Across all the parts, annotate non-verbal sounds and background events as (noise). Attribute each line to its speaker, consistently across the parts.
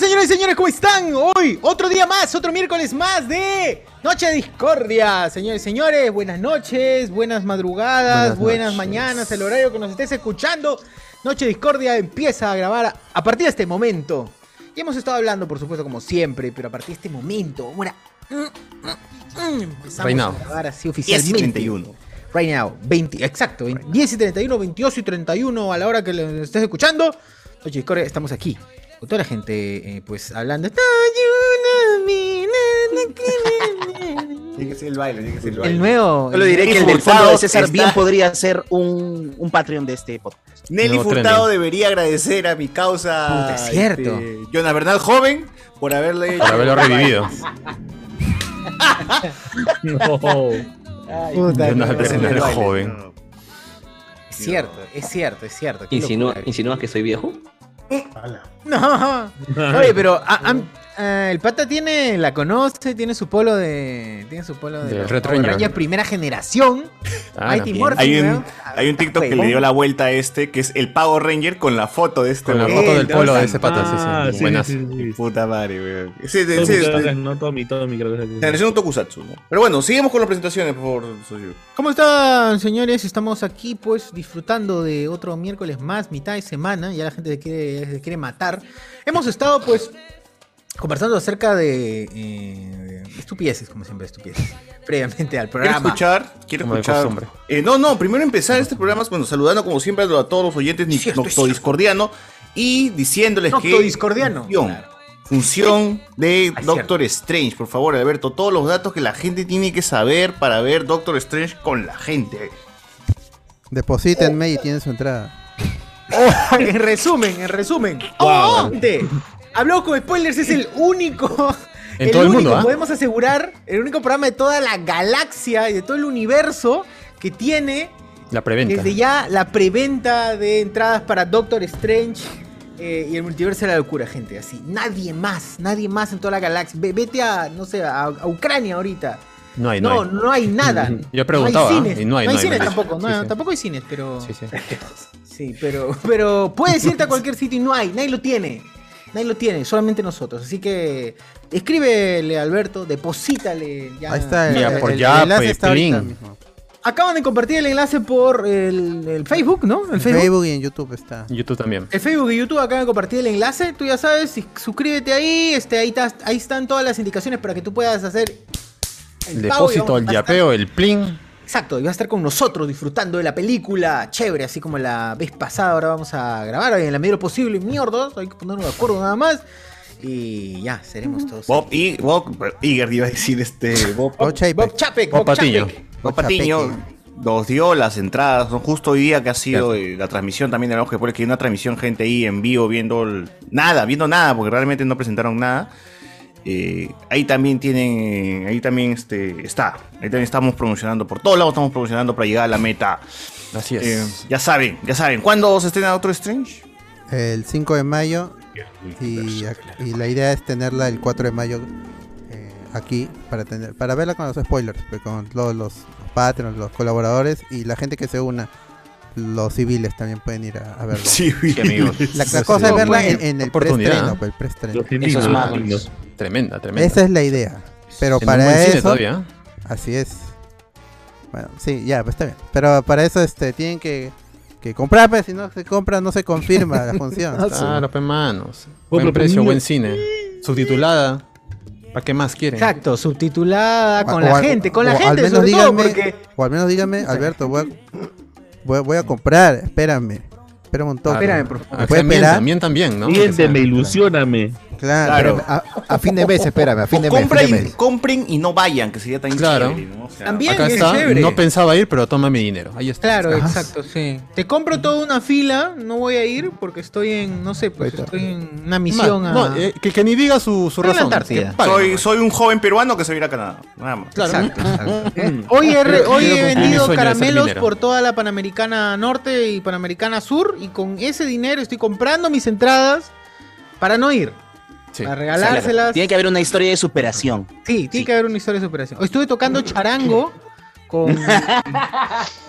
Speaker 1: Señoras y señores, ¿cómo están? Hoy, otro día más, otro miércoles más de Noche de Discordia. Señores y señores, buenas noches, buenas madrugadas, buenas,
Speaker 2: Buenas noches.
Speaker 1: mañanas, el horario que nos estés escuchando. Noche de Discordia empieza a grabar a, a partir de este momento. Y hemos estado hablando, por supuesto, como siempre, pero a partir de este momento, ahora mm, mm, mm, empezamos
Speaker 2: Right now.
Speaker 1: a grabar así
Speaker 3: 10 y
Speaker 1: oficialmente. (laughs)
Speaker 3: 31.
Speaker 1: Right now, 20, exacto, 20 10 y 31, 22 y 31 a la hora que lo estés escuchando. Oye, Discordia, estamos aquí. Con toda la gente, eh, pues, hablando.
Speaker 3: Tiene que ser el baile, tiene que ser el
Speaker 1: El nuevo.
Speaker 3: Yo lo diré que el
Speaker 4: Nelly
Speaker 3: del
Speaker 4: Furtado
Speaker 3: fondo
Speaker 4: de César bien podría ser un, un Patreon de este podcast.
Speaker 3: Nelly
Speaker 2: Nuevo
Speaker 3: Furtado
Speaker 2: trending.
Speaker 3: debería agradecer a mi causa.
Speaker 1: Puta, es cierto.
Speaker 3: este, Jonah Bernal joven por haberle hecho.
Speaker 2: Por haberlo revivido.
Speaker 1: Oh,
Speaker 3: Puta,
Speaker 2: Jonah
Speaker 3: que
Speaker 2: Bernal
Speaker 3: no se le baile.
Speaker 2: joven.
Speaker 3: No.
Speaker 1: Es cierto, es cierto, es cierto. Qué
Speaker 5: Insinúa,
Speaker 1: locura.
Speaker 5: ¿Insinúas que soy viejo?
Speaker 1: (laughs) No. Oye, pero ah, am- ah, el pata tiene, la conoce, tiene su polo de. Tiene su polo de.
Speaker 2: Del
Speaker 1: los
Speaker 2: Red
Speaker 1: Power
Speaker 2: Ranger.
Speaker 1: Rangers primera generación.
Speaker 2: Ah,
Speaker 1: Mighty
Speaker 2: no.
Speaker 1: Morphin,
Speaker 3: Hay un,
Speaker 1: weón.
Speaker 3: hay un TikTok que le dio la vuelta a este, que es el Pago Ranger con la foto de este.
Speaker 2: Con la
Speaker 3: weón.
Speaker 2: foto del
Speaker 3: Eh,
Speaker 2: polo de
Speaker 3: entonces,
Speaker 2: ese pata,
Speaker 3: Ah,
Speaker 2: sí, sí. Buenas.
Speaker 3: Puta madre, weón. Ese- ese-
Speaker 6: Tommy,
Speaker 3: ese-
Speaker 6: creo que es, no Tommy, Tommy creo que es el-
Speaker 3: Generación Tokusatsu, ¿no? Pero bueno, sigamos con las presentaciones, por favor, Soyu.
Speaker 1: ¿Cómo están, señores? Estamos aquí, pues, disfrutando de otro miércoles más, mitad de semana. Ya la gente se quiere, se quiere matar. Hemos estado, pues, conversando acerca de eh, estupideces, como siempre, estupideces. (laughs) Previamente al
Speaker 3: Quiero
Speaker 1: programa.
Speaker 3: escuchar, quiero
Speaker 2: Como de
Speaker 3: escuchar.
Speaker 1: (laughs)
Speaker 2: costumbre.
Speaker 3: Eh, no, no, primero empezar este programa, bueno, saludando como siempre a todos los oyentes ni-
Speaker 1: Cierto, es
Speaker 3: Noctodiscordiano y diciéndoles que.
Speaker 1: Noctodiscordiano.
Speaker 3: Función,
Speaker 1: Claro.
Speaker 3: función de
Speaker 1: Ah, es
Speaker 3: Doctor Strange, por favor, Alberto, todos los datos que la gente tiene que saber para ver Doctor Strange con la gente.
Speaker 7: Deposítenme y tienen su entrada.
Speaker 1: Oh, en resumen, en resumen. ¡Oh, gente! Habló con spoilers, es el único.
Speaker 2: (laughs) En todo el
Speaker 1: único,
Speaker 2: mundo, ¿ah?
Speaker 1: Podemos asegurar, el único programa de toda la galaxia y de todo el universo que tiene
Speaker 2: La preventa.
Speaker 1: desde ya la preventa de entradas para Doctor Strange eh, y el multiverso de la locura, gente. Así, nadie más, nadie más en toda la galaxia. Ve- vete a, no sé, a, a Ucrania ahorita.
Speaker 2: No hay,
Speaker 1: no,
Speaker 2: no,
Speaker 1: no, hay nada.
Speaker 2: (laughs) Yo preguntaba, ¿eh?
Speaker 1: No hay cines,
Speaker 2: y no hay, no hay,
Speaker 1: cines
Speaker 2: me han dicho.
Speaker 1: tampoco. No,
Speaker 2: Sí, sí.
Speaker 1: Tampoco hay cines, pero.
Speaker 2: hay. Sí, sí.
Speaker 1: (laughs) Sí, pero, pero puedes irte a cualquier sitio y no hay, nadie lo tiene. Nadie lo tiene, solamente nosotros. Así que escríbele a Alberto, deposítale. Ya.
Speaker 7: Ahí está el,
Speaker 2: Mira,
Speaker 7: el-
Speaker 2: por
Speaker 7: el
Speaker 2: Yape,
Speaker 7: enlace está ahorita
Speaker 2: Plin.
Speaker 7: mismo.
Speaker 1: Acaban de compartir el enlace por el, el Facebook, ¿no? El
Speaker 7: En
Speaker 1: Facebook.
Speaker 7: Facebook y en YouTube está.
Speaker 2: YouTube también.
Speaker 1: El Facebook y YouTube acaban de compartir el enlace. Tú ya sabes, y suscríbete ahí. Este, ahí, tas- ahí están todas las indicaciones para que tú puedas hacer
Speaker 2: El
Speaker 1: pago y
Speaker 2: depósito,
Speaker 1: vamos
Speaker 2: el
Speaker 1: a estar-
Speaker 2: yapeo, el plin.
Speaker 1: Exacto, y va a estar con nosotros disfrutando de la película. Chévere, así como la vez pasada. Ahora vamos a grabar en la medida de lo posible. Mierdos, hay que ponernos de acuerdo nada más. Y ya, seremos todos.
Speaker 3: Bob y Bob Iger iba a decir este Bob,
Speaker 7: Bob Chapek.
Speaker 1: Bob Chapek,
Speaker 2: Bob Patiño.
Speaker 1: Chapek.
Speaker 3: Bob Patiño nos dio las entradas, ¿no? justo hoy día que ha sido eh, la transmisión también de los que por que hay una transmisión gente ahí en vivo viendo el- nada, viendo nada, porque realmente no presentaron nada. Eh, ahí también tienen, ahí también este, está, ahí también estamos promocionando, por todos lados estamos promocionando para llegar a la meta.
Speaker 2: Así
Speaker 3: Eh,
Speaker 2: es.
Speaker 3: ya saben, ya saben, ¿cuándo se estrena otro Strange?
Speaker 7: El 5 de mayo. Y, ac- y la idea es tenerla el 4 de mayo eh, aquí para tener para verla con los spoilers, pues, con todos los patrons, los colaboradores y la gente que se una. Los civiles también pueden ir a, a verla.
Speaker 2: Sí, amigos.
Speaker 7: La, la cosa es verla en, en el
Speaker 2: Oportunidad,
Speaker 7: preestreno,
Speaker 2: ¿eh?
Speaker 7: pues, el preestreno.
Speaker 6: Los indios,
Speaker 5: Esos
Speaker 6: los
Speaker 5: magos.
Speaker 6: indios.
Speaker 2: Tremenda, tremenda.
Speaker 7: Esa es la idea. Pero
Speaker 2: En un
Speaker 7: para
Speaker 2: buen
Speaker 7: eso
Speaker 2: cine todavía. ¿eh?
Speaker 7: Así es. Bueno, sí, ya, pues está bien. Pero para eso este tienen que, que comprar, pues si no se compra no se confirma
Speaker 2: (laughs)
Speaker 7: la
Speaker 1: (laughs)
Speaker 7: función.
Speaker 1: Ah,
Speaker 2: Ah, Claro, pe manos.
Speaker 6: pero
Speaker 2: Buen
Speaker 6: pe
Speaker 2: precio,
Speaker 6: niño.
Speaker 2: buen cine. Subtitulada. ¿Para qué más quieren?
Speaker 1: Exacto, subtitulada con
Speaker 7: Ah, O-
Speaker 1: la
Speaker 7: o al-
Speaker 1: gente, con
Speaker 7: o
Speaker 1: la
Speaker 7: al
Speaker 1: gente,
Speaker 7: menos
Speaker 1: sobre todo
Speaker 7: díganme-
Speaker 1: porque.
Speaker 7: O al menos dígame, Alberto, voy a, voy, a- voy a comprar, espérame. Espérame un toque.
Speaker 1: Espérame, por favor.
Speaker 2: Aunque
Speaker 7: ¿Puede
Speaker 2: sea, mientan,
Speaker 7: esperar?
Speaker 2: mientan bien, ¿no?
Speaker 6: Miénteme, ilusióname.
Speaker 7: Claro.
Speaker 3: Claro.
Speaker 8: A, a fin de mes, espérame, a fin
Speaker 3: O
Speaker 8: de mes.
Speaker 3: compra
Speaker 8: fin de
Speaker 3: y-
Speaker 8: mes.
Speaker 3: compren y no vayan, que sería tan
Speaker 2: Claro.
Speaker 1: También
Speaker 2: Acá
Speaker 1: es
Speaker 2: está.
Speaker 1: chévere.
Speaker 2: No pensaba ir, pero toma mi dinero. Ahí está.
Speaker 1: Claro, exacto, sí. Te compro toda una fila, no voy a ir porque estoy en, no sé, pues
Speaker 8: Ahí está.
Speaker 1: estoy en una
Speaker 2: Es
Speaker 1: misión
Speaker 2: más,
Speaker 1: a.
Speaker 2: no, eh, que, que ni diga su, su
Speaker 1: Estoy en la
Speaker 2: razón.
Speaker 1: Antártida.
Speaker 2: que pague
Speaker 3: Soy,
Speaker 2: nomás.
Speaker 3: soy un joven peruano que se va a ir a Canadá. Nada más.
Speaker 1: Exacto, exacto. Mm. Hoy he, re- hoy he
Speaker 2: cumplir mi sueño de
Speaker 1: vendido
Speaker 2: ser
Speaker 1: caramelos
Speaker 2: minero.
Speaker 1: por toda la Panamericana Norte y Panamericana Sur y con ese dinero estoy comprando mis entradas para no ir,
Speaker 2: Sí.
Speaker 1: para regalárselas.
Speaker 4: Tiene que haber una historia de superación.
Speaker 1: Sí, tiene que haber una historia de superación. Hoy estuve tocando charango
Speaker 2: (laughs)
Speaker 1: Con, con
Speaker 2: la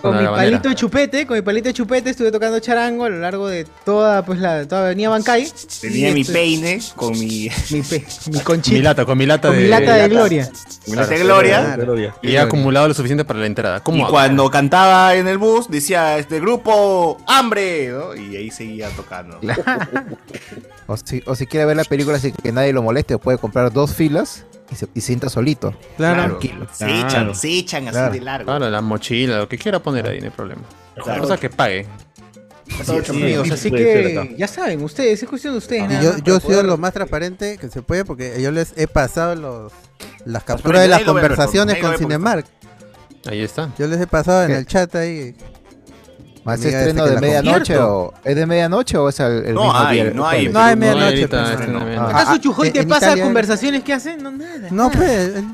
Speaker 1: mi
Speaker 2: bandera.
Speaker 1: palito de chupete, con mi palito de chupete estuve tocando charango a lo largo de toda, pues, la, toda Avenida Bancay.
Speaker 3: Tenía
Speaker 1: Y
Speaker 3: mi
Speaker 1: este-
Speaker 3: peine con mi.
Speaker 1: Mi, pe- mi conchita.
Speaker 2: Mi lata, con mi lata
Speaker 1: con
Speaker 2: de.
Speaker 1: mi lata de gloria.
Speaker 3: mi lata de gloria.
Speaker 6: Gloria.
Speaker 2: Y he acumulado lo suficiente para la entrada. ¿Cómo
Speaker 3: Y
Speaker 2: hago?
Speaker 3: cuando cantaba en el bus decía este grupo hambre ¿no? y ahí seguía tocando.
Speaker 5: O si, o si quiere ver la película sin que nadie lo moleste, puede comprar dos filas y se, y se sienta solito.
Speaker 7: Claro.
Speaker 3: Se
Speaker 6: Claro.
Speaker 3: echan, se echan así
Speaker 5: Claro.
Speaker 3: de largo.
Speaker 2: Claro, la mochila, lo que quiera poner ahí, no hay problema. La
Speaker 3: Claro.
Speaker 2: cosa que pague.
Speaker 3: Así es.
Speaker 1: Amigos, así
Speaker 6: Puede ser acá.
Speaker 1: que ya saben, ustedes, es cuestión
Speaker 3: Ah,
Speaker 1: de ustedes.
Speaker 7: Y
Speaker 1: nada
Speaker 7: yo, yo
Speaker 1: más
Speaker 7: he
Speaker 1: para
Speaker 7: sido
Speaker 1: poder-
Speaker 7: lo más transparente que se puede porque yo les he pasado los las
Speaker 3: pero
Speaker 7: capturas de las
Speaker 3: nadie lo ve, pero
Speaker 7: conversaciones
Speaker 3: nadie pues. lo
Speaker 7: con
Speaker 3: ve porque-
Speaker 7: Cinemark.
Speaker 2: Ahí está.
Speaker 7: Yo les he pasado en
Speaker 5: ¿Qué?
Speaker 7: el chat ahí.
Speaker 5: ¿Más
Speaker 7: Amiga,
Speaker 5: estreno
Speaker 7: ese que
Speaker 5: de
Speaker 7: la
Speaker 5: medianoche
Speaker 1: convierto.
Speaker 5: o es de medianoche o es el, el
Speaker 3: No
Speaker 5: mismo
Speaker 3: hay,
Speaker 5: día?
Speaker 3: no hay.
Speaker 7: No hay
Speaker 3: No,
Speaker 7: medianoche.
Speaker 2: ahorita,
Speaker 7: pues,
Speaker 2: este,
Speaker 7: no.
Speaker 2: no, no.
Speaker 5: Ah,
Speaker 1: ¿Acaso
Speaker 7: ah,
Speaker 1: Chujoy
Speaker 7: en-
Speaker 1: te
Speaker 7: en
Speaker 1: pasa
Speaker 7: Italia-
Speaker 1: conversaciones que hacen? No, nada.
Speaker 7: No, pues. eh,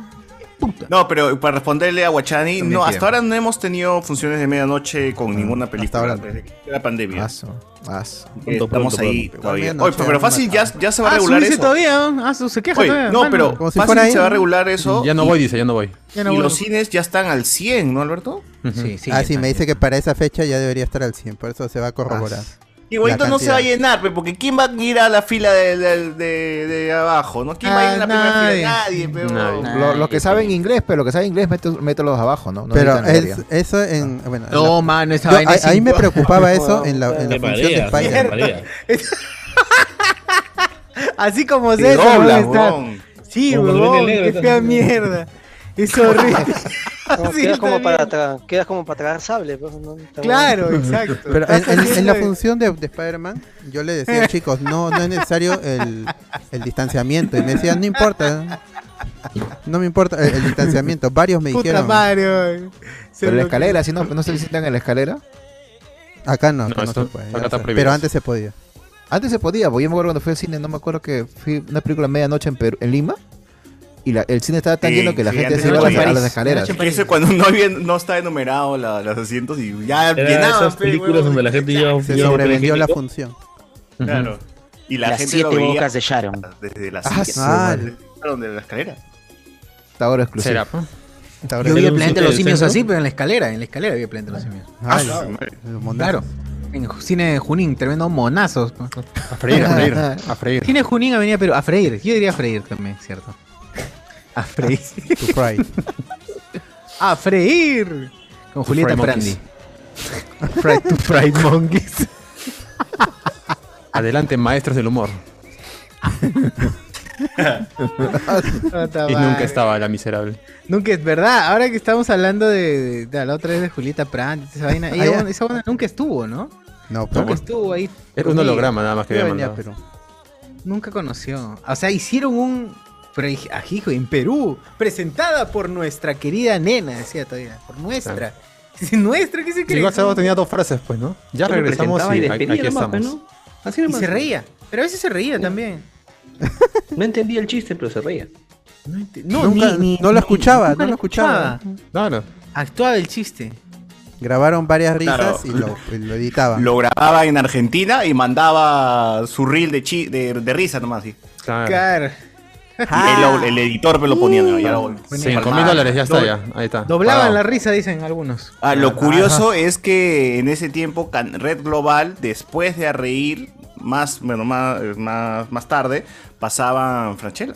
Speaker 3: No, pero para responderle a Guachani,
Speaker 5: También
Speaker 3: no, hasta
Speaker 5: tiene.
Speaker 3: ahora no hemos tenido funciones de medianoche con ninguna película
Speaker 5: ahora no.
Speaker 3: desde que inició la pandemia.
Speaker 5: Mazo, mazo.
Speaker 3: Eh,
Speaker 6: Pronto,
Speaker 3: Estamos
Speaker 6: pronto,
Speaker 3: ahí
Speaker 7: pronto.
Speaker 3: todavía.
Speaker 7: Igual
Speaker 3: Oye, pero, pero
Speaker 7: medianoche,
Speaker 3: fácil ya, ya se va a
Speaker 1: Ah, su
Speaker 3: regular
Speaker 1: dice
Speaker 3: eso.
Speaker 1: todavía, ¿no? ah, su se queja
Speaker 3: Oye,
Speaker 1: todavía.
Speaker 3: no,
Speaker 1: mano.
Speaker 3: pero
Speaker 7: Como si
Speaker 3: fácil
Speaker 7: fuera ahí,
Speaker 3: se va a
Speaker 7: ¿no?
Speaker 3: regular
Speaker 6: Mm,
Speaker 3: eso.
Speaker 2: Ya no voy, dice, ya no voy.
Speaker 1: Ya
Speaker 3: Y,
Speaker 1: no
Speaker 3: y
Speaker 1: vuelvo.
Speaker 3: los cines ya están al 100, ¿no, Alberto?
Speaker 2: Ujú.
Speaker 1: Sí, sí.
Speaker 7: ah,
Speaker 1: ya
Speaker 7: sí,
Speaker 1: está.
Speaker 7: me dice que para esa fecha ya debería estar al 100, por eso se va a corroborar.
Speaker 3: Igualito
Speaker 7: La
Speaker 3: no se va a
Speaker 7: cantidad.
Speaker 3: llenar, pe, porque ¿quién va a ir a la fila de, de- de- de abajo? ¿no? ¿Quién va a ir a la primera
Speaker 1: Ah,
Speaker 3: fila? Nadie, pero.
Speaker 2: Nadie.
Speaker 5: Lo- Los que saben inglés, pero los que saben inglés, mételos, mételos abajo, ¿no? No
Speaker 7: Pero
Speaker 5: necesitan
Speaker 7: es,
Speaker 5: nadie.
Speaker 7: eso en. Bueno, en
Speaker 1: No,
Speaker 7: la-
Speaker 1: mano, esa
Speaker 7: yo-
Speaker 1: vaina
Speaker 7: ahí,
Speaker 1: es
Speaker 7: ahí me
Speaker 1: impo- (laughs)
Speaker 7: preocupaba eso en la, en la función de
Speaker 6: Me marea, sí, me
Speaker 7: Spider.
Speaker 6: marea.
Speaker 1: Así como
Speaker 3: Te
Speaker 1: César,
Speaker 3: dobla,
Speaker 1: weón, está-
Speaker 3: huevón.
Speaker 1: Sí,
Speaker 6: Como cuando
Speaker 1: huevón,
Speaker 6: viene el
Speaker 1: qué
Speaker 6: negro
Speaker 1: fea
Speaker 6: también.
Speaker 1: mierda. Es (laughs) horrible.
Speaker 8: Como,
Speaker 1: Sí,
Speaker 8: quedas, como
Speaker 1: también.
Speaker 8: para tra- quedas como para tragar sable. pues, ¿no? Está
Speaker 7: (laughs)
Speaker 1: Claro, exacto.
Speaker 7: Pero en, en- en la
Speaker 1: Haciendo-
Speaker 7: función de, de Spider-Man, yo le decía, (laughs) chicos, no, no es necesario el, el distanciamiento. Y me decían, no importa. No me importa el, el distanciamiento. Varios me
Speaker 1: Puta
Speaker 7: dijeron.
Speaker 1: madre, weón. Se
Speaker 5: Pero la
Speaker 1: lo-
Speaker 5: escalera, si no, no se visitan en la escalera.
Speaker 7: Acá no, acá
Speaker 2: No,
Speaker 7: no,
Speaker 2: esto-
Speaker 7: se puede.
Speaker 2: acá
Speaker 7: ya
Speaker 2: está
Speaker 7: sé.
Speaker 2: prohibido
Speaker 7: Pero
Speaker 2: eso.
Speaker 7: antes se podía.
Speaker 5: Antes se podía, porque yo me acuerdo cuando fui al cine, no me acuerdo que fui a una película medianoche en, Perú- en Lima. Y la- el cine estaba tan
Speaker 3: Sí,
Speaker 5: lleno que la
Speaker 3: sí,
Speaker 5: gente
Speaker 3: antes
Speaker 5: se
Speaker 3: era
Speaker 5: iba a las,
Speaker 3: en París.
Speaker 5: a las escaleras.
Speaker 1: Medianoche
Speaker 3: Que
Speaker 1: en
Speaker 3: Eso es cuando no, había, no está enumerado la- los asientos y ya
Speaker 6: Era
Speaker 3: llenaban,
Speaker 6: esas
Speaker 3: pe,
Speaker 6: películas
Speaker 3: huevón.
Speaker 6: donde la gente lleva
Speaker 7: Se
Speaker 6: lleva
Speaker 7: sobrevendió la
Speaker 6: higiénico.
Speaker 7: función.
Speaker 3: Claro. Y la
Speaker 4: Las
Speaker 3: gente lo
Speaker 4: siete
Speaker 3: veía
Speaker 4: bocas de Sharon.
Speaker 3: desde la
Speaker 5: Ah,
Speaker 3: silla,
Speaker 5: su
Speaker 7: Ah,
Speaker 5: madre.
Speaker 3: donde la escalera.
Speaker 5: Hasta ahora exclusivo.
Speaker 2: Será, pues.
Speaker 5: Hasta ahora
Speaker 1: Yo vi
Speaker 6: Era
Speaker 1: el
Speaker 6: un
Speaker 1: planeta de los
Speaker 6: super
Speaker 1: simios
Speaker 6: centro.
Speaker 1: así, pero en la escalera. En la escalera vi el planeta de los simios.
Speaker 7: Ay,
Speaker 3: Ah, su madre.
Speaker 7: los monazos.
Speaker 1: Claro. En cine de Junín, tremendo monazos. pues.
Speaker 2: A freír, a
Speaker 1: (laughs)
Speaker 9: (laughs)
Speaker 2: freír. A freír.
Speaker 1: Cine de Junín, Avenida Perú. A freír. Yo diría a freír también, ¿cierto? A (laughs) freír.
Speaker 7: To fry.
Speaker 1: A freír. Con Julieta
Speaker 2: fried
Speaker 1: Prandi. Fried to fried monkeys.
Speaker 2: (laughs) Adelante, maestros del
Speaker 1: (laughs)
Speaker 2: humor. (laughs) Y nunca estaba la miserable.
Speaker 1: Nunca es verdad. Ahora que estamos hablando de, de- de la otra vez de Julieta Prandi,
Speaker 2: (laughs)
Speaker 1: esa vaina. ella-
Speaker 7: Ah, ya.
Speaker 1: esa vaina nunca estuvo, ¿no?
Speaker 7: No,
Speaker 1: Nunca
Speaker 7: pero.
Speaker 1: estuvo ahí.
Speaker 2: Era un
Speaker 1: conmigo.
Speaker 2: holograma nada más que
Speaker 7: Yo
Speaker 2: había
Speaker 7: venía a
Speaker 2: mandado.
Speaker 7: Perú.
Speaker 1: Nunca conoció. O sea, hicieron un pre- ajijo en Perú, presentada por nuestra querida nena, decía todavía. Por nuestra. Dice, (laughs) nuestra, ¿qué se cree?
Speaker 2: Igual Sabo tenía dos frases, pues, ¿no? Ya
Speaker 8: bueno.
Speaker 2: regresamos
Speaker 8: Presentaba
Speaker 2: y a-
Speaker 8: despedía
Speaker 2: aquí
Speaker 8: nomás, pues,
Speaker 2: estamos.
Speaker 8: ¿no? Así
Speaker 1: Y
Speaker 8: nomás.
Speaker 1: se reía. Pero a veces se reía también.
Speaker 8: No entendía el chiste, pero se reía.
Speaker 1: No, ent-
Speaker 7: Nunca- no lo escuchaba,
Speaker 1: nunca
Speaker 7: no lo escuchaba.
Speaker 2: Claro.
Speaker 1: Actuaba el chiste.
Speaker 7: Grabaron varias risas
Speaker 3: Claro.
Speaker 7: y lo, y lo editaban.
Speaker 3: Lo grababa en Argentina y mandaba su reel de, chi- de, de risa nomás. Así.
Speaker 2: Claro.
Speaker 1: Claro.
Speaker 3: Y él lo- el editor me lo ponía. ¿no? Ya lo-
Speaker 7: Ah.
Speaker 2: Cinco mil dólares, ya está, ya. Ahí está.
Speaker 1: Doblaban
Speaker 2: Pagado.
Speaker 1: la risa, dicen algunos.
Speaker 3: Ah, lo curioso es que en ese tiempo Can- Red Global, después de a reír, más, bueno, más, más, más tarde, pasaba Franchella.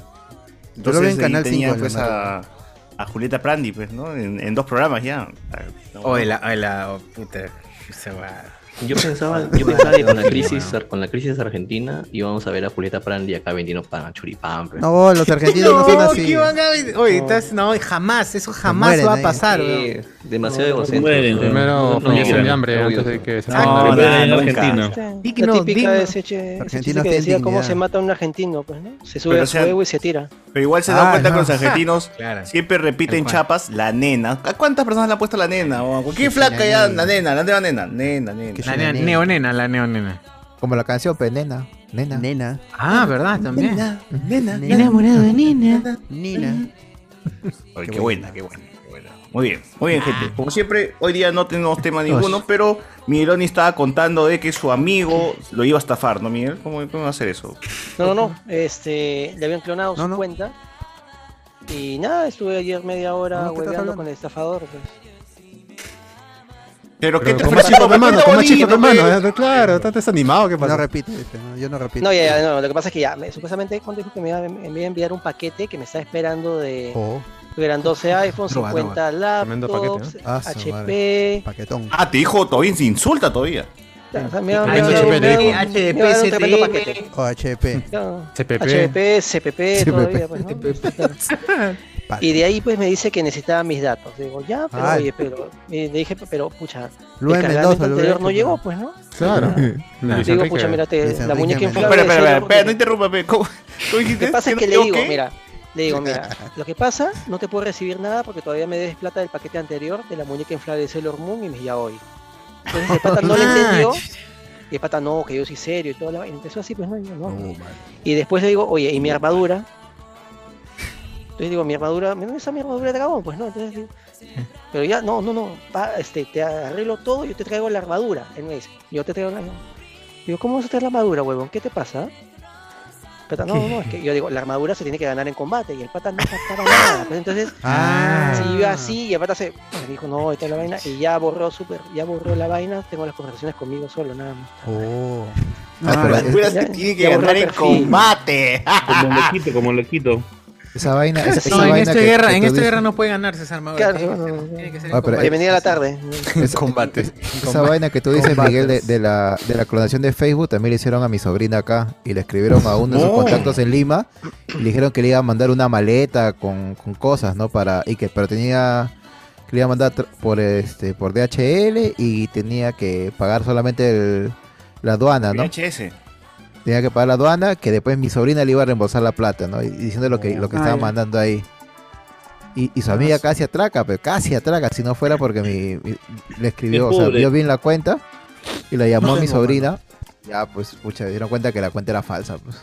Speaker 7: Yo lo vi en
Speaker 3: ahí
Speaker 7: Canal
Speaker 3: tenía,
Speaker 7: 5 en la
Speaker 3: pues, a, a Julieta Prandi, pues, ¿no? En, en dos programas ya. No,
Speaker 1: Hola, hola, oh, puta. Se va.
Speaker 8: Yo pensaba, yo pensaba que con la crisis, con la crisis argentina íbamos a ver a Julieta Prandi acá vendiendo pan, churipán. pues.
Speaker 7: No, los argentinos no son
Speaker 1: No,
Speaker 7: así.
Speaker 1: Oh, ¿qué van a ver? Oye, estás- no, jamás, eso jamás
Speaker 7: mueren
Speaker 1: va a
Speaker 7: ahí.
Speaker 1: pasar.
Speaker 8: Sí,
Speaker 1: weón.
Speaker 8: demasiado egocéntrico.
Speaker 6: mueren,
Speaker 2: Primero falleció
Speaker 6: llegan.
Speaker 2: de hambre
Speaker 8: No,
Speaker 2: antes
Speaker 8: yo-
Speaker 2: de que se
Speaker 1: Ah,
Speaker 3: No,
Speaker 6: Primero
Speaker 3: nada,
Speaker 6: en
Speaker 3: nunca.
Speaker 6: Argentina.
Speaker 1: Digno,
Speaker 8: la típica
Speaker 1: digno.
Speaker 8: de ese, che- ese
Speaker 7: Argentinos
Speaker 8: chiste que
Speaker 7: tienen
Speaker 8: decía cómo
Speaker 7: dignidad.
Speaker 8: se mata a un argentino, pues, ¿no? Se sube
Speaker 3: Pero
Speaker 8: a su
Speaker 3: sean-
Speaker 8: huevo y se tira.
Speaker 3: Pero igual se
Speaker 7: Ah,
Speaker 3: dan cuenta
Speaker 7: no.
Speaker 3: que los argentinos
Speaker 1: Claro.
Speaker 3: siempre repiten
Speaker 1: cual.
Speaker 3: chapas la nena. ¿A cuántas personas le ha puesto la nena? O a cualquier
Speaker 7: Sí, sí,
Speaker 3: flaca
Speaker 7: la
Speaker 3: ya,
Speaker 7: nena.
Speaker 3: la nena, la nueva nena, nena, nena.
Speaker 7: Que
Speaker 1: La
Speaker 7: sí,
Speaker 1: nea-
Speaker 7: nena.
Speaker 1: neonena, la neonena.
Speaker 5: Como la canción, pues, nena, nena.
Speaker 7: Nena.
Speaker 1: Ah, ¿verdad? También.
Speaker 7: Nena.
Speaker 1: de Nina.
Speaker 7: Nina.
Speaker 3: Ay,
Speaker 7: Qué
Speaker 3: qué buena, qué buena, qué buena. Muy bien, muy bien, gente. Como siempre, hoy día no tenemos tema ninguno, pero Migueloni estaba contando de que su amigo lo iba a estafar, ¿no, Miguel? ¿Cómo, cómo va a hacer eso?
Speaker 8: No, no, no.
Speaker 7: (laughs)
Speaker 8: Este, le habían clonado
Speaker 7: No,
Speaker 8: su
Speaker 7: no.
Speaker 8: cuenta. Y nada, estuve ayer media hora
Speaker 7: No, ¿qué estás
Speaker 8: hueveando
Speaker 7: hablando?
Speaker 8: con el estafador. pues.
Speaker 3: Pero
Speaker 2: qué te
Speaker 7: con
Speaker 2: ofreció,
Speaker 7: más
Speaker 2: hermano,
Speaker 7: bonito,
Speaker 2: con más chiste,
Speaker 7: pe.
Speaker 3: pues.
Speaker 2: hermano, eh, claro, estás desanimado, ¿qué pasa?
Speaker 7: No repite, dice, no, yo no repito.
Speaker 10: No, ya, ya, no, lo que pasa es que ya, me- supuestamente cuando dijo que me iba, a- me iba a enviar un paquete que me está esperando de...
Speaker 7: Oh,
Speaker 10: Eran 12 iPhone,
Speaker 2: Droga,
Speaker 10: 50
Speaker 2: Tremendo
Speaker 10: laptops,
Speaker 2: paquete,
Speaker 7: Ah, su
Speaker 10: HP...
Speaker 7: paquetón.
Speaker 3: Ah, te dijo todavía, se insulta todavía.
Speaker 10: o sea, me iba- me
Speaker 2: Tremendo
Speaker 10: iba-
Speaker 2: HP,
Speaker 10: me iba-
Speaker 2: dijo.
Speaker 10: me iba a dar un tremendo paquete.
Speaker 7: O HP.
Speaker 10: Claro.
Speaker 2: CPP.
Speaker 10: HDP, CPP, todavía, pues, ¿no? Claro.
Speaker 7: Pac.
Speaker 10: Y de ahí pues me dice que necesitaba mis datos. Digo, ya, pero
Speaker 2: Ah,
Speaker 7: Ay.
Speaker 10: oye, pero... Y le dije, pero pucha,
Speaker 7: Luis
Speaker 10: el cargamento
Speaker 7: Mendoza, Luis
Speaker 10: anterior no
Speaker 7: Mendoza.
Speaker 10: llegó, pues, ¿no?
Speaker 2: Claro.
Speaker 10: (laughs) Le digo, pucha, mira, te-
Speaker 7: Luis
Speaker 10: la
Speaker 7: Enrique
Speaker 10: muñeca
Speaker 7: Mendoza.
Speaker 10: inflable... sirve
Speaker 3: Espera, espera,
Speaker 10: porque-
Speaker 3: espera, espera, no interrumpa, pe. ¿Cómo? ¿Tú dijiste?
Speaker 10: Lo que pasa es que le
Speaker 3: no
Speaker 10: digo,
Speaker 3: llegó, qué?
Speaker 10: mira, le
Speaker 8: (laughs)
Speaker 10: digo,
Speaker 3: (laughs)
Speaker 10: mira, lo que pasa, no te puedo recibir nada porque todavía me debes plata del paquete anterior de la muñeca inflable de Sailor Moon y me ya hoy. Entonces el pata no le entendió y el pata no, que yo soy serio y todo, la... y empezó así, pues no, y yo, no. Y después le digo, oye, ¿y mi armadura? Entonces digo, mi armadura, ¿dónde está mi armadura de dragón? Pues no, entonces digo, pero ya, no, no, no, pa- este, te arreglo todo, yo te traigo la armadura. Él me dice, yo te traigo la armadura. Digo, ¿cómo vas a traer la armadura, huevón? ¿Qué te pasa? Pata, no, no, es que yo digo, la armadura se tiene que ganar en combate y el pata no captaba nada. Pues entonces,
Speaker 7: Ah.
Speaker 10: se iba así y el pata se me dijo, no, esta es la vaina y ya borró súper, ya borró la vaina, tengo las conversaciones conmigo solo, nada más.
Speaker 7: Oh.
Speaker 5: Ah,
Speaker 3: Ah,
Speaker 5: pero
Speaker 3: la
Speaker 5: es-
Speaker 3: altura se
Speaker 10: ya-
Speaker 3: tiene
Speaker 10: ya
Speaker 3: que
Speaker 10: borró
Speaker 3: ganar
Speaker 10: el
Speaker 3: en
Speaker 10: perfil.
Speaker 3: combate.
Speaker 6: Como lo quito, como lo quito.
Speaker 5: esa
Speaker 1: (laughs)
Speaker 5: vaina. Esa, esa
Speaker 1: No, en
Speaker 5: vaina
Speaker 1: esta
Speaker 5: que- que tú
Speaker 1: guerra, en esta
Speaker 5: dices-
Speaker 1: guerra no puede ganar César Mauro.
Speaker 10: Claro,
Speaker 1: tiene que
Speaker 10: no,
Speaker 1: ser-
Speaker 10: no,
Speaker 1: tiene que
Speaker 5: no. Ah,
Speaker 1: ser
Speaker 9: pues,
Speaker 5: pero-
Speaker 1: combate.
Speaker 10: Bienvenida a la tarde.
Speaker 5: Esa,
Speaker 2: Combate.
Speaker 5: es- esa vaina que tú dices,
Speaker 7: Combates.
Speaker 5: Miguel, de, de la, de la clonación de Facebook, también le hicieron a mi sobrina acá y le escribieron a uno de sus
Speaker 3: No.
Speaker 5: contactos en Lima y le dijeron que le iba a mandar una maleta con, con cosas, ¿no? Para, y que, pero tenía que le iba a mandar tr- por, este, por DHL y tenía que pagar solamente el- la aduana, Ah, ¿no?
Speaker 3: VHS.
Speaker 5: Tenía que pagar la aduana, que después mi sobrina le iba a reembolsar la plata, ¿no? Y diciendo lo que, lo que
Speaker 1: Ah,
Speaker 5: estaba
Speaker 1: ya.
Speaker 5: mandando ahí. Y, y su amiga casi atraca, pero casi atraca, si no fuera porque mi, mi- le escribió,
Speaker 6: Qué
Speaker 5: o sea,
Speaker 6: pobre.
Speaker 5: vio bien la cuenta y la llamó a mi
Speaker 7: Enfermo,
Speaker 5: sobrina. Ya, pues, pucha, dieron cuenta que la cuenta era falsa. Pues.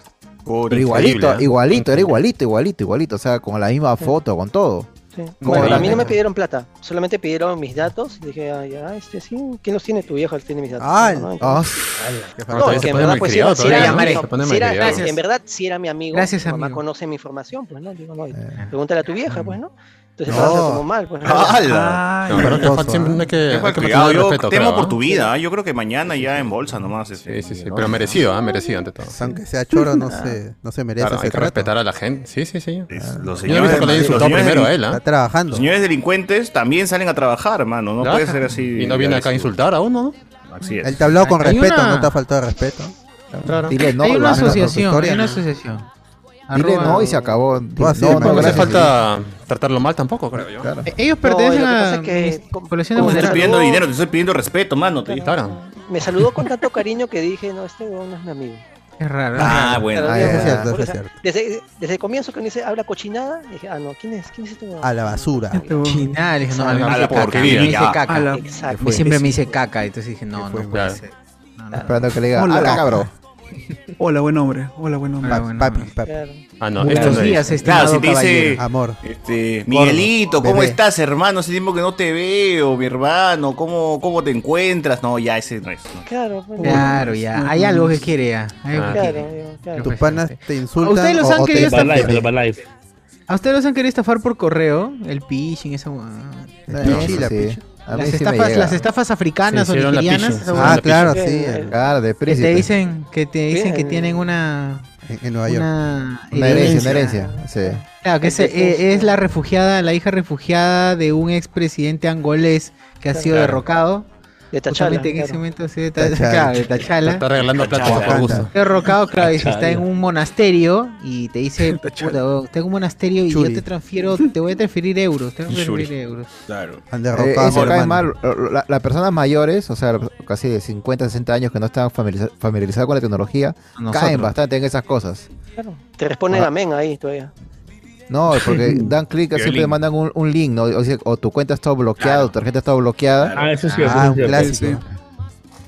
Speaker 3: Puta,
Speaker 5: Pero igualito,
Speaker 3: increíble, ¿eh?
Speaker 5: igualito, era igualito, igualito, igualito. O sea, con la misma foto, con todo.
Speaker 10: Sí.
Speaker 5: ¿Cómo
Speaker 10: Bueno,
Speaker 5: era,
Speaker 10: a mí no me
Speaker 5: nena?
Speaker 10: pidieron plata, solamente pidieron mis datos y dije, ah, ya, este sí, ¿quién los tiene? Tu viejo él tiene mis datos.
Speaker 7: Ah,
Speaker 10: no,
Speaker 5: Ah,
Speaker 7: Qué
Speaker 2: No,
Speaker 10: No,
Speaker 2: todavía
Speaker 10: es
Speaker 2: se
Speaker 10: que en
Speaker 2: pone
Speaker 10: verdad, pues, si era,
Speaker 2: malcriado,
Speaker 10: si era
Speaker 1: todavía.
Speaker 10: mi
Speaker 1: Llamaré,
Speaker 10: amigo,
Speaker 2: se pone
Speaker 10: si era-
Speaker 2: malcriado.
Speaker 10: en verdad, si era mi amigo,
Speaker 1: Gracias,
Speaker 10: mi mamá
Speaker 1: amigo.
Speaker 10: conoce mi información, pues, ¿no? Digo, no, y
Speaker 5: Eh.
Speaker 10: pregúntale a tu vieja, pues, ¿no? Entonces,
Speaker 7: No.
Speaker 10: no. como mal, pues, ¿no?
Speaker 3: ¡Hala!
Speaker 1: Ay,
Speaker 11: Ah,
Speaker 2: Ah,
Speaker 1: ah.
Speaker 2: No, pero es que
Speaker 7: Hermoso,
Speaker 2: Fox
Speaker 7: ¿eh?
Speaker 2: siempre hay que,
Speaker 3: Qué
Speaker 2: hay que
Speaker 3: malcriado,
Speaker 2: mantener el
Speaker 3: Ah, yo
Speaker 2: respeto,
Speaker 3: temo
Speaker 2: creo,
Speaker 3: por
Speaker 2: ¿no?
Speaker 3: tu vida. ¿eh? Yo creo que mañana ya en bolsa nomás. este,
Speaker 2: Sí, sí, sí,
Speaker 3: ¿no?
Speaker 2: pero merecido, ¿ah? merecido ante todo.
Speaker 5: Pues
Speaker 7: Aunque sea choro, no
Speaker 1: (laughs)
Speaker 7: se, no se merece
Speaker 2: Claro,
Speaker 7: ese
Speaker 2: hay que
Speaker 7: trato.
Speaker 2: respetar a la gente. Sí, sí, sí. Ah.
Speaker 3: Es- Los
Speaker 2: Yo he visto que
Speaker 3: señores,
Speaker 2: le
Speaker 3: los
Speaker 2: insultó
Speaker 3: señores
Speaker 2: primero a
Speaker 3: delin-
Speaker 2: él,
Speaker 7: Está
Speaker 2: ¿ah?
Speaker 7: trabajando.
Speaker 3: los señores delincuentes también salen a trabajar, mano. No puede ser así.
Speaker 2: Y no viene acá a insultar a uno,
Speaker 3: Así es.
Speaker 7: Él te habló con
Speaker 1: Hay
Speaker 7: respeto,
Speaker 1: una-
Speaker 7: no te ha faltado de respeto.
Speaker 2: ¿no? Claro.
Speaker 5: Dile no,
Speaker 1: hay una
Speaker 5: la-
Speaker 1: asociación,
Speaker 7: historia,
Speaker 1: hay una
Speaker 7: ¿no?
Speaker 1: asociación.
Speaker 5: Dile
Speaker 1: Arroba-
Speaker 5: no y se acabó. Dile,
Speaker 7: así,
Speaker 5: no, no,
Speaker 2: No hace
Speaker 5: gracias.
Speaker 2: falta (laughs) tratarlo mal tampoco, creo yo.
Speaker 5: Claro.
Speaker 1: Eh, Ellos
Speaker 10: No, y lo que
Speaker 1: pertenecen
Speaker 10: pasa
Speaker 1: a
Speaker 10: es que
Speaker 1: mis-
Speaker 10: como-
Speaker 1: población de
Speaker 10: como
Speaker 3: No te estoy
Speaker 10: Claro.
Speaker 1: vulnerables.
Speaker 3: pidiendo dinero, te estoy pidiendo respeto, mano. te-
Speaker 2: Claro.
Speaker 10: Me saludó con tanto cariño que dije, no, este huevón no es mi amigo.
Speaker 1: Es raro. es
Speaker 3: Ah,
Speaker 1: raro.
Speaker 3: bueno.
Speaker 10: Pero
Speaker 5: ah,
Speaker 10: digo,
Speaker 5: ya,
Speaker 10: o sea,
Speaker 7: cierto,
Speaker 10: porque,
Speaker 7: es
Speaker 10: o sea,
Speaker 7: cierto.
Speaker 10: Desde, desde el comienzo que me dice, habla cochinada, dije, ah, no, ¿quién es, quién es este huevón?
Speaker 7: A Ah, la basura.
Speaker 1: Chinales, no,
Speaker 2: A la
Speaker 1: me dice caca,
Speaker 2: porquería,
Speaker 1: me dice
Speaker 3: ya.
Speaker 1: caca.
Speaker 10: Ah,
Speaker 1: Me-
Speaker 10: Exacto.
Speaker 1: Siempre me dice caca, entonces dije, no,
Speaker 7: ¿Qué
Speaker 1: no
Speaker 7: fue?
Speaker 1: puede
Speaker 2: Claro.
Speaker 1: ser. No, no, no.
Speaker 5: Esperando que le diga,
Speaker 12: Hola.
Speaker 5: "Hala, cabrón.
Speaker 12: Hola, buen hombre. Hola, buen hombre.
Speaker 1: Ah,
Speaker 7: Pa-
Speaker 1: bueno,
Speaker 7: papi,
Speaker 1: bueno.
Speaker 7: papi.
Speaker 10: Claro.
Speaker 2: Ah, no, esto
Speaker 1: Buenos
Speaker 2: es
Speaker 1: días,
Speaker 3: Claro,
Speaker 1: estimado
Speaker 3: si te dice.
Speaker 1: caballero.
Speaker 7: Amor.
Speaker 3: Este, Miguelito, ¿cómo
Speaker 7: bebé.
Speaker 3: estás, hermano? Hace tiempo que no te veo, mi hermano. ¿Cómo, cómo te encuentras? No, ya ese no es. no.
Speaker 10: Claro, bueno,
Speaker 1: Claro, ya. Hay algo que quiere ya. Hay algo que
Speaker 10: claro,
Speaker 1: quiere.
Speaker 10: digo, claro.
Speaker 7: Tus panas te insultan.
Speaker 1: ustedes los
Speaker 7: o-
Speaker 1: han
Speaker 7: o te-
Speaker 1: querido
Speaker 6: Para
Speaker 1: Esta-
Speaker 6: live, pero para live.
Speaker 1: ¿A ustedes los han querido estafar por correo? El phishing, esa huevada.
Speaker 5: No,
Speaker 7: Pichi,
Speaker 5: eso
Speaker 7: la
Speaker 5: sí.
Speaker 7: pichi.
Speaker 5: A mí
Speaker 1: las
Speaker 5: sí me
Speaker 1: estafas,
Speaker 5: llega.
Speaker 1: las estafas africanas
Speaker 2: Se
Speaker 1: o
Speaker 2: hicieron la
Speaker 1: nigerianas,
Speaker 2: pichi.
Speaker 1: esa huevada,
Speaker 7: Ah, claro, sí.
Speaker 10: Sí,
Speaker 7: En,
Speaker 5: Claro, de
Speaker 1: que te
Speaker 5: príncipe.
Speaker 1: dicen que te dicen que
Speaker 10: Bien.
Speaker 1: tienen una
Speaker 7: en Nueva York.
Speaker 1: una
Speaker 5: Una herencia, una herencia. Sí.
Speaker 1: Claro, que es, eh, es la refugiada, la hija refugiada de un expresidente angolés que ha sido
Speaker 2: Claro.
Speaker 1: derrocado.
Speaker 10: De Tachala.
Speaker 1: Justamente en ese
Speaker 10: claro.
Speaker 1: momento sí, eh, de, Ta-
Speaker 7: Tachala.
Speaker 1: claro, de
Speaker 2: Te
Speaker 1: Tachala.
Speaker 2: Está regalando plata por gusto.
Speaker 1: derrocado, claro, y si está en un monasterio y te
Speaker 2: (laughs)
Speaker 1: dice, "Puta, weón, está en un monasterio y
Speaker 7: Churi.
Speaker 1: yo te transfiero, te voy a transferir euros, te voy a transferir euros.
Speaker 7: Han
Speaker 5: Eh,
Speaker 7: derrocado a
Speaker 5: eso
Speaker 7: mi
Speaker 5: cae
Speaker 7: hermano.
Speaker 5: mal. Lo- lo- la- Las personas mayores, o sea, casi de 50, 60 años que no están familiariza- familiarizadas con la tecnología, caen bastante en esas cosas.
Speaker 10: Claro. Te responden
Speaker 5: Ah.
Speaker 10: amén ahí todavía.
Speaker 7: (laughs)
Speaker 5: No, porque dan clic, siempre mandan un, un link, ¿no? O, sea, o tu cuenta está bloqueada, tu tarjeta está bloqueada.
Speaker 6: Ah, eso sí,
Speaker 7: Ah,
Speaker 6: eso
Speaker 7: un
Speaker 6: sí.
Speaker 7: clásico.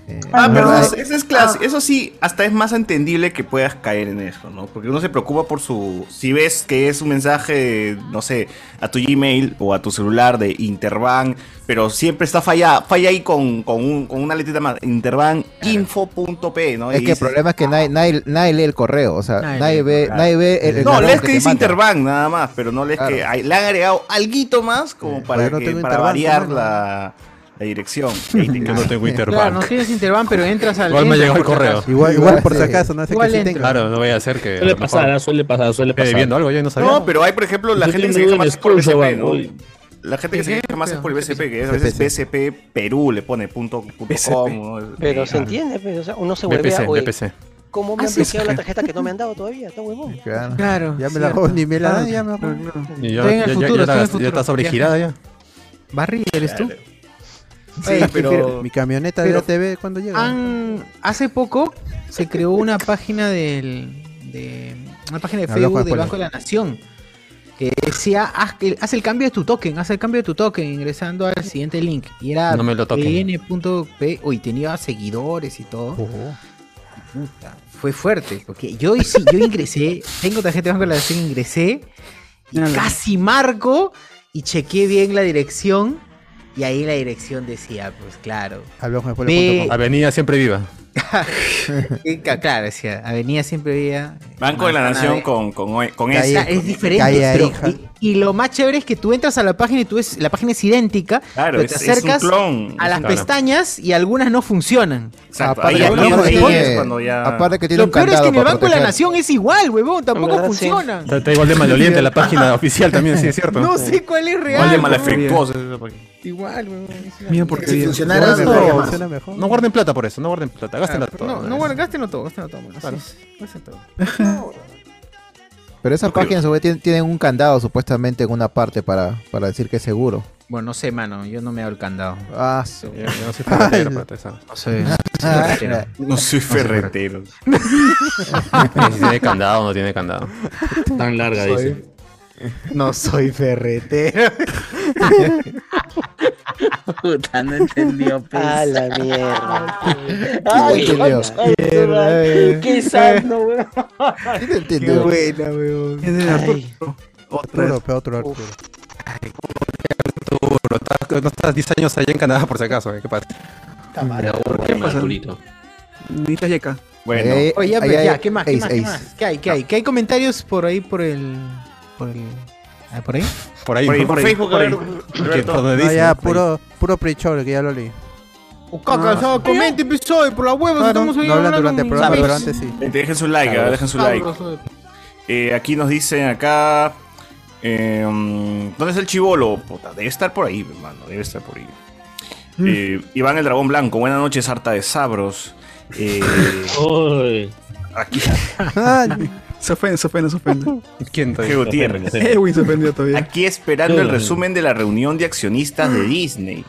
Speaker 5: Eh,
Speaker 3: Ah,
Speaker 5: la
Speaker 3: pero
Speaker 5: verdad,
Speaker 3: eso, eso es
Speaker 1: Ah.
Speaker 3: clásico. Eso sí, hasta es más entendible que puedas caer en eso, ¿no? Porque uno se preocupa por su. Si ves que es un mensaje, no sé, a tu Gmail o a tu celular de Interbank, pero siempre está falla, falla ahí con, con, un- con una letrita más. Interbankinfo.p, ¿no? Y
Speaker 5: es que el
Speaker 3: dices,
Speaker 5: problema es que nadie, nadie, nadie lee el correo, o sea,
Speaker 1: Nadie
Speaker 5: nadie,
Speaker 1: lee,
Speaker 5: ve,
Speaker 3: claro.
Speaker 5: nadie ve el, el
Speaker 3: no,
Speaker 5: garrón
Speaker 3: lees que,
Speaker 5: te
Speaker 3: dice
Speaker 5: mandan.
Speaker 3: Interbank nada más, pero no lees
Speaker 5: Claro.
Speaker 3: que hay- le han agregado alguito más como
Speaker 7: Eh,
Speaker 3: para,
Speaker 7: yo no
Speaker 3: que-
Speaker 7: tengo
Speaker 3: para
Speaker 7: Interbank,
Speaker 3: variar
Speaker 7: hermano.
Speaker 3: la,
Speaker 2: (laughs)
Speaker 3: la dirección. Yo no (laughs) tengo
Speaker 1: Claro, no tienes Interbank, pero entras al.
Speaker 2: Igual me
Speaker 1: entras
Speaker 2: llegó el
Speaker 1: por si
Speaker 2: correo.
Speaker 1: acaso. Igual
Speaker 2: Igual
Speaker 1: entras.
Speaker 2: Claro, no voy a hacer que.
Speaker 6: Suele pasar, suele pasar,
Speaker 7: Eh,
Speaker 6: suele pasar.
Speaker 2: viendo algo, yo no sabía.
Speaker 3: No, pero hay, por ejemplo, la
Speaker 6: Yo
Speaker 3: gente
Speaker 6: tengo
Speaker 3: que se queja
Speaker 6: un
Speaker 3: más es por el
Speaker 6: excuso,
Speaker 3: BCP,
Speaker 6: vamos.
Speaker 3: ¿no? La gente que se queja más es por el BCP, que a
Speaker 6: BCP.
Speaker 3: veces BCP Perú le
Speaker 2: (laughs)
Speaker 3: pone punto, punto com, ¿no?
Speaker 10: Pero se
Speaker 7: Ah.
Speaker 3: Claro.
Speaker 10: entiende, pues, o sea, uno se vuelve
Speaker 3: BPC,
Speaker 10: a oye,
Speaker 3: BPC.
Speaker 10: ¿Cómo me
Speaker 1: Ah,
Speaker 10: han
Speaker 1: sí,
Speaker 10: bloqueado
Speaker 1: sí.
Speaker 10: la tarjeta que no me han dado todavía? Está huevón.
Speaker 5: Claro.
Speaker 1: Claro.
Speaker 7: Ya me la robo, ni me la dan, ya me la robo.
Speaker 2: Y ya- Estoy en el ya- ya- futuro, ya estoy en el estás- ya futuro. estás sobregirada ya.
Speaker 1: Barry, ¿eres tú?
Speaker 7: Sí,
Speaker 1: Oye,
Speaker 7: pero mi camioneta de
Speaker 1: pero-
Speaker 7: ATV cuando llega.
Speaker 1: Han- hace poco se creó una página del de una página de
Speaker 7: Habló
Speaker 1: Facebook
Speaker 7: Juan
Speaker 1: del
Speaker 7: Polo.
Speaker 1: Banco de la Nación que decía haz, que- haz el cambio de tu token, haz el cambio de tu token ingresando al siguiente link y era
Speaker 2: No me lo toquen.
Speaker 1: pn.p uy, tenía seguidores y todo. Puta, fue fuerte porque yo sí, yo ingresé, (laughs) tengo tarjeta de Banco de la Nación, ingresé y casi marco y chequeé bien la dirección y ahí la dirección decía, pues claro, Ve-
Speaker 2: Avenida siempre viva.
Speaker 1: Sí, ca- claro, decía, Avenida siempre había.
Speaker 3: Banco de la
Speaker 1: Manzana
Speaker 3: Nación
Speaker 1: de-
Speaker 3: con, con, con
Speaker 1: Calle-
Speaker 3: ese.
Speaker 1: es diferente.
Speaker 3: Calle
Speaker 1: pero-
Speaker 3: Arija.
Speaker 1: y, y lo más chévere es que tú entras a la página y tú ves, la página es idéntica.
Speaker 3: Claro,
Speaker 1: pero te
Speaker 3: es- es un
Speaker 1: acercas
Speaker 3: clon.
Speaker 1: a las
Speaker 3: Claro.
Speaker 1: pestañas y algunas no funcionan.
Speaker 5: Ah,
Speaker 3: Exacto,
Speaker 1: Aparte
Speaker 3: ahí-
Speaker 1: que
Speaker 3: ahí-
Speaker 1: tiene-
Speaker 3: ahí
Speaker 1: aparte
Speaker 3: es
Speaker 1: que-
Speaker 3: cuando ya-
Speaker 5: aparte que tiene
Speaker 1: Lo
Speaker 5: un
Speaker 1: peor es que
Speaker 5: candado
Speaker 1: en el
Speaker 5: para
Speaker 1: Banco de la
Speaker 5: proteger.
Speaker 1: Nación es igual, huevón, tampoco funcionan.
Speaker 2: Está, está igual de maloliente la
Speaker 1: (laughs)
Speaker 2: página oficial también, sí, es cierto.
Speaker 1: No sé cuál es real.
Speaker 2: Igual de
Speaker 1: huevón.
Speaker 2: malafectuoso.
Speaker 1: Igual, huevón. es una-
Speaker 2: Mira
Speaker 1: porque
Speaker 2: porquería.
Speaker 1: si funcionara
Speaker 2: Guarden
Speaker 1: esto,
Speaker 2: plata.
Speaker 1: funciona mejor.
Speaker 2: No guarden plata por eso, no guarden plata, gástenla
Speaker 1: Claro,
Speaker 2: toda.
Speaker 1: No, no, bueno, gástenlo todo, gástenlo todo. así
Speaker 2: Claro. (laughs)
Speaker 1: es, gástenlo todo. (laughs)
Speaker 5: Pero esas páginas sobre tienen, tienen un candado supuestamente en una parte para, para decir que es seguro.
Speaker 1: Bueno, no sé, mano, yo no me hago el candado.
Speaker 5: Ah,
Speaker 1: Yo-
Speaker 5: sí.
Speaker 1: yo no soy
Speaker 5: Ay.
Speaker 1: No soy,
Speaker 5: Ah,
Speaker 1: ferretero.
Speaker 3: No
Speaker 2: (laughs)
Speaker 3: soy
Speaker 1: (laughs)
Speaker 3: ferretero.
Speaker 2: Si tiene candado o no tiene candado. Tan larga,
Speaker 1: Soy-
Speaker 2: dice.
Speaker 1: No soy ferretero.
Speaker 13: (laughs) Puta, no entendió, pues.
Speaker 10: A
Speaker 13: (laughs)
Speaker 10: la mierda.
Speaker 13: Ay,
Speaker 1: Qué
Speaker 13: ay, ay,
Speaker 1: mierda,
Speaker 13: ay,
Speaker 1: eh.
Speaker 13: Qué
Speaker 7: (laughs)
Speaker 13: sano, weón.
Speaker 1: Qué buena, weón.
Speaker 7: Es de
Speaker 1: Ay.
Speaker 7: Arturo, pe, otro Arturo.
Speaker 2: Arturo, estás- no estás 10 años allá en Canadá por si acaso, ¿eh? ¿qué pasa?
Speaker 8: ¿Por qué pasa? Arturito.
Speaker 12: Necesitas yeca.
Speaker 2: Bueno.
Speaker 3: Eh,
Speaker 1: Oye, ya,
Speaker 2: Ahí
Speaker 1: pues,
Speaker 2: hay
Speaker 1: ya, ¿qué más? ¿Qué
Speaker 2: ace,
Speaker 1: más? ¿Qué
Speaker 2: ace.
Speaker 1: más? ¿Qué hay? ¿Qué hay? ¿Qué hay comentarios por ahí por el. por el. ah, ¿Por ahí?
Speaker 2: Por ahí,
Speaker 3: Por ahí, por
Speaker 2: ahí,
Speaker 3: Facebook,
Speaker 2: por ahí.
Speaker 3: Roberto.
Speaker 2: Que por donde
Speaker 7: No,
Speaker 2: dice,
Speaker 7: ya,
Speaker 2: por ahí.
Speaker 7: puro, puro pre-show, que ya lo leí.
Speaker 1: Caca, o sea, comente, pues, soy, por la hueva,
Speaker 7: Claro,
Speaker 1: estamos
Speaker 7: no
Speaker 1: hoy
Speaker 7: hablan
Speaker 1: hablando
Speaker 7: durante el
Speaker 1: un-
Speaker 7: programa,
Speaker 1: un-
Speaker 7: pero antes sí.
Speaker 3: Gente, Dejen su like,
Speaker 7: Cabros.
Speaker 3: ah, dejen su like.
Speaker 1: Cabros.
Speaker 3: Eh, aquí nos dicen acá. eh, ¿Dónde es el chivolo? Puta, debe estar por ahí, hermano. Debe estar por ahí.
Speaker 7: Mm.
Speaker 3: Eh, Iván el Dragón Blanco, buenas noches, harta de sabros.
Speaker 7: (laughs)
Speaker 3: Eh, aquí.
Speaker 12: Ay, se ofende, se ofende, se ofende.
Speaker 2: ¿Quién Eh,
Speaker 3: Geo
Speaker 2: (laughs)
Speaker 3: Gutiérrez.
Speaker 12: Edwin se ofendió todavía.
Speaker 3: Aquí esperando el resumen de la reunión de accionistas de Disney.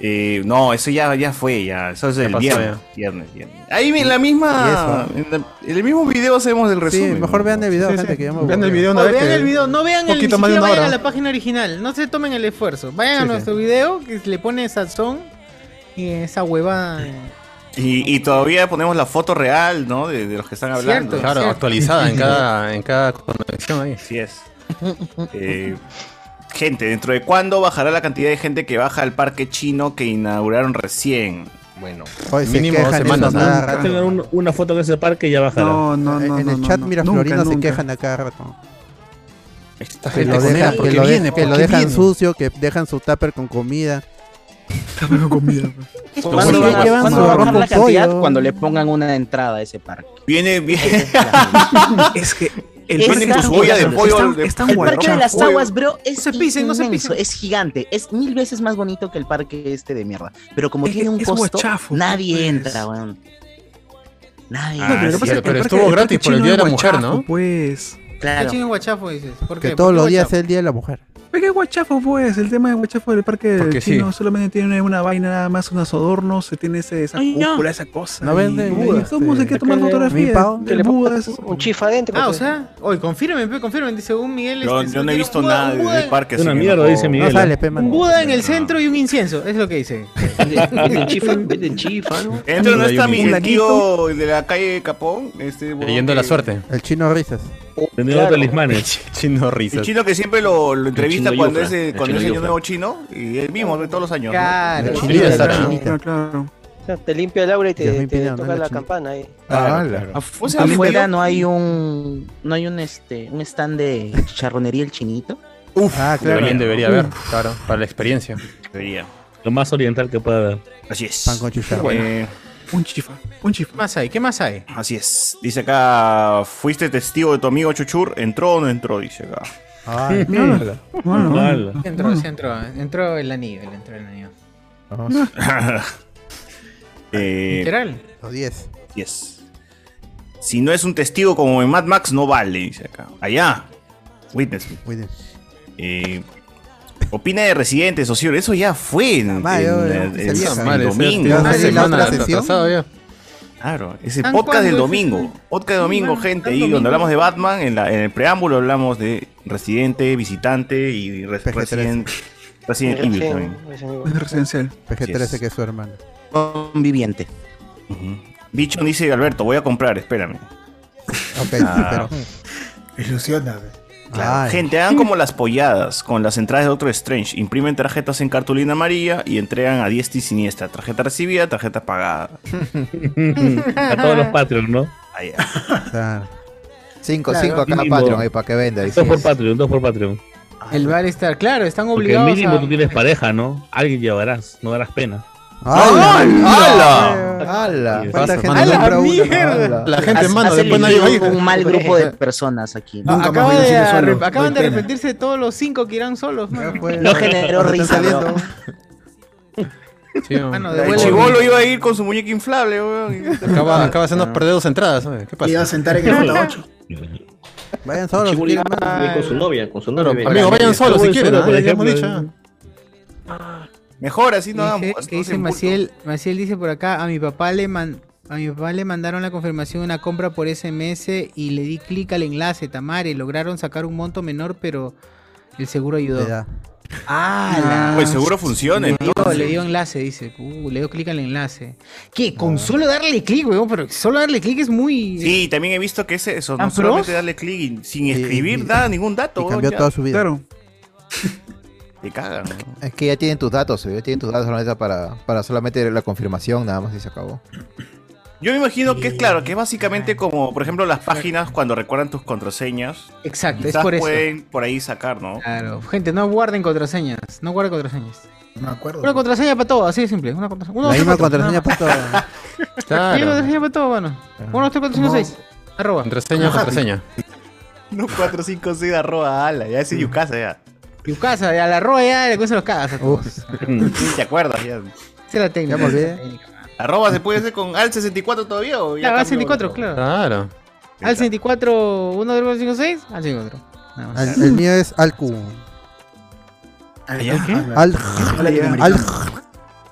Speaker 3: Eh, no, eso ya, ya fue, ya. Eso es el
Speaker 2: pasó,
Speaker 3: viernes, viernes, viernes. Ahí en la
Speaker 1: Ah.
Speaker 3: misma.
Speaker 7: Y
Speaker 3: En, la- en el mismo video hacemos el resumen.
Speaker 7: Sí, mejor vean el video,
Speaker 3: Sí, sí.
Speaker 7: gente, que ya me
Speaker 2: Vean
Speaker 7: aburrí.
Speaker 2: el video
Speaker 1: No,
Speaker 13: Oh,
Speaker 2: una vez.
Speaker 1: vean
Speaker 2: que-
Speaker 1: el video, no vean el
Speaker 2: Poquito
Speaker 1: ni
Speaker 2: más de
Speaker 1: siquiera
Speaker 2: una
Speaker 1: vayan
Speaker 2: hora.
Speaker 1: a la página original, no se tomen el esfuerzo. Vayan a
Speaker 2: Sí, sí.
Speaker 1: nuestro video que le pone sazón y esa hueva.
Speaker 3: Y, y todavía ponemos la foto real, ¿no? De, de los que están hablando.
Speaker 1: Cierto,
Speaker 2: Claro, actualizada en
Speaker 3: (laughs)
Speaker 2: cada, en cada conexión ahí.
Speaker 3: Así es. Eh, gente, ¿dentro de cuándo bajará la cantidad de gente que baja al parque chino que inauguraron recién? Bueno,
Speaker 7: Oye,
Speaker 9: Pues,
Speaker 7: se Mínimo
Speaker 6: dos semanas,
Speaker 7: ¿no?
Speaker 6: ¿no? Tengan un- una foto de ese parque y ya bajará.
Speaker 12: No, no, no.
Speaker 7: En el
Speaker 12: no,
Speaker 7: chat,
Speaker 12: no.
Speaker 7: mira,
Speaker 12: Nunca,
Speaker 7: Florino se
Speaker 12: nunca.
Speaker 7: quejan a cada rato.
Speaker 2: Esta
Speaker 7: Que
Speaker 2: gente
Speaker 7: lo
Speaker 2: con
Speaker 7: dejan,
Speaker 2: él,
Speaker 7: que
Speaker 2: ¿por
Speaker 7: lo
Speaker 2: qué
Speaker 7: dejan,
Speaker 2: viene?
Speaker 7: que
Speaker 2: ¿Por
Speaker 7: lo
Speaker 2: qué
Speaker 7: dejan
Speaker 2: viene?
Speaker 7: sucio, que dejan su tupper con comida.
Speaker 12: Tupper con comida. pues.
Speaker 13: ¿Cuándo
Speaker 7: Sí,
Speaker 13: va-
Speaker 7: llevan
Speaker 13: cuándo
Speaker 7: su
Speaker 13: va a
Speaker 7: arroz
Speaker 13: bajar
Speaker 7: con
Speaker 13: la cantidad?
Speaker 7: pollo.
Speaker 13: Cuando le pongan una entrada a ese parque.
Speaker 3: Viene, viene.
Speaker 12: es que
Speaker 3: el Viene parque- con su olla de
Speaker 13: están-
Speaker 3: pollo,
Speaker 13: están-
Speaker 3: de-
Speaker 13: están
Speaker 3: el
Speaker 13: guardados.
Speaker 3: parque
Speaker 13: el parque de las
Speaker 3: pollo.
Speaker 13: aguas, bro, es
Speaker 1: se pisen, no se
Speaker 13: inmenso,
Speaker 1: pisen.
Speaker 13: es gigante, es mil veces más bonito que el parque este de mierda. Pero como
Speaker 12: Es-
Speaker 13: tiene un
Speaker 12: es
Speaker 13: costo,
Speaker 12: guachafo,
Speaker 13: nadie
Speaker 12: pues.
Speaker 13: entra, weón. Nadie.
Speaker 2: Ah,
Speaker 13: entra.
Speaker 2: sí, pero,
Speaker 12: el parque-
Speaker 2: estuvo
Speaker 12: el
Speaker 2: gratis
Speaker 12: parque
Speaker 2: por el
Speaker 12: chino
Speaker 2: Día de la
Speaker 12: es
Speaker 2: Mujer,
Speaker 12: guachafo,
Speaker 2: ¿no?
Speaker 12: Pues.
Speaker 1: ¿Qué
Speaker 13: Claro.
Speaker 1: chino guachafo dices? ¿Por qué?
Speaker 7: Que todos
Speaker 1: ¿Por qué
Speaker 7: los días
Speaker 1: guachafo?
Speaker 7: es el día de la mujer.
Speaker 12: Pero qué guachafo, pues. El tema de guachafo del parque
Speaker 2: Porque sí.
Speaker 12: chino solamente tiene una vaina nada más, unos adornos, se tiene ese, esa
Speaker 10: Ay, ya.
Speaker 12: cúpula, esa cosa.
Speaker 7: No
Speaker 12: y-
Speaker 7: venden,
Speaker 12: y
Speaker 7: Buda,
Speaker 12: todo el mundo se
Speaker 7: este,
Speaker 12: quiere tomar
Speaker 10: acá le-
Speaker 12: fotografía.
Speaker 7: Mipao.
Speaker 12: del
Speaker 10: Le pongo
Speaker 12: Buda, eso-
Speaker 10: Un chifa adentro.
Speaker 1: Ah, o
Speaker 10: pues.
Speaker 1: sea, hoy confirmen, pe, confirmen, dice un Miguel.
Speaker 3: yo,
Speaker 1: este,
Speaker 3: yo no he
Speaker 1: tiene
Speaker 3: visto
Speaker 1: un Buda-
Speaker 3: nada
Speaker 1: un
Speaker 3: del
Speaker 1: Buda-
Speaker 3: parque.
Speaker 6: Es una
Speaker 3: así que
Speaker 6: mierda,
Speaker 3: no-
Speaker 6: dice
Speaker 7: No
Speaker 6: Miguel.
Speaker 7: sale, pe,
Speaker 1: Un
Speaker 7: man.
Speaker 1: Buda en el centro y un incienso, es lo que dice.
Speaker 8: Venden- Venden chifa, venden chifa, ¿no?
Speaker 3: Dentro no
Speaker 2: Hay
Speaker 3: está
Speaker 2: un
Speaker 3: mi el tío de la calle Capón. Este, huevón
Speaker 2: Leyendo la
Speaker 3: que-
Speaker 2: suerte.
Speaker 7: El chino risas.
Speaker 6: Teniendo
Speaker 10: Claro.
Speaker 6: talismanes.
Speaker 2: (laughs) Chino
Speaker 3: El
Speaker 2: risas.
Speaker 3: chino que siempre lo, lo entrevista
Speaker 8: chino
Speaker 3: cuando
Speaker 8: Yufra,
Speaker 3: es el,
Speaker 8: el
Speaker 3: cuando es
Speaker 8: chino
Speaker 3: año nuevo chino. Y él mismo, de todos los años. ¿no?
Speaker 1: Claro.
Speaker 3: El
Speaker 2: Debería estar,
Speaker 7: Claro,
Speaker 2: ¿no?
Speaker 7: claro,
Speaker 12: claro.
Speaker 10: O sea, te limpia el aura y
Speaker 7: Dios mío,
Speaker 10: te, te
Speaker 7: Pineda, no
Speaker 10: toca
Speaker 7: la
Speaker 10: la
Speaker 7: chingue.
Speaker 10: campana ahí.
Speaker 7: Ah,
Speaker 3: O sea,
Speaker 13: Afuera
Speaker 3: limpió-
Speaker 13: no hay un no hay un este un stand de charronería el chinito.
Speaker 7: Ah, claro.
Speaker 2: Deberían, debería haber, claro, para la experiencia.
Speaker 3: Debería.
Speaker 6: Lo más oriental que pueda haber.
Speaker 3: Así es.
Speaker 6: Pan con chicharrón.
Speaker 3: Eh,
Speaker 12: Un chifa, un chifa.
Speaker 1: más hay? ¿Qué más hay?
Speaker 3: Así es. Dice acá, fuiste testigo de tu amigo Chuchur, ¿entró o no entró? Dice acá.
Speaker 1: Ay,
Speaker 3: Mala.
Speaker 1: Bueno,
Speaker 3: Mala.
Speaker 1: Entró, sí, entró. Entró el anillo, el- entró el anillo.
Speaker 3: (laughs) Eh,
Speaker 1: Literal.
Speaker 7: Los 10.
Speaker 3: 10. Si no es un testigo como en Mad Max, no vale, dice acá. Allá. Witness. Eh, opina de residentes, socio. Eso ya fue. en-
Speaker 7: Ah, madre,
Speaker 3: en-
Speaker 7: oye, esa
Speaker 3: en- en-
Speaker 7: vieja.
Speaker 3: Eh, el
Speaker 7: Madre,
Speaker 3: domingo.
Speaker 7: esa vieja. Hace la otra sesión.
Speaker 3: Claro, ese
Speaker 7: ¿Tan
Speaker 3: podcast del
Speaker 7: cuándo es
Speaker 3: domingo.
Speaker 7: eso?
Speaker 3: Podcast de domingo,
Speaker 7: Sí,
Speaker 3: gente.
Speaker 7: tan
Speaker 3: Ahí
Speaker 7: domingo.
Speaker 3: donde hablamos de Batman, en, la- en el preámbulo hablamos de residente, visitante y re- Resident, Resident Evil también.
Speaker 12: Es residencial.
Speaker 7: PG-13 que es su hermano.
Speaker 4: Conviviente.
Speaker 3: Bichon dice, Alberto, voy a comprar, espérame.
Speaker 7: Ok,
Speaker 3: (laughs) Ah. (laughs)
Speaker 11: Ilusiona.
Speaker 3: Claro. Gente, hagan como las polladas con las entradas de Doctor Strange. Imprimen tarjetas en cartulina amarilla y entregan a diestra y siniestra. Tarjeta recibida, tarjeta pagada.
Speaker 6: (laughs) A todos los Patreons, ¿no?
Speaker 3: Ahí,
Speaker 5: Cinco,
Speaker 1: Claro.
Speaker 5: cinco a cada
Speaker 6: Mínimo.
Speaker 5: Patreon ahí para que venda. dice.
Speaker 6: Dos por Patreon, dos por Patreon.
Speaker 1: El Balistar, claro, están
Speaker 6: Porque
Speaker 1: obligados
Speaker 6: mínimo
Speaker 1: a...
Speaker 6: tú tienes pareja, ¿no? Alguien llevarás, no darás pena.
Speaker 7: ¡Hala!
Speaker 5: ¡Hala! ¡Hala!
Speaker 6: ¿Qué pasa,
Speaker 5: ¿Cuánta gente
Speaker 6: mano?
Speaker 5: no
Speaker 6: ¡A la
Speaker 5: compra uno?
Speaker 6: mierda!
Speaker 5: ¡Hala!
Speaker 6: La gente,
Speaker 5: Hace-
Speaker 6: mano,
Speaker 5: hace
Speaker 6: después
Speaker 5: el
Speaker 6: nadie va a
Speaker 5: lío
Speaker 6: ir.
Speaker 5: con un mal grupo de personas aquí.
Speaker 1: Ah,
Speaker 5: Nunca más
Speaker 1: acaba
Speaker 5: voy
Speaker 1: de
Speaker 5: a decir
Speaker 1: arre-
Speaker 5: solo,
Speaker 1: acaban de
Speaker 5: doy pena.
Speaker 1: arrepentirse de todos los cinco que irán solos. mano.
Speaker 7: (laughs) No generó
Speaker 1: Están
Speaker 7: risa,
Speaker 1: saliendo.
Speaker 7: bro.
Speaker 1: Mano,
Speaker 3: El
Speaker 1: devuelve.
Speaker 3: chivolo iba a ir con su muñeca inflable, weón. Ah.
Speaker 11: Acaba, acaba de hacernos perder dos entradas, oye, ¿Qué pasa?
Speaker 3: Iba a sentar en
Speaker 11: (laughs)
Speaker 3: el J8.
Speaker 7: Vayan solos.
Speaker 8: Chibolo
Speaker 7: si
Speaker 8: iba
Speaker 7: quieren,
Speaker 8: a ir con su novia, con su novia.
Speaker 11: Pero, amigo, vayan solos si quieren, ¿no? Ya hemos dicho, ah.
Speaker 3: Mejor así no
Speaker 1: Dice-
Speaker 3: hagamos.
Speaker 1: que dice Maciel, Maciel dice por acá, a mi papá le man- a mi papá le mandaron la confirmación de una compra por SMS y le di clic al enlace, Tamare, lograron sacar un monto menor, pero el seguro ayudó.
Speaker 7: Ya.
Speaker 1: Ah,
Speaker 3: Pues seguro funciona,
Speaker 1: Le dio,
Speaker 3: entonces.
Speaker 1: le dio enlace, dice. Uh, le dio clic al enlace. ¿Qué?
Speaker 7: Ah.
Speaker 1: Con solo darle clic, weón, pero solo darle clic es muy.
Speaker 3: Sí, también he visto que es eso.
Speaker 1: ¿Ah,
Speaker 3: No
Speaker 1: pros?
Speaker 3: solamente darle clic y- sin escribir
Speaker 7: y-
Speaker 3: nada, ningún dato.
Speaker 7: Y
Speaker 3: weón,
Speaker 7: cambió
Speaker 3: ya.
Speaker 7: toda su vida.
Speaker 12: Claro.
Speaker 3: Te cagan. ¿no?
Speaker 5: Es que ya tienen tus datos, ya tienen tus datos solamente para, para solamente la confirmación, nada más y se
Speaker 11: (laughs)
Speaker 5: acabó.
Speaker 3: Yo me imagino que es claro, que es básicamente como, por ejemplo, las páginas cuando recuerdan tus contraseñas.
Speaker 1: Exacto, es
Speaker 3: Quizás
Speaker 1: por eso.
Speaker 3: pueden por ahí sacar, ¿no?
Speaker 1: Claro. Gente, no guarden contraseñas. No guarden contraseñas.
Speaker 11: No me acuerdo.
Speaker 1: Una contraseña para todo, así de simple. Una contraseña. Uno,
Speaker 7: La
Speaker 1: dos,
Speaker 7: misma
Speaker 1: tres, cuatro,
Speaker 7: contraseña para todo.
Speaker 1: (laughs) nada más. Una contraseña para todo, bueno. 1, 2, 3, 4, 5, 6. Arroba.
Speaker 2: Contraseña,
Speaker 1: Como Happy.
Speaker 2: contraseña.
Speaker 3: No, 4, 5, 6, arroba, ala. Ya ese Yucasa ya.
Speaker 1: Yucasa, ya la arroba ya le cuesta los cagas a todos.
Speaker 7: (laughs)
Speaker 3: Sí, ¿Te acuerdas? Ya.
Speaker 1: Esa es la técnica.
Speaker 7: Ya me olvidé.
Speaker 1: esa es la técnica.
Speaker 3: Arroba se puede hacer con al 64 todavía o ya
Speaker 1: Claro, al
Speaker 3: cambió?
Speaker 1: 64, claro.
Speaker 2: Claro.
Speaker 1: Al 64, 1, 2, 3, 4, 5, 6. Al 64. Nada más.
Speaker 7: El, el mío es al Q.
Speaker 3: ya.
Speaker 7: Al,
Speaker 11: Latinoamericano.
Speaker 7: al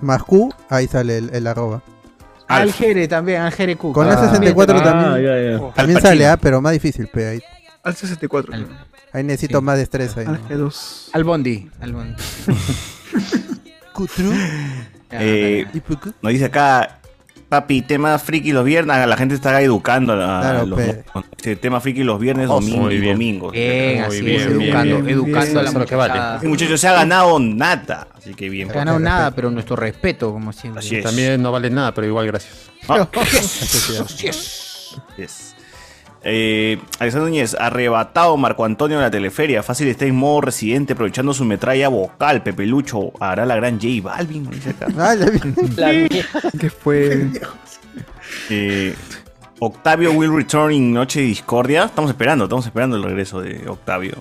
Speaker 7: más Q, ahí sale el, el arroba.
Speaker 1: Al Jere también, al Jere Q.
Speaker 7: Con la
Speaker 3: Ah,
Speaker 7: 64 también, también
Speaker 12: Al Pacino.
Speaker 7: sale, ah, pero más difícil, pe, ahí,
Speaker 12: Al 64.
Speaker 7: ahí necesito más destreza. Ahí,
Speaker 12: Al
Speaker 7: ¿no?
Speaker 12: G2.
Speaker 1: Al Bondi. Al Bondi.
Speaker 7: (laughs) Cutru.
Speaker 3: Eh, nos dice acá, papi, tema friki los viernes. A La gente está educando a, a
Speaker 7: Claro,
Speaker 3: los
Speaker 7: pe.
Speaker 3: este tema friki los viernes,
Speaker 2: Oh,
Speaker 3: domingo
Speaker 2: muy
Speaker 3: y
Speaker 2: bien.
Speaker 3: domingos.
Speaker 1: Bien,
Speaker 2: Muy
Speaker 1: Eh, así
Speaker 2: bien,
Speaker 1: es,
Speaker 2: bien,
Speaker 1: educando,
Speaker 2: bien.
Speaker 1: educando a
Speaker 2: Eso
Speaker 1: la
Speaker 2: es lo que vale.
Speaker 1: muchachada.
Speaker 3: Ese Este muchacho se ha ganado nada, así que bien.
Speaker 1: No ha ganado nada, pero nuestro respeto, como siempre.
Speaker 3: Así es.
Speaker 2: También no vale nada, pero igual gracias.
Speaker 3: Ah,
Speaker 1: Así es.
Speaker 3: yes. (laughs) Eh, Alexander Núñez, arrebatado Marco Antonio en la teleferia. Fácil está en modo residente, aprovechando su metralla vocal. Pepe Lucho hará la gran J Balvin. nos dice
Speaker 1: (laughs)
Speaker 3: acá.
Speaker 7: Ah, ya vi. (laughs)
Speaker 12: Que fue.
Speaker 3: Eh, Octavio will return in Noche de Discordia. Estamos esperando, estamos esperando el regreso de Octavio.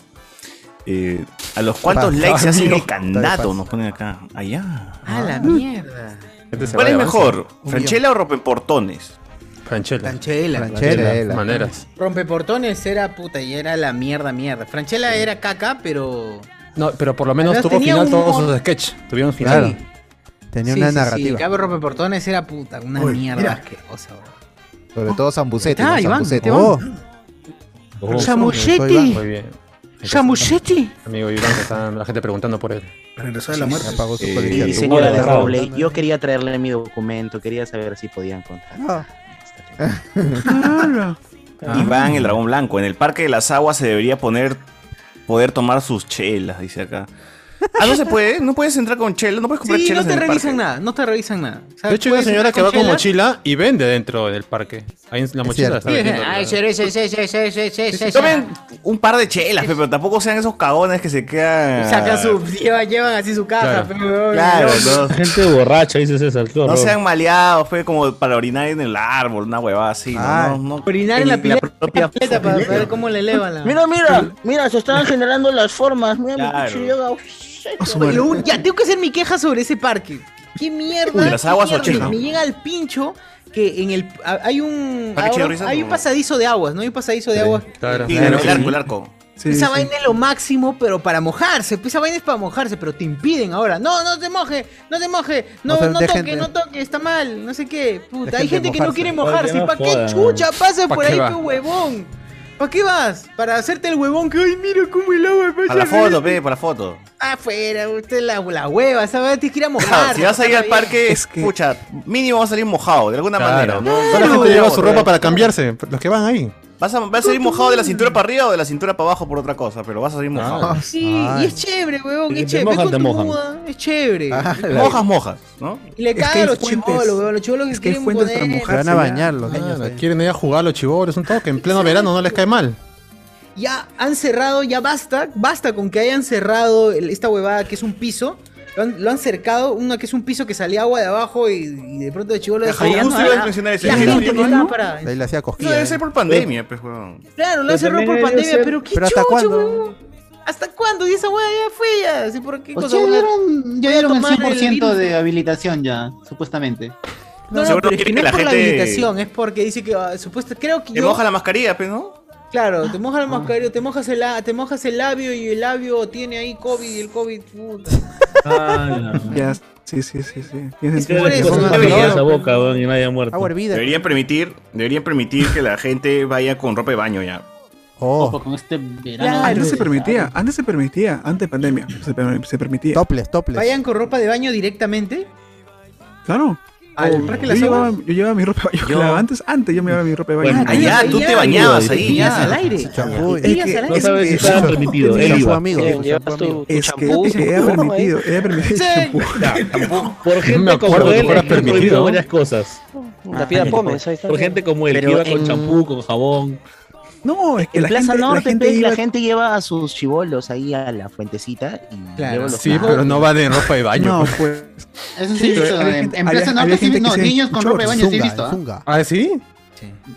Speaker 3: Eh, ¿A los cuántos
Speaker 7: Octavio.
Speaker 3: likes se hace
Speaker 1: (laughs)
Speaker 3: el
Speaker 7: Octavio
Speaker 3: candado?
Speaker 7: Paz.
Speaker 3: Nos ponen acá. Allá. Ah,
Speaker 1: A Ah,
Speaker 7: Ah.
Speaker 1: la mierda.
Speaker 2: Este
Speaker 3: ¿Cuál es mejor?
Speaker 7: Un
Speaker 3: ¿Franchela o Rompeportones?
Speaker 2: Franchella.
Speaker 1: Franchela.
Speaker 7: Franchella.
Speaker 2: Maneras.
Speaker 1: Rompeportones era puta y era la mierda, mierda. Franchela era caca, pero.
Speaker 2: No, pero por lo menos
Speaker 1: Además,
Speaker 2: tuvo
Speaker 1: tenía
Speaker 2: final
Speaker 1: un
Speaker 2: todos
Speaker 1: humor.
Speaker 2: sus sketches. Tuvieron
Speaker 7: Claro.
Speaker 2: final.
Speaker 7: Tenía
Speaker 1: Sí,
Speaker 7: una
Speaker 1: sí, sí,
Speaker 7: narrativa.
Speaker 1: Cabo Rompeportones era puta, una
Speaker 11: Uy,
Speaker 1: mierda
Speaker 11: mira.
Speaker 1: asquerosa, bro.
Speaker 5: Sobre todo Zambucetti.
Speaker 1: Ah,
Speaker 5: ¿no?
Speaker 1: Iván,
Speaker 5: Zambucetti.
Speaker 1: te van.
Speaker 7: Oh,
Speaker 2: Oh,
Speaker 1: Chamuchetti.
Speaker 2: muy bien.
Speaker 1: Chamuchetti.
Speaker 2: Amigo Iván, que están la gente preguntando por él.
Speaker 11: Regresó de la muerte.
Speaker 7: apagó su
Speaker 3: Eh,
Speaker 7: colegiatura.
Speaker 13: Sí, señora de
Speaker 6: Claro.
Speaker 13: Roble, yo quería traerle mi documento, quería saber si podían contar.
Speaker 7: Ah,
Speaker 12: ¡Hala!
Speaker 3: Ah. Iván el Dragón Blanco. En el Parque de las Aguas se debería poner poder tomar sus chelas, dice acá. Ah, no se puede, no puedes entrar con chela, no puedes comprar
Speaker 1: Sí,
Speaker 3: chelas
Speaker 1: no te
Speaker 3: en el
Speaker 1: revisan
Speaker 3: parque.
Speaker 1: nada, no te revisan nada. O sea,
Speaker 2: De hecho, hay una
Speaker 1: puedes
Speaker 2: señora
Speaker 1: entrar
Speaker 2: que va con
Speaker 1: chela.
Speaker 2: mochila y vende dentro del parque. Ahí en la mochila está vendiendo.
Speaker 1: Ay, sí, sí, sí, sí, sí, sí, sí, sí, sí.
Speaker 3: Tomen un par de chelas, pe, pero tampoco sean esos cagones que se quedan.
Speaker 1: Sacan su, llevan, llevan así su caja.
Speaker 3: Claro.
Speaker 1: pe, weón.
Speaker 3: Claro, no.
Speaker 6: Gente borracha, dice César. qué
Speaker 3: No
Speaker 6: horror.
Speaker 3: sean maleados, fue como para orinar en el árbol, una huevada así. no,
Speaker 6: Ah,
Speaker 3: no, no,
Speaker 1: orinar en la pileta,
Speaker 3: propia
Speaker 1: Completa para para ver cómo le elevan la.
Speaker 13: Mira, mira, mira, se (laughs) están generando las formas. Mira,
Speaker 3: Claro.
Speaker 13: mi cuchillo. Uf,
Speaker 1: Lo un- ya, tengo que hacer mi queja sobre ese parque. ¿Qué mierda?
Speaker 3: Uy, las
Speaker 1: qué
Speaker 3: aguas
Speaker 1: mierda?
Speaker 3: Ocheja.
Speaker 1: Me llega al pincho que en el a- hay un
Speaker 3: Parque
Speaker 1: ahora-
Speaker 3: Chidoriza,
Speaker 1: hay un
Speaker 3: ¿no?
Speaker 1: pasadizo de aguas, ¿no? Hay un pasadizo de aguas.
Speaker 2: Claro.
Speaker 3: Sí,
Speaker 2: Claro.
Speaker 3: el arco, el arco.
Speaker 1: esa vaina es lo máximo, pero para mojarse. pues, Esa vaina es para mojarse, pero te impiden ahora. No, no te moje, no te moje, no,
Speaker 7: O sea,
Speaker 1: no
Speaker 7: dejen
Speaker 1: toque,
Speaker 7: de-
Speaker 1: no toque, está mal, no sé qué. Puta,
Speaker 7: Dejen
Speaker 1: hay
Speaker 7: de
Speaker 1: gente que no
Speaker 7: mojarse.
Speaker 1: quiere
Speaker 7: Oye,
Speaker 1: mojarse.
Speaker 7: no
Speaker 1: ¿Para qué
Speaker 7: jodan.
Speaker 1: chucha pasa
Speaker 7: ¿Pa'
Speaker 1: por
Speaker 7: qué
Speaker 1: ahí
Speaker 7: va?
Speaker 1: tu huevón? ¿Para qué vas? Para hacerte el huevón que, ay, mira cómo el agua pasa.
Speaker 3: Para la
Speaker 1: así".
Speaker 3: foto, pe, para la foto.
Speaker 1: Afuera, usted la, la hueva, ¿sabes? Tienes que ir a mojar.
Speaker 3: Claro, si vas a ir al
Speaker 1: Está bien.
Speaker 3: parque, escucha, mínimo vas a salir mojado, de alguna manera.
Speaker 2: Claro.
Speaker 3: ¿no?
Speaker 2: Toda la gente lleva su ropa para cambiarse.
Speaker 3: Los que van ahí. Vas a, vas a salir mojado de la cintura para arriba o de la cintura para abajo por otra cosa, pero vas a salir mojado.
Speaker 1: Sí, y es chévere, huevón,
Speaker 3: Te-
Speaker 1: es
Speaker 3: te
Speaker 1: chévere.
Speaker 3: mojan,
Speaker 1: Ve con
Speaker 3: te
Speaker 1: tu
Speaker 3: mojan.
Speaker 1: muda, es chévere.
Speaker 11: Ah,
Speaker 3: mojas, mojas, ¿no?
Speaker 1: Y le
Speaker 3: Es que
Speaker 1: cagan
Speaker 3: hay
Speaker 1: los
Speaker 3: fuentes.
Speaker 1: chivolos, huevón, los chivolos que
Speaker 3: que hay
Speaker 1: quieren
Speaker 3: fuentes
Speaker 1: poner.
Speaker 3: para
Speaker 2: Ah,
Speaker 3: mojarse,
Speaker 1: Van a bañar los niños ahí.
Speaker 2: Quieren ir a jugar los chivolos, un toque. En pleno verano no les cae mal.
Speaker 1: Ya han cerrado, ya basta, basta con que hayan cerrado el- esta huevada que es un piso. Lo han, lo han cercado, uno que es un piso que salía agua de abajo y, y de pronto de chivolo de
Speaker 3: Ajá, justo iba a mencionar eso.
Speaker 1: La
Speaker 3: ¿En serio,
Speaker 1: gente no
Speaker 3: Manuel?
Speaker 1: estaba para.
Speaker 7: Ahí le hacía
Speaker 3: Eso
Speaker 7: cosquillas. eh.
Speaker 3: debe ser por pandemia, pues, weón.
Speaker 1: Claro, lo
Speaker 7: Pero
Speaker 1: han cerrado
Speaker 7: también
Speaker 1: por
Speaker 7: debe
Speaker 1: pandemia,
Speaker 7: ser-
Speaker 1: pero qué
Speaker 7: ¿Pero hasta
Speaker 1: chucho,
Speaker 7: cuándo?
Speaker 1: huevón. ¿Hasta cuándo? Y esa hueá ya fue ya. así, ¿Por qué
Speaker 13: Pues
Speaker 1: cosa
Speaker 13: ya
Speaker 1: voy a-
Speaker 13: dieron, ya
Speaker 1: voy a
Speaker 13: dieron el
Speaker 1: tomar
Speaker 13: 100%
Speaker 1: virus?
Speaker 13: de habilitación ya, supuestamente.
Speaker 1: No, no,
Speaker 3: Seguro
Speaker 1: pero es que
Speaker 3: quiere
Speaker 1: no
Speaker 3: que
Speaker 1: es
Speaker 3: la
Speaker 1: por la
Speaker 3: gente-
Speaker 1: habilitación, es porque dice que ah, supuesto, creo que
Speaker 3: Te
Speaker 1: yo-
Speaker 3: moja la mascarilla, pues, ¿no? Ah.
Speaker 1: Claro, te mojas la mascarilla, te mojas el la- te mojas el labio y el labio tiene ahí COVID y el COVID puta.
Speaker 12: (laughs) Ya, sí, sí, sí, sí.
Speaker 6: Es
Speaker 12: Tienes
Speaker 6: que le
Speaker 12: razón.
Speaker 6: ponen palabras a boca, weón, y nadie ha muerto.
Speaker 3: Deberían permitir, deberían permitir que la gente vaya con ropa de baño ya.
Speaker 13: Ojo con este verano.
Speaker 12: Ah, Antes se permitía, antes se permitía, antes pandemia, se, per- se permitía.
Speaker 7: Toples, toples.
Speaker 1: Vayan con ropa de baño directamente.
Speaker 12: Claro.
Speaker 1: Al
Speaker 12: Oh,
Speaker 1: Parque
Speaker 12: yo,
Speaker 1: de las
Speaker 12: llevaba,
Speaker 1: Aguas.
Speaker 12: yo llevaba mi ropa de baño. claro, antes, antes yo me llevaba mi ropa de baño.
Speaker 3: Bueno, allá, tú te bañabas ahí, ya.
Speaker 1: al aire.
Speaker 12: Champú,
Speaker 1: Y
Speaker 12: es
Speaker 1: pillas
Speaker 12: que-
Speaker 1: al
Speaker 12: no
Speaker 1: aire.
Speaker 12: sabes si estaba permitido, él
Speaker 1: Champú,
Speaker 12: iba.
Speaker 1: amigo.
Speaker 12: Llevas
Speaker 1: Champú,
Speaker 12: tu-
Speaker 1: amigo.
Speaker 12: Es que
Speaker 1: Champú,
Speaker 12: era
Speaker 7: ¿eh?
Speaker 1: champú,
Speaker 12: permitido, era permitido
Speaker 1: Sí.
Speaker 12: el
Speaker 1: (laughs)
Speaker 12: champú.
Speaker 6: Por gente
Speaker 12: me acuerdo
Speaker 6: como
Speaker 12: que
Speaker 6: él,
Speaker 12: fuera
Speaker 6: han prohibido
Speaker 12: permitido.
Speaker 6: varias cosas.
Speaker 10: La piedra Pómez, ahí está.
Speaker 6: Por gente como él, que
Speaker 10: Pero
Speaker 6: iba con
Speaker 10: en-
Speaker 6: champú, con jabón.
Speaker 12: No, es
Speaker 6: que
Speaker 13: en
Speaker 6: la
Speaker 13: Plaza
Speaker 6: gente- la
Speaker 13: Norte, pues, la
Speaker 6: gente
Speaker 13: gente,
Speaker 6: iba-
Speaker 13: lleva a sus chivolos ahí a la fuentecita y luego los
Speaker 2: sí,
Speaker 13: baja.
Speaker 2: pero no va de ropa de baño.
Speaker 12: No,
Speaker 2: pues.
Speaker 12: pues.
Speaker 13: (laughs) Eso sí he
Speaker 12: Pero
Speaker 13: visto,
Speaker 12: había
Speaker 13: en,
Speaker 12: gente-
Speaker 13: en
Speaker 12: había-
Speaker 13: Plaza
Speaker 12: había
Speaker 13: Norte sí,
Speaker 12: gente
Speaker 13: no,
Speaker 12: que se-
Speaker 13: niños con
Speaker 12: shorts,
Speaker 13: ropa de baño sí he
Speaker 12: zunga,
Speaker 13: visto. ¿ah?
Speaker 12: zunga.
Speaker 2: ¿Ah, sí?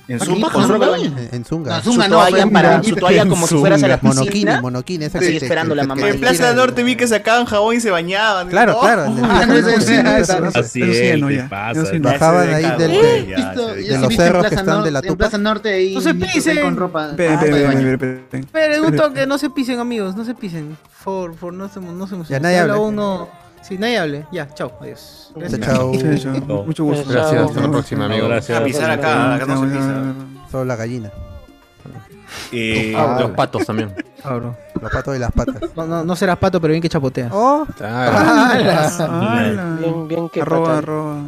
Speaker 3: En
Speaker 13: Sí,
Speaker 3: zumba,
Speaker 13: con
Speaker 3: ¿no?
Speaker 13: ropa de baño.
Speaker 7: En Zunga.
Speaker 13: No, zunga no, vayan para su toalla como si fueras a la piscina.
Speaker 7: Monoquine, monoquine, esa
Speaker 13: Así
Speaker 7: que te-
Speaker 13: esperando
Speaker 7: que-
Speaker 13: la
Speaker 7: que-
Speaker 13: mamá.
Speaker 7: que-
Speaker 3: En Plaza del Norte vi que sacaban jabón y se bañaban.
Speaker 7: Claro,
Speaker 3: ¡Oh!
Speaker 7: claro.
Speaker 3: (laughs) Ah, no, eso- eso- eso- eso-
Speaker 6: Así
Speaker 7: Eso sí
Speaker 6: es,
Speaker 7: ya no,
Speaker 6: te
Speaker 7: ya.
Speaker 6: pasa,
Speaker 7: Eso sí
Speaker 6: te
Speaker 7: no.
Speaker 6: pasa.
Speaker 7: Bajaban ahí del-
Speaker 6: Cabrón,
Speaker 7: del-
Speaker 6: ya,
Speaker 7: Listo,
Speaker 6: sí,
Speaker 7: de
Speaker 6: ya.
Speaker 7: los
Speaker 13: viste en
Speaker 7: cerros que
Speaker 13: Plaza
Speaker 7: están de la
Speaker 13: Norte- en
Speaker 7: tupa.
Speaker 13: Plaza Norte ahí
Speaker 1: No se
Speaker 13: niños
Speaker 1: pisen.
Speaker 13: ahí con ropa.
Speaker 1: Ah,
Speaker 12: Esperen,
Speaker 13: ropa de
Speaker 12: esperen,
Speaker 13: baño.
Speaker 12: esperen, esperen, esperen.
Speaker 1: Pero en un
Speaker 12: Esperen.
Speaker 1: toque, no se pisen, amigos, no se pisen. Por favor, por- no se no se
Speaker 7: Ya nadie
Speaker 1: habla
Speaker 7: hable.
Speaker 1: uno. Sí, nadie hable. Ya, chao, adiós. Gracias.
Speaker 7: Chao.
Speaker 1: (laughs)
Speaker 12: Sí, chao. Mucho gusto.
Speaker 2: Gracias, hasta la próxima, amigo.
Speaker 3: A pisar acá, acá no se pisa.
Speaker 7: Solo la gallina.
Speaker 3: Eh,
Speaker 7: Ah,
Speaker 2: Los patos también.
Speaker 7: Los patos y las patas.
Speaker 1: No, no, no serás pato, pero bien que chapoteas.
Speaker 7: Oh.
Speaker 1: ¡Hala!
Speaker 12: Ala.
Speaker 10: Bien, bien que
Speaker 12: Arroba,
Speaker 10: pata.
Speaker 12: arroba.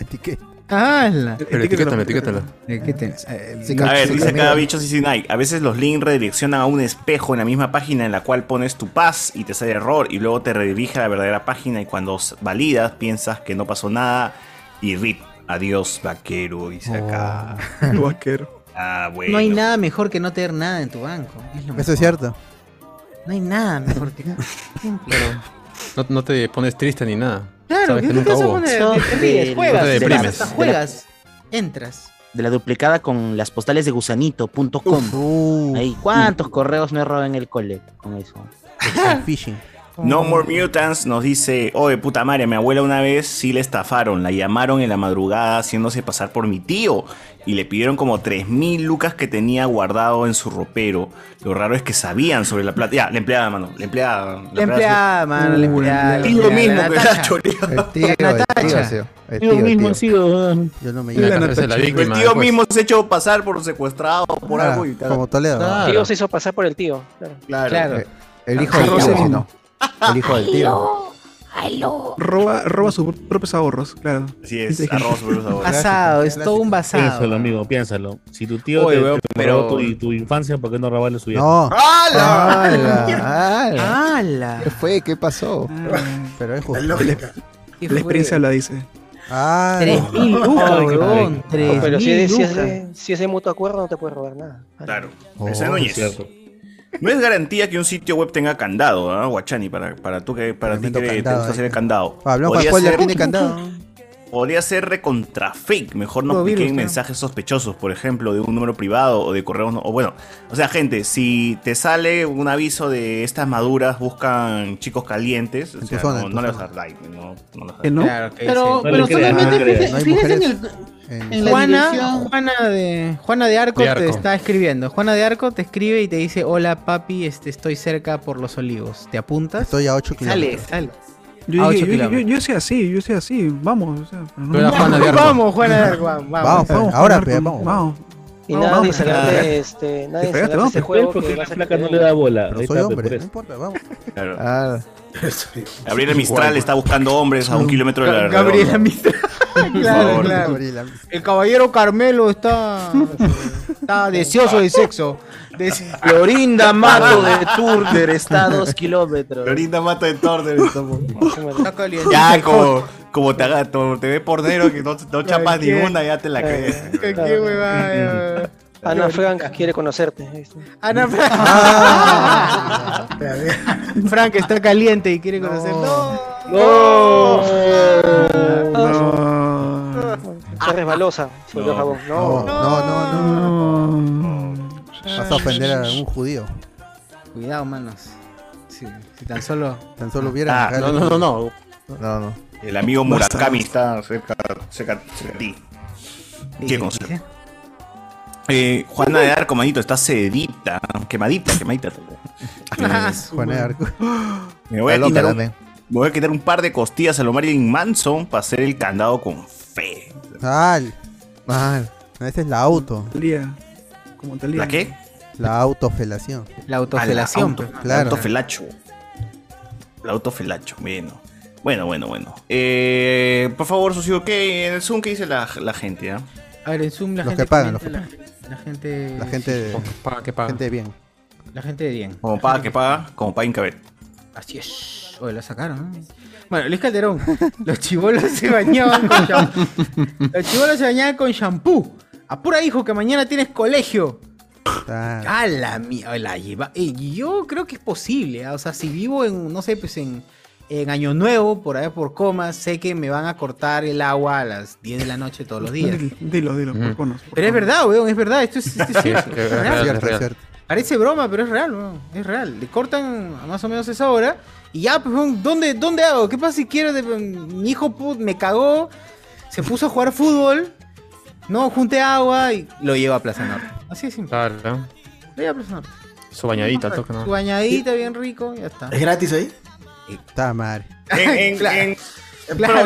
Speaker 7: Etiqueta.
Speaker 1: ¡Hala!
Speaker 2: Pero etiquétala, etiquétala.
Speaker 1: ¿Qué tienes? Eh,
Speaker 3: A ver, dice
Speaker 7: Camila.
Speaker 3: cada bicho sí Nike. A veces los links redireccionan a un espejo en la misma página en la cual pones tu paz y te sale error y luego te redirige a la verdadera página y cuando s- validas piensas que no pasó nada y rip, adiós vaquero, dice acá.
Speaker 12: Vaquero.
Speaker 3: Ah, bueno.
Speaker 1: No hay nada mejor que no tener nada en tu banco. Es lo
Speaker 7: Eso es
Speaker 1: mejor.
Speaker 7: cierto.
Speaker 1: No hay nada mejor
Speaker 12: (laughs)
Speaker 1: que
Speaker 2: Claro. No, no te pones triste ni nada.
Speaker 1: Claro,
Speaker 2: Sabes
Speaker 1: ¿qué
Speaker 2: que
Speaker 1: te
Speaker 2: nunca
Speaker 1: vas a
Speaker 2: hubo.
Speaker 1: poner?
Speaker 13: Eso
Speaker 1: Te- te ríes,
Speaker 13: del-
Speaker 1: juegas,
Speaker 13: de la-
Speaker 1: juegas,
Speaker 13: de la-
Speaker 1: juegas, entras.
Speaker 13: De la duplicada con las postales de gusanito.com. Ahí, ¿cuántos correos me roban el cole con eso?
Speaker 7: Fishing.
Speaker 3: No More Mutants nos dice, oye puta madre, a mi abuela una vez sí le estafaron, la llamaron en la madrugada haciéndose pasar por mi tío y le pidieron como 3.000 lucas que tenía guardado en su ropero. Lo raro es que sabían sobre la plata. Ya, la empleada, mano, la empleada.
Speaker 1: La empleada, mano, la empleada.
Speaker 3: Tío
Speaker 1: la-
Speaker 3: mismo
Speaker 1: la
Speaker 3: que
Speaker 1: Natacha.
Speaker 3: la (laughs) choreaba.
Speaker 7: El tío, el tío,
Speaker 1: Natacha.
Speaker 7: ha sido. El
Speaker 6: Yo
Speaker 7: tío, el
Speaker 6: mismo
Speaker 7: tío.
Speaker 6: he sido. weón.
Speaker 7: Yo no me
Speaker 2: Y la
Speaker 7: llamo.
Speaker 2: casa es la
Speaker 3: El tío
Speaker 2: víctima. después.
Speaker 3: mismo se ha hecho pasar por secuestrado, por
Speaker 7: Ah,
Speaker 3: algo y tal.
Speaker 7: Como Toledo.
Speaker 2: Claro.
Speaker 10: El tío se hizo pasar por el tío. Claro.
Speaker 3: Claro.
Speaker 1: Claro.
Speaker 7: El hijo del tío.
Speaker 12: Roselino.
Speaker 1: (laughs)
Speaker 7: no. El hijo del tío.
Speaker 12: ¡Aló! Roba, roba sus propios ahorros, claro.
Speaker 3: Así
Speaker 12: es, (laughs)
Speaker 3: arroba sus propios ahorros.
Speaker 1: Basado, es todo un basado.
Speaker 14: Piénsalo, amigo, piénsalo. Si tu tío
Speaker 1: Oye,
Speaker 14: te,
Speaker 1: weón,
Speaker 14: te
Speaker 1: pero-
Speaker 14: robó tu, y tu infancia, ¿por qué no robarle su vida?
Speaker 7: No.
Speaker 5: ¡Hala!
Speaker 1: ¡Hala! ¡Hala!
Speaker 5: Ah, ¿Qué fue? ¿Qué pasó?
Speaker 7: Pero es
Speaker 5: justo.
Speaker 12: La experiencia la dice. (laughs)
Speaker 7: Ah,
Speaker 12: Tres mil lucas, huevón, tres
Speaker 1: Ah,
Speaker 10: No, Pero si
Speaker 12: mil
Speaker 10: es, de, si, es de,
Speaker 12: lucas.
Speaker 10: si es de mutuo acuerdo, no te puedes robar nada.
Speaker 3: Claro.
Speaker 10: Oh,
Speaker 3: Esa es Núñez.
Speaker 10: es cierto.
Speaker 3: No es garantía que un sitio web tenga candado, ¿ah, Guachani? Para, para tú que para ti que
Speaker 7: Tremendo
Speaker 3: te
Speaker 7: candado,
Speaker 3: gusta hacer
Speaker 7: eh.
Speaker 3: el candado.
Speaker 7: Ah, Blanco
Speaker 3: Podría
Speaker 7: Spoiler
Speaker 3: ser-
Speaker 7: tiene candado.
Speaker 3: Podría ser recontra fake. Mejor no
Speaker 7: Puro virus,
Speaker 3: piquen
Speaker 7: ¿no?
Speaker 3: mensajes sospechosos, por ejemplo, de un número privado o de correos. no- o bueno, o sea, gente, si te sale un aviso de estas maduras buscan chicos calientes, o
Speaker 7: tu
Speaker 3: sea,
Speaker 7: zona,
Speaker 3: no,
Speaker 7: en tu
Speaker 3: no le vas
Speaker 7: zona.
Speaker 3: a dar like. No, no le vas a
Speaker 12: ¿Que
Speaker 3: dar
Speaker 12: no?
Speaker 3: like.
Speaker 12: Claro que
Speaker 1: Pero,
Speaker 12: sí. No
Speaker 1: pero
Speaker 12: le creas,
Speaker 1: solamente
Speaker 12: no le creas.
Speaker 1: fíjate,
Speaker 12: No hay
Speaker 1: fíjate en,
Speaker 12: mujeres
Speaker 1: el,
Speaker 12: en-
Speaker 1: en la
Speaker 12: Juana-
Speaker 1: dirección. Juana de, Juana de Arco,
Speaker 12: De Arco.
Speaker 1: te está escribiendo. Juana de Arco te escribe y te dice, hola papi, este, estoy cerca por los olivos. ¿Te apuntas? Estoy
Speaker 7: a 8
Speaker 1: Sale,
Speaker 7: kilómetros.
Speaker 1: sale.
Speaker 12: Yo,
Speaker 1: a
Speaker 12: dije, yo,
Speaker 1: 8
Speaker 12: yo,
Speaker 1: kilómetros.
Speaker 12: yo soy así, yo soy así, vamos. o sea, pero
Speaker 1: Tú eras Juana de Arco. Vamos, Juana de Arco, vamos,
Speaker 9: pues,
Speaker 1: vamos. Ahora,
Speaker 12: Juana de Arco,
Speaker 1: pe, vamos.
Speaker 12: Vamos.
Speaker 10: Y
Speaker 12: Vamos,
Speaker 10: nada de
Speaker 12: vamos,
Speaker 10: instalarte,
Speaker 12: claro.
Speaker 10: este, nada de
Speaker 12: Te fregaste,
Speaker 10: instalarte
Speaker 12: vamos,
Speaker 10: ese
Speaker 12: pe.
Speaker 10: juego
Speaker 14: porque
Speaker 10: que
Speaker 14: la
Speaker 10: vas a
Speaker 14: flaca no
Speaker 10: tener.
Speaker 14: le da bola. Ahí
Speaker 7: soy
Speaker 14: está,
Speaker 7: hombre,
Speaker 14: por
Speaker 7: no
Speaker 14: eso.
Speaker 7: importa, vamos.
Speaker 3: Claro.
Speaker 5: Ah,
Speaker 3: Gabriela Mistral está buscando hombres a un kilómetro de la redonda.
Speaker 10: (laughs)
Speaker 1: Gabriela Mistral.
Speaker 3: Por
Speaker 1: claro,
Speaker 3: favor.
Speaker 1: claro. El caballero Carmelo está,
Speaker 3: (laughs)
Speaker 1: está deseoso de sexo. Dese-
Speaker 9: (laughs)
Speaker 13: Florinda Mato de Turner está a dos kilómetros.
Speaker 3: Florinda Mato de Turner está
Speaker 1: Está caliente.
Speaker 3: Ya, como, como te, haga, te ve pornero que no,
Speaker 12: (laughs)
Speaker 3: no chapas ninguna, ya te la crees.
Speaker 1: (laughs) ¿Qué
Speaker 7: (laughs)
Speaker 1: huevada, ya.
Speaker 10: Ana Frank quiere conocerte. ahí está.
Speaker 1: Ana Frank.
Speaker 3: Ah.
Speaker 1: (laughs) Frank está caliente y quiere conocer. ¡Oh! No.
Speaker 10: Está Ah, resbalosa. Se volvió jabón. No,
Speaker 7: no, no, no. Vas a ofender a un judío.
Speaker 1: Cuidado, manos. Si, si tan solo.
Speaker 7: Tan solo hubiera.
Speaker 3: Ah, no, no, no, no.
Speaker 7: No, no.
Speaker 3: El amigo Murakami está cerca, cerca, cerca de ti. ¿Qué consejo? Eh, Juana de Arco, manito, está sedita, quemadita, quemadita.
Speaker 1: Ah,
Speaker 3: Eh,
Speaker 1: su
Speaker 7: Juana de
Speaker 1: madre.
Speaker 7: Arco.
Speaker 3: Me voy, a
Speaker 7: Está loca
Speaker 3: quitar un, me
Speaker 7: también.
Speaker 3: voy a quitar un par de costillas a lo Marilyn Manson para hacer el candado con fe.
Speaker 7: Mal. Mal. No, Esa es la auto.
Speaker 12: Como
Speaker 3: ¿La qué?
Speaker 7: La autofelación.
Speaker 1: La
Speaker 3: autofelación,
Speaker 7: Claro.
Speaker 3: pues. La autofelacho. El autofelacho, bueno. Bueno, bueno, bueno. Eh, por favor, socio, ¿qué en el Zoom qué dice la, la gente? ah?
Speaker 1: A ver, en Zoom la
Speaker 7: Los
Speaker 1: gente.
Speaker 7: que pagan, los que
Speaker 1: comenta, la, la gente.
Speaker 7: La gente de. Gente de bien.
Speaker 1: La gente de bien.
Speaker 3: Como paga que paga, como paga Incabet.
Speaker 1: Así es. Oye, la sacaron. ¿no? Bueno, Luis Calderón, (laughs) los chibolos se bañaban
Speaker 7: (laughs)
Speaker 1: con shampoo. Los chibolos se bañaban con shampoo. Apura, hijo, que mañana tienes colegio. A la mía, la lleva. eh, yo creo que es posible. ah, O sea, si vivo en, no sé, pues en, en Año Nuevo, por allá por comas, sé que me van a cortar el agua a las 10 de la noche todos los días.
Speaker 12: Dilo, dilo, por conos.
Speaker 1: Pero es verdad, weón, es verdad. Esto es, esto es
Speaker 12: Sí,
Speaker 1: cierto.
Speaker 12: es- es
Speaker 1: es
Speaker 12: real,
Speaker 1: real.
Speaker 12: es Cierto, real. cierto.
Speaker 1: Parece broma, pero es real, weón, Es real. Le cortan a más o menos esa hora. Y ya, pues, weón, ¿dónde, ¿dónde hago? ¿Qué pasa si quiero? de- Mi hijo put- me cagó. Se puso a jugar fútbol. No, junté agua y lo llevo a Plaza Norte. Así es simple.
Speaker 2: Claro.
Speaker 1: Lo llevo a Plaza Norte.
Speaker 2: Su bañadita, toca,
Speaker 1: Su
Speaker 2: ¿no?
Speaker 1: bañadita bien rico, ya
Speaker 9: ¿Ah?
Speaker 1: está.
Speaker 11: ¿Es
Speaker 1: (laughs)
Speaker 11: gratis ahí?
Speaker 7: Está mal.
Speaker 3: Eh,
Speaker 1: Claro.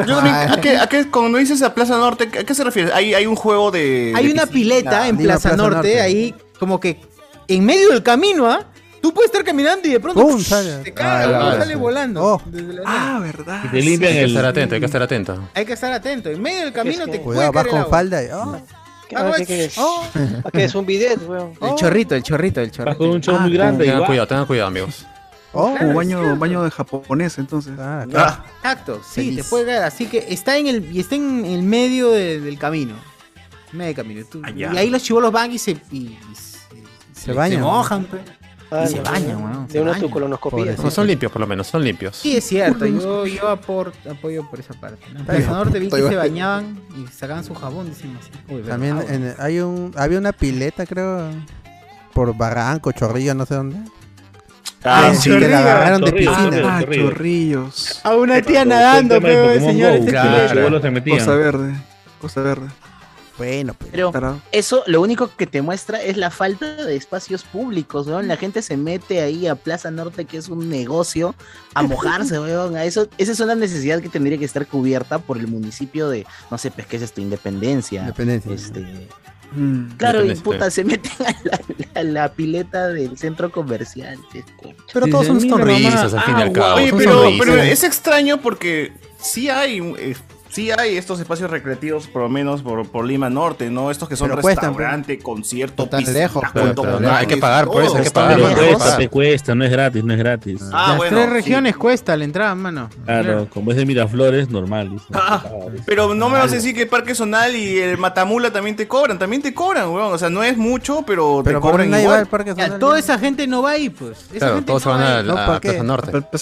Speaker 3: Pero yo también, ¿a qué, a qué- cuando dices a Plaza Norte, ¿a qué se refiere? Hay, hay un juego de.
Speaker 1: Hay
Speaker 3: de
Speaker 1: una
Speaker 3: piscina.
Speaker 1: pileta en Plaza, Norte, ahí como que en medio del camino, ¿ah? Tú puedes estar caminando y de pronto
Speaker 7: ¡Pum!
Speaker 1: ¡psh!
Speaker 7: Sale.
Speaker 1: te cae,
Speaker 2: Ah, la
Speaker 1: sale
Speaker 2: verdad.
Speaker 1: volando.
Speaker 7: Oh.
Speaker 1: Desde
Speaker 10: Ah,
Speaker 1: la nada.
Speaker 2: Y
Speaker 12: verdad.
Speaker 2: te limpian
Speaker 14: sí.
Speaker 2: el... Hay que estar atento, hay que estar atento.
Speaker 1: Hay que estar atento. En medio del camino te puede
Speaker 7: Cuidado, vas
Speaker 1: caer el
Speaker 7: con
Speaker 1: agua.
Speaker 7: falda y. oh,
Speaker 1: Ah,
Speaker 10: Ah,
Speaker 1: bueno,
Speaker 10: ¿qué- qué es?
Speaker 1: oh.
Speaker 10: ¿A qué es un bidet, weón?
Speaker 1: El chorrito, el chorrito, el chorrito.
Speaker 14: Con un show
Speaker 12: Ah,
Speaker 14: muy grande.
Speaker 2: Tengan
Speaker 14: igual.
Speaker 2: cuidado, tengan cuidado, amigos.
Speaker 7: Oh,
Speaker 12: Como baño, baño de japonés, entonces.
Speaker 1: Ah,
Speaker 12: Ah,
Speaker 2: claro.
Speaker 1: Exacto, sí,
Speaker 12: Feliz.
Speaker 1: te puede caer. Así que está en el, y está en el medio de- del camino. En medio del camino. Tú- y
Speaker 10: Allá.
Speaker 1: ahí los chivolos van y se, y- y se,
Speaker 7: bañan.
Speaker 1: Se mojan, pe.
Speaker 10: Ah,
Speaker 1: y se
Speaker 10: no,
Speaker 1: bañan,
Speaker 10: no.
Speaker 1: weón.
Speaker 10: De una tu colonoscopía.
Speaker 2: No son limpios, por lo menos, son limpios.
Speaker 1: Sí, es cierto, yo, yo apor- apoyo por esa parte. ¿no? En
Speaker 7: Está bien.
Speaker 1: Plaza Norte vi que
Speaker 7: Estoy
Speaker 1: se
Speaker 7: bien.
Speaker 1: bañaban y sacaban su jabón, dicen así. Uy, pero
Speaker 7: También
Speaker 1: jabón.
Speaker 7: en- hay un, había una pileta, creo, por Barranco, Chorrillo, no sé dónde.
Speaker 3: Ah,
Speaker 7: Que-
Speaker 3: sí.
Speaker 7: que la agarraron de
Speaker 14: Chorrillo,
Speaker 7: piscina.
Speaker 12: Ah,
Speaker 14: Chorrillos.
Speaker 12: chorrillos.
Speaker 1: A una tía
Speaker 14: Como
Speaker 1: nadando,
Speaker 14: tema de
Speaker 1: pero
Speaker 14: Pokémon
Speaker 1: señor,
Speaker 14: Go,
Speaker 1: este
Speaker 14: claro,
Speaker 1: chileno.
Speaker 14: los chibolos se metían.
Speaker 12: Cosa verde, cosa verde.
Speaker 7: Bueno, pero.
Speaker 13: Pero
Speaker 12: Tarado.
Speaker 13: eso lo único que te muestra es la falta de espacios públicos, weón. La gente se mete ahí a Plaza Norte, que es un negocio, a mojarse, weón. A eso, esa es una necesidad que tendría que estar cubierta por el municipio de, no sé, pues, ¿qué es esto? Independencia.
Speaker 7: Independencia.
Speaker 13: Este, Claro, y
Speaker 12: Mm.
Speaker 2: Depende,
Speaker 13: puta,
Speaker 3: Este.
Speaker 2: sí.
Speaker 13: se meten a la, a la pileta del centro comercial. pues, concha.
Speaker 3: Pero
Speaker 2: todos son sonrisas, al fin y
Speaker 1: Ah,
Speaker 2: al cabo.
Speaker 3: Oye,
Speaker 2: son
Speaker 3: Ah, pero,
Speaker 2: sonrisas.
Speaker 3: pero es extraño porque sí hay, eh, sí hay estos espacios recreativos, por lo menos por, por Lima Norte, ¿no? Estos que son
Speaker 5: Pero cuestan,
Speaker 3: restaurante, concierto,
Speaker 5: tan
Speaker 3: piscina,
Speaker 5: lejos, pero-
Speaker 9: pues,
Speaker 3: con
Speaker 5: pero
Speaker 3: todo.
Speaker 5: no, hay que pagar por eso, hay que
Speaker 3: Todo.
Speaker 5: pagar.
Speaker 14: Pero
Speaker 5: Pero
Speaker 14: cuesta,
Speaker 5: pasa.
Speaker 14: te cuesta, no es gratis, no es gratis.
Speaker 3: Ah,
Speaker 9: Ah,
Speaker 1: Las tres regiones cuesta la entrada, mano.
Speaker 14: Claro, como es de Miraflores, normal. dice.
Speaker 3: Ah, pero no me vas a decir que Parque Zonal y el Matamula también te cobran, también te cobran, weón. O sea, no es mucho, pero,
Speaker 7: Pero
Speaker 3: te cobran
Speaker 7: nadie va
Speaker 3: igual.
Speaker 7: al Parque
Speaker 1: Ya, toda esa gente no va ahí, pues. Esa gente no va
Speaker 12: Plaza Norte.
Speaker 1: ahí. Todos
Speaker 12: Plaza
Speaker 1: se van a
Speaker 12: Norte.
Speaker 1: Plaza
Speaker 14: Es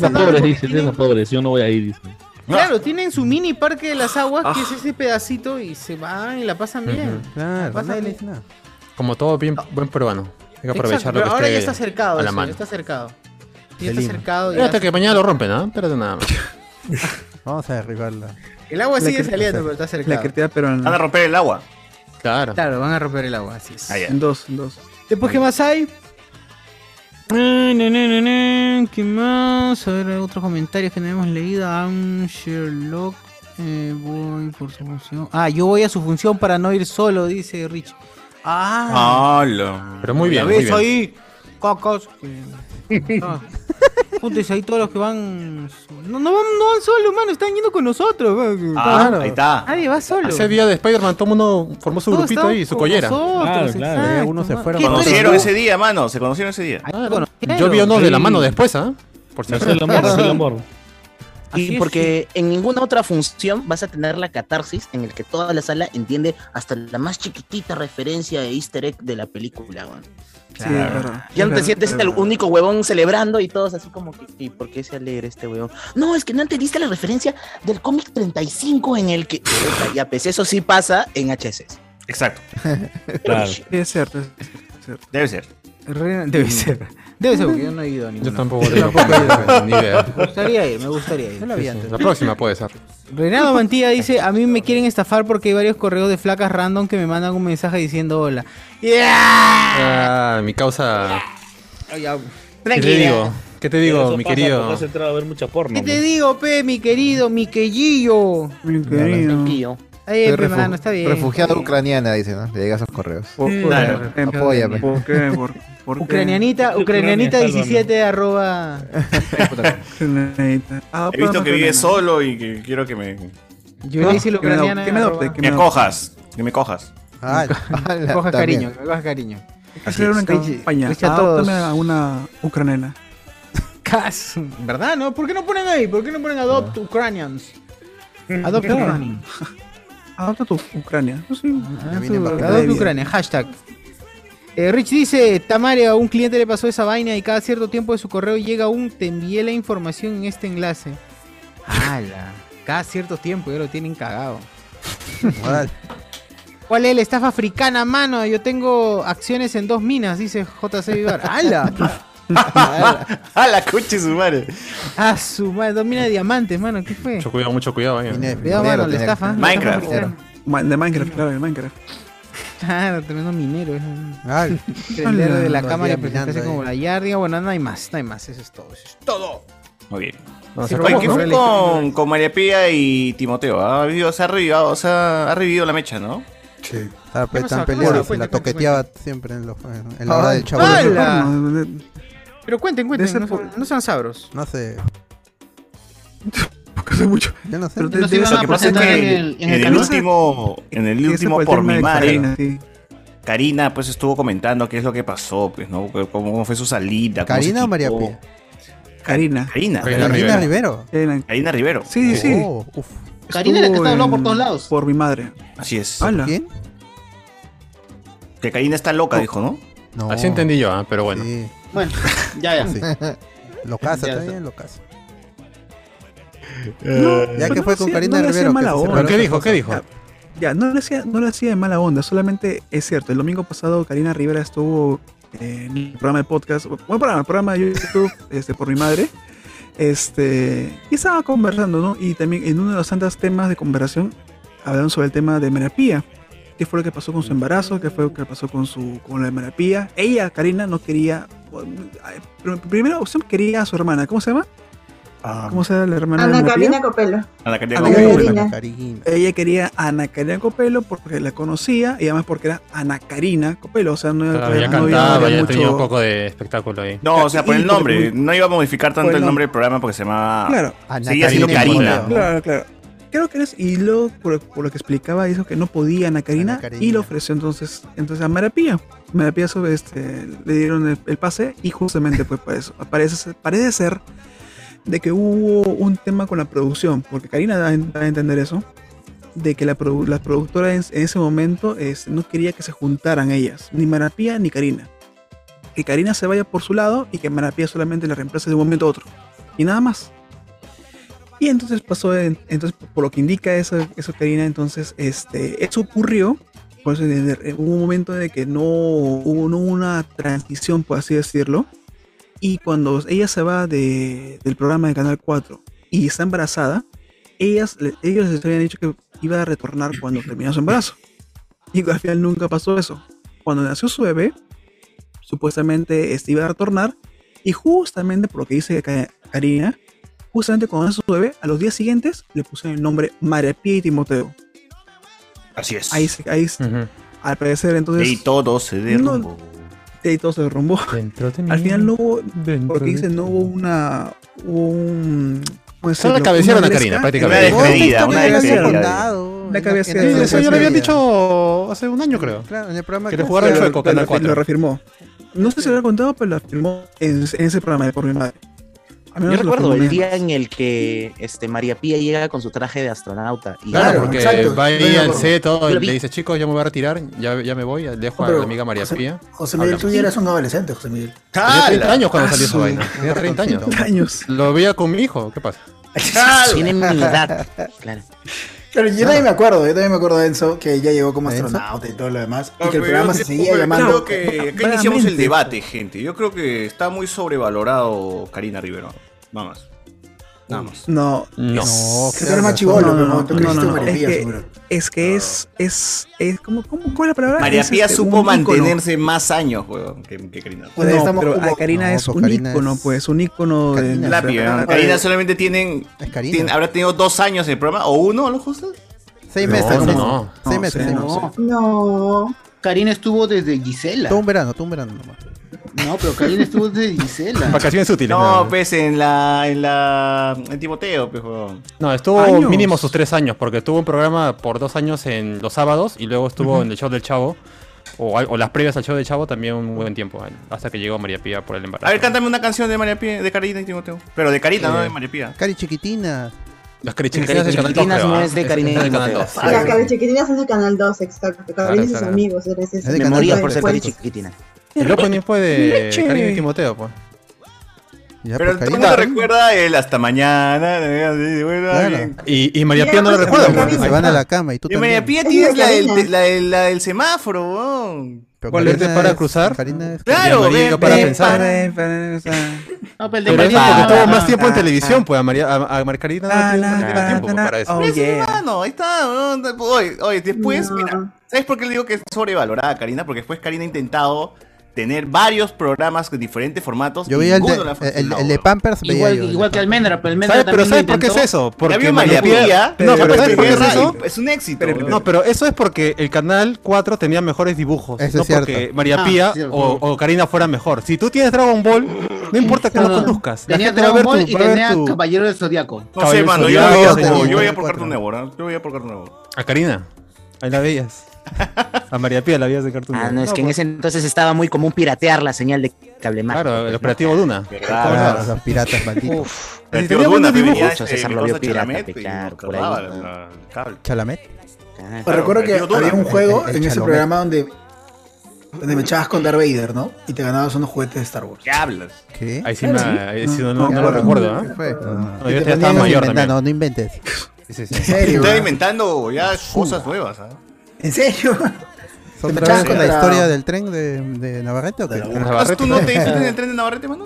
Speaker 14: de
Speaker 1: Norte.
Speaker 14: pobres, dice, es de pobres, yo no voy a ir, dice.
Speaker 1: Claro, tienen su mini parque de las aguas, que
Speaker 14: Ah.
Speaker 1: es ese pedacito, y se van y la pasan bien.
Speaker 2: Ujú.
Speaker 1: La
Speaker 7: Claro,
Speaker 1: pasan
Speaker 7: nadie le
Speaker 1: bien.
Speaker 7: dice nada.
Speaker 2: Como todo bien, buen peruano. Hay que
Speaker 1: Exacto,
Speaker 2: aprovechar lo
Speaker 1: pero
Speaker 2: que
Speaker 1: ahora
Speaker 2: esté
Speaker 1: ya está cercado,
Speaker 2: a la
Speaker 1: eso,
Speaker 2: mano.
Speaker 1: ya está cercado. Ya
Speaker 2: De
Speaker 1: está
Speaker 2: Lima.
Speaker 1: cercado. y
Speaker 2: Espérate
Speaker 1: ya-
Speaker 2: que mañana lo rompen, ¿no? Espérate nada
Speaker 1: (laughs)
Speaker 2: más.
Speaker 7: Vamos a derribarla.
Speaker 1: El agua
Speaker 7: La
Speaker 1: sigue
Speaker 7: cri-
Speaker 1: saliendo, pero está cercado.
Speaker 12: peruana.
Speaker 3: Van a romper el agua.
Speaker 2: Claro.
Speaker 1: Claro, van a romper el agua, así es.
Speaker 12: En dos, en dos.
Speaker 1: Después, ¿qué más hay? Na, na, na, na, na, ¿Qué más? A ver, otros comentarios que no hemos leído. Am Sherlock. eh, voy por su función. Ah, yo voy a su función para no ir solo, dice Rich. Ah,
Speaker 3: ¡Hala!
Speaker 2: Pero muy bien,
Speaker 1: ¿la
Speaker 2: muy
Speaker 1: ves
Speaker 2: bien.
Speaker 1: ahí?
Speaker 2: (laughs)
Speaker 1: Cocos. que- Ah, Júntense ahí todos los que van. No, no, van- no van solo, mano. Están yendo con nosotros. man.
Speaker 2: Ah, ahí está.
Speaker 1: Nadie va solo.
Speaker 2: Ese día de Spider-Man, todo el mundo formó su
Speaker 1: Todos
Speaker 2: grupito
Speaker 1: estaban
Speaker 2: ahí, su
Speaker 1: con
Speaker 2: collera.
Speaker 1: nosotros, Claro, claro, exacto,
Speaker 3: algunos
Speaker 1: se
Speaker 3: Se conocieron ese día, mano. Se conocieron ese día.
Speaker 2: Yo vi unos de la mano después, ¿ah? Por si
Speaker 14: Me hace el amor, me hace
Speaker 2: (laughs)
Speaker 14: el amor.
Speaker 13: Y porque en ninguna otra función vas a tener la catarsis en el que toda la sala entiende hasta la más chiquitita referencia de easter egg de la película, weón.
Speaker 12: Claro. es verdad,
Speaker 13: Ya no te
Speaker 12: es
Speaker 13: sientes
Speaker 12: verdad.
Speaker 13: el único huevón celebrando y todos así como que, ¿y por qué se alegra este huevón? No, es que no entendiste la referencia del cómic 35 en el que... Puta, Ya, pues eso sí pasa en HSS.
Speaker 12: (laughs)
Speaker 3: Exacto.
Speaker 13: Claro.
Speaker 12: Debe ser, debe ser.
Speaker 3: Debe ser.
Speaker 1: Re- Debe ser. Debe ser, porque yo no he ido a ninguno.
Speaker 2: Yo tampoco
Speaker 1: Yo
Speaker 2: tengo
Speaker 1: tampoco he
Speaker 2: (laughs)
Speaker 1: ido.
Speaker 2: ni idea.
Speaker 1: Me gustaría ir, me gustaría ir.
Speaker 2: Sí, sí, La próxima puede ser.
Speaker 1: Renato Mantilla dice, a mí me quieren estafar porque hay varios correos de flacas random que me mandan un mensaje diciendo hola.
Speaker 2: Ah, mi causa. ¿Qué te
Speaker 1: Tranquila.
Speaker 2: digo? ¿Qué te
Speaker 14: Pero
Speaker 2: digo,
Speaker 14: eso
Speaker 2: mi
Speaker 14: pasa
Speaker 2: querido?
Speaker 14: porque has entrado a ver mucha porno.
Speaker 1: ¿Qué te digo, pe, mi querido, mi quellillo? Mi Eh,
Speaker 13: querido.
Speaker 1: pe,
Speaker 5: Estoy refu-
Speaker 1: mano, está bien.
Speaker 5: Refugiada ucraniana, dice, ¿no? Le llega esos correos.
Speaker 1: Claro.
Speaker 5: Apóyame.
Speaker 12: ¿Por qué? ¿Por, por qué?
Speaker 1: Ucranianita, ucranianita 17 arroba...
Speaker 2: (laughs)
Speaker 12: Ucranianita. Ah,
Speaker 3: He visto
Speaker 12: pero
Speaker 3: que
Speaker 12: no
Speaker 3: vive
Speaker 12: creo
Speaker 3: solo y que quiero que me.
Speaker 1: Yo le hice la ucraniana.
Speaker 12: que me adopte,
Speaker 1: arroba-
Speaker 3: Que me cojas. Que me cojas.
Speaker 7: Ah,
Speaker 11: (laughs)
Speaker 1: Me cojas cariño, que me cojas cariño.
Speaker 12: nada. Hacer una
Speaker 1: Richie,
Speaker 12: campaña.
Speaker 1: Richie a
Speaker 12: Adóptame
Speaker 1: todos.
Speaker 12: a una ucraniana.
Speaker 1: Cas, ¿verdad? ¿No? ¿Por qué no ponen ahí? ¿Por qué no ponen Adopt Ukrainians? Adopt
Speaker 12: Claro.
Speaker 1: Ukrainians.
Speaker 12: (laughs) Adopta tu Ucrania. Yo
Speaker 1: Ah,
Speaker 12: soy-
Speaker 1: Adopt Ucrania, hashtag. Eh, Rich dice, Tamare, a un cliente le pasó esa vaina y cada cierto tiempo de su correo llega un te envié la información en este enlace. (laughs) ¡Hala! Cada cierto tiempo ya lo tienen cagado. ¿Cuál es la estafa africana, mano? Yo tengo acciones en dos minas, dice JC Vivar. ¡Hala!
Speaker 3: ¡A la coche su madre!
Speaker 1: ¡Ah, su madre! Dos minas de diamantes, mano. ¿Qué fue?
Speaker 2: Mucho cuidado, mucho cuidado. eh. ahí.
Speaker 1: Cuidado, mano, la estafa. la
Speaker 12: Minecraft.
Speaker 1: estafa africana.
Speaker 12: Ma- De Minecraft, claro, de Minecraft.
Speaker 1: Claro, Ah, tremendo minero. es un-
Speaker 7: Ah,
Speaker 1: (laughs) Prender de la
Speaker 7: Lo
Speaker 1: cámara y
Speaker 7: hacía mirando
Speaker 1: presentarse
Speaker 7: ahí.
Speaker 1: como la yardia. Bueno, no hay más, no hay más. Eso es todo. Eso es todo.
Speaker 3: Muy bien.
Speaker 1: No,
Speaker 3: Sí,
Speaker 1: se
Speaker 3: Oye,
Speaker 1: acabó,
Speaker 3: ¿qué
Speaker 1: ¿no?
Speaker 3: fue con, con María Pía y Timoteo? ¿ah? Ha vivido, se ha revivido, o sea, ha revivido la mecha, ¿no?
Speaker 7: Sí. Ah,
Speaker 1: ¿Qué
Speaker 7: pues están
Speaker 1: pasó? ¿Cómo
Speaker 7: peleados,
Speaker 1: se fue?
Speaker 7: la
Speaker 1: Cuenta,
Speaker 7: toqueteaba siempre en, los, en la hora
Speaker 1: Ay,
Speaker 7: del chavo.
Speaker 1: ¡Hala!
Speaker 7: No,
Speaker 1: Pero cuenten, cuenten. No, son- no sean sabros.
Speaker 7: No sé. Yo no sé.
Speaker 12: Pero
Speaker 1: No
Speaker 12: de-
Speaker 1: se
Speaker 12: de-
Speaker 1: iban
Speaker 3: Lo
Speaker 1: a
Speaker 3: que pasa es
Speaker 7: Pues
Speaker 1: presentar
Speaker 3: que
Speaker 1: en el- en
Speaker 3: en
Speaker 1: el
Speaker 3: el
Speaker 1: canal.
Speaker 3: último, en el
Speaker 12: Ese
Speaker 3: último
Speaker 12: fue el
Speaker 3: por
Speaker 12: tema
Speaker 3: mi
Speaker 12: de
Speaker 3: madre,
Speaker 12: Karina, sí.
Speaker 3: Karina pues estuvo comentando qué es lo que pasó, pues, ¿no? C- Cómo fue su salida. cómo
Speaker 7: ¿Karina
Speaker 3: se
Speaker 7: o María
Speaker 3: quitó.
Speaker 7: Pía?
Speaker 12: Karina.
Speaker 3: Karina.
Speaker 7: Karina Rivero. Rivero.
Speaker 12: Karina.
Speaker 3: Karina Rivero.
Speaker 12: Eh, Sí, sí.
Speaker 7: Oh, uf.
Speaker 12: Karina
Speaker 13: la
Speaker 12: la
Speaker 13: que está hablando por todos
Speaker 12: lados. Por mi madre.
Speaker 3: Así es.
Speaker 12: Hala.
Speaker 7: ¿Quién?
Speaker 3: Que Karina está loca, dijo, ¿no?
Speaker 7: No.
Speaker 2: Así entendí yo, ah, pero bueno.
Speaker 7: Sí.
Speaker 13: Bueno, ya, ya.
Speaker 7: Sí. Lo casa,
Speaker 13: Ya
Speaker 7: está
Speaker 13: está.
Speaker 7: bien, lo casa.
Speaker 12: No,
Speaker 7: ya que
Speaker 12: no
Speaker 7: fue
Speaker 12: le
Speaker 7: con
Speaker 12: hacía
Speaker 7: Karina Rivero.
Speaker 12: mala onda.
Speaker 7: que se
Speaker 12: ¿Pero
Speaker 7: separó
Speaker 12: qué
Speaker 7: su
Speaker 12: dijo?
Speaker 7: esposa.
Speaker 12: ¿Qué dijo? Eh, Ya, no le, hacía, no le hacía de mala onda, solamente es cierto. El domingo pasado Karina Rivera estuvo eh, en el programa de podcast, bueno, programa, programa de YouTube (laughs) este, por mi madre. Este, y estaba conversando, ¿no? Y también en uno de los tantos temas de conversación hablaron sobre el tema de María Pía. ¿Qué fue lo que pasó con su embarazo? ¿Qué fue lo que pasó con su con la de María Pía? Ella, Karina, no quería. bueno, ay, pr- Primera opción quería a su hermana, ¿cómo se llama? ¿Cómo se llama la hermana? de
Speaker 15: Ana
Speaker 12: María?
Speaker 15: Karina Copelo.
Speaker 3: Ana Karina
Speaker 12: Ana
Speaker 3: Copelo.
Speaker 12: Karina.
Speaker 3: Ana
Speaker 12: Ella quería a Ana Karina Copelo porque la conocía y además porque era Ana Karina Copelo. O sea, no,
Speaker 2: Claro,
Speaker 12: había
Speaker 2: Ah, ya cantaba, ya tenía un poco de espectáculo ahí.
Speaker 3: No, o sea, por
Speaker 12: Y
Speaker 3: el
Speaker 12: por-
Speaker 3: nombre. No iba a modificar tanto
Speaker 12: por el
Speaker 3: el nombre del programa porque se llamaba.
Speaker 12: Claro.
Speaker 3: Seguía siendo Karina.
Speaker 12: Claro, claro. Creo que eres, y luego por, por lo que explicaba, dijo que no podía Ana Karina, y le ofreció entonces, entonces a Marapía. Marapía sobre este, le dieron el, el pase y justamente pues para eso. Parece, ser- parece ser de que hubo un tema con la producción, porque Karina da, en- da a entender eso, de que la, produ- la productora en, en ese momento es, no quería que se juntaran ellas, ni Marapía ni Karina. Que Karina se vaya por su lado y que Marapía solamente la reemplace de un momento a otro. Y nada más. Y entonces pasó, en- entonces por lo que indica eso, eso Karina, entonces este, eso ocurrió, por eso de- de- hubo un momento de que no hubo no hubo una transición, por así decirlo, y cuando ella se va de- del programa de Canal 4 y está embarazada, ellas, le- ellos les habían dicho que iba a retornar cuando terminó su embarazo. Y al final nunca pasó eso. Cuando nació su bebé, supuestamente este, iba a retornar, y justamente por lo que dice Ka- Karina, justamente cuando nació su bebé, a los días siguientes le pusieron el nombre María Pía y Timoteo.
Speaker 3: Así es.
Speaker 12: Ahí, se- ahí se- al parecer, entonces.
Speaker 3: Y todo se
Speaker 12: Pues, no-
Speaker 3: derrumbó.
Speaker 12: de ahí todo se derrumbó. Al final no hubo, porque dicen, no hubo una, hubo un... ¿cómo
Speaker 2: Solo la
Speaker 12: decirlo?
Speaker 2: cabecearon
Speaker 12: Una
Speaker 2: a Karina,
Speaker 12: lesca.
Speaker 2: prácticamente. Una despedida, una
Speaker 12: La cabecearon.
Speaker 2: despedida.
Speaker 12: La
Speaker 11: Sí,
Speaker 12: cabecearon.
Speaker 11: eso ya lo habían dicho hace un año, creo.
Speaker 7: Claro, en el programa
Speaker 11: Que le jugaron chueco, Canal 4.
Speaker 12: Lo reafirmó. No sé si lo había contado, pero lo afirmó en, en ese programa de Por mi Madre. A mí no
Speaker 13: Yo
Speaker 12: se lo
Speaker 13: recuerdo
Speaker 12: afirmó
Speaker 13: el
Speaker 12: nadie
Speaker 13: día en el que este, María Pía llega con su traje de astronauta. Y
Speaker 11: Claro, porque va ahí al set, todo,
Speaker 13: Yo
Speaker 11: y
Speaker 13: lo
Speaker 11: le
Speaker 13: vi.
Speaker 11: dice, chicos, ya me voy a retirar, ya, ya me voy, dejo a
Speaker 13: Pero,
Speaker 11: la amiga María Pía.
Speaker 13: José
Speaker 15: Miguel,
Speaker 11: Hablamos.
Speaker 15: tú ya eras un adolescente, José Miguel.
Speaker 11: Tenía 30 años cuando
Speaker 15: Ah,
Speaker 11: salió
Speaker 15: su-
Speaker 11: esa vaina. Tenía 30 años.
Speaker 15: 30
Speaker 12: años.
Speaker 11: Lo veía con mi hijo, ¿qué pasa?
Speaker 13: Tiene
Speaker 9: (laughs)
Speaker 13: mi edad. Claro.
Speaker 15: Claro, yo también me acuerdo, yo también me acuerdo de Enzo, que ya llegó como astronauta y todo lo demás,
Speaker 3: Ah,
Speaker 15: y que el programa se seguía llamando.
Speaker 3: Creo que acá iniciamos el debate, gente. Yo creo que está muy sobrevalorado Karina Rivero. Vamos. Nada más.
Speaker 12: No,
Speaker 3: No.
Speaker 12: es-
Speaker 3: Que tú eres más chivolo,
Speaker 12: no, no,
Speaker 3: pero tú
Speaker 12: no, no,
Speaker 3: creciste
Speaker 12: no,
Speaker 3: con
Speaker 12: Es
Speaker 3: María Pía,
Speaker 12: que
Speaker 3: seguro.
Speaker 12: es, que es, es, es como, como, ¿cuál es la palabra?
Speaker 3: María
Speaker 12: Es,
Speaker 3: Pía
Speaker 12: este,
Speaker 3: supo
Speaker 12: un ícono.
Speaker 3: mantenerse más años, weón, que, que Karina.
Speaker 12: Pues no, pero a Karina es un ícono, pues, un ícono de... de-
Speaker 3: La Pía.
Speaker 12: de-
Speaker 3: Karina solamente tienen, tienen- Habrá tenido dos años en el programa, o uno, a lo justo.
Speaker 7: Seis
Speaker 3: No,
Speaker 7: meses,
Speaker 3: no,
Speaker 7: como-
Speaker 3: no.
Speaker 7: seis
Speaker 3: No,
Speaker 7: meses.
Speaker 3: sí,
Speaker 7: como-
Speaker 3: no,
Speaker 15: No.
Speaker 13: Karina estuvo desde Gisela.
Speaker 7: Todo un verano, todo un verano nomás.
Speaker 13: No, pero Karina estuvo desde Gisela.
Speaker 11: (laughs) Vacaciones útiles.
Speaker 3: No,
Speaker 11: nada.
Speaker 3: pues en la. En la. En Timoteo, pues, weón.
Speaker 11: No, estuvo
Speaker 3: Años.
Speaker 11: mínimo sus tres años, porque tuvo un programa por dos años en los sábados y luego estuvo
Speaker 12: Ujú.
Speaker 11: en el show del Chavo, o, al- o las previas al show del Chavo también un buen tiempo, hasta que llegó María Pía por el
Speaker 3: A
Speaker 11: embarazo.
Speaker 3: ver, cántame una canción de María Pía, de Karina y Timoteo. Pero de Karina,
Speaker 11: Eh,
Speaker 3: no de María Pía.
Speaker 7: Cari chiquitina.
Speaker 11: Las carichiquitinas del canal dos,
Speaker 7: Carichiquitinas
Speaker 11: creo,
Speaker 7: no
Speaker 11: ¿ah?
Speaker 7: es de Karina
Speaker 11: del
Speaker 7: y
Speaker 11: canal
Speaker 7: Mateo.
Speaker 11: dos.
Speaker 15: Las cabecequitinas son de Canal 2, exacto. Cabrón y sus
Speaker 11: claro.
Speaker 15: amigos, eres ese.
Speaker 11: Me moría por ser
Speaker 15: Pues,
Speaker 11: Cari
Speaker 13: Chiquitina.
Speaker 11: El opening fue de
Speaker 15: Leche.
Speaker 11: Karina y Timoteo, pues.
Speaker 3: Pero
Speaker 7: pues,
Speaker 3: todo el mundo recuerda el hasta mañana. eh, así, bueno, bien.
Speaker 11: Y, y María Pía no lo recuerda, pues.
Speaker 7: Se van a la cama y
Speaker 13: "Ah,
Speaker 7: tú
Speaker 3: Y María Pía
Speaker 7: también.
Speaker 3: tienes la del, la, del, la del semáforo, weón.
Speaker 11: ¿Cuál es de
Speaker 7: Karina
Speaker 11: para
Speaker 7: es-
Speaker 11: cruzar?
Speaker 7: Karina es-
Speaker 3: Claro,
Speaker 11: Y amarillo
Speaker 3: ve-
Speaker 11: para
Speaker 3: ve
Speaker 11: pensar.
Speaker 12: para- para- para-
Speaker 13: No, pero el
Speaker 11: Pero es
Speaker 13: María-
Speaker 11: porque estuvo
Speaker 13: Ah,
Speaker 11: más tiempo en
Speaker 13: ah,
Speaker 11: televisión, pues a María, a, a Mar- Karina no tiene- no tiene tiempo pues, para eso.
Speaker 3: Pero es humano, Oh, ahí está. weón. Oye, oye, después, mira, ¿sabes por qué le digo que es sobrevalorada Karina? Porque después Karina ha intentado tener varios programas con diferentes formatos.
Speaker 7: Yo veía el
Speaker 3: ninguno le ha
Speaker 7: de, el,
Speaker 3: funcionado,
Speaker 7: el de
Speaker 3: weón.
Speaker 7: Pampers, veía
Speaker 3: Igual-
Speaker 7: yo.
Speaker 13: Igual que Almendra, pero Almendra
Speaker 11: ¿Sabes? Pero
Speaker 13: también
Speaker 11: ¿sabes
Speaker 13: lo
Speaker 11: por qué es
Speaker 13: intentó.
Speaker 11: eso?
Speaker 3: Ya
Speaker 11: Porque
Speaker 3: vio María
Speaker 11: María
Speaker 3: Pía,
Speaker 11: Pía- No, pero ¿sabes por qué es eso?
Speaker 3: Es un éxito. weón.
Speaker 11: No, pero eso es porque el canal 4 tenía mejores dibujos.
Speaker 7: Eso
Speaker 11: no
Speaker 7: es cierto.
Speaker 11: porque María
Speaker 7: Ah,
Speaker 11: Pía
Speaker 7: cierto.
Speaker 11: o, o Karina fuera mejor. Si tú tienes Dragon Ball, no importa que no conduzcas. La
Speaker 13: Tenía
Speaker 11: gente va a
Speaker 13: Dragon
Speaker 11: ver
Speaker 13: Ball
Speaker 11: tu-
Speaker 13: y
Speaker 11: va a ver
Speaker 13: tenía
Speaker 11: tu-
Speaker 13: Caballero del Zodíaco.
Speaker 3: No sé,
Speaker 11: Caballero
Speaker 3: mano, yo
Speaker 11: Zodiaco,
Speaker 3: veía
Speaker 11: tenía-
Speaker 3: como- yo veía por Cartoon Network. ¿no? Yo veía por Cartoon Network.
Speaker 11: A Karina. Ahí la veías. A María Pía la veías de Cartoon
Speaker 13: Ah,
Speaker 11: Network.
Speaker 13: no, es que en ese entonces estaba muy común piratear la señal de cable más.
Speaker 11: Claro, el operativo Duna.
Speaker 7: Ah, los piratas malditos.
Speaker 13: Uf.
Speaker 11: Pero tenía buenos dibujos.
Speaker 13: César lo vio pirata, pe, claro, por ahí.
Speaker 7: Chalamet.
Speaker 13: Claro.
Speaker 15: Pues recuerdo que
Speaker 7: Duna.
Speaker 15: había un juego
Speaker 7: El- el
Speaker 15: en ese
Speaker 7: Chalamet.
Speaker 15: programa donde, donde me echabas con Darth Vader, ¿no? Y te ganabas unos juguetes de Star Wars.
Speaker 3: ¿Qué hablas?
Speaker 7: ¿Qué?
Speaker 11: Ahí sí, me- ahí sí no, no- no
Speaker 7: Ah,
Speaker 11: lo recuerdo,
Speaker 7: ¿qué
Speaker 11: ¿ah?
Speaker 7: fue?
Speaker 11: No,
Speaker 7: Y
Speaker 11: yo
Speaker 7: te
Speaker 11: ya estaba
Speaker 7: ponían a
Speaker 11: mayor
Speaker 7: inventar,
Speaker 11: también.
Speaker 7: No, no inventes.
Speaker 11: Sí, sí,
Speaker 7: (laughs)
Speaker 15: ¿En
Speaker 11: sí.
Speaker 15: serio?
Speaker 3: Está inventando ya cosas nuevas. ¿ah?
Speaker 15: ¿En serio?
Speaker 7: ¿Son
Speaker 15: Te
Speaker 7: trabas
Speaker 15: metías
Speaker 7: con la
Speaker 15: contra-
Speaker 7: historia del tren de, de Navarrete o qué? Ah,
Speaker 3: Entonces, ¿Tú no te
Speaker 7: (laughs)
Speaker 3: diste en el tren de Navarrete, mano?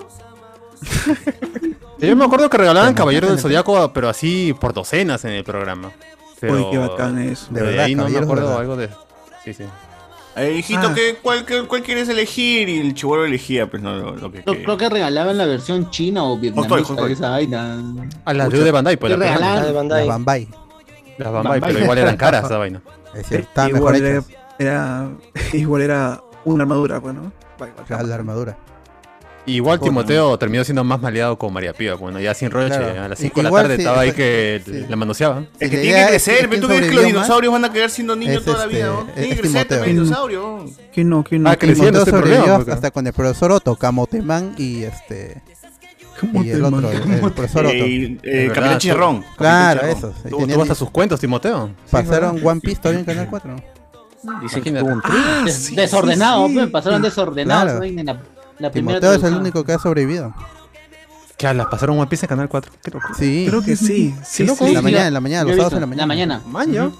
Speaker 11: Yo me acuerdo que regalaban Caballero del Zodiaco, pero así por docenas en el programa. Pero
Speaker 12: Uy, qué bacán eso.
Speaker 11: De,
Speaker 12: De verdad,
Speaker 11: ahí no me
Speaker 12: Caballero,
Speaker 11: acuerdo
Speaker 12: ¿verdad?
Speaker 11: algo de. Sí, sí.
Speaker 3: Eh, hijito,
Speaker 15: Ah.
Speaker 3: ¿qué- cuál, qué- cuál quieres elegir? Y el chivolo elegía, pues no, lo, lo que.
Speaker 9: Yo creo que regalaban la versión china o vietnamita
Speaker 3: Hot Toy.
Speaker 9: de esa vaina.
Speaker 3: A
Speaker 11: las de Bandai, pues,
Speaker 9: la
Speaker 11: las
Speaker 9: regalaban.
Speaker 11: de Bandai. Las
Speaker 7: Bandai.
Speaker 11: Las Bambay, pero igual eran
Speaker 7: (laughs)
Speaker 11: caras esa vaina.
Speaker 7: Es
Speaker 12: Eh,
Speaker 7: cierto, estaban
Speaker 12: igual
Speaker 7: mejor
Speaker 12: era,
Speaker 7: hechas.
Speaker 12: era- igual era una armadura, bueno.
Speaker 7: La, la armadura.
Speaker 11: Igual
Speaker 7: Puta.
Speaker 11: Timoteo terminó siendo más maleado con María Pía. Bueno, ya sin Roche,
Speaker 7: Claro.
Speaker 11: a las 5 de la
Speaker 7: Igual
Speaker 11: tarde
Speaker 7: sí,
Speaker 11: estaba ahí
Speaker 7: exacto,
Speaker 11: que la manoseaban.
Speaker 3: Es que tiene que crecer, ¿tú crees que los dinosaurios van a quedar siendo niños
Speaker 7: Es
Speaker 3: toda
Speaker 7: este-
Speaker 3: la vida? ¿no? Tiene
Speaker 7: es
Speaker 3: que crecer
Speaker 7: Timoteo.
Speaker 3: también el dinosaurio.
Speaker 12: Que no, que
Speaker 11: Ah,
Speaker 7: no.
Speaker 12: no.
Speaker 7: Timoteo
Speaker 11: este
Speaker 7: sobrevivió
Speaker 12: porque-
Speaker 7: hasta con el profesor Otto, Camotemán y este. Y el otro, el, el profesor Otto.
Speaker 3: Eh, eh, Capitán Chirrón.
Speaker 7: Claro,
Speaker 11: Capitán
Speaker 7: eso.
Speaker 11: Chirrón. Tú- tú vas a sus cuentos, Timoteo.
Speaker 7: Pasaron One Piece todavía en Canal 4.
Speaker 9: Dicen
Speaker 11: que tuvo un
Speaker 9: Des- desordenado, pues, pasaron desordenados.
Speaker 7: Claro.
Speaker 9: ¿saben? En la, la primera
Speaker 7: Timoteo es el
Speaker 9: traducción.
Speaker 7: único que ha sobrevivido.
Speaker 11: Que las pasaron One Piece en Canal 4. Creo,
Speaker 7: sí.
Speaker 12: Creo que sí.
Speaker 7: Sí,
Speaker 11: ¿eh?
Speaker 7: sí. En la mañana, en la mañana,
Speaker 9: Yo
Speaker 7: los
Speaker 9: he
Speaker 7: sábados
Speaker 9: visto,
Speaker 7: en la mañana. Maño.
Speaker 9: Ujú.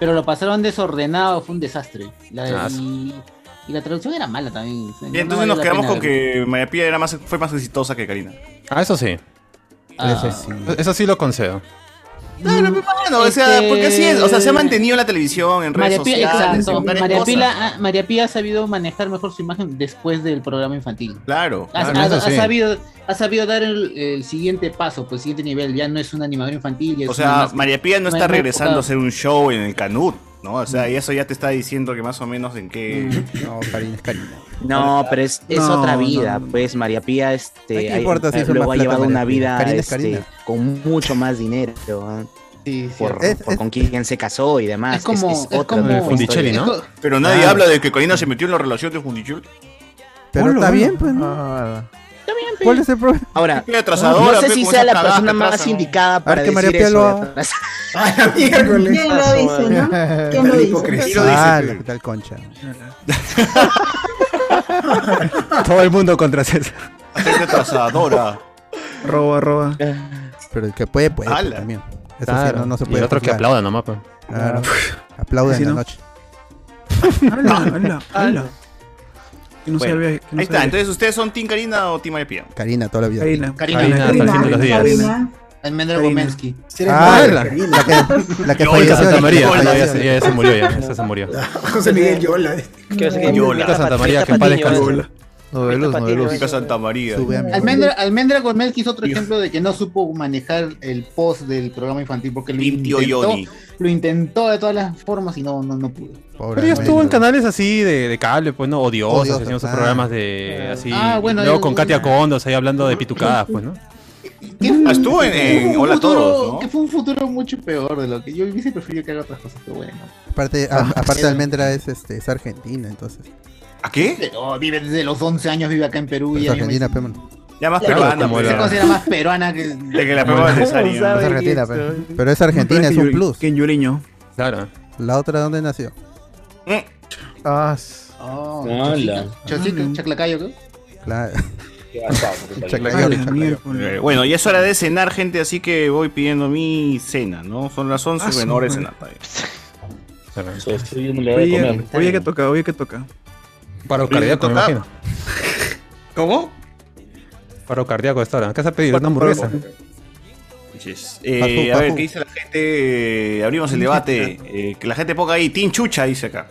Speaker 9: Pero lo pasaron desordenado, fue un desastre. La,
Speaker 3: Ah,
Speaker 9: y, y la traducción era mala también. o sea,
Speaker 3: Y
Speaker 9: no
Speaker 3: entonces
Speaker 9: valió
Speaker 3: nos
Speaker 9: la
Speaker 3: quedamos
Speaker 9: pena
Speaker 3: con
Speaker 9: verlo.
Speaker 3: que María Pía era más, fue más exitosa que Karina.
Speaker 11: Ah, eso sí.
Speaker 9: Ah.
Speaker 11: Eso sí lo concedo.
Speaker 3: Claro, pero bueno, o sea,
Speaker 9: Este-
Speaker 3: porque así es. O sea, se ha mantenido en la televisión, en redes
Speaker 9: María Pía,
Speaker 3: sociales,
Speaker 9: exacto.
Speaker 3: en varias
Speaker 9: María,
Speaker 3: cosas.
Speaker 9: Pila- ah, María Pía ha sabido manejar mejor su imagen después del programa infantil.
Speaker 3: Claro.
Speaker 9: Ha,
Speaker 3: claro,
Speaker 9: ha-
Speaker 3: eso
Speaker 9: ha
Speaker 3: sí.
Speaker 9: sabido, ha sabido dar el, el siguiente paso, pues el siguiente nivel. Ya no es un animador infantil. ya es
Speaker 3: O
Speaker 9: una
Speaker 3: sea,
Speaker 9: más-
Speaker 3: María Pía no
Speaker 9: más-
Speaker 3: está
Speaker 9: más
Speaker 3: regresando a
Speaker 9: enfocado.
Speaker 3: hacer un show en el Canut, ¿no? O sea, y eso ya te está diciendo que más o menos en qué. (laughs)
Speaker 7: No, Karina es Karina.
Speaker 13: Mm. No, pero es, es
Speaker 3: No,
Speaker 13: otra
Speaker 3: no,
Speaker 13: vida,
Speaker 3: no.
Speaker 13: pues María Pía, este,
Speaker 3: Ay, ¿qué
Speaker 13: hay-
Speaker 3: importa si
Speaker 13: eh,
Speaker 3: hizo
Speaker 13: luego
Speaker 3: más
Speaker 13: ha
Speaker 3: plata
Speaker 13: llevado
Speaker 3: María
Speaker 13: una
Speaker 3: Pía?
Speaker 13: vida
Speaker 3: Karina es
Speaker 13: este,
Speaker 3: Karina.
Speaker 13: con mucho más dinero, ¿ah? por, por con quién se casó y demás.
Speaker 9: Es como- es
Speaker 13: otra
Speaker 9: como-
Speaker 13: nueva
Speaker 9: El Fundicelli,
Speaker 13: historia.
Speaker 9: ¿no?
Speaker 3: Pero nadie
Speaker 7: Ah,
Speaker 13: Claro.
Speaker 3: habla de que Karina se metió en la relación de Fundichul.
Speaker 7: Pero
Speaker 13: Hola,
Speaker 7: está
Speaker 13: hola.
Speaker 7: bien, pues. ¿no? ¿Cuál es el problema?
Speaker 13: Ahora,
Speaker 3: Qué
Speaker 13: no
Speaker 3: atrasadora,
Speaker 13: sé
Speaker 3: ve,
Speaker 13: si
Speaker 3: con
Speaker 13: sea
Speaker 3: esas
Speaker 13: la
Speaker 3: cagadas que
Speaker 13: persona más
Speaker 3: atrasan.
Speaker 13: indicada para
Speaker 7: que
Speaker 13: decir
Speaker 7: María Pía
Speaker 13: eso.
Speaker 7: lo-
Speaker 6: (laughs)
Speaker 13: de
Speaker 12: (laughs)
Speaker 9: (laughs)
Speaker 13: atrás.
Speaker 7: miércoles.
Speaker 16: ¿Quién lo dice, no?
Speaker 6: eh.
Speaker 16: ¿Quién lo dice?
Speaker 7: Ah, la ¿qué tal concha?
Speaker 11: Todo el mundo contra César.
Speaker 3: Gente atrasadora.
Speaker 12: Roba, roba.
Speaker 7: Pero el que puede, puede. pues,
Speaker 12: Ala.
Speaker 7: también. Eso sí,
Speaker 11: Claro.
Speaker 7: no, no se
Speaker 11: Y
Speaker 7: puede.
Speaker 11: el otro que
Speaker 7: juzgar.
Speaker 11: aplauda nomás, pues.
Speaker 7: Claro.
Speaker 11: Claro.
Speaker 7: Aplauda
Speaker 12: Sí,
Speaker 7: en la
Speaker 12: ¿no?
Speaker 7: noche.
Speaker 12: Hola, hola, hola. Que no
Speaker 3: Bueno,
Speaker 12: sabía- que no
Speaker 3: ahí está,
Speaker 12: sabía.
Speaker 3: entonces ustedes son Team Karina o Team María Pía.
Speaker 7: Karina, toda la vida.
Speaker 12: Karina.
Speaker 9: Karina.
Speaker 12: Karina,
Speaker 9: Karina,
Speaker 12: Karina,
Speaker 9: los días.
Speaker 12: Karina.
Speaker 9: Almendra Gomensky.
Speaker 7: Ah, la, la
Speaker 11: (laughs)
Speaker 7: que, la que
Speaker 11: Yo,
Speaker 7: falleció.
Speaker 11: Santa María.
Speaker 7: la que
Speaker 11: Ah, ya,
Speaker 7: falleció.
Speaker 11: se- ya se murió, ya. Esa
Speaker 7: (laughs)
Speaker 11: se murió.
Speaker 15: Ah, José Miguel Yola. eh.
Speaker 10: Que es que
Speaker 11: Yola. Santa María, que en paz descanse.
Speaker 5: Noveluz, noveluz.
Speaker 3: Chica Santa María.
Speaker 9: Almendra, Almendra Gomelsky es otro ejemplo de que no supo manejar el post del programa infantil porque lo
Speaker 3: Limpio
Speaker 9: intentó,
Speaker 3: Yoni.
Speaker 9: lo intentó de todas las formas y no, no, no pudo.
Speaker 11: Pero ella estuvo en canales así de, de cable, pues no, odiosos, haciendo sus programas de así.
Speaker 9: Ah, bueno,
Speaker 11: luego
Speaker 9: hay
Speaker 11: con Katia Condos ahí hablando de pitucadas, pues, ¿no?
Speaker 3: Ah, Estuvo en, en
Speaker 9: Un
Speaker 3: eh, Hola a
Speaker 9: futuro-
Speaker 3: todos, ¿no?
Speaker 9: Que fue un futuro mucho peor de lo que yo hubiese preferido que haga otras cosas,
Speaker 3: (laughs)
Speaker 9: pero bueno.
Speaker 7: Aparte, a- aparte
Speaker 9: Pero-
Speaker 7: Almendra es, este, es argentina, entonces.
Speaker 3: ¿A qué?
Speaker 9: Oh, vive desde los 11 años, vive acá en Perú.
Speaker 7: Es
Speaker 9: y a mí me-
Speaker 7: argentina, Pemón.
Speaker 3: Ya más
Speaker 9: Claro,
Speaker 3: peruana,
Speaker 9: como
Speaker 3: pues.
Speaker 9: Se considera más peruana que.
Speaker 3: De que la prueba es necesaria.
Speaker 7: Es argentina,
Speaker 11: pues.
Speaker 7: pe. Pero es argentina, es un plus.
Speaker 12: Que en Yuriño.
Speaker 11: Claro.
Speaker 7: ¿La otra dónde nació? Ah, s-
Speaker 9: Oh,
Speaker 7: Hola.
Speaker 9: Chosica, Chosica, Chaclacayo, creo.
Speaker 7: Mm. claro. (laughs)
Speaker 3: Chaclayor, chaclayor. Eh, Bueno, ya es hora de cenar, gente, así que voy pidiendo mi cena, ¿no? Son las 11,
Speaker 12: Ah,
Speaker 3: bueno,
Speaker 12: su
Speaker 3: hora de
Speaker 12: madre.
Speaker 3: cenar.
Speaker 12: Oye, oye que toca, oye que toca.
Speaker 11: Paro cardíaco, me imagino. ¿Cómo? Paro cardíaco esta hora. ¿Qué has pedido? Una hamburguesa.
Speaker 3: Yes. Eh, a ver, ¿qué dice la gente? Abrimos el debate. Eh, que la gente ponga ahí, Team Chucha, dice acá.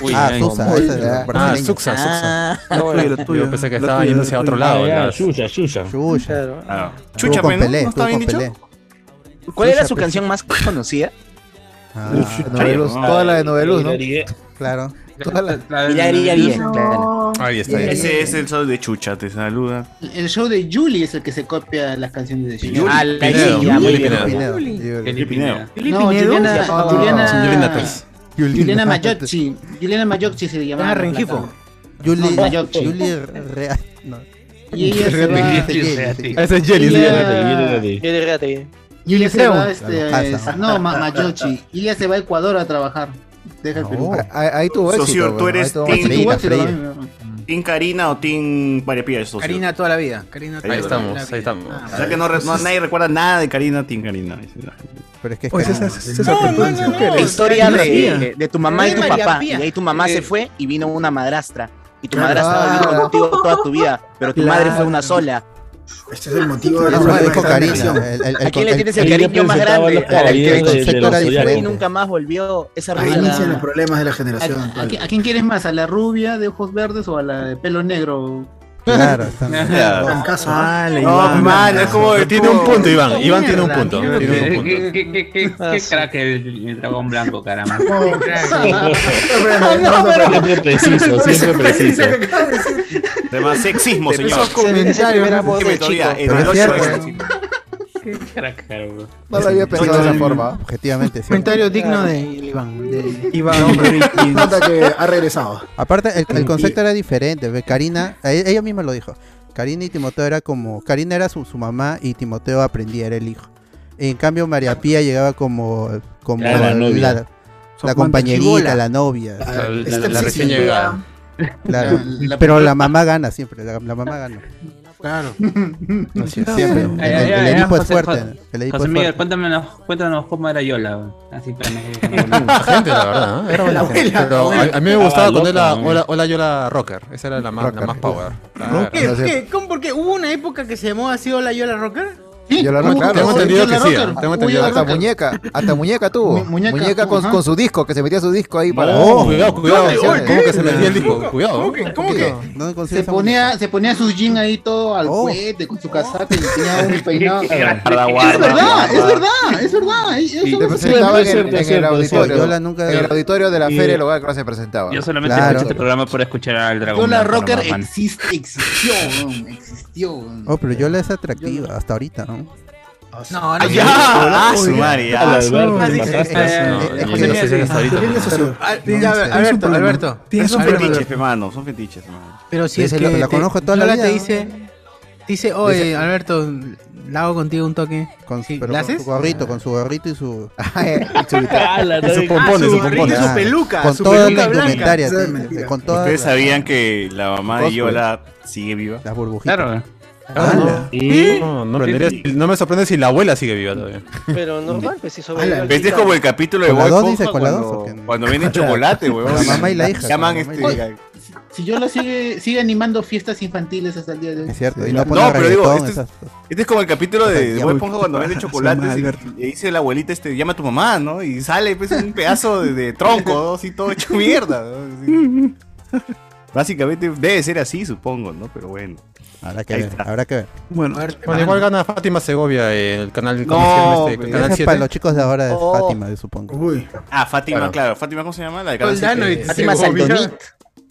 Speaker 11: Uy, Ah, ay, Susa, como- esa es la brasileña. Suxa,
Speaker 3: Ah.
Speaker 11: Suxa. No, Lo tuyo, yo pensé que lo estaba tuyo, yéndose a lo otro tuyo. lado, Ah.
Speaker 14: Ah, ya,
Speaker 11: las-
Speaker 14: Yuya, Yuya.
Speaker 3: Claro.
Speaker 13: Chucha,
Speaker 7: con
Speaker 13: pe, ¿no?
Speaker 7: Pelé,
Speaker 13: ¿No
Speaker 7: estuvo
Speaker 13: estaba bien
Speaker 7: con
Speaker 13: dicho?
Speaker 7: Pelé.
Speaker 13: ¿Cuál
Speaker 7: Suya,
Speaker 13: era su
Speaker 7: pues.
Speaker 13: canción más conocida?
Speaker 7: Ah, Noveluz,
Speaker 13: Ay,
Speaker 7: toda la de Noveluz, ¿no?
Speaker 13: Hilary, eh.
Speaker 7: Claro.
Speaker 13: Toda la-
Speaker 9: Hilary, Hilary,
Speaker 13: No.
Speaker 9: claro.
Speaker 3: Ahí está.
Speaker 9: Bien.
Speaker 3: Ese es el sol de Chucha, te saluda.
Speaker 9: El show de Julie es el que se copia las canciones de Julie.
Speaker 3: Yuli Ah, la Pinedo, Yuli, Yuli Pinedo. Pinedo.
Speaker 7: Yuli
Speaker 3: Pineo.
Speaker 9: No, Juliana,
Speaker 7: Ah,
Speaker 9: Juliana,
Speaker 7: Juliana
Speaker 9: Juliana,
Speaker 7: Pérez. Juliana.
Speaker 9: Mayocchi. Juliana Mayocchi se le llamaba.
Speaker 7: Ah,
Speaker 9: en la
Speaker 7: Rengifo.
Speaker 9: cama.
Speaker 7: Yuli,
Speaker 9: No, Mayocchi.
Speaker 7: Yuli Rea- no.
Speaker 9: Y ella se va-
Speaker 11: Ese es Jelly,
Speaker 9: Ella-
Speaker 11: sí.
Speaker 10: Yo de Reate.
Speaker 9: Julia se va,
Speaker 7: Creo.
Speaker 9: este,
Speaker 7: Ah, pasa.
Speaker 9: no, Ma- Mayochi. Julia se va a Ecuador a trabajar. Deja el Perú.
Speaker 7: Ahí, ahí tuvo éxito.
Speaker 3: Socio,
Speaker 7: bueno,
Speaker 3: ¿tú
Speaker 7: ahí
Speaker 3: eres
Speaker 7: tuvo
Speaker 3: Team,
Speaker 7: éxito.
Speaker 3: Karina,
Speaker 7: Freír.
Speaker 3: team Karina o Team María Pía? Eso, socio?
Speaker 1: Karina toda la vida. Karina toda
Speaker 3: Ahí
Speaker 1: la
Speaker 3: estamos,
Speaker 1: vida.
Speaker 3: ahí estamos.
Speaker 9: Ah,
Speaker 3: O sea que no, re- no- nadie recuerda nada de Karina, Team Karina.
Speaker 7: Pero es que
Speaker 12: Oye, César, César,
Speaker 3: No,
Speaker 12: perdón,
Speaker 3: no, no,
Speaker 12: César,
Speaker 13: La
Speaker 12: eres-
Speaker 13: historia
Speaker 12: María
Speaker 13: de,
Speaker 12: Pía.
Speaker 13: de tu mamá y tu
Speaker 12: María
Speaker 13: papá. Y
Speaker 12: Pía.
Speaker 13: ahí tu mamá se
Speaker 12: Eh.
Speaker 13: fue y vino una madrastra. Y tu
Speaker 12: Claro.
Speaker 7: Ah.
Speaker 13: madrastra vivió contigo toda tu vida. Pero tu
Speaker 12: Claro.
Speaker 13: madre fue una sola.
Speaker 15: Este es el motivo de
Speaker 7: Es
Speaker 15: la
Speaker 7: un
Speaker 15: de
Speaker 7: disco cariño, el- el- el- ¿A quién le el- tienes el cariño más grande? Claro, el- el concepto era
Speaker 13: Y
Speaker 7: diferente.
Speaker 13: nunca más volvió esa
Speaker 15: Ahí
Speaker 13: rubia.
Speaker 15: inician los problemas de la generación.
Speaker 13: ¿A, Ah, a
Speaker 15: actual.
Speaker 13: qui- a quién quieres más? ¿A la rubia de ojos verdes o a la de pelo negro? (laughs)
Speaker 7: Claro,
Speaker 3: (laughs)
Speaker 15: Bancazo, ¿no?
Speaker 3: Vale,
Speaker 15: No,
Speaker 3: Iván.
Speaker 15: man,
Speaker 17: Ah, (laughs)
Speaker 15: es como-
Speaker 3: Tiene un punto, Iván. Iván tiene un
Speaker 18: Mierda,
Speaker 3: punto.
Speaker 18: mierda.
Speaker 3: Tiene un punto.
Speaker 18: ¿Qué, qué, qué, qué,
Speaker 17: Ah,
Speaker 18: qué crack el, el dragón blanco,
Speaker 17: (laughs)
Speaker 18: caramba?
Speaker 15: No,
Speaker 18: no, pero-
Speaker 14: Siempre
Speaker 9: (laughs)
Speaker 14: preciso, siempre preciso.
Speaker 3: Demás sexismo,
Speaker 14: Pero
Speaker 3: señor.
Speaker 14: esos comentarios,
Speaker 3: Ese primer
Speaker 14: ¿no?
Speaker 3: amor de
Speaker 14: Dime todavía,
Speaker 3: chico.
Speaker 14: el
Speaker 3: Pero
Speaker 14: ocho
Speaker 3: es
Speaker 14: es-
Speaker 3: cierto.
Speaker 18: Qué crack, caramba.
Speaker 5: No lo había pensado de esa forma.
Speaker 7: Objetivamente, sí.
Speaker 1: Comentario digno de Iván. de-
Speaker 15: Nota que ha regresado.
Speaker 7: Aparte, el, el concepto era diferente. ve, Karina, e- ella misma lo dijo. Karina y Timoteo era como. Karina era su, su mamá y Timoteo aprendía, era el hijo. En cambio, María Pía llegaba como, como
Speaker 14: Era la novia.
Speaker 7: la- la
Speaker 14: Son
Speaker 7: compañerita,
Speaker 14: chibola.
Speaker 7: la novia.
Speaker 14: La- la- la-
Speaker 5: este
Speaker 14: la recién llegada.
Speaker 7: Claro,
Speaker 14: La- la-
Speaker 7: pero la mamá gana siempre, la, la mamá
Speaker 5: (laughs)
Speaker 7: gana.
Speaker 15: Claro.
Speaker 7: siempre.
Speaker 18: Ay,
Speaker 7: El,
Speaker 18: ay,
Speaker 7: el- el
Speaker 18: ay,
Speaker 7: Edipo es
Speaker 18: José-
Speaker 7: fuerte.
Speaker 18: José-
Speaker 7: El Edipo
Speaker 18: José
Speaker 7: es
Speaker 18: Miguel,
Speaker 7: fuerte.
Speaker 18: cuéntanos, cuéntanos cómo era Yola. Así para
Speaker 11: Mucha gente, la verdad. ¿eh? Era buena gente. Pero a, a mí me
Speaker 17: Ah,
Speaker 11: gustaba cuando era Hola, hola Yola Rocker. Esa era la más, la más power. Claro.
Speaker 1: ¿Qué? ¿Qué? ¿Cómo? ¿Por qué? ¿Hubo una época que se llamó así Hola Yola Rocker?
Speaker 5: Yola
Speaker 11: Tengo-
Speaker 5: Rocker.
Speaker 11: tengo entendido que sí, ¿eh? Tengo
Speaker 5: Uy,
Speaker 11: entendido
Speaker 5: hasta
Speaker 11: que sí.
Speaker 5: muñeca, hasta muñeca tuvo. muñeca
Speaker 11: tuvo,
Speaker 5: con,
Speaker 11: ajá.
Speaker 5: con su disco, que se metía su disco ahí para.
Speaker 11: Oh, cuidado, cuidado. ¿Cómo que se metía el disco? Cuidado.
Speaker 5: ¿Cómo que?
Speaker 9: Se ponía, se ponía su jean ahí todo al
Speaker 1: Oh.
Speaker 9: cohete con su casaca y
Speaker 1: (laughs)
Speaker 9: tenía (laughs) un peinado.
Speaker 5: Qué grande.
Speaker 9: es verdad, es verdad, es verdad. es- es-
Speaker 5: Se
Speaker 9: es-
Speaker 5: presentaba en,
Speaker 9: es-
Speaker 5: el- en el
Speaker 9: es-
Speaker 5: auditorio.
Speaker 9: Yola nunca-
Speaker 5: En el auditorio de la
Speaker 9: Y-
Speaker 5: Feria del Hogar que no se presentaba.
Speaker 18: Yo solamente escuché este programa por escuchar al dragón.
Speaker 9: Yola
Speaker 18: blanco,
Speaker 9: Rocker
Speaker 18: nomás, man.
Speaker 9: existe, existió, weón, existió. weón.
Speaker 7: Oh, pero Yola es atractiva hasta ahorita, ¿no?
Speaker 1: No, no.
Speaker 9: Ah, ya, ah, su madre, ah, su madre.
Speaker 1: Ah, ya, Alberto, Alberto.
Speaker 3: Son
Speaker 1: Alberto,
Speaker 3: fetiches,
Speaker 1: Alberto.
Speaker 3: pe, mano. Son fetiches, mano.
Speaker 1: Pero si es
Speaker 3: Dice,
Speaker 1: que
Speaker 3: la- la
Speaker 1: te-
Speaker 3: conozco toda la
Speaker 1: Lola
Speaker 3: vida,
Speaker 1: te
Speaker 3: ¿no?
Speaker 1: dice, dice, oye,
Speaker 7: Dice-
Speaker 1: Alberto, la hago contigo un toque.
Speaker 7: Con,
Speaker 1: Sí,
Speaker 7: pero
Speaker 1: ¿La
Speaker 7: con
Speaker 1: haces?
Speaker 7: su gorrito, con su gorrito y
Speaker 1: (laughs)
Speaker 7: su.
Speaker 1: Ala,
Speaker 7: y su
Speaker 1: doy- Ah,
Speaker 7: pompón,
Speaker 1: su
Speaker 7: y su
Speaker 1: gorrito
Speaker 7: pompón.
Speaker 1: y su
Speaker 7: Claro.
Speaker 1: peluca,
Speaker 7: Con
Speaker 1: su
Speaker 7: toda la
Speaker 1: peluca blanca.
Speaker 7: indumentaria.
Speaker 1: Eso es
Speaker 7: sí,
Speaker 1: mentira.
Speaker 7: Con toda
Speaker 3: ¿Ustedes
Speaker 7: la-
Speaker 3: sabían que la mamá de
Speaker 7: Cosplay.
Speaker 3: Yola sigue viva?
Speaker 7: Las burbujitas.
Speaker 18: Claro.
Speaker 11: ¿eh? Ah,
Speaker 3: ¿Sí?
Speaker 11: No, no, me sorprendería si- no me sorprende si la abuela sigue viva todavía.
Speaker 10: Pero normal, pues si sobrevivió al
Speaker 3: Este es
Speaker 10: titán.
Speaker 3: como el capítulo de
Speaker 11: ¿Con la
Speaker 3: Bob
Speaker 11: dos
Speaker 3: Esponja
Speaker 11: dice, con la dos,
Speaker 3: cuando,
Speaker 11: o qué?
Speaker 3: cuando (laughs) viene el chocolate, weón.
Speaker 7: (laughs) La mamá y la hija,
Speaker 3: Llaman
Speaker 7: la
Speaker 3: este.
Speaker 7: mamá y la
Speaker 9: Si yo la sigue, sigue animando fiestas infantiles hasta el día de hoy.
Speaker 7: Es cierto, y
Speaker 3: No,
Speaker 7: no ponen
Speaker 3: pero digo,
Speaker 7: reggaetón,
Speaker 3: este es,
Speaker 7: esas-
Speaker 3: este es como el capítulo de, de
Speaker 7: Ya,
Speaker 3: Bob
Speaker 7: uy,
Speaker 3: Esponja cuando
Speaker 7: qué
Speaker 3: vende
Speaker 7: paja,
Speaker 3: chocolates
Speaker 7: se
Speaker 3: y,
Speaker 7: llama
Speaker 3: y dice la abuelita, este, llama a tu mamá, ¿no? Y sale pues un pedazo de, de tronco, ¿no? así todo hecho mierda. ¿no? Así. Básicamente debe ser así, supongo, ¿no? Pero bueno.
Speaker 7: Habrá
Speaker 11: que ver,
Speaker 7: habrá que ver.
Speaker 11: Bueno, igual gana Fátima Segovia eh, el canal
Speaker 3: No,
Speaker 11: comercial,
Speaker 3: pero
Speaker 11: este,
Speaker 7: Ese
Speaker 11: canal
Speaker 7: es
Speaker 11: 7.
Speaker 7: para los chicos de ahora de Fátima, yo supongo.
Speaker 15: Uy.
Speaker 3: Ah, Fátima,
Speaker 11: Claro.
Speaker 3: claro. Fátima, ¿cómo se llama? La de
Speaker 11: Soldano y Fátima Segovia. Santonit.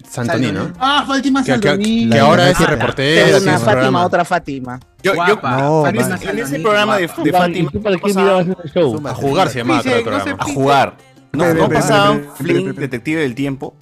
Speaker 11: Santoni, ¿no?
Speaker 9: Ah, Fátima
Speaker 11: Que- que-
Speaker 9: Saldoni.
Speaker 11: que ahora es reportera,
Speaker 13: Tengo
Speaker 11: tiene
Speaker 13: Una
Speaker 11: su
Speaker 13: Fátima,
Speaker 11: programa.
Speaker 13: otra Fátima.
Speaker 3: Yo, yo,
Speaker 11: No,
Speaker 3: en, ese, en ese programa de, de Fátima.
Speaker 13: ¿Para
Speaker 3: qué mirabas
Speaker 13: ese show?
Speaker 11: A jugar se llamaba, creo, el
Speaker 3: no
Speaker 11: programa.
Speaker 3: A jugar. No,
Speaker 11: Pepe,
Speaker 3: no
Speaker 11: Pepe,
Speaker 3: pasaban
Speaker 11: Pepe,
Speaker 3: Flynn,
Speaker 11: Pepe,
Speaker 3: Detective del Tiempo.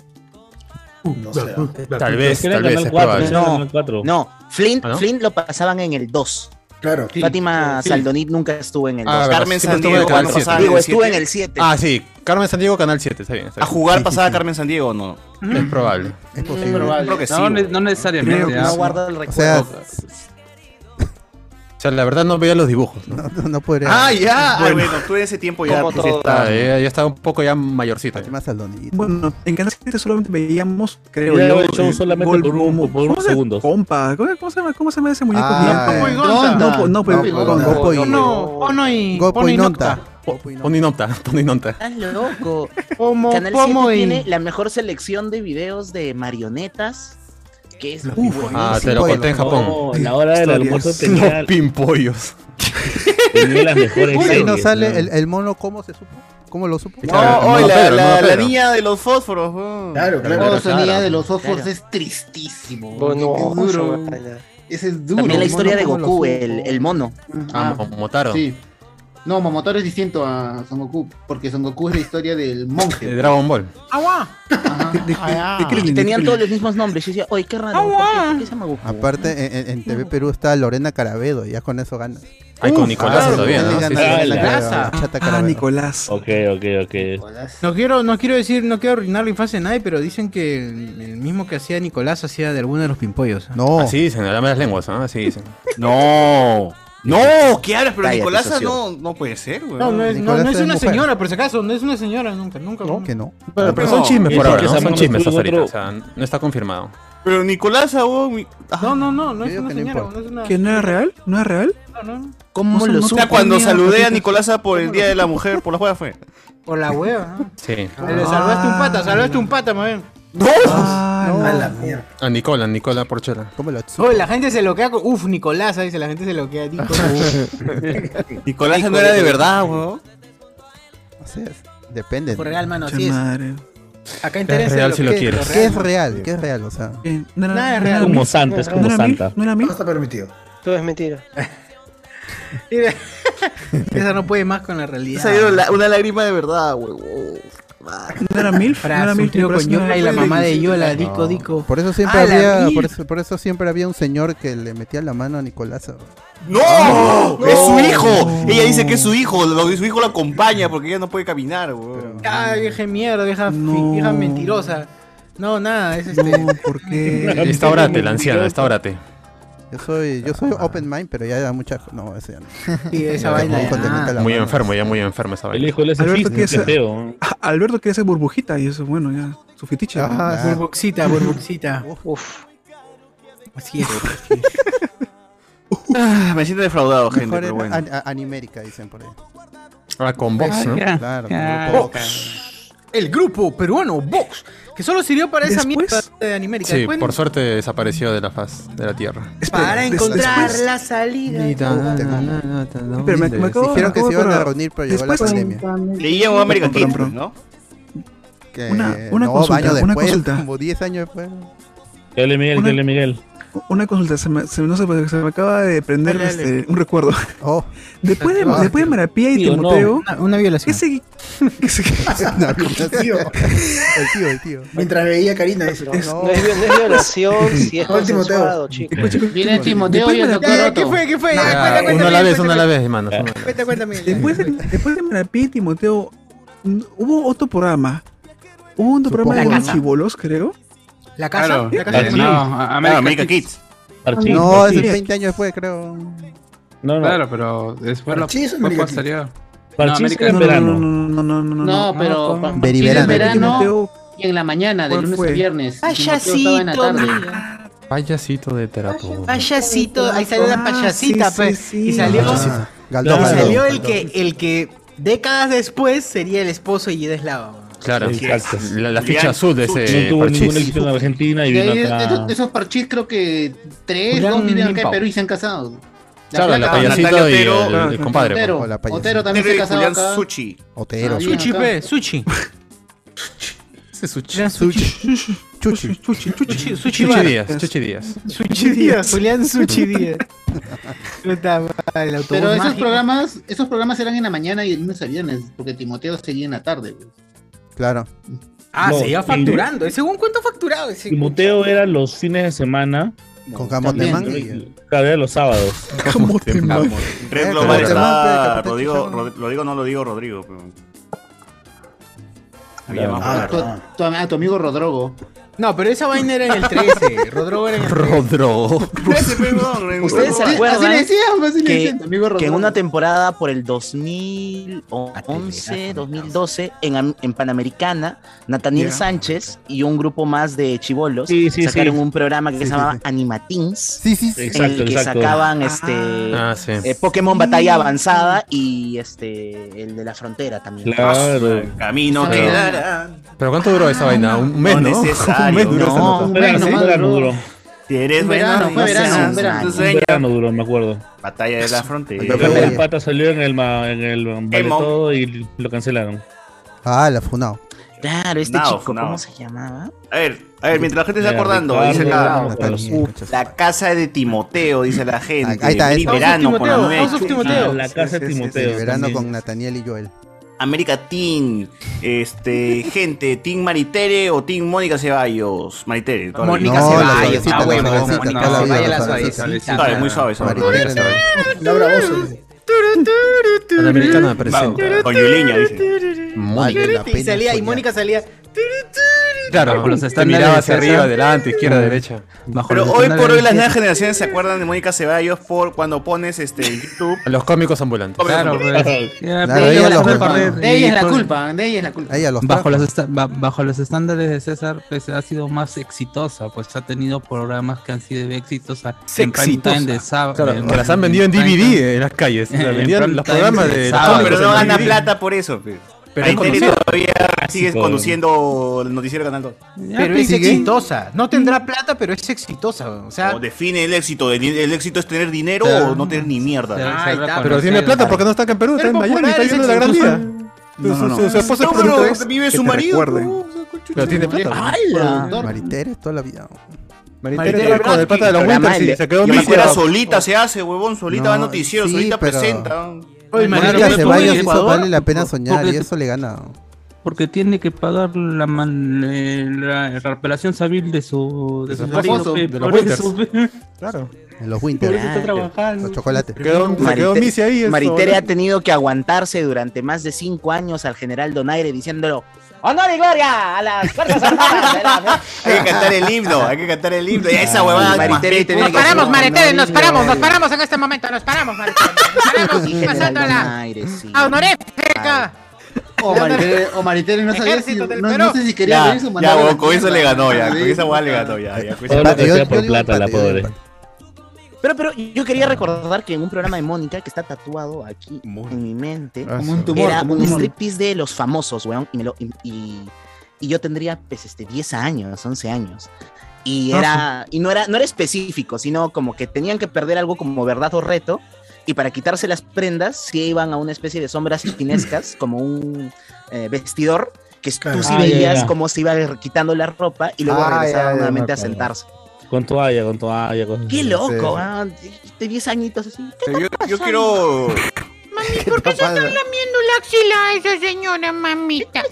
Speaker 11: Tal vez,
Speaker 13: Creo que
Speaker 11: tal vez,
Speaker 13: Canal
Speaker 11: es
Speaker 13: cuatro,
Speaker 11: probable.
Speaker 13: No, no, Flint,
Speaker 11: ¿Ah, no?
Speaker 13: Flint lo pasaban en el 2.
Speaker 15: Claro.
Speaker 13: Fátima
Speaker 11: Sí.
Speaker 13: Saldonit nunca estuvo en el 2.
Speaker 11: Ah,
Speaker 13: Carmen
Speaker 11: siempre estuvo en
Speaker 13: Sandiego
Speaker 11: el canal
Speaker 13: cuando
Speaker 11: 7.
Speaker 13: pasaba en el Digo, estuvo en el 7.
Speaker 11: Ah, sí, Carmen Sandiego, canal 7, está bien.
Speaker 3: A jugar pasaba Carmen Sandiego o no.
Speaker 11: Es probable.
Speaker 7: Es
Speaker 11: posible. Creo que sí,
Speaker 18: no, ne-
Speaker 11: güey.
Speaker 18: no necesariamente.
Speaker 11: Creo que
Speaker 18: ¿ah?
Speaker 11: sí.
Speaker 13: guardo el
Speaker 11: O sea,
Speaker 13: recuerdo.
Speaker 11: O sea, la verdad no veía los dibujos.
Speaker 12: (laughs)
Speaker 11: ¿no?
Speaker 7: No, no podría.
Speaker 3: Ah, ya. Ah, Bueno, tú en ese tiempo ya. pues,
Speaker 11: Ah,
Speaker 3: está-
Speaker 11: ya, ya estaba un poco ya mayorcita.
Speaker 12: Bueno, en Canal 7 solamente veíamos, creo
Speaker 14: Era
Speaker 12: yo,
Speaker 14: el show
Speaker 12: eh,
Speaker 14: solamente
Speaker 12: Gol-
Speaker 14: por un- por unos
Speaker 12: ¿cómo se-
Speaker 14: segundos.
Speaker 12: Compa, ¿cómo, cómo se llama, ¿cómo se llama ese muñeco
Speaker 14: Ah,
Speaker 12: gigante?
Speaker 11: eh.
Speaker 14: Gopo y Gonta.
Speaker 12: No, po- no,
Speaker 14: Gopo y
Speaker 12: pero con
Speaker 14: Gonta.
Speaker 12: Gopo y
Speaker 1: Ono, Ono y
Speaker 12: Gopo
Speaker 1: Ono
Speaker 12: y
Speaker 1: y
Speaker 12: Nocta.
Speaker 1: Nocta.
Speaker 11: Poninopta, Poninopta.
Speaker 13: Estás loco.
Speaker 1: (laughs) Pomo,
Speaker 13: Canal
Speaker 1: pomo
Speaker 13: 7
Speaker 1: y-
Speaker 13: tiene la mejor selección de videos de marionetas. Que es muy buenísimo.
Speaker 11: Ah, te lo conté en Japón.
Speaker 14: No, la hora del almuerzo tenía-
Speaker 11: Los (laughs) pimpollos.
Speaker 14: Tenía las mejores
Speaker 7: Uy, ahí no
Speaker 14: series,
Speaker 7: sale
Speaker 14: ¿no?
Speaker 7: el, el mono, ¿cómo se supo? ¿Cómo lo supo?
Speaker 3: No, oh, la, la- la niña de los fósforos. weón.
Speaker 7: Claro, claro.
Speaker 3: Oh,
Speaker 9: Oh,
Speaker 3: su
Speaker 9: su niña
Speaker 3: niña
Speaker 9: de los Oxfords
Speaker 13: Claro.
Speaker 9: es tristísimo.
Speaker 13: Bueno,
Speaker 9: Qué duro.
Speaker 13: esa-
Speaker 9: Ese es duro.
Speaker 13: También la
Speaker 9: El
Speaker 13: historia
Speaker 9: mono
Speaker 13: de
Speaker 9: como lo supo.
Speaker 13: Goku, el, el mono.
Speaker 9: Ah,
Speaker 11: Momotaro.
Speaker 9: Sí. No, Momotaro es distinto a Son Goku, porque Son Goku es la historia del monje.
Speaker 11: De Dragon Ball.
Speaker 13: ¡Agua!
Speaker 7: Krillin, de
Speaker 13: Tenían
Speaker 7: Krillin.
Speaker 13: todos los mismos nombres. Yo decía, ¡ay, qué raro! ¿por qué- por qué se llama Goku?
Speaker 7: Aparte, en- en, en TV Perú está Lorena Carabedo, ya con eso ganas.
Speaker 11: Ay, con Nicolás
Speaker 7: claro,
Speaker 11: todavía, ¿no?
Speaker 7: le
Speaker 11: Sí,
Speaker 7: gana
Speaker 11: sí,
Speaker 7: a
Speaker 11: sí.
Speaker 7: Lorena Carabedo,
Speaker 1: Nicolás.
Speaker 7: la chata Carabedo.
Speaker 12: Nicolás.
Speaker 14: Ok, ok, ok.
Speaker 1: No quiero, no quiero decir, no quiero arruinar la infancia de nadie, pero dicen que el, el mismo que hacía Nicolás hacía de alguno de los pimpollos.
Speaker 7: No.
Speaker 11: Así dicen, dame las lenguas, ¿ah? Así dicen.
Speaker 3: No. No, ¿qué hablas? Pero
Speaker 11: Cállate,
Speaker 3: Nicolás
Speaker 11: socio.
Speaker 3: no, no puede ser, weón.
Speaker 1: No, no es, no,
Speaker 11: Nicolás
Speaker 1: no es
Speaker 11: es
Speaker 1: una
Speaker 11: mujer.
Speaker 1: señora, por si acaso, no es una señora nunca, nunca. nunca.
Speaker 7: Que no.
Speaker 11: Pero, pero son
Speaker 3: No.
Speaker 11: chismes por
Speaker 14: Dicen
Speaker 11: ahora,
Speaker 14: que
Speaker 11: ¿no?
Speaker 14: Samuel
Speaker 11: Son chismes
Speaker 14: Cruz
Speaker 11: hasta ahorita.
Speaker 14: otro-
Speaker 11: O sea, no está confirmado.
Speaker 3: Pero oh, Nicolás, weón. No, no, no, no
Speaker 7: es una señora,
Speaker 3: no es una.
Speaker 12: ¿Que no era real? ¿No era real?
Speaker 3: ¿Cómo
Speaker 12: se
Speaker 3: lo
Speaker 12: nota?
Speaker 3: supo? Ah, Cuando
Speaker 12: Tenía
Speaker 3: saludé a
Speaker 12: patitas.
Speaker 3: Nicolasa por el Día de la Mujer, por la juega fue.
Speaker 1: Por la hueva, ¿no?
Speaker 11: Sí.
Speaker 1: Le salvaste un pata, salvaste un pata, más bien.
Speaker 11: A
Speaker 1: la
Speaker 11: mierda. A Nicola, Nicola Porchera.
Speaker 7: ¿Cómo lo
Speaker 1: Oye, la gente se lo queda con. Uf, Nicolás, dice, la gente se lo queda. Nico.
Speaker 3: Nicolás no era de verdad, weón.
Speaker 7: Así es. Depende.
Speaker 1: Por real, mano,
Speaker 7: Mucha
Speaker 1: así es.
Speaker 7: madre.
Speaker 1: Acá interesa
Speaker 7: real
Speaker 1: lo
Speaker 7: si
Speaker 1: que
Speaker 7: lo
Speaker 1: es,
Speaker 7: quieres.
Speaker 1: lo
Speaker 7: ¿Qué es
Speaker 1: ¿no?
Speaker 7: real? ¿Qué es real? O sea.
Speaker 1: Nada es real.
Speaker 14: Como santa, es como santa.
Speaker 12: ¿No era
Speaker 15: mí? No está permitido.
Speaker 10: Todo es mentira.
Speaker 1: (laughs) Mira, (laughs) Esa no puede más con la realidad.
Speaker 13: una lágrima de verdad, huevón.
Speaker 12: ¿No era
Speaker 1: (laughs)
Speaker 12: MILF?
Speaker 1: Fras, un trío con Yola y la mamá de Yola, Dico,
Speaker 7: No,
Speaker 1: Dico.
Speaker 7: Por eso siempre
Speaker 1: ¡Ah, la
Speaker 7: había,
Speaker 1: mil!
Speaker 7: por eso, por eso siempre había un señor que le metía la mano a Nicolás.
Speaker 3: ¡No! ¡Es su hijo! Ella dice que es su hijo. lo- Su hijo la acompaña porque ella no puede caminar, weón.
Speaker 1: Ah, vieja mierda, vieja, fi- vieja mentirosa. No, nada, es este.
Speaker 7: ¿por
Speaker 11: (laughs) Eh, Está orate, la anciana, está orate.
Speaker 7: Yo soy, yo soy open mind, pero ya da mucha. No, ese ya no.
Speaker 1: (laughs) Sí, esa
Speaker 7: Ya,
Speaker 1: vaina
Speaker 7: tampoco
Speaker 1: ya.
Speaker 7: te mete la
Speaker 11: Muy
Speaker 7: mano.
Speaker 11: enfermo, ya muy enfermo esa vaina.
Speaker 14: El hijo le hace
Speaker 12: Alberto
Speaker 14: fist,
Speaker 12: quiere
Speaker 14: un
Speaker 12: ser,
Speaker 14: teteo.
Speaker 12: Ah, Alberto quiere ser burbujita y eso, bueno, ya. Su fetiche.
Speaker 7: Ah,
Speaker 12: ¿no?
Speaker 1: Burbuxita, burbuxita. Uf.
Speaker 3: pues,
Speaker 1: Así es.
Speaker 3: (laughs) Ah, me siento defraudado, gente,
Speaker 7: Mejor
Speaker 3: pero
Speaker 7: en
Speaker 3: bueno.
Speaker 7: an- a- Animérica, dicen por ahí.
Speaker 11: Ahora Ah, con Vox, ¿no?
Speaker 7: Claro, con grupo Vox.
Speaker 1: El grupo peruano Vox, que solo sirvió para esa mierda de Animérica.
Speaker 11: Sí,
Speaker 1: Después,
Speaker 11: por suerte desapareció de la faz de la tierra.
Speaker 1: para
Speaker 12: des-
Speaker 1: encontrar
Speaker 12: después-
Speaker 1: la salida.
Speaker 12: Pero me, me acabo,
Speaker 7: Dijeron que
Speaker 12: acabo
Speaker 7: se iban
Speaker 12: de
Speaker 7: a
Speaker 12: acordar.
Speaker 7: reunir, pero llegó la
Speaker 12: Después-
Speaker 7: pandemia.
Speaker 3: Leían un American Kids, ¿no?
Speaker 7: Que,
Speaker 12: Una- una
Speaker 7: no,
Speaker 12: consulta,
Speaker 7: años
Speaker 12: una
Speaker 7: después,
Speaker 12: consulta.
Speaker 7: como 10 años después.
Speaker 14: Dale, Miguel,
Speaker 12: Una-
Speaker 14: dale, Miguel.
Speaker 12: Una consulta, se me, se me- no sé, pues, se me acaba de prender
Speaker 14: Dale, dale.
Speaker 12: este, un recuerdo.
Speaker 11: Oh.
Speaker 12: (laughs) Después,
Speaker 11: Ah,
Speaker 12: de, después de Marapía y
Speaker 1: Sí o no.
Speaker 12: Timoteo.
Speaker 1: Una- una violación.
Speaker 12: ¿Qué segui- qué segui-
Speaker 7: El tío, el tío.
Speaker 15: Mientras veía a Karina, dice.
Speaker 10: No es, vi- no es
Speaker 1: (laughs)
Speaker 10: violación, si es
Speaker 15: No, el Timoteo.
Speaker 10: consensuado, chicos.
Speaker 15: Viene Timoteo y el
Speaker 1: Ya, ya, ¿Qué fue? ¿Qué fue?
Speaker 11: Ya,
Speaker 1: Ya, cuenta,
Speaker 11: Ah, uno
Speaker 1: cuenta,
Speaker 11: a la
Speaker 1: cuenta,
Speaker 11: vez, uno a la
Speaker 1: cuenta.
Speaker 11: vez, hermano. uno a la vez.
Speaker 1: Cuenta, cuéntame.
Speaker 12: Después de, después de Marapía y Timoteo, n- hubo otro programa. Hubo un programa de
Speaker 1: La
Speaker 12: unos
Speaker 1: casa.
Speaker 12: chibolos, creo.
Speaker 7: Ah,
Speaker 1: La casa, la casa.
Speaker 14: Archie.
Speaker 18: a-
Speaker 3: Claro,
Speaker 18: American
Speaker 3: American Kids.
Speaker 14: Archie,
Speaker 7: No, es
Speaker 14: Archie.
Speaker 7: 20 años después, creo.
Speaker 14: No, no.
Speaker 18: Claro, pero después lo
Speaker 15: Parchís o
Speaker 18: fue
Speaker 15: American
Speaker 18: posterior.
Speaker 14: Parchís
Speaker 18: No, American
Speaker 14: en
Speaker 18: Kids.
Speaker 14: verano.
Speaker 12: No, no, no, no.
Speaker 18: No, pero-
Speaker 12: con-
Speaker 7: Veriverano.
Speaker 12: Chile en
Speaker 7: Timoteo.
Speaker 12: verano.
Speaker 17: Y en la mañana, de
Speaker 12: ¿Cuál
Speaker 17: lunes
Speaker 12: fue?
Speaker 17: a viernes.
Speaker 1: Ay,
Speaker 17: Timoteo
Speaker 1: ya sí,
Speaker 17: estaba en la tarde.
Speaker 11: Payasito de terapia.
Speaker 1: Payasito, ahí salió la
Speaker 12: Ah,
Speaker 1: payasita,
Speaker 12: sí,
Speaker 1: pues.
Speaker 12: sí, sí.
Speaker 1: Y salió,
Speaker 7: Ah.
Speaker 11: Payasito.
Speaker 7: Galdón,
Speaker 1: y
Speaker 7: Galdón,
Speaker 1: salió el
Speaker 7: Galdón.
Speaker 1: que, el que décadas después sería el esposo de Yedeslava.
Speaker 11: Claro,
Speaker 14: Sí, exacto.
Speaker 11: la, la ficha azul de
Speaker 14: No
Speaker 11: ese
Speaker 14: tuvo ningún
Speaker 11: parchís.
Speaker 14: éxito en Argentina y
Speaker 9: De ahí,
Speaker 14: vino
Speaker 9: de-
Speaker 14: acá.
Speaker 9: esos, esos parchís creo que tres,
Speaker 11: Julián
Speaker 9: dos viven acá en
Speaker 11: Limpau.
Speaker 9: Perú y se han casado.
Speaker 11: Claro, la
Speaker 9: flaca-
Speaker 11: payasita y el,
Speaker 3: Otero. Ah,
Speaker 11: el
Speaker 3: Claro.
Speaker 11: compadre.
Speaker 9: Ah, Otero,
Speaker 11: pues.
Speaker 9: Otero también se ha
Speaker 3: Terry
Speaker 9: casado
Speaker 3: Julián
Speaker 9: acá.
Speaker 3: Suchi.
Speaker 7: Otero.
Speaker 9: Bien
Speaker 1: Suchi,
Speaker 9: acá.
Speaker 1: pe,
Speaker 3: pues.
Speaker 1: Suchi.
Speaker 11: Ese Suchi.
Speaker 1: Gran Suchi.
Speaker 7: Chuchi.
Speaker 12: Chuchi,
Speaker 1: Suchi,
Speaker 12: chuchi.
Speaker 1: Suchi
Speaker 11: Chuchi
Speaker 1: Bar.
Speaker 11: Díaz, Chuchi Díaz.
Speaker 1: Suchi Díaz, Julián (laughs) Suchi Díaz. Puta madre, el autobús
Speaker 9: Pero esos
Speaker 1: mágico.
Speaker 9: programas, esos programas eran en la mañana y de lunes a viernes, porque Timoteo seguía en la tarde. pues.
Speaker 7: Claro.
Speaker 1: Ah,
Speaker 14: No,
Speaker 1: se iba
Speaker 14: y-
Speaker 1: facturando. Según cuánto facturado ese.
Speaker 14: Timoteo era los fines de semana.
Speaker 7: Con jamón de
Speaker 14: También,
Speaker 7: manga.
Speaker 14: ¿no? Claro, era los sábados.
Speaker 3: Red
Speaker 7: Eh,
Speaker 3: Global
Speaker 9: (laughs)
Speaker 7: Capitán Mante,
Speaker 3: está.
Speaker 7: Capitán
Speaker 3: Rodrigo,
Speaker 7: Chicharro.
Speaker 3: Rod- lo digo, no lo digo, Rodrigo. pero- Había
Speaker 14: Claro.
Speaker 3: más
Speaker 9: Ah,
Speaker 3: para-
Speaker 9: tu, tu am- a tu amigo Rodrogo.
Speaker 1: No, pero esa vaina era en el (laughs) 13. Rodrogo era en el 13.
Speaker 11: Rodro.
Speaker 3: Ese, pe, weón,
Speaker 13: ¿Ustedes se
Speaker 3: Rodrigo.
Speaker 13: acuerdan?
Speaker 9: Así le decíamos, así le
Speaker 13: que,
Speaker 9: decían, tu amigo
Speaker 13: que en
Speaker 9: Rodrogo.
Speaker 13: una temporada por el 2011, 2012, en, Am- en Panamericana, Nathaniel
Speaker 14: Ya.
Speaker 13: Sánchez y un grupo más de chibolos
Speaker 14: Sí, sí,
Speaker 13: sacaron
Speaker 14: sí.
Speaker 13: un programa que se llamaba Animatins, en
Speaker 14: Exacto,
Speaker 13: el que
Speaker 14: exacto.
Speaker 13: sacaban este
Speaker 11: Ah, sí.
Speaker 13: eh, Pokémon Batalla Avanzada y este el de la frontera también.
Speaker 14: Claro.
Speaker 3: Camino
Speaker 13: Pero-
Speaker 3: quedará.
Speaker 11: Pero ¿cuánto duró esa vaina? Un mes,
Speaker 3: No
Speaker 11: ¿no?
Speaker 3: necesario.
Speaker 11: Un mes duró esa
Speaker 13: No,
Speaker 11: nota.
Speaker 13: un
Speaker 14: Verano,
Speaker 13: mes,
Speaker 14: verano
Speaker 13: bro.
Speaker 14: duró.
Speaker 3: Si eres
Speaker 9: Verano,
Speaker 3: bueno,
Speaker 9: fue
Speaker 3: no
Speaker 9: verano,
Speaker 3: seas
Speaker 9: un verano.
Speaker 3: Ah, un
Speaker 14: Un
Speaker 3: sueño.
Speaker 14: verano duró, me acuerdo.
Speaker 3: Batalla de la
Speaker 14: Pero
Speaker 3: frontera.
Speaker 14: luego el pata salió en el, ma- en el vale
Speaker 3: Emo.
Speaker 14: todo y lo cancelaron.
Speaker 7: Ah, la funao.
Speaker 13: Claro, este
Speaker 3: Funao,
Speaker 13: chico,
Speaker 3: funao.
Speaker 13: ¿cómo se llamaba?
Speaker 3: A ver, a ver, mientras la gente se está
Speaker 14: Ya,
Speaker 3: acordando,
Speaker 14: Ricardo,
Speaker 3: dice acá.
Speaker 14: Ricardo.
Speaker 3: uh, La casa de Timoteo, dice la gente.
Speaker 7: Ahí está, ahí está.
Speaker 3: verano con la
Speaker 1: Timoteo,
Speaker 3: nueva
Speaker 1: House of
Speaker 3: chucha.
Speaker 1: Timoteo.
Speaker 14: Ah, la casa de Timoteo.
Speaker 7: El verano
Speaker 14: también.
Speaker 7: con Nathaniel y Joel.
Speaker 3: América Team, este, gente, Team Maritere o Team Mónica Ceballos. Maritere, toda la
Speaker 1: Mónica
Speaker 3: vida.
Speaker 7: No, la
Speaker 1: Ceballos,
Speaker 7: suavecita,
Speaker 1: ah,
Speaker 7: la suavecita,
Speaker 1: huevo, no,
Speaker 7: toda la vida,
Speaker 1: vaya
Speaker 7: la
Speaker 1: la
Speaker 7: suavecita.
Speaker 1: suavecita.
Speaker 3: Suave, muy suave, suave.
Speaker 7: Maritere, no.
Speaker 15: La bravoso. dice.
Speaker 11: Panamericana presenta.
Speaker 3: Con Yuliña, dice.
Speaker 11: Mónica.
Speaker 7: Vale la
Speaker 1: Y
Speaker 7: pena
Speaker 1: salía, y
Speaker 7: soñar.
Speaker 1: Mónica salía.
Speaker 11: Claro,
Speaker 2: Bajo los
Speaker 11: te
Speaker 2: estándares
Speaker 11: miraba
Speaker 2: de
Speaker 11: hacia
Speaker 2: César.
Speaker 11: arriba, adelante, izquierda,
Speaker 2: Ah.
Speaker 11: derecha.
Speaker 2: Bajo
Speaker 3: Pero
Speaker 11: los
Speaker 3: hoy
Speaker 11: estándares
Speaker 3: por hoy
Speaker 11: de
Speaker 3: las
Speaker 11: César.
Speaker 3: nuevas generaciones se acuerdan de Mónica Ceballos por cuando pones este en YouTube.
Speaker 11: A los cómicos ambulantes.
Speaker 3: Claro, pues.
Speaker 11: Ya,
Speaker 3: Claro,
Speaker 11: pero la
Speaker 3: ella los
Speaker 11: culpa
Speaker 3: culpa.
Speaker 11: de-
Speaker 3: Ella es
Speaker 9: la
Speaker 11: por-
Speaker 9: culpa, de ella es la culpa.
Speaker 7: pues. Ella los
Speaker 9: trajo.
Speaker 17: bajo, los esta- ba- bajo los estándares de César, pues ha sido más exitosa, pues ha tenido programas que han sido éxitos a- en prime
Speaker 11: Exitosa.
Speaker 17: time de sábado.
Speaker 11: Claro,
Speaker 17: en-
Speaker 11: que las han
Speaker 17: en
Speaker 11: vendido en
Speaker 17: prime
Speaker 11: DVD
Speaker 17: time.
Speaker 11: eh, en las calles. O
Speaker 17: (laughs)
Speaker 11: sea,
Speaker 17: En
Speaker 11: vendían
Speaker 17: prime
Speaker 11: los
Speaker 17: time
Speaker 11: programas
Speaker 17: del
Speaker 11: de-
Speaker 17: sábado.
Speaker 3: pero no gana
Speaker 11: Sí.
Speaker 3: plata por eso. pe.
Speaker 11: Pero
Speaker 3: Ahí
Speaker 11: es
Speaker 3: Tere
Speaker 11: conocido.
Speaker 3: todavía sigue
Speaker 11: Clásico.
Speaker 3: conduciendo el noticiero Canal 2.
Speaker 1: Pero
Speaker 19: pues,
Speaker 1: es exitosa. No
Speaker 19: Mm.
Speaker 1: tendrá plata, pero es exitosa. O sea,
Speaker 3: O define el éxito. El, el éxito es tener dinero
Speaker 1: Claro.
Speaker 3: o no tener ni mierda.
Speaker 1: Claro, Ah, ahí está.
Speaker 11: Pero tiene plata porque no está acá en Perú, está en Miami, está viviendo la gran vida.
Speaker 7: No, no, no.
Speaker 11: Su, su esposo
Speaker 7: No, pero
Speaker 11: productor.
Speaker 7: vive
Speaker 11: Que
Speaker 7: su
Speaker 11: te
Speaker 7: marido,
Speaker 11: recuerden. Pero tiene plata.
Speaker 7: Maritere toda la vida.
Speaker 11: Maritere Maritere con el pata de los Programa Winters y de- se quedó
Speaker 3: Yo me
Speaker 11: viciado.
Speaker 3: acuerdo, solita se hace, huevón. Solita
Speaker 7: No,
Speaker 3: va al noticiero,
Speaker 7: sí,
Speaker 3: solita
Speaker 7: pero-
Speaker 3: presenta.
Speaker 7: Oye,
Speaker 17: Maritere,
Speaker 7: Mónica
Speaker 17: pero tú
Speaker 7: Ceballos
Speaker 17: eres
Speaker 7: hizo
Speaker 17: Ecuador,
Speaker 7: vale la pena
Speaker 17: ¿por-
Speaker 7: soñar
Speaker 17: por
Speaker 7: y
Speaker 17: qué-
Speaker 7: eso le gana.
Speaker 17: Porque tiene que pagar la, man- eh, la, la reparación civil de su, de
Speaker 7: De
Speaker 17: su
Speaker 7: su
Speaker 17: marido,
Speaker 7: esposo,
Speaker 17: pe-
Speaker 7: de los
Speaker 17: por
Speaker 7: Winters.
Speaker 17: eso,
Speaker 11: Claro.
Speaker 7: En los Winter.
Speaker 13: Por eso está trabajando.
Speaker 7: Los chocolates.
Speaker 13: Marite-
Speaker 7: ¿eh?
Speaker 13: Maritere ha tenido que aguantarse durante más de cinco años al general Donaire diciéndolo ¡Honor y gloria a
Speaker 1: (laughs)
Speaker 13: las Fuerzas Armadas! de la Nación".
Speaker 3: Hay que cantar el himno, hay que cantar el himno. Y esa huevada.
Speaker 13: Maritere tenía
Speaker 19: Nos
Speaker 13: que
Speaker 19: paramos,
Speaker 13: hacer-
Speaker 19: Maretere, nos
Speaker 13: Honorio,
Speaker 19: paramos, nos
Speaker 13: Honorio.
Speaker 19: paramos en este momento, nos paramos, Maretere. Nos
Speaker 1: (laughs)
Speaker 19: paramos y
Speaker 13: General
Speaker 19: pasando a la.
Speaker 13: Donaire, sí.
Speaker 19: A
Speaker 1: Ah.
Speaker 19: honorífica.
Speaker 1: Oh,
Speaker 9: O Maritere, o Maritere no sabía si,
Speaker 19: Ejército
Speaker 9: no,
Speaker 19: del
Speaker 9: no
Speaker 19: Perú.
Speaker 9: sé si quería
Speaker 3: Ya,
Speaker 9: ver eso.
Speaker 3: ya, huevón, con eso le ganó, ya. Con esa huevada le ganó, ya. ya, con esa
Speaker 14: Todo lo que
Speaker 3: huevada-
Speaker 14: sea por plata, la pobre.
Speaker 13: Pero, pero yo quería recordar que en un programa de Mónica que está tatuado aquí en mi mente,
Speaker 14: Ah, Como un tumor,
Speaker 13: era
Speaker 14: como
Speaker 13: un,
Speaker 14: un tumor.
Speaker 13: striptease de los famosos, weón, y, me lo- y, y- y yo tendría pues este 10 años, 11 años. Y
Speaker 17: Ah,
Speaker 13: era y no era no era específico, sino como que tenían que perder algo como verdad o reto y para quitarse las prendas se iban a una especie de sombras
Speaker 14: (laughs)
Speaker 13: chinescas como un eh, vestidor que tú sí
Speaker 14: Ah, ya,
Speaker 13: veías
Speaker 14: ya.
Speaker 13: cómo se iba quitando la ropa y luego
Speaker 14: Ah, ya,
Speaker 13: regresaban
Speaker 14: ya,
Speaker 13: nuevamente
Speaker 14: me
Speaker 13: a
Speaker 14: acuerdo.
Speaker 13: sentarse.
Speaker 14: Con toalla, con toalla. Con...
Speaker 13: Qué loco,
Speaker 14: Sí.
Speaker 13: ah, de 10 añitos así. ¿Qué
Speaker 3: Yo,
Speaker 13: está
Speaker 3: yo
Speaker 13: pasando?
Speaker 3: quiero.
Speaker 13: ah.
Speaker 19: ¿Por qué se está lamiendo la axila a esa señora, mamita?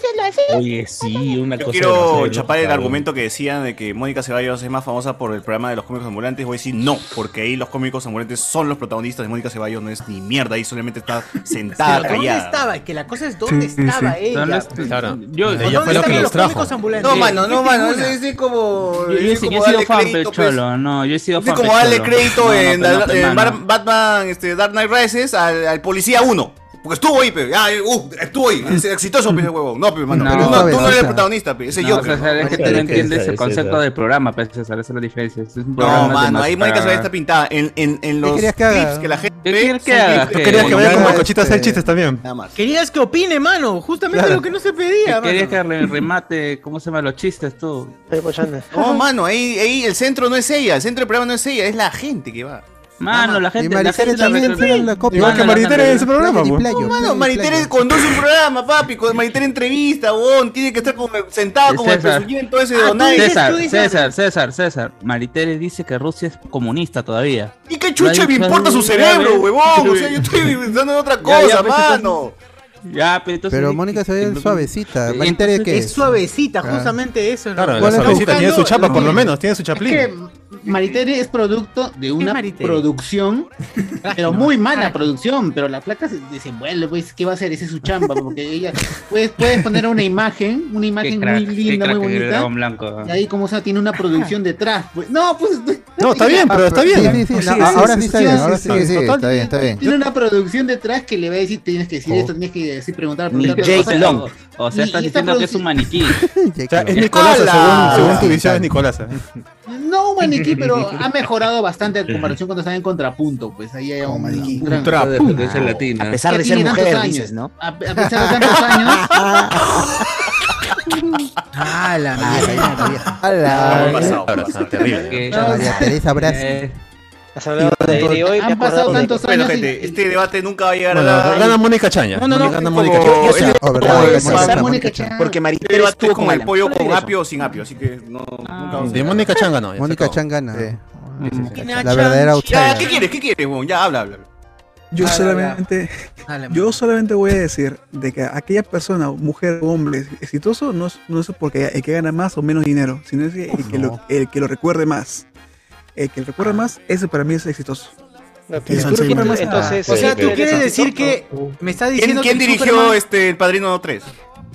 Speaker 14: Oye, sí, una
Speaker 3: Yo
Speaker 14: cosa.
Speaker 3: quiero
Speaker 14: demasiado
Speaker 3: chapar el
Speaker 14: loca, huevón.
Speaker 3: argumento que decían de que Mónica Ceballos es más famosa por el programa de los cómicos ambulantes. Voy a decir no, porque ahí los cómicos ambulantes son los protagonistas de Mónica Ceballos, no es ni mierda, ahí solamente (laughs) está sentada,
Speaker 1: ¿dónde
Speaker 3: callada.
Speaker 1: estaba? Que la cosa es dónde estaba ella.
Speaker 3: Claro.
Speaker 1: Yo- Ella fue lo que los trajo.
Speaker 3: No, mano, no, mano.
Speaker 1: Ninguna.
Speaker 3: Es, es como.
Speaker 17: Yo, yo he-
Speaker 3: es como
Speaker 17: yo he sido
Speaker 3: darle
Speaker 17: fan,
Speaker 3: crédito,
Speaker 17: pe,
Speaker 3: pues.
Speaker 17: cholo. No, yo he sido
Speaker 3: Es
Speaker 17: fan.
Speaker 3: como
Speaker 17: pe,
Speaker 3: darle
Speaker 17: cholo.
Speaker 3: crédito
Speaker 17: No, no,
Speaker 3: en,
Speaker 17: pe, no,
Speaker 3: Dark-
Speaker 17: pe, mano.
Speaker 3: en Bar- Batman este, Dark Knight Rises al, al policía 1. Porque estuvo ahí, pero. Uh, estuvo ahí. Es exitoso, pe, huevón. No, pero, mano.
Speaker 17: Ah. No, pues,
Speaker 3: tú no, tú no
Speaker 17: o
Speaker 3: eres el
Speaker 17: sea,
Speaker 3: protagonista, pe. Ese
Speaker 17: no,
Speaker 3: Joker.
Speaker 17: o sea, es que tú
Speaker 3: Claro,
Speaker 17: no
Speaker 3: que
Speaker 17: entiendes
Speaker 3: esa-
Speaker 17: el
Speaker 3: esa-
Speaker 17: concepto
Speaker 3: esa-
Speaker 17: del programa, pues, César, esa es la diferencia. Este es un programa
Speaker 3: No,
Speaker 17: de
Speaker 3: mano, ahí Mónica Ceballos
Speaker 17: máscara.
Speaker 3: está pintada. En, en, en los
Speaker 17: querías
Speaker 3: clips
Speaker 17: que haga?
Speaker 3: que la gente.
Speaker 17: ¿Qué quieres que
Speaker 3: son
Speaker 17: haga?
Speaker 3: clips
Speaker 17: ¿Qué?
Speaker 11: Querías que vaya con
Speaker 17: Este-
Speaker 11: Macochita a hacer chistes también.
Speaker 1: Querías que opine, mano. Justamente
Speaker 17: Claro.
Speaker 1: lo que no se pedía,
Speaker 17: ¿Qué querías
Speaker 1: mano.
Speaker 17: que re- remate? ¿Cómo se llaman los chistes, tú?
Speaker 3: (laughs) No, Oh, mano, ahí, ahí el centro no es ella, el centro del programa no es ella, es la gente que va.
Speaker 17: Mano, la gente- la gente la
Speaker 3: también
Speaker 17: reconoce.
Speaker 3: fue
Speaker 17: Igual que
Speaker 3: Mano,
Speaker 17: Maritere
Speaker 3: la-
Speaker 17: en ese programa,
Speaker 3: No,
Speaker 17: pues.
Speaker 3: mano, Maritere conduce un programa, papi, con Maritere entrevista, bon, tiene que estar como sentada como el
Speaker 17: César. Ah,
Speaker 3: presumiento ese de Donay.
Speaker 17: César, César, César, César. Maritere dice que Rusia es comunista todavía.
Speaker 3: ¿Y qué chucha me importa su cerebro, huevón? O sea, yo estoy pensando en otra
Speaker 17: Ya, ya,
Speaker 3: cosa,
Speaker 17: pues,
Speaker 3: mano.
Speaker 17: Ya, pero entonces.
Speaker 7: Pero Mónica se ve suavecita. Maritere, ¿qué
Speaker 1: Es suavecita,
Speaker 7: Ah.
Speaker 1: justamente eso. ¿no?
Speaker 11: Claro, la
Speaker 1: ¿Cuál es la
Speaker 11: suavecita tiene su
Speaker 1: buscando?
Speaker 11: chapa, por lo menos, tiene su chaplín.
Speaker 9: Es que Maritere es producto de una
Speaker 1: Maritere? (laughs)
Speaker 9: producción, pero muy mala producción, pero la placa se desenvuelve, pues, ¿qué va a hacer? Esa es su chamba, porque ella, puedes, puedes poner una imagen, una imagen muy linda, muy bonita,
Speaker 17: blanco.
Speaker 9: y ahí como sea, tiene una producción detrás, pues, no, pues...
Speaker 11: No, está bien, pero
Speaker 3: Ah,
Speaker 11: está bien.
Speaker 5: Sí, sí, sí, no, ahora sí está bien, ahora sí, sí, está bien, está bien.
Speaker 9: Tiene una producción detrás que le va a decir, tienes que decir esto, tienes que decir, preguntar,
Speaker 17: Oh. Ni
Speaker 9: preguntar.
Speaker 17: Jake
Speaker 9: o sea,
Speaker 17: Long. O sea,
Speaker 9: y-
Speaker 17: estás
Speaker 9: y esta
Speaker 17: diciendo que es un maniquí.
Speaker 11: O sea, es
Speaker 17: Hola.
Speaker 11: Nicolasa, según, según tu visión es ¿eh? Nicolasa.
Speaker 9: No, maniquí, pero ha mejorado bastante en comparación cuando estaba en contrapunto, pues ahí hay un, un gran-
Speaker 13: Contrapunto. A pesar de
Speaker 9: Que tiene
Speaker 13: ser mujer,
Speaker 9: tantos
Speaker 13: dices,
Speaker 9: años,
Speaker 13: ¿no?
Speaker 9: A, a pesar de tantos años.
Speaker 1: Ah, la Ah, mierda.
Speaker 7: Teresa abrazo.
Speaker 3: Han pasado tantos años. gente, este debate nunca va a llegar a la.
Speaker 11: gana Mónica Chaña.
Speaker 3: No, no, no.
Speaker 11: Gana Mónica
Speaker 3: Como-
Speaker 11: Chaña.
Speaker 3: yo- yo- Oh, verdad,
Speaker 11: Como-
Speaker 3: Mónica
Speaker 11: Como-
Speaker 3: Chaña.
Speaker 11: Mónica
Speaker 13: Porque
Speaker 3: Este
Speaker 13: Maritere
Speaker 3: debate
Speaker 13: estuvo
Speaker 3: es como
Speaker 13: con
Speaker 3: el
Speaker 13: el
Speaker 3: pollo con apio o sin apio, así que no. nunca vamos a-
Speaker 11: De Mónica Chaña ganó.
Speaker 7: Mónica Chan gana.
Speaker 3: Ya,
Speaker 7: La verdadera
Speaker 3: Ya,
Speaker 7: outsider.
Speaker 3: ¿qué quieres? ¿Qué quieres, huevón? Ya, habla, habla.
Speaker 12: Yo
Speaker 3: Dale,
Speaker 12: solamente, yo solamente voy a decir de que aquella persona, mujer o hombre exitoso, no es, no es porque el que gana más o menos dinero, sino es que el, que, lo, el que lo recuerde más. El que lo recuerde más, ese para mí es exitoso.
Speaker 1: pero
Speaker 12: Si tú
Speaker 1: entonces-
Speaker 12: recuerdas más ah, pues, a-
Speaker 3: eh,
Speaker 1: entonces- O sea, tú quieres decir que me está
Speaker 3: ¿Quién,
Speaker 1: diciendo
Speaker 3: quién
Speaker 1: que
Speaker 3: dirigió
Speaker 1: Superman-
Speaker 3: este El Padrino 3?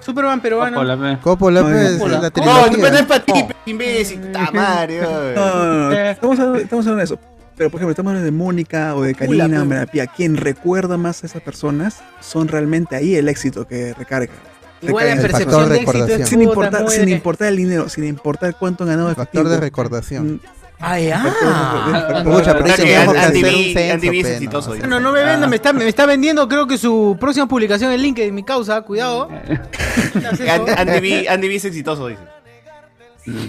Speaker 1: Superman peruano.
Speaker 7: Coppola, Coppola, pues,
Speaker 1: Coppola.
Speaker 7: la
Speaker 3: No,
Speaker 7: trilogía.
Speaker 3: no pero no es para ti, pe, imbécil.
Speaker 1: (laughs)
Speaker 3: Puta madre,
Speaker 12: No,
Speaker 3: oye.
Speaker 12: no, no, Eh, Estamos, hablando, estamos hablando de eso. Pero, por ejemplo, estamos hablando de Mónica o de Karina o de Pía. Quien recuerda más a esas personas son realmente ahí el éxito que recarga.
Speaker 7: Igual la
Speaker 12: Recarga el
Speaker 7: percepción
Speaker 12: factor
Speaker 7: de éxito
Speaker 12: recordación.
Speaker 7: es
Speaker 12: sin
Speaker 7: puta
Speaker 12: importar, sin
Speaker 7: madre.
Speaker 12: importar el dinero, sin importar cuánto han ganado el
Speaker 7: Factor de
Speaker 11: Mm,
Speaker 7: recordación.
Speaker 1: Ay, ah.
Speaker 7: Pucha, pero
Speaker 3: Verdad que
Speaker 7: tenemos que
Speaker 3: Andy
Speaker 7: hacer
Speaker 3: B-
Speaker 7: un censo,
Speaker 3: Andy B es
Speaker 7: pe,
Speaker 3: exitoso, dice.
Speaker 1: No, no me
Speaker 3: Ah.
Speaker 1: venda, me está, me está vendiendo creo que su próxima publicación en LinkedIn, mi causa, cuidado. (laughs)
Speaker 3: Andy- Andy B- Andy B es exitoso, dice.
Speaker 1: O sea,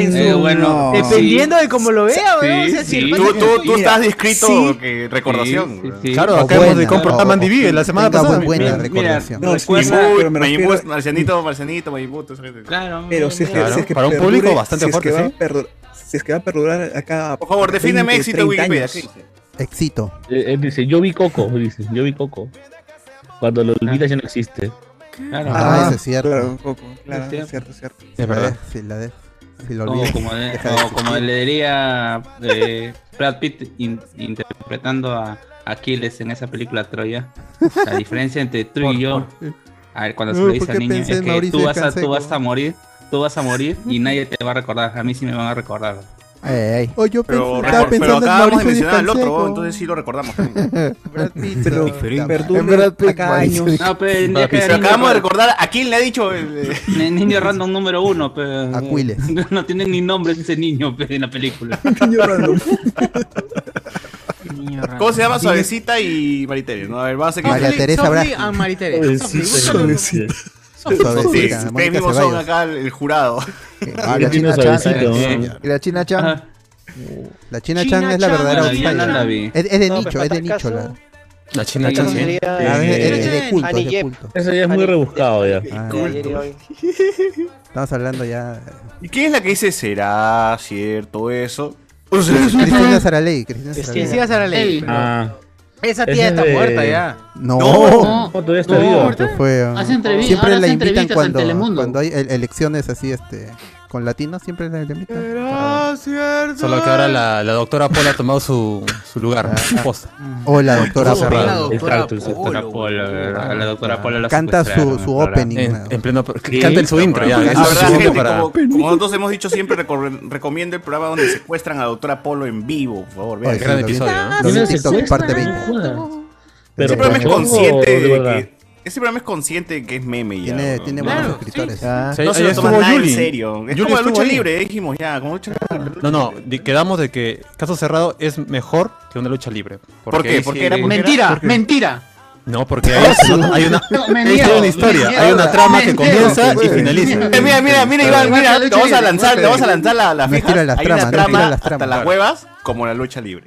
Speaker 1: en su-
Speaker 3: Mm, Eh, bueno,
Speaker 1: dependiendo de cómo lo vea,
Speaker 3: Sí,
Speaker 1: weón. O sea, si el
Speaker 3: sí.
Speaker 1: pata
Speaker 3: Tú-
Speaker 1: es
Speaker 3: tú-
Speaker 1: tuyo,
Speaker 3: tú
Speaker 1: mira.
Speaker 3: estás descrito
Speaker 1: Sí.
Speaker 3: que recordación.
Speaker 1: Sí, sí,
Speaker 3: weón.
Speaker 1: sí. Claro, O acá hemos buena, descomportado a o- Mandy o B la semana tenga pasada. buena recordación.
Speaker 3: No,
Speaker 1: No,
Speaker 3: es
Speaker 1: recuerda,
Speaker 3: Mayimbu,
Speaker 1: pero me
Speaker 3: Mayimbu
Speaker 1: refiero-
Speaker 3: es Marcianito, Marcianito, Mayimbu, toda esa gente.
Speaker 17: Claro,
Speaker 12: Pero si es que,
Speaker 3: Claro,
Speaker 12: si es que
Speaker 3: para un
Speaker 12: perdure,
Speaker 3: público bastante
Speaker 12: si es que
Speaker 3: fuerte,
Speaker 12: va a
Speaker 3: sí.
Speaker 12: perdur- si es que va a perdurar acá.
Speaker 3: Por favor, defíneme éxito Wikipedia. ¿qué dice?
Speaker 7: Éxito.
Speaker 20: Eh, Él, él dice, yo vi Coco, dice, yo vi Coco. Cuando lo olvidas ya no existe.
Speaker 12: Claro.
Speaker 7: Ah, eso es cierto.
Speaker 12: Claro, Coco, claro, es cierto, es cierto.
Speaker 7: Sí,
Speaker 20: Es verdad.
Speaker 7: Sí, la de. Si lo
Speaker 17: O
Speaker 7: olvidas.
Speaker 17: como, de-
Speaker 7: deja de
Speaker 17: o como
Speaker 7: existir.
Speaker 17: le diría eh, Brad Pitt in- interpretando a Aquiles en esa película
Speaker 7: (laughs)
Speaker 17: Troya. La diferencia entre tú y yo, a ver, cuando se
Speaker 7: No,
Speaker 17: lo
Speaker 7: ¿por
Speaker 17: dice
Speaker 7: qué
Speaker 17: al niño,
Speaker 7: pensé
Speaker 17: es
Speaker 7: en
Speaker 17: que
Speaker 7: Mauricio
Speaker 17: tú vas, a, tú
Speaker 7: Canseco?
Speaker 17: vas a morir, tú vas a morir
Speaker 7: (laughs)
Speaker 17: y nadie te va a recordar. A mí sí me van a recordar.
Speaker 11: Ah,
Speaker 7: Oh, yo
Speaker 3: Pero,
Speaker 7: pens-
Speaker 3: recor-
Speaker 7: estaba
Speaker 3: pero
Speaker 7: pensando en
Speaker 3: acabamos de
Speaker 7: Mauricio
Speaker 3: mencionar al otro,
Speaker 7: Canseco.
Speaker 3: weón, entonces sí lo recordamos.
Speaker 12: Pero
Speaker 3: Diferente.
Speaker 12: perdure
Speaker 3: En Brad Pitt,
Speaker 12: acá
Speaker 3: Mauricio.
Speaker 12: años.
Speaker 17: No, pero
Speaker 3: Pero acabamos de recordar a quién le ha dicho eh, el-
Speaker 17: Niño random número uno. Pero,
Speaker 7: Aquiles.
Speaker 17: (laughs) No tiene ni nombre ese niño pe, en
Speaker 7: (laughs)
Speaker 17: la película.
Speaker 9: (laughs)
Speaker 3: eh, ¿Cómo se llama Suavecita y Maritere? No, a ver, va a ser que
Speaker 1: María Teresa Softly Braschi. and María
Speaker 3: Eh,
Speaker 1: Teresa. Suavecita. Suavecita. Suavecita,
Speaker 3: Sí, Ustedes
Speaker 1: Mónica
Speaker 3: mismos son
Speaker 1: Ceballos.
Speaker 3: acá el, el jurado.
Speaker 7: Ah, la China Chan.
Speaker 3: Eh,
Speaker 7: Y la China Chan. La China
Speaker 3: China
Speaker 7: Chan es la
Speaker 3: Chan,
Speaker 7: verdadera
Speaker 3: la vi,
Speaker 7: outsider.
Speaker 3: no la vi.
Speaker 7: Es, es de
Speaker 3: No,
Speaker 7: nicho,
Speaker 3: pero
Speaker 7: es de
Speaker 3: para
Speaker 7: nicho.
Speaker 3: el
Speaker 7: La,
Speaker 3: caso-
Speaker 11: La China
Speaker 7: Sí,
Speaker 11: Chan,
Speaker 7: no
Speaker 11: sí.
Speaker 7: sería- Ah, es- es- es de culto, es de
Speaker 11: Annie Jep.
Speaker 7: culto. Ah,
Speaker 20: Eso ya es muy rebuscado ya.
Speaker 1: Ah,
Speaker 7: Estamos hablando ya.
Speaker 3: ¿Y quién es la que dice será cierto eso?
Speaker 7: Cristina Saraley. Cristina Saraley.
Speaker 1: Cristina Saraley, Ey. pero-
Speaker 20: Ah.
Speaker 1: Esa
Speaker 20: Ese
Speaker 1: tía
Speaker 20: es
Speaker 1: está
Speaker 20: de-
Speaker 1: muerta ya.
Speaker 7: No,
Speaker 20: No, todavía está vivo.
Speaker 7: Esto fue, ah,
Speaker 20: Hace entrevi-
Speaker 7: siempre
Speaker 20: ahora
Speaker 7: la
Speaker 20: hace
Speaker 7: invitan
Speaker 20: entrevistas en
Speaker 7: cuando,
Speaker 20: Telemundo.
Speaker 7: cuando hay ele- elecciones así este con latinos, siempre la la invitan. Ah,
Speaker 1: cierto.
Speaker 11: Solo que ahora la, la doctora Paul ha tomado su, su lugar, su posta.
Speaker 7: Oh, la doctora
Speaker 11: Está cerrado.
Speaker 7: Polo.
Speaker 17: El doctor Polo, ¿verdad? la doctora Polo la
Speaker 7: Canta su,
Speaker 17: secuestraron,
Speaker 7: su
Speaker 17: ¿verdad?
Speaker 7: opening.
Speaker 11: En, en pleno.
Speaker 17: Sí.
Speaker 11: Canta su intro ya.
Speaker 3: La
Speaker 11: canta su
Speaker 3: verdad,
Speaker 11: intro
Speaker 3: gente,
Speaker 11: para-
Speaker 3: como, como nosotros hemos dicho siempre, recor- recomiendo el programa donde secuestran a la doctora Polo en vivo. Por favor, vean.
Speaker 11: Oye, gran episodio, ¿no?
Speaker 7: Lo de
Speaker 11: Tiene
Speaker 7: TikTok,
Speaker 11: sexo,
Speaker 7: parte
Speaker 11: ¿no?
Speaker 7: 20.
Speaker 3: Ese
Speaker 7: Pero
Speaker 3: programa
Speaker 7: ¿por
Speaker 3: es
Speaker 7: qué?
Speaker 3: consciente
Speaker 7: ¿O de
Speaker 3: de
Speaker 7: verdad?
Speaker 3: que. Ese programa es consciente de que es meme ya.
Speaker 7: Tiene-
Speaker 3: weón.
Speaker 7: tiene buenos Claro, suscriptores. sí.
Speaker 3: No
Speaker 7: Ah.
Speaker 3: se
Speaker 11: Sí, ahí
Speaker 3: lo toman
Speaker 11: estuvo
Speaker 3: nada en
Speaker 11: Yuli.
Speaker 3: serio. Es
Speaker 11: Yuli
Speaker 3: como la
Speaker 11: estuvo
Speaker 3: lucha
Speaker 11: ahí.
Speaker 3: libre, dijimos ya. Como lucha libre.
Speaker 11: No, no, di- quedamos de que caso cerrado es mejor que una lucha libre.
Speaker 3: ¿Por qué?
Speaker 11: ahí
Speaker 3: ¿Por
Speaker 11: sí-
Speaker 3: qué era- por qué
Speaker 9: Mentira, mentira.
Speaker 11: No, porque ahí
Speaker 9: (laughs)
Speaker 11: se nota- hay, una,
Speaker 9: No, me
Speaker 11: hay
Speaker 9: niego,
Speaker 11: toda una
Speaker 9: me
Speaker 11: historia,
Speaker 9: niego.
Speaker 11: hay una trama que
Speaker 9: Me
Speaker 11: comienza
Speaker 9: niego.
Speaker 11: y finaliza.
Speaker 3: Mira, mira, mira, mira, Iván,
Speaker 9: Igual que la
Speaker 3: mira,
Speaker 9: lucha
Speaker 3: te vamos a
Speaker 9: libre,
Speaker 3: lanzar, te
Speaker 9: igual que-
Speaker 3: vamos a lanzar la, la
Speaker 7: No
Speaker 3: fijas.
Speaker 7: estira las
Speaker 3: Hay una
Speaker 7: tramas, no
Speaker 3: trama
Speaker 7: estira las
Speaker 3: hasta
Speaker 7: tramas.
Speaker 3: las
Speaker 7: Claro.
Speaker 3: huevas, como la lucha libre.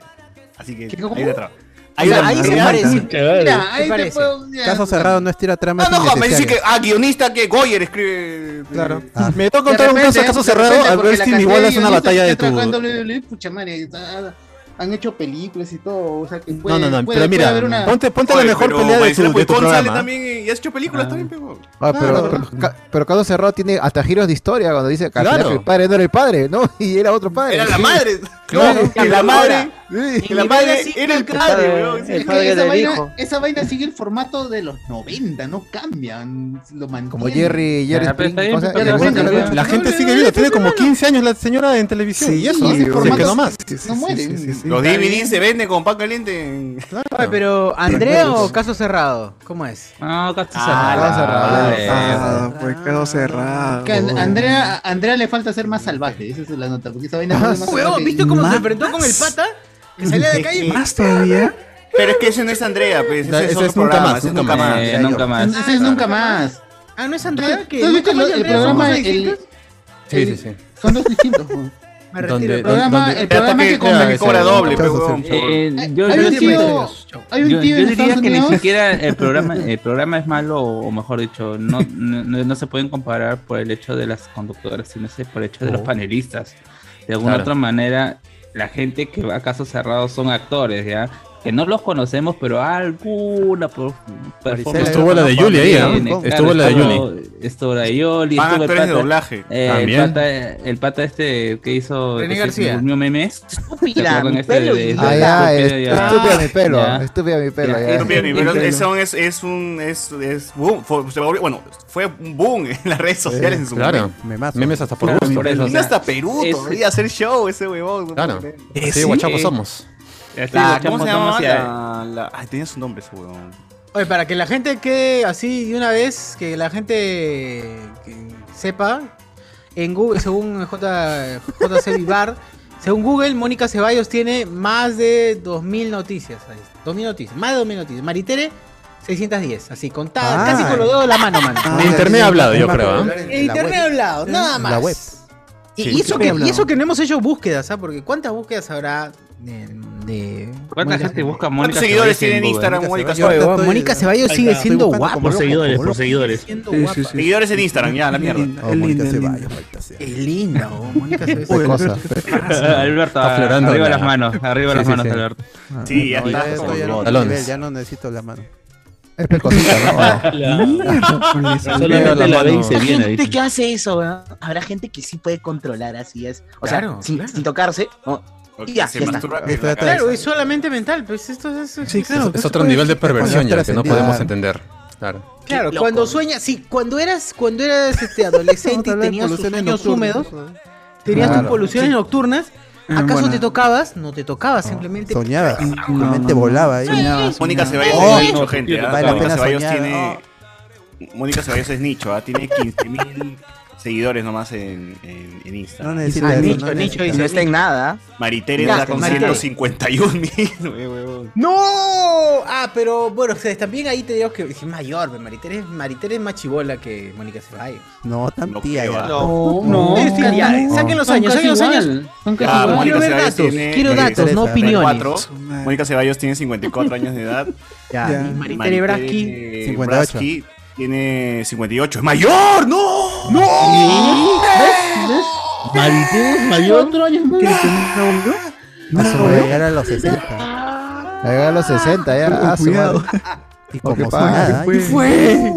Speaker 3: Así que
Speaker 7: cómo?
Speaker 3: hay una trama.
Speaker 7: O
Speaker 3: Hay
Speaker 7: sea,
Speaker 3: una
Speaker 7: ahí se
Speaker 3: trama.
Speaker 7: parece.
Speaker 3: Mira, ahí te puedo-
Speaker 7: Caso cerrado no estira tramas
Speaker 3: Ah, No, no, joder, me dice que,
Speaker 7: innecesarias.
Speaker 3: ah, guionista que Goyer escribe. Claro.
Speaker 7: Ah.
Speaker 11: Me toca contar un caso, caso cerrado, a ver si igual es una batalla de tu.
Speaker 9: En WWE, pucha madre, ha- han hecho películas y todo, o sea que
Speaker 11: No,
Speaker 9: puede-
Speaker 11: no, no,
Speaker 9: puede-
Speaker 11: pero mira,
Speaker 9: puede haber una-
Speaker 11: ponte, ponte la
Speaker 3: Oye,
Speaker 11: mejor
Speaker 3: pero
Speaker 11: pelea de tu,
Speaker 3: Maestro
Speaker 11: de tu
Speaker 3: Puicón sale
Speaker 11: programa.
Speaker 3: también eh, y has hecho películas también, pego.
Speaker 5: Ah, pero,
Speaker 3: Claro.
Speaker 5: pero, ca- pero Caso Cerrado tiene hasta giros de historia cuando dice que al
Speaker 3: Claro.
Speaker 5: final el padre no era el padre, ¿no? (laughs) Y era otro padre.
Speaker 3: Era la madre.
Speaker 5: Claro.
Speaker 3: No, que la madre. que la madre era el padre, weón.
Speaker 9: Es que esa, vaina, esa vaina sigue el formato de los 90, no cambian, lo mantienen.
Speaker 5: Como Jerry, Jerry Spring, cosa-
Speaker 9: pero
Speaker 5: le
Speaker 9: no
Speaker 5: gusta
Speaker 9: se
Speaker 5: la
Speaker 9: cambia.
Speaker 5: lucha.
Speaker 11: La gente sigue viendo, tiene como 15 años la señora en televisión.
Speaker 5: Sí,
Speaker 11: y eso,
Speaker 5: sí,
Speaker 11: se quedó más.
Speaker 9: No mueren.
Speaker 3: Los DVDs se venden con pan caliente.
Speaker 1: Oye, pero Andrea o caso cerrado, ¿cómo es?
Speaker 21: No, caso
Speaker 3: Ah,
Speaker 1: cerrado.
Speaker 12: Caso cerrado,
Speaker 1: madre.
Speaker 12: cerrado, Ah, pues quedó cerrado.
Speaker 9: Que a And- Andrea, a Andrea le falta ser más salvaje, esa es la nota, porque esa vaina es más
Speaker 1: Huevón,
Speaker 9: salvaje.
Speaker 1: ¿viste cómo
Speaker 9: Más-
Speaker 1: se enfrentó con el pata? Que salía de la calle.
Speaker 12: Más todavía.
Speaker 3: Pero es que ese no es Andrea, pues,
Speaker 11: No,
Speaker 3: ese es
Speaker 11: ese
Speaker 3: otro
Speaker 11: es nunca
Speaker 3: programa,
Speaker 11: más,
Speaker 3: ese es
Speaker 11: nunca
Speaker 3: nunca
Speaker 11: más.
Speaker 3: más.
Speaker 11: Eh, nunca más.
Speaker 9: Ese es nunca más.
Speaker 1: Ah, no es Andrea que.
Speaker 9: ¿Tú has visto el, el programa?
Speaker 1: El...
Speaker 9: El,
Speaker 11: Sí, sí, sí.
Speaker 9: son dos distintos. weón.
Speaker 1: Me
Speaker 11: Donde-
Speaker 9: el programa,
Speaker 11: donde-
Speaker 9: el programa
Speaker 11: Mira,
Speaker 9: que con-
Speaker 11: ese-
Speaker 3: cobra doble, pues, huevón, por-
Speaker 17: Eh, yo-
Speaker 9: Hay
Speaker 17: yo-
Speaker 9: un tío, hay un
Speaker 17: Yo,
Speaker 9: tío
Speaker 17: yo
Speaker 9: en
Speaker 17: diría
Speaker 9: Estados
Speaker 17: que ni
Speaker 9: Unidos.
Speaker 17: siquiera el programa, el programa es malo, o mejor dicho, no, no, no se pueden comparar por el hecho de las conductoras, sino es por el hecho de los
Speaker 11: Oh.
Speaker 17: panelistas. De alguna
Speaker 11: Claro.
Speaker 17: otra manera, la gente que va a casos cerrados son actores, ¿ya? que no los conocemos, pero alguna por- performance.
Speaker 11: Estuvo la de Yuli ahí, ¿ah?
Speaker 17: Tiene, claro,
Speaker 11: Estuvo la de Yuli.
Speaker 17: Estuvo la de Yuli.
Speaker 11: Van
Speaker 17: estuvo el
Speaker 11: actores de
Speaker 17: pata-
Speaker 11: doblaje.
Speaker 17: eh,
Speaker 11: También.
Speaker 17: El pata, el pata este que hizo.
Speaker 5: René
Speaker 17: que se-
Speaker 5: García.
Speaker 17: se durmió memes.
Speaker 13: Estúpida,
Speaker 17: Con
Speaker 13: mi
Speaker 17: este
Speaker 13: pelo.
Speaker 17: de- de-
Speaker 5: Ah, ya,
Speaker 17: de-
Speaker 5: est-
Speaker 17: de-
Speaker 5: estúpida mi pelo,
Speaker 17: Ya.
Speaker 5: estúpida mi pelo. ya.
Speaker 3: Pero, mira, pero eso es, es un es, es boom. Fue- se volvió- bueno, fue un boom en las redes sociales en su
Speaker 11: Eh, Claro.
Speaker 3: momento.
Speaker 11: Memes hasta por gusto.
Speaker 3: Vino
Speaker 11: o sea.
Speaker 3: hasta Perú
Speaker 11: es- Eh,
Speaker 3: todavía a hacer show ese huevón. no
Speaker 11: Claro.
Speaker 3: puedo creer.
Speaker 11: Así de guachapos somos.
Speaker 3: La- ¿Cómo se llama?
Speaker 11: llama?
Speaker 3: La, la- ay, tenía su nombre ese huevón.
Speaker 1: Oye, para que la gente quede así de una vez, que la gente que sepa, en Google, según J, JC Vivar, según Google, Mónica Ceballos tiene más de 2.000 noticias. ahí está, 2.000 noticias, más de 2.000 noticias. Maritere, 610, así, contada,
Speaker 11: Ah.
Speaker 1: casi con los dedos de la mano, mano.
Speaker 11: De internet ha hablado, yo creo. ¿ah?
Speaker 1: En internet hablado, nada más.
Speaker 11: La web.
Speaker 1: Y,
Speaker 11: Sí.
Speaker 1: y eso que,
Speaker 11: Internet
Speaker 1: y
Speaker 11: hablado.
Speaker 1: eso que no hemos hecho búsquedas, ¿ah? Porque ¿cuántas búsquedas habrá
Speaker 17: ¿Cuánta gente busca a Mónica?
Speaker 3: ¿Cuántos
Speaker 17: Ceballos
Speaker 3: seguidores tiene en
Speaker 17: Google?
Speaker 3: Instagram Mónica
Speaker 1: Ceballos.
Speaker 3: Ceballos?
Speaker 1: Oye, Mónica Ceballos
Speaker 3: Ahí
Speaker 1: sigue
Speaker 3: está. Estoy
Speaker 1: siendo
Speaker 3: buscando
Speaker 1: guapa.
Speaker 3: como
Speaker 1: Por
Speaker 3: loco,
Speaker 1: seguidores,
Speaker 3: como
Speaker 1: por
Speaker 3: loco.
Speaker 1: seguidores.
Speaker 3: Sí, sí, sí. Seguidores en Instagram, ya, la mierda.
Speaker 7: Oh, Mónica Ceballos,
Speaker 1: Es linda, oh,
Speaker 7: (laughs)
Speaker 1: Mónica Ceballos.
Speaker 7: Uy, Alberto,
Speaker 17: Alberto, ah,
Speaker 11: Está aflorando
Speaker 17: arriba
Speaker 11: la-
Speaker 17: las manos, arriba
Speaker 11: Sí,
Speaker 17: las
Speaker 11: sí,
Speaker 17: manos,
Speaker 11: sí.
Speaker 17: Alberto.
Speaker 3: Ah. Sí, ya está.
Speaker 7: estoy en otro
Speaker 11: Talones.
Speaker 7: nivel, ya no necesito la mano.
Speaker 5: Es pecosita,
Speaker 7: (laughs) pues,
Speaker 5: ¿no?
Speaker 7: Miércoles,
Speaker 5: Leo la
Speaker 13: Solamente la ve
Speaker 5: mano.
Speaker 13: y se
Speaker 5: La
Speaker 13: viene.
Speaker 5: gente
Speaker 13: gente que hace eso, ¿verdad? Habrá gente que sí puede controlar así es. O sea,
Speaker 1: Claro,
Speaker 13: sin, sin tocarse. ¿no?
Speaker 1: O
Speaker 13: Y
Speaker 1: que
Speaker 13: ya,
Speaker 1: se
Speaker 13: ya está.
Speaker 1: masturba en la Claro, es solamente mental, pues esto es...
Speaker 11: Sí, claro,
Speaker 1: esto
Speaker 11: es otro nivel de perversión ya que no
Speaker 1: trascendida.
Speaker 11: podemos entender. Claro.
Speaker 1: Claro, cuando sueña, sí, cuando eras, cuando eras este adolescente y
Speaker 7: hablar de
Speaker 1: tenías tus
Speaker 7: poluciones
Speaker 1: sueños
Speaker 7: nocturnas,
Speaker 1: húmedos, tenías
Speaker 7: Claro.
Speaker 1: tus poluciones nocturnas, ¿acaso
Speaker 7: bueno.
Speaker 1: te tocabas? No te tocabas, simplemente
Speaker 7: Soñaba, simplemente volaba ¿eh? ahí.
Speaker 3: Mónica Ceballos
Speaker 7: Oh,
Speaker 3: es nicho, gente. ¿ah?
Speaker 7: Vale la
Speaker 3: Mónica
Speaker 7: pena
Speaker 3: Ceballos
Speaker 7: soñar. Oh.
Speaker 3: tiene. Mónica Ceballos es nicho, ¿ah? tiene 15.000 (laughs) seguidores nomás en, en, en Instagram.
Speaker 7: No necesita Ah, eso, nicho, no nicho, necesita. dice,
Speaker 13: No está en nada.
Speaker 3: Maritere
Speaker 13: Ya,
Speaker 3: está con
Speaker 13: Maritere.
Speaker 3: (laughs) 151.000.
Speaker 1: ¡No! Ah, pero bueno, o sea, también ahí te digo que es mayor, pues, Maritere es, Maritere es más chibola que Mónica Ceballos.
Speaker 7: No, tan tía ya.
Speaker 1: No, Estoy ya, saquen los
Speaker 7: Son
Speaker 1: años,
Speaker 7: casi
Speaker 1: saquen los años.
Speaker 7: igual,
Speaker 1: Ah, quiero ver datos, quiero datos, no opiniones.
Speaker 3: 34. Mónica Ceballos tiene 54 años de edad.
Speaker 1: Ya, y Maritere Brasky,
Speaker 3: eh,
Speaker 1: 58.
Speaker 3: Brasky tiene 58. ¡Es mayor! ¡No! ¡No!
Speaker 9: ¿Ves? ¿Ves?
Speaker 7: Maritere
Speaker 9: mayor. Otro año más.
Speaker 7: No, a llegar a los 60.
Speaker 5: Va a llegar a los 60 ya. Ah, su
Speaker 7: Cuidado.
Speaker 5: madre.
Speaker 7: Y
Speaker 5: como
Speaker 7: como
Speaker 5: pasa,
Speaker 7: soñaba,
Speaker 5: ¿eh?
Speaker 7: ¿eh?
Speaker 3: ¡Fue!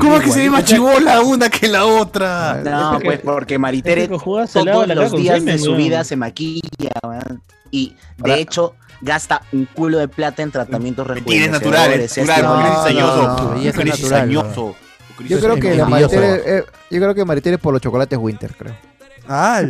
Speaker 3: ¿Cómo es que se ve más chibola una que la otra?
Speaker 13: No, pues porque Maritere
Speaker 3: es Este que jugaba
Speaker 13: todos
Speaker 3: salado la cara
Speaker 13: los
Speaker 3: con
Speaker 13: días
Speaker 3: semen,
Speaker 13: de su
Speaker 3: weón.
Speaker 13: vida se maquilla, weón. Y de hecho gasta un culo de plata en tratamientos
Speaker 3: Tienes
Speaker 13: rejuvenecedores.
Speaker 3: naturales,
Speaker 13: este-
Speaker 3: natural, porque
Speaker 5: no,
Speaker 3: eres
Speaker 5: no,
Speaker 3: diseñoso.
Speaker 5: belleza
Speaker 3: Porque eres
Speaker 5: natural, no.
Speaker 3: diseñoso. Porque
Speaker 5: Yo
Speaker 3: eres
Speaker 5: creo que la
Speaker 3: envidioso.
Speaker 5: Maritere, eh, yo creo que Maritere es por los chocolates Winter, creo.
Speaker 7: Ah,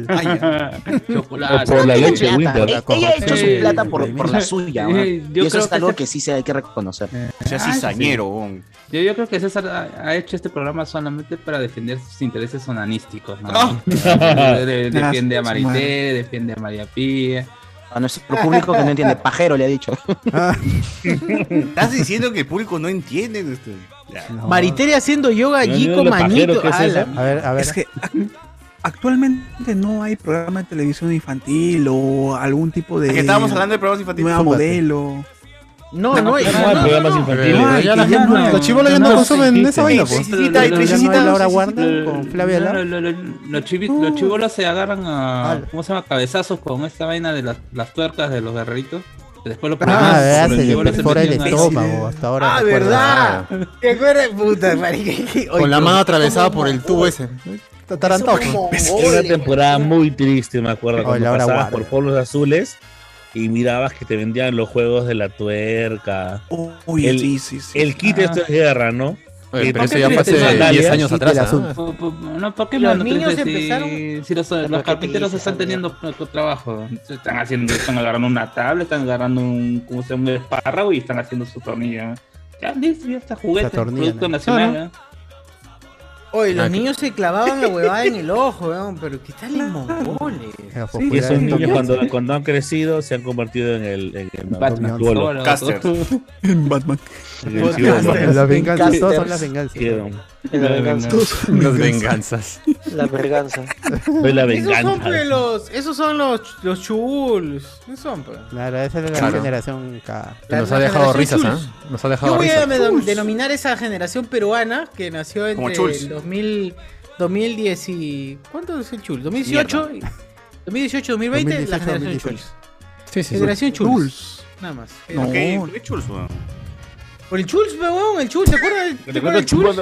Speaker 13: Chocolate.
Speaker 5: O por la
Speaker 13: Ella
Speaker 5: leche,
Speaker 13: tiene plata.
Speaker 5: Winter.
Speaker 13: Ella- Ella ha hecho
Speaker 5: Sí.
Speaker 13: su plata por, por la suya, weón.
Speaker 17: Eh,
Speaker 13: Y
Speaker 17: yo
Speaker 13: eso
Speaker 17: creo
Speaker 13: es
Speaker 17: que
Speaker 13: algo
Speaker 17: ese-
Speaker 13: que sí se hay que reconocer.
Speaker 3: Seas
Speaker 17: Ah, sí.
Speaker 3: cizañero, weón.
Speaker 17: Yo, yo creo que César ha, ha hecho este programa solamente para defender sus intereses onanísticos. ¿no?
Speaker 3: Ah.
Speaker 17: (laughs) De- de- defiende a
Speaker 13: Ah, su madre.
Speaker 17: Marité, defiende a María Pía.
Speaker 13: A nuestro público que no entiende, pajero le ha dicho.
Speaker 3: Estás diciendo que el público no entiende. este? Ya.
Speaker 1: Maritere haciendo yoga
Speaker 12: No,
Speaker 1: allí
Speaker 12: no,
Speaker 1: con
Speaker 12: lo pajero
Speaker 1: manito.
Speaker 12: que es
Speaker 1: a la-
Speaker 12: eso. A ver, a ver. Es que- Actualmente no hay programa de televisión infantil o algún tipo de.
Speaker 3: Es que estábamos hablando de programas infantiles.
Speaker 12: Nueva
Speaker 3: Zúmbate.
Speaker 12: modelo.
Speaker 1: No, no hay.
Speaker 12: No, no, no, programas no, no. infantiles.
Speaker 1: No hay,
Speaker 12: Ya
Speaker 1: que
Speaker 12: las-
Speaker 1: ya no hay.
Speaker 12: los chibolos ya no consumen
Speaker 1: existe.
Speaker 12: esa vaina, pues.
Speaker 1: Tricicita y
Speaker 12: Ya no hay
Speaker 1: tricicita.
Speaker 12: Laura
Speaker 17: Lo-
Speaker 12: Warner con Flavia
Speaker 17: lo-
Speaker 12: Lau.
Speaker 17: lo- lo- Los chivi-
Speaker 7: Uh.
Speaker 17: los chibolos se agarran a. ¿Cómo se llama? Cabezazos con esta vaina de las, las tuercas de los guerreritos. Después lo ponían-
Speaker 7: Ah, ¿verdad?
Speaker 17: los
Speaker 7: Se le
Speaker 17: chibolos se
Speaker 7: perfora el
Speaker 17: metían ahí.
Speaker 7: estómago. Hasta ahora.
Speaker 1: Ah,
Speaker 7: recuerdo.
Speaker 1: ¿verdad? ¿Te acuerdas? Puta, marica.
Speaker 11: Con la
Speaker 1: Oye,
Speaker 11: mano
Speaker 1: no.
Speaker 11: atravesada por el tubo ese.
Speaker 1: Somos
Speaker 11: Tarantojo.
Speaker 1: mongoles.
Speaker 15: Era una temporada muy triste, me acuerdo, cuando
Speaker 12: Laura
Speaker 15: pasabas
Speaker 12: Warner.
Speaker 15: por pueblos azules y mirabas que te vendían los juegos de la tuerca.
Speaker 12: Uy,
Speaker 15: el,
Speaker 12: sí, sí, sí.
Speaker 15: El kit este
Speaker 12: Ah.
Speaker 15: esto es guerra, ¿no?
Speaker 11: Oye,
Speaker 15: Que te
Speaker 11: pero eso ya fue
Speaker 15: pones en
Speaker 11: hace
Speaker 15: sandalias.
Speaker 11: 10
Speaker 15: Sí,
Speaker 11: años
Speaker 15: te
Speaker 11: atrás.
Speaker 15: la
Speaker 11: ¿ah?
Speaker 15: po- po-
Speaker 17: Pues, No, ¿por qué
Speaker 15: Los
Speaker 17: no
Speaker 15: niños
Speaker 17: crees si-
Speaker 15: empezaron-
Speaker 17: si los, los
Speaker 15: Lo que
Speaker 17: carpinteros
Speaker 15: dices,
Speaker 17: están teniendo pro- pro- trabajo? Están haciendo, están agarrando una tabla, están agarrando un, ¿cómo se llama? un espárrago y están haciendo su tornilla. Ya, listo, ya está juguete,
Speaker 7: Se atornillan,
Speaker 17: producto
Speaker 7: ¿no?
Speaker 17: nacional.
Speaker 1: Oye, los
Speaker 17: Ah, que-
Speaker 1: niños se clavaban la huevada en el ojo, weón. Pero ¿qué tal los mongoles?
Speaker 15: y esos niños cuando, cuando han crecido se han convertido en el, en el
Speaker 17: Batman.
Speaker 15: Batman.
Speaker 17: Caster.
Speaker 12: (laughs) En Batman.
Speaker 15: En el chibolo.
Speaker 7: Las venganzas, todas son las venganzas.
Speaker 15: Sí,
Speaker 10: La venganza.
Speaker 11: Las venganzas.
Speaker 10: La verganza.
Speaker 15: Fue la
Speaker 1: Esos son,
Speaker 15: venganza.
Speaker 1: pues, los, esos son los, los chubuls. ¿Qué son, pues?
Speaker 7: Claro, esa es la
Speaker 11: Claro.
Speaker 7: generación K.
Speaker 11: Que nos ha dejado risas, ¿ah? Nos ha
Speaker 1: Yo
Speaker 11: dejado
Speaker 1: voy a
Speaker 11: risas.
Speaker 1: me- denominar esa generación peruana que nació
Speaker 11: Como
Speaker 1: entre
Speaker 11: Chuls.
Speaker 1: el 2000, 2010 y... ¿Cuánto es el Chul? ¿2018? ¿2018, 2020? la
Speaker 7: 2018,
Speaker 1: generación
Speaker 7: 2018.
Speaker 1: Chuls. generación Chuls. Nada más.
Speaker 3: No. ¿Por qué? ¿Por qué Chulz, weón?
Speaker 1: Por el Chulz, weón, el Chulz, ¿te acuerdas? ¿Te acuerdas del Chulz?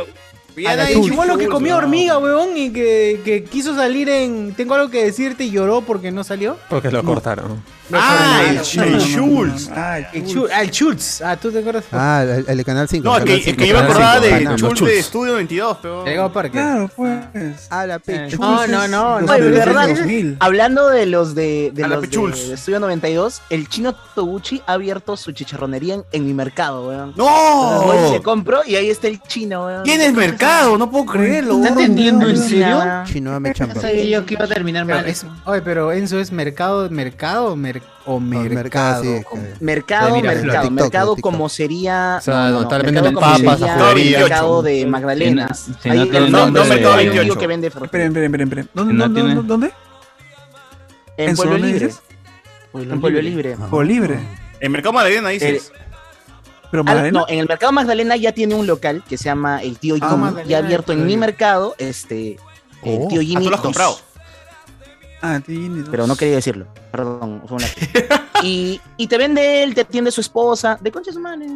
Speaker 3: Ya
Speaker 1: A la
Speaker 3: nadie
Speaker 1: el
Speaker 3: dice
Speaker 1: chivolo que
Speaker 3: Chulz,
Speaker 1: comió
Speaker 3: weón.
Speaker 1: hormiga, weón, y que, que quiso salir en Tengo algo que decirte y lloró porque no salió.
Speaker 11: Porque lo cortaron.
Speaker 1: Ah,
Speaker 3: el Schultz.
Speaker 1: Ah, el Chulz. Ah, el Chulz. Ah, ¿tú te acuerdas?
Speaker 7: Ah, el, el de Canal 5.
Speaker 3: No, es que, es que yo me acordaba Ah, de Chulz de Estudio 22,
Speaker 1: Llegó
Speaker 3: pero.
Speaker 1: Parque. Ah,
Speaker 7: Claro, pues.
Speaker 5: A la
Speaker 13: Chulces, Oye, ¿verdad? Hablando de los de, de
Speaker 3: A la
Speaker 13: los de-
Speaker 3: Pichuls.
Speaker 13: de Estudio 92, el chino Toguchi ha abierto su chicharronería en, en mi mercado, weón.
Speaker 3: ¡No!
Speaker 13: Entonces, voy y le compro y ahí está el chino, weón.
Speaker 3: ¿Quién es mercado? No puedo creerlo.
Speaker 13: ¿Está entendiendo en serio?
Speaker 7: Chinoa me chamba.
Speaker 13: yo que iba a terminar
Speaker 1: Pero
Speaker 13: mal.
Speaker 1: es- oye, pero Enzo es mercado, mercado o mer- o mercado.
Speaker 7: mercado, sí,
Speaker 1: como-
Speaker 13: Mercado,
Speaker 1: Ya, Pues mira,
Speaker 13: mercado,
Speaker 1: TikTok,
Speaker 13: mercado
Speaker 1: TikTok.
Speaker 13: como sería.
Speaker 1: O sea, donde tal vez
Speaker 13: mercado
Speaker 1: venden
Speaker 13: como
Speaker 1: papas,
Speaker 13: sería
Speaker 1: ajuarías.
Speaker 13: El mercado de
Speaker 1: 28.
Speaker 13: Magdalena.
Speaker 1: Sí,
Speaker 12: sí,
Speaker 13: Ahí
Speaker 12: no
Speaker 13: el
Speaker 12: tiene
Speaker 13: mercado
Speaker 12: nombre de-
Speaker 13: mercado hay un tío
Speaker 12: 28.
Speaker 13: que vende fruta.
Speaker 12: Esperen, esperen, esperen, esperen. ¿Dónde,
Speaker 13: No
Speaker 12: dónde,
Speaker 13: tiene-
Speaker 12: dónde, dónde?
Speaker 13: En
Speaker 12: ¿En
Speaker 13: Pueblo
Speaker 12: Solón
Speaker 13: Libre.
Speaker 12: dices?
Speaker 13: En Pueblo Libre.
Speaker 12: Pueblo Libre.
Speaker 3: En Mercado Magdalena dices.
Speaker 12: Pero
Speaker 13: Ah,
Speaker 12: Magdalena.
Speaker 13: no, en el mercado Magdalena ya tiene un local que se llama El Tío
Speaker 12: Ah,
Speaker 13: Jimmy.
Speaker 12: Magdalena
Speaker 13: ya abierto
Speaker 12: del
Speaker 13: en mi
Speaker 12: Pueblo.
Speaker 13: mercado, este. El
Speaker 12: Oh.
Speaker 13: Tío
Speaker 12: Ah,
Speaker 13: Jimmy.
Speaker 12: tú lo has
Speaker 13: 2.
Speaker 12: comprado. Ah, tiene dos.
Speaker 13: Pero no quería decirlo. Perdón, fue
Speaker 1: (laughs)
Speaker 13: un lapsus. y, y te vende él, te atiende su esposa. De concha su madre.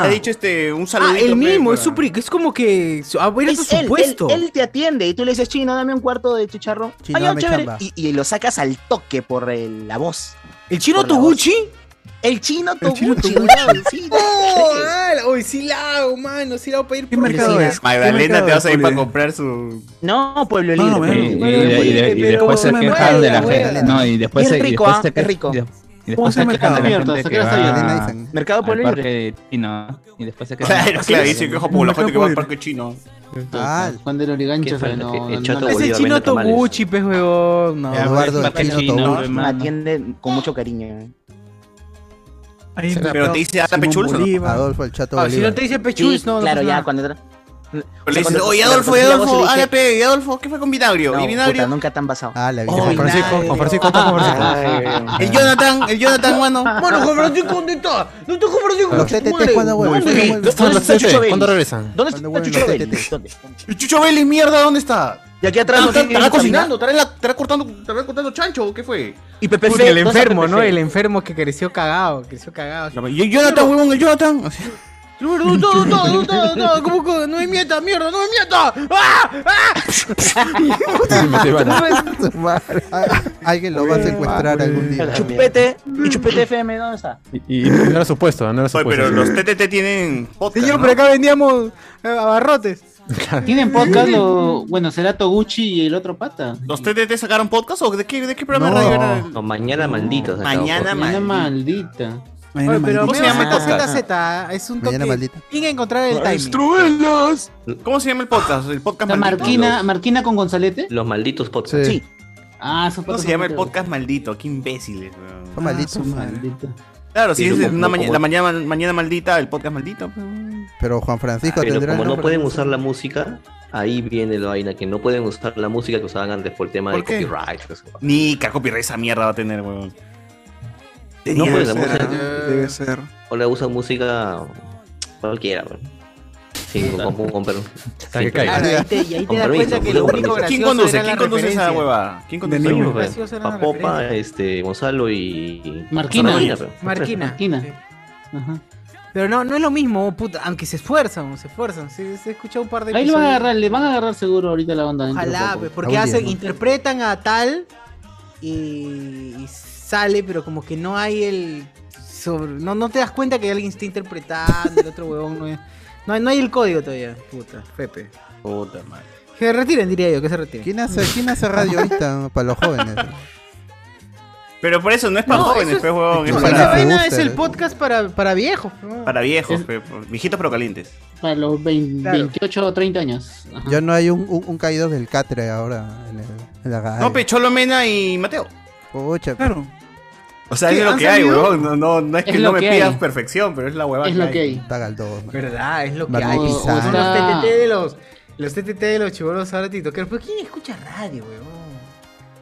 Speaker 3: Oh. Ha dicho este, un
Speaker 1: Ah,
Speaker 3: saludito.
Speaker 1: el mismo,
Speaker 3: pe,
Speaker 1: es, su pri- es como que. su- Ah, bueno,
Speaker 13: Es
Speaker 1: eso
Speaker 13: él,
Speaker 1: supuesto.
Speaker 13: Él, él te atiende y tú le dices, chino, dame un cuarto de chicharrón.
Speaker 1: Chino,
Speaker 13: "Ah, ya,
Speaker 1: dame
Speaker 13: chévere".
Speaker 1: chamba.
Speaker 13: Y, y lo sacas al toque por el- la voz.
Speaker 1: ¿El chino
Speaker 13: Por la
Speaker 1: Toguchi?
Speaker 13: El chino
Speaker 1: El chino Toguchi.
Speaker 13: Toguchi. weón,
Speaker 1: (laughs)
Speaker 13: sí, ¿no crees?
Speaker 1: hoy sí la hago, mano. Sí la hago para ir
Speaker 12: ¿Qué
Speaker 3: mercado
Speaker 12: es?
Speaker 3: Magdalena te vas a ir para comprar su.
Speaker 13: No, Pueblo
Speaker 12: No,
Speaker 13: Libre.
Speaker 12: no,
Speaker 13: Pueblo
Speaker 12: bueno,
Speaker 13: Libre.
Speaker 12: bueno,
Speaker 14: Y, de- y de- y
Speaker 12: Pero-
Speaker 14: después se
Speaker 12: pero-
Speaker 14: quejan de la
Speaker 12: Magdalena.
Speaker 14: gente. No, y después
Speaker 13: Es
Speaker 14: se, y
Speaker 13: rico,
Speaker 14: después
Speaker 13: ah,
Speaker 14: se
Speaker 13: es
Speaker 14: quejan-
Speaker 13: rico.
Speaker 14: y de- Y
Speaker 12: ¿Cómo
Speaker 14: después
Speaker 12: se
Speaker 14: se
Speaker 12: llama el
Speaker 14: quejan de la gente
Speaker 12: mercado? Abierto,
Speaker 14: que
Speaker 12: ¿hasta qué hora está
Speaker 14: va
Speaker 12: abierto?
Speaker 13: Mercado
Speaker 14: al
Speaker 13: Pueblo Libre.
Speaker 14: parque chino. Y después se quejan.
Speaker 3: Claro, claro, dice que ojo por la gente que va al parque chino.
Speaker 7: Ah,
Speaker 9: Cuando lo
Speaker 14: ¿Qué
Speaker 9: ganchos,
Speaker 14: fue?
Speaker 9: no,
Speaker 14: El
Speaker 9: no,
Speaker 14: choto
Speaker 9: no,
Speaker 1: Es el
Speaker 14: Bolívar
Speaker 1: chino
Speaker 14: vende tamales.
Speaker 1: Toguchi, pues, huevón. No.
Speaker 7: Eduardo
Speaker 13: Parque
Speaker 7: Chino
Speaker 13: Chino,
Speaker 7: Toguchi.
Speaker 13: me atiende con mucho cariño.
Speaker 12: Ahí
Speaker 3: Sí,
Speaker 12: está
Speaker 3: pero te dice, "Ata,
Speaker 12: Simón
Speaker 3: pechulso, ¿no?"
Speaker 12: Bolívar.
Speaker 7: Adolfo el Chato
Speaker 1: Ah, si
Speaker 7: Bolívar.
Speaker 1: no te dice pechuls,
Speaker 13: Sí,
Speaker 1: no, no
Speaker 13: Claro,
Speaker 1: pasa
Speaker 13: ya,
Speaker 1: nada.
Speaker 13: cuando. tra-
Speaker 3: Le dices,
Speaker 13: cuando-
Speaker 3: oye,
Speaker 13: cuando
Speaker 3: Adolfo,
Speaker 13: conocí la voz
Speaker 3: Adolfo,
Speaker 13: le dije,
Speaker 3: hágale, Adolfo, ¿qué fue con Vinagrio? ¿Y
Speaker 13: "No, puta,
Speaker 3: Vinagrio?
Speaker 13: nunca tan pasado.
Speaker 7: Ah, la
Speaker 3: Oh,
Speaker 7: vida.
Speaker 3: Francisco,
Speaker 11: Juan Francisco, está Juan Francisco.
Speaker 3: El Jonathan, el Jonathan, mano.
Speaker 1: Mano, Juan Francisco, ¿dónde está? No te Juan Francisco.
Speaker 7: Los TTT cuando vuelven.
Speaker 11: ¿Dónde están los
Speaker 13: Chucho
Speaker 11: CT?
Speaker 13: Vélez?
Speaker 11: ¿Cuándo regresan?
Speaker 13: ¿Dónde
Speaker 7: Cuando
Speaker 13: está
Speaker 7: vuelven
Speaker 13: Chucho
Speaker 7: los
Speaker 13: Vélez? ¿Dónde?
Speaker 3: El Chucho Vélez, mierda, ¿dónde está?
Speaker 13: Y aquí atrás
Speaker 3: Ah,
Speaker 13: no
Speaker 3: está-
Speaker 13: tiene
Speaker 3: estará
Speaker 13: caminar.
Speaker 3: cocinando, estará en la- estará cortando, estará cortando chancho, ¿o ¿qué fue?
Speaker 13: Y Pepe
Speaker 1: Puta,
Speaker 13: Fe,
Speaker 1: el
Speaker 13: ¿dónde está
Speaker 1: enfermo,
Speaker 13: Pepe
Speaker 1: ¿no?
Speaker 13: Fe?
Speaker 1: El enfermo que creció cagado, creció cagado.
Speaker 3: Y el Jonathan, huevón, el Jonathan.
Speaker 1: No, no, no, no, no, no, ¿cómo que no es mieta, mierda, no es mieta. ¡Ah!
Speaker 7: (laughs)
Speaker 5: Su madre.
Speaker 7: Alguien lo va a secuestrar algún día.
Speaker 13: Chupete y Chupete FM, ¿dónde está?
Speaker 11: Y, y no
Speaker 3: (laughs)
Speaker 11: era supuesto, no era
Speaker 3: Oye,
Speaker 11: supuesto.
Speaker 3: pero los TTT tienen podcast,
Speaker 1: (laughs) Señor,
Speaker 3: ¿no?
Speaker 1: por acá vendíamos eh, abarrotes.
Speaker 9: Tienen podcast, lo- bueno, será Toguchi y el otro pata.
Speaker 3: ¿Los TTT sacaron podcast o de qué, de qué programa de radio era? el-
Speaker 8: No, mañana maldito.
Speaker 3: Mañana, mañana.
Speaker 9: Mañana maldita.
Speaker 1: Oye, pero
Speaker 3: ¿Cómo se
Speaker 1: medio
Speaker 3: llama el podcast?
Speaker 1: ZZ, es un
Speaker 7: Mañana
Speaker 1: toque.
Speaker 7: maldita.
Speaker 1: Tienen que encontrar el timing.
Speaker 3: ¡Truelas! ¿Cómo se llama el podcast? El podcast
Speaker 9: ¿Está
Speaker 3: maldito.
Speaker 9: Marquina, Marquina con Gonzalete?
Speaker 8: Los malditos podcasts.
Speaker 13: Sí.
Speaker 9: Ah, esos
Speaker 3: ¿Cómo
Speaker 9: patas
Speaker 3: se llama
Speaker 9: son
Speaker 3: el podcast maldito? Qué imbéciles, weón.
Speaker 7: Son
Speaker 8: Ah,
Speaker 7: malditos.
Speaker 3: Ah,
Speaker 9: malditos.
Speaker 3: Claro, si
Speaker 8: Pero
Speaker 3: es
Speaker 8: como-
Speaker 3: una maña-
Speaker 8: como-
Speaker 3: la mañana, mañana maldita, el podcast maldito. pues.
Speaker 7: Pero Juan Francisco
Speaker 8: Pero
Speaker 7: tendrá el
Speaker 8: como no
Speaker 7: nombre.
Speaker 8: pueden usar la música, ahí viene la vaina, que no pueden usar la música que usaban antes por el tema
Speaker 3: ¿Por
Speaker 8: de
Speaker 3: qué?
Speaker 8: copyright. que eso.
Speaker 3: Ni que copyright esa mierda va a tener, weón.
Speaker 8: No pueden la
Speaker 12: Debe ser,
Speaker 8: música.
Speaker 12: ¿no? Debe ser.
Speaker 8: Ahora usan música cualquiera, weón. Sí, con, con, con, con-
Speaker 11: que
Speaker 8: sí, con-
Speaker 11: caiga.
Speaker 1: Claro, ahí te- y ahí te
Speaker 8: con
Speaker 1: das
Speaker 8: permiso,
Speaker 1: cuenta que
Speaker 8: con permiso.
Speaker 1: lo único gracioso
Speaker 3: ¿Quién conduce?
Speaker 1: era la
Speaker 3: ¿Quién conduce esa
Speaker 1: referencia. pues.
Speaker 3: huevada? ¿Quién conduce
Speaker 12: De
Speaker 3: esa
Speaker 12: niño.
Speaker 3: huevada?
Speaker 1: Gracias, era la
Speaker 8: Papopa,
Speaker 1: referencia.
Speaker 8: este, Gonzalo y.
Speaker 9: Marquina.
Speaker 8: Marquina, pero.
Speaker 1: Marquina.
Speaker 9: Marquina. Ajá.
Speaker 1: Pero no, no es lo mismo, oh, puta, aunque se esfuerzan, se esfuerzan. Se, se escucha un par de
Speaker 9: Ahí lo van a
Speaker 1: episodios.
Speaker 9: agarrar, le van a agarrar seguro ahorita la onda. dentro de
Speaker 1: Ojalá,
Speaker 9: poco.
Speaker 1: pues, porque
Speaker 7: Algún día,
Speaker 1: hacen,
Speaker 7: ¿no?
Speaker 1: interpretan a tal y, y sale, pero como que no hay el. sobre- no, no te das cuenta que alguien está interpretando, el otro huevón no es. No, hay- no hay el código todavía, puta, Pepe.
Speaker 3: Puta madre.
Speaker 1: Que se retiren, diría yo, que se retiren.
Speaker 7: ¿Quién hace, ¿Quién hace radio ahorita para los jóvenes?
Speaker 3: Pero por eso no es para
Speaker 1: No,
Speaker 3: jóvenes,
Speaker 1: eso es-
Speaker 3: pues, huevón. Es
Speaker 1: No,
Speaker 7: Para-
Speaker 1: (laughs)
Speaker 7: ¿eh?
Speaker 1: esa
Speaker 3: para,
Speaker 7: me
Speaker 1: vaina
Speaker 7: gusta,
Speaker 1: es el
Speaker 7: ¿no?
Speaker 1: podcast para, para viejos. ¿no?
Speaker 3: para viejos, pe, por- viejitos pero calientes.
Speaker 9: Para los vein-
Speaker 1: Claro.
Speaker 9: 28 o 30 años. Ajá.
Speaker 7: Ya no hay un, un, un caído del Catre ahora en, el, en la radio.
Speaker 3: No, Pecholo Mena y Mateo.
Speaker 7: Pucha,
Speaker 12: Claro.
Speaker 3: O sea,
Speaker 1: Sí,
Speaker 3: es lo
Speaker 1: han
Speaker 3: que hay,
Speaker 1: salido.
Speaker 3: huevón. No, no, no es que
Speaker 9: Es
Speaker 3: no
Speaker 9: lo
Speaker 3: me
Speaker 9: que
Speaker 3: pidas
Speaker 9: hay.
Speaker 3: perfección, pero es la huevada
Speaker 9: Es lo que hay.
Speaker 7: Está Galdós, man.
Speaker 1: ¿Verdad? Es lo que
Speaker 7: Marco
Speaker 1: hay.
Speaker 7: Pizarro.
Speaker 1: Son los
Speaker 9: Está-
Speaker 1: TTT de los, los, TTT de los chivolos ahora tiktokeros. Pero ¿quién escucha radio, huevón?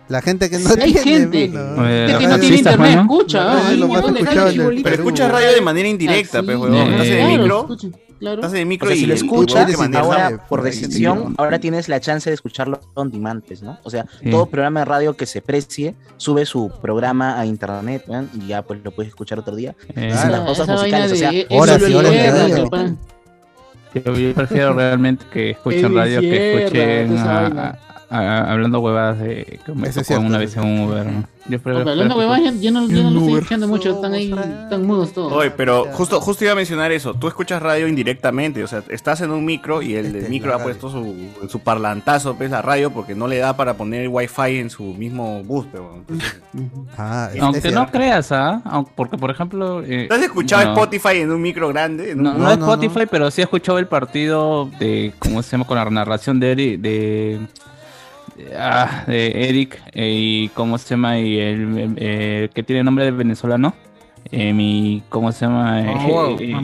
Speaker 7: La gente que no
Speaker 9: Sí, hay
Speaker 7: tiene.
Speaker 9: gente.
Speaker 7: mano.
Speaker 14: los
Speaker 9: Gente que no tiene
Speaker 14: taxistas,
Speaker 9: internet,
Speaker 14: pues, ¿no?
Speaker 9: escucha.
Speaker 7: La radio es lo
Speaker 9: ¿no? Ahí,
Speaker 7: más
Speaker 9: huevón, le
Speaker 7: escuchado
Speaker 9: sale
Speaker 7: en el
Speaker 9: chibolito.
Speaker 3: Pero escuchas radio de manera indirecta,
Speaker 9: Ah,
Speaker 3: pues,
Speaker 9: sí,
Speaker 3: huevón.
Speaker 9: claro,
Speaker 3: Estás en el
Speaker 9: claro,
Speaker 3: micro
Speaker 9: escucha.
Speaker 13: Claro.
Speaker 3: Estás en el micro
Speaker 13: O sea,
Speaker 3: y-
Speaker 13: si lo
Speaker 3: y-
Speaker 13: escuchas,
Speaker 3: y- y- y-
Speaker 13: ahora por
Speaker 3: y-
Speaker 13: decisión, ahora tienes la chance de escucharlo on demand, pues, ¿no? O sea,
Speaker 3: Sí.
Speaker 13: todo programa de radio que se precie sube su programa a internet ¿no? y ya pues lo puedes escuchar otro día.
Speaker 17: Eh,
Speaker 13: Sin las
Speaker 17: Claro,
Speaker 13: cosas
Speaker 17: esa
Speaker 13: musicales, o
Speaker 17: vaina
Speaker 13: sea,
Speaker 17: de- eso Horas y
Speaker 13: solo el
Speaker 17: horas de radio.
Speaker 13: internet, capaz.
Speaker 17: Yo, yo prefiero realmente que escuchen
Speaker 13: Qué
Speaker 17: radio que
Speaker 13: mierda,
Speaker 17: escuchen
Speaker 13: esa
Speaker 17: a-
Speaker 13: vaina.
Speaker 17: a- a- hablando huevadas de que me
Speaker 13: Eso es
Speaker 17: tocó
Speaker 13: cierto,
Speaker 17: una vez en un Uber. ¿no? Yo prefiero-
Speaker 13: hablando
Speaker 17: prefiero-
Speaker 13: huevadas,
Speaker 9: Ay, Yo no, yo no lo estoy escuchando mucho, están ahí, están mudos todos.
Speaker 3: Oye, pero justo, justo iba a mencionar eso. Tú escuchas radio indirectamente, o sea, estás en un micro y el del micro ha puesto su, su parlantazo, pues, la radio, porque no le da para poner el wifi en su mismo bus, pero. entonces-
Speaker 17: Ah, Aunque no creas, ¿ah? Aunque- Porque, por ejemplo. eh,
Speaker 3: ¿Tú has escuchado
Speaker 17: bueno,
Speaker 3: Spotify en un micro grande? En un-
Speaker 17: No, no, Spotify, pero sí he escuchado el partido de. ¿Cómo se llama? Con la narración de Eric. De, de- ah, de Eric. eh, y ¿Cómo se llama? Y el, eh, que tiene nombre de venezolano. Eh, mi, ¿Cómo se llama? Eh, eh,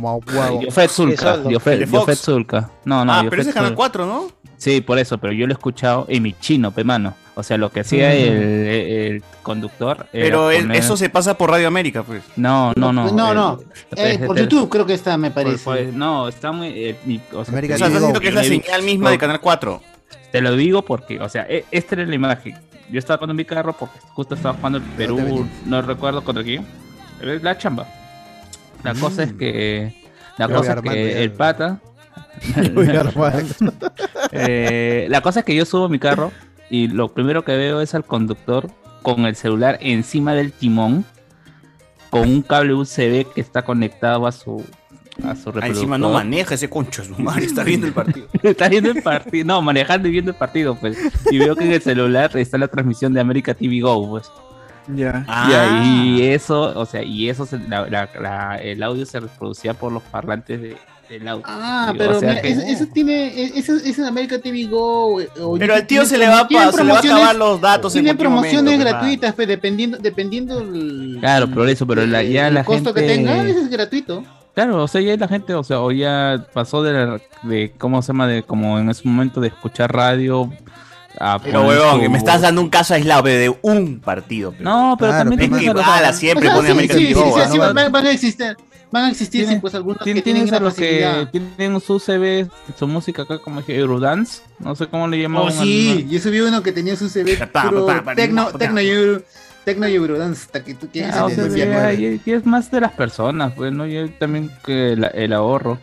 Speaker 17: Diofred Zulka. Diofred,
Speaker 3: El de Fox.
Speaker 17: Diofred Zulka. No, no,
Speaker 3: Ah,
Speaker 17: Diofred
Speaker 3: pero ese es Canal
Speaker 17: Zulka.
Speaker 3: 4, ¿no?
Speaker 17: Sí, por eso, pero yo lo he escuchado en mi chino, pe mano. O sea, lo que hacía
Speaker 3: Mm.
Speaker 17: el, el conductor. era
Speaker 3: Pero el-
Speaker 17: Eh, poner-
Speaker 3: eso se pasa por Radio América, pues.
Speaker 17: No, no, no.
Speaker 9: No,
Speaker 17: el-
Speaker 9: no. Eh, por
Speaker 17: el-
Speaker 9: YouTube creo que está, me
Speaker 17: por-
Speaker 9: parece.
Speaker 17: por- no, está muy. eh, mi- o sea, te digo-
Speaker 3: América Chino. O sea, estás diciendo que es la
Speaker 17: te digo-
Speaker 3: señal misma de Canal 4.
Speaker 17: Te lo digo porque, o sea, e- esta era la imagen. Yo estaba jugando en mi carro porque justo estaba jugando en Perú, no recuerdo contra quién. Eh, La chamba. La cosa es que.
Speaker 14: Ya
Speaker 17: La
Speaker 14: Mm. voy
Speaker 17: cosa es
Speaker 14: armando
Speaker 17: que
Speaker 14: ya.
Speaker 17: el
Speaker 14: (laughs)
Speaker 17: pata.
Speaker 14: Ya
Speaker 17: (laughs)
Speaker 14: voy armando.
Speaker 17: Eh, la cosa es que yo subo a mi carro y lo primero que veo es al conductor con el celular encima del timón con un cable USB que está conectado a su a su
Speaker 3: Ah, encima no
Speaker 17: reproductor.
Speaker 3: maneja ese concho, su madre está viendo el partido.
Speaker 17: (laughs) está viendo el partido, no, manejando y viendo el partido, pues. Y veo que en el celular está la transmisión de América TV Go, pues.
Speaker 12: Ya.
Speaker 3: Ah.
Speaker 17: Ya, Y, eso, o sea, y eso, se- la- la- la- el audio se reproducía por los parlantes de- del audio.
Speaker 9: Ah,
Speaker 17: Digo,
Speaker 9: pero
Speaker 17: o sea
Speaker 9: mira,
Speaker 17: que-
Speaker 9: eso, eso tiene, eh, eso, eso es en América TV Go. eh, o
Speaker 3: Pero
Speaker 9: YouTube
Speaker 3: al tío
Speaker 9: tiene
Speaker 3: se le va a
Speaker 9: promo- tiene
Speaker 3: pa- se le va a
Speaker 9: promociones-
Speaker 3: acabar los datos en
Speaker 9: Tiene
Speaker 3: cualquier
Speaker 9: promociones
Speaker 3: momento, pues,
Speaker 9: gratuitas, pues, dependiendo, dependiendo el,
Speaker 17: Claro, por eso, pero la- ya
Speaker 9: el
Speaker 17: la
Speaker 9: costo
Speaker 17: gente...
Speaker 9: que tenga, eso es gratuito.
Speaker 17: Claro, o sea, ya la gente, o sea, o ya pasó de, la- de ¿cómo se llama? De como en ese momento de escuchar radio a...
Speaker 3: Pero
Speaker 17: poner
Speaker 3: huevón,
Speaker 17: su-
Speaker 3: que me estás dando un caso aislado pe, de un partido. pe.
Speaker 17: No, pero
Speaker 3: Claro,
Speaker 17: también
Speaker 3: pe,
Speaker 17: tienes
Speaker 3: que
Speaker 17: a los-
Speaker 3: bala, Ah, siempre
Speaker 17: O sea,
Speaker 3: pone
Speaker 17: sí,
Speaker 3: América
Speaker 17: sí,
Speaker 3: TV
Speaker 17: sí,
Speaker 3: Go,
Speaker 17: sí,
Speaker 3: ¿ah?
Speaker 17: sí,
Speaker 3: No,
Speaker 9: Van, van a existir, van a existir sí, pues algunos
Speaker 17: Tien-
Speaker 9: que
Speaker 17: Tienes
Speaker 9: tienen esa
Speaker 17: a los que
Speaker 9: facilidad.
Speaker 17: tienen su CV, su música acá como dije, Eurodance, no sé cómo le llaman.
Speaker 9: Oh, sí, yo subí uno que tenía su CV
Speaker 17: pa,
Speaker 9: puro
Speaker 17: pa, pa,
Speaker 9: tecno,
Speaker 17: pa,
Speaker 9: tecno, euro, tecno y eurodance, hasta que tú quieres.
Speaker 17: Ah, o sea,
Speaker 9: Muy bien,
Speaker 17: ya-
Speaker 9: bueno.
Speaker 17: ya- ya es más de las personas, pues, ¿no? Y también que la- el ahorro.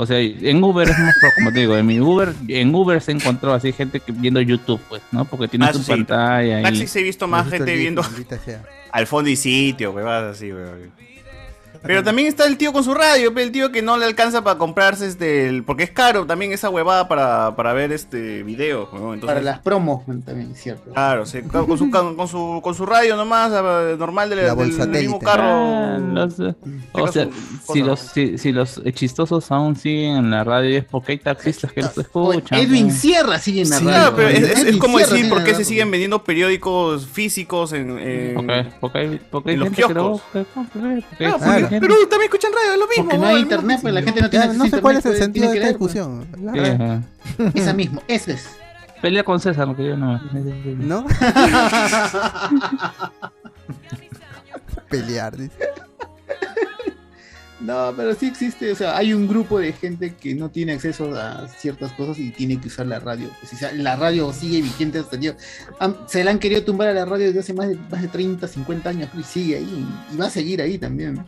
Speaker 17: O sea, en Uber es más, pro- como te digo, en mi Uber, en Uber se encontró así gente que viendo YouTube, pues, ¿no? Porque tiene
Speaker 3: Ah,
Speaker 17: su
Speaker 3: sí.
Speaker 17: pantalla y...
Speaker 3: Taxis he visto más gente viendo al fondo y sitio, huevadas así, huevón. Pero también está el tío con su radio, pe, el tío que no le alcanza para comprarse este, el- porque es caro también esa huevada para, para ver este video, huevón, entonces-
Speaker 9: Para las promos también, ¿cierierto?
Speaker 3: Claro, sí, con, con su, con, su, con su radio nomás, ah, normal del,
Speaker 9: La
Speaker 3: del-
Speaker 9: bolsa
Speaker 3: del mismo
Speaker 9: satélite.
Speaker 17: Ah,
Speaker 3: carro.
Speaker 17: los- o sea, si los, si, si los chistosos aún siguen en la radio es porque hay taxistas que los escuchan.
Speaker 9: Pues,
Speaker 17: pues.
Speaker 9: Edwin
Speaker 17: ¿no?
Speaker 9: Sierra sigue en la
Speaker 3: Sí,
Speaker 9: radio.
Speaker 3: claro, pero es, es- es
Speaker 9: Edwin
Speaker 3: como
Speaker 9: Sierra
Speaker 3: decir
Speaker 9: sigue
Speaker 3: por
Speaker 9: en
Speaker 3: qué
Speaker 9: la
Speaker 3: se
Speaker 9: radio.
Speaker 3: siguen vendiendo periódicos físicos en, en-
Speaker 17: hay
Speaker 3: en
Speaker 17: gente
Speaker 3: los
Speaker 17: que lo
Speaker 3: kioscos.
Speaker 17: busca, compra, porque
Speaker 3: Claro,
Speaker 17: hay
Speaker 3: porque-
Speaker 17: gente-
Speaker 3: pero también escuchan radio, es lo mismo.
Speaker 9: Porque no
Speaker 3: huevón,
Speaker 9: hay
Speaker 3: es lo
Speaker 9: internet,
Speaker 3: mismo.
Speaker 9: pues la gente no tiene
Speaker 7: Ya, no sé cuál es el
Speaker 9: acceso a
Speaker 7: sentido de esta
Speaker 9: internet, pues,
Speaker 7: discusión. La
Speaker 17: Sí,
Speaker 7: verdad.
Speaker 3: (laughs)
Speaker 17: ajá.
Speaker 9: tiene que leer, pues. Esa mismo, esa es.
Speaker 17: Pelea con César, que yo no. (laughs)
Speaker 7: ¿No? Pelear, dice.
Speaker 9: No, pero sí existe, o sea, hay un grupo de gente que no tiene acceso a ciertas cosas y tiene que usar la radio. Pues, o sea, la radio sigue vigente hasta el día. Han- Se la han querido tumbar a la radio desde hace más de, más de 30, 50 años y sigue ahí y va a seguir ahí también,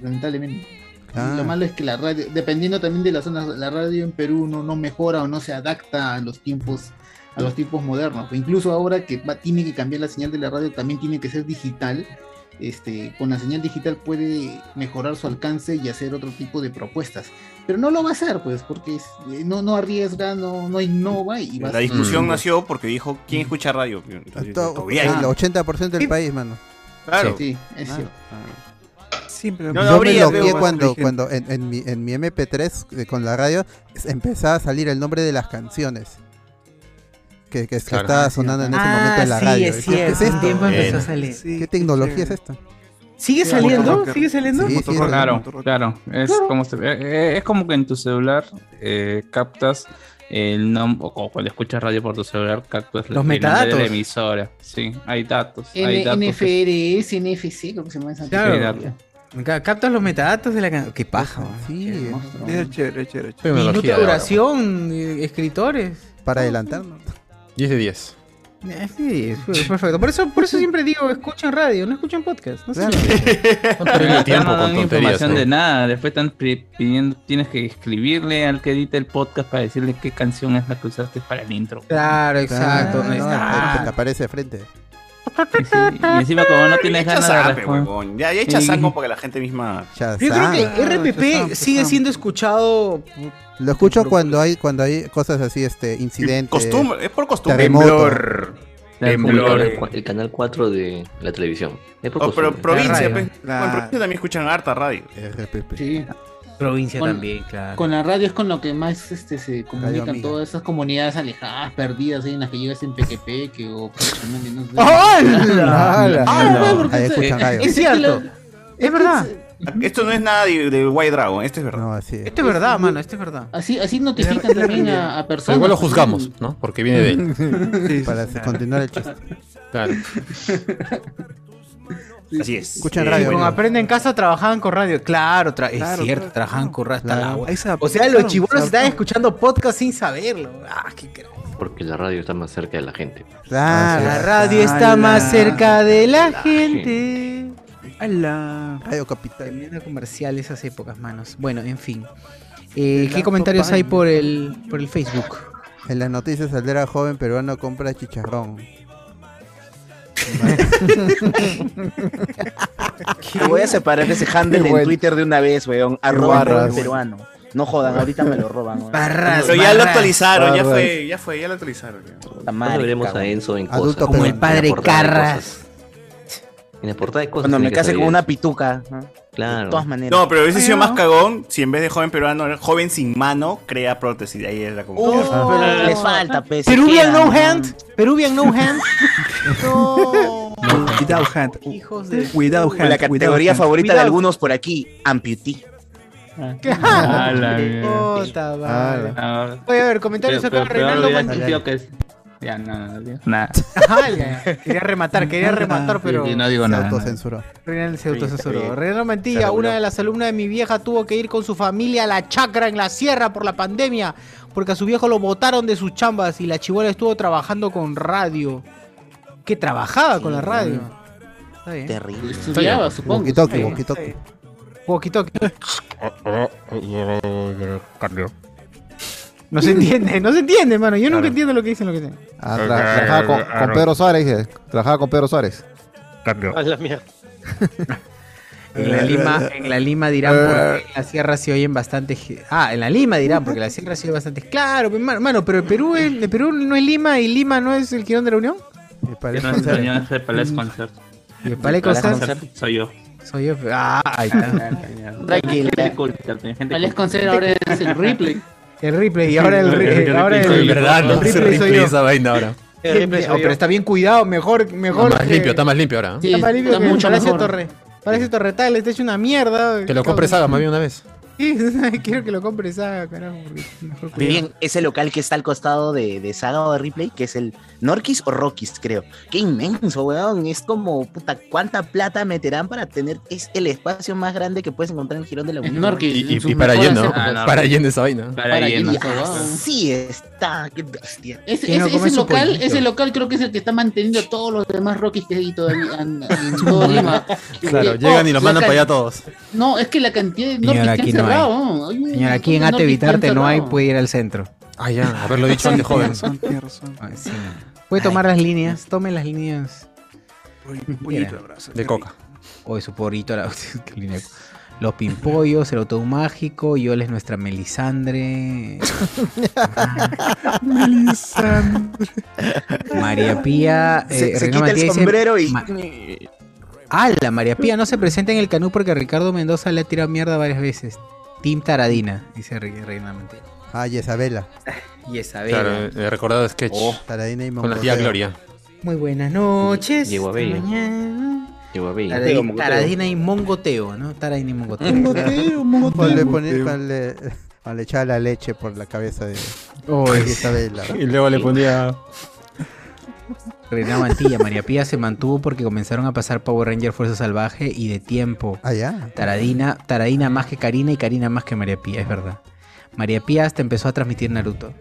Speaker 9: lamentablemente.
Speaker 7: Ah.
Speaker 9: Lo malo es que la radio, dependiendo también de las zonas, la radio en Perú no, no mejora o no se adapta a los tiempos a los tiempos modernos. Incluso ahora que va- tiene que cambiar la señal de la radio, también tiene que ser digital este, con la señal digital puede mejorar su alcance y hacer otro tipo de propuestas. Pero no lo va a hacer, pues, porque es- eh, no, no arriesga, no, no innova y va a
Speaker 3: La
Speaker 9: seguir.
Speaker 3: discusión
Speaker 9: Mm.
Speaker 3: nació porque dijo, ¿quién escucha radio? Entonces,
Speaker 7: Todo-
Speaker 3: todavía hay-
Speaker 7: el 80% del país, mano.
Speaker 3: Claro.
Speaker 9: Sí, es cierto.
Speaker 7: Yo
Speaker 3: No, no
Speaker 7: me
Speaker 3: habría,
Speaker 7: loqué
Speaker 3: creo,
Speaker 7: cuando,
Speaker 3: inteligente.
Speaker 7: cuando en, en mi, en mi MP3 de- eh, con la radio es- empezaba a salir el nombre de las canciones que, que, que
Speaker 5: Claro.
Speaker 7: estaba sonando en ese
Speaker 5: Ah,
Speaker 7: momento en la
Speaker 5: sí,
Speaker 7: radio.
Speaker 5: es
Speaker 7: Y decía, ¿Qué es
Speaker 5: cierto.
Speaker 7: esto?
Speaker 5: Tiempo empezó a
Speaker 7: Sí,
Speaker 5: salir.
Speaker 7: ¿Qué tecnología es esta?
Speaker 1: ¿Sigue saliendo? ¿Sigue saliendo?
Speaker 7: Sí, sí,
Speaker 17: claro, claro. Es como, se- eh, eh, es como que en tu celular eh, captas el nombre, o cuando escuchas radio por tu celular, captas
Speaker 1: Los
Speaker 17: el nombre
Speaker 1: metadatos.
Speaker 17: de la emisora. Sí, hay datos. hay
Speaker 9: N-
Speaker 17: datos.
Speaker 1: pues.
Speaker 9: NFRS, NFC, creo que se llama esa
Speaker 17: Claro.
Speaker 9: tecnología.
Speaker 1: Ca- Captas los metadatos de la canción. Qué
Speaker 9: Pues,
Speaker 1: paja, man.
Speaker 7: Sí,
Speaker 12: Es chévere, chévere. chévere.
Speaker 1: Minuto de duración, eh, escritores.
Speaker 7: Para adelantarnos.
Speaker 11: 10 de 10.
Speaker 1: Eh, Sí, fue perfecto. Por eso, por eso siempre digo, escuchen radio, no escuchen podcast. No sé.
Speaker 11: el tiempo
Speaker 17: no
Speaker 11: con
Speaker 17: dan
Speaker 11: tonterías,
Speaker 17: información
Speaker 11: ¿no?
Speaker 17: de nada. Después están pri- pidiendo, tienes que escribirle al que edita el podcast para decirle qué canción es la que usaste para el intro.
Speaker 1: Claro, exacto.
Speaker 7: No,
Speaker 1: ahí
Speaker 7: no,
Speaker 1: está.
Speaker 7: te, te aparece de frente.
Speaker 9: Ah,
Speaker 17: Y encima como no tienes
Speaker 3: Echa
Speaker 17: ganas de
Speaker 3: zape,
Speaker 17: responder.
Speaker 3: huevón. Ya, ya echa
Speaker 17: Sí.
Speaker 3: saco para que la gente misma.
Speaker 1: Yo creo que RPP sigue siendo escuchado.
Speaker 7: Lo escucho cuando hay cuando hay cosas así, este, incidentes.
Speaker 1: Eh,
Speaker 3: Costumbre, es por costumbre.
Speaker 7: terremoto.
Speaker 3: Temblor.
Speaker 8: El, cua- el canal 4 de la televisión. Es por
Speaker 3: Oh, pero
Speaker 8: costumbre.
Speaker 3: provincia,
Speaker 8: La
Speaker 3: pues.
Speaker 8: radio.
Speaker 3: Bueno, en provincia también escuchan harta radio.
Speaker 9: Sí.
Speaker 1: Provincia
Speaker 9: Con-
Speaker 1: también, claro.
Speaker 9: Con la radio es con lo que más este, se comunican
Speaker 1: amiga.
Speaker 9: todas esas comunidades alejadas, perdidas,
Speaker 1: ¿eh?
Speaker 9: ahí en las que
Speaker 1: este
Speaker 9: llegas en Pequepeque o Cochabamba, no sé.
Speaker 3: ¡Hala!
Speaker 9: ¡Hala!
Speaker 3: ¡Hala!
Speaker 9: porque
Speaker 3: Ahí
Speaker 9: es-
Speaker 3: escuchan
Speaker 9: es-
Speaker 3: radio.
Speaker 9: es-
Speaker 3: Es cierto.
Speaker 9: que
Speaker 1: Es verdad.
Speaker 3: Ah, Esto no es nada de- del White Dragon, esto es verdad.
Speaker 7: No, así
Speaker 1: Esto es verdad, mano, esto es verdad.
Speaker 9: Así, así notifican también a, a
Speaker 11: Pero
Speaker 9: personas.
Speaker 11: igual lo juzgamos, ¿no? Porque viene de
Speaker 1: (laughs)
Speaker 11: él.
Speaker 7: Para continuar el chiste.
Speaker 11: Claro.
Speaker 3: Así es.
Speaker 1: Sí,
Speaker 11: Eh,
Speaker 1: Con
Speaker 11: bueno.
Speaker 1: Aprende en Casa trabajaban con radio. Claro, tra-
Speaker 11: Claro,
Speaker 1: es cierto,
Speaker 11: claro,
Speaker 1: trabajaban con radio hasta la
Speaker 12: Ahí se
Speaker 1: O sea, los
Speaker 12: adaptaron,
Speaker 1: chibolos
Speaker 12: se
Speaker 1: están
Speaker 12: adaptaron.
Speaker 1: escuchando podcast sin saberlo. Ah, qué cra-
Speaker 8: Porque la radio está más cerca de la gente.
Speaker 7: Ah,
Speaker 1: La radio está más cerca de la gente. A
Speaker 7: Radio Capital.
Speaker 1: comercial esas épocas, manos. Bueno, en fin. Eh,
Speaker 7: La
Speaker 1: ¿Qué comentarios
Speaker 7: Copán.
Speaker 1: hay por el, por el Facebook?
Speaker 7: En las noticias saldrá joven peruano compra chicharrón.
Speaker 13: Me (laughs) voy a separar ese
Speaker 7: (laughs)
Speaker 13: handle
Speaker 7: Qué
Speaker 13: en
Speaker 7: bueno.
Speaker 13: Twitter de una vez, weón. Arroba
Speaker 7: barras.
Speaker 13: joven peruano. No jodan, ahorita me lo roban. weón.
Speaker 3: Pero ya lo actualizaron, ya fue, ya fue, ya lo actualizaron.
Speaker 13: Puta madre,
Speaker 8: Cuando veremos
Speaker 13: cabrón.
Speaker 8: a Enzo en cosas.
Speaker 13: Adulto como el
Speaker 8: En la
Speaker 13: padre
Speaker 8: portada de
Speaker 13: Carras.
Speaker 8: cosas. En la portada de cosas.
Speaker 13: Cuando
Speaker 8: tiene
Speaker 13: me
Speaker 8: que
Speaker 13: case
Speaker 8: salir
Speaker 13: con
Speaker 8: eso.
Speaker 13: una pituca. ¿no?
Speaker 8: Claro.
Speaker 13: De todas maneras.
Speaker 3: No, pero hubiese
Speaker 13: Ay,
Speaker 3: sido
Speaker 13: no.
Speaker 3: más cagón si en vez de joven peruano era joven sin mano, crea prótesis. Ahí es la conclusión.
Speaker 1: Ah.
Speaker 13: Oh, pero les falta, pues. se
Speaker 1: Peruvian
Speaker 13: quedan.
Speaker 1: no hand. Peruvian no hand. (laughs)
Speaker 12: Without hand.
Speaker 1: Hijos de.
Speaker 12: Without
Speaker 13: Con
Speaker 12: hand.
Speaker 13: la categoría
Speaker 12: without
Speaker 13: favorita de
Speaker 12: hand.
Speaker 13: algunos por aquí, amputee.
Speaker 1: Ah,
Speaker 17: la
Speaker 1: Puta madre.
Speaker 17: Ah,
Speaker 1: Voy a ver, comentarios
Speaker 17: pero-
Speaker 1: acá.
Speaker 17: pero- pero
Speaker 1: Reinaldo
Speaker 17: olvidaste
Speaker 1: Manchini.
Speaker 17: el tío que es- Ya, nada, olvidé.
Speaker 1: Ala, Quería rematar, quería rematar, pero.
Speaker 17: Sí, sí, no digo nada.
Speaker 7: Autocensuró.
Speaker 1: Reinaldo se
Speaker 7: Sí,
Speaker 1: autocensuró.
Speaker 7: sí.
Speaker 1: Reinaldo
Speaker 7: Se
Speaker 1: Mantilla,
Speaker 7: reguló.
Speaker 1: una de las alumnas de mi vieja, tuvo que ir con su familia a la chacra en la sierra por la pandemia, porque a su viejo lo botaron de sus chambas y la chivola estuvo trabajando con radio. Que trabajaba con la radio. Está bien.
Speaker 13: Terrible.
Speaker 9: Estudiaba, supongo.
Speaker 7: Walkie-talkie,
Speaker 1: Sí.
Speaker 7: walkie-talkie.
Speaker 1: Walkie-talkie.
Speaker 22: Cambio.
Speaker 11: (laughs)
Speaker 1: No se entiende, no se entiende, mano. Yo nunca entiendo lo que dicen, lo que dicen.
Speaker 5: Ah, tra- trabajaba con, con Pedro Suárez, dice. Trabajaba con Pedro Suárez. Ah,
Speaker 22: Cambio.
Speaker 1: Ah,
Speaker 10: A la mierda.
Speaker 1: En la Lima, en la Lima
Speaker 11: Eh.
Speaker 1: dirán porque en la sierra se oyen bastante. ge- Ah, en la Lima dirán porque la sierra se oye bastante. Claro, pe- man- mano, pero el Perú, es- el Perú no es Lima y Lima no es el Quirón de la Unión.
Speaker 17: Que no es dueño de ese Palais Concert.
Speaker 1: el Palais Concert?
Speaker 17: Soy yo.
Speaker 1: Soy yo. Ah, ahí está.
Speaker 17: Tranquila.
Speaker 9: Alex Concert ahora es el replay.
Speaker 1: (laughs) El replay, y ahora el, re-
Speaker 11: El
Speaker 1: eh, ahora el,
Speaker 11: replay soy yo. Verdad, no,
Speaker 1: el
Speaker 11: ese
Speaker 1: replay soy
Speaker 11: replay,
Speaker 1: yo.
Speaker 11: esa vaina ahora.
Speaker 1: El replay soy yo. pero está bien cuidado, mejor,
Speaker 11: Está
Speaker 1: mejor.
Speaker 11: más
Speaker 1: que-
Speaker 11: limpio, está más limpio ahora. ¿eh?
Speaker 1: está más limpio que
Speaker 9: mucho
Speaker 1: Palacio
Speaker 9: mejor.
Speaker 1: Torre. Palacio Torretal, está hecho una mierda.
Speaker 11: Que lo compre Saga más bien una vez.
Speaker 1: (laughs) Sí, (laughs) quiero que lo compres Saga, carajo. porque mejor cuidado.
Speaker 13: Bien, ese local que está al costado de, de Saga o de Ripley, que es el Norquis o Rockies, creo. Qué inmenso, weón. Es como, puta, ¿cuánta plata meterán para tener? Es el espacio más grande que puedes encontrar en el Girón de la Unión.
Speaker 9: Norquis,
Speaker 11: Y, y-
Speaker 9: en sus
Speaker 11: y para
Speaker 9: mejores
Speaker 11: lleno,
Speaker 9: épocas.
Speaker 11: para lleno esa vaina.
Speaker 13: Para
Speaker 9: lleno,
Speaker 13: y
Speaker 9: esa huevada.
Speaker 13: así está. Qué bestia.
Speaker 9: Ese,
Speaker 11: ¿Quién no
Speaker 9: ese-
Speaker 11: come
Speaker 9: ese
Speaker 11: su
Speaker 9: local,
Speaker 11: pollito?
Speaker 9: ese local creo que es el que está manteniendo a todos los demás Rockies que hay todavía en, en todo Lima.
Speaker 11: (laughs) Claro,
Speaker 9: Eh,
Speaker 11: llegan
Speaker 9: oh,
Speaker 11: y los
Speaker 9: la
Speaker 11: mandan
Speaker 9: can-
Speaker 11: para allá todos.
Speaker 9: No, es que la cantidad de
Speaker 1: Señor,
Speaker 9: Norquis que
Speaker 1: aquí
Speaker 9: han
Speaker 1: no hay.
Speaker 9: cerrado. ¿no? Hay un
Speaker 1: Señora, aquí en
Speaker 9: montón
Speaker 1: Ate
Speaker 9: de Norquis que han
Speaker 1: Evitarte no hay, pues,
Speaker 9: cerrado.
Speaker 1: puede ir al centro.
Speaker 11: Ah, ya, haberlo dicho antes, joven.
Speaker 1: Ay, sí. Puede tomar las líneas, tome las líneas. (laughs)
Speaker 12: Pollito de brazo.
Speaker 11: De coca.
Speaker 1: Hoy su porrito, la- (laughs) qué línea. Los pimpollos, el autobús mágico, Yol es nuestra Melisandre.
Speaker 12: Melisandre.
Speaker 1: María Pía.
Speaker 13: Se-
Speaker 1: eh,
Speaker 13: se
Speaker 1: Renan
Speaker 13: quita el
Speaker 1: Matías dice-
Speaker 13: sombrero y-
Speaker 1: (laughs) Ma- ¡Hala! María Pía no se presenta en el canú porque Ricardo Mendoza le ha tirado mierda varias veces. Team Taradina, dice Re- Reina Matías.
Speaker 7: Ah, y Isabela.
Speaker 1: Y esa
Speaker 11: Claro, el eh, recordado sketch.
Speaker 7: Taradina y
Speaker 11: Con la tía
Speaker 7: Montero.
Speaker 11: Gloria.
Speaker 1: Muy buenas noches.
Speaker 11: Llegó a Bello.
Speaker 1: hasta mañana.
Speaker 11: Llegó a
Speaker 1: Taradina, Taradina y Mongoteo, ¿no? Taradina y Mongoteo.
Speaker 7: Mongoteo, (laughs)
Speaker 1: Mongoteo.
Speaker 7: Cuando le ponía- cuando le- cuando le echaba la leche por la cabeza de
Speaker 1: Oh,
Speaker 7: de
Speaker 1: es-
Speaker 7: Isabela.
Speaker 11: Y luego le ponía.
Speaker 1: Reina Mantilla, María Pía se mantuvo porque comenzaron a pasar Power Ranger Fuerza Salvaje y de tiempo.
Speaker 7: Ah,
Speaker 1: Taradina, Taradina más que Karina y Karina más que María Pía, es verdad. María Pía hasta empezó a transmitir Naruto.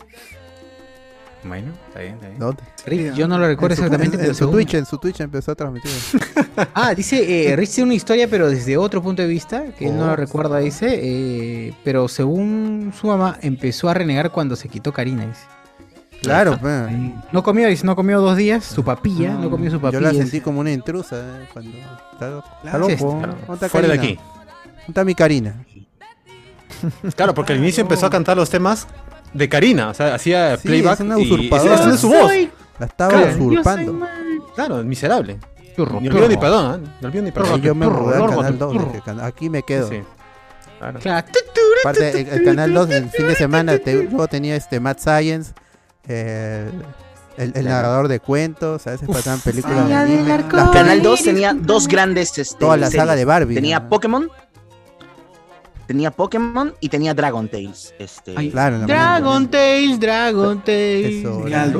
Speaker 1: Bueno, está bien, está bien.
Speaker 7: ¿Dónde?
Speaker 1: Rick, yo no lo recuerdo
Speaker 7: En su-
Speaker 1: exactamente,
Speaker 7: En,
Speaker 1: pero
Speaker 7: en su
Speaker 1: según-
Speaker 7: Twitch, en su Twitch empezó a transmitir.
Speaker 1: Ah,
Speaker 7: (laughs)
Speaker 1: dice, eh, Rich tiene una historia, pero desde otro punto de vista, que él no
Speaker 7: Oh.
Speaker 1: lo recuerda, dice, eh, pero según su mamá, empezó a renegar cuando se quitó Karina, dice.
Speaker 7: Claro, pues. Mm,
Speaker 1: No comió, dice, no comió dos días, su papilla, no, comió su papilla.
Speaker 7: Yo la sentí como una intrusa eh, cuando está, está
Speaker 1: Claro, sí,
Speaker 7: loco.
Speaker 1: claro.
Speaker 7: ¿Dónde está
Speaker 1: Fuera de
Speaker 7: Karina?
Speaker 1: aquí.
Speaker 7: ¿Dónde está mi Karina?
Speaker 11: Claro, porque al inicio empezó a cantar los temas de Karina, o sea, hacía
Speaker 7: Sí,
Speaker 11: playback
Speaker 7: es una
Speaker 11: y-
Speaker 7: usurpadora.
Speaker 11: y esa es su voz.
Speaker 7: Soy- La estaba
Speaker 11: Claro.
Speaker 7: usurpando.
Speaker 11: Claro, miserable.
Speaker 7: Churro,
Speaker 11: ni olvido ni
Speaker 7: churro.
Speaker 11: perdón, ¿eh? No olvido ni perdón.
Speaker 7: Ahí yo me
Speaker 11: Churro,
Speaker 7: mudé al
Speaker 11: churro,
Speaker 7: canal 2.
Speaker 11: churro.
Speaker 7: dije, can- Aquí me quedo.
Speaker 11: Sí, sí. Claro.
Speaker 7: Aparte, el, el canal 2 el fin de semana te- yo tenía este Mad Science, eh, el, el narrador de cuentos, a veces pasaban películas de anime.
Speaker 13: Canal 2 tenía dos grandes este,
Speaker 7: Toda la saga
Speaker 13: series.
Speaker 7: de Barbie.
Speaker 13: Tenía Pokémon. Tenía Pokémon y tenía Dragon Tales. Este.
Speaker 1: Ay,
Speaker 7: Claro, la
Speaker 1: Dragon Tales, Dragon Tales.
Speaker 11: Brian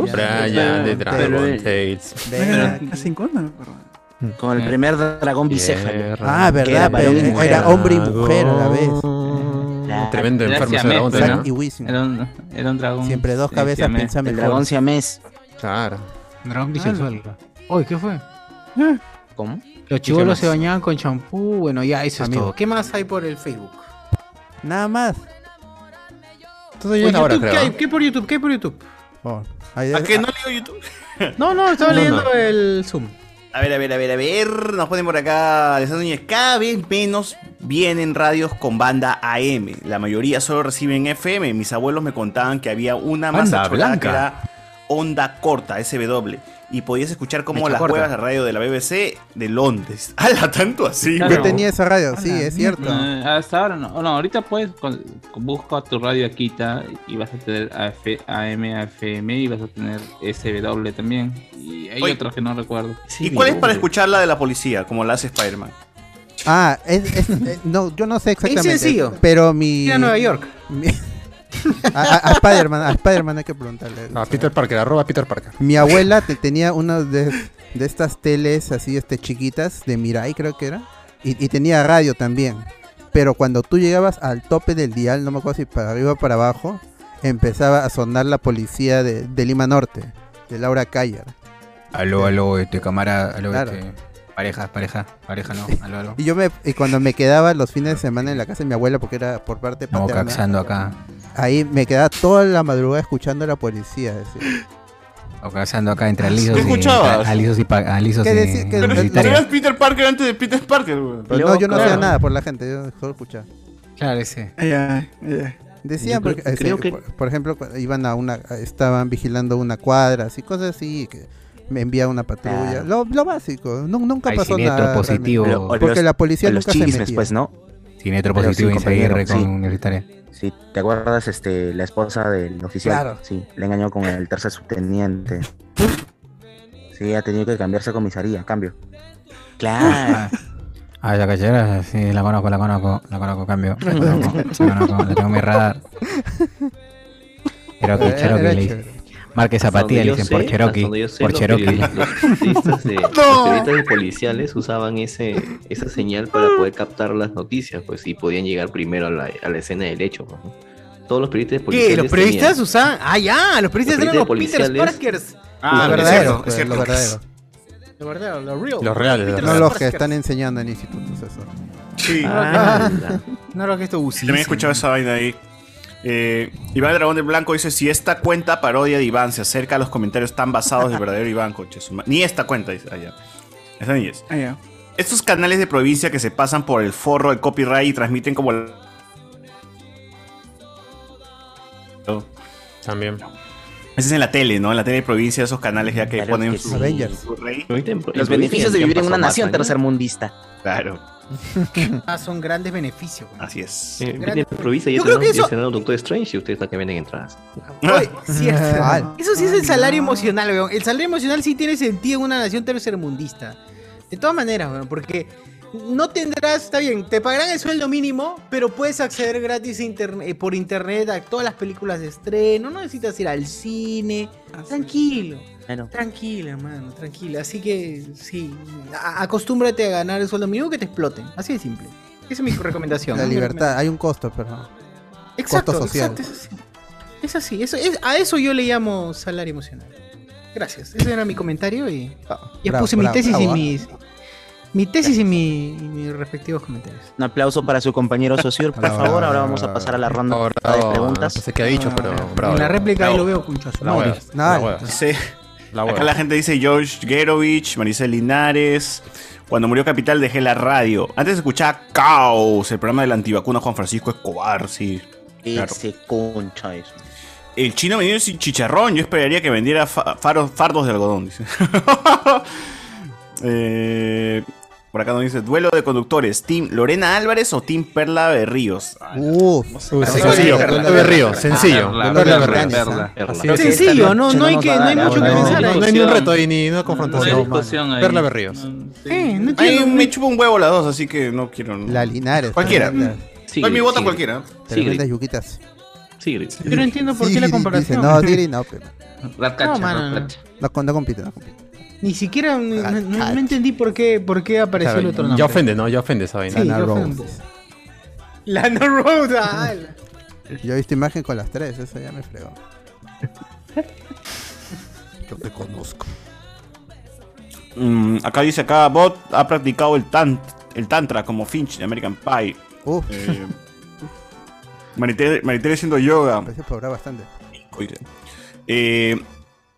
Speaker 11: de Dragon Tales.
Speaker 13: Con el primer dragón bicéfalo.
Speaker 7: Ah,
Speaker 13: Que
Speaker 7: verdad,
Speaker 13: era
Speaker 7: pero
Speaker 13: varón y
Speaker 7: era,
Speaker 13: mujer.
Speaker 7: hombre y mujer a la vez.
Speaker 11: Tremendo
Speaker 13: Era
Speaker 11: enfermo ese
Speaker 13: siamés,
Speaker 11: dragón
Speaker 13: pues,
Speaker 11: también,
Speaker 13: ¿no?
Speaker 11: ¿no?
Speaker 7: Y Wisin.
Speaker 13: Era un, dragón.
Speaker 7: Siempre dos cabezas
Speaker 13: siamés.
Speaker 7: piensa
Speaker 13: El
Speaker 7: mejor.
Speaker 13: dragón siamés.
Speaker 11: Claro.
Speaker 1: Dragón bisexual. Oye, ¿qué fue?
Speaker 13: ¿Cómo?
Speaker 1: Los chivolos se bañaban con champú, bueno, ya eso es
Speaker 7: Amigo.
Speaker 1: todo. ¿Qué más hay por el Facebook?
Speaker 7: Nada más.
Speaker 1: Todo
Speaker 7: ya es la hora, creo,
Speaker 1: ¿qué, hay?
Speaker 7: ¿no?
Speaker 1: ¿Qué por YouTube? ¿Qué
Speaker 7: (laughs)
Speaker 1: por YouTube?
Speaker 7: Oh,
Speaker 13: Ah,
Speaker 3: ¿A qué no leo YouTube?
Speaker 1: No, no, estaba
Speaker 3: No,
Speaker 1: leyendo
Speaker 3: no.
Speaker 1: el Zoom.
Speaker 3: A ver, a ver, a ver, a ver. Nos ponen por acá. Alessandro Núñez. Cada vez menos vienen radios con banda AM. La mayoría solo reciben FM. Mis abuelos me contaban que había una más
Speaker 11: Banda
Speaker 3: achorada
Speaker 11: blanca.
Speaker 3: que era onda corta, SW. Y podías escuchar como
Speaker 7: Mecha
Speaker 3: las
Speaker 7: corta.
Speaker 3: cuevas de radio de la BBC de Londres. (laughs) ¡Hala, tanto así!
Speaker 7: Yo
Speaker 3: bro!
Speaker 7: tenía esa radio, sí, es cierto.
Speaker 3: Ah,
Speaker 17: Eh, hasta ahora no. No, ahorita puedes con- busca tu radio Akita y vas a tener AF, AM, AFM y vas a tener SW también. Y hay
Speaker 3: Oye.
Speaker 17: otros que no recuerdo.
Speaker 3: ¿Y cuál es para escuchar la de la policía, como la hace Spider-Man?
Speaker 7: Ah, es, es- eh, no, yo no sé exactamente.
Speaker 3: sencillo.
Speaker 7: Pero mi.
Speaker 3: Ir a Nueva York.
Speaker 7: mi- a, a- a Spider-Man, a Spider-Man hay que preguntarle. ¿eh?
Speaker 11: A Peter Parker, arroba Peter Parker.
Speaker 7: Mi abuela te- tenía una de, de estas teles así, este, chiquitas, de Mirai creo que era, y, y tenía radio también. Pero cuando tú llegabas al tope del dial, no me acuerdo si para arriba o para abajo, empezaba a sonar la policía de, de Lima Norte, de Laura Cayer.
Speaker 1: Aló, aló, este cámara, aló,
Speaker 7: Claro.
Speaker 1: este. Pareja, pareja, pareja, no, aló, aló.
Speaker 7: Y yo me, y cuando me quedaba los fines de semana en la casa de mi abuela, porque era por parte
Speaker 1: No,
Speaker 7: paterna,
Speaker 1: caxando acá.
Speaker 7: ahí me quedaba toda la madrugada escuchando a la policía.
Speaker 1: (laughs)
Speaker 7: decir.
Speaker 1: O cazando acá entre
Speaker 7: ¿Qué
Speaker 1: alisos y,
Speaker 7: escuchabas?
Speaker 1: a- alisos y pa- alisos
Speaker 7: ¿Qué
Speaker 1: y
Speaker 7: decir? ¿Qué-
Speaker 3: Pero
Speaker 1: militares.
Speaker 3: tú eras Peter Parker antes de Peter Parker, güey.
Speaker 7: Pero no, yo no hacía nada por la gente, yo solo escuchaba.
Speaker 1: Claro, ese.
Speaker 7: Decían,
Speaker 1: Yo creo-
Speaker 7: porque, eh,
Speaker 1: creo
Speaker 7: sí,
Speaker 1: que-
Speaker 7: por, por ejemplo, cu- iban a una, estaban vigilando una cuadra, así, cosas así, que me envía una patrulla,
Speaker 13: Claro.
Speaker 7: lo, lo básico, nu- nunca
Speaker 1: Ay,
Speaker 7: pasó
Speaker 1: siniestro
Speaker 7: nada.
Speaker 1: positivo.
Speaker 7: realmente.
Speaker 13: O- o
Speaker 7: porque
Speaker 13: los-
Speaker 7: la policía
Speaker 13: o los
Speaker 7: nunca se
Speaker 13: chismes,
Speaker 7: metía.
Speaker 13: pues, ¿no?
Speaker 1: Sinetro
Speaker 13: Pero
Speaker 1: positivo
Speaker 13: sí,
Speaker 1: Insaguirre
Speaker 13: compañero,
Speaker 1: con
Speaker 13: sí.
Speaker 1: Universitaria.
Speaker 13: Sí, ¿te acuerdas este, la esposa del oficial?
Speaker 7: Claro.
Speaker 13: Sí, la engañó con el
Speaker 7: (laughs)
Speaker 13: tercer subteniente. sí, ha tenido que cambiarse a comisaría, cambio. Claro.
Speaker 1: Ah, la cachera, sí, la conozco, la conozco, la conozco, cambio. La conozco, la conozco, la tengo en mi radar. Cherokee,
Speaker 9: Eh,
Speaker 8: Era-
Speaker 1: Cherokee,
Speaker 8: era
Speaker 1: le
Speaker 8: chévere.
Speaker 1: dicen. Marque
Speaker 8: Hasta
Speaker 1: Zapatilla,
Speaker 8: donde
Speaker 1: le
Speaker 8: yo
Speaker 1: dicen
Speaker 8: sé-
Speaker 1: por
Speaker 8: hasta
Speaker 1: Cherokee.
Speaker 8: donde yo sé,
Speaker 1: Por
Speaker 8: los
Speaker 1: Cherokee.
Speaker 8: periodistas- Los
Speaker 9: (laughs)
Speaker 8: periodistas, (laughs) de, este, los
Speaker 1: No.
Speaker 8: periodistas de policiales usaban ese, esa señal para poder captar las noticias, pues, y podían llegar primero a la, a la escena del hecho. pues, ¿no? Todos los periodistas de policiales.
Speaker 9: ¿Qué? ¿Los periodistas usaban? Ah, ya, los periodistas
Speaker 8: Los
Speaker 9: eran los
Speaker 8: periodistas
Speaker 9: Peter
Speaker 8: policiales.
Speaker 9: Parkers.
Speaker 7: Ah,
Speaker 8: Los
Speaker 7: verdadero,
Speaker 8: verdaderos,
Speaker 7: pues,
Speaker 8: es cierto.
Speaker 7: los verdaderos.
Speaker 9: Los verdaderos, los real. Peter
Speaker 7: No los que
Speaker 9: Parkers.
Speaker 7: están enseñando en institutos, eso. (laughs)
Speaker 3: Sí.
Speaker 9: Ah, No lo que esto
Speaker 3: Yo También he escuchado esa vaina ahí. Eh, Iván Dragón del Blanco dice: Si esta cuenta parodia de Iván se acerca a los comentarios tan basados del verdadero Iván, coche. su ma- Ni esta cuenta, dice. Allá. Esa ni es. Estos canales de provincia que se pasan por el forro de copyright y transmiten como. la-
Speaker 11: También.
Speaker 3: Ese es en la tele, ¿no? En la tele de provincia, esos canales ya que ponen sus. su rey.
Speaker 13: Los beneficios de vivir en una nación tercermundista.
Speaker 3: Claro.
Speaker 9: Ah, son grandes beneficios. güey.
Speaker 3: Así es.
Speaker 8: Eh,
Speaker 9: Gracias.
Speaker 8: venden improvisa y
Speaker 9: Yo
Speaker 8: ya
Speaker 9: creo que
Speaker 8: tenemos- ya
Speaker 9: eso- Ah,
Speaker 8: tenemos Doctor Strange y ustedes la que venden entradas.
Speaker 9: Oye, cierto.
Speaker 7: Ah,
Speaker 8: Mal.
Speaker 9: Eso sí es el salario emocional, weón. El salario emocional sí tiene sentido en una nación tercermundista. De todas maneras, weón, porque no tendrás, está bien, te pagarán el sueldo mínimo, pero puedes acceder gratis a interne- eh,
Speaker 7: Ah,
Speaker 9: por internet a todas las películas de estreno, no necesitas ir al cine, tranquilo.
Speaker 1: Tranquila, mano, tranquila. Así que sí, a- acostúmbrate a ganar el sueldo mínimo que te exploten. Así de simple. Esa es mi recomendación.
Speaker 7: La libertad, hay un costo, pero.
Speaker 1: Exacto,
Speaker 7: costo social.
Speaker 1: exacto, es así. Es así, eso, es, a eso yo le llamo salario emocional. Gracias, ese era mi comentario y ya
Speaker 13: Ah, bravo,
Speaker 1: puse
Speaker 13: bravo,
Speaker 1: mi tesis
Speaker 13: bravo,
Speaker 1: y
Speaker 13: ¿ah?
Speaker 1: mis, mi tesis y, mi- y mis respectivos comentarios.
Speaker 13: Un aplauso para su compañero Sociur, por favor. Ahora vamos a pasar a la ronda de preguntas.
Speaker 1: no sé
Speaker 11: qué ha dicho, pero bravo.
Speaker 1: en la réplica ahí
Speaker 11: Bravo.
Speaker 1: lo veo con chazo.
Speaker 11: La hueva, la hueva.
Speaker 3: Dice-
Speaker 11: La hueva.
Speaker 3: acá la gente dice George Gerovich, Maricel Linares. Cuando murió Capital dejé la radio. Antes escuchaba Caos, el programa de la antivacuna Juan Francisco Escobar, sí.
Speaker 13: Ese concha eso.
Speaker 3: El chino vendió sin chicharrón, yo esperaría que vendiera fa- faros- fardos de algodón, dice. (laughs) Eh, por acá nos dice, duelo de conductores, Team Lorena Álvarez o Team Perla de Ríos.
Speaker 7: Uf,
Speaker 3: Uy,
Speaker 11: sencillo, Perla de Ríos, sencillo.
Speaker 3: Perla,
Speaker 11: Perla de
Speaker 3: Perla,
Speaker 11: Ríos.
Speaker 3: Perla,
Speaker 11: Así
Speaker 3: Perla.
Speaker 11: es.
Speaker 1: Sencillo, no, no hay que, no hay
Speaker 11: No,
Speaker 1: mucho que
Speaker 11: no,
Speaker 1: pensar.
Speaker 11: no,
Speaker 1: ahí.
Speaker 11: hay ni un reto ahí, ni una
Speaker 1: No hay
Speaker 11: confrontación.
Speaker 1: discusión ahí.
Speaker 11: Perla Berríos.
Speaker 1: Eh, no
Speaker 3: Ahí
Speaker 1: quiero-
Speaker 3: me chupa un huevo las dos, así que no quiero.
Speaker 7: La Linares.
Speaker 3: Cualquiera.
Speaker 7: tremenda.
Speaker 3: Sí, Doy mi voto a sí. cualquiera.
Speaker 7: Tremendas
Speaker 3: Sí.
Speaker 7: yuquitas.
Speaker 3: Sí, sí.
Speaker 1: Yo no entiendo por qué la
Speaker 7: Diri,
Speaker 1: comparación.
Speaker 7: dice, no, Diri no, pero.
Speaker 3: (laughs)
Speaker 1: No, mano, no.
Speaker 7: No, con- no compite, no compite.
Speaker 1: Ni siquiera no, no- no entendí por qué, por qué apareció
Speaker 11: Claro,
Speaker 1: el otro
Speaker 11: ya
Speaker 1: nombre.
Speaker 11: ofende, ¿no? Ya ofende esa vaina.
Speaker 1: Sí, ya ofende. Lana Rhodes. ah, la-
Speaker 7: Yo he visto imagen con las tres, eso ya me fregó. Yo te conozco.
Speaker 3: Mm, acá dice acá, Bot ha practicado el, tan- el Tantra como Finch de American Pie.
Speaker 1: Uh.
Speaker 7: (laughs)
Speaker 3: Eh, Maritere Maritere haciendo yoga.
Speaker 7: Parece pobrar bastante.
Speaker 3: Oye. Eh,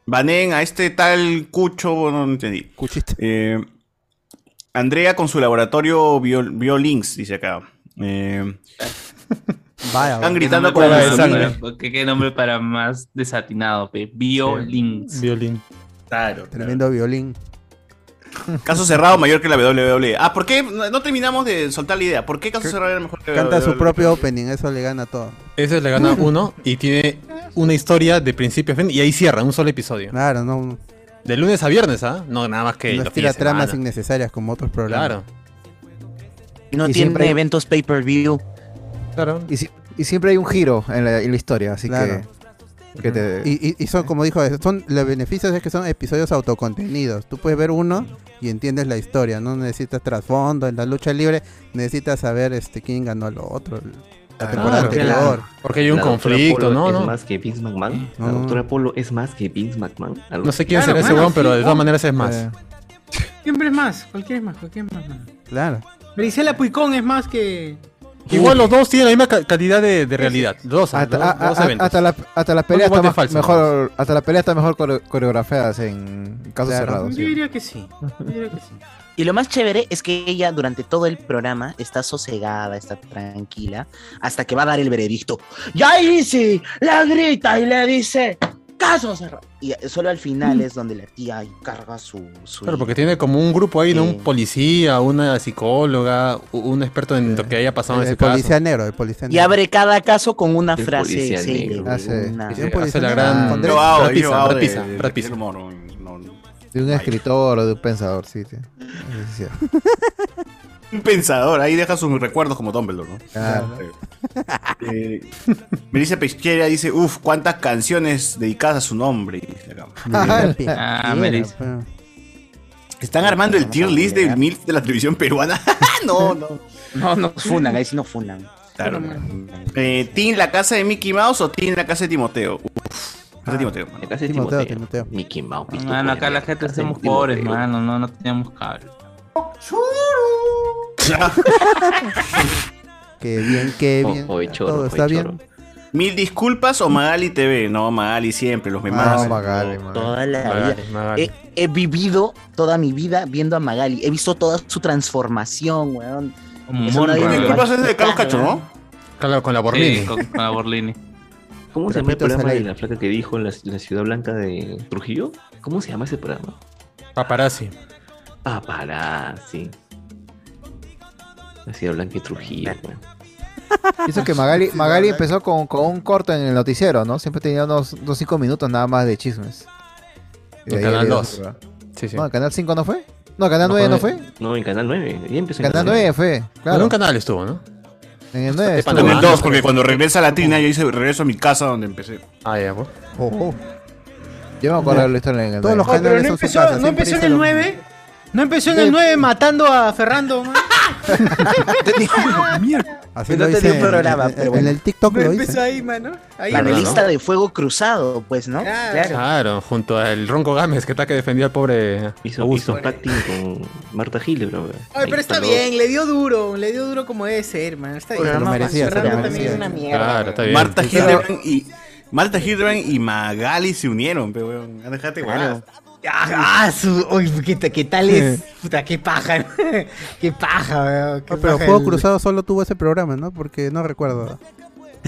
Speaker 3: banen a este tal Cucho, bueno, no entendí. Eh,
Speaker 7: Cuchiste.
Speaker 3: Andrea con su laboratorio Bio- Biolinks, dice acá. Eh,
Speaker 7: Vaya,
Speaker 3: Están gritando
Speaker 18: ¿Qué nombre
Speaker 3: con
Speaker 18: para-
Speaker 3: el
Speaker 18: para- ¿Qué, qué nombre para más desatinado, pe? Violins.
Speaker 11: Violín.
Speaker 7: Ah,
Speaker 3: Claro.
Speaker 7: Tremendo violín.
Speaker 3: Caso cerrado mayor que la WWE. Ah, ¿por qué? No no terminamos de soltar la idea. ¿Por qué caso cerrado era mejor que la E?
Speaker 7: Canta su
Speaker 3: WWE?
Speaker 7: propio opening, eso le gana todo.
Speaker 11: Ese le gana uno y tiene una historia de principio a fin y ahí cierra un solo episodio.
Speaker 7: Claro, no,
Speaker 11: De lunes a viernes, ¿ah? No, nada más que
Speaker 7: no
Speaker 11: los
Speaker 7: estira
Speaker 11: fines de semana.
Speaker 7: tramas innecesarias como otros programas.
Speaker 11: Claro.
Speaker 13: No
Speaker 5: Y
Speaker 13: tiene
Speaker 5: siempre hay-
Speaker 13: eventos pay-per-view.
Speaker 11: Claro.
Speaker 5: Y, si- y siempre hay un giro en la, en la historia, así
Speaker 7: Claro.
Speaker 5: que. que te- eh.
Speaker 7: Y, y- y son, como dijo, son, los beneficios es que son episodios autocontenidos. Tú puedes ver uno y entiendes la historia. No necesitas trasfondo en la lucha libre. Necesitas saber este quién ganó lo otro.
Speaker 13: Ah,
Speaker 1: Ah,
Speaker 7: La temporada anterior.
Speaker 11: Porque hay un
Speaker 8: La doctora
Speaker 11: conflicto,
Speaker 8: Polo
Speaker 11: ¿no?
Speaker 8: Es
Speaker 11: No.
Speaker 8: más que Vince McMahon. La
Speaker 11: No.
Speaker 8: doctora Polo es más que Vince McMahon. Algo
Speaker 11: No sé
Speaker 8: así.
Speaker 11: quién será ese weón, pero de
Speaker 9: oh.
Speaker 11: todas maneras es más.
Speaker 8: Eh.
Speaker 1: Siempre es más, cualquier es más, cualquier es más. mano.
Speaker 7: Claro.
Speaker 1: Marisela Puicón es más que.
Speaker 11: Igual los dos tienen la misma ca- calidad de, de realidad. Los,
Speaker 5: Hasta,
Speaker 11: los-
Speaker 5: a- a-
Speaker 11: los eventos.
Speaker 5: ah, hasta la, hasta la pelea
Speaker 11: Son igual
Speaker 5: está
Speaker 11: de
Speaker 5: más-
Speaker 11: falsos,
Speaker 5: mejor, hasta la pelea está mejor core- coreografiadas en casos
Speaker 13: Claro.
Speaker 5: cerrados.
Speaker 1: Yo diría que sí. Yo diría que sí.
Speaker 13: Y lo más chévere es que ella durante todo el programa está sosegada, está tranquila, hasta que va a dar el veredicto. Ya hice, la grita y le dice, caso cerrado. Y solo al final es donde la tía ahí carga su...
Speaker 11: Mm.
Speaker 13: su
Speaker 11: Claro, porque tiene como un grupo ahí, ¿no? Un policía, una psicóloga, u- un experto en lo que haya pasado en
Speaker 7: El
Speaker 11: ese caso.
Speaker 7: policía negro, el policía
Speaker 13: Y
Speaker 7: negro.
Speaker 13: abre cada caso con una
Speaker 11: El
Speaker 13: frase
Speaker 11: policía
Speaker 13: célebre.
Speaker 11: negro.
Speaker 5: Hace-
Speaker 13: una-
Speaker 11: Ah, Sí, Eh, hace la gran...
Speaker 3: Yo hago,
Speaker 11: Brad Pitt,
Speaker 3: yo hago
Speaker 11: Brad
Speaker 3: Ah, de-
Speaker 11: Pitt,
Speaker 3: de-
Speaker 11: Brad
Speaker 3: de
Speaker 11: Pitt.
Speaker 3: Peter Moro, no, no.
Speaker 5: De un escritor o de un pensador, sí. sí. Sí, sí.
Speaker 3: Un pensador, ahí deja sus recuerdos como Dumbledore, ¿no?
Speaker 5: Claro.
Speaker 3: Eh, Melissa Pesquera dice, uff, cuántas canciones dedicadas a su nombre. dice acá.
Speaker 7: (laughs)
Speaker 13: (laughs)
Speaker 7: Ah,
Speaker 18: Melissa.
Speaker 3: Están armando el tier list de MILF de la televisión peruana. (laughs) no, no.
Speaker 13: No, no funan, ahí sí no funan.
Speaker 3: Claro. Eh, ¿Team la casa de Mickey Mouse o Team la casa de Timoteo? Uf, casa de Timoteo. mano.
Speaker 8: Casi
Speaker 7: Timoteo,
Speaker 8: Timoteo.
Speaker 7: Timoteo.
Speaker 8: Mickey Mouse. Pitufo,
Speaker 18: Mano, acá la gente
Speaker 8: Casi
Speaker 18: somos
Speaker 8: Timoteo.
Speaker 18: pobres, mano. No, no teníamos cable.
Speaker 7: Qué bien,
Speaker 17: Oh,
Speaker 7: qué bien.
Speaker 3: Oye, choro,
Speaker 7: Todo
Speaker 3: oye,
Speaker 7: está
Speaker 3: choro.
Speaker 7: bien.
Speaker 3: Mil disculpas o Magali TV. No, Magali siempre, los memadas.
Speaker 5: Magali,
Speaker 13: Toda la vida. Eh, He, he vivido toda mi vida viendo a Magali. He visto toda su transformación, weón.
Speaker 18: Como
Speaker 13: Eso
Speaker 18: Monroe.
Speaker 13: nadie me lo
Speaker 18: Disculpas,
Speaker 13: va a
Speaker 18: es de
Speaker 17: Ah,
Speaker 18: Carlos
Speaker 13: quitar,
Speaker 18: Cacho,
Speaker 13: weón.
Speaker 11: Claro, con la Borlini.
Speaker 18: Sí, con, con la Borlini.
Speaker 8: ¿Cómo se llama el
Speaker 18: Trapitos al
Speaker 8: programa de
Speaker 18: aire.
Speaker 8: la flaca que dijo en la, la Ciudad Blanca de Trujillo? ¿Cómo se llama ese programa? Ah,
Speaker 11: Paparazzi.
Speaker 8: Paparazzi. La Ciudad Blanca de Trujillo. weón.
Speaker 5: (laughs) Eso que Magali, Magali empezó con, con un corto en el noticiero, ¿no? Siempre tenía unos, unos cinco minutos nada más de chismes. Y
Speaker 11: En
Speaker 5: ahí
Speaker 11: Canal
Speaker 5: le dio
Speaker 11: 2.
Speaker 5: su programa.
Speaker 11: Sí, sí.
Speaker 5: No, en Canal 5 no fue. No, en Canal 9 no fue.
Speaker 8: No, en Canal 9. Ya empezó en
Speaker 5: Canal 9 fue, claro.
Speaker 11: En un canal estuvo, ¿no?
Speaker 5: En el 9
Speaker 3: En el 2, porque cuando regresa a Latina, yo hice regreso a mi casa donde empecé.
Speaker 11: Ah, ya, pues.
Speaker 5: Yo me acuerdo de la historia en el
Speaker 7: Todos los
Speaker 5: Dai.
Speaker 7: canales
Speaker 1: no
Speaker 7: son su
Speaker 1: empezó-
Speaker 7: casa.
Speaker 1: no
Speaker 7: siempre
Speaker 1: empezó en
Speaker 7: hizo
Speaker 1: el
Speaker 7: lo
Speaker 1: 9.
Speaker 7: mismo.
Speaker 1: No empezó en el 9 matando a
Speaker 7: (laughs)
Speaker 1: Ferrando. man.
Speaker 7: Así
Speaker 13: Pero
Speaker 7: lo
Speaker 13: Pues no
Speaker 7: hice
Speaker 13: tenía
Speaker 7: en,
Speaker 13: programa,
Speaker 7: en-
Speaker 13: pero
Speaker 7: en
Speaker 13: bueno.
Speaker 7: el TikTok lo hice.
Speaker 1: ahí, mano.
Speaker 13: la
Speaker 11: Claro,
Speaker 13: lista
Speaker 11: ¿no?
Speaker 13: de fuego cruzado, pues, ¿no?
Speaker 11: Claro. junto al Ronco Gámez, que está que defendió al pobre Augusto.
Speaker 8: con Marta Gil, bro.
Speaker 9: Ay, pero está bien, le dio duro, le dio duro como debe ser, man. Está bien.
Speaker 3: Lo merecía,
Speaker 9: Fernando
Speaker 3: se lo
Speaker 9: también es
Speaker 3: merecía.
Speaker 9: una mierda.
Speaker 11: Claro, está bien.
Speaker 3: Marta
Speaker 11: Sí, claro.
Speaker 3: Hildebrand y Marta Hildebrand y Magali se unieron, pero weón. Ah, Déjate, weón.
Speaker 9: Ah, ah, su, uy, ¿qué, ta- qué tal es? Puta, qué paja. (laughs) qué paja, weón. qué
Speaker 7: Eh. Ah, Pero
Speaker 9: paja
Speaker 7: Fuego
Speaker 9: el- (laughs)
Speaker 7: Cruzado solo tuvo ese programa, ¿no? Porque no recuerdo.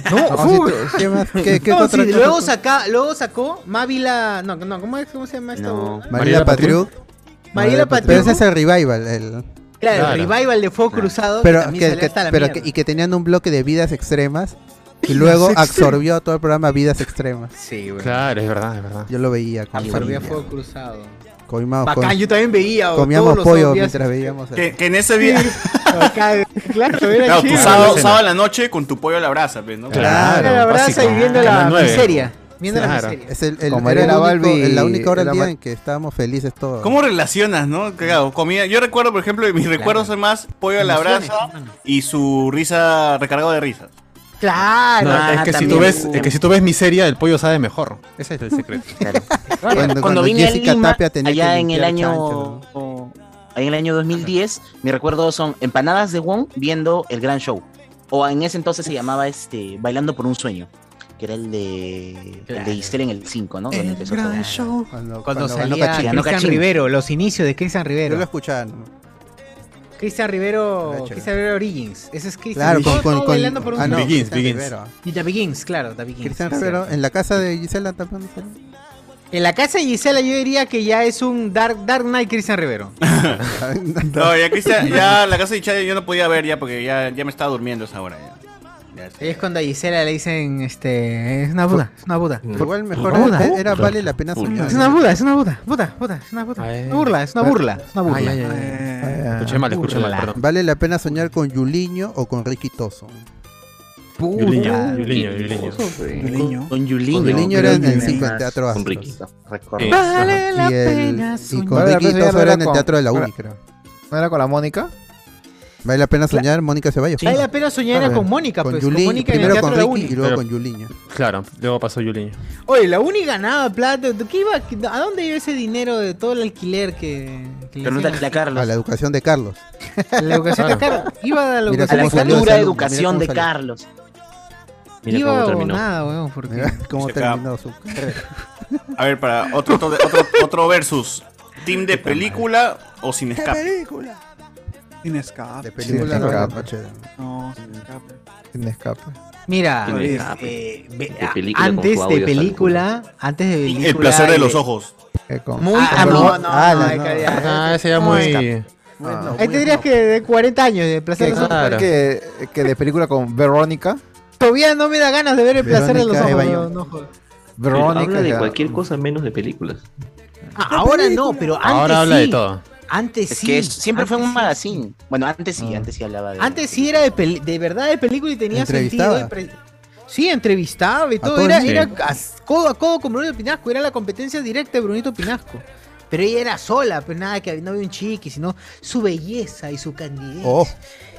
Speaker 1: No, Ah,
Speaker 7: sí,
Speaker 1: uy.
Speaker 7: te- ¿qué más? ¿Qué-
Speaker 9: (laughs)
Speaker 7: qué
Speaker 1: No,
Speaker 7: otra
Speaker 1: sí,
Speaker 7: cosa?
Speaker 1: luego, saca, luego sacó Mávila. No, no, ¿cómo, es, ¿cómo se llama esta?
Speaker 7: No.
Speaker 1: huevona?
Speaker 7: Mariela Patriu.
Speaker 1: Mariela
Speaker 7: Pero
Speaker 1: Patriu.
Speaker 7: ese es el revival. el-
Speaker 1: Claro, el revival de Fuego Cruzado.
Speaker 7: Ah. Pero,
Speaker 1: que también
Speaker 7: que,
Speaker 1: salió
Speaker 7: que-
Speaker 1: hasta la
Speaker 7: pero
Speaker 1: mierda.
Speaker 7: que- y que tenían un bloque de vidas extremas. Y luego
Speaker 1: Vidas extremas.
Speaker 7: absorbió todo el programa Vidas Extremas.
Speaker 9: Sí, güey.
Speaker 11: Claro, es verdad, es verdad.
Speaker 7: Yo lo (laughs) veía con mi
Speaker 9: Absorbía
Speaker 7: familia.
Speaker 9: fuego cruzado.
Speaker 7: Comíamos,
Speaker 9: Bacán, yo también veía, o todos
Speaker 7: Comíamos
Speaker 9: los
Speaker 7: pollo
Speaker 9: días-
Speaker 7: mientras veíamos. el-
Speaker 3: Que, que en ese día.
Speaker 9: Acá, claro,
Speaker 3: (laughs)
Speaker 9: era
Speaker 3: Claro, tu
Speaker 9: chido.
Speaker 3: sábado, sábado en la noche con tu pollo a la brasa, pues, ¿no?
Speaker 9: Claro, la brasa y viendo la miseria. Viendo la
Speaker 3: Claro.
Speaker 9: miseria.
Speaker 7: Es el, el-
Speaker 3: Como
Speaker 7: era
Speaker 3: era
Speaker 7: el
Speaker 3: la
Speaker 7: único-
Speaker 3: Barbie,
Speaker 7: la única hora
Speaker 3: era
Speaker 7: del día
Speaker 3: ma-
Speaker 7: en que estábamos felices todos.
Speaker 3: ¿Cómo relacionas, no? Claro, comida. Yo recuerdo, por ejemplo, mis recuerdos son más pollo a la
Speaker 7: Emociones,
Speaker 3: brasa y su risa recargado de risas.
Speaker 9: Claro.
Speaker 11: No,
Speaker 3: Ah,
Speaker 11: es, que si
Speaker 3: también.
Speaker 11: tú ves, es que si tú ves miseria, el pollo sabe mejor. Ese es el secreto.
Speaker 1: (laughs)
Speaker 13: Cuando, vine
Speaker 11: Jessica
Speaker 13: a Lima,
Speaker 11: Tapia tenía
Speaker 13: allá
Speaker 11: que
Speaker 13: en el
Speaker 11: limpiar
Speaker 13: año
Speaker 11: chanchos,
Speaker 13: o- en el año 2010, mis recuerdos son empanadas de Wong viendo el gran show. O en ese entonces se llamaba este Bailando por un sueño, que era el de el de Giselle en el 5, ¿no? Donde empezó todo.
Speaker 7: Cuando,
Speaker 13: Cuando
Speaker 1: Cuando,
Speaker 13: ganó
Speaker 1: salía
Speaker 13: Cachín, ganó
Speaker 1: Cristian
Speaker 13: Cachín.
Speaker 7: Uh,
Speaker 1: Rivero, los inicios de Cristian Rivero.
Speaker 7: Yo lo escuchaba. ¿no?
Speaker 1: Cristian Rivero,
Speaker 7: hecho.
Speaker 1: Cristian Rivero Origins. Ese es Cristian
Speaker 7: Ah, Claro,
Speaker 1: Todo-
Speaker 7: con- con-
Speaker 1: todo
Speaker 7: con-
Speaker 1: bailando por un
Speaker 7: ah, no,
Speaker 1: sueño.
Speaker 7: Begins, Begins. Rivero.
Speaker 1: Y The Begins, claro, The Begins.
Speaker 7: Cristian
Speaker 1: es
Speaker 7: Rivero,
Speaker 1: cierto.
Speaker 7: en la casa de Gisela también.
Speaker 1: En la casa de Gisela yo diría que ya es un Dark, Dark Knight
Speaker 7: (laughs)
Speaker 1: Cristian Rivero.
Speaker 3: No, ya, Cristian, ya la casa de Chaya yo no podía ver ya porque ya, ya me estaba durmiendo a esa hora. Ya.
Speaker 1: Ahí es cuando a Gisela le dicen, este, es una Buda, es una Buda.
Speaker 7: Igual mejor
Speaker 1: Una Buda.
Speaker 7: era, era vale la pena soñar.
Speaker 1: Es una Buda, es una Buda, Buda, Buda, es una Buda. Una burla, es una burla, es una burla.
Speaker 11: Ay, ay, ay, ay. Escuché mal, escuché mal, perdón.
Speaker 7: Vale la pena soñar con Yuliño o con Ricky Toso.
Speaker 11: Yuliño, Yuliño, Yuliño.
Speaker 13: Con- Con Yuliño.
Speaker 7: Con Yuliño era en el
Speaker 13: Yuliño.
Speaker 7: 5 en Teatro
Speaker 13: Con
Speaker 7: Astros.
Speaker 13: Ricky.
Speaker 5: Sí.
Speaker 13: Vale
Speaker 7: Y el- Y con
Speaker 5: Vale la
Speaker 7: Ricky
Speaker 5: pena
Speaker 7: Toso
Speaker 5: soñar
Speaker 7: era en el
Speaker 5: con-
Speaker 7: Teatro de la Uni,
Speaker 5: era-
Speaker 7: creo.
Speaker 5: ¿No era con la Mónica?
Speaker 7: Vale la pena soñar, Mónica Ceballos.
Speaker 1: Vale la pena soñar
Speaker 7: Claro.
Speaker 1: con Mónica,
Speaker 7: Con
Speaker 1: pues, con
Speaker 7: Yulín,
Speaker 1: Mónica en el
Speaker 7: primero con
Speaker 1: Teatro de la
Speaker 7: Ricky
Speaker 1: Uni.
Speaker 7: y luego
Speaker 1: Pero-
Speaker 7: con Yuliño.
Speaker 11: Claro, luego pasó Yuliño.
Speaker 1: Oye, la uni ganaba plata. ¿Qué iba, ¿A dónde iba ese dinero de todo el alquiler que, que le hacían?
Speaker 13: a Carlos.
Speaker 7: A la educación de Carlos.
Speaker 1: La educación de Carlos. Iba a la
Speaker 7: Mira
Speaker 13: A la
Speaker 7: cómo salió
Speaker 13: futura
Speaker 7: ese alumno,
Speaker 13: educación de
Speaker 7: mira cómo salió.
Speaker 13: Carlos.
Speaker 7: Mira
Speaker 1: Iba
Speaker 7: cómo
Speaker 1: o
Speaker 7: terminó.
Speaker 1: nada, weón, Ah, porque...
Speaker 7: Mira (laughs) cómo
Speaker 3: Se acaba.
Speaker 7: terminó su carrera.
Speaker 3: A ver, para otro, otro, otro, otro versus. ¿Team de película o sin escape?
Speaker 12: película? Sin escape.
Speaker 7: De película,
Speaker 5: no,
Speaker 7: no,
Speaker 5: no,
Speaker 7: chévere.
Speaker 12: No, sin escape.
Speaker 5: Sin escape.
Speaker 1: Mira,
Speaker 5: Tiene
Speaker 1: eh,
Speaker 5: escape.
Speaker 1: eh, ve-
Speaker 7: ah,
Speaker 5: De
Speaker 1: a-
Speaker 5: película con
Speaker 1: antes
Speaker 5: Juan
Speaker 1: de
Speaker 5: Audio
Speaker 1: película, antes de película...
Speaker 3: placer de los
Speaker 1: eh,
Speaker 3: ojos.
Speaker 5: Eh, con-
Speaker 1: Muy
Speaker 5: Ah,
Speaker 1: ah,
Speaker 5: con-
Speaker 1: no, no,
Speaker 5: Ah,
Speaker 1: no,
Speaker 5: la-
Speaker 1: hay que- ya,
Speaker 11: Ah,
Speaker 1: ya.
Speaker 11: ese ya
Speaker 1: No, escape.
Speaker 11: muy.
Speaker 1: Ahí tendrías que de 40 años de placer
Speaker 5: Que,
Speaker 1: de los ojos.
Speaker 5: que, que de película con Verónica.
Speaker 1: Todavía no me da ganas de ver el placer de los
Speaker 5: Verónica,
Speaker 1: ojos.
Speaker 5: Eva
Speaker 1: weón,
Speaker 5: Young.
Speaker 1: no jodas.
Speaker 5: Verónica.
Speaker 8: Habla de
Speaker 5: ya.
Speaker 8: cualquier cosa menos de películas.
Speaker 1: Ah, ahora no, pero antes
Speaker 8: Ahora habla de
Speaker 1: sí.
Speaker 8: todo.
Speaker 1: Antes
Speaker 13: Es
Speaker 1: sí.
Speaker 13: que es- siempre
Speaker 1: antes
Speaker 13: fue un
Speaker 1: sí.
Speaker 13: magazine. Bueno, antes sí, antes sí hablaba de.
Speaker 1: Antes sí era de, peli- de verdad de película y tenía
Speaker 13: Entrevistaba.
Speaker 1: sentido. y pre- Sí, entrevistaba y todo.
Speaker 13: todo
Speaker 1: Era,
Speaker 13: el
Speaker 1: era
Speaker 13: mundo.
Speaker 1: as- codo a codo con Brunito Pinasco. Era la competencia directa de Brunito Pinasco. Pero ella era sola, pues nada, que no había un chiqui, sino su belleza y su candidez.
Speaker 7: Oh.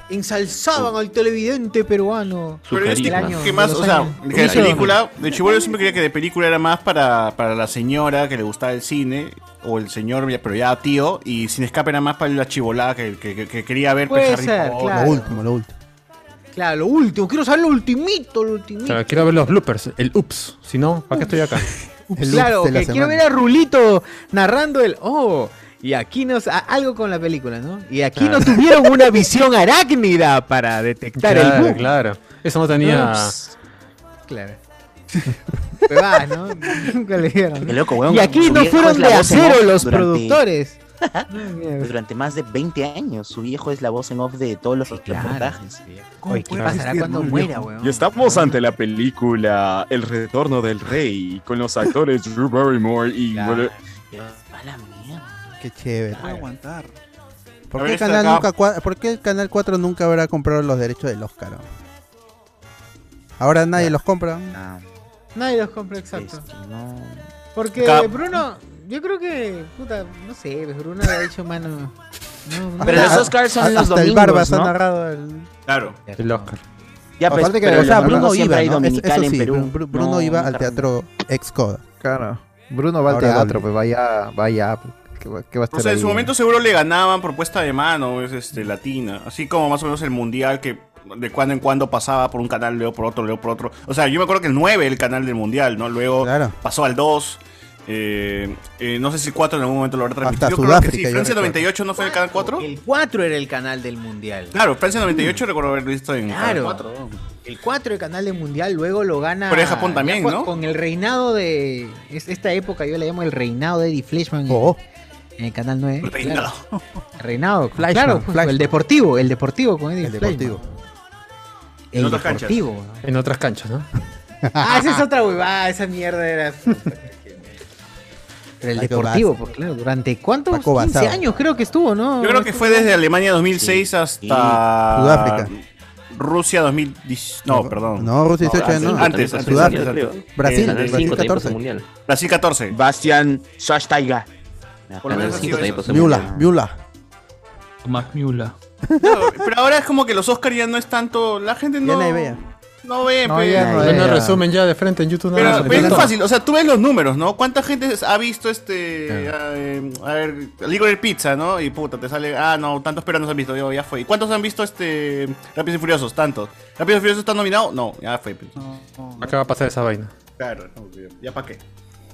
Speaker 1: Ensalzaban al televidente peruano.
Speaker 3: Pero es
Speaker 1: del
Speaker 3: que,
Speaker 1: año-
Speaker 3: ¿qué más?
Speaker 1: de los
Speaker 3: O sea,
Speaker 1: años-
Speaker 3: que la
Speaker 1: Inicio de los
Speaker 3: película, de Chibolo yo siempre creía que de película era más para, para la señora que le gustaba el cine, o el señor, ya- pero ya tío, y sin escape era más para la chivolada que, que- que- que quería ver
Speaker 1: Puede
Speaker 3: pues, Harry
Speaker 1: ser,
Speaker 3: Potter.
Speaker 1: claro. Lo último,
Speaker 7: lo último.
Speaker 1: Claro, lo último, quiero saber lo ultimito, lo ultimito.
Speaker 11: Claro, quiero ver los bloopers, el ups. Si no, ¿para qué estoy acá?
Speaker 1: claro, que quiero ver a Rulito narrando el oh. Y aquí nos. a- algo con la película, ¿no? Y aquí
Speaker 11: Claro.
Speaker 1: no tuvieron una visión arácnida para detectar el
Speaker 11: Claro,
Speaker 1: boom.
Speaker 11: claro. Eso no tenía.
Speaker 1: Ups. Claro. Huevadas, ¿no? (laughs) Nunca le dieron, ¿no?
Speaker 13: Qué loco, weón.
Speaker 1: Y aquí
Speaker 13: Su
Speaker 1: no
Speaker 13: viejo
Speaker 1: fueron
Speaker 13: es la
Speaker 1: de
Speaker 13: voz en
Speaker 1: acero
Speaker 13: off
Speaker 1: los
Speaker 13: durante- (laughs) Pues
Speaker 1: productores.
Speaker 13: Durante más de 20 años, su viejo es la voz en off de todos los reportajes.
Speaker 1: Oye, ¿qué pasará cuando muera, weón?
Speaker 15: Y estamos ante la película El Retorno del Rey, con los actores Drew Barrymore y...
Speaker 7: Qué chévere.
Speaker 12: Puedo aguantar.
Speaker 7: ¿Por qué,
Speaker 12: A ver,
Speaker 7: el
Speaker 12: esta
Speaker 7: canal
Speaker 12: acá.
Speaker 7: nunca cua- por qué el Canal 4 nunca habrá comprado los derechos del Oscar? no? Ahora nadie los compra.
Speaker 13: Este,
Speaker 1: Nadie los compra, exacto.
Speaker 23: Porque
Speaker 3: Ca-
Speaker 23: Bruno, yo creo que, puta, no sé, pues, Bruno ha dicho, mano. no, no.
Speaker 13: Pero los Oscars son los domingos, ¿no?
Speaker 3: Claro.
Speaker 5: El Oscar.
Speaker 13: Ya, pues,
Speaker 7: Aparte que
Speaker 13: pero
Speaker 7: o sea,
Speaker 13: los
Speaker 7: Bruno
Speaker 13: domingos siempre
Speaker 7: iba,
Speaker 13: hay
Speaker 7: ¿no? Es-
Speaker 13: dominical
Speaker 7: Eso
Speaker 13: en
Speaker 7: sí,
Speaker 13: Perú.
Speaker 7: Bru- Bru- Bruno
Speaker 13: No,
Speaker 7: iba al
Speaker 13: carnal.
Speaker 7: teatro ex Coda.
Speaker 5: Claro. Bruno va al
Speaker 7: Ahora
Speaker 5: teatro,
Speaker 7: doble.
Speaker 5: pues vaya, vaya. pues, ¿Qué, va- qué va a estar
Speaker 3: O sea, en
Speaker 5: ahí?
Speaker 3: su momento
Speaker 1: eh.
Speaker 3: seguro le ganaban propuesta de mano, es, este, latina. Así como más o menos el mundial que de cuando en cuando pasaba por un canal, luego por otro, luego por otro. O sea, yo me acuerdo que el 9 el canal del mundial, ¿no? Luego pasó al 2. eh, eh, no sé si el 4 en algún momento lo habrá transmitido. Creo que sí.
Speaker 1: Sudáfrica, yo
Speaker 3: Francia
Speaker 1: recuerdo.
Speaker 3: 98 no fue el canal 4.
Speaker 1: El 4 era el canal del mundial.
Speaker 3: Claro, Francia 98 recuerdo haber visto en canal
Speaker 1: Claro.
Speaker 3: 4.
Speaker 1: El 4 el canal del mundial, luego lo gana.
Speaker 3: Pero en Japón también,
Speaker 1: ya fue-
Speaker 3: ¿no?
Speaker 1: Con el reinado de. es- esta época yo le llamo el reinado de Eddie Fleshman. En el canal 9. claro.
Speaker 3: Reinado. (laughs)
Speaker 1: Reinado, claro. pues, El deportivo, el deportivo con Eddie El deportivo. El
Speaker 11: En otras canchas.
Speaker 1: deportivo.
Speaker 11: En otras canchas, ¿no?
Speaker 1: (laughs) Ah, esa es otra huevada, esa mierda era. Pero el
Speaker 11: Paco
Speaker 1: deportivo,
Speaker 11: Basas.
Speaker 1: pues claro, durante cuántos 15
Speaker 3: Basao.
Speaker 1: años creo que estuvo, ¿no?
Speaker 3: Yo creo que fue desde Alemania 2006 hasta
Speaker 7: Sudáfrica.
Speaker 3: Rusia 2010. No, perdón.
Speaker 7: no, Rusia 18 no.
Speaker 3: Antes, antes,
Speaker 7: Sudáfrica.
Speaker 3: antes, antes.
Speaker 7: Brasil,
Speaker 3: Eh,
Speaker 7: Brasil
Speaker 3: cinco también
Speaker 7: 14.
Speaker 3: pasó mundial. Brasil 14. Bastian Schweinsteiger. Por lo menos ha sido eso.
Speaker 7: Miula, Miula.
Speaker 14: Tomás Miula.
Speaker 3: Pero ahora es como que los Oscars ya no es tanto. La gente no.
Speaker 7: nadie ve.
Speaker 3: No ve, pues.
Speaker 11: No,
Speaker 3: pe.
Speaker 11: ya no, hay resumen ya de frente en YouTube.
Speaker 3: Pero,
Speaker 11: nada más.
Speaker 3: pero es fácil, o sea, tú ves los números, ¿no? ¿Cuánta gente ha visto este. eh, a ver, Ligor Pizza, ¿no? Y puta, te sale. Ah, no, tantos peruanos han visto, yo, ya fue. ¿Y cuántos han visto este. Rápidos y Furiosos? Tantos. ¿Rápidos y Furiosos están nominados? No, ya fue. pues. pe.
Speaker 11: Acá va a pasar esa vaina.
Speaker 3: Claro, no, ya para qué.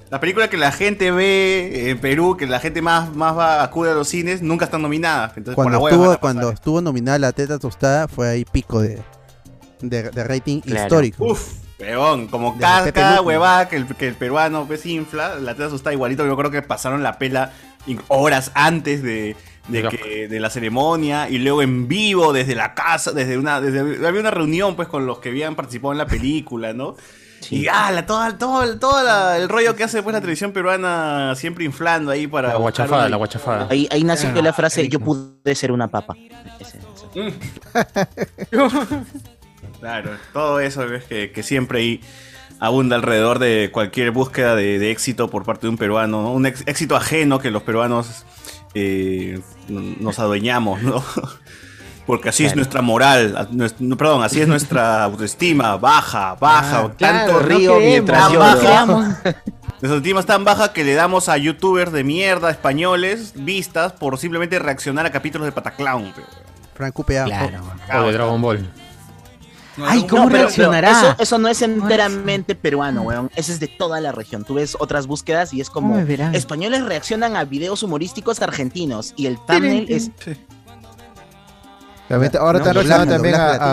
Speaker 3: La película que la gente ve en Perú, que la gente más, más va, acude a los cines, nunca están nominadas. Entonces, por la
Speaker 7: Cuando
Speaker 3: hueva van
Speaker 7: estuvo,
Speaker 3: a
Speaker 7: cuando estuvo nominada la teta tostada, fue ahí pico de, de, de rating
Speaker 3: Claro.
Speaker 7: histórico.
Speaker 3: Uf, Peón, como
Speaker 7: Desde
Speaker 3: cada,
Speaker 7: Pepe
Speaker 3: cada
Speaker 7: Luco.
Speaker 3: huevada que el, que el peruano pues infla, la teta está igualito. Yo creo que pasaron la pela in- horas antes de, de, que- de la ceremonia y luego en vivo desde la casa, desde una, desde, había una reunión pues con los que habían participado en la película, ¿no? Y ah, la- todo, todo, todo la- el rollo que hace pues la televisión peruana siempre inflando ahí para.
Speaker 11: La
Speaker 3: buscar
Speaker 11: guachafada,
Speaker 3: una-
Speaker 11: la guachafada.
Speaker 13: Ahí, ahí nació
Speaker 3: Ah,
Speaker 13: la frase, yo pude ser una papa.
Speaker 3: (laughs) Claro, todo eso ves que, que siempre ahí abunda alrededor de cualquier búsqueda de, de éxito por parte de un peruano, ¿no? un ex- éxito ajeno que los peruanos eh, n- nos adueñamos, ¿no? (laughs) Porque así es
Speaker 13: Claro.
Speaker 3: nuestra moral, a- nues- no, perdón, así es
Speaker 13: (laughs)
Speaker 3: nuestra autoestima, baja, baja, tanto
Speaker 13: Ah, claro, no río queremos, mientras
Speaker 3: tan
Speaker 13: lloro.
Speaker 15: (laughs)
Speaker 3: baja, nuestra autoestima es tan baja que le damos a youtubers de mierda españoles vistas por simplemente reaccionar a capítulos de Pataclown. pe.
Speaker 7: Frank Upea.
Speaker 11: O de Dragon Ball.
Speaker 13: Ay,
Speaker 3: ¿cómo reaccionará?
Speaker 13: eso, eso no es enteramente peruano, weón. Ese es de toda la región. Tú ves otras búsquedas y es como
Speaker 23: me verán?
Speaker 13: españoles reaccionan a videos humorísticos argentinos y el thumbnail es
Speaker 5: eh. También te- ahora
Speaker 13: No,
Speaker 5: están
Speaker 13: doblaje,
Speaker 5: reaccionando también a,
Speaker 13: doblaje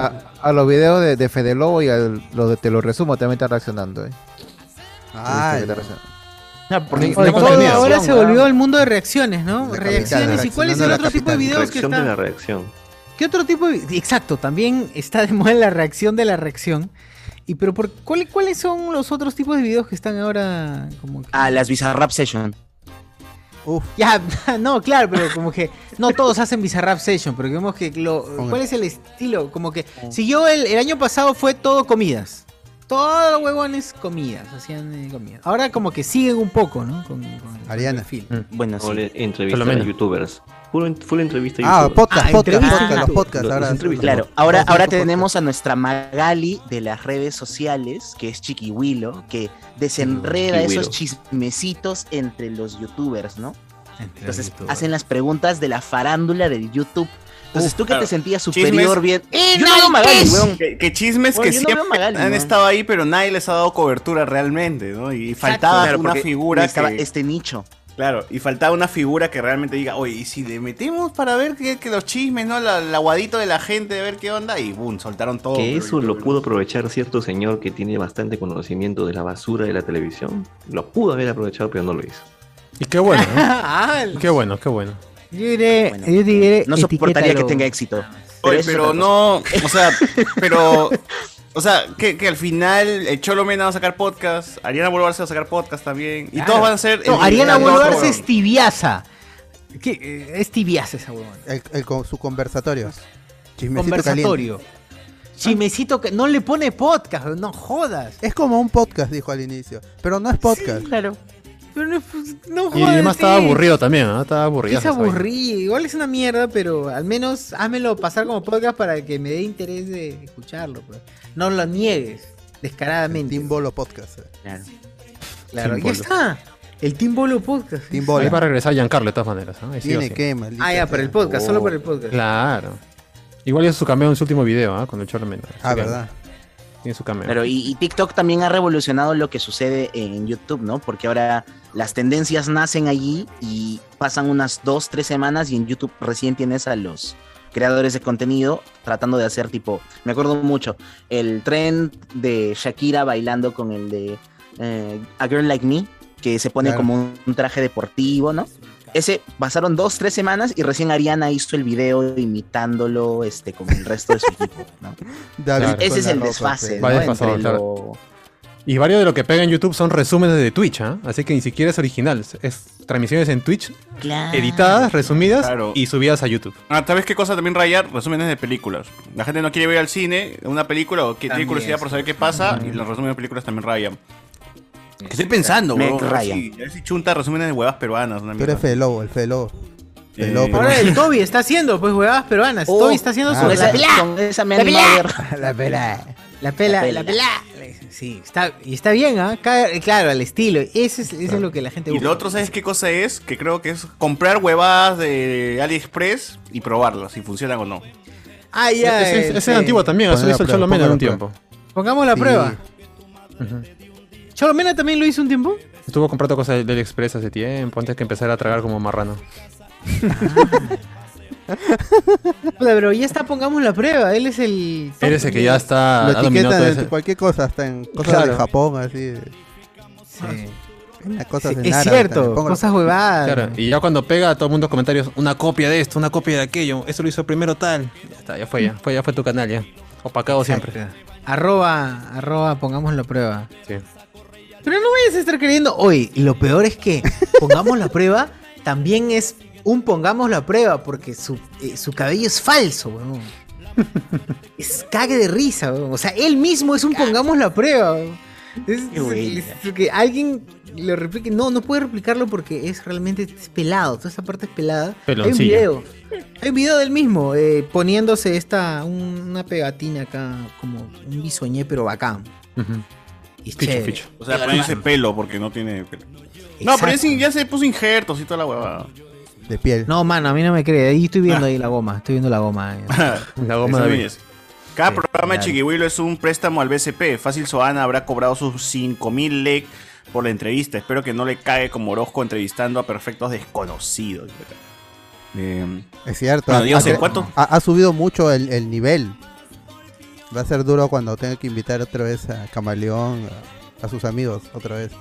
Speaker 5: a- a los videos de, de Fede Lobo y a los de Te lo resumo también están reaccionando. ¿eh?
Speaker 7: Ay. Ah,
Speaker 5: Te lo resumo.
Speaker 1: Porque
Speaker 5: Oye,
Speaker 1: todo
Speaker 5: contenido.
Speaker 1: ahora se
Speaker 5: weón.
Speaker 1: volvió el mundo de reacciones, ¿no? Reacciones. ¿Y
Speaker 8: Reaccionando
Speaker 1: cuál es el
Speaker 8: a la
Speaker 1: otro tipo de
Speaker 8: capital.
Speaker 1: videos que
Speaker 8: Reacción de la
Speaker 1: están?
Speaker 8: reacción.
Speaker 1: ¿Qué otro tipo de vi- Exacto, también está de moda la reacción de la reacción. Y pero por ¿cuál- cuáles son los otros tipos de videos que están ahora como que-
Speaker 13: a las Bizarrap Session.
Speaker 1: Ya, (laughs) no, claro, pero como que no todos hacen Bizarrap Session, pero vemos que lo, ¿cuál es el estilo? Como que
Speaker 3: Oh.
Speaker 1: siguió el, el año pasado fue todo comidas. Todos los huevones comidas, hacían eh, comidas. Ahora como que siguen un poco, ¿no? Con, con el
Speaker 7: Ariana.
Speaker 1: perfil.
Speaker 13: Bueno, sí.
Speaker 8: Entrevistas a youtubers. Puro en- Full entrevista
Speaker 13: Ah, podcast, podcast,
Speaker 8: entrevistas
Speaker 13: podcast,
Speaker 8: a
Speaker 13: los
Speaker 8: youtubers.
Speaker 13: podcasts,
Speaker 8: Los-
Speaker 13: ahora-
Speaker 8: los entrevistas.
Speaker 13: Claro, ahora, ahora tenemos a nuestra Magali de las redes sociales, que es Chiquihuilo, que desenreda
Speaker 8: Chiquihuilo.
Speaker 13: esos chismecitos entre los youtubers, ¿no? Entonces hacen las preguntas de la farándula del YouTube. Entonces tú que
Speaker 3: claro.
Speaker 13: te sentías
Speaker 3: Chismes-
Speaker 13: superior bien. ¡Eh, Yo no veo a Magali, weón.
Speaker 3: Que, que chismes
Speaker 13: Weón,
Speaker 3: que
Speaker 13: yo no veo
Speaker 3: siempre
Speaker 13: a Magali,
Speaker 3: han
Speaker 13: weón.
Speaker 3: estado ahí, pero nadie les ha dado cobertura realmente, ¿no? Y faltaba
Speaker 13: Claro,
Speaker 3: una
Speaker 13: porque
Speaker 3: figura
Speaker 13: necesitaba
Speaker 3: que...
Speaker 13: este nicho.
Speaker 3: Claro, y faltaba una figura que realmente diga, oye, y si le metemos para ver que, que los chismes, ¿no? La- el aguadito de la gente, a ver qué onda, y boom, soltaron todo.
Speaker 8: Que
Speaker 3: pero
Speaker 8: eso lo pudo aprovechar cierto señor que tiene bastante conocimiento de la basura de la televisión. Lo pudo haber aprovechado, pero no lo hizo.
Speaker 11: Y qué bueno, ¿eh? (laughs) ¿no?
Speaker 1: (laughs) Ah,
Speaker 11: Y Qué bueno, qué bueno.
Speaker 1: yo diré, eh, yo diré
Speaker 13: No soportaría
Speaker 1: etiquétalo.
Speaker 13: que tenga éxito.
Speaker 3: Oye,
Speaker 13: eso es
Speaker 3: pero
Speaker 13: otra cosa.
Speaker 3: no, o sea,
Speaker 13: (laughs)
Speaker 3: pero, o sea, que, que al final el Cholo Mena va a sacar podcast, Ariana Boluarse va a sacar podcast también, y todos van a ser...
Speaker 1: No,
Speaker 3: el-
Speaker 1: Ariana
Speaker 3: el- el-
Speaker 1: Boluarte es tibiaza. ¿Qué? Eh, Es tibiaza esa huevona.
Speaker 7: El, el con su conversatorio. Chismecito
Speaker 1: Conversatorio.
Speaker 7: caliente.
Speaker 1: Chimecito que no le pone podcast, no jodas.
Speaker 7: Es como un podcast, dijo al inicio. Pero no es podcast.
Speaker 1: claro. Pero no, pues, no
Speaker 11: Y
Speaker 1: jodas,
Speaker 11: además estaba
Speaker 1: sí.
Speaker 11: aburrido también, ¿no? Estaba aburrido.
Speaker 1: Es aburrido, igual es una mierda, pero al menos házmelo pasar como podcast para que me dé interés de escucharlo. pues. No lo niegues, descaradamente. Team Bolo Podcast. eh. Claro, claro
Speaker 11: Team
Speaker 1: ya
Speaker 11: Bolo.
Speaker 1: está. El Team Bolo Podcast. eh.
Speaker 11: Ahí va a regresar Giancarlo de todas maneras. ¿no? Ahí sí o sí.
Speaker 1: Ah, ya, para el podcast,
Speaker 11: Oh,
Speaker 1: solo para el podcast.
Speaker 11: Claro. Igual hizo su cameo en su último video, ¿ah? Con el Charlemagne.
Speaker 13: Ah, verdad.
Speaker 11: Tiene su cameo.
Speaker 13: Pero y, y TikTok también ha revolucionado lo que sucede en YouTube, ¿no? Porque ahora las tendencias nacen allí y pasan unas dos, tres semanas y en YouTube recién tienes a los creadores de contenido tratando de hacer tipo, me acuerdo mucho, el tren de Shakira bailando con el de eh, A Girl Like Me, que se pone
Speaker 6: Claro.
Speaker 13: como un, un traje deportivo, ¿no? Ese pasaron dos, tres semanas y recién Ariana hizo el video imitándolo este, con el resto de su equipo, ¿no?
Speaker 11: Claro.
Speaker 13: Ese es el
Speaker 1: pues.
Speaker 13: desfase.
Speaker 11: Va
Speaker 13: ¿no?
Speaker 11: desfasado,
Speaker 13: Entre
Speaker 11: claro.
Speaker 13: lo-
Speaker 11: Y varios de lo que pega en YouTube son resúmenes de Twitch, ¿ah? Así que ni siquiera es original. Es transmisiones en Twitch,
Speaker 1: Ah.
Speaker 13: Claro.
Speaker 11: editadas, resumidas y subidas a YouTube.
Speaker 3: Ah, ¿sabes qué cosa también rayar? Resúmenes de películas. La gente no quiere ver al cine una película o que tiene
Speaker 11: También
Speaker 3: curiosidad
Speaker 11: es.
Speaker 3: por saber qué pasa y los resúmenes de películas también rayan. Que estoy pensando,
Speaker 7: Me
Speaker 3: weón.
Speaker 7: rayan.
Speaker 3: Sí, a ver si chunta resúmenes de huevas peruanas. Una
Speaker 7: Tú eres Fede Lobo, el Fede Lobo. Fede
Speaker 3: Eh,
Speaker 7: Lobo
Speaker 3: ahora
Speaker 7: peruano.
Speaker 1: El Toby está haciendo, pues, huevadas peruanas.
Speaker 13: Oh,
Speaker 1: Toby está haciendo
Speaker 13: ah,
Speaker 1: su
Speaker 13: con esa-
Speaker 1: la
Speaker 13: con esa me
Speaker 1: la
Speaker 13: animo a
Speaker 1: pela. (laughs)
Speaker 13: ver.
Speaker 1: La pela. La pela,
Speaker 13: La
Speaker 1: la pela. Sí, está, y está bien, ¿ah? Ca- Claro, al estilo. Ese es, eso es lo que la gente
Speaker 3: Y
Speaker 1: busca.
Speaker 3: lo otro, ¿sabes qué cosa es? Que creo que es comprar huevadas de AliExpress y probarlas, si funcionan o no.
Speaker 1: Ah, ya.
Speaker 11: E- Ese- ese
Speaker 1: el-
Speaker 11: es antiguo también, ¿ah? eso
Speaker 1: Ponle
Speaker 11: lo
Speaker 1: la
Speaker 11: hizo el
Speaker 1: prueba,
Speaker 11: Cholo Mena
Speaker 1: ponle
Speaker 11: un
Speaker 1: la
Speaker 11: tiempo.
Speaker 1: prueba. Pongamos la
Speaker 11: Sí.
Speaker 1: prueba. ¿Cholo Mena también lo hizo un tiempo?
Speaker 11: Estuvo comprando cosas del Express hace tiempo, antes que empezara a tragar como marrano.
Speaker 1: Puta, Pero ya está, pongamos la prueba. Él es el.
Speaker 11: Él es el que ya está
Speaker 7: Lo
Speaker 11: ha dominado
Speaker 7: etiquetan
Speaker 11: todo
Speaker 7: en
Speaker 11: ese-
Speaker 7: cualquier cosa, hasta en cosas
Speaker 11: Claro.
Speaker 7: de Ah, Japón, así. Una cosa
Speaker 11: Sí, es cierto, cosas
Speaker 1: huevadas.
Speaker 11: Claro, y ya cuando pega a todo el mundo comentarios, una copia de esto, una copia de aquello, eso lo hizo primero tal. Ya está, ya fue, ya fue, ya fue tu canal, ya. Opacado siempre.
Speaker 1: Arroba, arroba, pongamos la prueba.
Speaker 11: Sí.
Speaker 1: Pero no vayas a estar creyendo. Oye, y lo peor es que pongamos la prueba también es un pongamos la prueba porque su, eh, su cabello es falso, weón. Es cague de risa, weón. O sea, él mismo es un pongamos la prueba, weón. Es,
Speaker 13: Qué buena.
Speaker 1: es- es que alguien lo replique. No, no puede replicarlo porque es realmente es pelado. Toda esa parte es pelada. Hay un
Speaker 11: Peloncillo.
Speaker 1: video. Hay un video del mismo eh, poniéndose esta un- una pegatina acá como un bisoñé pero bacán. Y
Speaker 3: Ficho,
Speaker 1: chévere.
Speaker 3: ficho. O sea, ponerse pelo porque no tiene pelo. No, pero ya
Speaker 1: Exacto.
Speaker 3: se- ya se puso injertos y toda la huevada.
Speaker 1: De piel. No, mano, a mí no me cree. Ahí estoy viendo
Speaker 3: Ah.
Speaker 1: ahí la goma. Estoy viendo (laughs) la goma. eh.
Speaker 3: la
Speaker 1: goma de-
Speaker 3: Cada programa de
Speaker 1: claro.
Speaker 3: Chiquihuilo es un préstamo al BCP. Fácil Soana habrá cobrado sus 5000 lek por la entrevista. Espero que no le cague como Orozco entrevistando a perfectos desconocidos. Em,
Speaker 7: Es cierto.
Speaker 3: Bueno,
Speaker 7: ha-
Speaker 3: Dios,
Speaker 7: ha-
Speaker 3: ¿en cuánto?
Speaker 7: Ha, ha subido mucho el, el nivel. Va a ser duro cuando tenga que invitar otra vez a Camaleón, a, a sus amigos, otra vez.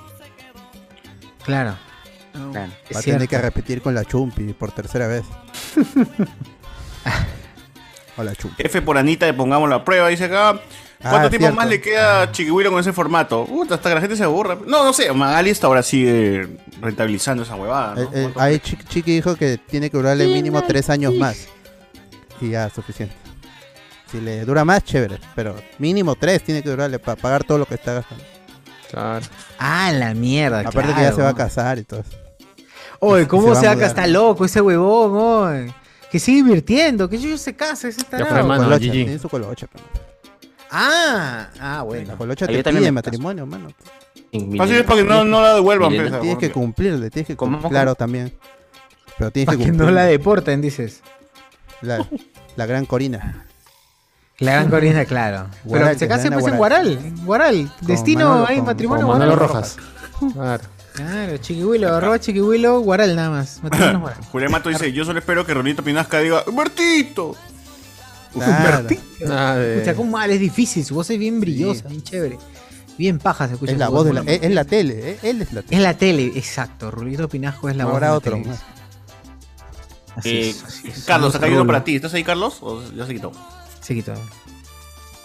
Speaker 1: Claro.
Speaker 7: Va
Speaker 1: Es
Speaker 7: a
Speaker 1: cierto.
Speaker 7: tener que repetir con la Chumpi por tercera
Speaker 1: (laughs)
Speaker 7: vez. Hola, Chumpi.
Speaker 3: F por Anita, le pongamos la prueba, dice acá. ¿Cuánto
Speaker 7: Ah,
Speaker 3: tiempo
Speaker 7: cierto.
Speaker 3: más le queda a Chiquihuilo con ese formato? Puta, hasta que la gente se aburra. No, no sé, Magali hasta ahora sigue rentabilizando esa huevada. ¿no?
Speaker 7: Eh, eh, ahí Chi- Chiqui dijo que tiene que durarle mínimo tres años más. Y ya, suficiente. Si le dura más, chévere. Pero mínimo tres tiene que durarle para pagar todo lo que está gastando.
Speaker 1: Ah, la mierda.
Speaker 7: Aparte que ya
Speaker 1: claro.
Speaker 7: se va a casar y todo eso.
Speaker 1: Oye, ¿cómo
Speaker 7: se va
Speaker 1: se
Speaker 7: a
Speaker 1: va a
Speaker 7: mudar.
Speaker 1: Está loco ese huevón, oye. Que sigue invirtiendo. Que yo se casa. Ese tarado.
Speaker 7: Su
Speaker 11: mano,
Speaker 7: colocha,
Speaker 11: GG.
Speaker 7: Tiene su colocha. pero-
Speaker 1: Ah, ah, bueno.
Speaker 7: La colocha
Speaker 1: Ahí yo
Speaker 7: te
Speaker 1: también
Speaker 7: pide
Speaker 1: me
Speaker 7: matrimonio, mano.
Speaker 1: Así es, para que no- no la devuelvan, Milena. pues,
Speaker 7: Tienes que
Speaker 1: porque-
Speaker 7: cumplirle, tienes que cumplir.
Speaker 1: ¿Cómo?
Speaker 7: Claro, también. Pero tienes
Speaker 1: Para
Speaker 7: que
Speaker 1: Ah, que
Speaker 7: cumplir.
Speaker 1: no la deporten, dices.
Speaker 7: La, la gran Corina.
Speaker 1: La gran
Speaker 7: (laughs)
Speaker 1: Corina, claro. Pero que se casen pues en Guaral. en Guaral. Destino
Speaker 7: Manolo,
Speaker 1: ahí,
Speaker 7: con-
Speaker 1: matrimonio.
Speaker 7: con
Speaker 1: Guaral.
Speaker 7: Manolo Rojas.
Speaker 11: Claro.
Speaker 1: Claro, Chiquihuilo, arroba Chiquihuilo, Guaral nada más. Matrimonio
Speaker 7: (laughs)
Speaker 1: Guaral.
Speaker 3: Julián Mato dice, yo solo espero que Ronito Pinasca diga, ¡Bertito!
Speaker 1: Escucha, cómo mal, es difícil. Su voz es bien brillosa, bien chévere. Bien paja se escucha.
Speaker 7: Es la
Speaker 1: su
Speaker 7: voz de la,
Speaker 1: ¿no?
Speaker 7: es, es la tele, eh, él es la tele.
Speaker 1: Es la tele, exacto. Rulito Pinasco es la
Speaker 7: Habrá
Speaker 1: voz de la
Speaker 7: otro
Speaker 1: tele.
Speaker 7: más.
Speaker 3: Eh,
Speaker 1: es, así es.
Speaker 3: Carlos, acá hay uno
Speaker 1: Rulo.
Speaker 3: para ti. ¿Estás ahí, Carlos? ¿O ya se quitó?
Speaker 1: Se quitó.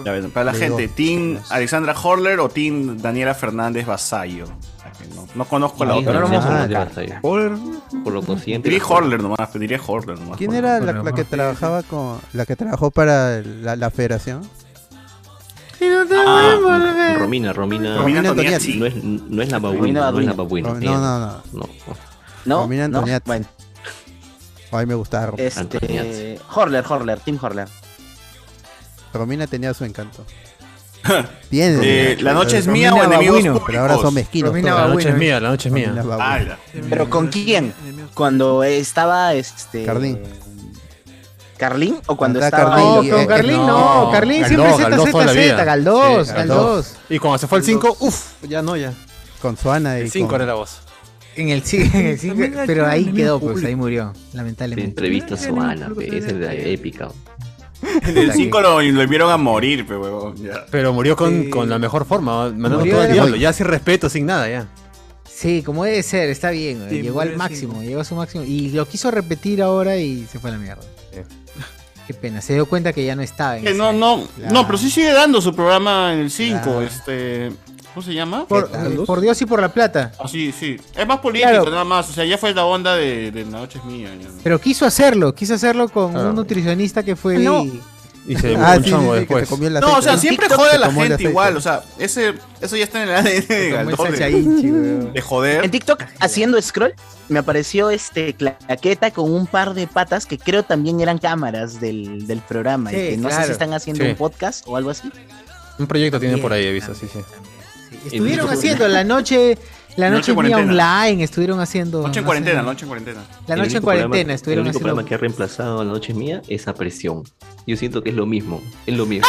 Speaker 3: Ya ven, para la
Speaker 1: Le
Speaker 3: gente,
Speaker 1: digo,
Speaker 3: ¿Team Alexandra Horler o Team Daniela Fernández Basayo? La que No, no conozco la
Speaker 8: Sí,
Speaker 3: otra.
Speaker 8: no, no, no,
Speaker 7: Ah,
Speaker 8: no, no, no,
Speaker 3: Por lo consciente. Diría Horler nomás, pues, diría Horler nomás.
Speaker 7: ¿Quién
Speaker 3: Horler.
Speaker 7: era la, la que trabajaba con la que trabajó para la, la federación?
Speaker 1: Y no te
Speaker 8: Ah, Romina, Romina.
Speaker 13: Romina Antoniazzi.
Speaker 8: No es, no es la
Speaker 13: Romina
Speaker 8: babuina. No es la
Speaker 13: Baduina.
Speaker 8: babuina.
Speaker 13: Ro- no,
Speaker 8: ella
Speaker 13: no, no. No,
Speaker 7: Romina
Speaker 13: no,
Speaker 7: Antoniazzi.
Speaker 13: bueno.
Speaker 7: Oh, a mí me gustaron.
Speaker 13: Este, Horler, Horler, Tim Horler.
Speaker 7: Romina tenía su encanto. Tiene.
Speaker 3: Eh, ¿la noche es mía o enemigos públicos?
Speaker 7: Pero ahora son mezquinos.
Speaker 3: Romina
Speaker 7: todos.
Speaker 3: Babuino. La noche es mía, la noche es mía.
Speaker 7: Romina Babuino.
Speaker 3: Ala.
Speaker 13: ¿Pero con quién? ¿Cuando estaba este.
Speaker 7: Carlín.
Speaker 13: ¿Carlín? ¿O cuando
Speaker 7: Está
Speaker 13: estaba.?
Speaker 7: Carlín. No, con Carlín
Speaker 13: no, Carlín siempre
Speaker 7: Z, Z, Z, Galdós, Galdós.
Speaker 11: Y cuando se fue al 5, uff, ya no, ya.
Speaker 7: Con Suana y.
Speaker 11: El 5
Speaker 7: con-
Speaker 11: era la voz.
Speaker 1: En el sí, (laughs) en el sí, pero ahí quedó, pues ahí murió,
Speaker 8: Te
Speaker 1: lamentablemente.
Speaker 8: entrevista a Soana, pe, esa es
Speaker 7: (laughs)
Speaker 8: la épica.
Speaker 3: En el 5 lo, lo enviaron a morir, pe, huevón. ya.
Speaker 11: Pero murió con, con la mejor forma, mandando
Speaker 1: Murió
Speaker 11: todo al
Speaker 1: de-
Speaker 11: diablo, ya sin respeto, sin nada, ya.
Speaker 1: Sí, como debe ser, está bien, güey,
Speaker 11: Sí,
Speaker 1: llegó al
Speaker 11: murió
Speaker 1: máximo, llegó a su máximo y lo quiso repetir ahora y se fue a la mierda. Qué pena, se dio cuenta que ya no estaba en
Speaker 3: Que
Speaker 1: esa-
Speaker 3: no, no,
Speaker 1: Claro.
Speaker 3: no, pero sí sigue dando su programa en el 5. Este, ¿Cómo se llama?
Speaker 1: Por, por Dios y por la plata.
Speaker 3: Ah, sí, sí. Es más político,
Speaker 1: Claro.
Speaker 3: nada más. O sea, ya fue la onda de, de La Noche es Mía. ya.
Speaker 1: Pero quiso hacerlo, quiso hacerlo con
Speaker 3: Claro.
Speaker 1: un nutricionista que fue
Speaker 3: No.
Speaker 1: y...
Speaker 11: Y se
Speaker 3: Ah, sí, sí, sí, que
Speaker 1: Pues,
Speaker 11: después.
Speaker 3: se comió el No, o sea, siempre jode a la gente igual. O sea, ese, eso ya está en el ADN de
Speaker 13: tomó el
Speaker 3: Galdós, de-
Speaker 13: salchiahinchi,
Speaker 3: De joder.
Speaker 13: En TikTok, haciendo scroll, me apareció este claqueta con un par de patas que creo también eran cámaras del, del programa.
Speaker 11: Sí,
Speaker 13: y que no sé
Speaker 11: claro.
Speaker 13: si están haciendo
Speaker 11: Sí.
Speaker 13: un podcast o algo así.
Speaker 11: Un proyecto tiene
Speaker 13: Bien,
Speaker 11: por ahí, he visto, sí, sí.
Speaker 1: Estuvieron haciendo la noche, la noche,
Speaker 11: Noche
Speaker 1: mía
Speaker 11: cuarentena.
Speaker 1: online, estuvieron haciendo.
Speaker 3: Noche en
Speaker 1: no
Speaker 3: cuarentena,
Speaker 1: sé.
Speaker 3: noche en cuarentena.
Speaker 1: La
Speaker 8: El
Speaker 1: noche
Speaker 8: único
Speaker 1: en cuarentena,
Speaker 8: programa-
Speaker 1: estuvieron
Speaker 8: El único
Speaker 1: haciendo-
Speaker 8: programa que ha reemplazado a La Noche es Mía es A Presión. Yo siento que es lo mismo. Es lo mismo.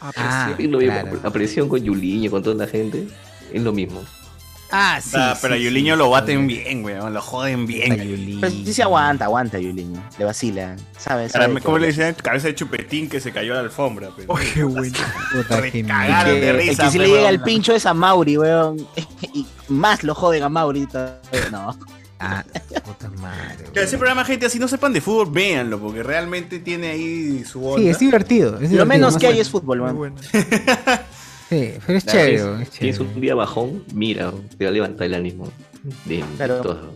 Speaker 1: Ah,
Speaker 8: es lo mismo.
Speaker 1: claro.
Speaker 8: A Presión con Yuliño, con toda la gente. Es lo mismo.
Speaker 1: Ah,
Speaker 13: sí.
Speaker 3: Ah, pero a
Speaker 13: sí,
Speaker 3: Yuliño
Speaker 13: sí.
Speaker 3: lo baten bien, weón. Lo joden bien. a Yuliño.
Speaker 13: Pero sí se aguanta, aguanta, Yuliño. Le vacila, ¿sabes?
Speaker 3: Cara- ¿Cómo le dicen? Cabeza de chupetín que se cayó a la alfombra. pe. (laughs)
Speaker 1: Qué bueno.
Speaker 3: Cagaron de
Speaker 13: El
Speaker 3: risa,
Speaker 13: que si
Speaker 3: pe,
Speaker 13: le llega
Speaker 3: huevón.
Speaker 13: el pincho es a Mauri, weón. (laughs) Y más lo joden a Mauri. todavía. No.
Speaker 1: Ah,
Speaker 3: Que ese programa, gente, así no sepan de fútbol, véanlo, porque realmente tiene ahí su onda.
Speaker 1: Sí, es divertido. es divertido,
Speaker 13: Lo menos
Speaker 1: más
Speaker 13: que hay
Speaker 1: bueno.
Speaker 13: es fútbol, man.
Speaker 1: Sí, pero es
Speaker 8: Claro,
Speaker 1: chévere.
Speaker 8: es-
Speaker 1: es
Speaker 8: Tienes
Speaker 1: chévere.
Speaker 8: un día bajón, mira, te va a levantar el ánimo. De todo.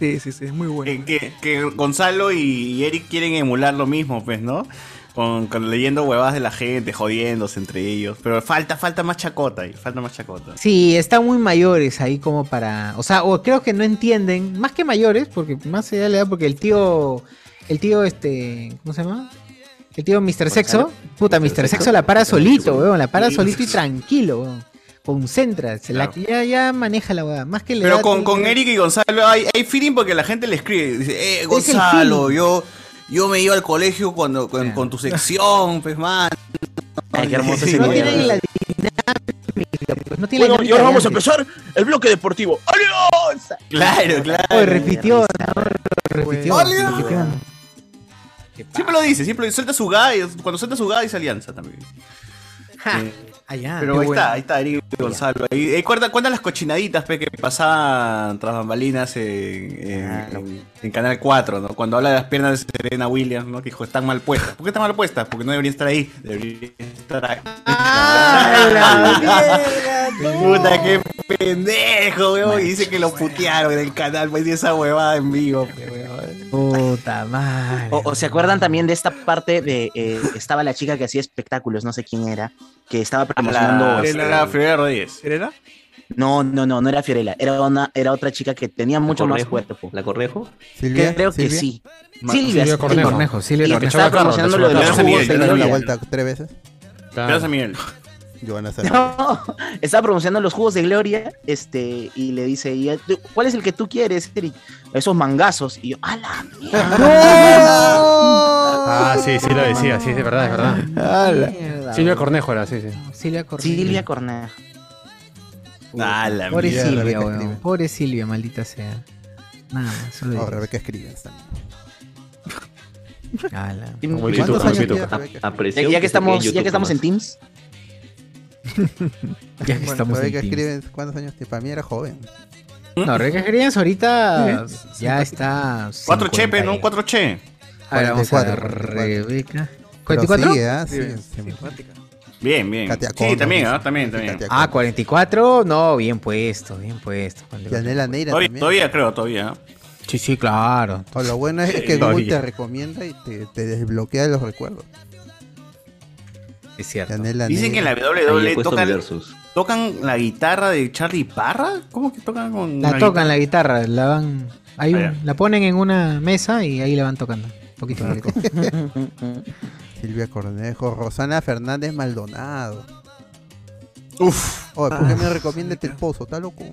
Speaker 3: Sí, sí, sí, es muy bueno. Que, que- que Gonzalo y Eric quieren emular lo mismo, pues, ¿no? Con, con leyendo huevadas de la gente, jodiéndose entre ellos. Pero falta, falta más chacota ahí, falta más chacota.
Speaker 1: Sí, están muy mayores ahí como para. O sea, o creo que no entienden, más que mayores, porque más allá de la edad, porque el tío. El tío, este. ¿Cómo se llama? El tío Mr. Sexo. Puta, Mr. Sexo la para solito, weón. La para solito y tranquilo, weón. Concentra, se la- ya, ya maneja la weá. Más que le
Speaker 3: Pero con, con Eric y Gonzalo hay, hay feeling porque la gente le escribe. Dice, eh, Gonzalo,
Speaker 1: feeling.
Speaker 3: yo, yo me iba al colegio cuando, con, con tu sección,
Speaker 13: (laughs)
Speaker 3: pues, man.
Speaker 13: Ay, qué hermoso
Speaker 1: No tienen la dinámica, pues, no tienen la dinámica de antes.
Speaker 13: el bloque deportivo. ¡Adiós!
Speaker 3: Claro, claro.
Speaker 1: Oh, repitió, ¿no? Repitió.
Speaker 3: Oye.
Speaker 1: repitió.
Speaker 3: Siempre lo dice, siempre lo dice. Suelta su gay, cuando suelta su gay dice alianza también. Eh,
Speaker 1: Allá.
Speaker 3: Pero
Speaker 1: Ah, qué
Speaker 3: ahí
Speaker 1: bueno.
Speaker 3: está, ahí está Eric Gonzalo. Ahí, eh, cuenta, cuenta las cochinaditas pe, que pasaban tras bambalinas en, en- en- en Canal 4, ¿no? Cuando habla de las piernas de Serena Williams, ¿no? Que dijo, están mal puestas. ¿Por qué están mal puestas? Porque no deberían estar ahí. Deberían estar aquí.
Speaker 1: Ah,
Speaker 3: (laughs) Puta, qué pendejo, weón. Y dice que lo putearon en el canal, pues, y esa huevada en vivo, pe, weón.
Speaker 1: Puta madre.
Speaker 13: O, o se acuerdan también de esta parte de eh, estaba la chica que hacía espectáculos, no sé quién era, que estaba promocionando.
Speaker 3: Ah, La-
Speaker 13: este,
Speaker 3: Fiorella- Fiorella Rodríguez.
Speaker 13: no, no, no, no era Fiorella, era una, era otra chica que tenía mucho más
Speaker 8: Cornejo?
Speaker 13: cuerpo.
Speaker 8: ¿La Cornejo?
Speaker 13: Silvia, Creo que Silvia. sí. Ma- Silvia, Silvia Cornejo. Cornejo, Silvia
Speaker 7: La
Speaker 13: Cornejo.
Speaker 7: que
Speaker 13: Estaba
Speaker 7: echaba carro,
Speaker 13: promocionando
Speaker 7: la
Speaker 13: lo de
Speaker 7: echaba
Speaker 13: los
Speaker 7: carro.
Speaker 13: jugos
Speaker 7: Le dieron la
Speaker 13: de
Speaker 7: vuelta tres veces. (laughs)
Speaker 3: Gracias, Miguel.
Speaker 7: Giovanna
Speaker 13: (laughs) No, estaba promocionando los jugos de Gloria, este, y le dice, y, "Tú, ¿cuál es el que tú quieres, Eric? Esos mangazos. Y yo, ¡a la
Speaker 1: (laughs)
Speaker 11: Ah, sí, sí lo decía, sí, es verdad, es verdad.
Speaker 1: Ala.
Speaker 11: Silvia Cornejo era, sí, sí.
Speaker 1: Silvia Cornejo.
Speaker 13: Silvia Cornejo.
Speaker 3: Ah, la
Speaker 1: Pobre
Speaker 11: mierda,
Speaker 1: Silvia,
Speaker 11: Rebeca
Speaker 1: weón.
Speaker 11: escribe.
Speaker 1: Pobre Silvia, maldita sea. Nada más, solo digo.
Speaker 7: Oh, Rebeca Escribes también.
Speaker 1: Ala.
Speaker 13: Como
Speaker 7: el
Speaker 13: ¿Cuántos
Speaker 7: Pituca,
Speaker 13: años
Speaker 7: Pituca.
Speaker 13: tiene Rebeca?
Speaker 7: A-
Speaker 1: Ah,
Speaker 7: a presión
Speaker 13: Ya, ya
Speaker 7: que
Speaker 13: que
Speaker 7: se quede en
Speaker 13: estamos, ya
Speaker 7: YouTube
Speaker 13: que estamos en
Speaker 7: nomás.
Speaker 13: Teams. (laughs)
Speaker 1: Ya que
Speaker 7: Bueno,
Speaker 1: estamos en
Speaker 7: Rebeca
Speaker 1: Teams.
Speaker 7: Escribes, ¿cuántos años tiene? Para mí era joven.
Speaker 1: No, Rebeca
Speaker 7: (laughs)
Speaker 1: Gerens ahorita
Speaker 7: Sí, sí.
Speaker 1: ya está.
Speaker 3: Cuatro
Speaker 1: 50
Speaker 3: che, pe, ¿no?
Speaker 1: y-
Speaker 3: Cuatro che.
Speaker 1: A ver, vamos a ver.
Speaker 7: 44,
Speaker 1: Rebeca.
Speaker 7: Pero
Speaker 1: ¿44?
Speaker 7: sigue, ah, sigue, siempre.
Speaker 3: Bien, bien.
Speaker 7: Katia
Speaker 3: Sí,
Speaker 7: Cono,
Speaker 3: también,
Speaker 7: dice.
Speaker 3: ¿ah? También, también.
Speaker 1: Ah, 44. No, bien puesto, bien puesto.
Speaker 7: Yanela Neira
Speaker 3: Todavía,
Speaker 7: también.
Speaker 3: todavía creo, todavía.
Speaker 1: Sí, sí, claro.
Speaker 7: O lo bueno es que
Speaker 3: Todavía.
Speaker 7: Google te recomienda y te, te desbloquea los recuerdos.
Speaker 12: Es cierto.
Speaker 3: Dicen que en la
Speaker 8: Ahí
Speaker 3: WWE
Speaker 8: he puesto mi
Speaker 3: tocan,
Speaker 8: versus.
Speaker 3: tocan la guitarra de Charlie Parra. ¿Cómo que tocan con
Speaker 1: La
Speaker 3: una
Speaker 1: tocan la guitarra, la van. Hay un-
Speaker 3: Ah,
Speaker 1: la ponen en una mesa y ahí la van tocando. Poquito a poquito.
Speaker 7: (laughs) Silvia Cornejo, Rosana Fernández Maldonado. Uf. Oye, ¿por qué
Speaker 1: Ah,
Speaker 7: me recomiendas el pozo? ¿Está loco?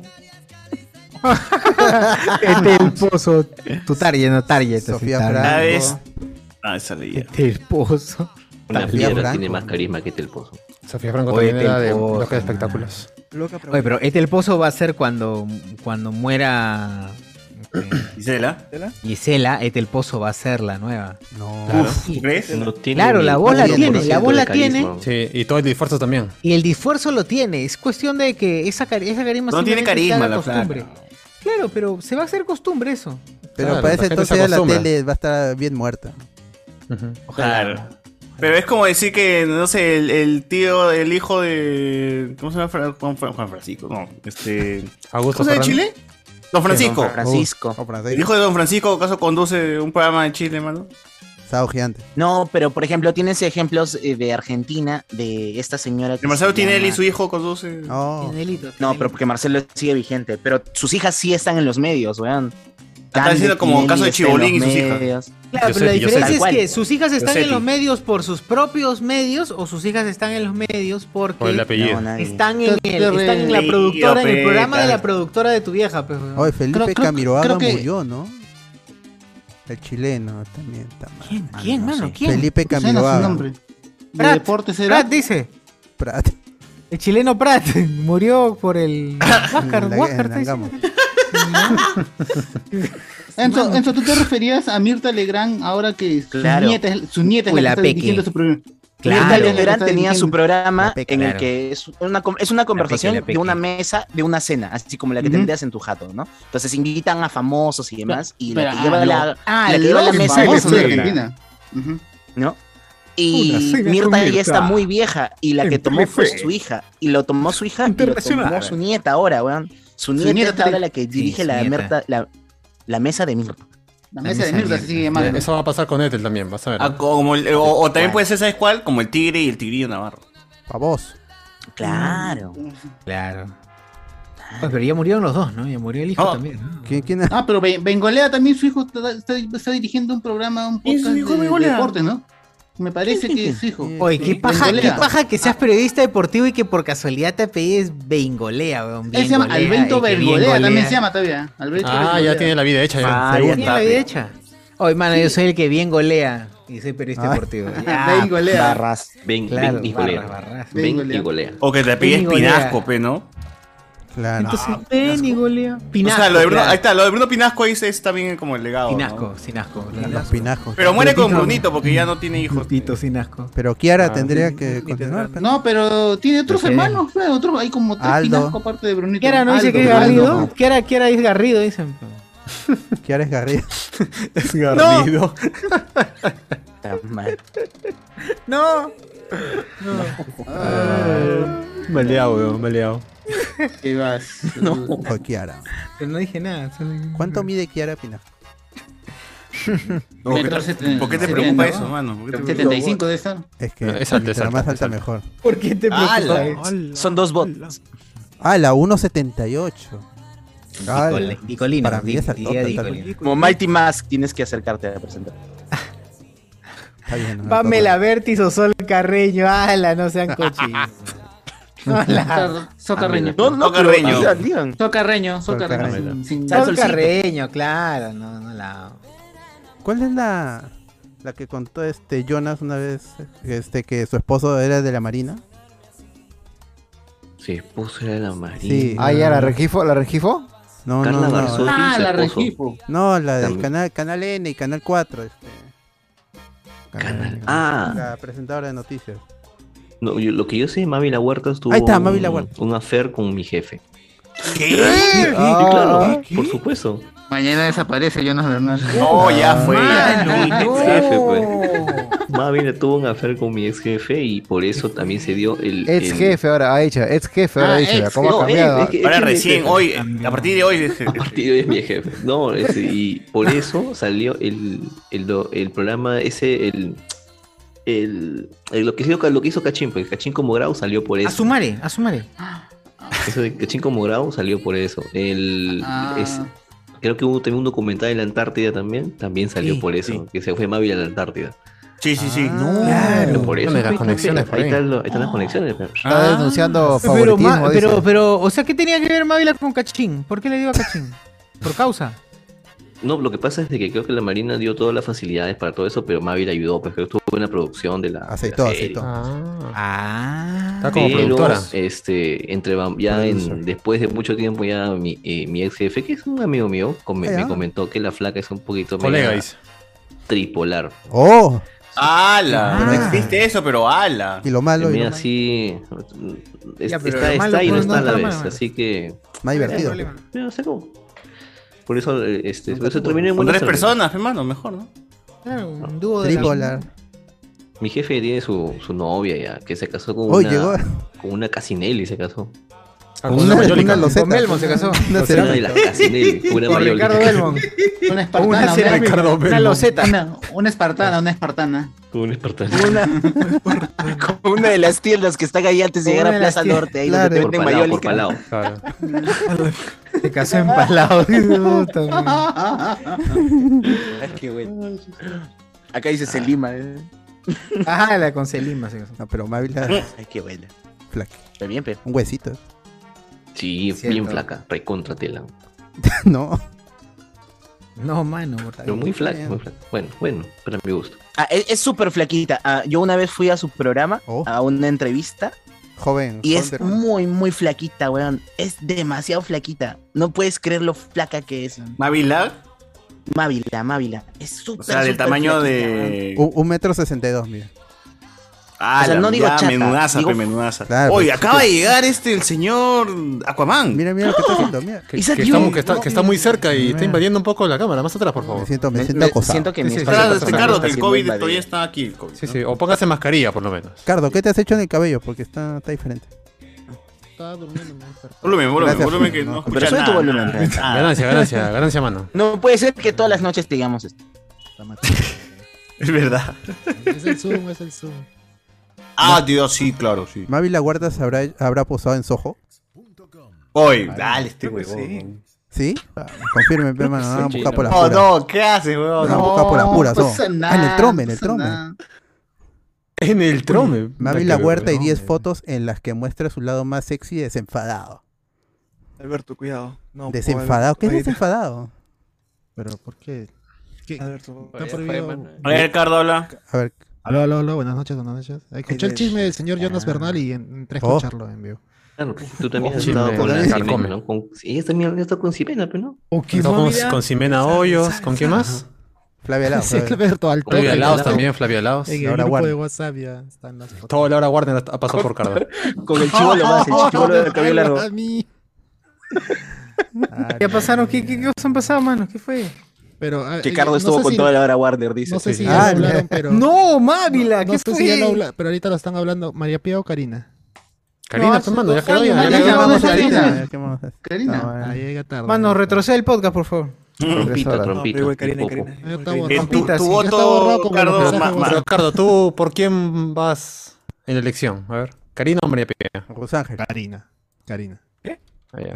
Speaker 9: (laughs)
Speaker 1: Este el pozo. Tu target, no target.
Speaker 7: Sofía
Speaker 1: así, target. Este,
Speaker 7: Franco.
Speaker 3: Ah, esa leía.
Speaker 1: El pozo.
Speaker 8: Una
Speaker 12: Sofía
Speaker 8: piedra
Speaker 12: Franco.
Speaker 8: tiene más carisma que este Telpozo.
Speaker 12: Sofía Franco Oye, también era de Telpozo, bloque de man. espectáculos. Oye, pero
Speaker 1: este el pozo va a ser cuando, cuando muera. eh,
Speaker 3: Gisela.
Speaker 12: Gisela, este el pozo va a ser la nueva.
Speaker 7: No.
Speaker 12: No
Speaker 1: tiene Claro, la voz la tiene, la voz la tiene.
Speaker 11: Sí, y todo el esfuerzo también.
Speaker 1: Y el disfuerzo lo tiene. Es cuestión de que esa, cari- esa carisma
Speaker 11: No tiene
Speaker 1: simplemente
Speaker 11: carisma
Speaker 1: se haga
Speaker 11: la flaca.
Speaker 1: costumbre. Claro, pero se va a hacer costumbre eso.
Speaker 7: Pero
Speaker 3: Claro,
Speaker 7: parece
Speaker 3: la gente se
Speaker 7: entonces ya la
Speaker 3: acostumbra.
Speaker 7: tele va a estar bien muerta.
Speaker 3: Claro. Pero es como decir que, no sé, el, el tío, el hijo de. ¿Cómo se llama? Fra- Juan, Fra- Juan Francisco. No, este.
Speaker 11: Augusto
Speaker 3: ¿Cómo se
Speaker 11: Ferrando.
Speaker 3: llama Chile? Don Francisco.
Speaker 7: Don Francisco. Don Francisco.
Speaker 3: El hijo de Don Francisco, ¿acaso conduce un programa de Chile, mano?
Speaker 7: Sao gigante.
Speaker 13: No, pero por ejemplo, tienes ejemplos eh, de Argentina, de esta señora.
Speaker 3: De Marcelo Tinelli, su
Speaker 13: hijo.
Speaker 3: hijo conduce.
Speaker 7: No.
Speaker 13: No, pero porque Marcelo sigue vigente. Pero sus hijas sí están en los medios, weón.
Speaker 3: Están diciendo como caso de Chibolín y sus hijas.
Speaker 1: Claro, pero la diferencia es que sus hijas están
Speaker 3: Yosetti.
Speaker 1: en los medios por sus propios medios o sus hijas están en los medios porque
Speaker 11: Por el apellido.
Speaker 1: están, en
Speaker 11: Está
Speaker 1: el- están en la
Speaker 11: terrible,
Speaker 1: productora, en el
Speaker 11: pe,
Speaker 1: programa de la
Speaker 11: claro.
Speaker 1: productora de tu vieja. pues, weón.
Speaker 7: Oye, Felipe
Speaker 1: Creo- creo-
Speaker 7: Camiroaga
Speaker 1: creo que-
Speaker 7: murió, ¿no? El chileno también. está mal.
Speaker 1: ¿Quién, quién,
Speaker 7: no
Speaker 1: mano?
Speaker 7: sé.
Speaker 1: ¿Quién?
Speaker 7: Felipe
Speaker 1: Suena su
Speaker 7: Camiroaga.
Speaker 1: nombre.
Speaker 7: ¿De
Speaker 1: Prat, Prat dice.
Speaker 7: Prat.
Speaker 1: El chileno Prat (laughs) murió por el Huáscar.
Speaker 7: En la-
Speaker 1: Huáscar
Speaker 7: en
Speaker 1: está (laughs) diciendo.
Speaker 9: Enzo, Enzo, tú te referías a Mirta Legrand ahora que su
Speaker 13: Claro.
Speaker 9: nieta es, su nieta es
Speaker 13: Uy,
Speaker 9: la
Speaker 13: la
Speaker 9: que está
Speaker 13: Peque.
Speaker 9: dirigiendo su programa. Mirta
Speaker 13: Claro,
Speaker 9: Legrand es la que está
Speaker 13: tenía su
Speaker 9: dirigiendo.
Speaker 13: programa en el
Speaker 9: claro.
Speaker 13: que es una, com- es una conversación
Speaker 9: la peque.
Speaker 13: de una mesa, de una cena, así como la que
Speaker 9: Ujú.
Speaker 13: tendrías en tu jato, ¿no? Entonces invitan a famosos y demás, y la
Speaker 9: Pero,
Speaker 13: que lleva
Speaker 9: ah,
Speaker 13: la,
Speaker 9: lo- ah,
Speaker 13: la que lleva la
Speaker 9: los
Speaker 13: mesa
Speaker 9: famosos
Speaker 13: es
Speaker 9: de
Speaker 13: Mirta,
Speaker 9: Argentina. Ujú.
Speaker 13: ¿no?
Speaker 9: Una
Speaker 13: Y
Speaker 9: cena con
Speaker 13: Mirta
Speaker 9: Mirta.
Speaker 13: ya está muy vieja, y la que
Speaker 9: En
Speaker 13: tomó fue
Speaker 9: Telefe.
Speaker 13: su hija, y lo tomó su hija, y lo tomó
Speaker 9: Internacional.
Speaker 13: su nieta ahora, weón. Su nieta,
Speaker 9: nieta
Speaker 13: es ahora
Speaker 9: te-
Speaker 13: la que
Speaker 9: Sí,
Speaker 13: dirige
Speaker 9: su
Speaker 13: la,
Speaker 9: nieta.
Speaker 13: Mirta- la, la mesa de Mirta.
Speaker 9: La mesa de Mirta se sigue llamando.
Speaker 11: Eso va a pasar con Ethel también, vas a ver.
Speaker 3: Ah, como el- o, o también puede ser, ¿sabes cuál? Como el tigre y el tigrillo navarro. Mm.
Speaker 7: Pavos.
Speaker 13: Claro.
Speaker 1: Claro. Pues, pero ya murieron los dos, ¿no? Ya murió el hijo también. ¿no?
Speaker 9: Ah, pero Be- Bengolea también su hijo está, está- está dirigiendo un programa, un
Speaker 1: ¿Quién es
Speaker 9: podcast
Speaker 1: su hijo,
Speaker 9: de- de,
Speaker 1: Bengolea?
Speaker 9: deporte, ¿no? Me parece que es su hijo.
Speaker 1: Oye, qué
Speaker 9: Ben-
Speaker 1: paja, qué
Speaker 9: Bengolea.
Speaker 1: paja que seas periodista deportivo y que por casualidad te apellides Bengolea, weón.
Speaker 9: Él se llama
Speaker 1: Bengolea,
Speaker 9: Alberto
Speaker 1: y que
Speaker 9: Bengolea, también
Speaker 1: Bengolea.
Speaker 9: se llama todavía. Alberto
Speaker 11: Ah,
Speaker 9: Bengolea.
Speaker 11: ya tiene la vida hecha. Ya.
Speaker 1: Ah, ya
Speaker 11: Seguro.
Speaker 1: tiene la vida hecha. Oye, mano, yo soy el que bien golea y soy periodista
Speaker 3: Este
Speaker 11: Ah.
Speaker 9: (laughs)
Speaker 1: (laughs) deportivo.
Speaker 9: Ben golea.
Speaker 13: Barras.
Speaker 8: Ben,
Speaker 1: Claro,
Speaker 8: ben y
Speaker 1: barra,
Speaker 8: golea.
Speaker 1: barra.
Speaker 8: Ben
Speaker 1: Ben
Speaker 8: y golea.
Speaker 3: O que te pilles
Speaker 1: Tigre y golea.
Speaker 3: Pinasco, pe, ¿no?
Speaker 7: Claro.
Speaker 1: Entonces, ven y golea.
Speaker 3: o sea, lo de Bruno,
Speaker 1: claro.
Speaker 3: ahí está, lo de Bruno Pinasco ahí es, es también como el legado.
Speaker 1: Sin
Speaker 3: ¿no?
Speaker 1: asco, sin asco.
Speaker 7: Los pinajos.
Speaker 3: Pero muere con
Speaker 7: Brutito.
Speaker 3: Brunito porque ya no tiene hijos.
Speaker 1: Brutito sin asco.
Speaker 7: Pero Kiara
Speaker 3: Ah.
Speaker 7: tendría que continuar.
Speaker 9: No, pero tiene otros
Speaker 7: Pero qué-
Speaker 9: hermanos, claro, otro- hay como tres
Speaker 7: Aldo.
Speaker 9: pinasco aparte de Brunito.
Speaker 1: Kiara no dice
Speaker 9: Aldo,
Speaker 1: que es
Speaker 9: Aldo.
Speaker 1: Garrido. Kiara, Kiara es Garrido, dicen.
Speaker 9: (laughs)
Speaker 7: Kiara es Garrido.
Speaker 1: es
Speaker 7: Garrido.
Speaker 1: No. no.
Speaker 11: Me he liado, weón, me he liado.
Speaker 9: ¿Qué vas?
Speaker 7: (laughs) No. Ojo, Kiara.
Speaker 1: Pero no dije nada. solo-
Speaker 7: ¿Cuánto mide Kiara Pinasco?
Speaker 3: No, ¿por qué te-
Speaker 7: Metro
Speaker 3: por qué te
Speaker 7: setenta,
Speaker 3: preocupa
Speaker 7: ¿no?
Speaker 3: eso, mano? ¿Por qué te
Speaker 9: 75 de estar.
Speaker 7: Es que
Speaker 3: No, es alta, es
Speaker 7: mientras
Speaker 3: alta,
Speaker 7: más
Speaker 3: es
Speaker 7: alta
Speaker 3: alta.
Speaker 7: mejor.
Speaker 1: ¿Por qué te
Speaker 13: Ah, la-
Speaker 1: preocupas?
Speaker 13: Son dos bots.
Speaker 7: Ah, la 1.78. Ah,
Speaker 13: Nicol-
Speaker 7: la-
Speaker 13: Nicolino,
Speaker 7: Para mí
Speaker 13: di-
Speaker 7: es alta.
Speaker 13: diría Nicolino. Como Mighty Mask tienes que acercarte a presentar.
Speaker 7: Ah,
Speaker 1: Pamela Vertis o Sol Carreño. Ala, no
Speaker 7: (laughs)
Speaker 1: sean
Speaker 9: (laughs)
Speaker 1: cochinos. Hola.
Speaker 7: Ah,
Speaker 9: Socarreño.
Speaker 13: No, no, pero digan, digan.
Speaker 9: Socarreño, Socarreño.
Speaker 7: Socarreño.
Speaker 9: sin- sin-
Speaker 1: Sol
Speaker 9: Solcito.
Speaker 1: Carreño, claro. No, no la...
Speaker 7: ¿Cuál es la, la que contó este Jonas una vez? Este que su esposo era de la Marina.
Speaker 8: Se esposa de la marina.
Speaker 7: Sí.
Speaker 5: Ah, ya, la regifo, la regifo.
Speaker 7: No,
Speaker 8: Carla
Speaker 7: no, no.
Speaker 8: Barzottis, Ah, la esposo. Regifo.
Speaker 7: No, la del
Speaker 8: También.
Speaker 7: canal, canal N y Canal 4. Este. Canal,
Speaker 8: Ah.
Speaker 7: La presentadora de noticias.
Speaker 8: No, yo- lo que yo sé, Mavi La Huerta tuvo
Speaker 7: Ahí está, Mavi
Speaker 8: un,
Speaker 7: La Huerta.
Speaker 8: un affair con mi jefe.
Speaker 3: ¿Qué?
Speaker 8: Sí,
Speaker 7: Ah.
Speaker 8: claro, por supuesto.
Speaker 9: Mañana desaparece Jonas Bernal.
Speaker 3: No, ya fue.
Speaker 8: Ah, Mi ex jefe, pues. Mavi la tuvo un affair con mi ex jefe y por eso también se dio el.
Speaker 5: Ex
Speaker 8: el-
Speaker 5: jefe ahora, ha dicho, ex jefe ahora ha
Speaker 8: Ah,
Speaker 5: dicho,
Speaker 8: ex-
Speaker 5: ¿cómo
Speaker 8: no,
Speaker 5: ha cambiado?
Speaker 8: ex- es que- es
Speaker 3: Ahora
Speaker 8: que mi
Speaker 3: recién,
Speaker 8: jefe.
Speaker 3: hoy, a partir de hoy.
Speaker 8: A partir de hoy es mi jefe. No, es-
Speaker 3: (laughs)
Speaker 8: y por eso salió el, el, do- el programa ese, el, el, el- lo, que hizo, lo que hizo Cachín, porque Cachín como Grau salió por eso.
Speaker 1: Asumare, asumare.
Speaker 8: Eso de Cachín como Grau salió por eso. El,
Speaker 1: Ah.
Speaker 8: es- creo que hubo también un documental en la Antártida también, también salió
Speaker 1: Sí,
Speaker 8: por eso, que se fue Mavi a la Antártida.
Speaker 3: Sí, sí, sí.
Speaker 8: No, por eso.
Speaker 1: Las
Speaker 8: pues,
Speaker 1: conexiones
Speaker 8: ahí
Speaker 1: por ahí. Ah.
Speaker 8: están lo- ahí están las conexiones. pero-
Speaker 5: Está
Speaker 7: Oh,
Speaker 5: denunciando
Speaker 1: Pero, ma-
Speaker 5: favoritismo. dice.
Speaker 1: pero, pero, o sea, ¿qué tenía que ver Mávila con Cachín? ¿Por qué le dio a Cachín? ¿Por causa?
Speaker 8: No, lo que pasa es de que creo que la Marina dio todas las facilidades para todo eso, pero Mavi le ayudó, pues creo que estuvo en la producción de la.
Speaker 7: Aceitó,
Speaker 8: de la serie.
Speaker 7: aceitó.
Speaker 1: Ah.
Speaker 7: Está como productora.
Speaker 8: Este, entre bam- ya en- después de mucho tiempo ya mi, eh, mi ex jefe, que es un amigo mío, com-
Speaker 7: Ah, ya.
Speaker 8: me comentó que la flaca es un poquito
Speaker 3: Colega,
Speaker 8: media
Speaker 3: dice.
Speaker 8: tripolar. pues.
Speaker 7: ¡Oh!
Speaker 3: ¡Ala! No existe eso, pero ala.
Speaker 7: Ah. Y lo malo, y
Speaker 8: Mira,
Speaker 7: lo
Speaker 8: sí, es-
Speaker 3: Ya, pero
Speaker 8: está,
Speaker 3: lo
Speaker 8: está
Speaker 3: malo,
Speaker 8: y no
Speaker 3: pues, no
Speaker 8: está a la
Speaker 3: está
Speaker 8: vez,
Speaker 3: mal.
Speaker 8: así que
Speaker 7: Más divertido.
Speaker 8: Mira, se acabó. por eso eh, este, por eso
Speaker 3: Con
Speaker 8: terminé en buenos
Speaker 3: tres
Speaker 8: términos.
Speaker 3: personas, hermano, mejor, ¿no?
Speaker 1: Claro,
Speaker 8: Ah.
Speaker 1: un dúo de.
Speaker 7: Tripolar.
Speaker 8: Mi jefe tiene su, su novia ya, que se casó con
Speaker 7: Oh,
Speaker 8: una
Speaker 7: llegó.
Speaker 8: con una Casinelli se casó.
Speaker 7: Ah, con una Una- mayólica. una loseta. Con Belmont se casó. Una
Speaker 8: Una
Speaker 7: cerámica.
Speaker 8: de las (laughs) Casinelli,
Speaker 1: (laughs)
Speaker 8: una
Speaker 1: Con
Speaker 8: mayólica.
Speaker 1: Ricardo Belmont.
Speaker 9: Una espartana,
Speaker 1: Una
Speaker 9: una,
Speaker 1: cera- Ricardo
Speaker 9: una
Speaker 1: Belmont.
Speaker 9: loseta. Una, una espartana, una espartana.
Speaker 8: (laughs) Con un espartano.
Speaker 13: Como una de las tiendas que están ahí antes de llegar
Speaker 9: Una de
Speaker 13: a
Speaker 9: las
Speaker 13: Plaza
Speaker 9: tiendas,
Speaker 13: Norte, ahí
Speaker 9: claro.
Speaker 13: donde te
Speaker 8: Por
Speaker 13: venden
Speaker 8: palao, por
Speaker 13: mayólica.
Speaker 8: palao.
Speaker 9: (laughs)
Speaker 1: Se casó (laughs) empalado. Puta madre.
Speaker 13: Ay, qué bueno. Acá dices en Lima. ¿eh?
Speaker 1: Ah, la con Selima se casó.
Speaker 7: No, pero Mávila.
Speaker 1: (laughs)
Speaker 13: Ay, qué buena.
Speaker 7: Flaca.
Speaker 13: Está bien, pe.
Speaker 7: Un huesito. (laughs)
Speaker 8: Sí, bien
Speaker 7: Cierto.
Speaker 8: flaca, recontra tela.
Speaker 7: no.
Speaker 1: No, mano, por
Speaker 8: Pero muy flaca, muy flaca. Bueno, bueno, para mi gusto.
Speaker 13: Ah, es es súper flaquita. Ah, yo una vez fui a su programa, a una entrevista,
Speaker 7: Oh. Joven.
Speaker 13: y
Speaker 7: joven
Speaker 13: es
Speaker 7: peruano.
Speaker 13: muy, muy flaquita, weón. Es demasiado flaquita. No puedes creer lo flaca que es.
Speaker 3: ¿Mávila?
Speaker 13: Mávila, Mávila. Es súper,
Speaker 3: O sea, del
Speaker 13: súper
Speaker 3: tamaño
Speaker 13: flaquita,
Speaker 3: de.
Speaker 6: Uh.
Speaker 7: Un, un metro sesenta y dos, mira.
Speaker 3: Ah,
Speaker 7: O sea, no
Speaker 3: no
Speaker 7: digo
Speaker 3: digo
Speaker 7: chata,
Speaker 3: menudaza,
Speaker 7: digo-
Speaker 3: pe, menudaza.
Speaker 7: Claro,
Speaker 3: Oye,
Speaker 7: pues,
Speaker 3: acaba
Speaker 7: sí.
Speaker 3: de llegar este, el señor Aquaman.
Speaker 7: Mira, mira lo que está haciendo, mira.
Speaker 11: Que, que está, que está- que está muy cerca y está invadiendo un poco la cámara. Más atrás, por favor. Me
Speaker 7: siento, me
Speaker 3: siento acosado. siento que mi espacio Claro, personal Ricardo, está el siendo COVID invadido. todavía está aquí, el COVID,
Speaker 11: sí,
Speaker 3: ¿no?
Speaker 11: sí. O póngase mascarilla, por lo menos.
Speaker 7: Cardo, ¿qué te has hecho en el cabello? Porque está, está diferente.
Speaker 3: Volumen, volumen,
Speaker 7: Gracias,
Speaker 3: volumen que
Speaker 7: no,
Speaker 3: no,
Speaker 7: pero
Speaker 3: escucha
Speaker 7: sube tu
Speaker 3: nada,
Speaker 7: volumen,
Speaker 3: nada,
Speaker 7: pues.
Speaker 3: nada.
Speaker 11: Ganancia, ganancia, ganancia, mano.
Speaker 13: No puede ser que todas las noches te digamos esto.
Speaker 3: Es verdad.
Speaker 6: Es el Zoom, es el Zoom.
Speaker 3: Ah, Dios, sí, claro, sí.
Speaker 7: Mávila Huertas habrá, habrá posado en Soho.
Speaker 3: Oye, dale, este huevón.
Speaker 7: ¿Sí? Ah,
Speaker 1: (laughs)
Speaker 7: Confirmen, pe, mano. No, busca por las
Speaker 3: Oh,
Speaker 7: puras.
Speaker 3: no, ¿qué hace, huevón?
Speaker 7: No, busca por las puras. no.
Speaker 3: pasa
Speaker 7: Ah, en el
Speaker 3: nada,
Speaker 7: trome, en el
Speaker 3: pasa
Speaker 7: trome.
Speaker 3: nada. En el trome.
Speaker 7: Mávila
Speaker 12: Qué
Speaker 7: Huerta y
Speaker 12: bueno,
Speaker 7: 10 fotos en las que muestra su lado más sexy y desenfadado.
Speaker 12: Alberto, cuidado. No,
Speaker 7: ¿Desenfadado? ¿Qué es
Speaker 12: Oye,
Speaker 7: desenfadado?
Speaker 6: Pero, ¿por qué? ¿Qué?
Speaker 12: Alberto,
Speaker 6: ¿Está prohibido?
Speaker 3: A ver, Ricardo, habla.
Speaker 7: A ver.
Speaker 6: Aló, aló, aló, buenas noches, buenas noches. Escuché el chisme del señor
Speaker 1: Ah.
Speaker 6: Jonas Bernal y en- entré a
Speaker 8: Oh.
Speaker 6: escucharlo en vivo.
Speaker 8: Claro, pues, tú también has
Speaker 11: Oh,
Speaker 8: estado
Speaker 11: chisme,
Speaker 8: con la
Speaker 11: carcome.
Speaker 8: Ximena, ¿no? Con- sí, ella también ha estado con Ximena, pero no.
Speaker 11: Estamos con, con Simena Hoyos, ¿con quién más?
Speaker 7: Flavia
Speaker 6: Laos, (laughs) Sí, Flavia. Alberto, al
Speaker 11: Flavia
Speaker 6: toque.
Speaker 11: Laos también, Flavia Laos.
Speaker 6: En el grupo de WhatsApp ya están las fotos.
Speaker 11: Todo Laura Warner ha pasado por
Speaker 1: (laughs)
Speaker 11: Cardo.
Speaker 13: Con el
Speaker 6: chibolo
Speaker 11: (laughs)
Speaker 6: más, el
Speaker 1: Oh,
Speaker 6: chibolo
Speaker 13: Ah, del cabello largo.
Speaker 6: A mí.
Speaker 1: ¿Qué pasaron? ¿Qué, qué, qué os han pasado, mano? ¿Qué fue?
Speaker 6: Pero, ah,
Speaker 13: Que
Speaker 6: eh,
Speaker 13: Cardo
Speaker 6: no
Speaker 13: estuvo
Speaker 6: sé
Speaker 13: con
Speaker 6: si-
Speaker 13: toda la hora Warner, dice.
Speaker 6: No sé si
Speaker 7: Ah,
Speaker 6: ya lo
Speaker 1: (laughs)
Speaker 6: hablaron, pero...
Speaker 1: ¡No, Mávila!
Speaker 6: No
Speaker 1: ¿Qué
Speaker 6: sé
Speaker 1: Ah, fue?
Speaker 6: si ya lo habla- pero ahorita lo están hablando. ¿María Pía o Karina?
Speaker 1: Karina, No, pues, mano, ya hace quedó, dos ya- años, ya Karina, quedó. ¿dónde está Karina?
Speaker 6: Karina. Ah, llega tarde.
Speaker 1: Mano, retrocede el podcast, por favor.
Speaker 6: Trompita,
Speaker 1: Trompita,
Speaker 6: trompita, Ya está borrado.
Speaker 11: En tu-
Speaker 6: Ya
Speaker 11: tu
Speaker 6: está
Speaker 11: voto,
Speaker 6: borrado como
Speaker 11: Cardo,
Speaker 6: los mensajes
Speaker 11: ma- ma-
Speaker 6: borrados.
Speaker 11: Pero, Cardo, ¿tú por quién vas en la elección? A ver, ¿Karina o María Pía?
Speaker 6: Karina. Karina.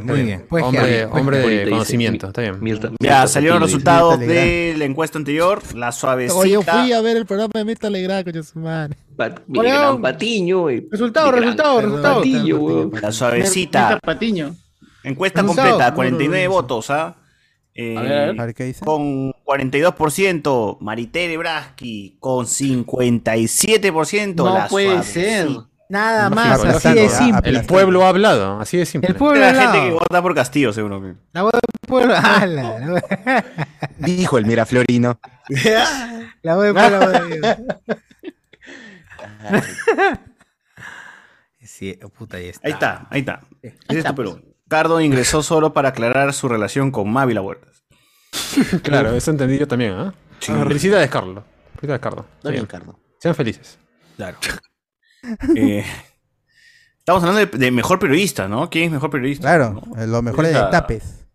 Speaker 11: Muy bien. Pues, Hombre- Karina, pues, hombre de
Speaker 8: Ahorita dice,
Speaker 11: conocimiento,
Speaker 8: mi-
Speaker 11: está bien.
Speaker 8: Mirta-
Speaker 3: Ya
Speaker 8: Mirta
Speaker 3: salieron los
Speaker 8: Patiño dice.
Speaker 3: resultados de la encuesta anterior. La suavecita.
Speaker 6: Oye, yo fui a ver el programa de Mirta Legrada, coño, su madre.
Speaker 8: Pat- mi
Speaker 6: Hola.
Speaker 8: gran Patiño. eh,
Speaker 6: Resultado,
Speaker 8: mi gran
Speaker 6: resultado, resultado.
Speaker 8: Patiño, weón.
Speaker 3: La suavecita.
Speaker 9: Patiño.
Speaker 3: Encuesta
Speaker 9: Resultado.
Speaker 3: completa, 49
Speaker 9: No, no, no,
Speaker 3: votos, ¿ah? Eh,
Speaker 9: A ver, a ver.
Speaker 7: A ver, ¿qué dice?
Speaker 3: Con 42%, Maritere Braski, con 57%.
Speaker 9: No
Speaker 3: la
Speaker 9: puede
Speaker 3: suavecita.
Speaker 9: ser.
Speaker 1: Nada
Speaker 3: No,
Speaker 1: más,
Speaker 3: sí,
Speaker 1: así
Speaker 3: aplastando,
Speaker 1: de
Speaker 3: ah,
Speaker 1: simple.
Speaker 11: El pueblo ha hablado, así de simple.
Speaker 1: El pueblo
Speaker 3: la
Speaker 1: al lado.
Speaker 3: gente que vota por Castillo, seguro. que.
Speaker 1: La voz del (laughs) pueblo. Ah, la, la voz-
Speaker 13: Dijo el Miraflorino.
Speaker 1: la voz del pueblo. la voz de Dios. (laughs) Sí, oh, puta, ahí está.
Speaker 3: Ahí está, ahí está. pues. Ese es tu Perú. Cardo ingresó solo para aclarar su relación con Mávila Huertas.
Speaker 11: (laughs) Claro, eso entendí yo también, ¿ah?
Speaker 3: Sí.
Speaker 11: Felicidades, Carlos. Felicidades, Carlos. Está
Speaker 3: bien,
Speaker 13: Carlos.
Speaker 11: Sean felices.
Speaker 3: Claro. (laughs) Eh, estamos hablando de, de mejor periodista, ¿no? ¿Quién es mejor periodista?
Speaker 7: Claro, eh, los mejores
Speaker 3: Esa-
Speaker 7: tapes.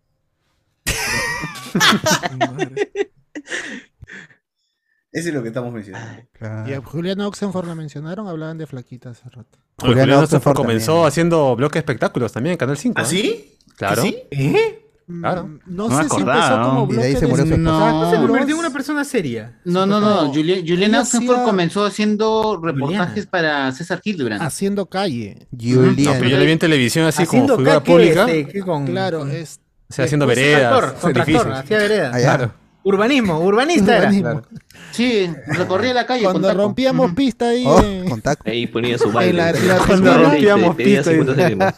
Speaker 15: Eso es lo que estamos mencionando.
Speaker 1: Ah.
Speaker 6: Y a Juliana Oxenford la mencionaron, hablaban de flaquita hace rato.
Speaker 2: Juliana,
Speaker 6: Juliana
Speaker 2: Oxenford
Speaker 6: Oxenford
Speaker 2: comenzó
Speaker 6: también.
Speaker 2: haciendo bloque de espectáculos también en Canal 5.
Speaker 11: ¿eh?
Speaker 6: ¿Ah, sí?
Speaker 2: Claro.
Speaker 6: ¿Que sí?
Speaker 2: ¿Eh? Claro.
Speaker 6: Mm, No,
Speaker 2: me
Speaker 6: sé si
Speaker 2: acordaba,
Speaker 6: empezó
Speaker 2: ¿no?
Speaker 6: como bloque de
Speaker 1: No, se convirtió en una persona seria.
Speaker 9: No, no, no. Juli- Juliana
Speaker 6: Ella
Speaker 9: Oxenford
Speaker 6: hacía-
Speaker 9: comenzó haciendo reportajes para César Hildebrand.
Speaker 6: Haciendo calle.
Speaker 2: No, pero yo le vi en televisión así como
Speaker 6: Haciendo
Speaker 2: figura
Speaker 6: caque,
Speaker 2: pública.
Speaker 6: este, que con-
Speaker 1: Claro,
Speaker 6: con-
Speaker 1: es.
Speaker 2: O sea, haciendo
Speaker 1: Pues,
Speaker 2: veredas.
Speaker 1: Contractor, contractor,
Speaker 2: edificios.
Speaker 1: hacía veredas.
Speaker 2: Allá. Claro.
Speaker 1: Urbanismo, urbanista era.
Speaker 6: Urbanismo.
Speaker 9: Sí, recorría la calle.
Speaker 6: Cuando rompíamos pista ahí.
Speaker 3: Oh.
Speaker 6: eh,
Speaker 3: (laughs)
Speaker 8: Ahí ponía su
Speaker 6: En
Speaker 8: baile.
Speaker 6: la-
Speaker 8: (laughs)
Speaker 6: la
Speaker 8: Cuando
Speaker 6: piscina.
Speaker 8: rompíamos
Speaker 6: Tenía
Speaker 8: pistas.
Speaker 6: 50 segundos.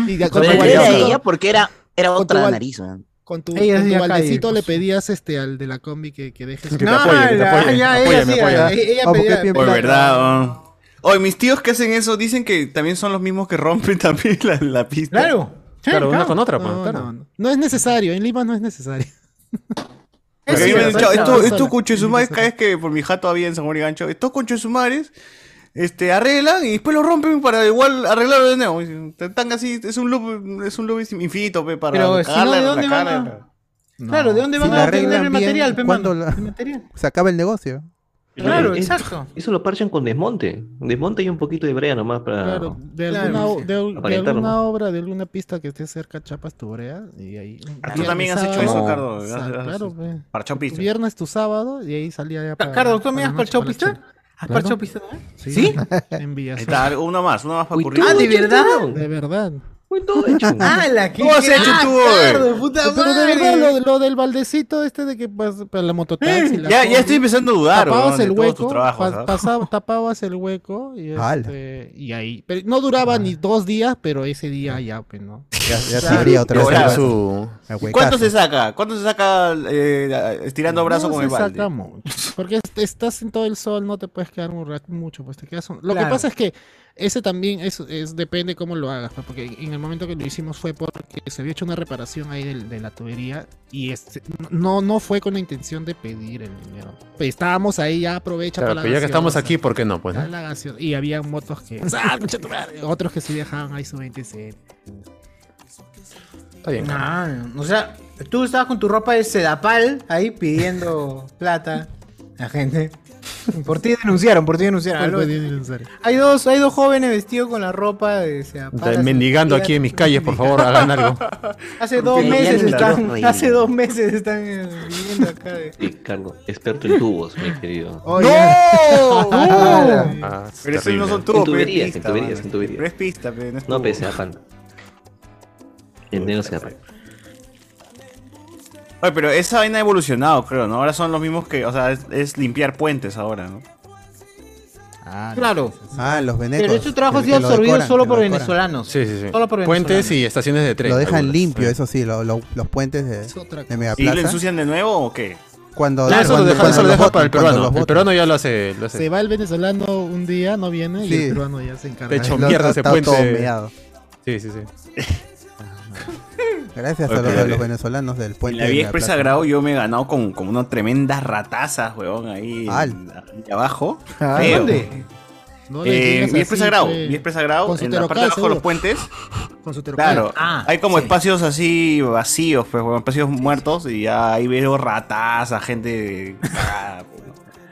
Speaker 13: Ujú.
Speaker 6: Y ya
Speaker 13: Pero
Speaker 6: con tu
Speaker 13: era
Speaker 6: baldecito-
Speaker 13: ella porque era, era
Speaker 6: con tu
Speaker 13: otra
Speaker 6: bal-
Speaker 13: nariz. weón.
Speaker 6: Con tu,
Speaker 13: Ella
Speaker 6: con tu
Speaker 13: hacía calle,
Speaker 6: baldecito le pedías este, al de la combi que, que Ah, dejes.
Speaker 3: Que te apoye, que te apoye. Apóyame, apóyame.
Speaker 2: Ah,
Speaker 3: Oye, verdad, weón. Oye, mis tíos que hacen eso dicen que también son los mismos que rompen (laughs) también la, la pista.
Speaker 6: Claro. Sí,
Speaker 2: Claro, una
Speaker 6: claro.
Speaker 2: con otra, pues,
Speaker 6: No,
Speaker 2: claro.
Speaker 6: no, no. No es necesario, en Lima no es
Speaker 3: (laughs)
Speaker 6: necesario.
Speaker 3: Porque a mí
Speaker 6: Sí,
Speaker 3: me han
Speaker 6: sí,
Speaker 3: dicho,
Speaker 6: sí,
Speaker 3: esto,
Speaker 6: sí,
Speaker 3: esto
Speaker 6: sí,
Speaker 3: conchesumares, cada vez que por mi jato todavía en San Juan y Gancho, estos conchesumares este, arreglan y después lo rompen para igual arreglarlo de nuevo. Están así, es un loop, es un loop infinito, pe, para
Speaker 1: Pero si no,
Speaker 3: cagarla,
Speaker 1: ¿de dónde
Speaker 3: la
Speaker 1: van
Speaker 3: cara.
Speaker 1: a...? Claro, ¿de dónde
Speaker 7: Si
Speaker 1: van
Speaker 7: la
Speaker 1: a obtener
Speaker 7: arreglan
Speaker 1: el
Speaker 7: bien,
Speaker 1: material, pe,
Speaker 7: ¿cuándo
Speaker 1: mano?
Speaker 7: la- (laughs)
Speaker 1: El material.
Speaker 7: Se acaba el negocio.
Speaker 1: Claro,
Speaker 8: Es-
Speaker 1: exacto.
Speaker 8: Eso lo parchan con desmonte. Desmonte y un poquito de brea nomás para.
Speaker 6: Claro, de
Speaker 8: para
Speaker 6: alguna, o- de- de,
Speaker 8: aparentar nomás.
Speaker 6: alguna obra, de alguna pista que esté cerca, chapas tu brea y ahí.
Speaker 3: Ah, tú también has
Speaker 6: sábado,
Speaker 3: hecho eso, Cardo.
Speaker 6: sa-
Speaker 3: Has- has-
Speaker 6: Claro, pues. pe.
Speaker 3: Parchao
Speaker 6: Tu
Speaker 3: pista.
Speaker 6: viernes, tu sábado y ahí salía
Speaker 3: Ah,
Speaker 6: ya para.
Speaker 1: Cardo, ¿tú me
Speaker 6: para
Speaker 1: has
Speaker 6: la
Speaker 1: parchado
Speaker 6: noche,
Speaker 1: pista?
Speaker 6: para la
Speaker 1: ¿Has
Speaker 6: Claro.
Speaker 1: parchado pista también?
Speaker 6: Sí.
Speaker 1: (laughs) ¿Sí?
Speaker 6: En Villazón.
Speaker 3: Ahí está, uno más, uno más para ocurrir.
Speaker 1: ¿Ah, de verdad?
Speaker 6: De verdad.
Speaker 1: (laughs) ¡Ah, la que
Speaker 3: ¿Cómo has hecho tú,
Speaker 7: Ah,
Speaker 3: güey?
Speaker 6: Pero de verdad, lo, lo del baldecito este de que pas- para la mototaxi.
Speaker 3: Eh,
Speaker 6: la
Speaker 3: ya- ya
Speaker 6: combi,
Speaker 3: estoy empezando a dudar,
Speaker 6: Tapabas
Speaker 3: weón, de
Speaker 6: el
Speaker 3: todos
Speaker 6: hueco,
Speaker 3: tus trabajos,
Speaker 6: pas-
Speaker 3: (laughs) ¿sabes?
Speaker 6: pasaba- (laughs) tapabas el hueco y,
Speaker 7: Ala.
Speaker 6: este, y ahí. Pero no duraba ni dos días, pero ese día Ah. ya, pues, ¿no?
Speaker 7: Ya- ya se abría otra
Speaker 3: Ya
Speaker 7: vez
Speaker 3: está
Speaker 7: el
Speaker 3: su-
Speaker 7: hueco. El
Speaker 3: ¿Y
Speaker 7: huecazo.
Speaker 3: ¿Cuánto se saca? ¿Cuánto se saca eh, estirando brazo
Speaker 6: No
Speaker 3: con
Speaker 6: se
Speaker 3: el balde?
Speaker 6: saca mucho, porque est- estás en todo el sol, no te puedes quedar un rato mucho, pues te quedas. un- Lo
Speaker 1: Claro.
Speaker 6: que pasa es que ese también es, es- depende cómo lo hagas, pues, porque en el momento que lo hicimos fue porque se había hecho una reparación ahí del- de, la tubería y este, no, no fue con la intención de pedir el dinero. Pues estábamos ahí, ya aprovecha
Speaker 2: Claro,
Speaker 6: para la
Speaker 2: pero ya que estamos
Speaker 6: gaseosa,
Speaker 2: aquí, ¿por qué no? Pues,
Speaker 6: ya
Speaker 2: ¿no?
Speaker 6: la gaseo- Y había motos que. ¡Ah, concha tu madre! Otros que sí dejaban ahí su 20 centavos.
Speaker 2: Está bien.
Speaker 1: Ah, o sea, tú estabas con tu ropa de sedapal ahí pidiendo plata. La gente. Por ti denunciaron, por ti denunciaron.
Speaker 6: Por
Speaker 1: Aló.
Speaker 6: ti denunciaron.
Speaker 1: Hay dos, hay dos jóvenes vestidos con la ropa de sedapal.
Speaker 2: Está
Speaker 1: así,
Speaker 2: mendigando
Speaker 1: pidiendo-
Speaker 2: aquí en mis calles, por favor, hagan algo.
Speaker 1: Hace dos
Speaker 8: Porque
Speaker 1: meses
Speaker 8: ya ni la
Speaker 1: están,
Speaker 8: ropa y-
Speaker 1: hace dos meses están eh, viviendo acá de.
Speaker 8: Sí, Carlos, experto en tubos, mi querido.
Speaker 1: Oye.
Speaker 3: ¡No!
Speaker 8: Ah, es
Speaker 3: pero esos
Speaker 8: terrible.
Speaker 3: no son tubos,
Speaker 8: En
Speaker 3: pero es
Speaker 8: tuberías, en
Speaker 3: pista,
Speaker 8: tuberías,
Speaker 3: mano.
Speaker 8: en tuberías.
Speaker 3: Pero es pista, pero no es
Speaker 8: No,
Speaker 3: tubo.
Speaker 8: pese a pan. El negro se apaga.
Speaker 3: Oye, pero esa vaina ha evolucionado, creo, ¿no? Ahora son los mismos que, o sea, es, es limpiar puentes ahora, ¿no?
Speaker 1: Claro.
Speaker 7: Ah, los venecos.
Speaker 1: Pero ese trabajo ha
Speaker 7: Que-
Speaker 1: sido
Speaker 7: que lo
Speaker 1: absorbido
Speaker 7: decoran,
Speaker 1: solo
Speaker 7: que
Speaker 1: por
Speaker 7: lo decoran.
Speaker 1: venezolanos. Sí, sí, sí. Solo por
Speaker 2: Puentes y estaciones de tren.
Speaker 7: Lo dejan
Speaker 2: algunas.
Speaker 7: limpio,
Speaker 2: Sí.
Speaker 7: eso sí, lo- lo- los puentes de, de
Speaker 3: ¿Y lo
Speaker 7: Megaplaza.
Speaker 3: ensucian de nuevo o qué?
Speaker 2: No,
Speaker 7: Cuando,
Speaker 2: eso lo
Speaker 7: cuando-
Speaker 2: deja,
Speaker 7: cuando
Speaker 2: eso lo
Speaker 7: los
Speaker 2: deja
Speaker 7: botan,
Speaker 2: para el
Speaker 7: cuando
Speaker 2: peruano.
Speaker 7: los
Speaker 2: El
Speaker 7: botan.
Speaker 2: peruano ya lo hace. Lo hace.
Speaker 6: Se va el venezolano un día, no viene, y
Speaker 7: Sí.
Speaker 6: el peruano ya se encarga.
Speaker 2: De hecho,
Speaker 7: Lo-
Speaker 2: mierda
Speaker 7: está
Speaker 2: ese puente.
Speaker 7: todo meado.
Speaker 2: Sí, sí, sí.
Speaker 7: Gracias
Speaker 3: Oye,
Speaker 7: a los,
Speaker 3: pero-
Speaker 7: a los venezolanos del
Speaker 3: En
Speaker 7: puente.
Speaker 3: la
Speaker 7: de
Speaker 3: vía expresa
Speaker 7: Megaplaza.
Speaker 3: Grau yo me he ganado con, con unas tremendas ratazas, weón, ahí, en- ahí abajo.
Speaker 7: Ah,
Speaker 3: Feo.
Speaker 7: ¿dónde?
Speaker 6: No le
Speaker 3: Eh,
Speaker 6: digas
Speaker 3: vía
Speaker 6: así,
Speaker 3: expresa Grau,
Speaker 6: pe.
Speaker 3: vía expresa Grau,
Speaker 6: Con su
Speaker 3: en la parte
Speaker 6: terocal,
Speaker 3: de abajo de los
Speaker 6: seguro.
Speaker 3: puentes.
Speaker 6: Con su terocal.
Speaker 3: Claro,
Speaker 6: Ah,
Speaker 3: hay como
Speaker 6: sí.
Speaker 3: espacios así vacíos, pues, weón, espacios muertos y ya ahí veo ratazas, gente ah, cagada, weón.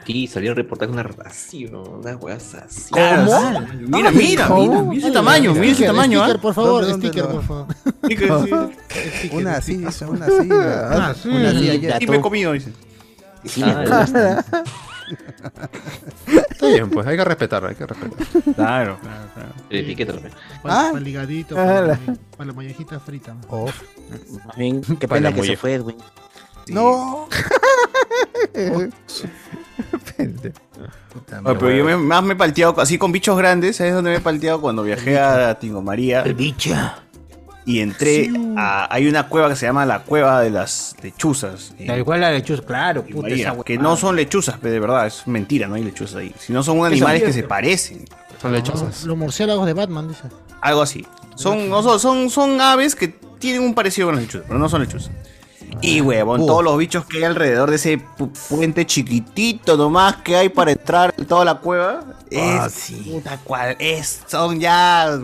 Speaker 8: Sí, salió el reportaje una rata así, ¿no? Unas weas así.
Speaker 3: ¿Cómo? Mira, mira, mira, mira ese tamaño, mira ese
Speaker 6: Sticker,
Speaker 3: tamaño,
Speaker 6: sticker,
Speaker 3: ¿ah?
Speaker 6: por favor,
Speaker 3: ¿Dónde, dónde
Speaker 6: sticker,
Speaker 3: lo-
Speaker 6: por favor. (laughs)
Speaker 7: Una así, una
Speaker 3: (laughs)
Speaker 7: así, (laughs) ¿verdad?
Speaker 3: Ah, sí.
Speaker 7: Una así ayer.
Speaker 3: Y me he comido, dice.
Speaker 7: Ah,
Speaker 2: Está bien, pues hay que respetar, hay que respetar.
Speaker 3: Claro.
Speaker 8: El piquete también.
Speaker 9: Ah.
Speaker 6: Para el ligadito, para la- para la mollejita frita.
Speaker 7: Ah. Oh.
Speaker 13: Bien, qué
Speaker 2: Para la
Speaker 13: pena que se
Speaker 2: molleja.
Speaker 13: fue, Edwin.
Speaker 2: (laughs)
Speaker 7: No.
Speaker 3: Oye, Ah, pero yo me- más me he palteado así con bichos grandes, ¿sabes dónde me he palteado? Cuando viajé a Tingo María. Y entré a. Hay una cueva que se llama la cueva de las lechuzas. en
Speaker 1: Tal cual la lechuza, claro,
Speaker 3: Tingo
Speaker 1: puta
Speaker 3: María,
Speaker 1: esa
Speaker 3: que no son lechuzas, pero de verdad, es mentira, no hay lechuzas ahí. Sino son
Speaker 6: Eso
Speaker 3: animales que
Speaker 6: es
Speaker 3: se
Speaker 6: cierto.
Speaker 3: parecen. Son
Speaker 6: Ah, Los murciélagos de Batman, dice.
Speaker 3: Algo así. Son, no son, son, son aves que tienen un parecido con las lechuzas, pero no son lechuzas.
Speaker 1: Ah.
Speaker 3: Y huevón, todos los bichos que hay alrededor de ese pu- puente chiquitito nomás que hay para entrar en toda la cueva. Es
Speaker 1: Ah,
Speaker 3: puta cual, es, son ya.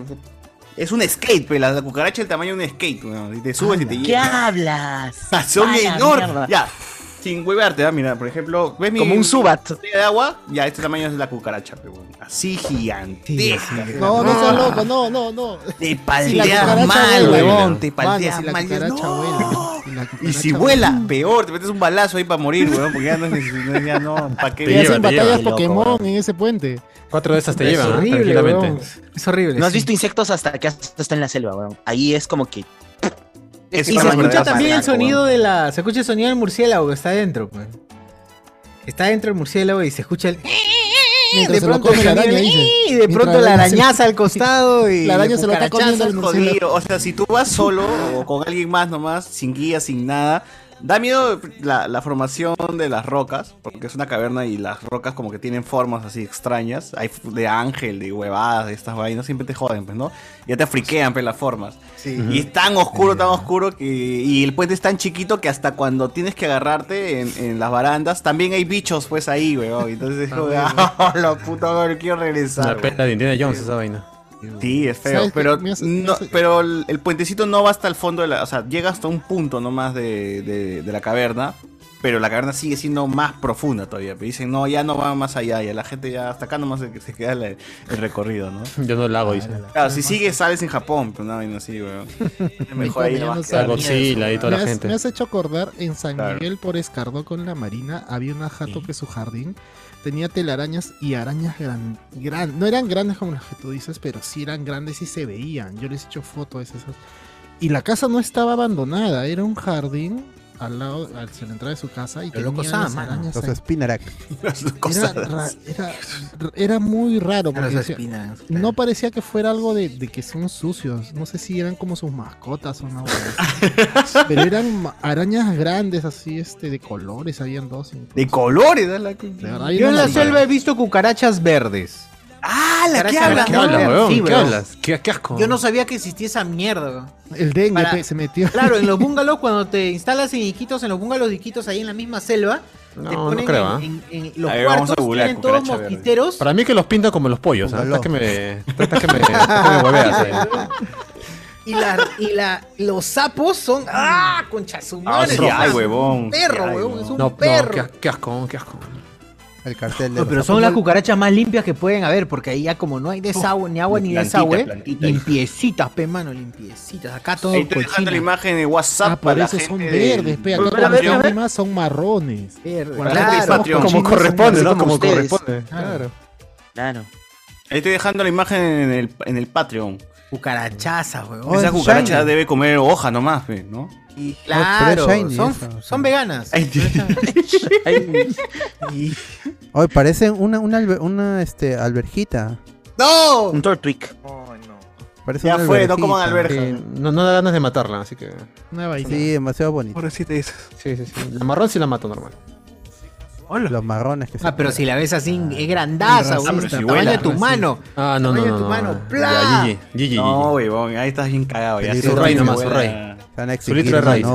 Speaker 3: Es un skate, pe, la
Speaker 1: Ah,
Speaker 3: cucaracha es el tamaño de un skate, weón. y Te subes y te
Speaker 13: ¿Qué
Speaker 3: llevas.
Speaker 13: hablas?
Speaker 3: Ah, Son
Speaker 13: A la
Speaker 3: enormes.
Speaker 13: mierda.
Speaker 3: Ya. Sin huevarte, ¿ah? mira, por ejemplo, ¿ves mi
Speaker 13: Como un Zubat.
Speaker 3: botella de agua? Ya, este tamaño es la cucaracha, pero bueno, así gigante.
Speaker 23: No, no seas loco, no, no, no.
Speaker 3: Te
Speaker 23: Si la
Speaker 3: palteas
Speaker 23: cucaracha
Speaker 3: mal,
Speaker 23: vuela.
Speaker 3: huevón, te
Speaker 23: Mano,
Speaker 3: palteas
Speaker 23: si la
Speaker 3: mal. dices,
Speaker 23: cucaracha
Speaker 3: "No".
Speaker 23: vuela. la
Speaker 3: Y
Speaker 23: cucaracha
Speaker 3: si vuela, peor, te metes un balazo ahí para morir, weón, porque ya no, es- ya no, ¿para qué?
Speaker 6: Y hacen batallas Pokémon en ese puente.
Speaker 11: Cuatro de esas
Speaker 6: te llevan, ¿eh? Tranquilamente. Es horrible.
Speaker 13: ¿No has
Speaker 6: sí.
Speaker 13: visto insectos hasta que hasta está en la selva, weón? Ahí es como que.
Speaker 1: Y se escucha también el sonido de la. Se escucha el sonido del murciélago que está adentro, pues. Está dentro el murciélago y se
Speaker 23: (laughs)
Speaker 1: escucha el.
Speaker 23: Mientras
Speaker 1: de
Speaker 23: se lo
Speaker 1: pronto,
Speaker 23: come
Speaker 1: el
Speaker 23: la
Speaker 1: sonido,
Speaker 23: araña, dice.
Speaker 1: y de pronto
Speaker 23: Mientras
Speaker 1: la
Speaker 23: la araña se-
Speaker 1: arañaza al costado y
Speaker 23: (laughs) La araña se lo está comiendo el
Speaker 3: cucarachazo,
Speaker 23: murciélago.
Speaker 3: jodido. O sea, si tú vas solo o con alguien más nomás, sin guía, sin nada, da miedo la, la formación de las rocas, porque es una caverna y las rocas como que tienen formas así extrañas. Hay f- de ángel, de huevadas, de estas vainas, siempre te joden, pues, ¿no? Ya te friquean, pues, las formas.
Speaker 15: este
Speaker 3: Y es tan oscuro, tan oscuro que. Y el puente es tan chiquito que hasta cuando tienes que agarrarte en, en las barandas, también hay bichos, pues, ahí, weón. Entonces, es como (laughs) de, "Ah, la puta madre, quiero regresar.
Speaker 11: La pena de Indiana Jones, esa vaina.
Speaker 3: Sí, es feo,
Speaker 11: ¿Sabes qué?
Speaker 3: pero,
Speaker 11: Me hace-
Speaker 3: no, pero el, el puentecito no va hasta el fondo de la... O sea, llega hasta un punto nomás de, de, de la caverna, pero la caverna sigue siendo más profunda todavía. Pero dicen, no, ya no va más allá, ya la gente ya hasta acá nomás se, se queda la- el recorrido,
Speaker 11: (laughs)
Speaker 3: ¿no? Ah,
Speaker 11: Yo no la hago, dice.
Speaker 3: Claro, si sigues sales en Japón, pero una vaina
Speaker 6: (laughs)
Speaker 3: así, weón. Es mejor ahí
Speaker 6: Ya no
Speaker 3: nomás
Speaker 6: sabía
Speaker 3: quedar.
Speaker 11: Godzilla y toda
Speaker 6: me
Speaker 11: la
Speaker 6: has,
Speaker 11: gente.
Speaker 6: me has hecho acordar en San
Speaker 11: Claro.
Speaker 6: Miguel por Escardó con la Marina había una jato que su jardín tenía telarañas y arañas gran, gran- no eran grandes como las que tú dices, pero sí eran grandes y se veían. Yo les he hecho fotos de esas. Y la casa no estaba abandonada, era un jardín al lado, al se la entrada de su casa y
Speaker 7: Los locos
Speaker 6: tenía
Speaker 7: saben,
Speaker 6: las
Speaker 7: mano.
Speaker 6: arañas
Speaker 7: Los
Speaker 6: ahí.
Speaker 7: Spinarak.
Speaker 6: Era, ra- era, era muy raro porque
Speaker 7: Los
Speaker 6: decía- no parecía que fuera algo de, de que son sucios. No sé si eran como sus mascotas o no. (laughs) Pero eran ma- arañas grandes así, este, de colores, habían dos. incluso.
Speaker 3: De colores, da la-
Speaker 6: verdad,
Speaker 1: Yo en la
Speaker 6: maravilla.
Speaker 1: selva he visto cucarachas verdes.
Speaker 3: ¡Ah,
Speaker 1: la
Speaker 6: que hablas,
Speaker 11: ¿Qué hablas, weón? ¿Qué hablas? ¿Qué, qué asco?
Speaker 1: Yo no sabía que existía esa mierda, weón.
Speaker 6: El dengue
Speaker 1: Para-
Speaker 6: pe, se metió.
Speaker 1: Claro, (laughs) en los bungalows, cuando te instalas en Iquitos, en los bungalows de Iquitos, ahí en la misma selva, te
Speaker 11: no
Speaker 1: ponen
Speaker 11: creo, ¿ah?
Speaker 1: en, en- en los
Speaker 11: A ver, vamos a
Speaker 1: cuartos,
Speaker 11: googlear
Speaker 1: tienen todos
Speaker 11: cucaracha verde.
Speaker 1: mosquiteros.
Speaker 11: Para mí que los pinta como los pollos, ¿ah? Estás que me. Estás que me. estás que me
Speaker 1: (laughs)
Speaker 11: hueveas, eh.
Speaker 1: Y, la, y la, los sapos son. ¡Ah!
Speaker 11: Ah,
Speaker 1: Conchasumares.
Speaker 11: sí hay, huevón.
Speaker 1: perro,
Speaker 11: Sí hay,
Speaker 1: huevón. Es un
Speaker 11: No, no,
Speaker 1: perro.
Speaker 11: qué as- qué asco, qué asco.
Speaker 7: El cartel
Speaker 1: No, pero son las cucarachas más limpias que pueden haber, porque ahí ya como no hay desagüe, ni agua ni
Speaker 3: plantita,
Speaker 1: desagüe,
Speaker 3: plantita.
Speaker 1: limpiecitas, pe mano, limpiecitas. Acá todo
Speaker 3: Ahí estoy dejando la
Speaker 1: cochino.
Speaker 3: imagen de WhatsApp
Speaker 6: Ah, por
Speaker 3: para
Speaker 6: eso
Speaker 3: la
Speaker 6: son
Speaker 3: gente
Speaker 6: verdes,
Speaker 3: del-
Speaker 6: pe, acá
Speaker 3: del
Speaker 6: cuando
Speaker 3: Patreon.
Speaker 6: son primas son marrones. Por acá
Speaker 3: Claro,
Speaker 6: somos
Speaker 3: Patreon.
Speaker 6: cochinos,
Speaker 3: Como corresponde,
Speaker 6: son
Speaker 3: ¿no?
Speaker 6: así
Speaker 3: Como
Speaker 6: ustedes. Ah.
Speaker 3: corresponde.
Speaker 6: Claro.
Speaker 13: Claro.
Speaker 3: Ahí estoy dejando la imagen en el, en el Patreon.
Speaker 1: Cucarachaza, weón.
Speaker 3: Esa cucaracha debe comer hoja nomás, pe, ¿no?
Speaker 1: Y
Speaker 7: Oh,
Speaker 1: claro,
Speaker 7: pero es shiny
Speaker 1: son,
Speaker 7: eso, o
Speaker 1: son veganas.
Speaker 7: Hoy parece una, una, albe- una este, alberjita.
Speaker 1: ¡No!
Speaker 13: Un Tortwick.
Speaker 7: Parece una alberjita.
Speaker 11: Sí, no, no da ganas de matarla, así que.
Speaker 6: Una vaina.
Speaker 7: Sí, demasiado bonito.
Speaker 12: Ahora sí te dices.
Speaker 11: Sí, sí, sí. La marrón sí la mato normal.
Speaker 7: Los marrones que se
Speaker 1: (laughs) Ah, pero si la ves así, es grandaza,
Speaker 11: Ah,
Speaker 1: weón.
Speaker 11: pero si
Speaker 1: tamaño
Speaker 11: vuela.
Speaker 1: de tu
Speaker 11: Ah, sí.
Speaker 1: mano.
Speaker 11: Ah, no, no, no.
Speaker 1: Tamaño de tu
Speaker 11: no,
Speaker 1: mano,
Speaker 11: no.
Speaker 1: ¡plá!
Speaker 11: Ya, GG, GG.
Speaker 3: No, huevón, ahí estás bien cagado. Ya
Speaker 11: Su rey nomás, su rey. Su litro de raíz.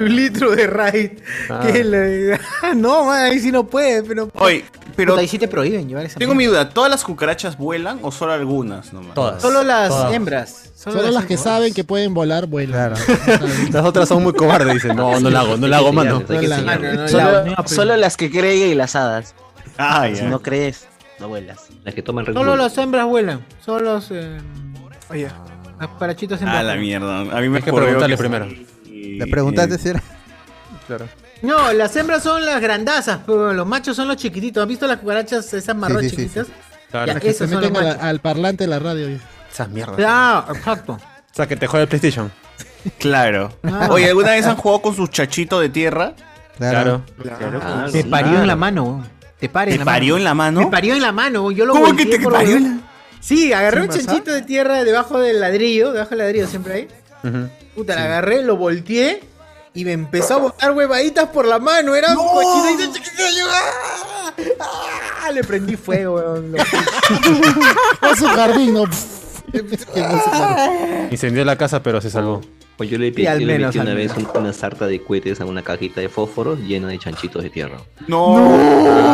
Speaker 1: Un litro de raid.
Speaker 3: Ah.
Speaker 1: Que la- no, man, ahí sí no puede, pero.
Speaker 3: Oye, pero-
Speaker 1: Puta, ahí sí te prohíben llevar esa
Speaker 3: Tengo mi
Speaker 1: mierda.
Speaker 3: duda, ¿todas las cucarachas vuelan o solo algunas nomás?
Speaker 11: Todas.
Speaker 1: Solo las hembras.
Speaker 6: Solo, las que saben que pueden volar, vuelan.
Speaker 11: (laughs) Las otras son muy cobardes, dicen. No, no la hago, no la hago, mano.
Speaker 13: (laughs) Hay que
Speaker 11: Mano,
Speaker 13: enseñarles.
Speaker 11: no la hago.
Speaker 13: Solo, solo las que creen y las hadas.
Speaker 3: Ay,
Speaker 13: si
Speaker 11: ay.
Speaker 13: no crees, no vuelas.
Speaker 8: Las que toman Red
Speaker 1: Solo
Speaker 8: Bull.
Speaker 1: las hembras vuelan. Solo los. eh, Las parachitos
Speaker 3: Ah,
Speaker 1: hembras.
Speaker 3: la mierda. A mí me
Speaker 11: Hay que
Speaker 3: ocurrió
Speaker 11: preguntarle
Speaker 3: que- eh,
Speaker 11: primero.
Speaker 7: Le preguntaste si era.
Speaker 11: Claro.
Speaker 1: No, las hembras son las grandazas, pero los machos son los chiquititos. ¿Has visto las cucarachas esas marrón
Speaker 6: sí, sí,
Speaker 1: chiquitas?
Speaker 11: Claro.
Speaker 1: Ya,
Speaker 6: Las que se
Speaker 1: esos son los
Speaker 6: meten a la-
Speaker 1: machos.
Speaker 6: al parlante de la radio.
Speaker 11: Esas mierdas.
Speaker 1: Ah, exacto.
Speaker 11: O sea, que te juega el PlayStation.
Speaker 3: Claro. Oye, ¿alguna vez han jugado con sus chachitos de tierra?
Speaker 11: Claro.
Speaker 3: Claro.
Speaker 1: Ah, Te parió en la mano, weón. Te pare
Speaker 3: ¿Te parió en la mano?
Speaker 1: Me parió en la mano, weón. Yo lo
Speaker 3: ¿Cómo que
Speaker 1: volteé
Speaker 3: te
Speaker 1: por
Speaker 3: parió en
Speaker 1: huevón. Sí,
Speaker 23: ¿Sin
Speaker 1: agarré un
Speaker 23: pasar?
Speaker 1: chanchito de tierra debajo del ladrillo, debajo del ladrillo siempre ahí. Puta, la agarré, lo volteé y me empezó a botar huevaditas por la mano. Era un cochinito chiquitito. Yo, ¡ah! ¡Ah! Le prendí fuego, weón. Lo-
Speaker 23: (laughs)
Speaker 6: A su jardín, no.
Speaker 11: Incendió la casa, pero se salvó.
Speaker 8: Pues yo le
Speaker 1: Y
Speaker 8: pedí,
Speaker 1: al
Speaker 8: yo le metí
Speaker 1: menos, al
Speaker 8: una vez
Speaker 1: menos.
Speaker 8: un- una sarta de cohetes a una cajita de fósforos llena de chanchitos de tierra.
Speaker 3: No.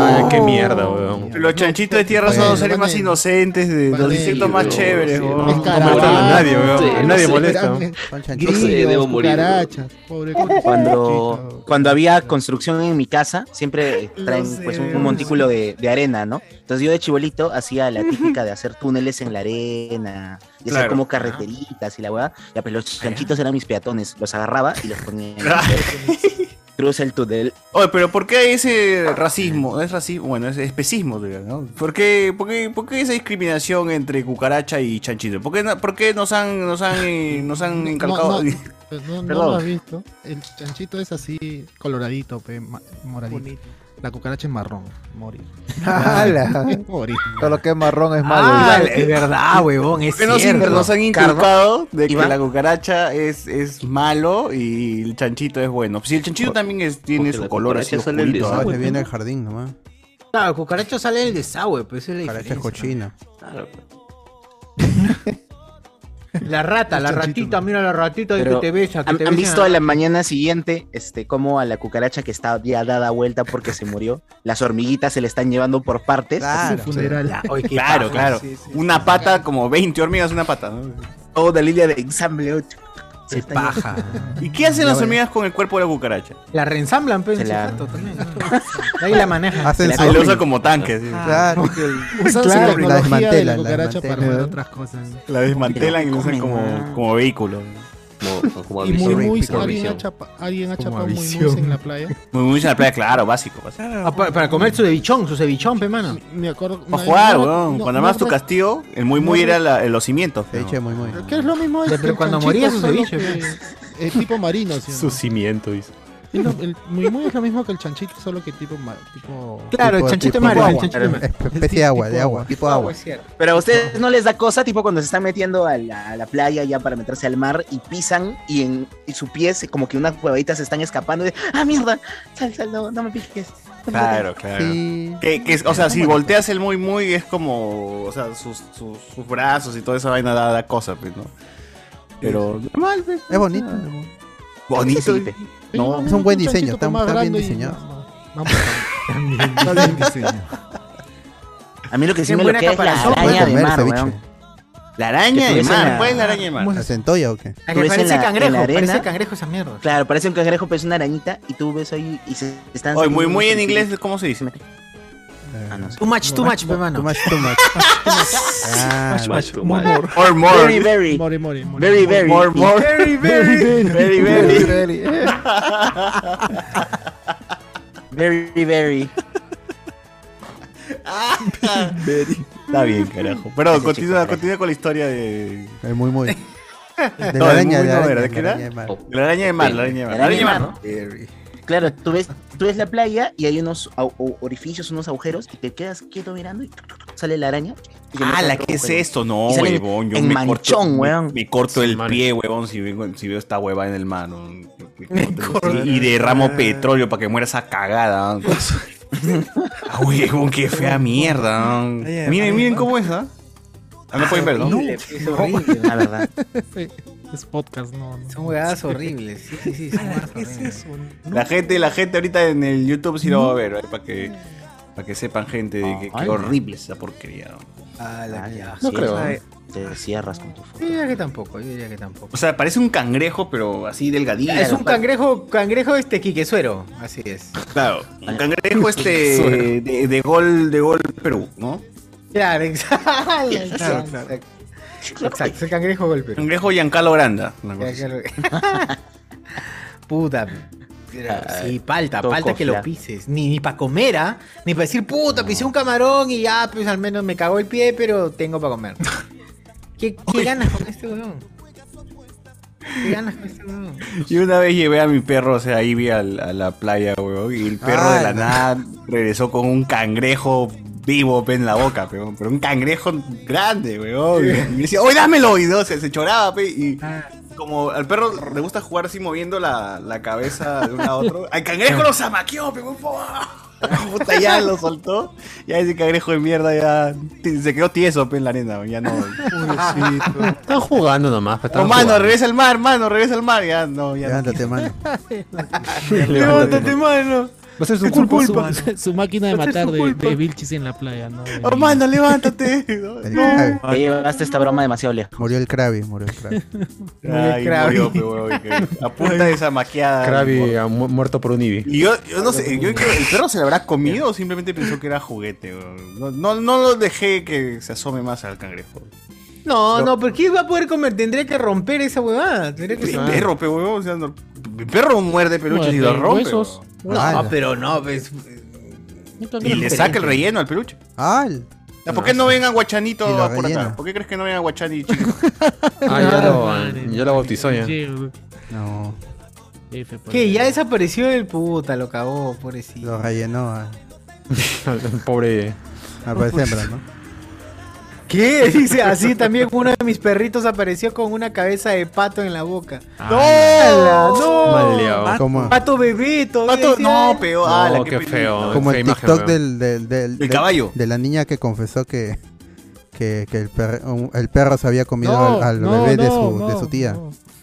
Speaker 8: Ay, qué mierda, weón.
Speaker 3: Los chanchitos de tierra son los seres más inocentes, de los insectos más chéveres, weón. No molestan a nadie, weón. Nadie molesta.
Speaker 13: No sé, debo morir.
Speaker 6: cucarachas, pobre
Speaker 13: Cuando, cuando había construcción en mi casa, siempre traen
Speaker 6: sé,
Speaker 13: pues, un,
Speaker 6: no
Speaker 13: un montículo de, de arena, ¿no? Entonces yo de chibolito hacía la típica de hacer túneles en la arena, y hacer
Speaker 3: Claro.
Speaker 13: como carreteritas y la weá. Ya, pues
Speaker 8: Ah,
Speaker 13: los chanchitos eran mis peatones, los agarraba y los ponía
Speaker 11: (laughs)
Speaker 13: en
Speaker 3: Claro.
Speaker 13: Cruza el túnel.
Speaker 3: Oye, pero ¿por qué ese racismo? No es racismo, bueno, es especismo, diría, ¿no? ¿Por qué, por, qué, por qué esa discriminación entre cucaracha y chanchito? ¿Por qué, no- por qué nos han, nos han, eh, nos han encalcado?
Speaker 6: No, no, pues no- no
Speaker 3: Perdón.
Speaker 6: lo has visto. El chanchito es así coloradito, pe, ma- moradito. La cucaracha es marrón,
Speaker 3: (laughs)
Speaker 6: morir.
Speaker 8: Ah,
Speaker 5: ¡Hala!
Speaker 6: (laughs) morir.
Speaker 5: Todo lo que es marrón es malo.
Speaker 3: Ah,
Speaker 5: dice.
Speaker 3: es verdad, huevón, es Pero nos cierto. inter- nos han inculcado de que la cucaracha es, es malo y el chanchito es bueno. Si el chanchito también es, tiene su color así oscurito, ¿ah?
Speaker 7: Le viene el jardín nomás.
Speaker 23: Claro, el cucaracho sale del desagüe, pues esa es la
Speaker 7: Cucaracha es
Speaker 23: diferencia.
Speaker 7: cochina.
Speaker 23: Claro, pues. La rata, la ratita, mira la ratita que
Speaker 13: Pero,
Speaker 23: te besa, que
Speaker 13: ¿han,
Speaker 23: te
Speaker 13: han
Speaker 23: besa.
Speaker 13: visto a la mañana siguiente este, cómo a la cucaracha que está ya dada vuelta porque se murió? (laughs) Las hormiguitas se le están llevando por partes.
Speaker 3: Claro,
Speaker 13: Así,
Speaker 3: claro, (laughs) claro. Una pata, como 20 hormigas, una pata. ¿no?
Speaker 13: Toda línea de ensamble. ocho.
Speaker 3: Se
Speaker 23: paja.
Speaker 3: ¿Y qué hacen
Speaker 23: Ya
Speaker 3: las
Speaker 23: vale.
Speaker 3: hormigas con el cuerpo de la cucaracha?
Speaker 23: La reensamblan, pues,
Speaker 3: Se
Speaker 23: en su
Speaker 3: la-
Speaker 23: rato también. ¿no? Ahí la manejan.
Speaker 3: Hacen su- lo usa como tanque, sí.
Speaker 23: Claro. Claro,
Speaker 6: Usan su
Speaker 23: la
Speaker 6: tecnología de la
Speaker 23: desmantelan, la
Speaker 6: cucaracha para
Speaker 23: desmantelan.
Speaker 6: hacer otras cosas.
Speaker 3: La desmantelan y la usan como, como vehículo.
Speaker 8: Como, como
Speaker 6: Y muy, muy,
Speaker 3: Como
Speaker 6: alguien ha
Speaker 3: visión.
Speaker 6: chapa- alguien ha
Speaker 3: Como
Speaker 6: chapado muy, muy
Speaker 3: visión.
Speaker 6: en la playa.
Speaker 3: Muy muy en la playa, claro, básico. básico.
Speaker 23: Ah, pa- para comer su cevichón, su cevichón, pe, mano.
Speaker 6: Me acuerdo.
Speaker 3: Para jugar,
Speaker 23: no,
Speaker 3: weón.
Speaker 23: no,
Speaker 3: Cuando
Speaker 23: no
Speaker 3: más tu
Speaker 23: re-
Speaker 3: castigo, el muy
Speaker 23: no
Speaker 3: muy
Speaker 23: re-
Speaker 3: era la- los cimientos. Eche
Speaker 7: muy muy.
Speaker 6: ¿Qué es lo mismo? Es
Speaker 23: Ya, pero
Speaker 6: el
Speaker 23: cuando
Speaker 6: chanchito,
Speaker 23: moría su
Speaker 6: solo
Speaker 23: ceviche,
Speaker 6: que- Es tipo marino, ¿sí o no?
Speaker 2: Su cimiento, dice.
Speaker 6: Es lo- el muy muy es lo mismo que el chanchito, solo que tipo ma- tipo
Speaker 23: Claro, el
Speaker 6: tipo-
Speaker 23: chanchito
Speaker 6: tipo
Speaker 23: mario, el
Speaker 6: agua.
Speaker 23: chanchito mario.
Speaker 7: Especie de agua, de agua.
Speaker 13: Tipo agua. Pero a ustedes no les da cosa, tipo cuando se están metiendo a la, a la playa ya para meterse al mar y pisan y en y su pie se- como que unas huevaditas se están escapando. y, ah, mierda, sal, sal, no, no me piques. no me
Speaker 3: Claro,
Speaker 13: piques".
Speaker 3: claro.
Speaker 13: Sí.
Speaker 3: Que, que es- o sea, si volteas el muy muy es como, o sea, sus, sus, sus brazos y toda esa vaina da, da cosa, pues, ¿no? Pero Normal, pe.
Speaker 7: Es bonito.
Speaker 3: bonito.
Speaker 7: Sí, pe.
Speaker 3: No,
Speaker 7: Es un buen
Speaker 6: chanchito
Speaker 7: diseño,
Speaker 6: con
Speaker 7: están
Speaker 6: más
Speaker 7: están bien
Speaker 6: grande y-
Speaker 7: diseñados.
Speaker 6: Está bien diseñado.
Speaker 13: A mí lo que sí
Speaker 7: Qué
Speaker 13: me lo
Speaker 7: buena
Speaker 13: que es la
Speaker 7: caparazón,
Speaker 13: araña
Speaker 7: puede
Speaker 13: de
Speaker 7: comer
Speaker 13: mar,
Speaker 7: ceviche.
Speaker 13: weón. La araña
Speaker 7: Que
Speaker 13: de
Speaker 7: tuviese
Speaker 13: mar.
Speaker 7: la-
Speaker 13: ¿Cuál es la
Speaker 7: araña de mar? ¿La centolla o qué?
Speaker 13: Tú ves en
Speaker 23: parece
Speaker 13: la-
Speaker 23: cangrejo,
Speaker 13: en la arena.
Speaker 23: parece cangrejo esa mierda.
Speaker 13: Claro, parece un cangrejo, pero es una arañita y tú ves ahí y se están.
Speaker 3: Oye,
Speaker 13: saliendo
Speaker 3: muy muy
Speaker 13: unos
Speaker 3: en
Speaker 13: chanchitos.
Speaker 3: inglés, ¿cómo se dice?
Speaker 13: Ah, no sé.
Speaker 23: Too much, too much, pe, mano.
Speaker 7: Too much, too much. Ah,
Speaker 13: Much, much,
Speaker 7: too
Speaker 13: more,
Speaker 7: much.
Speaker 13: more.
Speaker 3: Or more.
Speaker 13: Very, very.
Speaker 6: More, more, more.
Speaker 13: Very, very.
Speaker 3: More, more.
Speaker 6: (laughs)
Speaker 13: Very, very.
Speaker 3: Very, very.
Speaker 13: Very, very.
Speaker 12: (laughs)
Speaker 3: Está bien, carajo. Pero continúa, continúa con la historia de.
Speaker 7: Es muy
Speaker 3: (laughs)
Speaker 7: muy.
Speaker 3: No,
Speaker 7: De
Speaker 3: del
Speaker 7: la araña,
Speaker 3: muy
Speaker 7: de la araña,
Speaker 3: no era, ¿de
Speaker 7: de
Speaker 3: qué
Speaker 7: la
Speaker 3: era?
Speaker 7: araña de mar.
Speaker 3: De La araña de mar, la araña de mar. La araña de mar, ¿no?
Speaker 13: Claro, tú ves, tú ves la playa y hay unos au- au- orificios, unos agujeros y te quedas quieto mirando y sale la araña. y se
Speaker 3: Ah,
Speaker 13: mete
Speaker 3: la
Speaker 13: otro
Speaker 3: que es
Speaker 13: agujero.
Speaker 3: esto, no,
Speaker 13: Y sale en-
Speaker 3: huevón. Yo
Speaker 13: en
Speaker 3: me corto,
Speaker 13: manchón,
Speaker 3: me-
Speaker 13: weón.
Speaker 3: Me, corto el pie, huevón, si veo, si veo esta hueva en el mano. Y, y derramo petróleo para que muera esa cagada.
Speaker 13: (laughs)
Speaker 3: ¿no? ah, huevón, qué fea mierda. ¿no?
Speaker 7: Ay, ay,
Speaker 3: Miren,
Speaker 7: ay,
Speaker 3: miren cómo es, ¿ah? Ah, no pueden verlo.
Speaker 7: horrible,
Speaker 23: es horrible, la verdad.
Speaker 6: (laughs) Sí, es podcast, no. no. Ah,
Speaker 23: Son huevadas horribles. Sí, sí,
Speaker 12: Ah,
Speaker 23: sí. son huevadas horribles.
Speaker 3: La gente, la gente ahorita en el YouTube sí lo va a ver, ¿eh? para que, para que sepan gente de que,
Speaker 13: Ay,
Speaker 3: qué horrible esa porquería. ¿no?
Speaker 23: Ah, la mierda.
Speaker 13: No
Speaker 3: Sí,
Speaker 13: creo.
Speaker 3: esa-
Speaker 13: Te cierras con tu
Speaker 23: Yo diría que tampoco, yo diría que tampoco.
Speaker 3: O sea, parece un cangrejo, pero así delgadito.
Speaker 23: es un cangrejo, cangrejo este quiquesuero, así es.
Speaker 3: Claro, un Mm. cangrejo (laughs) este de, de gol de gol Perú, ¿no?
Speaker 23: Claro, exacto.
Speaker 3: Claro,
Speaker 23: Exacto. Exacto, el cangrejo golpe. (laughs)
Speaker 3: Cangrejo Giancarlo Granda.
Speaker 23: Puta. pero Sí, palta,
Speaker 3: todo
Speaker 23: palta que lo
Speaker 3: cofla.
Speaker 23: pises. Ni, ni para comer, ¿ah? Ni para decir, puta, pisé un camarón y ya, pues al menos me cagó el pie, pero tengo para
Speaker 3: (laughs)
Speaker 23: comer. ¿Qué, qué ganas con este weón? ¿Qué ganas con este weón?
Speaker 3: Y una vez llevé a mi perro, o sea, ahí vi al- a la playa, weón, y el perro
Speaker 23: Ah,
Speaker 3: de la
Speaker 23: no.
Speaker 3: nada regresó con un cangrejo vivo pe, en la boca, weón, pero un cangrejo grande, weón. Y me decía, oye, dámelo, y no, se, se choraba, pe, y como al perro le Ah. gusta jugar así moviendo la, la cabeza de un lado a otro, al cangrejo lo zamaqueó, pe, weón, ¡fua!
Speaker 23: Ah,
Speaker 3: Puta,
Speaker 6: (laughs)
Speaker 3: ya lo soltó. Ya ese cagrejo de mierda ya t- se quedó tieso pe, en la arena, ya no.
Speaker 2: Están jugando nomás.
Speaker 3: No, mano, regresa al mar, mano, regresa al mar. Ya no,
Speaker 6: (laughs)
Speaker 3: ya. Levántate, mano. Levántate, mano.
Speaker 6: Va a ser
Speaker 3: su culpa, su-
Speaker 6: Su, máquina de
Speaker 3: Va a ser
Speaker 6: matar
Speaker 3: su
Speaker 6: de,
Speaker 3: culpa.
Speaker 6: de Vilchis en la playa, ¿no?
Speaker 3: Oh,
Speaker 6: (laughs)
Speaker 3: mano, levántate. No, no.
Speaker 13: Te llevaste esta broma demasiado lejos.
Speaker 7: Murió el Krabby,
Speaker 13: (laughs)
Speaker 7: murió el Krabby.
Speaker 3: Ay, murió, pe, huevón, que- A punta de esa maquiada.
Speaker 11: Krabi ha mu- muerto por un Eevee.
Speaker 3: Y yo, yo no sé, yo creo- ¿el perro se lo habrá comido o simplemente pensó que era juguete? bro? No, no, no lo dejé que se asome más al cangrejo.
Speaker 1: No,
Speaker 3: No.
Speaker 1: no, pero ¿quién va a poder comer? Tendría que romper esa huevada. Tendría que
Speaker 3: El perro, pe, huevón, o sea, no- el perro muerde peluches y
Speaker 1: Muerde
Speaker 3: los rompe.
Speaker 1: huesos.
Speaker 3: bro.
Speaker 1: No, Ah, pero no, pues.
Speaker 3: eh, Y le saca el relleno al peluche.
Speaker 7: Ah,
Speaker 3: ¿Por qué no ven a Guachanito
Speaker 7: Y lo
Speaker 3: por acá?
Speaker 7: rellena.
Speaker 3: ¿Por qué crees que no ven
Speaker 6: (laughs)
Speaker 3: a Guachani, chicos?
Speaker 11: Ah, ya lo, ya lo bautizó ya.
Speaker 7: No.
Speaker 1: Que ya desapareció el puta, lo cagó, pobrecito.
Speaker 7: Lo rellenó.
Speaker 3: (laughs)
Speaker 7: ah.
Speaker 11: Pobre.
Speaker 3: Pues,
Speaker 7: Aparece hembra, ¿no?
Speaker 1: ¿Qué? (laughs) Dice, así también uno de mis perritos apareció con una cabeza de pato en la boca.
Speaker 3: Ah,
Speaker 1: ¡No! ¡No!
Speaker 11: Maleado.
Speaker 1: Pato-
Speaker 7: ¿Cómo?
Speaker 1: Pato bebé, todavía.
Speaker 3: Pato-
Speaker 1: decía,
Speaker 3: no,
Speaker 1: "Ay".
Speaker 3: peor. Ah,
Speaker 11: ala, Oh, qué qué feo, película.
Speaker 7: Como
Speaker 11: fea
Speaker 7: el
Speaker 11: imagen,
Speaker 7: TikTok
Speaker 11: weón.
Speaker 7: del, del, del-
Speaker 3: El
Speaker 7: del-
Speaker 3: caballo.
Speaker 7: De la niña que confesó que, que, que el, per- un- el perro se había comido al, al
Speaker 6: no,
Speaker 7: bebé de,
Speaker 6: no,
Speaker 7: su, de
Speaker 6: no,
Speaker 7: su tía.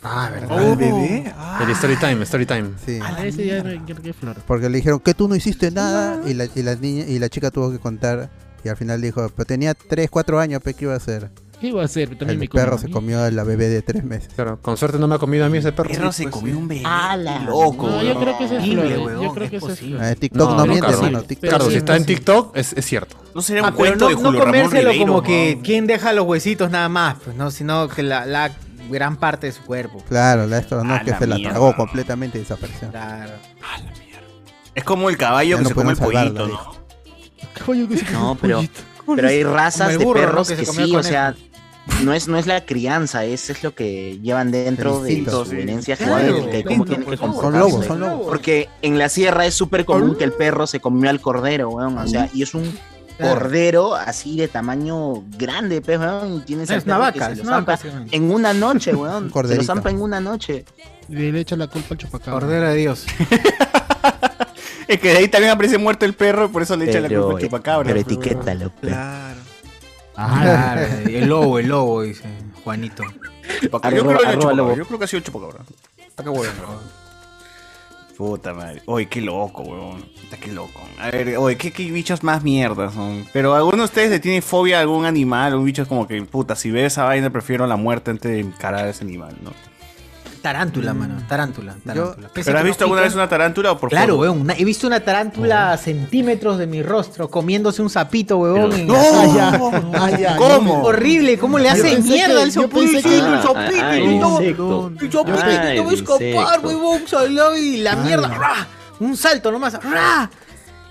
Speaker 11: Ah, verdad.
Speaker 7: Oh. ¿Al bebé?
Speaker 11: El story time, story time.
Speaker 7: Sí.
Speaker 6: Ah, ese ya no hay que- que flor.
Speaker 7: Porque le dijeron que tú no hiciste nada y la, y la niña y la chica tuvo que contar y al final dijo, pero tenía 3, 4 años, pues, ¿qué iba a hacer?
Speaker 6: ¿Qué iba a hacer? También
Speaker 7: El
Speaker 6: me comió
Speaker 7: perro
Speaker 6: a
Speaker 7: se
Speaker 6: mí.
Speaker 7: comió a la bebé de 3 meses.
Speaker 11: Claro, con suerte no me ha comido a mí ese perro.
Speaker 3: perro se comió un bebé.
Speaker 13: ¡Hala!
Speaker 3: Loco,
Speaker 6: No, yo creo que ese es
Speaker 3: Horrible,
Speaker 6: flor.
Speaker 3: huevón,
Speaker 6: Yo creo
Speaker 3: es
Speaker 6: que ese es
Speaker 3: posible.
Speaker 6: flor.
Speaker 7: Eh, TikTok no, miente,
Speaker 11: Carlos.
Speaker 7: hermano. TikTok
Speaker 11: Carlos,
Speaker 7: no
Speaker 11: si está en
Speaker 7: miente.
Speaker 11: TikTok, es, es cierto.
Speaker 3: No sería un
Speaker 1: Ah, pero
Speaker 3: cuento
Speaker 1: no,
Speaker 3: de
Speaker 1: no
Speaker 3: Julio Ramón
Speaker 1: comérselo
Speaker 3: Ribeiro,
Speaker 1: como que
Speaker 3: ¿no?
Speaker 1: quién deja los huesitos nada más, pues, no, sino que la, la gran parte de su cuerpo.
Speaker 7: Claro, la esto no,
Speaker 1: A
Speaker 7: es que
Speaker 1: la
Speaker 7: se la
Speaker 1: mierda.
Speaker 7: tragó completamente y desapareció.
Speaker 1: Claro.
Speaker 3: Es como el caballo
Speaker 7: Ya
Speaker 3: que
Speaker 7: no
Speaker 3: se come el
Speaker 7: pudieron salvarla,
Speaker 3: pollito, ¿no?
Speaker 7: (laughs)
Speaker 13: No, pero, pero hay razas de perros que, sí, o sea, no es, no es la crianza, es, es lo que llevan dentro de
Speaker 7: Instinto,
Speaker 13: su herencia
Speaker 7: Claro,
Speaker 13: genética y cómo
Speaker 7: instinto,
Speaker 13: tienen que
Speaker 7: pues, son
Speaker 13: comportarse.
Speaker 7: lobos, son lobos.
Speaker 13: Porque en la sierra es súper común que el perro se comió al cordero, weón, o sea, y es un
Speaker 1: Claro.
Speaker 13: cordero así de tamaño grande, pues, weón, y tienes
Speaker 1: Es
Speaker 13: al perro
Speaker 1: una
Speaker 13: que
Speaker 1: vaca,
Speaker 13: se
Speaker 1: es
Speaker 13: lo
Speaker 1: una
Speaker 13: zampa
Speaker 1: vaca, sí.
Speaker 13: en una noche, weón, se lo
Speaker 1: corderito.
Speaker 13: zampa en una noche.
Speaker 6: Y le echa la culpa al chupacabra.
Speaker 1: Cordero de Dios.
Speaker 3: (laughs) Es que de ahí también aparece muerto el perro y por eso le echa la
Speaker 13: Pero,
Speaker 3: culpa al chupacabra.
Speaker 13: pero
Speaker 3: pues, huevón.
Speaker 13: etiquétalo, pe.
Speaker 3: Claro.
Speaker 1: Claro, el lobo, el lobo, dice Juanito.
Speaker 3: Ah, yo, creo que era
Speaker 1: Arroba,
Speaker 3: chupacabra,
Speaker 1: arroba,
Speaker 3: yo creo que ha sido chupacabra. Está que huevón, huevón. Puta madre. Oye, qué loco, weón. Está que loco. A ver, oye, ¿qué, qué bichos más mierdas son. Pero ¿alguno de ustedes le tiene fobia a algún animal? Un bicho es como que, puta, si ve esa vaina prefiero la muerte antes de encarar a ese animal, ¿no?
Speaker 1: Tarántula, mano, tarántula, tarántula. Pese
Speaker 3: ¿Pero
Speaker 1: a
Speaker 3: has
Speaker 1: que
Speaker 3: visto
Speaker 1: no
Speaker 3: alguna
Speaker 1: pican-
Speaker 3: vez una tarántula o por
Speaker 1: Claro,
Speaker 3: favor? (laughs) Ah.
Speaker 1: weón. una- he visto una tarántula a centímetros de mi rostro comiéndose un sapito, weón. en
Speaker 3: ¡No! Ah,
Speaker 1: la playa.
Speaker 3: Ay, ay, ¿Cómo?
Speaker 1: Horrible, ¿cómo le
Speaker 3: Yo
Speaker 1: hace
Speaker 3: pensé
Speaker 1: mierda
Speaker 3: que-
Speaker 1: al
Speaker 3: yo
Speaker 1: sapito?
Speaker 3: pensé que-
Speaker 1: el sapito,
Speaker 3: Ah, ah, el
Speaker 1: no,
Speaker 3: insecto.
Speaker 1: el sapito,
Speaker 3: Ah,
Speaker 1: te voy a
Speaker 3: el
Speaker 1: escapar,
Speaker 3: insecto. Ah,
Speaker 1: weón, salado y la mierda. ¡ra! Un salto nomás, ¡ra!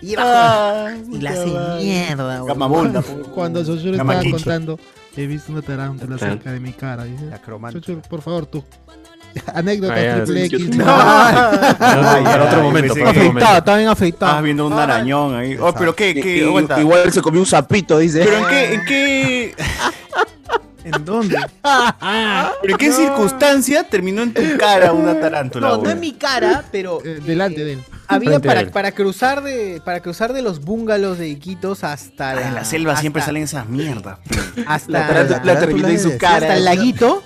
Speaker 1: Y bajo,
Speaker 3: Ah,
Speaker 1: y la hace mierda, weón.
Speaker 3: Camabunda,
Speaker 6: Cuando Shoshiro
Speaker 1: La
Speaker 6: estaba
Speaker 1: maquicha.
Speaker 6: contando, he visto una tarántula
Speaker 1: Claro.
Speaker 6: cerca de mi cara. Dice,
Speaker 7: la
Speaker 6: Shoshiro, por favor, tú. (laughs) Anécdota
Speaker 11: Ah, ya,
Speaker 6: triple
Speaker 11: sí, sí,
Speaker 6: (laughs) X.
Speaker 11: sí.
Speaker 3: Ah,
Speaker 11: Para otro momento, para otro momento.
Speaker 6: Estaba bien afeitado.
Speaker 3: Estabas viendo un arañón ahí. Oh, pero qué, qué,
Speaker 13: Y-
Speaker 3: aguanta.
Speaker 13: igual se comió un sapito, dice.
Speaker 3: ¿Pero en qué, en qué,
Speaker 1: (laughs)
Speaker 3: Ah.
Speaker 6: ¿En dónde?
Speaker 3: pero
Speaker 1: (laughs)
Speaker 3: en qué circunstancia terminó en tu cara una tarántula?
Speaker 1: No, no
Speaker 3: weón?
Speaker 1: en mi cara, pero eh,
Speaker 6: delante de él.
Speaker 1: había
Speaker 3: Eh, Frente a él.
Speaker 1: para, para cruzar de para cruzar de los búngalos de Iquitos hasta
Speaker 3: Ah,
Speaker 1: la,
Speaker 3: En la selva siempre
Speaker 1: hasta-
Speaker 3: salen esas mierdas.
Speaker 1: hasta
Speaker 3: La tarántula- la tarántula en su
Speaker 1: sí,
Speaker 3: cara.
Speaker 1: hasta el laguito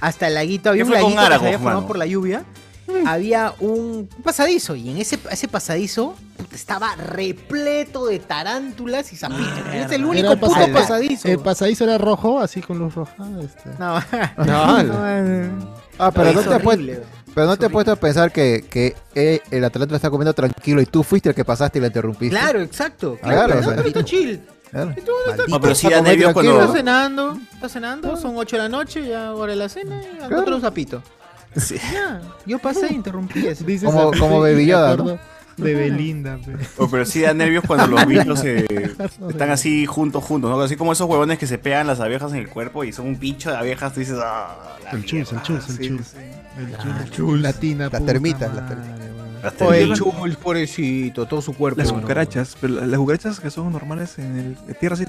Speaker 1: hasta el laguito había
Speaker 3: ¿Qué
Speaker 1: un
Speaker 3: fue con Mm.
Speaker 1: laguito que se
Speaker 3: Aragog,
Speaker 1: había formado
Speaker 3: mano?
Speaker 1: por la lluvia había un pasadizo y en ese, ese pasadizo puta, estaba repleto de tarántulas y zapitos
Speaker 3: Ah,
Speaker 1: es el único
Speaker 6: Era
Speaker 1: puto
Speaker 6: pasa-
Speaker 1: pasadizo
Speaker 3: Eh,
Speaker 6: El pasadizo era rojo, así con luz roja. Este.
Speaker 3: (laughs)
Speaker 1: No.
Speaker 6: (laughs)
Speaker 5: Ah, pero
Speaker 1: Es
Speaker 5: no, te
Speaker 1: horrible,
Speaker 5: puedes,
Speaker 1: weón.
Speaker 5: pero no te has puesto a pensar que, que eh, el atleta lo está comiendo tranquilo y tú fuiste el que pasaste y la interrumpiste.
Speaker 1: claro exacto
Speaker 5: Ah, claro,
Speaker 1: claro,
Speaker 5: o sea,
Speaker 1: no, pero está chill
Speaker 5: Claro.
Speaker 3: No, pero sí da
Speaker 5: Está
Speaker 3: nervios
Speaker 5: comiendo
Speaker 1: está
Speaker 3: cuando.
Speaker 1: cenando está cenando son 8 de la noche ya hora de la cena y al otro un zapito (laughs) Ya, yo pasé e interrumpí eso
Speaker 6: Dices
Speaker 5: Como-
Speaker 6: así,
Speaker 5: como
Speaker 6: y me
Speaker 5: Baby Yoda,
Speaker 6: acuerdo De Belinda, pe.
Speaker 3: Oh, pero sí da nervios
Speaker 6: (laughs)
Speaker 3: cuando los bichos eh, están así juntos, juntos, ¿no? Así como esos huevones que se pegan las abejas en el cuerpo y son un pincho de abejas, tú dices, ah, la
Speaker 6: El chus, el chus, el chus. El chus, el
Speaker 7: chus.
Speaker 6: Latina,
Speaker 7: Las
Speaker 6: puta
Speaker 7: termitas,
Speaker 6: madre,
Speaker 7: las termitas.
Speaker 6: weón.
Speaker 3: Las
Speaker 6: Oye,
Speaker 1: Oye,
Speaker 6: yo-
Speaker 1: el chul, pobrecito, todo su cuerpo.
Speaker 12: Las
Speaker 1: weón.
Speaker 12: cucarachas, pero las cucarachas que son normales en el en tierra sí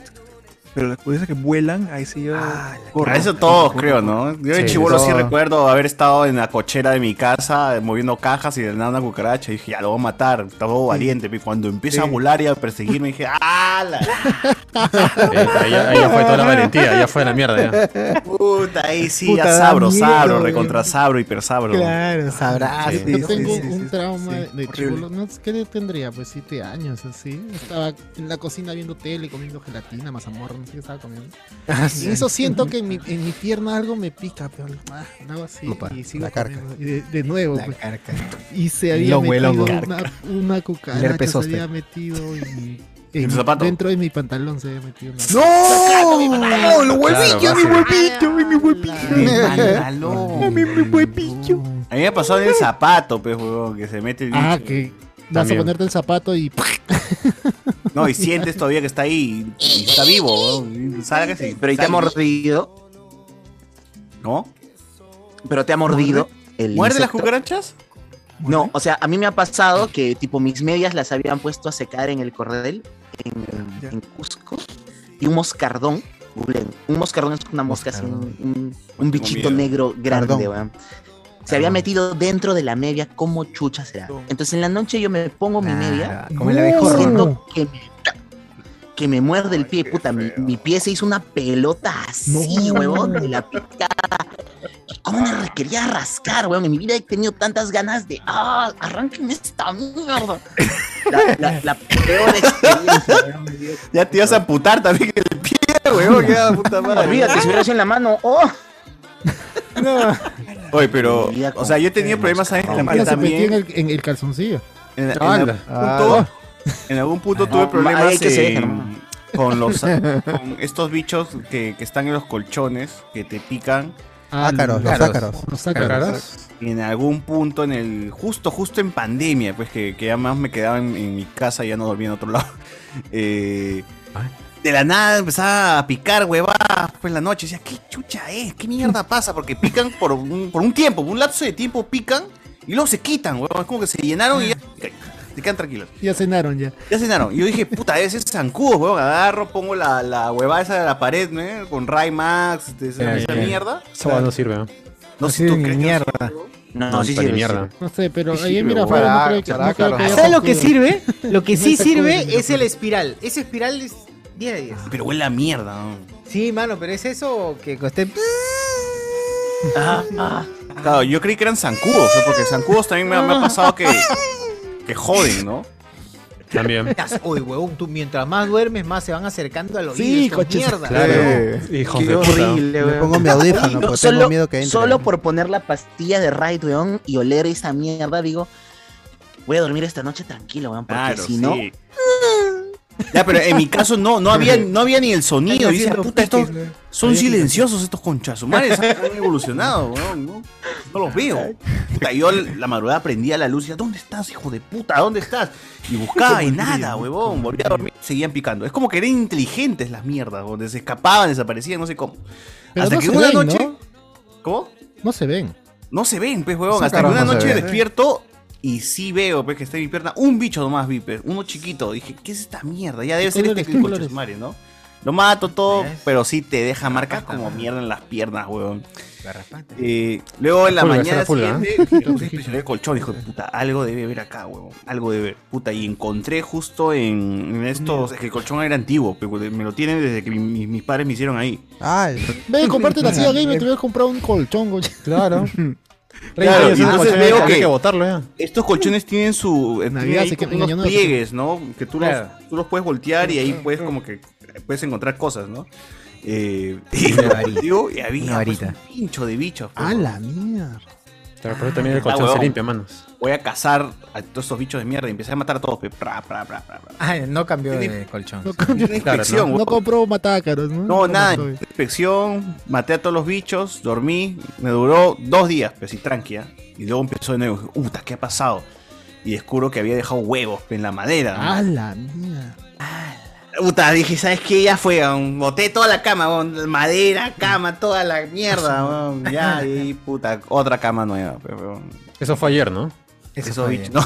Speaker 12: Pero la curiosa es que vuelan, ahí sí yo.
Speaker 1: Ah,
Speaker 12: corro.
Speaker 3: A eso todos,
Speaker 12: Corro,
Speaker 3: creo,
Speaker 12: corro.
Speaker 3: ¿no? Yo de chivolo sí
Speaker 12: todo.
Speaker 3: recuerdo haber estado en la cochera de mi casa eh, moviendo cajas y de nada una cucaracha. Y dije, ya lo voy a matar. Estaba todo valiente. Y cuando empieza a volar y a perseguirme, dije,
Speaker 6: (laughs)
Speaker 3: ¡ala!
Speaker 2: Eh, ahí ya- ahí ya fue toda la valentía, ya fue la mierda,
Speaker 3: ya. Puta, ahí sí,
Speaker 1: Puta,
Speaker 3: ya
Speaker 1: da
Speaker 3: sabro,
Speaker 1: miedo,
Speaker 3: sabro,
Speaker 1: weón.
Speaker 3: recontra sabro, hiper sabro.
Speaker 1: Claro, (laughs) sabrás.
Speaker 3: Sí,
Speaker 6: Yo
Speaker 3: sí,
Speaker 6: tengo
Speaker 3: sí,
Speaker 6: un
Speaker 3: sí,
Speaker 6: trauma
Speaker 3: sí,
Speaker 6: de
Speaker 3: horrible.
Speaker 6: chivolo. No sé qué tendría, pues siete años, así. Estaba en la cocina viendo tele, comiendo gelatina, mazamorra, no sé qué estaba
Speaker 3: (laughs)
Speaker 6: comiendo.
Speaker 1: Ah,
Speaker 6: Y
Speaker 1: sí.
Speaker 6: en eso siento que en
Speaker 1: (laughs)
Speaker 6: mi, en mi pierna algo me pica, pero ah, lo hago así
Speaker 1: Upa,
Speaker 6: y sigo
Speaker 1: la carca.
Speaker 6: comiendo. Y de, de nuevo,
Speaker 1: La
Speaker 6: pues.
Speaker 1: carca.
Speaker 6: Y se
Speaker 1: El
Speaker 6: había
Speaker 1: hongo, el
Speaker 6: metido
Speaker 1: hongo.
Speaker 6: una, una
Speaker 1: El
Speaker 6: cucaracha,
Speaker 1: herpes
Speaker 6: se
Speaker 1: zóster.
Speaker 6: había metido
Speaker 1: (laughs)
Speaker 6: en,
Speaker 1: ¿En
Speaker 6: en-
Speaker 1: tu zapato?
Speaker 6: dentro de mi pantalón, se había metido una
Speaker 1: ¡No! ¡Lo huevito, mi huevito,
Speaker 6: mi (laughs)
Speaker 1: (laughs) huevito! ¡Mi mi huevito!
Speaker 3: A mí me pasó en el zapato, pues, huevón, que se mete el
Speaker 6: Ah,
Speaker 3: bicho.
Speaker 6: que vas a
Speaker 3: También.
Speaker 6: ponerte el zapato y
Speaker 3: No, y sientes todavía que está ahí y está vivo, huevón. Salgas y-
Speaker 13: Pero ¿y te ha
Speaker 3: sale.
Speaker 13: mordido?
Speaker 3: ¿No?
Speaker 13: ¿Pero te ha mordido? el
Speaker 3: ¿Muerde las
Speaker 13: insecto?
Speaker 3: cucarachas?
Speaker 13: No, o sea, a mí me ha pasado que tipo mis medias las habían puesto a secar en el cordel, en, en Cusco, y un moscardón, googleen, un moscardón es una mosca, así, un, un- un
Speaker 8: miedo.
Speaker 13: bichito negro grande,
Speaker 8: Cardón.
Speaker 13: weón. Se había metido dentro de la media, como chucha será. Entonces en la noche yo me pongo mi media,
Speaker 8: Ah, como el
Speaker 13: no,
Speaker 8: abejorro.
Speaker 13: siento que me, que me muerde el pie, puta, mi, mi pie se hizo una pelota así, huevón, de la ¿Cómo me quería rascar, weón? En mi vida he tenido tantas ganas de. ¡Ah! ¡Arránquenme esta mierda! La, la- la peor experiencia, weón.
Speaker 3: Ya te ibas a amputar también en el pie, huevón, ya, puta madre.
Speaker 13: Olvídate, si hubiera sido en la mano. ¡Oh!
Speaker 3: Oye, pero, o sea, yo he tenido problemas ¿sabes? en la
Speaker 6: Ala,
Speaker 3: piel
Speaker 6: se metió en
Speaker 3: también.
Speaker 6: el, en el calzoncillo. Ah.
Speaker 3: En, en algún punto, (laughs) en algún punto tuve
Speaker 6: No,
Speaker 3: problemas
Speaker 6: ahí hay que se
Speaker 3: eh,
Speaker 6: dejen, hermano. (laughs)
Speaker 3: con los con estos bichos que, que están en los colchones que te pican.
Speaker 7: Ah, Ácaros, los ácaros. ácaros. Los ácaros. Ácaros.
Speaker 3: En algún punto, en el justo, justo en pandemia, pues que, que además me quedaba en, en mi casa y ya no dormía en otro lado. (laughs) Eh, de la nada empezaba a picar huevadas pues en la noche. Decía, ¿qué chucha es? ¿Qué mierda pasa? Porque pican por un, por un tiempo, por un lapso de tiempo pican y luego se quitan, huevón. Es como que se llenaron y ya
Speaker 7: Ah.
Speaker 3: se quedan tranquilos.
Speaker 6: Ya cenaron ya.
Speaker 3: Ya cenaron. Y Yo dije, puta, ese es zancudo, huevón. Agarro, pongo la, la huevada esa de la pared, ¿no? Con Ray Max, este, esa,
Speaker 2: Eh,
Speaker 3: esa
Speaker 2: eh,
Speaker 3: mierda.
Speaker 2: Esa hueá no sirve,
Speaker 11: ¿eh?
Speaker 2: ¿no?
Speaker 3: No sé tú crees mierda.
Speaker 13: No,
Speaker 2: no,
Speaker 13: sí
Speaker 2: para ni
Speaker 13: sirve,
Speaker 2: mierda.
Speaker 6: No sé, pero
Speaker 2: Sí,
Speaker 6: ahí
Speaker 2: sí,
Speaker 6: en Miraflores
Speaker 2: huevón.
Speaker 6: no creo que, no creo que haya
Speaker 23: ¿Sabes lo que
Speaker 6: sacudo.
Speaker 23: sirve? Lo
Speaker 1: (laughs)
Speaker 23: que
Speaker 6: No
Speaker 23: sí
Speaker 6: hay sacudo en
Speaker 23: sirve es el
Speaker 6: Miraflores.
Speaker 23: espiral. Ese espiral es 10 de 10.
Speaker 3: Pero huele a mierda, ¿no?
Speaker 23: Sí, mano, pero es eso que costé.
Speaker 3: Claro, yo creí que eran zancudos, ¿no? porque zancudos también me, me ha pasado que,
Speaker 6: Ah,
Speaker 3: (laughs) que joden, ¿no? También.
Speaker 23: Uy, huevón, tú mientras más duermes, más se van acercando a los
Speaker 13: Sí,
Speaker 1: (laughs)
Speaker 13: coche.
Speaker 23: mierda.
Speaker 2: Hijo
Speaker 7: Qué
Speaker 2: de puta.
Speaker 7: horrible, Me weón. pongo mi audífono,
Speaker 13: Yo
Speaker 7: porque tengo
Speaker 13: solo,
Speaker 7: miedo que entre.
Speaker 13: Solo por poner la pastilla de Raid, weón, y oler esa mierda, digo. Voy a dormir esta noche tranquilo, weón, porque
Speaker 3: Claro,
Speaker 13: si no.
Speaker 3: sí. Ya, pero en mi caso no, no había, no había ni el sonido. Y decía, puta, estos son silenciosos estos conchasumares. Han evolucionado, weón, ¿no? No los veo. Puta, yo la madrugada prendía la luz y decía, ¿dónde estás, hijo de puta? ¿Dónde estás? Y buscaba y nada, huevón. Volví a dormir. Seguían picando. Es como que eran inteligentes las mierdas, donde se escapaban, desaparecían, no sé cómo.
Speaker 6: Pero
Speaker 3: Hasta
Speaker 6: no
Speaker 3: que
Speaker 6: se
Speaker 3: una
Speaker 6: ven,
Speaker 3: noche.
Speaker 6: ¿no?
Speaker 3: ¿Cómo?
Speaker 6: No se ven.
Speaker 3: No se ven, pues, huevón.
Speaker 6: Sí,
Speaker 3: Hasta que
Speaker 6: carajo,
Speaker 3: una
Speaker 6: no se
Speaker 3: noche
Speaker 6: ven.
Speaker 3: despierto y sí veo, pues, que está en mi pierna. Un bicho nomás vi, pues, uno chiquito. Dije, ¿qué es esta mierda? Ya debe ser
Speaker 6: colores,
Speaker 3: este
Speaker 6: qué
Speaker 3: coche
Speaker 6: colores?
Speaker 3: madre, ¿no? Lo mato todo, pero sí te deja marcas como mierda en las piernas, huevón. Eh, luego en la
Speaker 2: Pulga, será
Speaker 3: mañana
Speaker 2: pulga,
Speaker 3: siguiente, (laughs) me puse a inspeccionar el colchón, hijo de puta, algo debe haber acá, huevón, algo debe haber, puta, y encontré justo en, en estos, es que el colchón era antiguo, pero me lo tienen desde que mi- mi- mis padres me hicieron ahí.
Speaker 7: Ah,
Speaker 6: Ve, comparte (laughs) la silla gamer, te hubieras comprado un colchón, güey. (laughs)
Speaker 7: Claro.
Speaker 3: Claro,
Speaker 6: Rey,
Speaker 3: y entonces
Speaker 6: colchón,
Speaker 3: veo
Speaker 6: había
Speaker 3: que,
Speaker 6: que botarlo, ya.
Speaker 3: estos colchones tienen su eh, tienen
Speaker 6: Navidad,
Speaker 3: ahí
Speaker 6: se
Speaker 3: como
Speaker 6: quema,
Speaker 3: unos
Speaker 6: yo no-
Speaker 3: pliegues, ¿no? Que tú,
Speaker 6: Claro.
Speaker 3: los, tú los puedes voltear y ahí puedes como que puedes encontrar cosas, ¿no? Eh,
Speaker 24: Una varita.
Speaker 3: digo, y había
Speaker 24: Una
Speaker 3: pues,
Speaker 24: varita.
Speaker 3: un pincho de bichos. pues. Ah,
Speaker 6: A Ah, la mierda.
Speaker 3: Pero
Speaker 2: por eso también el colchón se limpia,
Speaker 3: manos. Voy a cazar a todos estos bichos de mierda y empecé a matar a todos. pe, pra, pra, pra, pra, pra.
Speaker 23: Ah, no cambió de
Speaker 3: Tiene-
Speaker 23: colchón.
Speaker 3: No cambió de Claro, inspección, ¿no?
Speaker 6: No
Speaker 3: huevón.
Speaker 6: compró matácaros, ¿no?
Speaker 3: No, nada,
Speaker 6: compró.
Speaker 3: inspección, maté a todos los bichos, dormí, me duró dos días, pero sí, tranquila. Y luego empezó de nuevo, puta, ¿qué ha pasado? Y descubro que había dejado huevos en la madera. ¿no?
Speaker 6: A la mierda.
Speaker 3: Puta, dije, ¿sabes qué? Ya fue, weón. boté toda la cama, weón. madera, cama, toda la
Speaker 1: (laughs)
Speaker 3: mierda, weón. ya, y puta, otra cama nueva. pe, weón.
Speaker 2: Eso fue ayer, ¿no?
Speaker 3: Eso,
Speaker 2: fue
Speaker 3: bicho, no.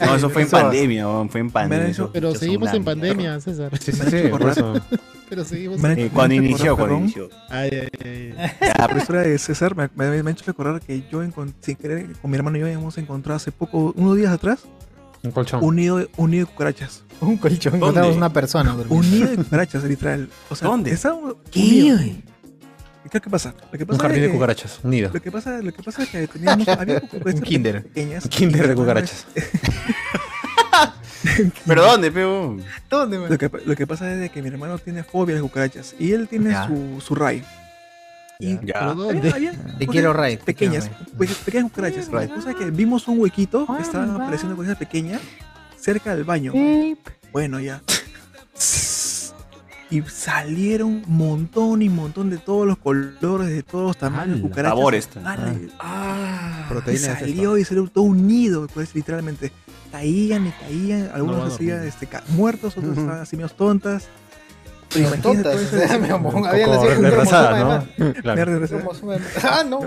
Speaker 3: No, eso fue en pandemia, weón, fue en pandemia. esos
Speaker 6: Pero
Speaker 3: bichos son
Speaker 6: seguimos
Speaker 3: una
Speaker 6: en
Speaker 3: mierda.
Speaker 6: pandemia, César.
Speaker 2: Sí, sí, sí, por eso.
Speaker 6: (laughs) Pero seguimos.
Speaker 3: Eh, cuando inició, cuando inició.
Speaker 6: Ay, ay, ay.
Speaker 12: (laughs) La profesora de César me, me, me ha hecho recordar que yo, encon- sin querer, con mi hermano y yo hemos encontrado hace poco, unos días atrás,
Speaker 11: Un colchón.
Speaker 12: un nido, de- un nido de cucarachas.
Speaker 1: Un colchón. Encontramos una persona
Speaker 12: Un
Speaker 1: durmiendo.
Speaker 12: nido de cucarachas, literal. O sea,
Speaker 1: ¿Dónde?
Speaker 12: estábamos- un
Speaker 1: ¿Qué,
Speaker 12: nido. ¿Y qué- qué pasa? Lo que pasa
Speaker 11: jardín
Speaker 12: es
Speaker 11: de
Speaker 12: que-
Speaker 11: cucarachas, un nido.
Speaker 12: Lo que pasa, lo que pasa es que teníamos.
Speaker 1: (laughs)
Speaker 12: Había cucarachas
Speaker 11: kinder.
Speaker 12: pequeñas.
Speaker 11: Un kinder de
Speaker 12: (laughs)
Speaker 11: cucarachas.
Speaker 3: ¿Pero dónde, peo?
Speaker 12: ¿Dónde, Lo que, lo que pasa es de que mi hermano tiene fobia a las cucarachas y él tiene
Speaker 3: Ya.
Speaker 12: su, su ray. Y
Speaker 3: Ya.
Speaker 12: pero
Speaker 3: ¿Dónde?
Speaker 12: había- había cosas
Speaker 3: Te quiero ray, te
Speaker 12: Pequeñas,
Speaker 3: quiero
Speaker 12: pe- pequeñas cucarachas. La cosa es que vimos un huequito, estaban apareciendo cosas pequeñas cerca del baño. Bueno, ya. Y salieron montón y montón de todos los colores, de todos los tamaños, cucarachas.
Speaker 3: Sabores.
Speaker 12: Ah, Ah, y
Speaker 3: Proteínas de
Speaker 12: salió y salió todo un nido, pues, literalmente. Caían y caían, algunos
Speaker 3: No va a
Speaker 12: hacían
Speaker 3: dormir.
Speaker 12: este, ca- muertos, otros estaban así medios tontas. Pero
Speaker 1: Medios
Speaker 12: imagínate pues,
Speaker 1: tontas,
Speaker 12: todo
Speaker 1: o sea,
Speaker 12: ese-
Speaker 1: me amon- habían Como nacido con un retrasadas, cromosoma ¿no? de más. Claro.
Speaker 12: Mierda, retrasada.
Speaker 1: Cromosoma de más. ¡Ah,
Speaker 12: (laughs)
Speaker 1: no!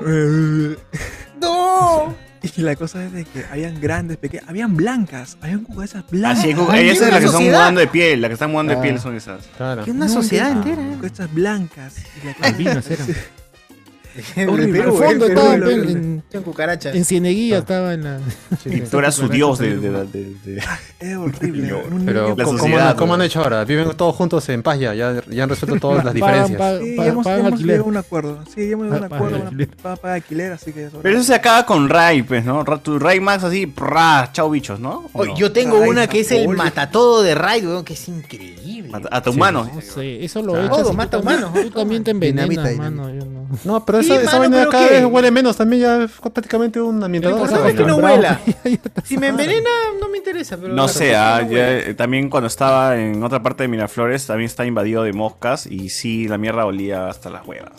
Speaker 1: ¡No!
Speaker 12: Y la cosa es de que habían grandes, pequeñas, habían blancas, habían cucarachas blancas.
Speaker 3: Así Ah, es, Cuca- esas son las que están
Speaker 12: Sociedad.
Speaker 3: mudando de (laughs) piel, las que están mudando
Speaker 12: Ah.
Speaker 3: de piel son esas.
Speaker 11: Claro.
Speaker 12: No,
Speaker 1: sociedad
Speaker 12: no,
Speaker 11: Ah.
Speaker 1: entera.
Speaker 12: Cucarachas blancas. Y la cosa-
Speaker 1: Albinos eran.
Speaker 12: Horrible,
Speaker 1: Perú,
Speaker 12: horrible,
Speaker 1: fondo
Speaker 12: horrible,
Speaker 1: estaba en-
Speaker 12: horrible.
Speaker 1: en- en cucarachas.
Speaker 6: En Cieneguilla
Speaker 7: Ah.
Speaker 6: estaba en la.
Speaker 3: Y tú eras su dios de. de, de, de-
Speaker 12: Ah, Es horrible. un
Speaker 11: Pero,
Speaker 12: niño
Speaker 11: ¿cómo,
Speaker 12: con-
Speaker 11: cómo han, cómo han
Speaker 1: pues.
Speaker 11: hecho ahora? Viven todos juntos en paz ya, ya, ya han resuelto todas las diferencias.
Speaker 12: Sí, hemos,
Speaker 6: pagan
Speaker 12: hemos
Speaker 6: alquiler.
Speaker 12: llegado a un acuerdo. Sí, hemos llegado a un
Speaker 6: Pagan
Speaker 12: acuerdo. una- pa- Pagan alquiler, así que eso.
Speaker 3: Pero eso se acaba con Ray, pues, ¿no? Ra- Tu Ray Max así, pra, chao bichos, ¿no? ¿O
Speaker 1: Oye,
Speaker 3: no?
Speaker 1: Yo tengo
Speaker 3: Ray
Speaker 1: una que es el
Speaker 3: Zapol.
Speaker 1: matatodo de Raid, weón, que es increíble.
Speaker 3: Mata- A tu mano.
Speaker 6: No sé, eso lo
Speaker 1: Claro.
Speaker 6: echas.
Speaker 1: Todo,
Speaker 6: y tú
Speaker 1: mata
Speaker 6: también-
Speaker 1: humanos,
Speaker 6: Tú también te envenenas,
Speaker 1: Dinamita,
Speaker 6: mano. Yo no.
Speaker 11: No, pero
Speaker 1: Sí,
Speaker 11: esa, esa
Speaker 1: mano,
Speaker 11: vaina
Speaker 1: ¿pero
Speaker 11: cada
Speaker 1: qué?
Speaker 11: vez huele menos, también ya es prácticamente un
Speaker 1: Lo
Speaker 11: ambientador.
Speaker 1: importante es que no
Speaker 6: (laughs)
Speaker 11: Bravo.
Speaker 1: huela. Si me envenena, no me interesa. Pero
Speaker 3: No
Speaker 1: la
Speaker 3: sé,
Speaker 1: persona
Speaker 3: ah, ya,
Speaker 1: no huele.
Speaker 3: eh, también cuando estaba en otra parte de Miraflores, también está invadido de moscas y sí, la mierda olía hasta las huevas.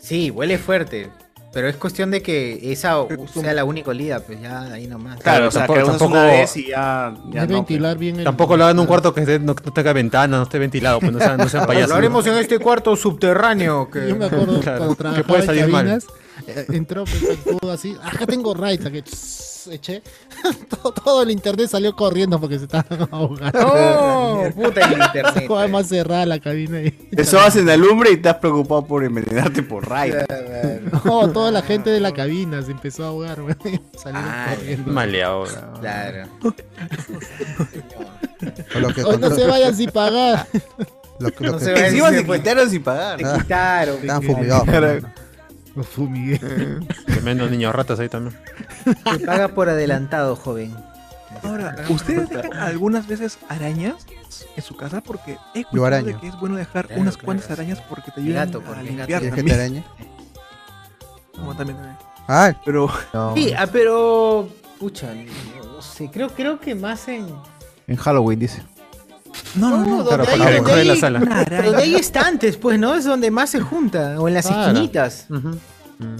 Speaker 1: Sí, huele fuerte. Pero es cuestión de que esa sea la única olida, pues ya de ahí nomás.
Speaker 11: Claro, o sea, que usas una vez y
Speaker 3: ya,
Speaker 6: Debe ventilar bien el.
Speaker 11: Tampoco lo hagan en un cuarto que esté- no, no tenga ventana, no esté ventilado, pues no sean, no sean payasos.
Speaker 1: Lo haremos en este cuarto subterráneo. Que...
Speaker 6: Yo me acuerdo (laughs)
Speaker 11: Claro,
Speaker 6: cuando
Speaker 11: que
Speaker 6: trabajaba
Speaker 11: puede
Speaker 6: en
Speaker 11: salir mal.
Speaker 6: cabinas, eh, entró pues, todo así, acá tengo raid, que tss, eché, (laughs) todo, todo el internet salió corriendo porque se estaban (laughs) ahogando.
Speaker 1: No, ¡Oh! puta el internet. eh.
Speaker 6: Estaba más cerrada la cabina y...
Speaker 3: Eso vas en la lumbre y te has preocupado por envenenarte por Ray.
Speaker 6: (laughs) No, toda la gente de la cabina se empezó a ahogar, güey. (laughs) Salieron corriendo.
Speaker 11: Maleado.
Speaker 1: Ah, Claro.
Speaker 7: O lo que
Speaker 6: Hoy no
Speaker 7: contó-
Speaker 6: se vayan sin pagar.
Speaker 7: Lo, lo
Speaker 1: No
Speaker 7: que-
Speaker 1: se vayan
Speaker 3: Encima se cuentearon sin pagar.
Speaker 1: Te quitaron.
Speaker 7: Estaban
Speaker 1: te quitaron.
Speaker 7: fumigados.
Speaker 11: Claro.
Speaker 6: Los fumigué.
Speaker 11: Tremendo niños ratas ahí también.
Speaker 1: Te paga por adelantado, joven.
Speaker 12: Ahora, ¿ustedes dejan algunas veces arañas en su casa? Porque he escuchado
Speaker 7: Yo araño.
Speaker 12: de que es bueno dejar
Speaker 7: Claro,
Speaker 12: unas
Speaker 7: claro.
Speaker 12: cuantas arañas porque te
Speaker 7: El
Speaker 12: ayudan
Speaker 7: gato,
Speaker 12: a
Speaker 7: porque el gato
Speaker 12: limpiar
Speaker 7: es
Speaker 12: también.
Speaker 7: gente
Speaker 12: (laughs)
Speaker 7: araña.
Speaker 12: No, también, también.
Speaker 7: Ah,
Speaker 12: pero. (laughs)
Speaker 1: Sí, ah, pero. Pucha, no, no sé. Creo, creo que más en.
Speaker 5: En Halloween, dice.
Speaker 12: No, no, no.
Speaker 5: Claro,
Speaker 1: donde
Speaker 5: para
Speaker 1: hay, donde
Speaker 5: decorar la
Speaker 1: hay-
Speaker 5: sala.
Speaker 1: pero donde hay estantes, pues, ¿no? Es donde más se junta. O en las
Speaker 11: Claro.
Speaker 1: esquinitas.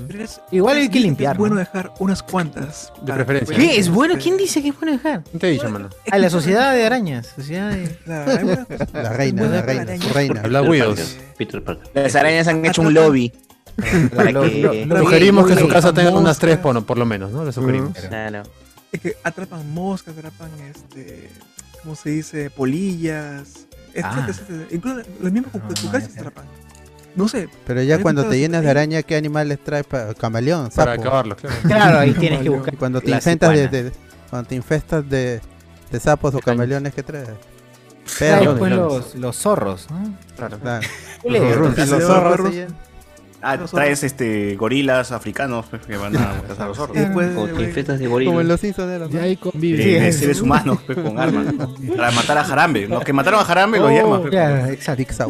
Speaker 12: Pero es-
Speaker 1: Igual
Speaker 12: es
Speaker 1: hay que
Speaker 12: bien-
Speaker 1: limpiar,
Speaker 12: Es bueno
Speaker 1: ¿no?
Speaker 12: dejar unas cuantas.
Speaker 11: De
Speaker 12: para-
Speaker 11: preferencia.
Speaker 1: ¿Qué? ¿Es bueno? ¿Quién dice que es bueno dejar?
Speaker 11: ¿Quién te ha dicho, mano?
Speaker 1: A Ah, la sociedad de arañas. Sociedad
Speaker 12: Claro, hay
Speaker 1: de...
Speaker 12: buenas cosas.
Speaker 7: La reina,
Speaker 12: Buena
Speaker 7: la
Speaker 12: para
Speaker 7: reina,
Speaker 12: arañas.
Speaker 7: su reina.
Speaker 11: Habla Widows.
Speaker 8: Peter Parker.
Speaker 13: Las arañas han hecho un
Speaker 12: (laughs)
Speaker 13: lobby. para que...
Speaker 11: Sugerimos que en su casa tengan
Speaker 12: Moscas.
Speaker 11: unas tres, por, por lo menos, ¿no? Lo
Speaker 7: Mm.
Speaker 11: sugerimos.
Speaker 13: Claro.
Speaker 12: Es que atrapan moscas, atrapan este. ¿Cómo se dice? Polillas. Este
Speaker 1: Ah.
Speaker 12: Etcétera, etcétera. Incluso los mismos cu- cucarachas atrapan. No sé.
Speaker 7: Pero ya
Speaker 12: Hay
Speaker 7: cuando te
Speaker 12: muchas-
Speaker 7: llenas de araña, ¿qué animales traes para camaleón?
Speaker 11: Para
Speaker 7: sapo.
Speaker 11: acabarlos,
Speaker 7: (laughs)
Speaker 11: claro.
Speaker 1: Claro, ahí tienes que buscar
Speaker 7: Y cuando te
Speaker 1: la
Speaker 7: infestas de,
Speaker 1: iguana.
Speaker 7: de- cuando te infestas de, de sapos o camaleones que traes.
Speaker 1: Ah,
Speaker 7: Perros.
Speaker 6: pues
Speaker 1: después los, los zorros, ¿no?
Speaker 11: Claro.
Speaker 7: Claro.
Speaker 3: Los
Speaker 7: Y los
Speaker 3: zorros.
Speaker 7: zorros. sí,
Speaker 3: Ah, traes este gorilas africanos pues, que van a matar a los zorros.
Speaker 7: Y después,
Speaker 8: O te infestas de
Speaker 7: Como en
Speaker 8: gorila.
Speaker 7: los Simpsons de los-
Speaker 6: Ya ahí
Speaker 3: Eh,
Speaker 6: convive.
Speaker 3: de seres humanos pues, con armas. ¿no? Para matar a Jarambe. Los que mataron a Jarambe los
Speaker 1: Oh,
Speaker 3: llamas. pues.
Speaker 1: Claro, exacto.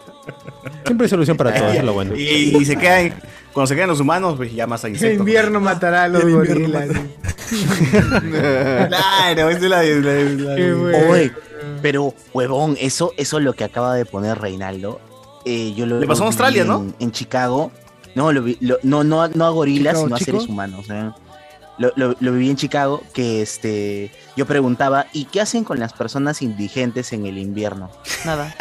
Speaker 6: (laughs)
Speaker 11: Siempre hay solución para todo, eso es lo bueno.
Speaker 3: Y, y se quedan, cuando se quedan los humanos, pues llamas a
Speaker 1: El (laughs)
Speaker 3: insectos.
Speaker 1: invierno matará a los gorilas.
Speaker 3: claro, esa es la. de- la de- la de-
Speaker 13: Oye, pero huevón, eso, eso lo que acaba de poner Reinaldo, eh, yo lo
Speaker 3: Le pasó en
Speaker 13: vi
Speaker 3: Australia, ¿no?
Speaker 13: en- En Chicago. No, lo vi- lo- no, no, a- no a gorilas,
Speaker 12: Chicago,
Speaker 13: sino
Speaker 12: chico.
Speaker 13: a seres humanos. ¿eh? Lo, lo- lo viví en Chicago, que este, yo preguntaba, ¿y qué hacen con las personas indigentes en el invierno? Nada.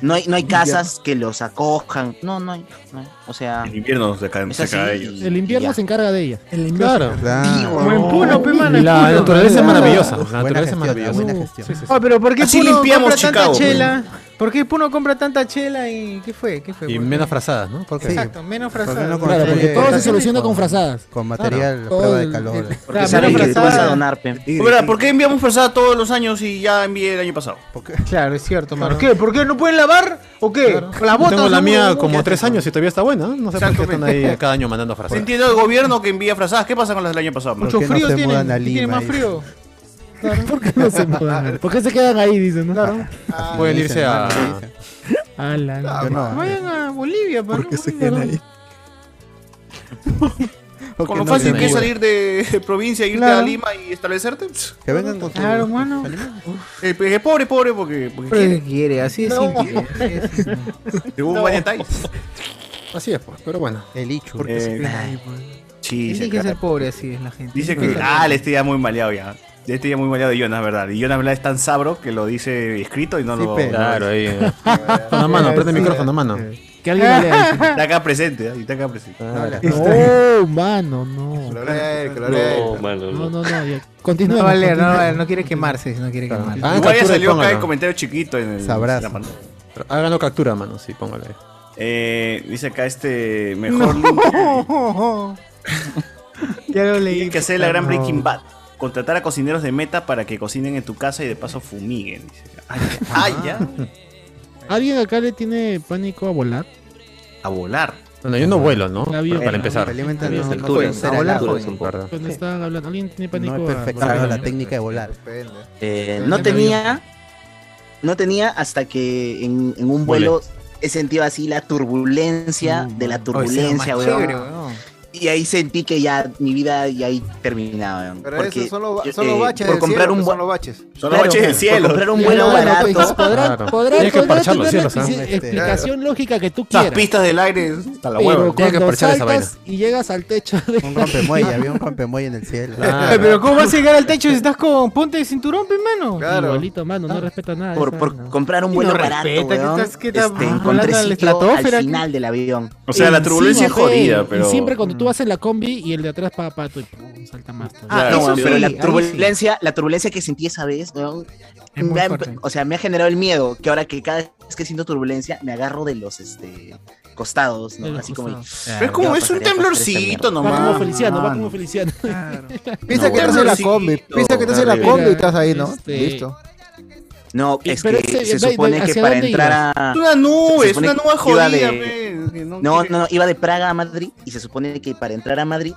Speaker 13: No hay, no hay casas que los acojan. No, no hay. no hay. O sea.
Speaker 3: El invierno se cae,
Speaker 13: Es
Speaker 3: se
Speaker 13: así.
Speaker 3: cae de ellos.
Speaker 6: El invierno se encarga de ella. El invierno.
Speaker 3: Claro.
Speaker 6: Buen pulo, pe, mano,
Speaker 11: La
Speaker 6: pulo.
Speaker 11: naturaleza es maravillosa.
Speaker 6: Buena
Speaker 11: La naturaleza es
Speaker 6: gestión,
Speaker 11: maravillosa.
Speaker 6: buena
Speaker 11: Uh, sí, sí, sí.
Speaker 1: Oh, pero ¿por qué
Speaker 11: Así
Speaker 1: Puno
Speaker 11: limpiamos
Speaker 1: compra tanta
Speaker 11: Chicago,
Speaker 1: chela? ¿Por qué Puno compra tanta chela y qué fue? ¿Qué fue?
Speaker 11: Y
Speaker 1: ¿Por qué?
Speaker 11: menos frazadas, ¿no? ¿Por qué?
Speaker 1: Exacto, menos
Speaker 11: ¿Por qué
Speaker 1: frazadas.
Speaker 11: no
Speaker 6: Claro, porque
Speaker 11: construye-
Speaker 6: todo se soluciona con frazadas.
Speaker 7: Con
Speaker 11: material,
Speaker 6: Claro.
Speaker 7: prueba de
Speaker 6: Todo el-
Speaker 7: calor.
Speaker 6: el-
Speaker 7: Porque
Speaker 6: Claro,
Speaker 7: saben
Speaker 6: menos
Speaker 7: que tú vas a
Speaker 6: frazadas.
Speaker 7: donar, pe.
Speaker 3: Pero, ¿verdad? ¿Por qué enviamos frazada todos los años y ya envié el año pasado?
Speaker 1: Claro, es cierto, mano. ¿Qué? ¿Por qué? ¿No pueden lavar? ¿O qué? Las botas.
Speaker 11: Tengo la
Speaker 1: son
Speaker 11: mía
Speaker 1: muy-
Speaker 11: como tres años y todavía está buena. No sé por qué están
Speaker 3: Exactamente.
Speaker 11: ahí cada año mandando
Speaker 3: Sí,
Speaker 11: frazadas.
Speaker 3: Entiendo el gobierno que envía frazadas. ¿Qué pasa con las del año pasado?
Speaker 11: Mucho ¿Por qué no frío se tienen, mudan a ¿qué tienen Lima, más
Speaker 1: frío?
Speaker 6: ¿Por qué no se mudan? ¿Por qué se quedan ahí? Dicen, ¿no? Claro.
Speaker 9: Ah,
Speaker 11: Pueden irse a.
Speaker 6: A la-
Speaker 1: Vayan a Bolivia, mano.
Speaker 11: ¿Por qué se quedan ahí?
Speaker 3: Con lo
Speaker 7: no
Speaker 3: fácil
Speaker 7: se
Speaker 3: que es
Speaker 7: mudan.
Speaker 3: salir de (laughs) provincia, irte
Speaker 7: Claro.
Speaker 3: a Lima y establecerte.
Speaker 7: Que vengan con
Speaker 1: Claro, mano.
Speaker 3: Eh, pues, pobre, pobre, porque. porque
Speaker 1: Pero
Speaker 3: quiere.
Speaker 1: quiere, así es.
Speaker 3: No.
Speaker 9: (laughs)
Speaker 1: simple.
Speaker 3: Según
Speaker 1: No.
Speaker 3: Vanessa Tice.
Speaker 11: Así es, pues, pero bueno.
Speaker 7: El Ichu.
Speaker 3: Porque se quedan ahí,
Speaker 9: pues.
Speaker 3: Sí, se
Speaker 1: Tiene que
Speaker 3: aclara.
Speaker 1: ser pobre, así es la gente.
Speaker 3: Dice
Speaker 1: Tiene
Speaker 3: que.
Speaker 1: ser
Speaker 3: Ah,
Speaker 1: pobre.
Speaker 3: le estoy ya muy maleado ya. Ya estoy ya muy maleado de Jonas, ¿verdad? Y Jonas, ¿verdad? Es tan sabro que lo dice escrito y no lo.
Speaker 11: pe. Claro, ahí, eh.
Speaker 3: Con
Speaker 11: la mano, prende el micrófono, mano.
Speaker 6: Que alguien lo lea, dice.
Speaker 3: Está acá presente, ¿eh? Y Está acá presente.
Speaker 6: No, Oh, mano, no.
Speaker 3: No,
Speaker 1: mano,
Speaker 6: No,
Speaker 1: no.
Speaker 6: no, no. ya. Continúa.
Speaker 1: No va a leer, no va a leer,
Speaker 6: continúa.
Speaker 1: no quiere quemarse, no quiere quemarse.
Speaker 3: Igual ya
Speaker 11: captura y
Speaker 3: salió acá
Speaker 11: póngalo.
Speaker 3: el comentario chiquito en el.
Speaker 11: Sabrás.
Speaker 3: en la pantalla.
Speaker 11: Pero Háganlo captura, mano, sí, póngale.
Speaker 3: Eh, dice acá este mejor
Speaker 1: ya lo leí.
Speaker 3: Tienen que hacer la gran
Speaker 1: No.
Speaker 3: Breaking Bad. Contratar a cocineros de meta para que cocinen en tu casa y de paso fumiguen. Dice. Ay, ya. Ay, ya.
Speaker 6: ¿Alguien acá le tiene pánico a volar?
Speaker 3: A volar.
Speaker 11: Bueno, yo no vuelo, ¿no?
Speaker 6: La vio.
Speaker 11: Para empezar.
Speaker 6: Felizmente
Speaker 7: no-
Speaker 11: Joven.
Speaker 7: no puede ser
Speaker 11: A volar,
Speaker 7: altura,
Speaker 11: joven.
Speaker 7: supongo.
Speaker 11: Perdón.
Speaker 6: Cuando estaban hablando, ¿alguien tiene pánico
Speaker 7: No he
Speaker 6: a
Speaker 7: perfeccionado
Speaker 6: volar?
Speaker 7: la técnica de volar.
Speaker 13: Eh, no tenía, no tenía hasta que en, en un
Speaker 7: Huele.
Speaker 13: vuelo he sentido así la turbulencia de la turbulencia, weón. Y ahí sentí que ya mi vida ya ahí terminaba, weón.
Speaker 5: Pero
Speaker 13: Porque,
Speaker 5: esos son los,
Speaker 13: eh,
Speaker 5: son los baches.
Speaker 13: por
Speaker 5: del
Speaker 13: comprar
Speaker 5: cielo,
Speaker 13: un
Speaker 5: que son
Speaker 13: vuelo.
Speaker 5: los baches.
Speaker 13: Son los Claro, baches del por cielo. comprar un vuelo
Speaker 6: Claro,
Speaker 13: barato.
Speaker 6: pues, Podrá,
Speaker 11: Claro.
Speaker 6: podrá,
Speaker 11: Tienes que
Speaker 6: podrá
Speaker 11: parchar los
Speaker 6: tener la
Speaker 11: cielos, ¿ah?
Speaker 6: explici-
Speaker 11: Este,
Speaker 6: explicación lógica que tú
Speaker 3: Las
Speaker 6: quieras.
Speaker 3: pistas del aire hasta la
Speaker 6: Pero
Speaker 3: hueva.
Speaker 6: cuando
Speaker 7: que parchar esa
Speaker 6: saltas y llegas al techo de
Speaker 7: Un
Speaker 1: (laughs)
Speaker 7: rompemuelle, había un rompemuelle en el cielo.
Speaker 1: Ay, Pero ¿cómo vas a llegar al techo si estás con ponte de cinturón, pe, mano? Ah.
Speaker 7: Claro.
Speaker 6: Igualito, mano, no respeta
Speaker 1: pues.
Speaker 6: nada.
Speaker 13: por,
Speaker 6: esa
Speaker 13: por
Speaker 6: vaina.
Speaker 13: comprar un
Speaker 6: Y
Speaker 13: vuelo
Speaker 6: no
Speaker 13: barato,
Speaker 6: respeta, ¿qué
Speaker 13: weón,
Speaker 6: estás- qué estás
Speaker 13: este,
Speaker 6: volando
Speaker 13: encontré
Speaker 6: a la
Speaker 13: sitio
Speaker 6: estratosfera
Speaker 13: al
Speaker 6: aquí?
Speaker 13: final del avión.
Speaker 3: O sea, la turbulencia
Speaker 6: Encima,
Speaker 3: es
Speaker 6: fe,
Speaker 3: jodida,
Speaker 6: y
Speaker 3: pero-
Speaker 6: siempre cuando tú vas en la combi y el de atrás pa, pa, tú, pum, salta más. todavía.
Speaker 13: Ah,
Speaker 3: Claro,
Speaker 13: no,
Speaker 3: sí,
Speaker 13: pero la
Speaker 3: ahí sí.
Speaker 13: turbulencia, la turbulencia que sentí esa vez, weón,
Speaker 6: Es muy
Speaker 13: me ha-
Speaker 6: fuerte.
Speaker 13: o sea, me ha generado el miedo que ahora que cada vez que siento turbulencia me agarro de los este costados, ¿no?
Speaker 6: De los
Speaker 13: Así como
Speaker 6: costados. Ah,
Speaker 3: Pero es como- es un temblorcito
Speaker 6: Va como
Speaker 3: nomás,
Speaker 6: Feliciano, va
Speaker 3: mano.
Speaker 6: como Feliciano. (laughs)
Speaker 5: Piensa que estás en la combi. Piensa que estás en la
Speaker 13: terrible.
Speaker 5: combi y estás ahí, ¿no?
Speaker 13: Este,
Speaker 5: Listo.
Speaker 13: No,
Speaker 5: Y-
Speaker 13: es
Speaker 5: pero
Speaker 13: que
Speaker 6: este,
Speaker 5: ese-
Speaker 13: se
Speaker 5: ve- ve-
Speaker 13: supone que
Speaker 5: ¿hacia
Speaker 13: para
Speaker 5: dónde
Speaker 13: entrar
Speaker 5: ibas?
Speaker 13: a
Speaker 5: Es una nube,
Speaker 13: Ah, se
Speaker 5: es
Speaker 13: supone
Speaker 5: una nube
Speaker 13: que iba
Speaker 5: jodida,
Speaker 9: pues,
Speaker 13: de-
Speaker 5: pe, que no
Speaker 13: No,
Speaker 5: quiere-
Speaker 13: no, no, iba de Praga a Madrid y se supone que para entrar a Madrid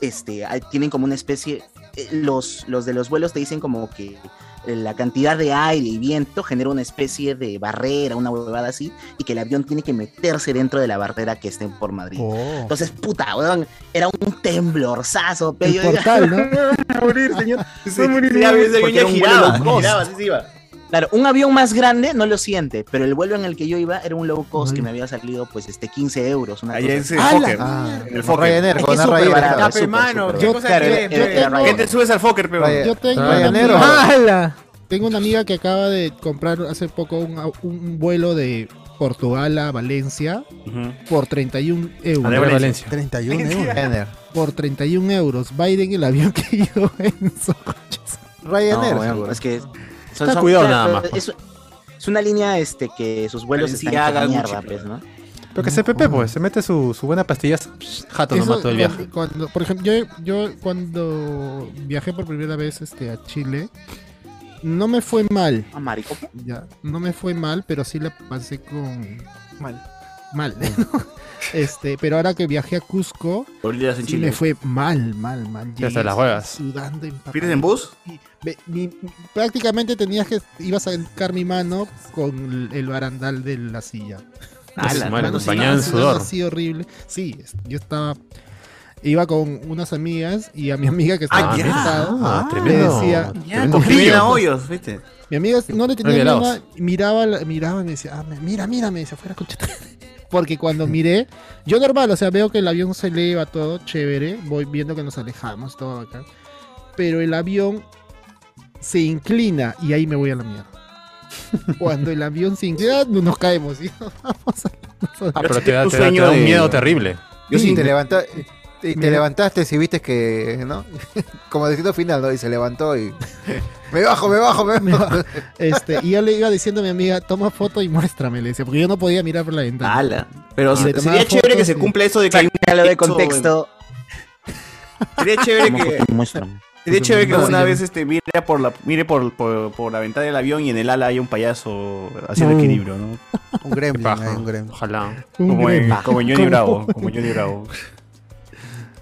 Speaker 13: este hay- tienen como una especie eh, los los de los vuelos te dicen como que eh, la cantidad de aire y viento genera una especie de barrera, una huevada así, y que el avión tiene que meterse dentro de la barrera que esté por Madrid.
Speaker 6: Oh.
Speaker 13: Entonces, puta, weón, era un temblorzazo, pe,
Speaker 6: El
Speaker 13: yo dije,
Speaker 6: portal,
Speaker 13: (laughs)
Speaker 6: ¿no?
Speaker 13: "Voy a morir, señor. Voy a morir,
Speaker 3: ya
Speaker 13: voy a
Speaker 3: ves,
Speaker 13: morir".
Speaker 3: el avión
Speaker 13: Porque era un
Speaker 3: ya
Speaker 13: vuelo
Speaker 3: giraba,
Speaker 13: low cost.
Speaker 3: giraba, así se iba.
Speaker 13: Claro, un avión más grande no lo siente, pero el vuelo en el que yo iba era un low cost que me había salido, pues, este, 15 euros. Una
Speaker 3: Ahí
Speaker 13: cosa
Speaker 3: es
Speaker 13: así.
Speaker 3: el
Speaker 13: ¡A la
Speaker 3: Fokker.
Speaker 13: mierda!
Speaker 3: El Fokker.
Speaker 13: Es que es súper barato, es súper, súper
Speaker 3: ¿Qué
Speaker 13: barato.
Speaker 3: cosa
Speaker 13: Claro,
Speaker 3: quieres,
Speaker 13: era-
Speaker 3: pe?
Speaker 13: era
Speaker 3: ¿Qué te subes al Fokker, pe?
Speaker 6: Yo tengo
Speaker 3: Ah.
Speaker 6: una
Speaker 3: Enero.
Speaker 6: amiga, tengo una amiga que acaba de comprar hace poco un, au- un vuelo de Portugal a Valencia por 31 euros.
Speaker 11: Andrea Valencia.
Speaker 7: 31 euros.
Speaker 6: Por 31 euros. Biden el avión que (laughs) llegó en Socoches.
Speaker 13: No,
Speaker 7: Ryanair.
Speaker 13: weón, es que
Speaker 6: Está cuidado nada
Speaker 13: pero
Speaker 6: más, pues.
Speaker 13: Es, es una línea este que sus vuelos están
Speaker 3: Valenciaga,
Speaker 13: hechos mierda,
Speaker 3: Gucci,
Speaker 13: pues, ¿no?
Speaker 11: Pero que se pepe, pues, se mete su, su buena pastilla, pss, jato
Speaker 6: Eso
Speaker 11: nomás todo el
Speaker 6: cuando-
Speaker 11: viaje.
Speaker 6: Cuando, por ejemplo, yo, yo cuando viajé por primera vez este, a Chile, no me fue mal.
Speaker 13: Ah, marico.
Speaker 6: Ya, no me fue mal, pero sí la pasé con... Mal. Mal. (laughs) ¿no? este, pero ahora que viajé a Cusco,
Speaker 3: Olvidas en
Speaker 6: sí
Speaker 3: Chile.
Speaker 6: me fue mal, mal, mal.
Speaker 11: Ya
Speaker 6: Llegué
Speaker 11: se las juegas.
Speaker 6: Sudando, empapado.
Speaker 3: ¿Vienes en bus?
Speaker 6: Ve- mi- mi- prácticamente tenías que ibas a sacar mi mano con el, el barandal de la silla.
Speaker 11: Ah, la madre,
Speaker 6: Mano, sí,
Speaker 11: bañado en
Speaker 6: sudando
Speaker 11: sudor.
Speaker 6: Así horrible. Sí, es- yo estaba iba con unas amigas y a mi amiga que estaba
Speaker 3: Ah, ya.
Speaker 6: sentada,
Speaker 3: Ah,
Speaker 6: le
Speaker 3: tremendo,
Speaker 6: decía,
Speaker 3: tremendo Con frío. Jimena Hoyos, ¿viste?
Speaker 6: Mi amiga no le tenía
Speaker 3: Oye,
Speaker 6: miedo,
Speaker 3: helados.
Speaker 6: miraba, la- miraba y me decía, ah, me- mira, mira, me decía, fuera conchita. (laughs) Porque cuando miré, yo normal, o sea, veo que el avión se eleva todo, chévere, voy viendo que nos alejamos, todo acá. Pero el avión se inclina y ahí me voy a la mierda. Cuando el avión se inclina, ah, (laughs) nos caemos. ¿sí? Vamos a-
Speaker 11: Ah, pero te da, te da- te da un miedo terrible.
Speaker 5: Yo sí, te, levanta-
Speaker 6: levanté
Speaker 5: te- te
Speaker 6: Mira.
Speaker 5: levantaste si viste que, ¿no? (laughs) Como destino final, ¿no? Y se levantó y... Me bajo, me bajo, me bajo.
Speaker 6: Este, y yo le iba diciendo a mi amiga, toma foto y muéstrame, le decía, porque yo no podía mirar por la ventana.
Speaker 3: Ala. Pero
Speaker 6: Y le
Speaker 3: se-
Speaker 6: tomaba
Speaker 3: sería chévere
Speaker 6: fotos
Speaker 3: que se
Speaker 6: y-
Speaker 3: cumpla eso de que hay un
Speaker 13: Sácalo de
Speaker 3: nexo,
Speaker 13: contexto.
Speaker 3: Sería chévere que. Sería chévere que
Speaker 13: No,
Speaker 3: alguna
Speaker 13: yo-
Speaker 3: vez este, mire, por la, mire por, por, por la ventana del avión y en el ala haya un payaso haciendo
Speaker 7: No.
Speaker 3: equilibrio, ¿no?
Speaker 7: Mm. Un gremlin, hay un gremlin.
Speaker 11: Ojalá.
Speaker 7: Un
Speaker 3: Como en,
Speaker 7: gremlin.
Speaker 3: como en Johnny
Speaker 7: Como-
Speaker 3: Bravo. Como en Johnny Bravo.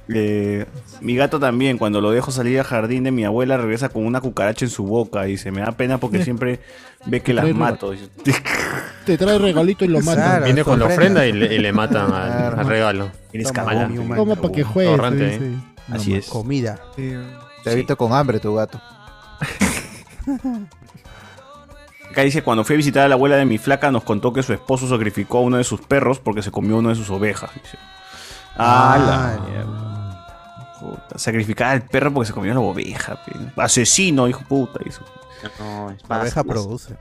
Speaker 3: Eh, mi gato también, cuando lo dejo salir al jardín de mi abuela, regresa con una cucaracha en su boca. Y se me da pena porque siempre ve que las
Speaker 6: Trae
Speaker 3: mato. (laughs)
Speaker 6: Te trae regalito y lo mata.
Speaker 11: Viene con la ofrenda y le, y le matan
Speaker 3: (laughs)
Speaker 11: al, al regalo.
Speaker 3: Eres
Speaker 11: Mala.
Speaker 6: Como para que juegue.
Speaker 11: Ahorrante,
Speaker 6: sí,
Speaker 11: ¿eh?
Speaker 6: sí.
Speaker 3: Así es.
Speaker 5: Comida.
Speaker 3: eh,
Speaker 5: Te ha visto con hambre tu
Speaker 3: (laughs)
Speaker 5: gato.
Speaker 3: Acá dice, cuando fui a visitar a la abuela de mi flaca, nos contó que su esposo sacrificó a uno de sus perros porque se comió una de sus ovejas. dice. Ah, la mierda. Puta, sacrificar al perro porque se comió la oveja. pe. Asesino, hijo puta. hizo.
Speaker 13: No, es
Speaker 7: La
Speaker 13: para-
Speaker 7: abeja produce.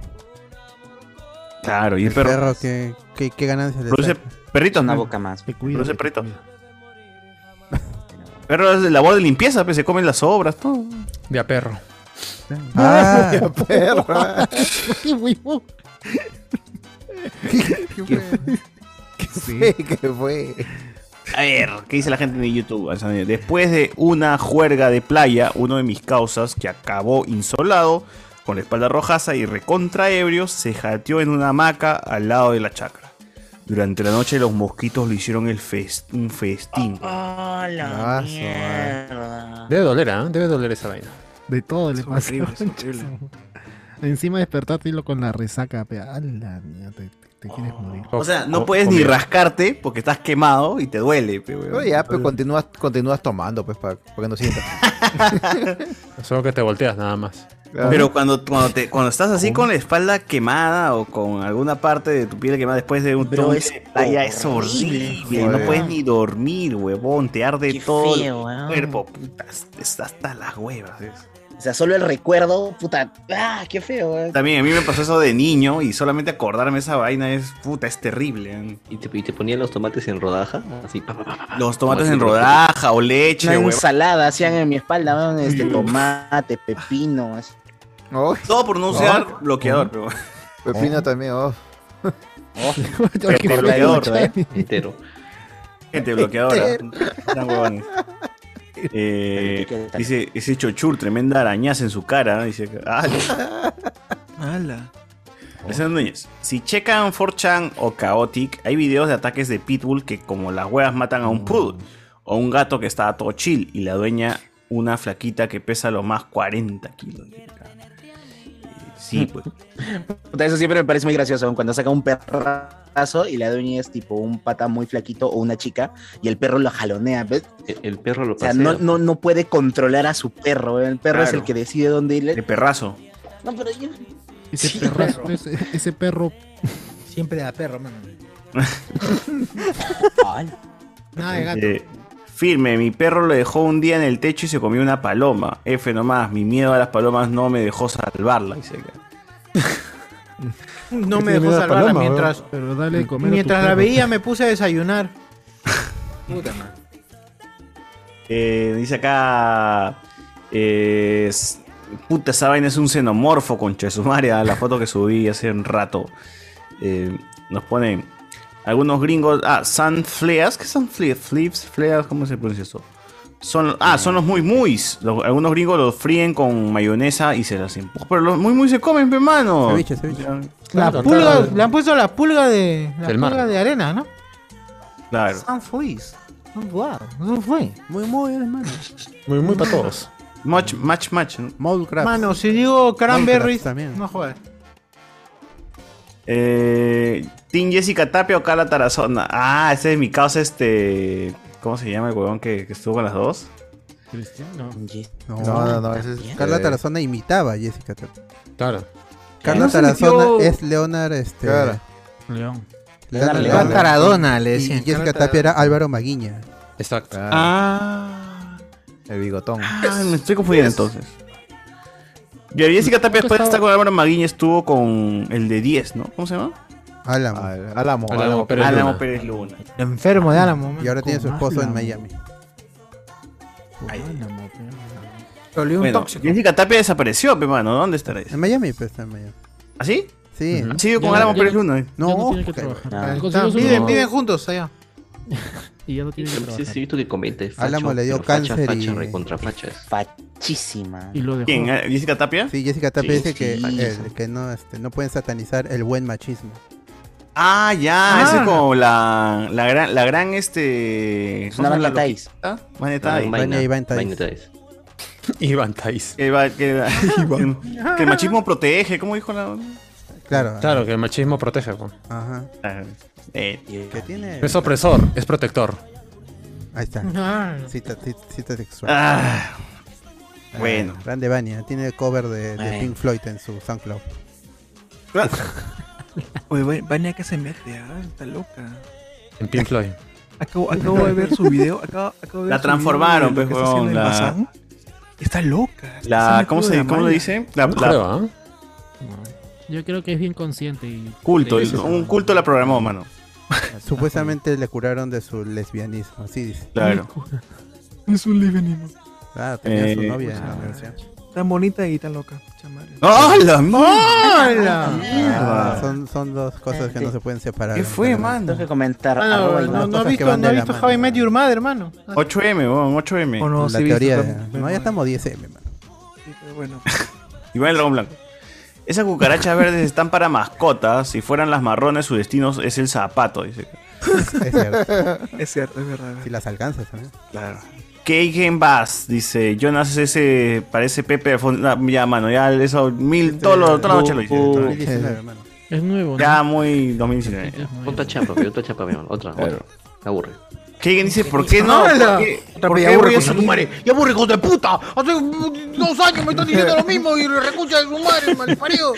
Speaker 3: Claro, y el,
Speaker 7: El
Speaker 3: perro,
Speaker 7: perro, ¿qué, qué, qué ganancias le
Speaker 3: produce
Speaker 7: saca?
Speaker 3: perritos.
Speaker 7: Una
Speaker 3: ¿no?
Speaker 7: boca más. Te cuida,
Speaker 3: Produce
Speaker 7: te
Speaker 3: perritos. Perro es de labor de limpieza, pe, se comen las obras, todo.
Speaker 11: De a perro.
Speaker 3: (laughs) Ah,
Speaker 11: de a
Speaker 7: (laughs)
Speaker 3: perro.
Speaker 6: Qué
Speaker 9: Uh.
Speaker 6: huevo.
Speaker 9: (laughs)
Speaker 5: ¿Qué fue? (laughs) ¿Qué fue?
Speaker 3: A ver, ¿qué dice la gente de YouTube? O sea, Después de una juerga de playa, uno de mis causas, que acabó insolado, con la espalda rojaza y recontra ebrio, se jateó en una hamaca al lado de la chacra. Durante la noche los mosquitos le hicieron el fest- un festín.
Speaker 13: Hola. mierda.
Speaker 11: Debe doler, ¿ah? Debe doler esa vaina.
Speaker 6: De todo le pasa.
Speaker 11: horribles, son horribles.
Speaker 6: Encima despertarte y lo con la resaca, pe. A la mierda, te, te quieres morir.
Speaker 3: O sea, no puedes ni rascarte porque estás quemado y te duele. pe, weón.
Speaker 5: Pero ya, pues continúas, continúas tomando, pues, para, para que no sientas.
Speaker 11: Solo que te volteas nada más.
Speaker 3: Pero cuando, cuando, te, cuando estás así con la espalda quemada o con alguna parte de tu piel quemada después de un
Speaker 13: Bro,
Speaker 3: toque
Speaker 13: es
Speaker 3: de playa es
Speaker 13: horrible,
Speaker 3: horrible.
Speaker 13: joder.
Speaker 3: No puedes ni dormir, huevón. Te arde todo
Speaker 13: feo,
Speaker 3: el
Speaker 13: weón.
Speaker 3: cuerpo. Puta, está hasta las huevas. es.
Speaker 13: O sea, solo el recuerdo, puta. Ah, qué feo, weón.
Speaker 3: También a mí me pasó eso de niño y solamente acordarme esa vaina es puta, es terrible.
Speaker 8: ¿Y te, y te ponían los tomates en rodaja? Así. pa, pa, pa, pa, pa.
Speaker 3: Los tomates
Speaker 8: Como
Speaker 3: en
Speaker 8: así,
Speaker 3: rodaja o leche,
Speaker 13: Una
Speaker 3: huevón.
Speaker 13: ensalada hacían en mi espalda, weón. Este tomate, pepino. así.
Speaker 3: (laughs) Todo por no usar bloqueador, pero-
Speaker 5: (laughs)
Speaker 3: Oh.
Speaker 5: Pepino también,
Speaker 3: (laughs)
Speaker 5: oh.
Speaker 3: Gente bloqueador. (laughs) Gente bloqueadora.
Speaker 5: Entero.
Speaker 3: Están huevones. Eh, dice, ese chochur, tremenda arañaza en su cara. ¿no? Dice, ah,
Speaker 12: Ala.
Speaker 3: Alessandro Núñez, si checan 4chan o Chaotic, hay videos de ataques de pitbull que como las huevas matan a un poodle o un gato que está todo chill y la dueña una flaquita que pesa lo más 40 kilos. Sí, pues.
Speaker 13: Puta, eso siempre me parece muy gracioso. weón, Cuando saca un perrazo y la dueña es tipo un pata muy flaquito o una chica y el perro lo jalonea. ¿ves?
Speaker 8: El, el perro lo
Speaker 13: O sea,
Speaker 8: pasea.
Speaker 13: no, no, no puede controlar a su perro. weón, El perro es
Speaker 8: Claro.
Speaker 13: el que decide dónde irle.
Speaker 3: El perrazo.
Speaker 13: No, pero yo.
Speaker 6: Ese,
Speaker 13: Sí,
Speaker 6: perrazo,
Speaker 13: perro.
Speaker 6: ese, ese perro.
Speaker 23: Siempre da perro, mano. Nada Ah, de gato.
Speaker 3: Eh, firme, mi perro lo dejó un día en el techo y se comió una paloma. F nomás, mi miedo a las palomas no me dejó salvarla. dice acá.
Speaker 23: No
Speaker 9: este
Speaker 23: me
Speaker 6: Ese
Speaker 23: dejó
Speaker 6: era
Speaker 23: salvarla
Speaker 6: paloma,
Speaker 23: mientras.
Speaker 6: weón, pero dale de comer a tu
Speaker 23: mientras la
Speaker 6: perro.
Speaker 23: veía me puse a desayunar. (laughs) Puta madre.
Speaker 3: Eh, dice acá. eh, es- puta, esa vaina es un xenomorfo, concha de su madre, ah, La foto que subí hace un rato. Eh, nos ponen algunos gringos. Ah, Sun Fleas. ¿Qué son fle- Flips? ¿Fleas? ¿Cómo se pronuncia eso? Son, ah, son los muy muy. algunos gringos los fríen con mayonesa y se las empujan. Pero los muy muy se comen, pe mano.
Speaker 7: Ceviche,
Speaker 23: La
Speaker 3: Claro,
Speaker 23: pulga,
Speaker 3: claro.
Speaker 23: Le han puesto la pulga de. La
Speaker 3: Del mar.
Speaker 23: pulga de arena, ¿no?
Speaker 3: Claro.
Speaker 23: San Feliz. Wow, no fue.
Speaker 7: Muy, muy, hermano.
Speaker 11: Muy, muy para
Speaker 3: (laughs)
Speaker 11: todos.
Speaker 3: Match, match, match.
Speaker 23: Mano, si digo cranberries.
Speaker 3: Minecraft también.
Speaker 23: No jodas.
Speaker 3: Eh, Team Jessica Tapia o Carla Tarazona. Ah, ese es mi causa, este. ¿Cómo se llama el huevón que, que estuvo con las dos?
Speaker 6: Cristiano.
Speaker 7: No, no, no. ese es- Carla Tarazona imitaba a Jessica Tapia.
Speaker 11: Claro.
Speaker 7: Carla
Speaker 6: No se
Speaker 7: Tarazona
Speaker 6: metió-
Speaker 7: es Leonard, este.
Speaker 6: Claro. León.
Speaker 7: Leonard
Speaker 6: León.
Speaker 7: León.
Speaker 6: Taradona, le
Speaker 7: Y-
Speaker 6: decían.
Speaker 7: Y Jessica
Speaker 6: Carla
Speaker 7: Tapia era Álvaro Maguiña.
Speaker 11: Exacto.
Speaker 3: Ah.
Speaker 5: El bigotón.
Speaker 3: me estoy confundiendo entonces. Y Jessica Tapia
Speaker 7: Pues
Speaker 3: después de
Speaker 6: estaba-
Speaker 3: estar con Álvaro Maguíñez estuvo con el de 10, ¿no? ¿Cómo se llama? Ah,
Speaker 7: Álamo.
Speaker 5: Álamo,
Speaker 3: Álamo Pérez Luna. Álamo Pérez Luna.
Speaker 23: Enfermo de Álamo.
Speaker 7: Y ahora tiene su esposo en Miami.
Speaker 23: Olió un
Speaker 3: Bueno,
Speaker 23: tóxico.
Speaker 3: Jessica Tapia desapareció, pe mano. ¿Dónde estará? En
Speaker 7: Miami, pues está en Miami.
Speaker 3: ¿Ah, sí?
Speaker 7: Sí.
Speaker 3: Ha sido con Álamo Pérez Luna. eh.
Speaker 7: No,
Speaker 3: Ah.
Speaker 23: Están- viven, viven juntos allá.
Speaker 6: Y ya no tiene que
Speaker 8: Sí,
Speaker 6: trabajar.
Speaker 8: sí, he visto que comenta es facho,
Speaker 7: Álamo le dio
Speaker 8: pero facha,
Speaker 7: cáncer
Speaker 8: facha,
Speaker 7: y-
Speaker 8: recontra facha es.
Speaker 13: Fachísima.
Speaker 6: Y lo
Speaker 3: ¿Quién? ¿Ah, ¿Jessica Tapia?
Speaker 7: Sí, Jessica Tapia
Speaker 3: Sí,
Speaker 7: dice que,
Speaker 3: sí.
Speaker 7: el- que no, este, no pueden satanizar el buen machismo.
Speaker 3: Ah, ya.
Speaker 7: Ah.
Speaker 3: Esa es como la, la gran, la gran este.
Speaker 12: Pues
Speaker 7: una
Speaker 3: ¿cómo se llama?
Speaker 7: Vania Tais.
Speaker 3: ¿Ah? Vania
Speaker 7: La
Speaker 3: Tais.
Speaker 7: gran Vania Vania Iván Tais. Vania
Speaker 3: Iván Tais. Que, va- que va- que el machismo protege, ¿cómo dijo la.?
Speaker 7: Claro.
Speaker 11: Claro, que el machismo protege. pues.
Speaker 7: Ajá.
Speaker 3: Ah, Eh,
Speaker 7: Que tiene.
Speaker 11: No es opresor, es protector.
Speaker 7: Ahí está.
Speaker 23: Ah.
Speaker 7: Cita, ci- cita sexual.
Speaker 3: Ah,
Speaker 7: Ah,
Speaker 3: bueno.
Speaker 7: Grande Vania. Tiene el cover de, de
Speaker 12: Eh.
Speaker 7: Pink Floyd en su SoundCloud.
Speaker 3: Ah.
Speaker 12: (laughs) Oye, Va- Vania que se mete, ah, está loca.
Speaker 11: En Pink Floyd.
Speaker 12: Acabo, acabo de ver su video. Acabo, acabo de ver
Speaker 3: La
Speaker 12: su
Speaker 3: transformaron,
Speaker 12: video de lo
Speaker 3: pues,
Speaker 12: que está haciendo
Speaker 3: huevón,
Speaker 12: en
Speaker 3: la-
Speaker 12: Bazán. Está loca. está
Speaker 3: La,
Speaker 12: haciendo
Speaker 3: ¿Cómo,
Speaker 12: culo
Speaker 3: se,
Speaker 12: de
Speaker 3: ¿Cómo le
Speaker 12: malla.
Speaker 3: dice? La, la-
Speaker 6: Yo creo que es bien consciente y
Speaker 3: culto.
Speaker 6: Sí, sí, sí.
Speaker 3: Un culto la programó, mano.
Speaker 7: Supuestamente le curaron de su lesbianismo. Así dice. (laughs)
Speaker 3: Claro.
Speaker 12: Es un livenimo.
Speaker 7: Claro, tenía su
Speaker 3: Eh,
Speaker 7: novia
Speaker 12: ah.
Speaker 7: en la universidad.
Speaker 12: Tan bonita y tan loca. chamario.
Speaker 3: ¡Hala, mierda!
Speaker 7: ¡Hala!
Speaker 12: Ah, Mierda!
Speaker 7: Ah, son, son dos cosas que no se pueden separar.
Speaker 12: ¿Qué fue,
Speaker 7: lamentablemente.
Speaker 13: Tengo que comentar.
Speaker 23: Ah, no,
Speaker 13: arroba
Speaker 23: no, no,
Speaker 13: Iván Tais.
Speaker 23: no ha
Speaker 7: cosas que
Speaker 23: visto,
Speaker 7: van
Speaker 23: no ha
Speaker 7: de la
Speaker 23: visto
Speaker 7: mano.
Speaker 23: How I Met Your Mother, hermano.
Speaker 3: 8M, weón, 8M.
Speaker 23: O no,
Speaker 7: la
Speaker 23: sí he visto
Speaker 7: teoría.
Speaker 23: también,
Speaker 7: de- No, ya estamos 10M, mano.
Speaker 12: Pero bueno. (laughs)
Speaker 3: Iván el Dragón Blanco. Esas cucarachas verdes están para mascotas. Si fueran las marrones, su destino es el zapato, dice.
Speaker 7: Es cierto.
Speaker 12: (laughs) Es cierto, es verdad.
Speaker 7: Si las alcanzas también.
Speaker 3: Claro. Keigen Bass, dice, Jonas ese, parece Pepe de Fon- ah, Ya, mano, ya eso,
Speaker 8: Este,
Speaker 3: mil, todo lo- toda la noche lo hice.
Speaker 8: Uh,
Speaker 3: Toda la noche.
Speaker 8: 2019,
Speaker 6: Es nuevo.
Speaker 3: Ya muy 2019.
Speaker 8: Otra Eh, chapa, pero otra chapa, mi hermano, Otra, otra. Me aburre.
Speaker 3: Keigen dice, ¿por qué no?
Speaker 23: ¡Hala!
Speaker 3: ¿Por qué,
Speaker 23: Otra
Speaker 3: por
Speaker 23: vez,
Speaker 3: qué
Speaker 23: aburre
Speaker 3: voy a
Speaker 23: con su
Speaker 3: salir?
Speaker 23: madre. ¡Y aburre, hijo de puta! Hace mm, dos años me están diciendo lo mismo y recucha de su madre, malparido.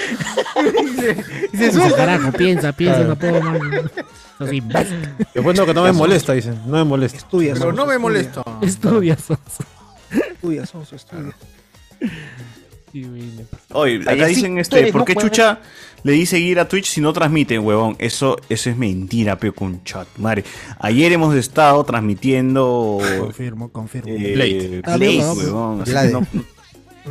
Speaker 6: Y se suelta. Carajo, piensa, piensa, no puedo más.
Speaker 9: (laughs)
Speaker 6: Los imbéciles.
Speaker 11: Después no, que no me molesta, dice. No me molesta.
Speaker 12: Estudia,
Speaker 11: Pero
Speaker 12: Sonso,
Speaker 11: no me
Speaker 12: estudia.
Speaker 11: molesta.
Speaker 6: Estudia, Sonso.
Speaker 12: Estudia, Sonso, estudia.
Speaker 3: Oye, acá
Speaker 12: Vaya, sí,
Speaker 3: dicen
Speaker 12: tú
Speaker 3: este,
Speaker 12: eres,
Speaker 3: ¿por
Speaker 12: no
Speaker 3: qué
Speaker 12: puedes.
Speaker 3: Chucha le dice ir a Twitch si no transmiten, huevón? Eso, eso es mentira, peo con chat, madre. Ayer hemos estado transmitiendo.
Speaker 23: Confirmo, confirmo.
Speaker 3: eh,
Speaker 23: Blade.
Speaker 3: Blade,
Speaker 23: Ah, no, no,
Speaker 3: huevón, así
Speaker 23: Blade.
Speaker 3: que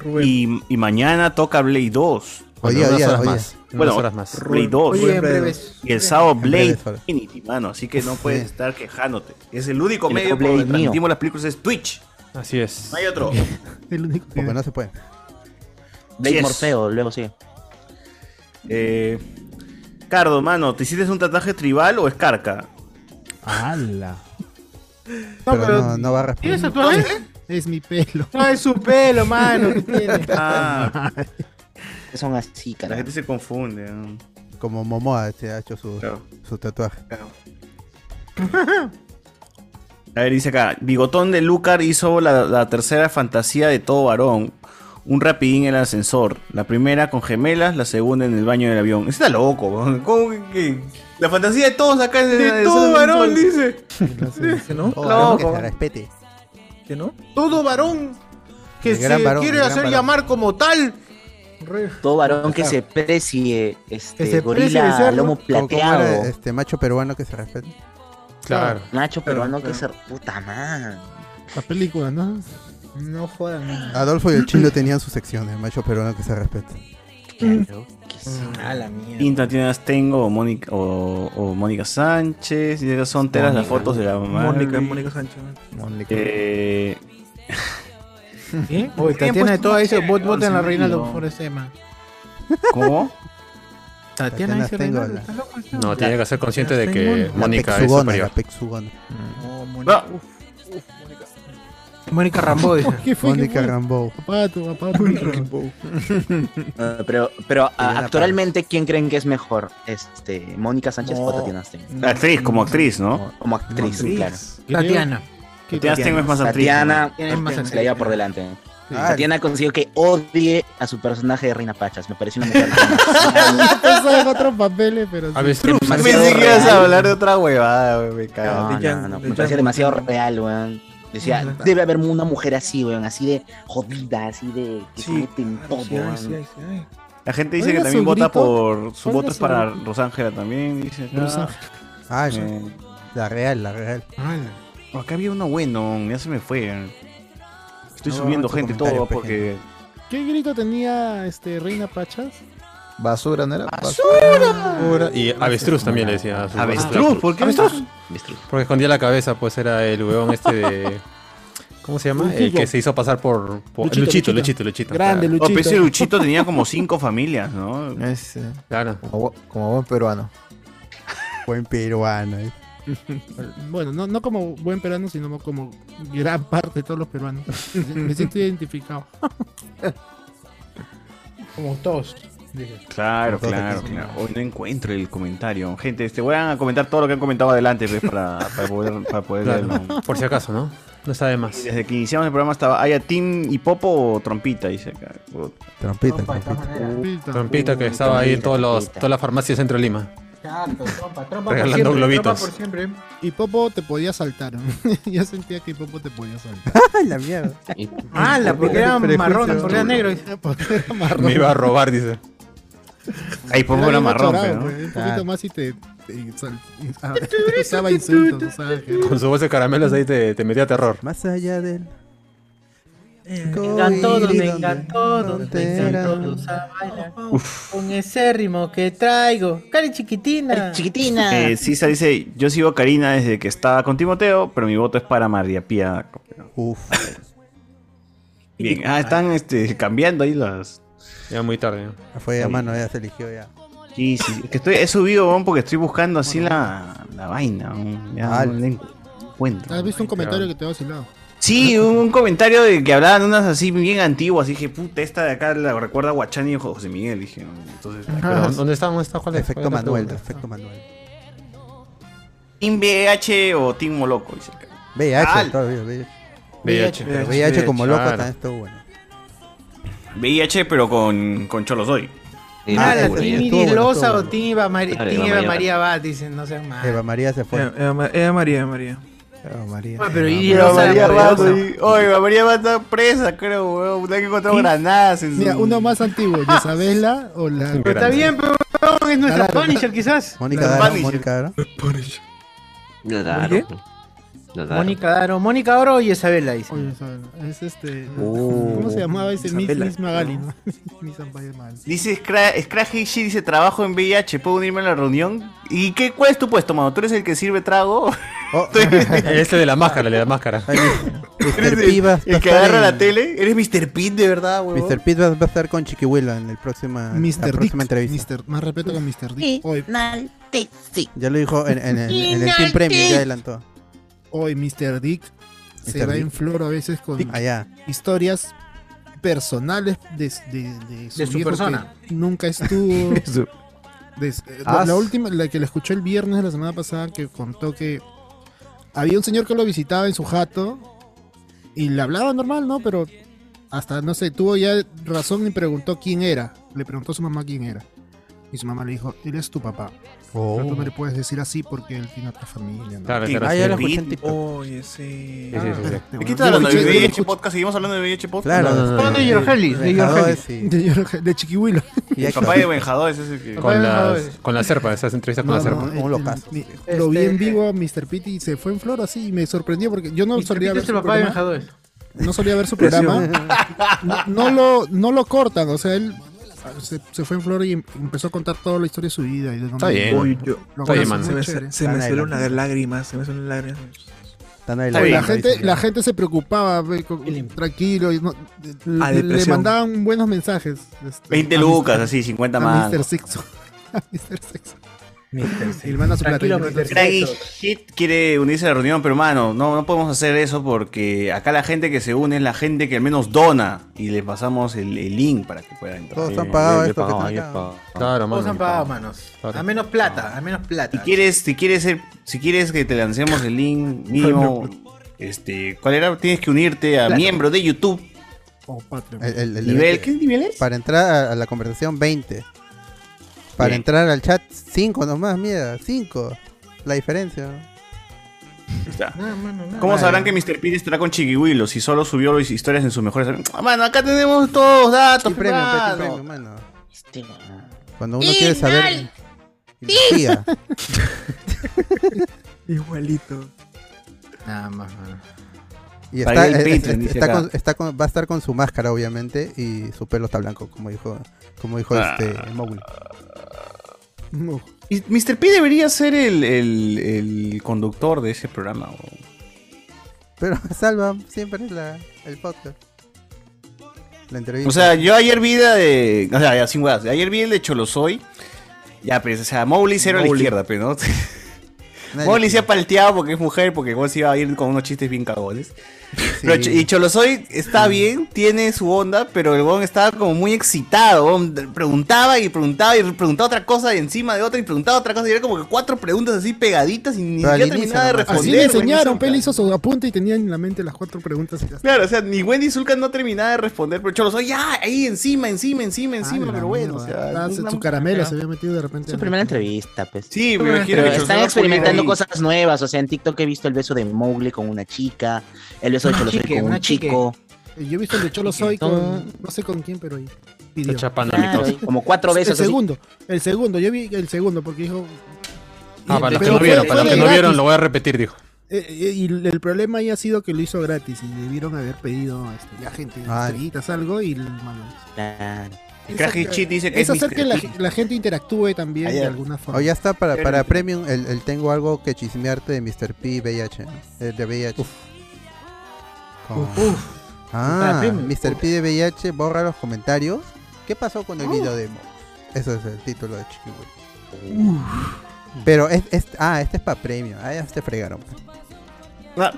Speaker 3: no- y, y mañana toca Blade 2.
Speaker 7: Oye, oye,
Speaker 3: Bueno, unas horas
Speaker 7: oye.
Speaker 3: más.
Speaker 7: Unas
Speaker 3: Bueno,
Speaker 7: horas más.
Speaker 3: Blade 2.
Speaker 7: Oye, en breves.
Speaker 3: y el sábado Blade
Speaker 7: breves horas.
Speaker 3: Infinity, mano. Así que no puedes estar quejándote. Es el único
Speaker 7: El
Speaker 3: medio por
Speaker 7: Blade
Speaker 3: donde
Speaker 7: mío.
Speaker 3: transmitimos las películas, es Twitch.
Speaker 11: Así es.
Speaker 3: No
Speaker 11: (laughs)
Speaker 3: hay otro.
Speaker 7: Porque no se puede.
Speaker 13: Blake
Speaker 3: Yes.
Speaker 13: Morfeo, luego sigue.
Speaker 3: Eh, Cardo, mano, ¿te hiciste un tatuaje tribal o es carca?
Speaker 6: ¡Hala!
Speaker 7: pero, no, no va a responder.
Speaker 6: ¿Tienes tatuaje? Es mi pelo.
Speaker 23: ¿Eh? No, es su pelo, mano, que
Speaker 6: (laughs)
Speaker 23: tiene.
Speaker 3: Ah,
Speaker 13: Son así, cara.
Speaker 3: la gente se confunde. ¿no?
Speaker 7: Como Momoa se ha hecho su, su tatuaje.
Speaker 3: A ver, dice acá, Bigotón de Lucar hizo la, la tercera fantasía de todo varón. Un rapidín en el ascensor. La primera con gemelas, la segunda en el baño del avión. Ese está loco, weón. ¿Cómo que- que- La fantasía de todos acá es
Speaker 23: De todo varón, dice.
Speaker 12: ¿Que no?
Speaker 23: Todo varón que
Speaker 7: se respete.
Speaker 12: ¿Que no?
Speaker 23: Todo varón que
Speaker 13: El gran
Speaker 23: se
Speaker 13: varón,
Speaker 23: quiere
Speaker 13: el gran
Speaker 23: hacer
Speaker 13: varón.
Speaker 23: llamar como tal. Re-
Speaker 13: Todo varón que
Speaker 23: Claro.
Speaker 13: se precie, este,
Speaker 7: Que se precie de
Speaker 13: gorila,
Speaker 7: serlo.
Speaker 13: lomo
Speaker 7: Como- como era,
Speaker 13: plateado.
Speaker 7: Este macho peruano que se respete.
Speaker 13: Claro. Nacho
Speaker 7: Claro,
Speaker 13: peruano que se...
Speaker 7: claro.
Speaker 13: Puta man.
Speaker 6: La película, ¿no? No jodan. mano.
Speaker 7: Adolfo y el Chilo tenían su sección, el macho peruano que se respete.
Speaker 23: A la mierda.
Speaker 3: Tinta Tiendas Tengo o Mónica, o, o Mónica Sánchez. Y esas son telas las
Speaker 12: Mónica.
Speaker 3: fotos de la mamá.
Speaker 12: Mónica, Mónica Sánchez.
Speaker 3: Eh,
Speaker 23: ¿Eh? Oye,
Speaker 3: ¿Qué
Speaker 23: Tatiana de
Speaker 3: tiempo
Speaker 23: todo dice,
Speaker 3: tiene?
Speaker 23: bot, bot en la
Speaker 3: Once
Speaker 23: reina
Speaker 3: mil,
Speaker 23: de
Speaker 3: ¿no?
Speaker 23: por ese, man.
Speaker 3: ¿Cómo?
Speaker 23: Tatiana dice
Speaker 7: tengo
Speaker 23: reina.
Speaker 7: la-
Speaker 23: ¿Está loco este
Speaker 11: No,
Speaker 23: hombre?
Speaker 11: tiene que ser consciente de que
Speaker 7: La
Speaker 11: Mónica es
Speaker 7: pexugona,
Speaker 11: superior.
Speaker 7: La pexugona.
Speaker 6: Mm.
Speaker 3: Ah.
Speaker 23: Mónica Rambo dice.
Speaker 6: ¿Qué fue?
Speaker 7: Mónica
Speaker 6: ¿Qué fue?
Speaker 7: Rambo.
Speaker 6: Papá, tu papá, tu (laughs) Rambo.
Speaker 13: Ah, pero, pero ah,
Speaker 7: la
Speaker 13: actualmente, ¿quién creen que es mejor? Este, ¿Mónica Sánchez
Speaker 7: Mo-
Speaker 13: o Tatiana Stengo?
Speaker 3: Actriz, como actriz, ¿no?
Speaker 13: Como actriz,
Speaker 3: Como
Speaker 13: claro.
Speaker 23: Tatiana.
Speaker 3: Que Tatiana Stengo es más actriz.
Speaker 13: Tatiana
Speaker 3: ¿no?
Speaker 23: Es más Ah,
Speaker 13: se la lleva por delante. Tatiana consiguió que odie a su personaje de Reina Pachas. Me parece una mujer
Speaker 3: (laughs)
Speaker 6: Eso es otros papeles, pero sí.
Speaker 3: Avestruz.
Speaker 13: Demasiado
Speaker 3: Pensé que ibas
Speaker 13: real.
Speaker 3: a hablar de otra huevada, wey, me cago.
Speaker 13: No, no, no, me parece demasiado real, weón. Decía,
Speaker 7: Ajá.
Speaker 13: debe haber una mujer así, weón, así de jodida, así de que se
Speaker 7: Sí.
Speaker 13: mete en todo.
Speaker 7: Sí,
Speaker 13: weón.
Speaker 7: sí, sí, sí.
Speaker 3: La gente dice que
Speaker 13: Oiga,
Speaker 3: también
Speaker 13: su
Speaker 3: vota
Speaker 13: grito.
Speaker 3: por. Su
Speaker 13: Oiga,
Speaker 3: voto es
Speaker 13: su
Speaker 3: para
Speaker 13: grito.
Speaker 3: Rosángela también, dice. acá.
Speaker 7: Rosángela. Ah, sí. La real, la real.
Speaker 9: Ah,
Speaker 3: Por acá había uno bueno, ya se me fue. Estoy
Speaker 7: No,
Speaker 3: subiendo
Speaker 7: tu
Speaker 3: gente
Speaker 7: comentario,
Speaker 3: todo
Speaker 7: pues,
Speaker 3: porque.
Speaker 6: ¿Qué grito tenía este Reina Pachas?
Speaker 5: Basura, ¿no era?
Speaker 11: Ahora- Y avestruz también le decía. a su-
Speaker 5: Avestruz, ¿por qué avestruz?
Speaker 11: Porque escondía la cabeza, pues era el huevón este de. ¿Cómo se llama? El
Speaker 3: Luchillo.
Speaker 11: que se hizo pasar por. por- Luchito, Luchito,
Speaker 3: Luchito, Luchito.
Speaker 11: Luchito,
Speaker 3: Grande,
Speaker 11: claro.
Speaker 3: Luchito. Oh, pero ese Luchito tenía como cinco familias, ¿no?
Speaker 9: eh,
Speaker 11: Claro.
Speaker 5: Como, bu- como buen peruano.
Speaker 7: Buen peruano. eh.
Speaker 6: (laughs) Bueno, no, no como buen peruano, sino como gran parte de todos
Speaker 7: (laughs)
Speaker 6: los peruanos. Me siento identificado.
Speaker 23: Como todos.
Speaker 3: Claro,
Speaker 23: Entonces,
Speaker 3: claro,
Speaker 23: sí.
Speaker 3: claro. Hoy no encuentro el comentario. Gente, este, voy a comentar todo lo que han comentado adelante pues, para, para poder, para poder
Speaker 11: Claro,
Speaker 3: verlo.
Speaker 11: Por si acaso, ¿no? (laughs) No está de más.
Speaker 3: Y Desde que iniciamos el programa estaba. Haya Team y Popo o Trompita, dice acá.
Speaker 7: Trompita,
Speaker 11: Trompita. Trompita que estaba ahí en todos los, todas las farmacias de centro de Lima.
Speaker 23: Chato, trompa, trompa por
Speaker 11: Regalando
Speaker 23: siempre,
Speaker 11: globitos.
Speaker 23: trompa por siempre.
Speaker 6: Y Popo te podía saltar. (laughs) Yo sentía que Popo te podía saltar.
Speaker 7: (laughs) la mierda.
Speaker 23: Ala, Ah, porque era
Speaker 6: Prejuicio.
Speaker 23: marrón, porque era negro.
Speaker 6: (laughs) Porque era marrón.
Speaker 11: Me iba a robar, dice.
Speaker 3: Ahí
Speaker 6: Era
Speaker 3: Popo era
Speaker 6: bien
Speaker 3: marrón,
Speaker 6: achorado,
Speaker 3: pero,
Speaker 6: pues,
Speaker 3: ¿no?
Speaker 6: Un poquito más y te, te sal-
Speaker 23: (laughs)
Speaker 6: te usaba insultos. usaba que-
Speaker 11: Con su voz de caramelos ahí te, te metía terror.
Speaker 7: Más allá del.
Speaker 4: Encantó,
Speaker 7: Coiri,
Speaker 4: donde encantó, donde encantó, los a bailar. Con ese ritmo que traigo. Cari chiquitina. chiquitina.
Speaker 3: Eh, Sisa dice: Yo sigo a Karina desde que estaba con Timoteo, pero mi voto es para María Pía.
Speaker 7: Uf.
Speaker 3: (laughs) Bien, ah, están este, cambiando ahí las.
Speaker 11: Ya muy tarde.
Speaker 7: Fue a mano, ya se eligió ya.
Speaker 3: Sí, sí, es que estoy, he subido, weón, porque estoy buscando así la, la vaina. weón. Ya no la encuentro.
Speaker 6: ¿Has visto un comentario que te va a lado?
Speaker 3: Sí, un, un comentario de que hablaban unas así bien antiguas. Dije, puta, esta de acá la recuerda a Guachani y José Miguel. Dije, entonces.
Speaker 11: Pero, ¿Dónde está? ¿Dónde está? ¿Cuál es?
Speaker 7: Ah. Efecto
Speaker 11: ¿Cuál es la
Speaker 7: Manuel,
Speaker 11: pregunta?
Speaker 7: efecto Manuel.
Speaker 3: ¿Team VH o Team Moloco? Dice acá.
Speaker 7: VH,
Speaker 3: Al.
Speaker 7: todavía, VH.
Speaker 3: VH.
Speaker 7: Pero VH como loco
Speaker 3: Claro.
Speaker 7: está esto bueno.
Speaker 3: VIH, pero con, con Cholo Soy.
Speaker 23: Ah, la
Speaker 7: estuvo
Speaker 23: Team
Speaker 7: bueno, estuvo
Speaker 23: Irilosa
Speaker 7: bueno.
Speaker 23: o Team Eva María,
Speaker 7: Claro,
Speaker 23: Team
Speaker 7: Eva
Speaker 23: Eva
Speaker 7: María.
Speaker 23: María Bat, dicen, no sean más.
Speaker 7: Eva María se fue.
Speaker 12: Ah. Eva, Eva- Eva María, Eva María.
Speaker 7: Eva María.
Speaker 23: Ah, pero
Speaker 7: Eva pues.
Speaker 23: Irilosa
Speaker 3: María
Speaker 23: era
Speaker 3: Bat,
Speaker 23: poderosa.
Speaker 3: oye, oye, María Bat está presa, creo, weón. Hay que encontrar
Speaker 6: ¿Sí?
Speaker 3: granadas. en su-
Speaker 6: Mira, uno más antiguo,
Speaker 3: (laughs)
Speaker 6: Isabela o la.
Speaker 3: Pero está bien,
Speaker 23: pero es nuestra Punisher, quizás.
Speaker 7: Mónica
Speaker 6: La
Speaker 7: Daro,
Speaker 6: Punisher.
Speaker 7: Mónica Daro.
Speaker 23: ¿Por qué? Mónica Daro, Mónica Daro y Isabela, dice.
Speaker 6: Es este.
Speaker 23: Oh.
Speaker 6: ¿Cómo se llamaba ese Miss,
Speaker 23: Isabela.
Speaker 6: Miss Magali?
Speaker 23: (laughs)
Speaker 6: ¿no? Miss Ampaya Magali.
Speaker 3: Dice Scra- Scratch Heishi, dice trabajo en VIH, ¿puedo unirme a la reunión? ¿Y qué, cuál es tu puesto, mano? ¿Tú eres el que sirve trago? (laughs)
Speaker 11: (laughs) Este de la máscara, el de la máscara. (laughs)
Speaker 7: Mr. Pivas.
Speaker 3: ¿El que agarra la tele? ¿Eres Mr. Pete de verdad, huevón?
Speaker 7: Mr. Pivas va a estar con Chiquihuila en el próxima, la
Speaker 6: Mr. Dick.
Speaker 7: próxima entrevista.
Speaker 6: Mr. Más respeto con Mr. Dick. Hoy,
Speaker 7: Ya lo dijo en, en- en- en el Team Premium, ya adelantó.
Speaker 6: hoy Mr. Dick se
Speaker 7: Mr.
Speaker 6: va
Speaker 7: Dick.
Speaker 6: en flor a veces con
Speaker 7: Allá.
Speaker 6: historias personales de, de- de
Speaker 23: De su
Speaker 6: viejo
Speaker 23: persona.
Speaker 7: (laughs)
Speaker 6: que Nunca estuvo.
Speaker 7: Su-
Speaker 6: Des- eh,
Speaker 7: Ah,
Speaker 6: la
Speaker 7: su-
Speaker 6: última, la que la escuché el viernes de la semana pasada, que contó que había un señor que lo visitaba en su jato y le hablaba normal, ¿no? Pero hasta, no sé, tuvo ya razón y preguntó quién era. Le preguntó a su mamá quién era. Y su mamá le dijo, eres tu papá.
Speaker 7: Oh.
Speaker 6: Pero tú no le puedes decir así porque él tiene otra familia. ¿no?
Speaker 11: Claro, claro,
Speaker 7: Ah, ya lo escuché en
Speaker 6: Pete.
Speaker 7: TikTok.
Speaker 12: Oye, sí.
Speaker 3: Ah,
Speaker 11: Sí, sí, sí, sí.
Speaker 3: ¿De qué estás hablando?
Speaker 6: Yo
Speaker 3: ¿De
Speaker 6: lo escuché-
Speaker 3: VIH Podcast? ¿Seguimos hablando de VIH Podcast?
Speaker 7: Claro.
Speaker 11: No, no, no,
Speaker 7: Hablando de Your Hellis, de Your Hellis.
Speaker 6: De, Yorja- de Chiquihuilo.
Speaker 7: Y
Speaker 3: El papá de Benjadores es el que...
Speaker 11: Con, las, con la serpa, esas entrevistas con la serpa.
Speaker 7: Un locazo.
Speaker 6: Mi- Lo vi en vivo a Mr. Pitt y se fue en flor así y me sorprendió porque yo no solía
Speaker 23: Pitt
Speaker 6: ver
Speaker 23: es
Speaker 6: su
Speaker 23: el papá de ¿eh?
Speaker 6: programa.
Speaker 23: Vengadores.
Speaker 6: No solía ver su programa. No, no lo, no lo cortan, o sea, él se, se fue en flor y em- empezó a contar toda la historia de su vida. Y de
Speaker 11: Está bien.
Speaker 12: Uy, yo-
Speaker 6: Lo
Speaker 11: Está
Speaker 6: conocí,
Speaker 11: bien, mano.
Speaker 12: Se
Speaker 6: muy
Speaker 12: me,
Speaker 6: chévere.
Speaker 12: se me suelen las lágrimas, se me suelen las lágrimas.
Speaker 7: Están
Speaker 6: Oye, la, gente, la gente se preocupaba, ve, con- tranquilo. y no-
Speaker 12: A
Speaker 6: le, le
Speaker 12: depresión.
Speaker 6: mandaban buenos mensajes. este,
Speaker 3: 20
Speaker 6: a
Speaker 3: lucas,
Speaker 6: Mr.
Speaker 3: así, 50
Speaker 6: a
Speaker 3: más.
Speaker 6: Mr. Sexo. (laughs) A Mr. Sexo. Y le manda su
Speaker 23: Tranquilo,
Speaker 6: platito.
Speaker 23: Mr.
Speaker 3: Craggy Hit quiere unirse a la reunión, pero mano, no, no podemos hacer eso porque acá la gente que se une es la gente que al menos dona y le pasamos el, el link para que pueda entrar.
Speaker 7: Todos
Speaker 3: Sí,
Speaker 7: han pagado
Speaker 3: yo- yo he
Speaker 7: esto que
Speaker 3: pagado,
Speaker 7: están
Speaker 3: yo he
Speaker 7: acá.
Speaker 3: pagado.
Speaker 11: Claro,
Speaker 23: Todos
Speaker 11: mano.
Speaker 23: han pagado manos.
Speaker 11: Claro.
Speaker 23: A menos plata, a menos plata.
Speaker 3: Si quieres, si quieres ser- si quieres que te lancemos el link mínimo,
Speaker 11: pues.
Speaker 3: este, ¿cuál era? Tienes que unirte a
Speaker 7: Claro.
Speaker 3: miembro de YouTube.
Speaker 7: El- el- el-
Speaker 3: ¿Nivel? ¿Qué nivel es?
Speaker 7: Para entrar a, a la conversación, 20. Para
Speaker 3: Bien.
Speaker 7: entrar al chat, 5 nomás, mierda, 5. La diferencia. ¿no?
Speaker 3: ¿Cómo sabrán que Mr. Pete estará con Chiquiwilo si solo subió las historias en sus mejores... Ah, Mano, acá tenemos todos datos.
Speaker 7: Petit premium,
Speaker 3: mano.
Speaker 7: petit premium, mano. Cuando uno quiere saber.
Speaker 1: (laughs)
Speaker 7: Tía.
Speaker 12: Igualito.
Speaker 1: Nada más, mano.
Speaker 7: Y
Speaker 1: Para
Speaker 7: está,
Speaker 1: ir al
Speaker 7: eh,
Speaker 1: Patreon,
Speaker 7: eh,
Speaker 1: dice
Speaker 7: está
Speaker 1: acá.
Speaker 7: con- está con- va a estar con su máscara, obviamente, y su pelo está blanco, como dijo, como dijo
Speaker 3: Ah.
Speaker 7: este Mowgli.
Speaker 3: Y Mr. P debería ser el, el- el conductor de ese programa. weón.
Speaker 7: Pero (laughs) Salva siempre es la, el podcast. La entrevista.
Speaker 3: O sea, yo ayer vi la de. O sea, ya sin huevas. Ayer vi el de Cholosoy. Ya, pues, o sea, Mowgli cero a la
Speaker 7: Mowgli.
Speaker 3: izquierda, pero no. (laughs) Mowgli se ha palteado porque es mujer, porque igual se iba a ir con unos chistes bien cagones. Pero Ch- y Cholosoy
Speaker 7: Mm.
Speaker 3: está bien, tiene su onda, pero el weón estaba como muy excitado. weón. Preguntaba y preguntaba y preguntaba otra cosa y encima de otra y preguntaba otra cosa. Y era como que cuatro preguntas así pegaditas y ni
Speaker 7: Pero al
Speaker 3: siquiera terminaba de responder.
Speaker 4: Así le
Speaker 3: weón.
Speaker 4: enseñaron, Pele hizo su apunte y tenía en la mente las cuatro preguntas y ya está.
Speaker 3: Claro, o sea, ni Wendy Zulka no terminaba de responder, pero Cholo, soy ya, ahí encima, encima, encima, encima, pero bueno, o sea.
Speaker 4: Ah, se-
Speaker 3: una-
Speaker 4: su caramelo se había metido de repente.
Speaker 13: Su primera entrevista, pues.
Speaker 3: Sí,
Speaker 4: me imagino
Speaker 13: Pero
Speaker 4: que
Speaker 13: están
Speaker 4: Cholosoy
Speaker 13: experimentando
Speaker 4: ahí.
Speaker 13: cosas nuevas. O sea, en TikTok he visto el beso de Mowgli con una chica, el beso de
Speaker 4: Una
Speaker 13: Cholosoy
Speaker 4: chique,
Speaker 13: con
Speaker 4: una
Speaker 13: un chico.
Speaker 4: Yo he visto el de Cholo Soy con. No sé con quién, pero ahí. pidió.
Speaker 11: Ah,
Speaker 13: chapando, Claro, amigos. y Ah, como cuatro veces
Speaker 4: El
Speaker 13: así.
Speaker 4: segundo, el segundo, yo vi el segundo porque dijo.
Speaker 11: Ah, para los que
Speaker 4: Pero
Speaker 11: no
Speaker 4: fue-
Speaker 11: vieron, para
Speaker 4: fue
Speaker 11: los que no
Speaker 4: gratis.
Speaker 11: vieron, lo voy a repetir, dijo.
Speaker 4: Eh, eh, y el problema ahí ha sido que lo hizo gratis y debieron haber pedido este, ya gente,
Speaker 7: Ah.
Speaker 11: Ay.
Speaker 4: estrellitas, algo y el mano.
Speaker 6: Ah.
Speaker 3: El Crazy Cheat dice que
Speaker 4: es
Speaker 3: es
Speaker 4: hacer
Speaker 3: Mr.
Speaker 4: que la,
Speaker 3: P.
Speaker 4: la gente interactúe también de
Speaker 7: Ayer.
Speaker 4: alguna forma.
Speaker 7: O Ah, ya está para, para Premium, el, el tengo algo que chismearte de Mr. P VIH, ¿no? Eh, de VIH. Con-
Speaker 4: Uf.
Speaker 7: Ah,
Speaker 4: Para Premium.
Speaker 7: Mr. P de VIH, borra los comentarios. ¿Qué pasó con el video demo? Eso es el título de Chiqui Will. Pero es, es- ah, este es para Premium. Ah, ya se fregaron.
Speaker 4: Ah.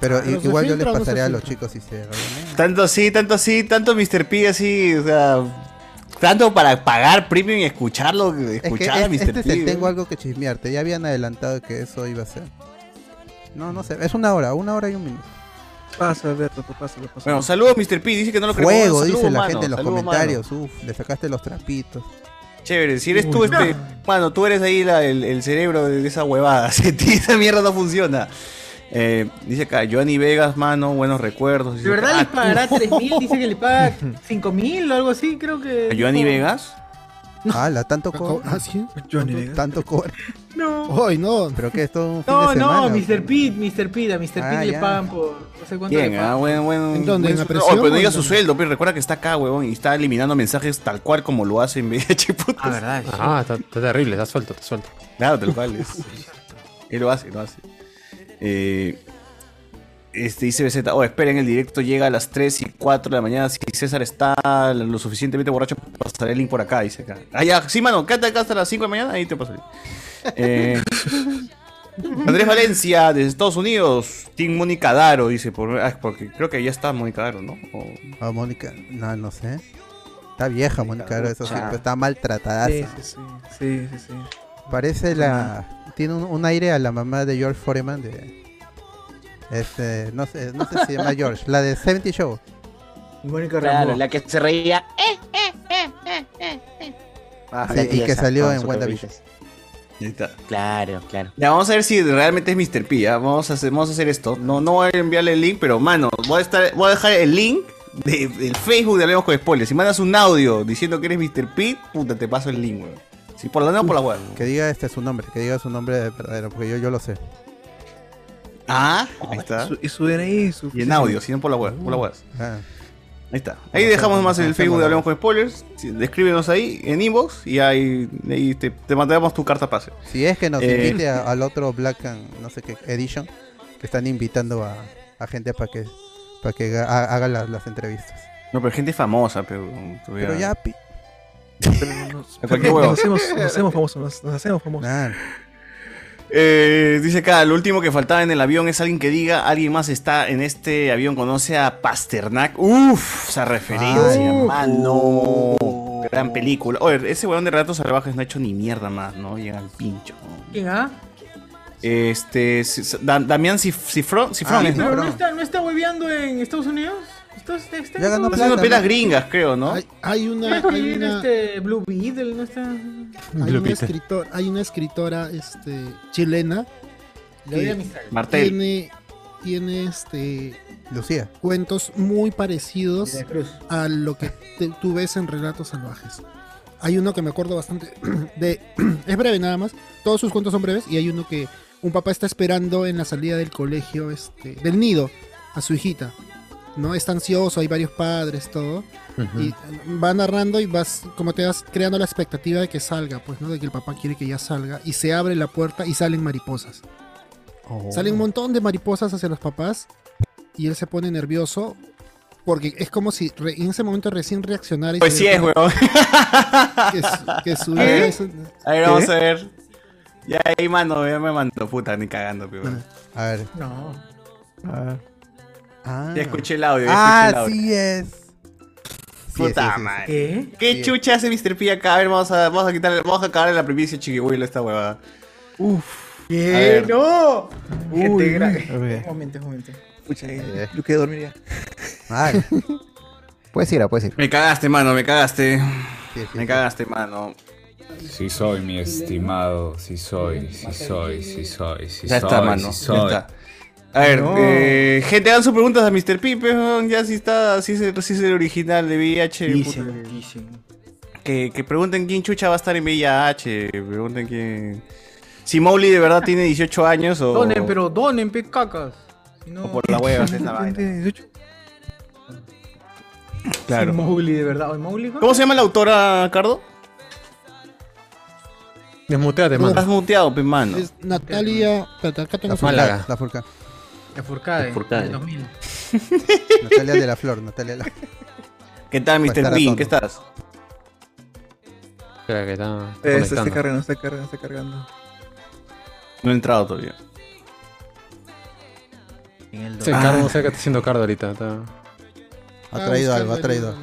Speaker 7: Pero i-
Speaker 3: ¿No se
Speaker 7: igual yo les
Speaker 3: filtra o no se
Speaker 7: pasaré a los
Speaker 3: filtra?
Speaker 7: chicos si se
Speaker 3: Tanto así, tanto así, tanto Mr. P así, o sea. Tanto para pagar premium y escucharlo,
Speaker 7: Es que
Speaker 3: escuchar a
Speaker 7: es-
Speaker 3: Mr.
Speaker 7: este es
Speaker 3: P.
Speaker 7: el tengo algo que chismearte. Ya habían adelantado que eso iba a ser. No, no sé. Es una hora, una hora y un minuto.
Speaker 12: Pasa, Berto, pasa, pasa.
Speaker 3: Bueno, saludos Mr. P, dice que no lo creemos.
Speaker 7: Fuego,
Speaker 3: Saludos,
Speaker 7: dice la
Speaker 3: mano,
Speaker 7: gente en los
Speaker 3: saludos,
Speaker 7: comentarios. Uf, le sacaste los trapitos.
Speaker 3: mano. Chévere, si eres tú,
Speaker 7: Uy,
Speaker 3: este. Mano, tú eres ahí la- el, el cerebro de esa huevada. (laughs) Si ti esa mierda no funciona. Eh, dice acá, Joanny Vegas, mano, buenos recuerdos. Dice
Speaker 4: ¿De verdad
Speaker 3: acá,
Speaker 4: les pagará
Speaker 3: ah, tú-
Speaker 4: 3.000? Dice que le
Speaker 3: (laughs)
Speaker 4: paga 5.000 o algo así, creo que.
Speaker 3: ¿A
Speaker 7: (laughs)
Speaker 3: Joanny Vegas?
Speaker 7: Ah, la tanto cobra.
Speaker 4: ¿Ah, sí?
Speaker 7: Johnny Vegas.
Speaker 4: (laughs)
Speaker 7: Tanto cobra.
Speaker 4: No.
Speaker 3: Oh,
Speaker 4: Hoy no.
Speaker 7: Pero que esto
Speaker 3: (laughs)
Speaker 7: un fin
Speaker 4: No,
Speaker 7: de
Speaker 4: no,
Speaker 7: semana.
Speaker 4: Mr. Pete, Mr. Pete, a Mr. Pete
Speaker 7: Ah,
Speaker 4: le
Speaker 7: ya.
Speaker 4: pagan por no sé cuánto.
Speaker 3: Bien,
Speaker 4: le
Speaker 3: ah,
Speaker 4: pagan.
Speaker 3: bueno, bueno.
Speaker 4: ¿En dónde? ¿En
Speaker 3: buen
Speaker 4: la
Speaker 3: sueldo.
Speaker 4: presión?
Speaker 3: Oh, pero no diga
Speaker 4: ¿En
Speaker 3: su
Speaker 4: dónde?
Speaker 3: sueldo, pero recuerda que está acá, huevón, y está eliminando mensajes tal cual como lo hace en (laughs) VH putas.
Speaker 11: Ah, verdad, sí. Ah, está-
Speaker 3: terrible, está suelto, está suelto. Claro, tal cual. es. Él lo hace, lo hace. Eh, este dice BZ, oh, esperen, el directo llega a las 3 y 4 de la mañana. Si César está lo suficientemente borracho, pasaré el link por acá, dice acá. Ah, ya, sí, mano, quédate acá hasta las 5 de la mañana, ahí te pasaré. Eh, Andrés Valencia, desde Estados Unidos. Team Mónica Daro, dice. Por, ah, porque creo que ya está Mónica Daro, ¿no? O-
Speaker 7: Ah, Mónica, no, no sé. Está vieja Mónica, ahora eso sí,
Speaker 3: Mucha.
Speaker 7: pero está maltratada.
Speaker 12: Sí, sí, sí. Sí, sí, sí.
Speaker 7: Parece la. Tiene un, un aire a la mamá de George Foreman de. Este, no sé, no sé si se llama George, la de 70 Show.
Speaker 4: Mónica
Speaker 13: Claro, la que se reía. Eh,
Speaker 3: ah?
Speaker 13: eh, eh, eh, eh, eh.
Speaker 7: Sí, y que
Speaker 13: Esa,
Speaker 7: salió
Speaker 13: con
Speaker 7: en
Speaker 13: sus
Speaker 7: WandaVision.
Speaker 13: Claro, claro.
Speaker 3: Ya, vamos a ver si realmente es Mr. P. ya. Vamos, a hacer, vamos a hacer esto. No, no voy a enviarle el link, pero mano, voy a, estar, voy a dejar el link de- del Facebook de Hablemos con Spoilers. Si mandas un audio diciendo que eres Mr. P, puta, te paso el link, weón. Si por la no, por la web.
Speaker 7: Que diga este su nombre, que diga su nombre de verdadero, porque yo, yo lo sé.
Speaker 3: Ah, ahí está.
Speaker 12: Su- y su DNI, su.
Speaker 3: Y en audio, si no por la web, por la web.
Speaker 7: Ah.
Speaker 3: Ahí está. Ahí dejamos más el Facebook de Hablemos con Spoilers. Sí, Escríbenos ahí en inbox y ahí, ahí te, te mandamos tu carta pase.
Speaker 7: Si es que nos
Speaker 3: Eh,
Speaker 7: invite a- al otro Black and no sé qué edition, que están invitando a, a gente para que para que haga- ha- haga las, las entrevistas.
Speaker 3: No, pero gente famosa, pero.
Speaker 7: Pero ya, pi-
Speaker 3: (laughs) A cualquier huevo.
Speaker 12: Nos hacemos, nos hacemos famosos, nos, nos hacemos famosos.
Speaker 3: Eh, dice acá, lo último que faltaba en el avión es alguien que diga, alguien más está en este avión, conoce a Pasternak. Uf, esa referencia,
Speaker 7: Ay.
Speaker 3: mano. Gran película. Oye, ese weón de ratos salvajes no ha hecho ni mierda más, ¿no? Llega al pincho.
Speaker 4: ¿Quién, ah?
Speaker 3: Este, si- si- Da- Damián Cif- Cifrón, Cifrones,
Speaker 4: Ah, Pero
Speaker 3: ¿no?
Speaker 4: no está, no está hueveando en Estados Unidos. Estás- está- está-
Speaker 3: Está haciendo pelas gringas, creo, ¿no?
Speaker 4: Hay una,
Speaker 23: Creo que
Speaker 4: hay
Speaker 23: viene
Speaker 4: una,
Speaker 23: este Blue Beetle, ¿no está?
Speaker 4: hay una
Speaker 3: Lupita.
Speaker 4: escritor- hay una escritora este, chilena
Speaker 6: que
Speaker 3: Martel.
Speaker 6: Tiene, tiene este
Speaker 7: Lucía.
Speaker 6: cuentos muy parecidos
Speaker 7: Mira, Cruz.
Speaker 6: a lo que te- tú ves en Relatos Salvajes. Hay uno que me acuerdo bastante (clears throat) de... es breve nada más. Todos sus cuentos son breves y hay uno que un papá está esperando en la salida del colegio, este, del nido, a su hijita. ¿no? Está ansioso, hay varios padres, todo.
Speaker 24: Ujú.
Speaker 6: Y va narrando y vas, como te vas creando la expectativa de que salga, pues, ¿no? De que el papá quiere que ya salga. Y se abre la puerta y salen mariposas.
Speaker 7: Oh.
Speaker 6: Salen un montón de mariposas hacia los papás y él se pone nervioso porque es como si re- en ese momento recién reaccionara. y
Speaker 3: Pues
Speaker 6: se
Speaker 3: sí es,
Speaker 6: diera
Speaker 3: weón.
Speaker 6: cuenta Que, su-
Speaker 7: (laughs)
Speaker 6: que su
Speaker 3: A
Speaker 6: vida
Speaker 3: ver,
Speaker 6: es un-
Speaker 3: a ver, vamos
Speaker 6: ¿Qué?
Speaker 3: a ver. Ya ahí, mano, ya me mandó puta, ni cagando, pero.
Speaker 7: A ver.
Speaker 1: No.
Speaker 7: Ah.
Speaker 3: Ya escuché el audio, ya
Speaker 7: Ah,
Speaker 3: escuché el audio.
Speaker 7: sí es. Sí,
Speaker 3: Puta
Speaker 7: sí, sí, sí.
Speaker 3: madre.
Speaker 7: ¿Qué?
Speaker 1: ¿Eh?
Speaker 3: ¿Qué, chucha hace Mr. P acá? A ver, vamos a, vamos a quitarle, vamos a acabarle la primicia chiquihuila a esta huevada. Uf.
Speaker 1: ¿Qué?
Speaker 3: Eh,
Speaker 1: ¡No! Gente, gra- un momento, un momento.
Speaker 3: Eh,
Speaker 12: Yo quedé dormir ya.
Speaker 1: (laughs)
Speaker 5: Puedes ir, ah, puedes ir.
Speaker 3: Me cagaste, mano, me cagaste. me cagaste, mano.
Speaker 15: Sí soy, mi estimado, sí soy, sí soy, sí soy, sí soy,
Speaker 3: Ya está,
Speaker 15: sí
Speaker 3: mano, ya
Speaker 15: soy.
Speaker 3: está. A ver,
Speaker 15: No.
Speaker 3: eh, gente, hagan sus preguntas a Mr. P, pe, weón, ya si está, si es, si es el original de VIH.
Speaker 1: Dicen,
Speaker 3: puta. Que, que pregunten quién chucha va a estar en VIH, pregunten quién... Si Mowgli de verdad tiene 18 años o...
Speaker 1: Donen, pero donen, pe cacas. Si no-
Speaker 3: o por la hueva,
Speaker 1: (laughs)
Speaker 3: esa vaina. Claro.
Speaker 1: Sí, Mowgli, de verdad. Oye, Mowgli, ¿no?
Speaker 3: ¿Cómo se llama la autora, Cardo?
Speaker 11: Desmuteate,
Speaker 3: Estás
Speaker 11: mano.
Speaker 3: muteado, pe, pues, mano.
Speaker 6: Es Natalia. espérate, acá tengo
Speaker 11: La
Speaker 6: su-
Speaker 11: Málaga.
Speaker 7: La Furca.
Speaker 1: La Furcade.
Speaker 7: La Furcade.
Speaker 1: del 2000.
Speaker 7: Natalia de la Flor, Natalia de la
Speaker 3: ¿Qué tal,
Speaker 7: Para estar
Speaker 3: Mr.
Speaker 7: a
Speaker 3: P?
Speaker 7: tono.
Speaker 3: ¿Qué estás?
Speaker 11: Espera,
Speaker 7: Este
Speaker 11: que
Speaker 12: Eh,
Speaker 11: está
Speaker 12: se está
Speaker 11: conectando.
Speaker 12: cargando, está cargando, está cargando.
Speaker 3: No he entrado todavía.
Speaker 11: Sí, Cardo, no sé qué está haciendo Cardo ahorita. Está...
Speaker 7: Ha traído algo, ha traído.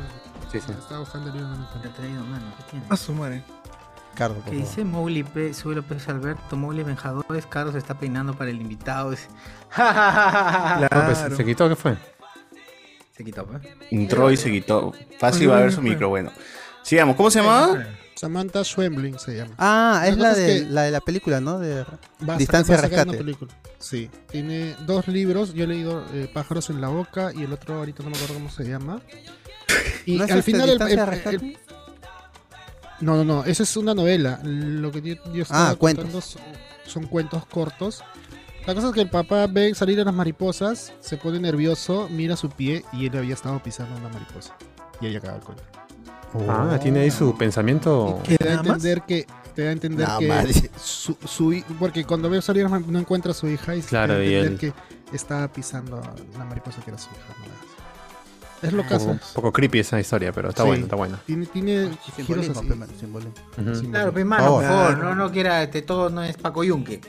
Speaker 11: Sí, sí.
Speaker 6: Estaba buscando el libro, no
Speaker 1: Te ha traído, mano. ¿Qué tiene?
Speaker 12: A su madre.
Speaker 7: Cardo,
Speaker 1: ¿Qué dice Mowgli P? Súbelo Pérez Alberto. Mowgli Vengadores. Carlos se está peinando para el invitado. (laughs) Es-
Speaker 11: Ah, pues, ¿Se quitó qué fue?
Speaker 1: Se quitó, ¿eh?
Speaker 3: Entró y se quitó. Fácil va a ver su micro, bueno. Sigamos, ¿cómo se llamaba?
Speaker 7: (laughs)
Speaker 6: Samantha Schwembling se llama.
Speaker 7: Ah, es la
Speaker 6: cosa
Speaker 7: de,
Speaker 6: que
Speaker 7: la de la película, ¿no? De
Speaker 6: va a
Speaker 7: Distancia
Speaker 6: sacar- va a sacar una
Speaker 7: Rescate.
Speaker 6: película. Sí, tiene dos libros. Yo he leído eh, Pájaros en la Boca y el otro ahorita no me acuerdo cómo se llama.
Speaker 7: (laughs)
Speaker 6: Y
Speaker 7: ¿No es
Speaker 6: al
Speaker 7: este,
Speaker 6: final el,
Speaker 7: Distancia
Speaker 6: el-
Speaker 7: de rescate?
Speaker 6: el- No, no, no. Esa es una novela. Lo que yo, yo estaba
Speaker 7: Ah, cuentos.
Speaker 6: contando son, son cuentos cortos. La cosa es que el papá ve salir a las mariposas, se pone nervioso, mira su pie y él había estado pisando una mariposa. Y ahí acaba el cuento.
Speaker 7: Oh.
Speaker 11: Ah, tiene ahí su pensamiento.
Speaker 6: Te da a entender que. Te da a entender
Speaker 11: Nada
Speaker 6: que.
Speaker 11: más.
Speaker 6: Su, su hi- porque cuando ve salir no encuentra a su hija y se
Speaker 11: Claro,
Speaker 6: da a
Speaker 11: y
Speaker 6: entender
Speaker 11: él-
Speaker 6: que estaba pisando a la mariposa que era su hija. ¿no? Es lo
Speaker 11: Un poco,
Speaker 6: caso.
Speaker 11: un poco creepy esa historia, pero está
Speaker 6: Sí.
Speaker 11: bueno, está bueno.
Speaker 6: Tiene, tiene giros
Speaker 7: Ah, simbolismo,
Speaker 6: así.
Speaker 7: pe, mano, simbolismo.
Speaker 11: Ujú.
Speaker 6: Simbolismo.
Speaker 1: Claro, pe, mano, por favor. No, no quiera. Este, todo no es Paco Yunque.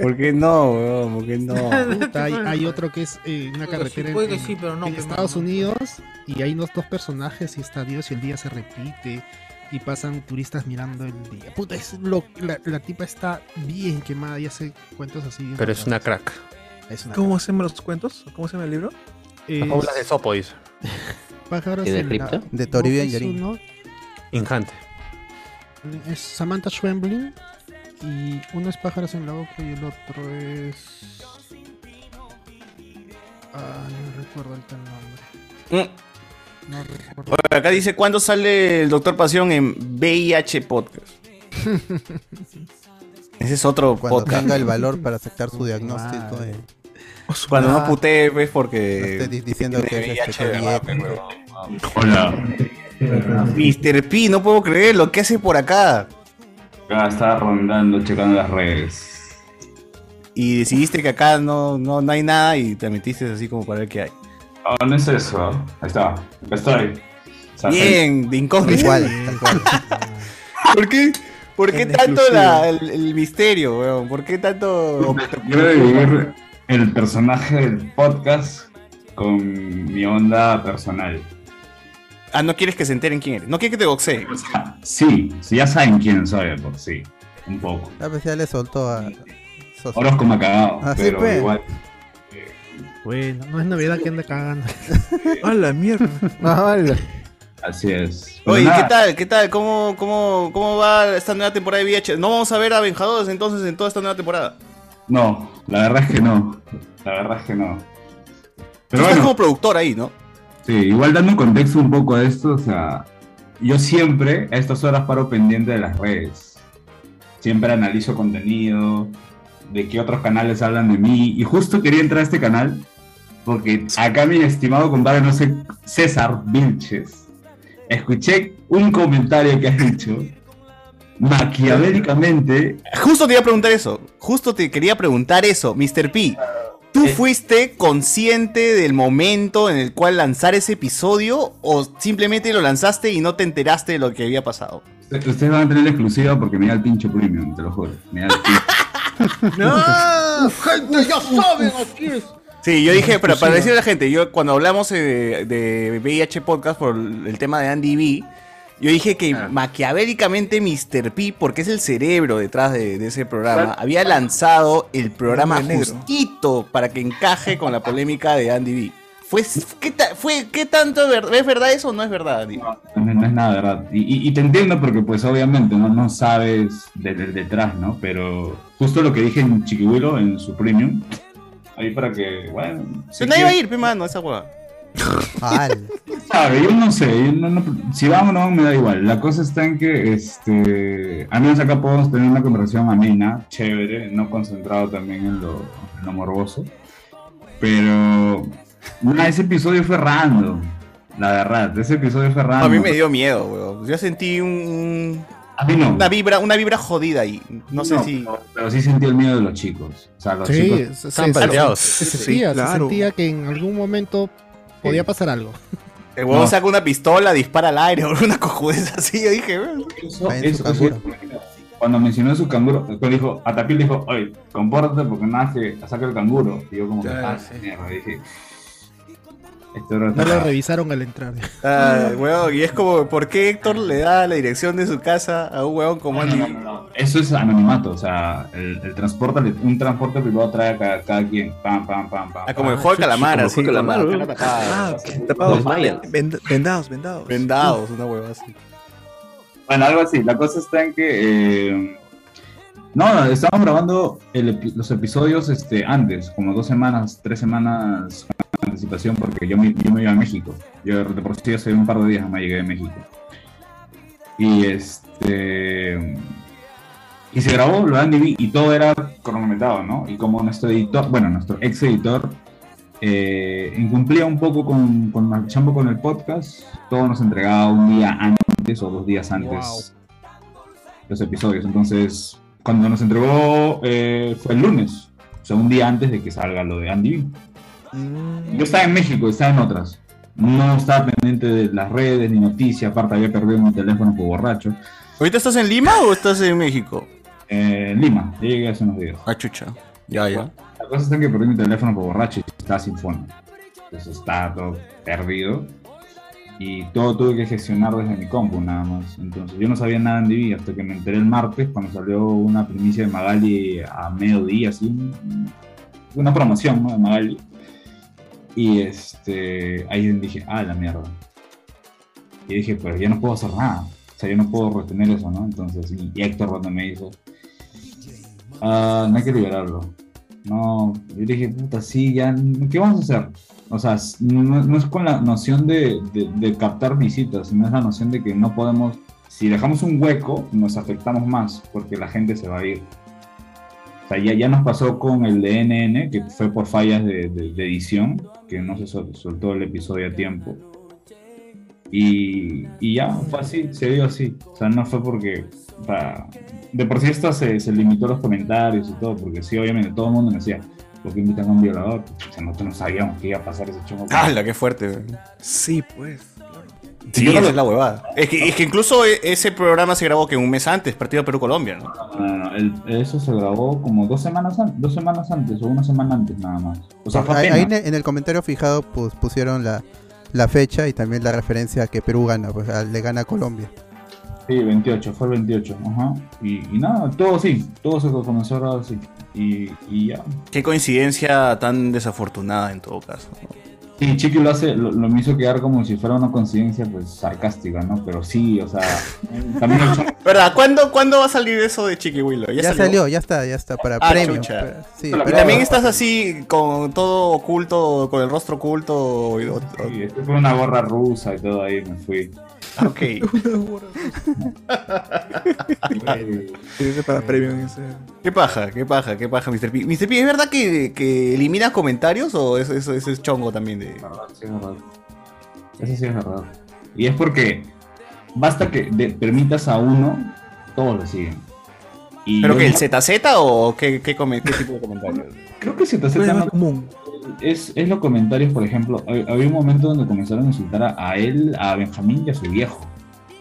Speaker 3: ¿Por qué no, weón? ¿Por qué no?
Speaker 6: Puta, hay, hay otro que es eh, una carretera
Speaker 1: puede
Speaker 6: en,
Speaker 1: que sí, pero no,
Speaker 6: en
Speaker 1: pe,
Speaker 6: Estados
Speaker 1: mano.
Speaker 6: Unidos y hay unos dos personajes y está Dios y el día se repite y pasan turistas mirando el día. Puta, es lo- la, la tipa está bien quemada y hace cuentos así. bien
Speaker 11: Pero es una crack.
Speaker 6: Es una
Speaker 12: ¿Cómo se llaman los cuentos? ¿Cómo se llama el libro?
Speaker 11: Las fábulas de Sopo, dice.
Speaker 6: Pájaros
Speaker 11: ¿Y de
Speaker 6: en la-
Speaker 11: cripto?
Speaker 7: De Toribio
Speaker 6: Boca es
Speaker 7: Yarin.
Speaker 6: uno,
Speaker 11: Injante.
Speaker 6: Es Samantha Schwembling y uno es Pájaros en la Boca y el otro es... Ah, no recuerdo ahorita el nombre. No recuerdo.
Speaker 3: Mm. Oye, acá dice, ¿cuándo sale el Doctor Pasión en VIH Podcast? Ese es otro
Speaker 7: Cuando
Speaker 3: podcast.
Speaker 7: tenga el valor para aceptar su diagnóstico. de-
Speaker 6: Oh,
Speaker 3: Cuando no
Speaker 7: Ah,
Speaker 3: putee, pues, porque...
Speaker 7: no estés di- diciendo
Speaker 3: tiene
Speaker 7: que es
Speaker 3: VIH,
Speaker 7: este
Speaker 3: ¿verdad?
Speaker 7: bien.
Speaker 3: Pero, vamos. Mr. P, no puedo creer lo que hace por acá.
Speaker 15: Acá estaba Ah, rondando, checando las redes.
Speaker 3: Y decidiste que acá no, no, no hay nada y te metiste así como para ver qué hay.
Speaker 15: Ah, ¿Dónde es eso? Ahí está, acá estoy.
Speaker 3: Bien, de incógnito. (laughs) ¿Por qué, por qué
Speaker 15: En
Speaker 3: tanto
Speaker 15: exclusiva.
Speaker 3: la- el, el misterio, weón? ¿Por qué tanto...?
Speaker 15: Quiero vivir el personaje del podcast con mi onda personal.
Speaker 3: Ah, no quieres que se enteren quién eres. No quieres que te
Speaker 15: Ah,
Speaker 3: boxeen.
Speaker 15: pues. Sí, sí, ya saben quién soy, por sí, un poco.
Speaker 7: A veces ya le soltó a. Sosa.
Speaker 15: Orozco me ha cagado,
Speaker 3: Ah,
Speaker 7: Así
Speaker 15: pero
Speaker 3: pues.
Speaker 7: pe.
Speaker 15: igual.
Speaker 3: (laughs)
Speaker 6: Bueno, no es Navidad que anda cagando.
Speaker 3: Ah,
Speaker 12: ¡A la mierda!
Speaker 15: Así es. Pero
Speaker 3: Oye, ¿qué
Speaker 15: nada,
Speaker 3: tal? ¿Qué tal? ¿Cómo, cómo, ¿Cómo va esta nueva temporada de VH? ¿No vamos a ver a Vengadores entonces en toda esta nueva temporada?
Speaker 15: No, la verdad es que no. La verdad es que no.
Speaker 3: Tú
Speaker 15: Pero
Speaker 3: estás
Speaker 15: bueno,
Speaker 3: como productor ahí, ¿no?
Speaker 15: Sí, igual dando un contexto un poco a esto, o sea, yo siempre a estas horas paro pendiente de las redes. Siempre analizo contenido, de qué otros canales hablan de mí. Y justo quería entrar a este canal porque acá mi estimado compadre, no sé, César Vilches, escuché un comentario que has dicho maquiavélicamente.
Speaker 3: Justo te iba a preguntar eso. Justo te quería preguntar eso, Mr. P.
Speaker 15: Eh.
Speaker 3: ¿Tú fuiste consciente del momento en el cual lanzar ese episodio o simplemente lo lanzaste y no te enteraste de lo que había pasado?
Speaker 15: Ustedes van a tener la exclusiva porque me da el pincho premium, te lo juro. Me da el pincho.
Speaker 1: (laughs)
Speaker 6: (laughs)
Speaker 1: ¡No! ¡Gente, ya saben! Así es.
Speaker 3: Sí, yo dije, pero para
Speaker 1: Exclusiva.
Speaker 3: decirle a la gente, yo cuando hablamos eh, de VIH Podcast por el tema de Andy B, yo dije que maquiavélicamente Mr. P, porque es el cerebro detrás de, de ese programa,
Speaker 1: Claro.
Speaker 3: había lanzado el programa
Speaker 1: Hombre negro.
Speaker 3: justito para que encaje con la polémica de Andy B. ¿Fue, qué, ta- fue, ¿Qué tanto es ver- es verdad eso o no es verdad, Andy?
Speaker 15: No, no es nada, ¿verdad? Y, y- y te entiendo porque, pues, obviamente, no, no sabes de- de- detrás, ¿no? Pero justo lo que dije en Chiquihuilo, en su premium, ahí para que, bueno... si
Speaker 3: Pero nadie va a
Speaker 15: quieres-
Speaker 3: ir, pe mano, a esa hueá.
Speaker 15: sabe, yo no sé, yo no- no- si vamos o no vamos, me da igual. La cosa está en que, este, al menos acá podemos tener una conversación amena, chévere, no concentrado también en lo, en lo morboso. Pero, nada, ese episodio fue random, la verdad, ese episodio fue random.
Speaker 3: A mí me dio miedo, weón. Yo sentí un... Una vibra, una vibra jodida ahí. No sé
Speaker 15: No,
Speaker 3: si...
Speaker 15: Pero sí sentí el miedo de los chicos. O sea, los
Speaker 6: Sí,
Speaker 15: chicos
Speaker 6: se- se- Se, se sentía, se
Speaker 15: claro.
Speaker 6: sentía que en algún momento podía pasar
Speaker 15: (laughs)
Speaker 6: algo.
Speaker 3: El huevón
Speaker 6: No.
Speaker 3: saca una pistola, dispara al aire, (laughs) o una cojudez así. Yo dije, weón.
Speaker 15: Eso, eso, cuando mencionó su canguro, cuando dijo, a Tapir le dijo, oye, compórtate porque nace, saca el canguro. Y yo como que,
Speaker 6: Claro,
Speaker 15: ah,
Speaker 6: sí.
Speaker 15: mierda, dije. Esto era
Speaker 6: No lo revisaron al entrar.
Speaker 3: Ah, weón, y es como, ¿por qué Héctor le da la dirección de su casa a un huevón como Andy?
Speaker 15: Eso es anonimato, o sea, el, el transporte, un transporte privado trae a cada, cada quien, pam, pam, pam, pam.
Speaker 3: Ah, como el juego de calamar, así. con la cara tapada.
Speaker 12: Ah, tapados.
Speaker 15: Los mayas.
Speaker 12: Vend- Vendados, vendados.
Speaker 3: Vendados, una hueva así.
Speaker 15: Bueno, algo así. La cosa está en que. eh, no, estábamos grabando el epi- los episodios este, antes, como dos semanas, tres semanas con anticipación, porque yo me, yo me iba a México. Yo de por sí hace un par de días más llegué de México. Y este. Y se grabó lo de Andy B, y todo era cronometrado, ¿no? Y como nuestro editor, bueno, nuestro ex editor eh, incumplía un poco con, con la chamba con el podcast, todo nos entregaba un día antes o dos días antes los episodios. Entonces, cuando nos entregó eh, fue el lunes, o sea, un día antes de que salga lo de Andy B.
Speaker 3: Mm.
Speaker 15: Yo estaba en México, estaba en otras. No estaba pendiente de las redes ni noticias, aparte había perdido mi teléfono por borracho.
Speaker 3: ¿Ahorita estás en Lima o estás en México?
Speaker 15: En Eh, Lima, yo llegué hace unos días.
Speaker 3: Ah, chucha. Ya, ya.
Speaker 15: La cosa es que perdí mi teléfono por borracho y estaba sin fondo. Entonces estaba todo perdido. Y todo tuve que gestionar desde mi compu nada más. Entonces yo no sabía nada en DB hasta que me enteré el martes cuando salió una primicia de Magali a mediodía, así. un- Una promoción, ¿no? De Magali. Y este, ahí dije, ah, la mierda. Y dije, pero yo no puedo hacer nada. O sea, yo no puedo retener eso, ¿no? Entonces, y y Héctor cuando me dijo, ah, no hay que liberarlo. No, yo dije, puta, sí, ya, ¿qué vamos a hacer? O sea, s- no, no es con la noción de, de- de captar visitas, sino es la noción de que no podemos, si dejamos un hueco, nos afectamos más, porque la gente se va a ir. O sea, ya, ya nos pasó con el de NN, que fue por fallas de, de- de edición, que no se sol- soltó el episodio a tiempo. Y, y ya, fue así, se dio así. O sea, no fue porque. o sea, de por sí, esto se, se limitó a los comentarios y todo, porque sí, obviamente todo el mundo me decía, ¿por qué invitan a un violador? O sea, nosotros no sabíamos que iba a pasar ese chongo.
Speaker 3: ¡Hala, qué Ah, fuerte! weón.
Speaker 12: Sí, pues.
Speaker 3: Sí,
Speaker 15: yo no
Speaker 3: esa
Speaker 15: lo-
Speaker 3: es la huevada. Es que, es que incluso e- ese programa se grabó que un mes antes, partido Perú-Colombia, ¿no?
Speaker 15: No, no, no, el- eso se grabó como dos semanas, an- dos semanas antes o una semana antes nada más. O sea, fue
Speaker 7: ahí, ahí
Speaker 15: apenas.
Speaker 7: en el- en el comentario fijado pues pusieron la, la fecha y también la referencia a que Perú gana, pues a- le gana a Colombia.
Speaker 15: Sí, 28, fue el 28. Ajá. Y, y nada, todo sí, todo se comenzó a grabar así. Y, y ya.
Speaker 3: Qué coincidencia tan desafortunada en todo caso. ¿no?
Speaker 15: Sí, Chiqui lo hace, lo, lo me hizo quedar como si fuera una coincidencia, pues sarcástica, ¿no? Pero sí, o sea, también el chon-
Speaker 3: ¿Verdad? ¿Cuándo, ¿Cuándo va a salir eso de Chiqui Willow?
Speaker 7: Ya, salió, ya está, ya está, para
Speaker 3: Ah,
Speaker 7: premio.
Speaker 3: chucha.
Speaker 12: pues,
Speaker 7: Pero- sí,
Speaker 3: y
Speaker 7: pero-
Speaker 3: también estás así, con todo oculto, con el rostro oculto. o- o-
Speaker 15: Sí, esto fue una gorra rusa y todo ahí, me fui.
Speaker 12: (laughs)
Speaker 3: Ah, Ok.
Speaker 12: para premium. ese.
Speaker 3: ¿Qué paja? ¿Qué paja? ¿Qué paja, Mr. P? Mr. P, ¿es verdad que, que elimina comentarios o eso, eso, eso es chongo también? De...
Speaker 15: Sí, es verdad. Eso sí es verdad. Y es porque basta que de- permitas a uno, todos lo siguen. Y
Speaker 3: ¿Pero
Speaker 15: yo
Speaker 3: que el
Speaker 15: no-
Speaker 3: ZZ o qué, qué, come- qué tipo de comentarios?
Speaker 15: Creo que ZZ
Speaker 3: Problema
Speaker 15: no- Es, es los comentarios, por ejemplo. hab- Había un momento donde comenzaron a insultar a, a él, a Benjamín y a su viejo.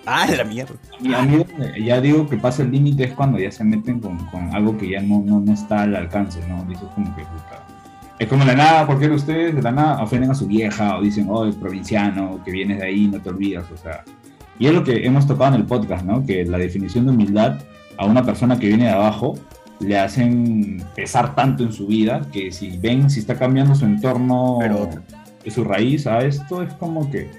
Speaker 3: Ah, la mierda.
Speaker 15: Y a mí donde ya digo que pasa el límite es cuando ya se meten con, con algo que ya no, no, no está al alcance, ¿no? Dices como que puta. Es como de la nada, cualquiera de ustedes de la nada ofenden a su vieja o dicen, oh, el provinciano, que vienes de ahí, no te olvidas, o sea. Y es lo que hemos tocado en el podcast, ¿no? Que la definición de humildad a una persona que viene de abajo le hacen pesar tanto en su vida que si ven, si está cambiando su entorno, de su raíz a esto, es como que...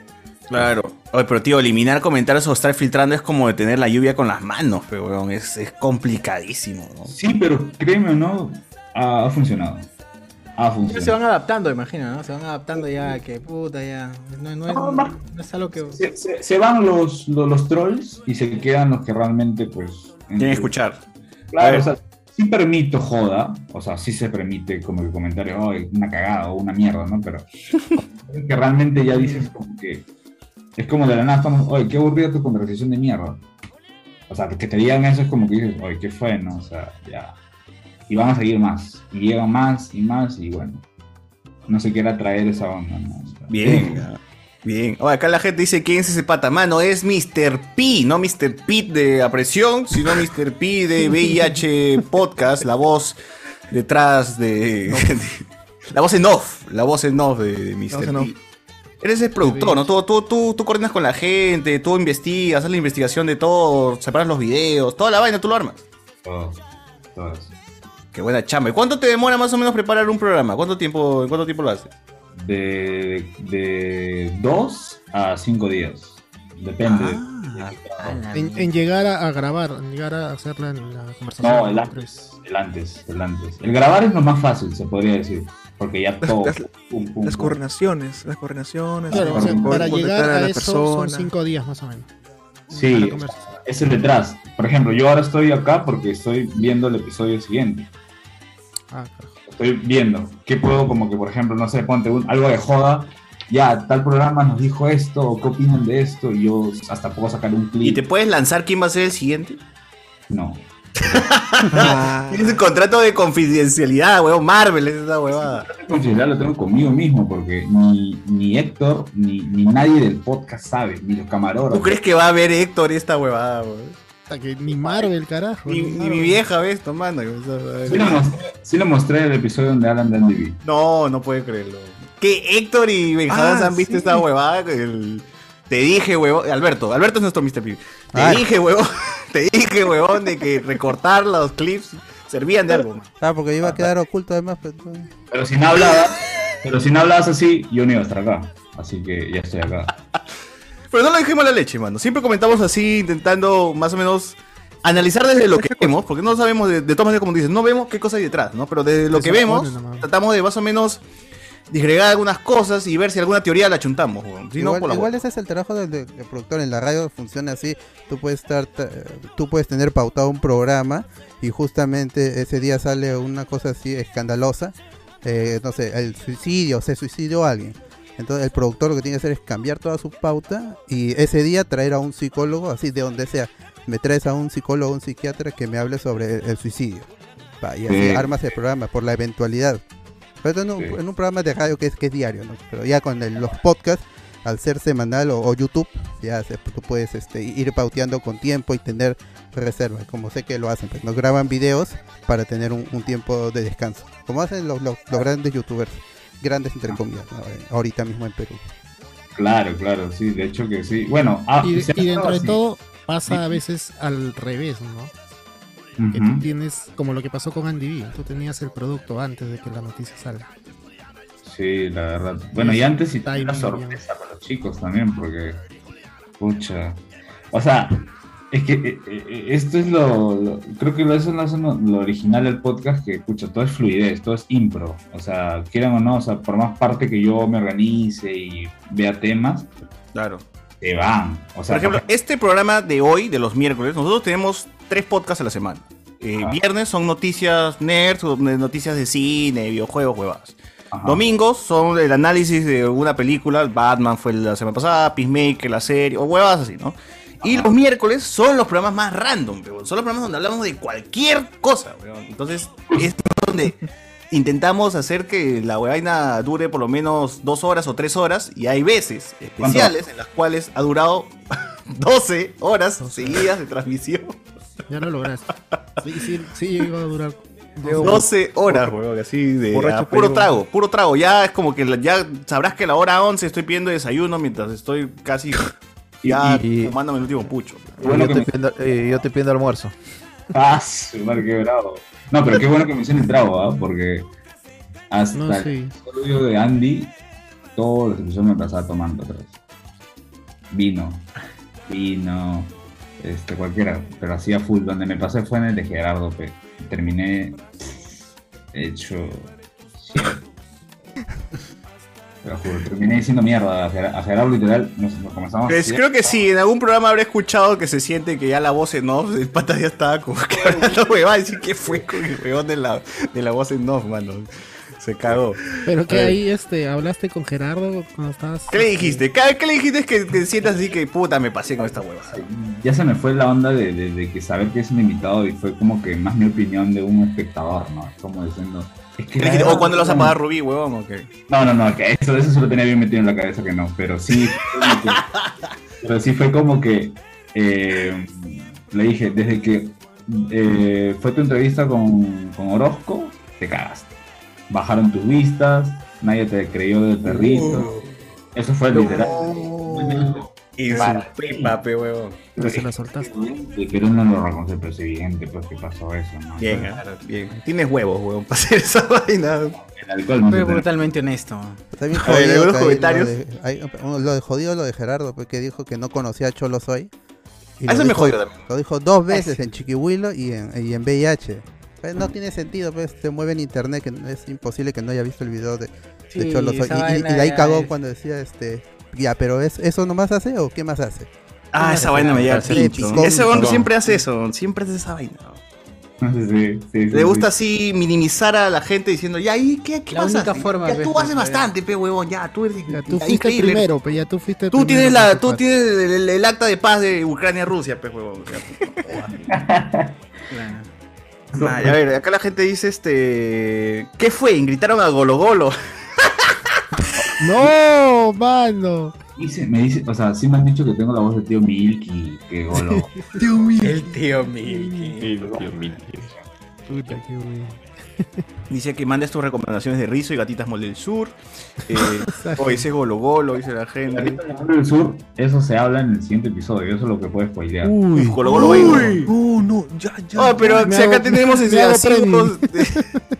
Speaker 3: Claro. Oye, pero tío, eliminar comentarios o estar filtrando es como detener la lluvia con las manos, pero weón, es, es complicadísimo. ¿no?
Speaker 15: Sí, pero créeme o no, ha, ha funcionado. Ha
Speaker 23: Ya se
Speaker 15: funcionado.
Speaker 23: van adaptando, imagino, ¿no? Se van adaptando ya, que puta, ya. No, no es, no es algo que.
Speaker 15: Se, se van los, los, los trolls y se quedan los que realmente, pues. Tienen que
Speaker 3: escuchar.
Speaker 15: Claro, o sea, sí permito joda, o sea, sí se permite como el comentario, "Oh, una cagada o una mierda, ¿no? Pero. (laughs) es que realmente ya dices como que. Es como de la nada, estamos, oye, qué aburrida tu conversación de mierda. O sea, que te digan eso es como que dices, oye, qué fue, ¿no? O sea, ya. Y van a seguir más. Y llegan más y más, y bueno. No se quiera traer esa onda, ¿no? O sea,
Speaker 3: Bien.
Speaker 15: (laughs)
Speaker 3: Bien. Oye, acá la gente dice, ¿quién es ese pata? Mano, es Mr. P, no Mr. P de apresión, sino Mr. P de VIH Podcast, la voz detrás de... (laughs) la voz en off, la voz en off de, de
Speaker 7: voz
Speaker 3: Mr.
Speaker 7: en
Speaker 3: P. Eres el productor, ¿no? Tú, tú, tú, tú coordinas con la gente, tú investigas, haces la investigación de todo, separas los videos, toda la vaina, tú lo armas.
Speaker 15: Todo, todo eso.
Speaker 3: Qué buena chamba. ¿Y cuánto te demora más o menos preparar un programa? ¿Cuánto tiempo, en cuánto tiempo lo haces?
Speaker 15: de, de dos a cinco días. Depende.
Speaker 12: Ah,
Speaker 15: Ah,
Speaker 6: En, en llegar a, a grabar, en llegar a hacer la, la conversación.
Speaker 15: No, el antes, el antes, el antes. El grabar es lo más fácil, se podría decir. Porque ya todo.
Speaker 12: Las-
Speaker 15: pum, pum,
Speaker 12: Las
Speaker 15: pum.
Speaker 12: coordinaciones, las coordinaciones.
Speaker 6: Claro, o
Speaker 12: el
Speaker 6: sea,
Speaker 12: poder
Speaker 6: para llegar
Speaker 12: contactar
Speaker 6: a,
Speaker 12: la
Speaker 6: eso son
Speaker 12: persona.
Speaker 6: cinco días más o menos.
Speaker 15: Sí, es el detrás. Por ejemplo, yo ahora estoy acá porque estoy viendo el episodio siguiente.
Speaker 6: Ah,
Speaker 15: Estoy viendo qué puedo, como que por ejemplo, no sé, ponte un- algo de joda. Ya, tal programa nos dijo esto, o qué opinan de esto, y yo hasta puedo sacar un clip.
Speaker 3: ¿Y te puedes lanzar quién va a ser el siguiente?
Speaker 15: No.
Speaker 6: Ah.
Speaker 3: (laughs) Tienes un contrato de confidencialidad, weón. Marvel es esa huevada.
Speaker 15: considerar Pues, lo tengo conmigo mismo, porque ni, ni Héctor, ni, ni nadie del podcast sabe, ni los camarógrafos.
Speaker 3: ¿Tú crees que va a ver Héctor esta huevada, weón?
Speaker 6: Hasta que ni Marvel, carajo.
Speaker 3: Ni, ni mi vieja ve esto, mano.
Speaker 15: Sí lo, mostré, sí lo mostré el episodio donde hablan de Andy B.
Speaker 3: No, no puede creerlo. Que Héctor y Benjadas
Speaker 15: Ah,
Speaker 3: han visto
Speaker 15: sí.
Speaker 3: esta huevada. El- Te dije, huevón. Alberto, Alberto es nuestro Mr. P. Te
Speaker 7: Ay.
Speaker 3: dije, huevón. (laughs) Te dije, huevón, de que recortar los clips servían de algo.
Speaker 7: Ah, porque iba a quedar oculto además. pues, Pero...
Speaker 15: Pero si no hablabas, pero si no hablabas así, yo no iba a estar acá. Así que ya estoy acá.
Speaker 3: Pero no lo dejemos a la leche, mano. Siempre comentamos así, intentando más o menos analizar desde lo que vemos, porque no sabemos de, de todas maneras, como dices, no vemos qué cosa hay detrás, ¿no? Pero desde lo que vemos, tratamos de más o menos disgregar algunas cosas y ver si alguna teoría la chuntamos, weón. Si no,
Speaker 7: igual
Speaker 3: por la
Speaker 7: igual ese es el trabajo del, del productor en la radio funciona así tú puedes estar ta- tú puedes tener pautado un programa y justamente ese día sale una cosa así escandalosa eh, no sé el suicidio se suicidió alguien entonces el productor lo que tiene que hacer es cambiar toda su pauta y ese día traer a un psicólogo así de donde sea me traes a un psicólogo un psiquiatra que me hable sobre el, el suicidio Pa, y así
Speaker 15: Sí.
Speaker 7: armas el programa por la eventualidad pero esto en un, en un programa de radio que es, que es diario, ¿no? Pero ya con el- los podcasts, al ser semanal o, o YouTube, ya se- tú puedes este, ir pauteando con tiempo y tener reservas, como sé que lo hacen. Pues nos graban videos para tener un, un tiempo de descanso, como hacen los, los- los grandes youtubers, grandes entre comillas, ¿no? Eh, ahorita mismo en Perú.
Speaker 15: Claro, claro, sí, de hecho que sí. Bueno, ah,
Speaker 6: y,
Speaker 15: se ha
Speaker 6: y dentro
Speaker 15: estado
Speaker 6: de
Speaker 15: así.
Speaker 6: todo pasa a veces al revés, ¿no? Que tú
Speaker 15: Ujú.
Speaker 6: tienes, como lo que pasó con Andy B, tú tenías el producto antes de que la noticia salga.
Speaker 15: Sí, la verdad. Bueno, y antes sí una sorpresa para los chicos también, porque. Pucha. O sea, es que eh, eh, esto es lo, lo- Creo que lo, eso es lo, lo original del podcast, que, pucha, todo es fluidez, todo es impro. O sea, quieran o no, o sea, por más parte que yo me organice y vea temas.
Speaker 25: Claro.
Speaker 15: Se van. O sea,
Speaker 3: por ejemplo, este programa de hoy, de los miércoles, nosotros tenemos tres podcasts a la semana. Eh, Viernes son noticias nerds, o de noticias de cine, videojuegos, huevas. Domingos son el análisis de alguna película, Batman fue la semana pasada, Peacemaker, la serie, o huevas así, ¿no? Y los miércoles son los programas más random, huevón. son los programas donde hablamos de cualquier cosa, huevón.
Speaker 15: (laughs)
Speaker 3: Entonces, es donde intentamos hacer que la huevaina dure por lo menos dos horas o tres horas, y hay veces especiales en las cuales ha durado (laughs) 12 horas seguidas de transmisión.
Speaker 6: Ya lo lograste. Sí, sí, sí, iba a durar.
Speaker 3: 12 horas, huevón, así de
Speaker 6: Borracho
Speaker 3: a puro
Speaker 6: peruano.
Speaker 3: trago, puro trago. Ya es como que la- ya sabrás que a la hora 11 estoy pidiendo desayuno mientras estoy casi ya fumándome el último pucho.
Speaker 5: yo, te pido, eh, yo te pido almuerzo.
Speaker 15: (laughs) Ah, su madre, qué bravo. No, pero qué bueno que mencionen Travo, ¿ah? porque hasta
Speaker 6: No, sí.
Speaker 15: el estudio de Andy, todos los episodios me pasaba tomando atrás. Vino, vino, este, cualquiera, pero hacía full. Donde me pasé fue en el de Gerardo, pe. terminé hecho. shit. Te lo juro, terminé diciendo mierda a, Ger- a Gerardo, literal. Nos, nos comenzamos a
Speaker 3: Pues
Speaker 15: tirar.
Speaker 3: creo que sí, en algún programa habré escuchado que se siente que ya la voz en off, el pata ya estaba como que hablando (laughs) huevada, decir que fue con el huevón de la, de la voz en off, mano. Se cagó.
Speaker 6: Pero que
Speaker 3: A ver,
Speaker 6: ahí este, hablaste con Gerardo cuando estabas.
Speaker 3: ¿Qué le dijiste? ¿Qué, qué le dijiste que, que sientas así que puta me pasé con esta hueva?
Speaker 15: ya se me fue la onda de, de- de que saber que es un invitado y fue como que más mi opinión de un espectador, ¿no? Es como diciendo. Es
Speaker 3: ¿Qué le dijiste? ¿O cuándo lo vas a pagar Rubí, huevón? ¿O qué?
Speaker 15: No, no, no, que eso, eso se lo tenía bien metido en la cabeza que no, pero sí. (laughs) fue como que- pero sí fue como que. eh, le dije, desde que eh, fue tu entrevista con, con Orozco, te cagaste. Bajaron tus vistas, nadie te creyó del perrito. Eso fue literal.
Speaker 3: Y su pipa, pe huevón.
Speaker 15: Pero se la
Speaker 6: soltaste.
Speaker 15: Pero no lo reconoce, pero es evidente pues, que pasó eso, ¿no?
Speaker 3: Bien, claro, bien. Tienes
Speaker 15: Oh,
Speaker 3: huevos, huevón, para (laughs) hacer esa vaina.
Speaker 15: El alcohol no
Speaker 24: Fue
Speaker 15: se te-
Speaker 24: brutalmente honesto.
Speaker 7: Está
Speaker 3: (laughs)
Speaker 7: bien
Speaker 3: A ver,
Speaker 7: jodido
Speaker 3: algunos
Speaker 7: que ahí
Speaker 3: comentarios.
Speaker 7: Lo de, ahí- uno- lo de jodido lo de Gerardo, porque dijo que no conocía a Cholo Soy. Y lo
Speaker 3: Ah, eso me
Speaker 7: dijo-
Speaker 3: jodió también.
Speaker 7: Lo dijo
Speaker 9: Ah,
Speaker 7: dos veces en Chiquihuilo y en, y en VIH. Pues no tiene sentido, pues se mueve en internet, que no- es imposible que no haya visto el video de, de
Speaker 9: Sí,
Speaker 7: Cholo Soy.
Speaker 9: esa
Speaker 7: Y, y- y
Speaker 9: vaina
Speaker 7: de ahí
Speaker 9: ya
Speaker 7: cagó
Speaker 9: es-
Speaker 7: cuando decía, este, ya, pero es- ¿eso nomás hace o qué más hace?
Speaker 3: Ah, esa vaina me llega al pincho. Ese huevón siempre hace eso, siempre hace esa vaina.
Speaker 15: Sí, sí, sí,
Speaker 3: Le gusta
Speaker 15: sí.
Speaker 3: así minimizar a la gente diciendo, ya, ¿y qué, qué
Speaker 24: La
Speaker 3: pasa?
Speaker 24: única forma,
Speaker 3: Ya
Speaker 24: pues,
Speaker 3: tú
Speaker 24: pues,
Speaker 3: haces
Speaker 24: pues.
Speaker 3: bastante, pe huevón, ya, tú eres
Speaker 6: Tú fuiste
Speaker 3: increíble.
Speaker 6: primero, pero ya tú fuiste
Speaker 3: Tú
Speaker 6: primero
Speaker 3: tienes,
Speaker 6: con
Speaker 3: la,
Speaker 6: tu
Speaker 3: tú
Speaker 6: parte.
Speaker 3: tienes el, el- el acta de paz de Ucrania-Rusia, pues, huevón. o sea,
Speaker 6: (laughs)
Speaker 3: Ay, a ver, acá la gente dice, este... ¿Qué fue? Gritaron a Golo Golo.
Speaker 6: (laughs) No, mano.
Speaker 15: Dice- me dice, o sea, sí me han dicho que tengo la voz de tío Milky, que
Speaker 6: (laughs)
Speaker 15: golo.
Speaker 6: Tío mío.
Speaker 3: El tío Milky.
Speaker 6: Puta, qué bueno.
Speaker 3: Dice que mandes tus recomendaciones de Rizo y Gatitas Mol del
Speaker 6: (laughs)
Speaker 3: Sur. Eh, o ese es Golo Golo, dice la gente.
Speaker 15: Golo del Sur, eso se habla en el siguiente episodio, eso es lo que puedes spoilear.
Speaker 3: Uy. Golo Golo Uy. Baby.
Speaker 15: Uh, no, ya,
Speaker 3: ya. Oh, pero si acá tenemos ese asiduos-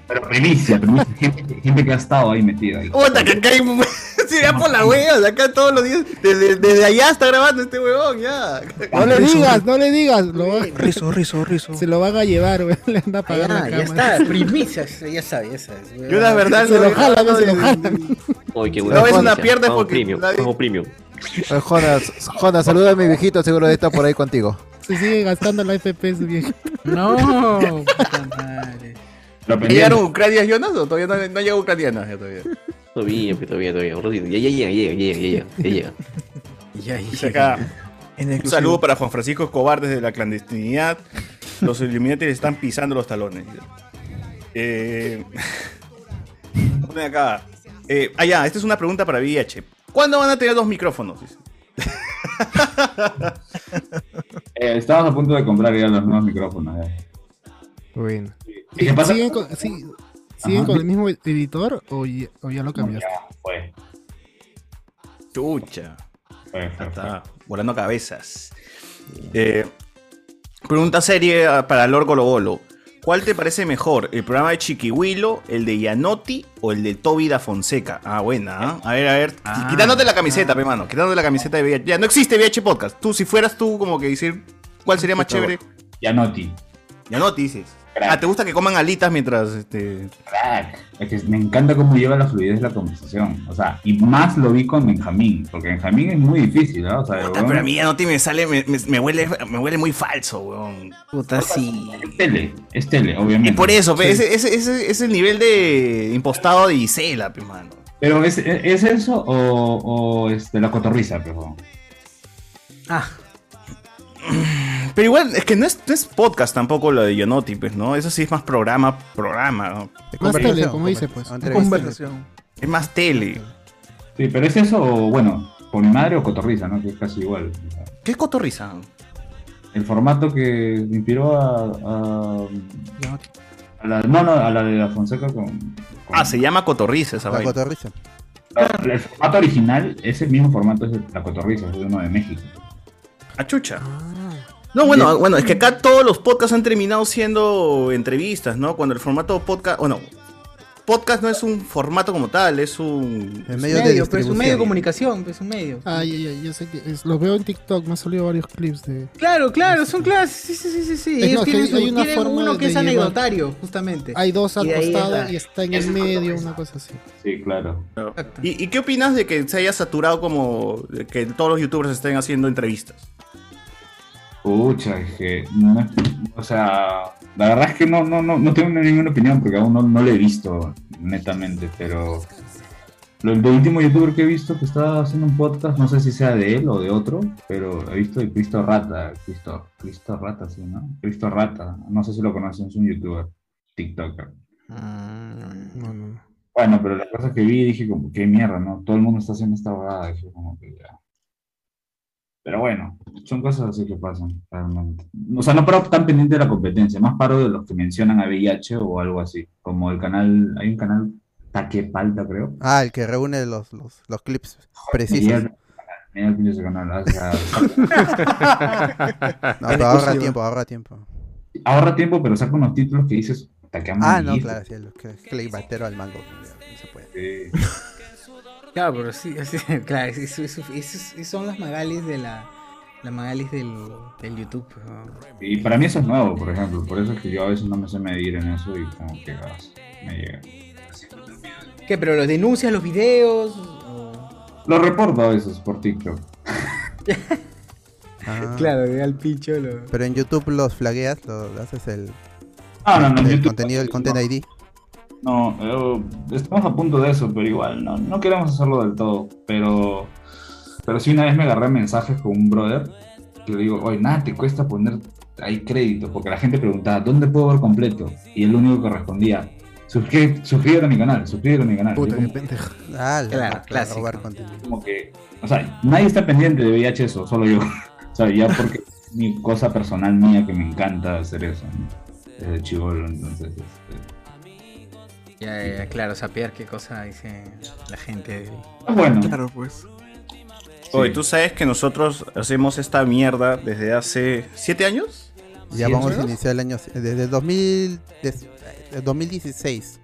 Speaker 15: Pero primicia, primicia, gente, gente que ha estado ahí metida. ahí.
Speaker 3: Puta, que acá hay... (laughs) Si vea por la hueva, de acá todos los días. Desde, desde allá está grabando este huevón, ya.
Speaker 6: No le digas, no le digas. Rizo, rizo, rizo. (laughs) Se lo van a llevar, güey. (laughs) Le anda a pagar la
Speaker 23: Ah, ya
Speaker 6: cámara.
Speaker 23: está, primicias, ya sabes, ya sabes.
Speaker 3: Yo la verdad
Speaker 6: Se lo
Speaker 3: estoy
Speaker 6: jalan,
Speaker 3: hablando
Speaker 6: se lo
Speaker 3: de-
Speaker 6: jalan.
Speaker 8: Oye, qué
Speaker 3: No
Speaker 8: buena
Speaker 3: ves una
Speaker 8: noticia.
Speaker 3: pierna
Speaker 8: Vamos
Speaker 3: porque
Speaker 8: premium,
Speaker 3: nadie-
Speaker 8: vamos premium.
Speaker 5: Eh, Jonas, Jonas, saluda a mi viejito, seguro está por ahí contigo.
Speaker 6: (laughs) Se sigue gastando la FP, su viejo.
Speaker 23: (laughs)
Speaker 6: (laughs)
Speaker 23: No.
Speaker 15: ¿Ya
Speaker 3: ¿Llegaron ucranias, Jonas, o todavía no, no llegó ucranianas? ya Todavía.
Speaker 8: Todavía, pero todavía, todavía. un ratito. Ya, ya llega, ya llega, ya llega, ya llega.
Speaker 3: Dice acá, un saludo para Juan Francisco Escobar desde la clandestinidad. Los Illuminati le están pisando los talones. Eh, (laughs) pone acá. Eh, ah, ya, esta es una pregunta para VIH. ¿Cuándo van a tener dos micrófonos? Dice.
Speaker 15: Eh, estabas a punto de comprar ya los nuevos micrófonos. ya.
Speaker 6: Bueno.
Speaker 15: ¿Y qué pasa?
Speaker 6: ¿Siguen con, sí, ¿siguen
Speaker 15: Ajá.
Speaker 6: con el mismo editor o ya, o ya lo cambiaste?
Speaker 15: Fue.
Speaker 3: Chucha. Ya Está volando cabezas. Eh, pregunta serie para ah, Lord Golo Golo. ¿Cuál te parece mejor? ¿El programa de Chiquihuilo, el de Yanotti o el de Toby da Fonseca? Ah, buena. ¿ah? A ver, a ver. quitándote la camiseta, pe mano. Quitándote la camiseta de VH. Ya no existe VH Podcast. Tú, si fueras tú, como que decir, ¿cuál sería más
Speaker 15: Por favor.
Speaker 3: chévere?
Speaker 15: Yanotti.
Speaker 3: Yanotti dices. Ah, ¿te gusta que coman alitas mientras este.
Speaker 15: Es que me encanta cómo lleva la fluidez la conversación. O sea, y más lo vi con Benjamín, porque Benjamín es muy difícil, ¿no? O sea,
Speaker 3: Puta, Ah, pero a mí Yanotti me sale, me, me- me huele, me huele muy falso, weón.
Speaker 24: Puta, sí.
Speaker 15: Es tele, es tele, obviamente.
Speaker 3: Y por eso, pe,
Speaker 15: Sí.
Speaker 3: ese, ese- ese- ese es el nivel de impostado de Gisela, pe mano.
Speaker 15: Pero ¿es, es eso o, o, este, la cotorriza, por favor?
Speaker 24: Ah.
Speaker 3: (clears throat) Pero igual, es que no es, no es podcast tampoco lo de Yanotti, pues, ¿no? Eso sí es más programa, programa, ¿no?
Speaker 6: Más tele, como dice, pues.
Speaker 15: Conversación.
Speaker 3: Es más tele.
Speaker 15: Sí, pero es eso o, bueno, por mi madre o cotorriza, ¿no? Que es casi igual.
Speaker 3: ¿Qué es cotorriza?
Speaker 15: El formato que inspiró a. a, a la, no, no, a la de la Fonseca con.
Speaker 3: Ah, se llama cotorriza esa vaina.
Speaker 15: cotorriza. el formato original, ese mismo formato es la cotorriza, es uno de México.
Speaker 3: Achucha. No, bueno, bueno, es que acá todos los podcasts han terminado siendo entrevistas, ¿no? Cuando el formato podcast, bueno, podcast no es un formato como tal, es un
Speaker 7: el
Speaker 6: medio de
Speaker 23: pero es un
Speaker 6: distribución.
Speaker 23: medio de comunicación, pues un medio.
Speaker 6: Ah, ya, ya, ya sé que es- lo veo en TikTok, me han salido varios clips de.
Speaker 23: Claro, claro, son clases, sí, sí, sí, sí, sí.
Speaker 6: Es
Speaker 23: Ellos
Speaker 6: no, que
Speaker 23: tienen,
Speaker 6: hay-
Speaker 23: su-
Speaker 6: hay una
Speaker 23: tienen
Speaker 6: forma
Speaker 23: uno que
Speaker 6: de
Speaker 23: es
Speaker 6: llevar-
Speaker 23: anecdotario, justamente.
Speaker 6: Hay dos al
Speaker 23: Y de ahí es
Speaker 6: costado
Speaker 23: la-
Speaker 6: y está en
Speaker 23: es
Speaker 6: el
Speaker 23: una
Speaker 6: medio, una cosa así.
Speaker 15: Sí, claro.
Speaker 3: ¿Y, y qué opinas de que se haya saturado como de que todos los youtubers estén haciendo entrevistas?
Speaker 15: Pucha, es que. no- o sea, la verdad es que no, no, no, no tengo ninguna opinión porque aún no, no lo he visto, netamente, pero. Lo, lo último youtuber que he visto que está haciendo un podcast, no sé si sea de él o de otro, pero he visto de Cristo Rata. Cristo, Cristo Rata, sí, ¿no? Cristo Rata. No sé si lo conocen, es un youtuber, TikToker. Bueno, pero la cosa que vi dije como, qué mierda, ¿no? Todo el mundo está haciendo esta bobada, dije como que ya. Pero bueno, son cosas así que pasan, realmente. O sea, no paro tan pendiente de la competencia, más paro de los que mencionan a VIH o algo así, como el canal, hay un canal Taquepalta, creo.
Speaker 7: Ah, el que reúne los,
Speaker 9: (laughs)
Speaker 7: los, los clips
Speaker 15: Mira
Speaker 7: precisos.
Speaker 15: el- mira el pinche canal, o sea-
Speaker 7: No, pero ahorra tiempo, ahorra tiempo.
Speaker 15: (laughs) Ahorra tiempo, pero saca unos títulos que dices, "Puta, qué
Speaker 7: Ah, no,
Speaker 15: amarillito".
Speaker 7: claro, sí, el que es clickbaitero al mango. No se puede.
Speaker 23: Claro, pero sí, (laughs) sí, claro, eso, eso- eso- eso son las magalis de la. Las magalis del, del YouTube. pues, ¿no?
Speaker 15: Y para mí eso es nuevo, por ejemplo, por eso es que yo a veces no me sé medir en eso y como que ah, me llega.
Speaker 23: ¿Qué? ¿Pero los denuncias, los videos?
Speaker 15: Lo reporto a veces por TikTok.
Speaker 23: Claro, al pincho lo.
Speaker 7: Pero en YouTube los flagueas, lo, lo haces el.
Speaker 15: Ah, no, no, en
Speaker 7: el
Speaker 15: YouTube-
Speaker 7: contenido, el content ID.
Speaker 15: No, eh, estamos a punto de eso, pero igual no, no queremos hacerlo del todo. Pero, pero sí una vez me agarré mensajes con un brother que le digo, oye, nada, te cuesta poner ahí crédito, porque la gente preguntaba, ¿dónde puedo ver completo? Y el único que respondía, "Suscri- suscríbete a mi canal, suscríbete a mi canal. Y yo como-
Speaker 7: Ah,
Speaker 15: Claro,
Speaker 7: clásico.
Speaker 15: como que, o sea, nadie está pendiente de VIH eso, solo yo. O sea, ya porque es mi cosa personal mía que me encanta hacer eso, ¿no? desde chivolo, entonces. este,
Speaker 23: Ya, ya, claro, saber qué cosa dice la gente.
Speaker 15: Ah, Bueno.
Speaker 12: Claro, pues.
Speaker 3: Oye, tú sabes que nosotros hacemos esta mierda desde hace siete años.
Speaker 7: Ya
Speaker 3: ¿Sí,
Speaker 7: vamos
Speaker 3: más o
Speaker 7: a
Speaker 3: menos?
Speaker 7: iniciar el año. Desde el 2000, des- el 2016.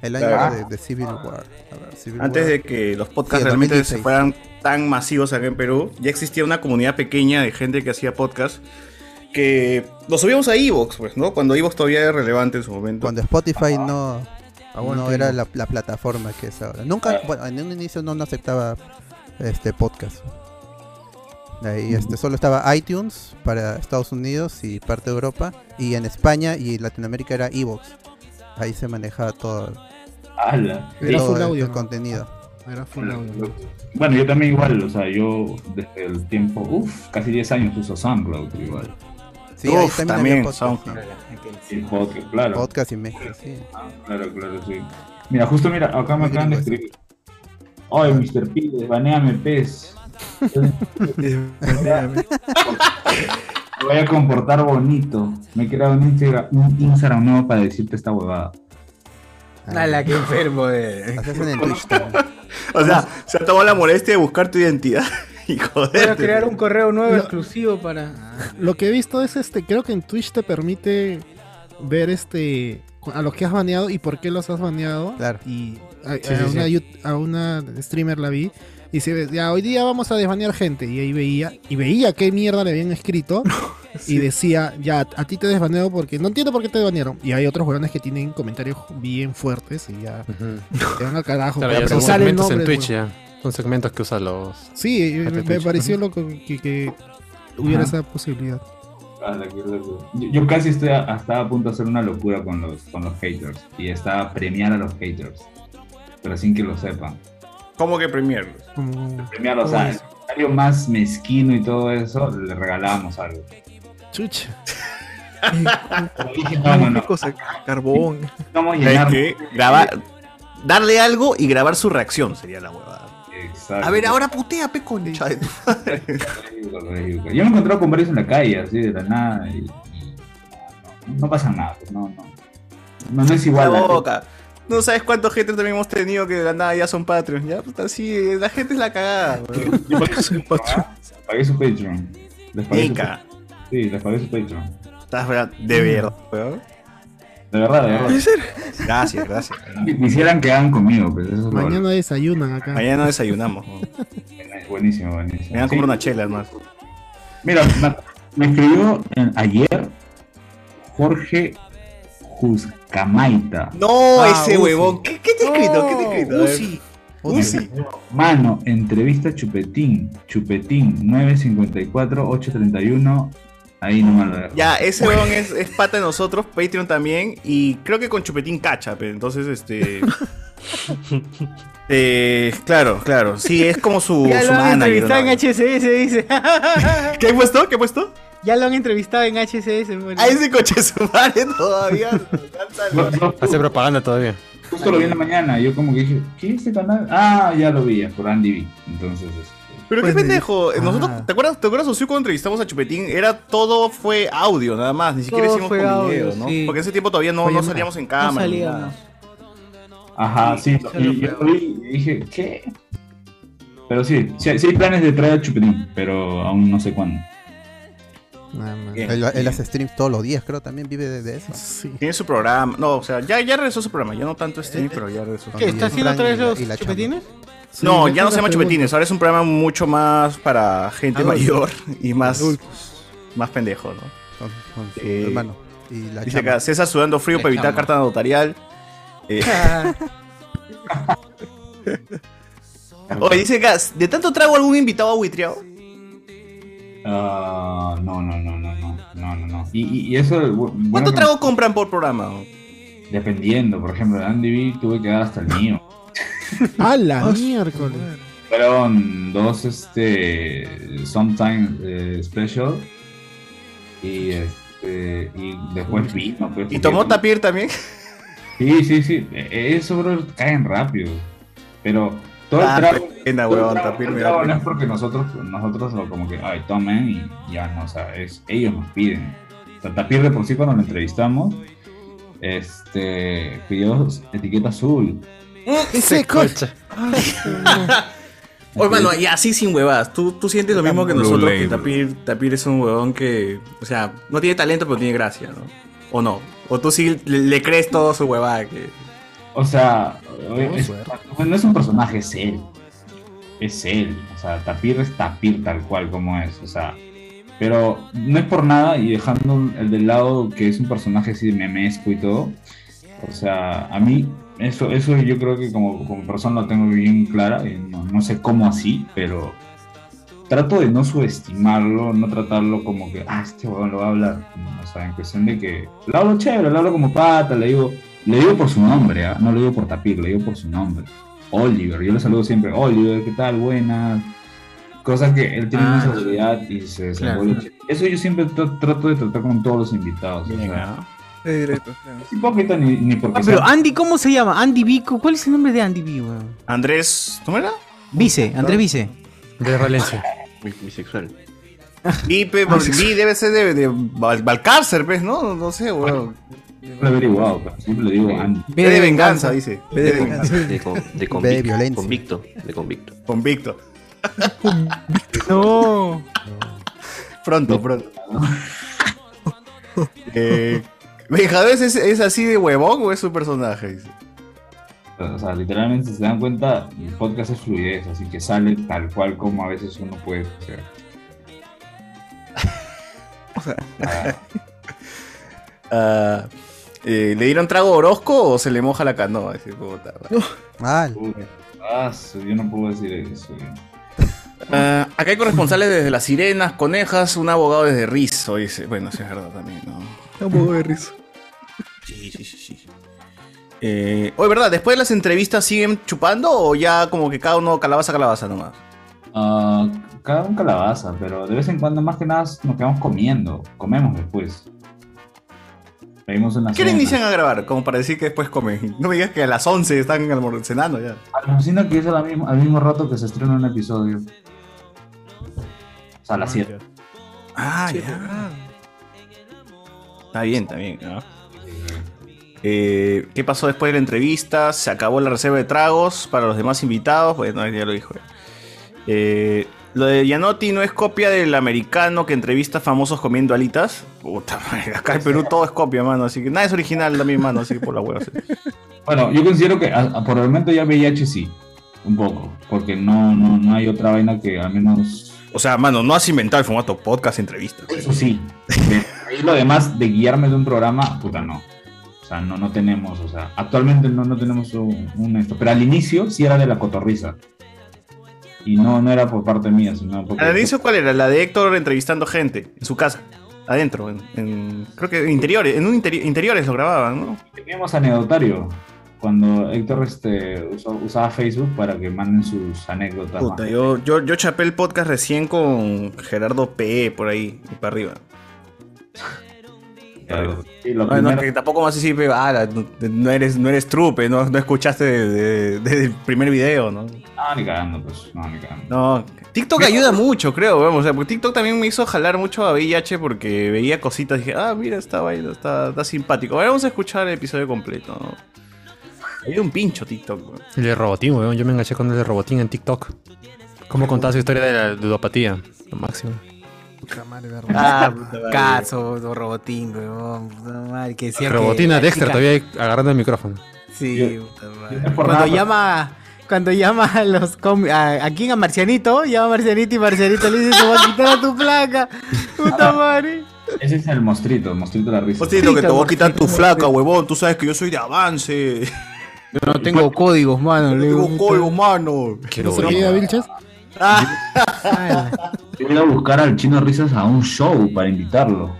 Speaker 7: El año
Speaker 3: Claro.
Speaker 7: de, de Civil War. A ver, Civil
Speaker 3: Antes
Speaker 7: War.
Speaker 3: de que los podcasts
Speaker 7: Sí, el
Speaker 3: realmente
Speaker 7: 2016.
Speaker 3: se fueran tan masivos acá en Perú, ya existía una comunidad pequeña de gente que hacía podcasts que los subíamos a Evox, pues, ¿no? Cuando Evox todavía era relevante en su momento.
Speaker 7: Cuando Spotify no,
Speaker 3: Aguante,
Speaker 7: no era
Speaker 3: ¿no?
Speaker 7: la, la plataforma que es ahora.
Speaker 15: Eh.
Speaker 7: Nunca, bueno, en un inicio no, no aceptaba este podcast. De Ahí este, solo estaba iTunes para Estados Unidos y parte de Europa. Y en España y Latinoamérica era Evox. Ahí se manejaba todo,
Speaker 15: ¡Hala!
Speaker 7: todo
Speaker 15: Full
Speaker 7: el-
Speaker 15: audio,
Speaker 7: el contenido.
Speaker 6: Era full audio.
Speaker 15: Bueno, yo también igual, o sea, yo desde el tiempo, uff, casi 10 años uso SoundCloud igual.
Speaker 7: Sí, ahí Uf, también había también, podcast, SoundCloud.
Speaker 15: Sí, podcast, claro.
Speaker 7: Podcast y mezcla,
Speaker 15: (laughs)
Speaker 7: sí.
Speaker 15: Claro, claro, sí. Mira, justo mira, acá me acaban de escribir. Oye, Mr. P, desbaneame
Speaker 7: (laughs)
Speaker 15: pez. Me voy a comportar bonito. Me he creado un Instagram, un Instagram nuevo para decirte esta huevada.
Speaker 23: Ala, qué enfermo de. (laughs)
Speaker 3: o sea, se ha tomado la molestia de buscar tu identidad (laughs) y joderte.
Speaker 23: Voy a crear un correo nuevo
Speaker 6: Lo-
Speaker 23: exclusivo para.
Speaker 6: Lo que he visto es este, creo que en Twitch te permite ver este a los que has baneado y por qué los has baneado. Y a, a una, yut- a una streamer la vi. Y dice, ya, hoy día vamos a desbanear gente. Y ahí veía, y veía qué mierda le habían
Speaker 15: (laughs)
Speaker 6: escrito. Y decía, ya, a ti te desbaneo porque no entiendo por qué te banearon. Y hay otros huevones que tienen comentarios bien fuertes y ya te van al carajo.
Speaker 11: Claro,
Speaker 6: pero
Speaker 11: ya son
Speaker 6: sale el
Speaker 11: segmentos en
Speaker 6: nombre del
Speaker 11: Twitch, ya. Son segmentos que usan los.
Speaker 6: Sí, me, me
Speaker 11: gente de Twitch.
Speaker 6: pareció
Speaker 11: Ujú.
Speaker 6: loco que, que hubiera
Speaker 15: Ajá.
Speaker 6: esa posibilidad.
Speaker 15: Ala, qué loco. Yo, yo casi estoy a- estaba a punto de hacer una locura con los, con los haters. Y estaba a premiar a los haters. Pero sin que lo sepan.
Speaker 3: ¿Cómo que premiarlo?
Speaker 15: Premiarlos, o sea, el comentario más mezquino y todo eso, le regalábamos
Speaker 3: (laughs)
Speaker 15: algo.
Speaker 12: Chucha.
Speaker 15: No, no, no.
Speaker 12: Cosa, carbón.
Speaker 15: (laughs) Vamos a
Speaker 3: Es
Speaker 15: llenar.
Speaker 3: que grabar, darle algo y grabar su reacción sería la huevada. A ver, ahora putea, pe concha
Speaker 12: (laughs)
Speaker 3: de tu madre.
Speaker 15: Yo me he encontrado con varios en la calle, así de la nada. y- y no, no pasa nada, pues, no, no. No, no es igual.
Speaker 3: La
Speaker 15: la-
Speaker 3: boca. No sabes cuántos haters también hemos tenido que de la nada ya son Patreon. Ya, puta, sí, eh, la gente es la cagada, weón.
Speaker 15: Yo pagué su Patreon. Pagué su Patreon. Les pagué su
Speaker 3: Nica.
Speaker 15: Patreon. Sí, les pagué su Patreon. Mm.
Speaker 3: Estás verdad, de verdad, weón.
Speaker 15: De verdad, de verdad.
Speaker 3: Gracias, gracias.
Speaker 15: Quisieran que hagan conmigo, pero eso es lo
Speaker 6: Mañana desayunan acá.
Speaker 3: Mañana desayunamos.
Speaker 15: Buenísimo, buenísimo.
Speaker 3: Me van a comprar una chela, hermano.
Speaker 15: Mira, me, me escribió en- ayer Jorge Juscamaita.
Speaker 3: No, Oh, ese huevón. ¿Qué, qué te he escrito? ¿Qué te he escrito? A ver.
Speaker 15: Uzi.
Speaker 3: Uzi.
Speaker 15: Mano, entrevista Chupetín. Chupetín 954-831. Ahí nomás lo dejo.
Speaker 3: Ya, ese huevón es, es pata de nosotros, Patreon también. Y creo que con Chupetín cacha, pe, entonces (laughs) este. eh, claro, claro. Sí, es como su,
Speaker 23: Ya
Speaker 3: su
Speaker 23: lo han
Speaker 3: manager,
Speaker 23: entrevistado en
Speaker 3: ¿no?
Speaker 23: HSS, dice.
Speaker 3: (laughs) ¿Qué he puesto? ¿Qué he puesto?
Speaker 23: Ya lo han entrevistado en HSS.
Speaker 3: A ese coche su madre todavía.
Speaker 11: Hace propaganda todavía.
Speaker 15: Justo lo vi en la mañana. Yo como que dije, ¿qué es este canal? Ah, ya lo vi, por Andy B. Entonces,
Speaker 3: Pero
Speaker 15: Pues,
Speaker 3: qué pendejo. Nosotros, ¿te acuerdas, ¿te acuerdas Ocio, cuando entrevistamos a Chupetín? Era todo fue audio nada más, ni siquiera
Speaker 15: Todo
Speaker 3: hicimos
Speaker 15: fue
Speaker 3: con
Speaker 15: audio,
Speaker 3: video, ¿no?
Speaker 15: sí.
Speaker 3: Porque en ese tiempo todavía no,
Speaker 15: Oye,
Speaker 3: no
Speaker 15: ma,
Speaker 3: salíamos en
Speaker 15: no
Speaker 3: cámara. ni
Speaker 15: salíamos.
Speaker 3: nada.
Speaker 15: Ajá, sí.
Speaker 3: eso
Speaker 15: y
Speaker 3: es lo
Speaker 15: yo lo vi y dije, ¿qué? Pero sí, sí, sí hay planes de traer a Chupetín, pero aún no sé cuándo. Bien,
Speaker 7: él, él
Speaker 15: bien.
Speaker 7: hace streams todos los días, creo, también vive de, de eso. Eh,
Speaker 3: Tiene su programa. No, o sea, ya, ya regresó su programa. Ya no tanto este, pero ya regresó.
Speaker 23: Eh, ¿Qué? ¿Está haciendo otra vez los
Speaker 7: y la chamba.
Speaker 23: chupetines?
Speaker 3: no,
Speaker 23: Sí,
Speaker 3: ya
Speaker 23: esa
Speaker 3: no
Speaker 23: es la
Speaker 3: se llama Chupetines. Ahora es un programa mucho más para gente
Speaker 7: Adultos.
Speaker 3: mayor y más, más pendejo, ¿no? Eh,
Speaker 7: hermano. Y la
Speaker 3: Dice
Speaker 7: chamba.
Speaker 3: acá, César sudando frío
Speaker 7: La
Speaker 3: para evitar
Speaker 7: chamba.
Speaker 3: carta notarial.
Speaker 7: (laughs)
Speaker 3: Eh, Oye, dice acá, ¿de tanto trago algún invitado abuitreado?
Speaker 15: Ah, no, no, no, no, no, no, no, no. Y, y- y eso...
Speaker 3: ¿Cuánto trago compran por programa?
Speaker 15: Dependiendo, por ejemplo, Andy B tuve que dar hasta el mío.
Speaker 6: A la miércoles.
Speaker 15: Fueron dos, este, sometime eh, special y este, y después vino. pues,
Speaker 3: ¿Y tomó
Speaker 15: porque-
Speaker 3: tapir también?
Speaker 15: Sí, sí, sí. E- Eso, bro, caen rápido. Pero todo
Speaker 3: Ah,
Speaker 15: el trago.
Speaker 3: pena,
Speaker 15: todo el
Speaker 3: huevón,
Speaker 15: trago-
Speaker 3: también
Speaker 15: todo el
Speaker 3: me da
Speaker 15: trago
Speaker 3: pena.
Speaker 15: No es porque nosotros, nosotros lo como que, ay, tomen y ya no, o sea, es, ellos nos piden. O sea, Tapir de por sí cuando lo entrevistamos, este, pidió etiqueta azul.
Speaker 3: Ese coche. Oye, mano, y así sin huevadas. Tú, tú sientes lo mismo que
Speaker 15: Blue
Speaker 3: nosotros, que
Speaker 15: Label.
Speaker 3: Tapir, Tapir es un huevón que, o sea, no tiene talento, pero tiene gracia, ¿no? O no. O tú sí le, le crees todo su huevada. Que...
Speaker 15: O sea, es- no es un personaje, es él. Es él. O sea, Tapir es Tapir tal cual como es. O sea, pero no es por nada y dejando el del lado que es un personaje así de memesco y todo. O sea, a mí eso, eso yo creo que como, como persona lo tengo bien clara. y no, no sé cómo así, pero trato de no subestimarlo, no tratarlo como que, ah, este huevón lo va a hablar. O sea, en cuestión de que lo hablo chévere, lo hablo como pata, le digo, le digo por su nombre, ¿ah? no le digo por tapir, le digo por su nombre. Oliver, yo le saludo siempre, Oliver, ¿qué tal? Buenas. Cosas que él
Speaker 3: Ah,
Speaker 15: tiene una seguridad y se desenvuelve.
Speaker 12: Claro.
Speaker 15: chévere. Eso yo siempre tra- trato de tratar con todos los invitados. o sea,
Speaker 12: Es directo, claro.
Speaker 15: es hipócrita ni, ni
Speaker 23: (laughs)
Speaker 15: porque
Speaker 23: Ah, pero
Speaker 15: sea-
Speaker 23: Andy, ¿cómo se llama? Andy Vico. ¿Cuál es el nombre de Andy Vico?
Speaker 3: Andrés, ¿cómo era?
Speaker 23: Vice, Andrés Vice.
Speaker 3: De Valencia.
Speaker 8: Bisexual.
Speaker 3: Y, pe, y debe ser de, de Bal- Balcárcer, ¿ves? No, no sé, huevón.
Speaker 15: No lo he averiguado, pues. pero siempre le digo Andy.
Speaker 3: Ve de venganza, dice. Ve de venganza.
Speaker 8: De, con- de convic- convicto. De convicto.
Speaker 3: Convicto.
Speaker 23: No.
Speaker 3: Pronto, pronto. Eh, ¿Vengadores es, es así de huevón o es su personaje? Dice.
Speaker 15: Pues, O sea, literalmente, si se dan cuenta, el podcast es fluidez, así que sale tal cual como a veces uno puede hacer.
Speaker 3: Ah, eh, ¿Le dieron trago a Orozco o se le moja la canoa? Dice, puta.
Speaker 7: Mal.
Speaker 15: Ah, su- yo no puedo decir eso.
Speaker 3: Ah, acá hay corresponsales desde Las Sirenas, Conejas, un abogado desde Rizo, dice. Bueno, sí es verdad también, ¿no?
Speaker 12: Vamos a ver eso.
Speaker 3: Sí, sí, sí, sí. Eh, Oye, ¿verdad? ¿Después de las entrevistas siguen chupando o ya como que cada uno calabaza calabaza nomás?
Speaker 15: Ah, cada un calabaza, pero de vez en cuando, más que nada, nos quedamos comiendo. Comemos después. Pedimos una
Speaker 3: ¿A ¿Qué hora
Speaker 15: cena.
Speaker 3: inician a grabar? Como para decir que después comen. (laughs) No me digas que a las 11 están almacenando ya.
Speaker 15: Alucina Ah, que es a la misma- al mismo rato que se estrena un episodio. O sea, a las 7.
Speaker 3: Ah, ya. Está bien, está bien. ¿no? Eh, ¿Qué pasó después de la entrevista? ¿Se acabó la reserva de tragos para los demás invitados? Bueno, ya lo dijo. él. Eh, lo de Gianotti no es copia del americano que entrevista famosos comiendo alitas. Puta madre, acá en Perú todo es copia, mano. Así que nada es original también, mano. Así que por la hueva. sí.
Speaker 15: Bueno, yo considero que a- a- por el momento ya VIH sí, un poco, porque no, no, no hay otra vaina que al menos...
Speaker 3: O sea, mano, no has inventado el formato podcast entrevista.
Speaker 15: Eso sí. Y lo demás de guiarme de un programa, puta, no. O sea, no, no tenemos, o sea, actualmente no, no tenemos un, un esto. Pero al inicio sí era de la cotorriza. Y no, no era por parte mía, sino porque...
Speaker 3: ¿Al inicio cuál era? La de Héctor entrevistando gente en su casa. Adentro, en, en- creo que en interiores, en un interi- interiores lo grababan, ¿no?
Speaker 15: Teníamos anecdotario. Cuando Héctor este, usó- usaba Facebook para que manden sus anécdotas.
Speaker 3: Puta,
Speaker 15: más.
Speaker 3: yo, yo, yo chapé el podcast recién con Gerardo P. por ahí, y
Speaker 15: (laughs)
Speaker 3: para arriba.
Speaker 15: Sí, lo
Speaker 3: No, no,
Speaker 15: primero-
Speaker 3: que tampoco más así, pe, ah, la- no, no eres, no eres trupe, no, no escuchaste de- de- desde el primer video, ¿no?
Speaker 15: No, ni cagando, pues. No, ni cagando.
Speaker 3: No, TikTok ayuda mucho, creo, vamos, o sea, porque TikTok también me hizo jalar mucho a VIH porque veía cositas y dije, ah, mira, está bailando, está, está simpático. Ahora vamos a escuchar el episodio completo, ¿no? Hay un pincho TikTok, weón.
Speaker 11: El de Robotín, weón. Yo me enganché con el de Robotín en TikTok. ¿Cómo contaba su historia de la ludopatía? Lo máximo.
Speaker 23: (laughs)
Speaker 24: Ah, caso, robotín, weón. puta madre, que decía que
Speaker 11: Robotina
Speaker 24: la
Speaker 11: Dexter
Speaker 24: chica-
Speaker 11: todavía ahí agarrando el micrófono.
Speaker 24: Sí, puta madre.
Speaker 11: es por
Speaker 24: Cuando
Speaker 11: nada.
Speaker 24: llama.
Speaker 23: Cuando llama a los com- a, a quién a Marcianito, llama a Marcianito y Marcianito le dice, se va a quitar a tu placa.
Speaker 3: Ah,
Speaker 23: Puta madre.
Speaker 15: Ese es el mostrito, el mostrito de la risa.
Speaker 3: Mostrito que te voy a quitar tu flaca, huevón. Tú sabes que yo soy de avance. Yo
Speaker 24: no tengo códigos, mano.
Speaker 3: No tengo códigos, mano. Ah.
Speaker 6: ¿No se olvida, Vilches?
Speaker 15: Yo voy a buscar al chino risas a un show para invitarlo.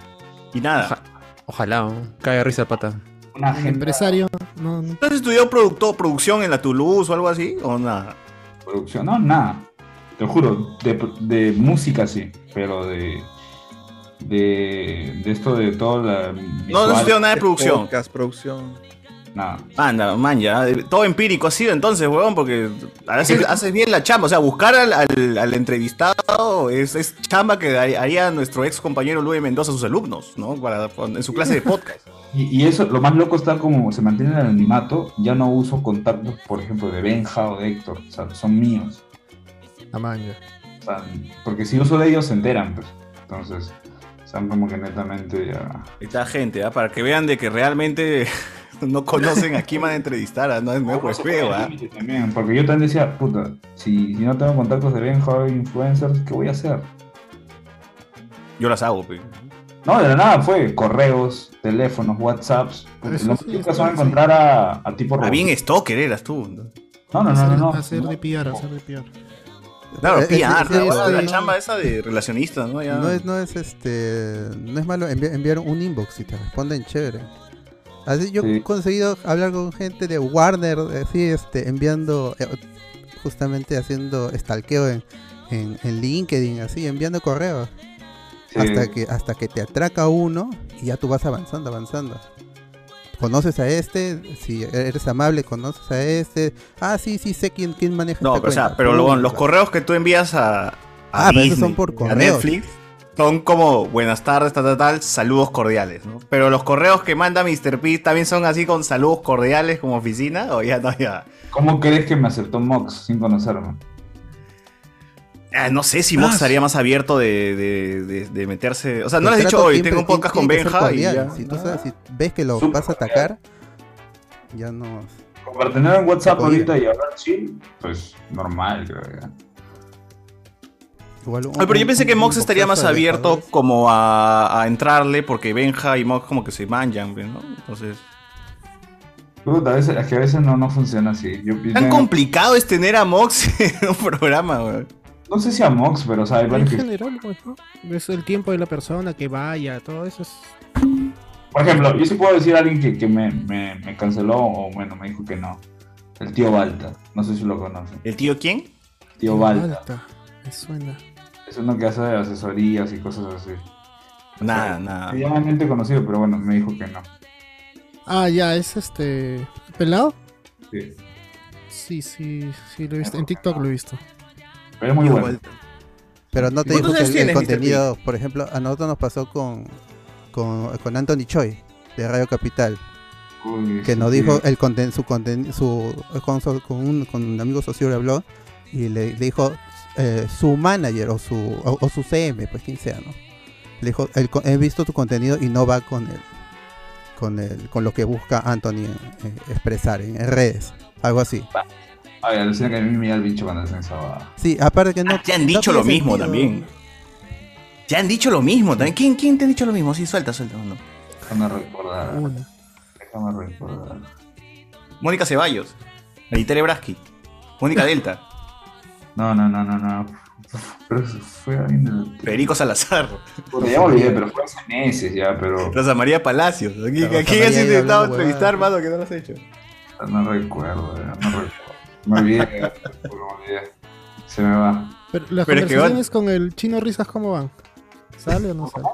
Speaker 3: Y nada.
Speaker 11: Ojalá, weón. cae de risa el pata.
Speaker 6: El empresario. No, no.
Speaker 3: ¿Tú has estudiado producto, producción en la Toulouse o algo así? ¿O nada?
Speaker 15: Producción, no, nada. Te juro, de, de música sí, pero de. De, de esto de todo la.
Speaker 3: No, no estudiado nada de producción.
Speaker 12: Podcast, producción.
Speaker 15: Nada.
Speaker 3: Anda, man, ya. eh, Todo empírico ha sido entonces, huevón, porque haces, haces bien la chamba. O sea, buscar al, al- al entrevistado es, es chamba que ha- haría nuestro ex compañero Luis Mendoza a sus alumnos, ¿no? Para- en su clase
Speaker 15: (laughs)
Speaker 3: de podcast.
Speaker 15: Y, y eso, lo más loco está como se mantiene el anonimato, ya no uso contactos, por ejemplo, de Benja o de Héctor, o sea, son míos. O sea, porque si uso de ellos se enteran, pues. Entonces, son como que netamente ya.
Speaker 3: Ahí está gente, ¿ah? para que vean de que realmente (laughs) no conocen a quién van a entrevistar, ¿ah? no es medio pues feo, ¿ah?
Speaker 15: También, porque yo también decía, puta, si, si no tengo contactos de Benja o de influencers, ¿qué voy a hacer?
Speaker 3: Yo las hago, pe.
Speaker 15: No, de la nada fue correos, teléfonos, WhatsApps.
Speaker 3: Eso
Speaker 15: Lo
Speaker 3: sí,
Speaker 15: que nunca
Speaker 3: eso
Speaker 15: se van a
Speaker 3: sí.
Speaker 15: encontrar a, a tipo
Speaker 3: Ah,
Speaker 15: robot.
Speaker 3: bien stalker eras tú. ¿no?
Speaker 15: No, no, Ah, no, no, no.
Speaker 6: Hacer de PR, hacer de PR.
Speaker 3: Claro,
Speaker 7: Eh, eh,
Speaker 3: PR,
Speaker 7: sí,
Speaker 3: ¿no?
Speaker 7: sí,
Speaker 3: la
Speaker 7: sí.
Speaker 3: chamba esa de relacionista, ¿no? Ya.
Speaker 7: No es, no es este, no es malo envi- enviar un inbox y te responden chévere. Así yo he conseguido hablar con gente de Warner, así este, enviando, eh, justamente haciendo stalkeo en, en, en LinkedIn, así, enviando correos.
Speaker 15: Sí.
Speaker 7: Hasta que, hasta que te atraca uno y ya tú vas avanzando, avanzando. Conoces a este, si eres amable, conoces a este. Ah, sí, sí, sé quién, quién maneja
Speaker 3: No,
Speaker 7: esta
Speaker 3: pero, o sea,
Speaker 7: cuenta.
Speaker 3: pero
Speaker 7: Pum,
Speaker 3: lo- los correos que tú envías a, a
Speaker 7: Ah, pero esos
Speaker 3: Disney,
Speaker 7: son por
Speaker 3: a
Speaker 7: correos.
Speaker 3: Netflix son como buenas tardes, tal, tal, tal, saludos cordiales, ¿no? Pero los correos que manda Mr. P también son así con saludos cordiales como oficina, o ya no, ya.
Speaker 15: ¿Cómo crees que me aceptó Mox sin conocerme?
Speaker 3: Ah, no sé si Mox
Speaker 5: Ah,
Speaker 3: estaría más abierto de, de- de- de meterse. O sea, no
Speaker 7: El
Speaker 3: le has dicho
Speaker 7: trato
Speaker 3: hoy,
Speaker 7: siempre
Speaker 3: tengo un
Speaker 7: ti-
Speaker 3: podcast con
Speaker 7: tiene que ser
Speaker 3: Benja y
Speaker 7: cordial.
Speaker 3: ya.
Speaker 7: Si tú sabes- si ves que lo vas a atacar, ya no.
Speaker 15: Compartirlo en WhatsApp
Speaker 7: Oye.
Speaker 15: ahorita y hablar sí, pues normal, creo. ya.
Speaker 7: Igual un-
Speaker 3: Ay, Ah, pero yo
Speaker 7: un-
Speaker 3: pensé que
Speaker 7: un
Speaker 3: Mox estaría más
Speaker 7: boxazo de Benja,
Speaker 3: abierto como a, a entrarle porque Benja y Mox como que se manjan, pues, ¿no? Entonces...
Speaker 15: Puta, a veces- es que a veces no, no funciona así. Yo, yo
Speaker 3: Tan
Speaker 15: tengo-
Speaker 3: complicado es tener a Mox (laughs) en un programa, güey.
Speaker 15: no sé si a Mox, pero o sea, hay
Speaker 6: En
Speaker 15: varios que-
Speaker 6: general, pues, ¿no? Es el tiempo de la persona que vaya, todo eso es...
Speaker 15: Por ejemplo, yo sí puedo decir a alguien que, que me, me, me canceló o bueno, me dijo que no. El tío Balta. No sé si lo conocen.
Speaker 3: ¿El tío quién?
Speaker 15: Tío Balta.
Speaker 6: Me suena.
Speaker 15: Es uno que hace asesorías y cosas así.
Speaker 3: Nada, nada.
Speaker 15: Medianamente conocido, pero bueno, me dijo que no.
Speaker 6: Ah, ya, es este... ¿Pelado?
Speaker 15: Sí.
Speaker 6: Sí, sí, sí, lo he visto. En TikTok lo he visto.
Speaker 15: Pero es muy
Speaker 7: Igual.
Speaker 15: bueno.
Speaker 7: Pero no te dijo
Speaker 6: ¿Cuántos
Speaker 7: que
Speaker 6: años
Speaker 7: el, el
Speaker 6: tienes,
Speaker 15: este
Speaker 6: Mr. P?
Speaker 7: contenido, por ejemplo, a nosotros nos pasó con, con, con Anthony Choi de Radio Capital.
Speaker 15: Uy,
Speaker 7: que
Speaker 15: sí,
Speaker 7: nos
Speaker 15: sí.
Speaker 7: dijo el conten, su conten, su con, so- con un, con un amigo socio le habló y le, le dijo eh, su manager o su o, o su CM, pues quien sea, ¿no? Le dijo, el co- he visto tu contenido y no va con el con el con lo que busca Anthony eh, expresar en, en redes, algo así.
Speaker 15: A ver, alucina que a mí me da el bicho cuando hacen esa babada.
Speaker 7: Sí, aparte que no
Speaker 3: Te Ah, han dicho lo mismo también. Te han dicho lo mismo también. ¿Quién, quién te ha dicho lo mismo? Sí, suelta, suelta. No.
Speaker 15: Déjame recordar. Déjame recordar.
Speaker 3: Mónica Ceballos. Editere Braski. Mónica Delta.
Speaker 15: (laughs) No, no, no, no, no. Pero eso fue alguien del.
Speaker 3: Perico Salazar.
Speaker 15: Puta, ya me olvidé, pero fue hace meses ya, pero.
Speaker 3: Rosa María Palacios. ¿A quién- a quién has
Speaker 15: María
Speaker 3: intentado
Speaker 15: hablando
Speaker 3: entrevistar, mano, que no lo has hecho?
Speaker 15: No recuerdo, ya, no recuerdo. Me (laughs) olvidé, ya, me olvidé. Se me va.
Speaker 6: Pero las
Speaker 15: Pero es que
Speaker 6: conversaciones con el chino risas, ¿cómo van? ¿Sale o no sale?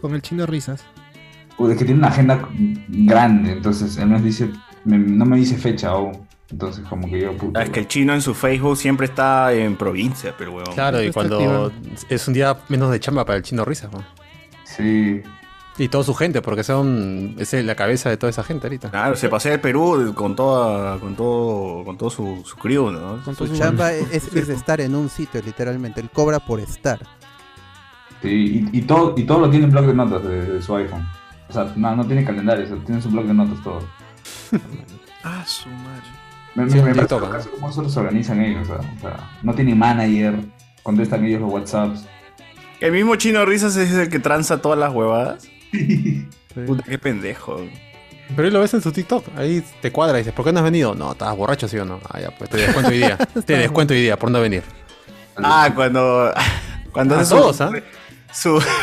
Speaker 6: Con el chino risas.
Speaker 15: Uy, pues, es que tiene una agenda grande, entonces él nos dice, me- no me dice fecha aún. Entonces, como que yo, puta.
Speaker 3: Ah, es que el chino en su Facebook siempre está en provincia, pero huevón.
Speaker 11: Claro, y cuando es un día menos de chamba para el chino Risa.
Speaker 15: Sí.
Speaker 11: Y toda su gente, porque son, es la cabeza de toda esa gente ahorita.
Speaker 3: Claro, se pasea el Perú con toda, con todo, con todo su, su crew, ¿no?
Speaker 7: Su chamba es, es estar en un sitio, literalmente. Él cobra por estar.
Speaker 15: Sí, y, y todo, y todo lo tiene en bloc de notas de, de su iPhone. O sea, no, no tiene calendario, o sea, tiene su blog de notas todo.
Speaker 12: Ah, su madre.
Speaker 15: Me,
Speaker 12: Sí,
Speaker 15: me, me
Speaker 12: en
Speaker 15: parece
Speaker 12: TikTok,
Speaker 15: locazo cómo se los organizan ellos, o sea, o sea, no tienen manager, contestan ellos los WhatsApps.
Speaker 3: El mismo chino risas es el que tranza todas las huevadas. Puta, qué pendejo.
Speaker 11: Pero él lo ves en su TikTok, ahí te cuadra y dices, ¿por qué no has venido? No, estabas borracho, sí o no. Ah, ya, pues te descuento hoy (laughs) día. te descuento hoy día, ¿por no venir?
Speaker 3: Ah, cuando. (laughs) Cuando
Speaker 11: A
Speaker 3: hace su-
Speaker 11: todos, ¿ah?
Speaker 3: Su. (laughs)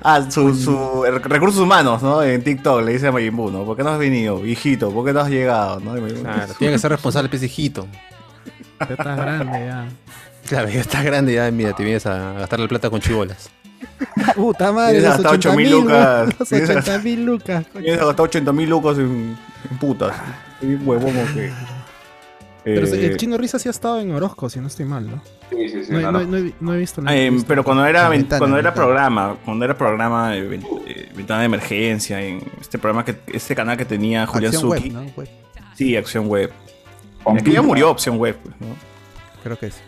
Speaker 3: Ah, su, su- recursos humanos, ¿no? En TikTok le dice a Majin Buu, ¿no? ¿Por qué no has venido, hijito? ¿Por qué no has llegado? ¿no?
Speaker 11: Claro, tiene que ser responsable, pues, hijito.
Speaker 6: Ya estás grande, ya.
Speaker 11: Claro, ya estás grande, ya mira, te vienes a gastar la plata con chibolas.
Speaker 6: Puta madre,
Speaker 3: (laughs) Tienes
Speaker 6: los
Speaker 3: hasta
Speaker 6: 80
Speaker 3: 8.000
Speaker 6: mil
Speaker 3: lucas.
Speaker 6: (laughs) Los
Speaker 3: Tienes
Speaker 6: 80 mil lucas.
Speaker 3: Tienes hasta 80 mil lucos en, en putas. Soy un huevón que.
Speaker 6: (laughs) Pero
Speaker 3: Eh,
Speaker 6: el chino risas sí ha estado en Orozco, si no estoy mal, ¿no?
Speaker 15: Sí, sí,
Speaker 3: sí,
Speaker 6: No, he-
Speaker 3: no,
Speaker 6: no
Speaker 3: no.
Speaker 6: he- no he, no he visto la
Speaker 3: Eh,
Speaker 6: entrevista.
Speaker 3: pero cuando era
Speaker 6: La ventana,
Speaker 3: cuando
Speaker 6: la
Speaker 3: era
Speaker 6: ventana.
Speaker 3: programa, cuando era programa eh, ven- eh, ventana de emergencia, en este programa que este canal que tenía Julián
Speaker 7: Acción web,
Speaker 3: Suki.
Speaker 7: ¿no? Web.
Speaker 3: Sí, Acción Web.
Speaker 15: Con
Speaker 3: Es que ya
Speaker 15: pinta.
Speaker 3: murió Opción Web, pues, ¿no?
Speaker 7: Creo que sí.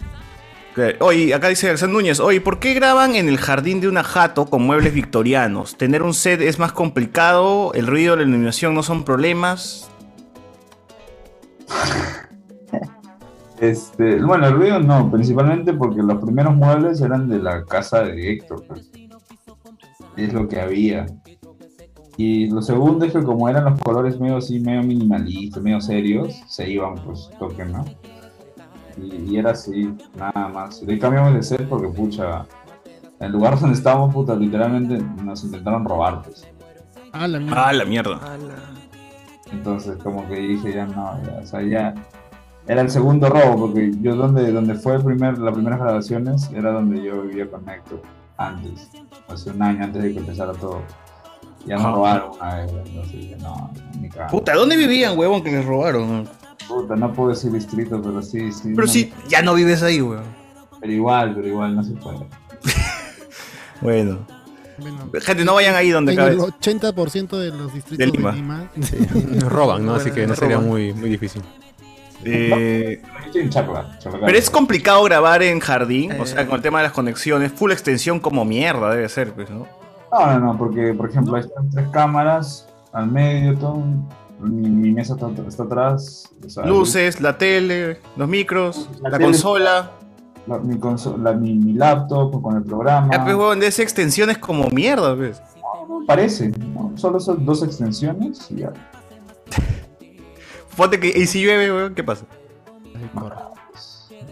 Speaker 3: Oye, acá dice García Núñez, oye, ¿por qué graban en el jardín de una jato con muebles victorianos? Tener un set es más complicado, el ruido, la iluminación no son problemas.
Speaker 15: Este, bueno, el ruido no, principalmente porque los primeros muebles eran de la casa de Héctor. pues. Es lo que había. Y lo segundo es que como eran los colores medio así, medio minimalistas, medio serios, se iban pues toque, ¿no? Y, y era así, nada más. Le cambiamos de set porque pucha, el lugar (laughs) donde estábamos, puta, literalmente nos intentaron robar, pues.
Speaker 6: Ah, la mierda.
Speaker 3: Ah, la mierda.
Speaker 15: Entonces como que dije ya no, ya, o sea, ya era el segundo robo, porque yo donde, donde fue el primer, las primeras grabaciones era donde yo vivía con Héctor, antes, hace un año antes de que empezara todo. Ya nos
Speaker 3: Ah.
Speaker 15: robaron una vez, entonces dije, no, ni cagando.
Speaker 3: Puta, ¿dónde vivían, huevón, que les robaron?
Speaker 15: Puta, no puedo decir distrito, pero sí, sí. no,
Speaker 3: Pero sí, ya no vives ahí, huevón.
Speaker 15: Pero igual, pero igual, no se puede.
Speaker 3: Bueno. Gente, no vayan ahí donde
Speaker 6: En
Speaker 3: cabe.
Speaker 6: el 80% de los distritos de
Speaker 3: De
Speaker 6: Lima.
Speaker 3: Lima.
Speaker 11: Nos roban, ¿no? Así que no sería muy, muy difícil.
Speaker 3: Eh,
Speaker 15: Estoy en Chacla, Chacla.
Speaker 3: pero es complicado grabar en jardín, o
Speaker 6: Eh.
Speaker 3: sea, con el tema de las conexiones. Full extensión como mierda debe ser, pues, ¿no?
Speaker 15: No, no, no, porque por ejemplo ahí están tres cámaras al medio, todo un- mi, mi mesa está, está atrás. o sea,
Speaker 3: Luces, la tele, los micros, la,
Speaker 15: tele-
Speaker 3: consola.
Speaker 15: la- mi, conso- la- mi, mi laptop con el programa.
Speaker 3: Ya, pues, huevón, de esa extensión es como mierda, pues.
Speaker 15: Parece, ¿no? solo son dos extensiones y ya.
Speaker 3: Ponte que, y si llueve, weón, ¿qué pasa?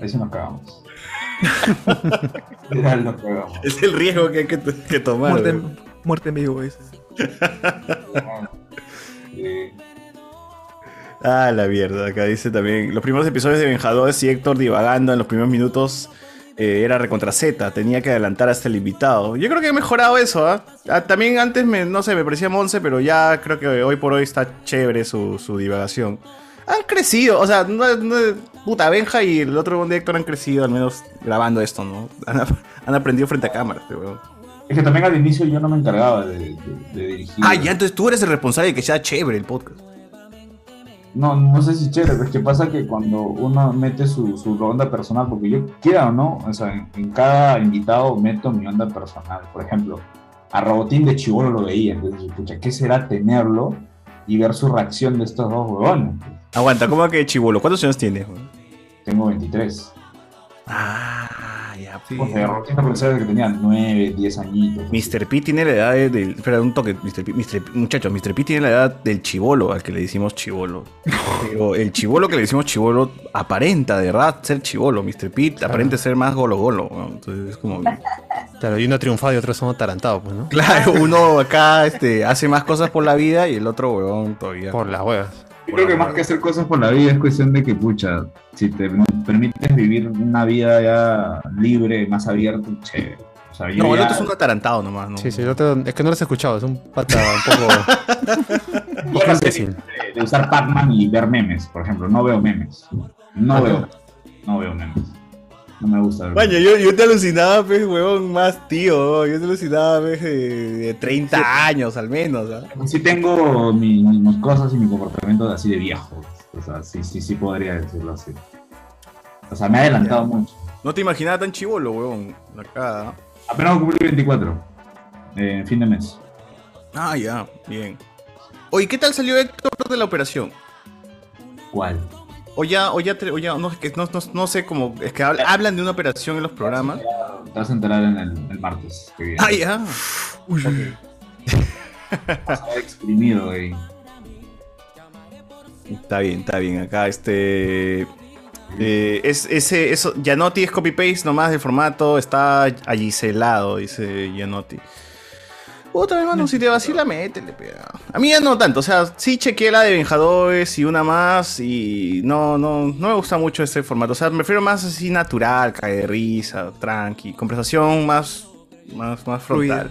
Speaker 15: Ahí sí nos
Speaker 3: (laughs)
Speaker 15: cagamos. Ya nos cagamos.
Speaker 3: Es el riesgo que hay que, que tomar.
Speaker 12: Muerte,
Speaker 3: weón.
Speaker 12: muerte en vivo, ese.
Speaker 3: Ah, la mierda. Acá dice también. Los primeros episodios de Vengadores y Héctor divagando en los primeros minutos eh, era recontra Z. Tenía que adelantar hasta el invitado. Yo creo que he mejorado eso, ¿ah? Ah, También antes, me, no sé, me parecía Monse, pero ya creo que hoy por hoy está chévere su, su divagación. Han crecido, o sea, no- no- puta, Benja y el otro de Héctor han crecido, al menos grabando esto, ¿no? Han, ap- han aprendido frente a cámaras, este weón.
Speaker 15: Es que también al inicio yo no me encargaba de, de- de dirigir.
Speaker 3: Ah, ya, entonces tú eres el responsable de que sea chévere el podcast.
Speaker 15: No, no sé si chévere, pero es que pasa que cuando uno mete su, su onda personal, porque yo quiera o no, o sea, en, en cada invitado meto mi onda personal. Por ejemplo, a Robotín de Chibolo lo veía, entonces, escucha, ¿qué será tenerlo y ver su reacción de estos dos huevones?
Speaker 3: Aguanta, ¿cómo que chivolo? ¿Cuántos años tienes? weón?
Speaker 15: Tengo 23.
Speaker 3: Ah, ya, sí.
Speaker 15: Porque Pues, Robotín no pensaba que tenía 9, 10 añitos.
Speaker 3: Mr. P tiene la edad de- del. Espera, un toque. Mr. P, Mr. P- muchachos, Mr. P tiene la edad del chivolo, al que le decimos (laughs) chivolo. Pero el chivolo que le decimos chivolo aparenta de verdad ser chivolo. Mr. P aparenta ser más golo golo. ¿no? Entonces es como.
Speaker 11: Claro, y uno ha triunfado y otro es un atarantado, pues, ¿no?
Speaker 3: Claro, uno acá este, hace más cosas por la vida y el otro huevón todavía. Por las huevas.
Speaker 15: Yo creo que más que hacer cosas por la vida es cuestión de que, pucha, si te permites vivir una vida ya libre, más abierta, chévere. O sea, yo
Speaker 11: No, el
Speaker 15: ya-
Speaker 11: otro es un
Speaker 3: atarantado nomás, ¿no?
Speaker 11: Sí, sí, el otro es que no lo has escuchado, es un
Speaker 15: (laughs)
Speaker 11: pata un poco. un poco imbécil.
Speaker 15: de- de usar Pac-Man y ver memes, por ejemplo. No veo memes. No veo. No veo memes. No me gusta ver memes.
Speaker 3: Baño, yo, yo te alucinaba, pues, huevón, más tío. Yo te alucinaba, pues, de, de 30 años al menos. ¿ah?
Speaker 15: Sí tengo mi- mis cosas y mi comportamiento de así de viejo. O sea, sí, sí, sí podría decirlo así. O sea, me he adelantado mucho.
Speaker 3: No te imaginaba tan chivolo, huevón. Acá.
Speaker 15: Apenas cumplí 24. eh, fin de mes.
Speaker 3: Ah, ya, bien. Oye, ¿qué tal salió Héctor de la operación?
Speaker 15: ¿Cuál?
Speaker 3: O ya, o ya, te- o ya no, es que no, no- no sé cómo, es que habl- hablan de una operación en los programas.
Speaker 15: Te vas a enterar en el, el martes. que viene.
Speaker 3: Ah, ya.
Speaker 15: Estaba exprimido ahí.
Speaker 3: Está bien, está bien. Acá este. eh, es, ese, eso, Gianotti es copy-paste nomás del formato, está agiselado, dice Gianotti. Otra hermano, si te vacila, métele,
Speaker 11: (laughs)
Speaker 3: pega. A mí ya no tanto, o sea, sí chequeé la de Vengadores y una más y no, no, no me gusta mucho este formato. O sea, me refiero más así natural, cae de risa, tranqui, conversación más, más, más frontal.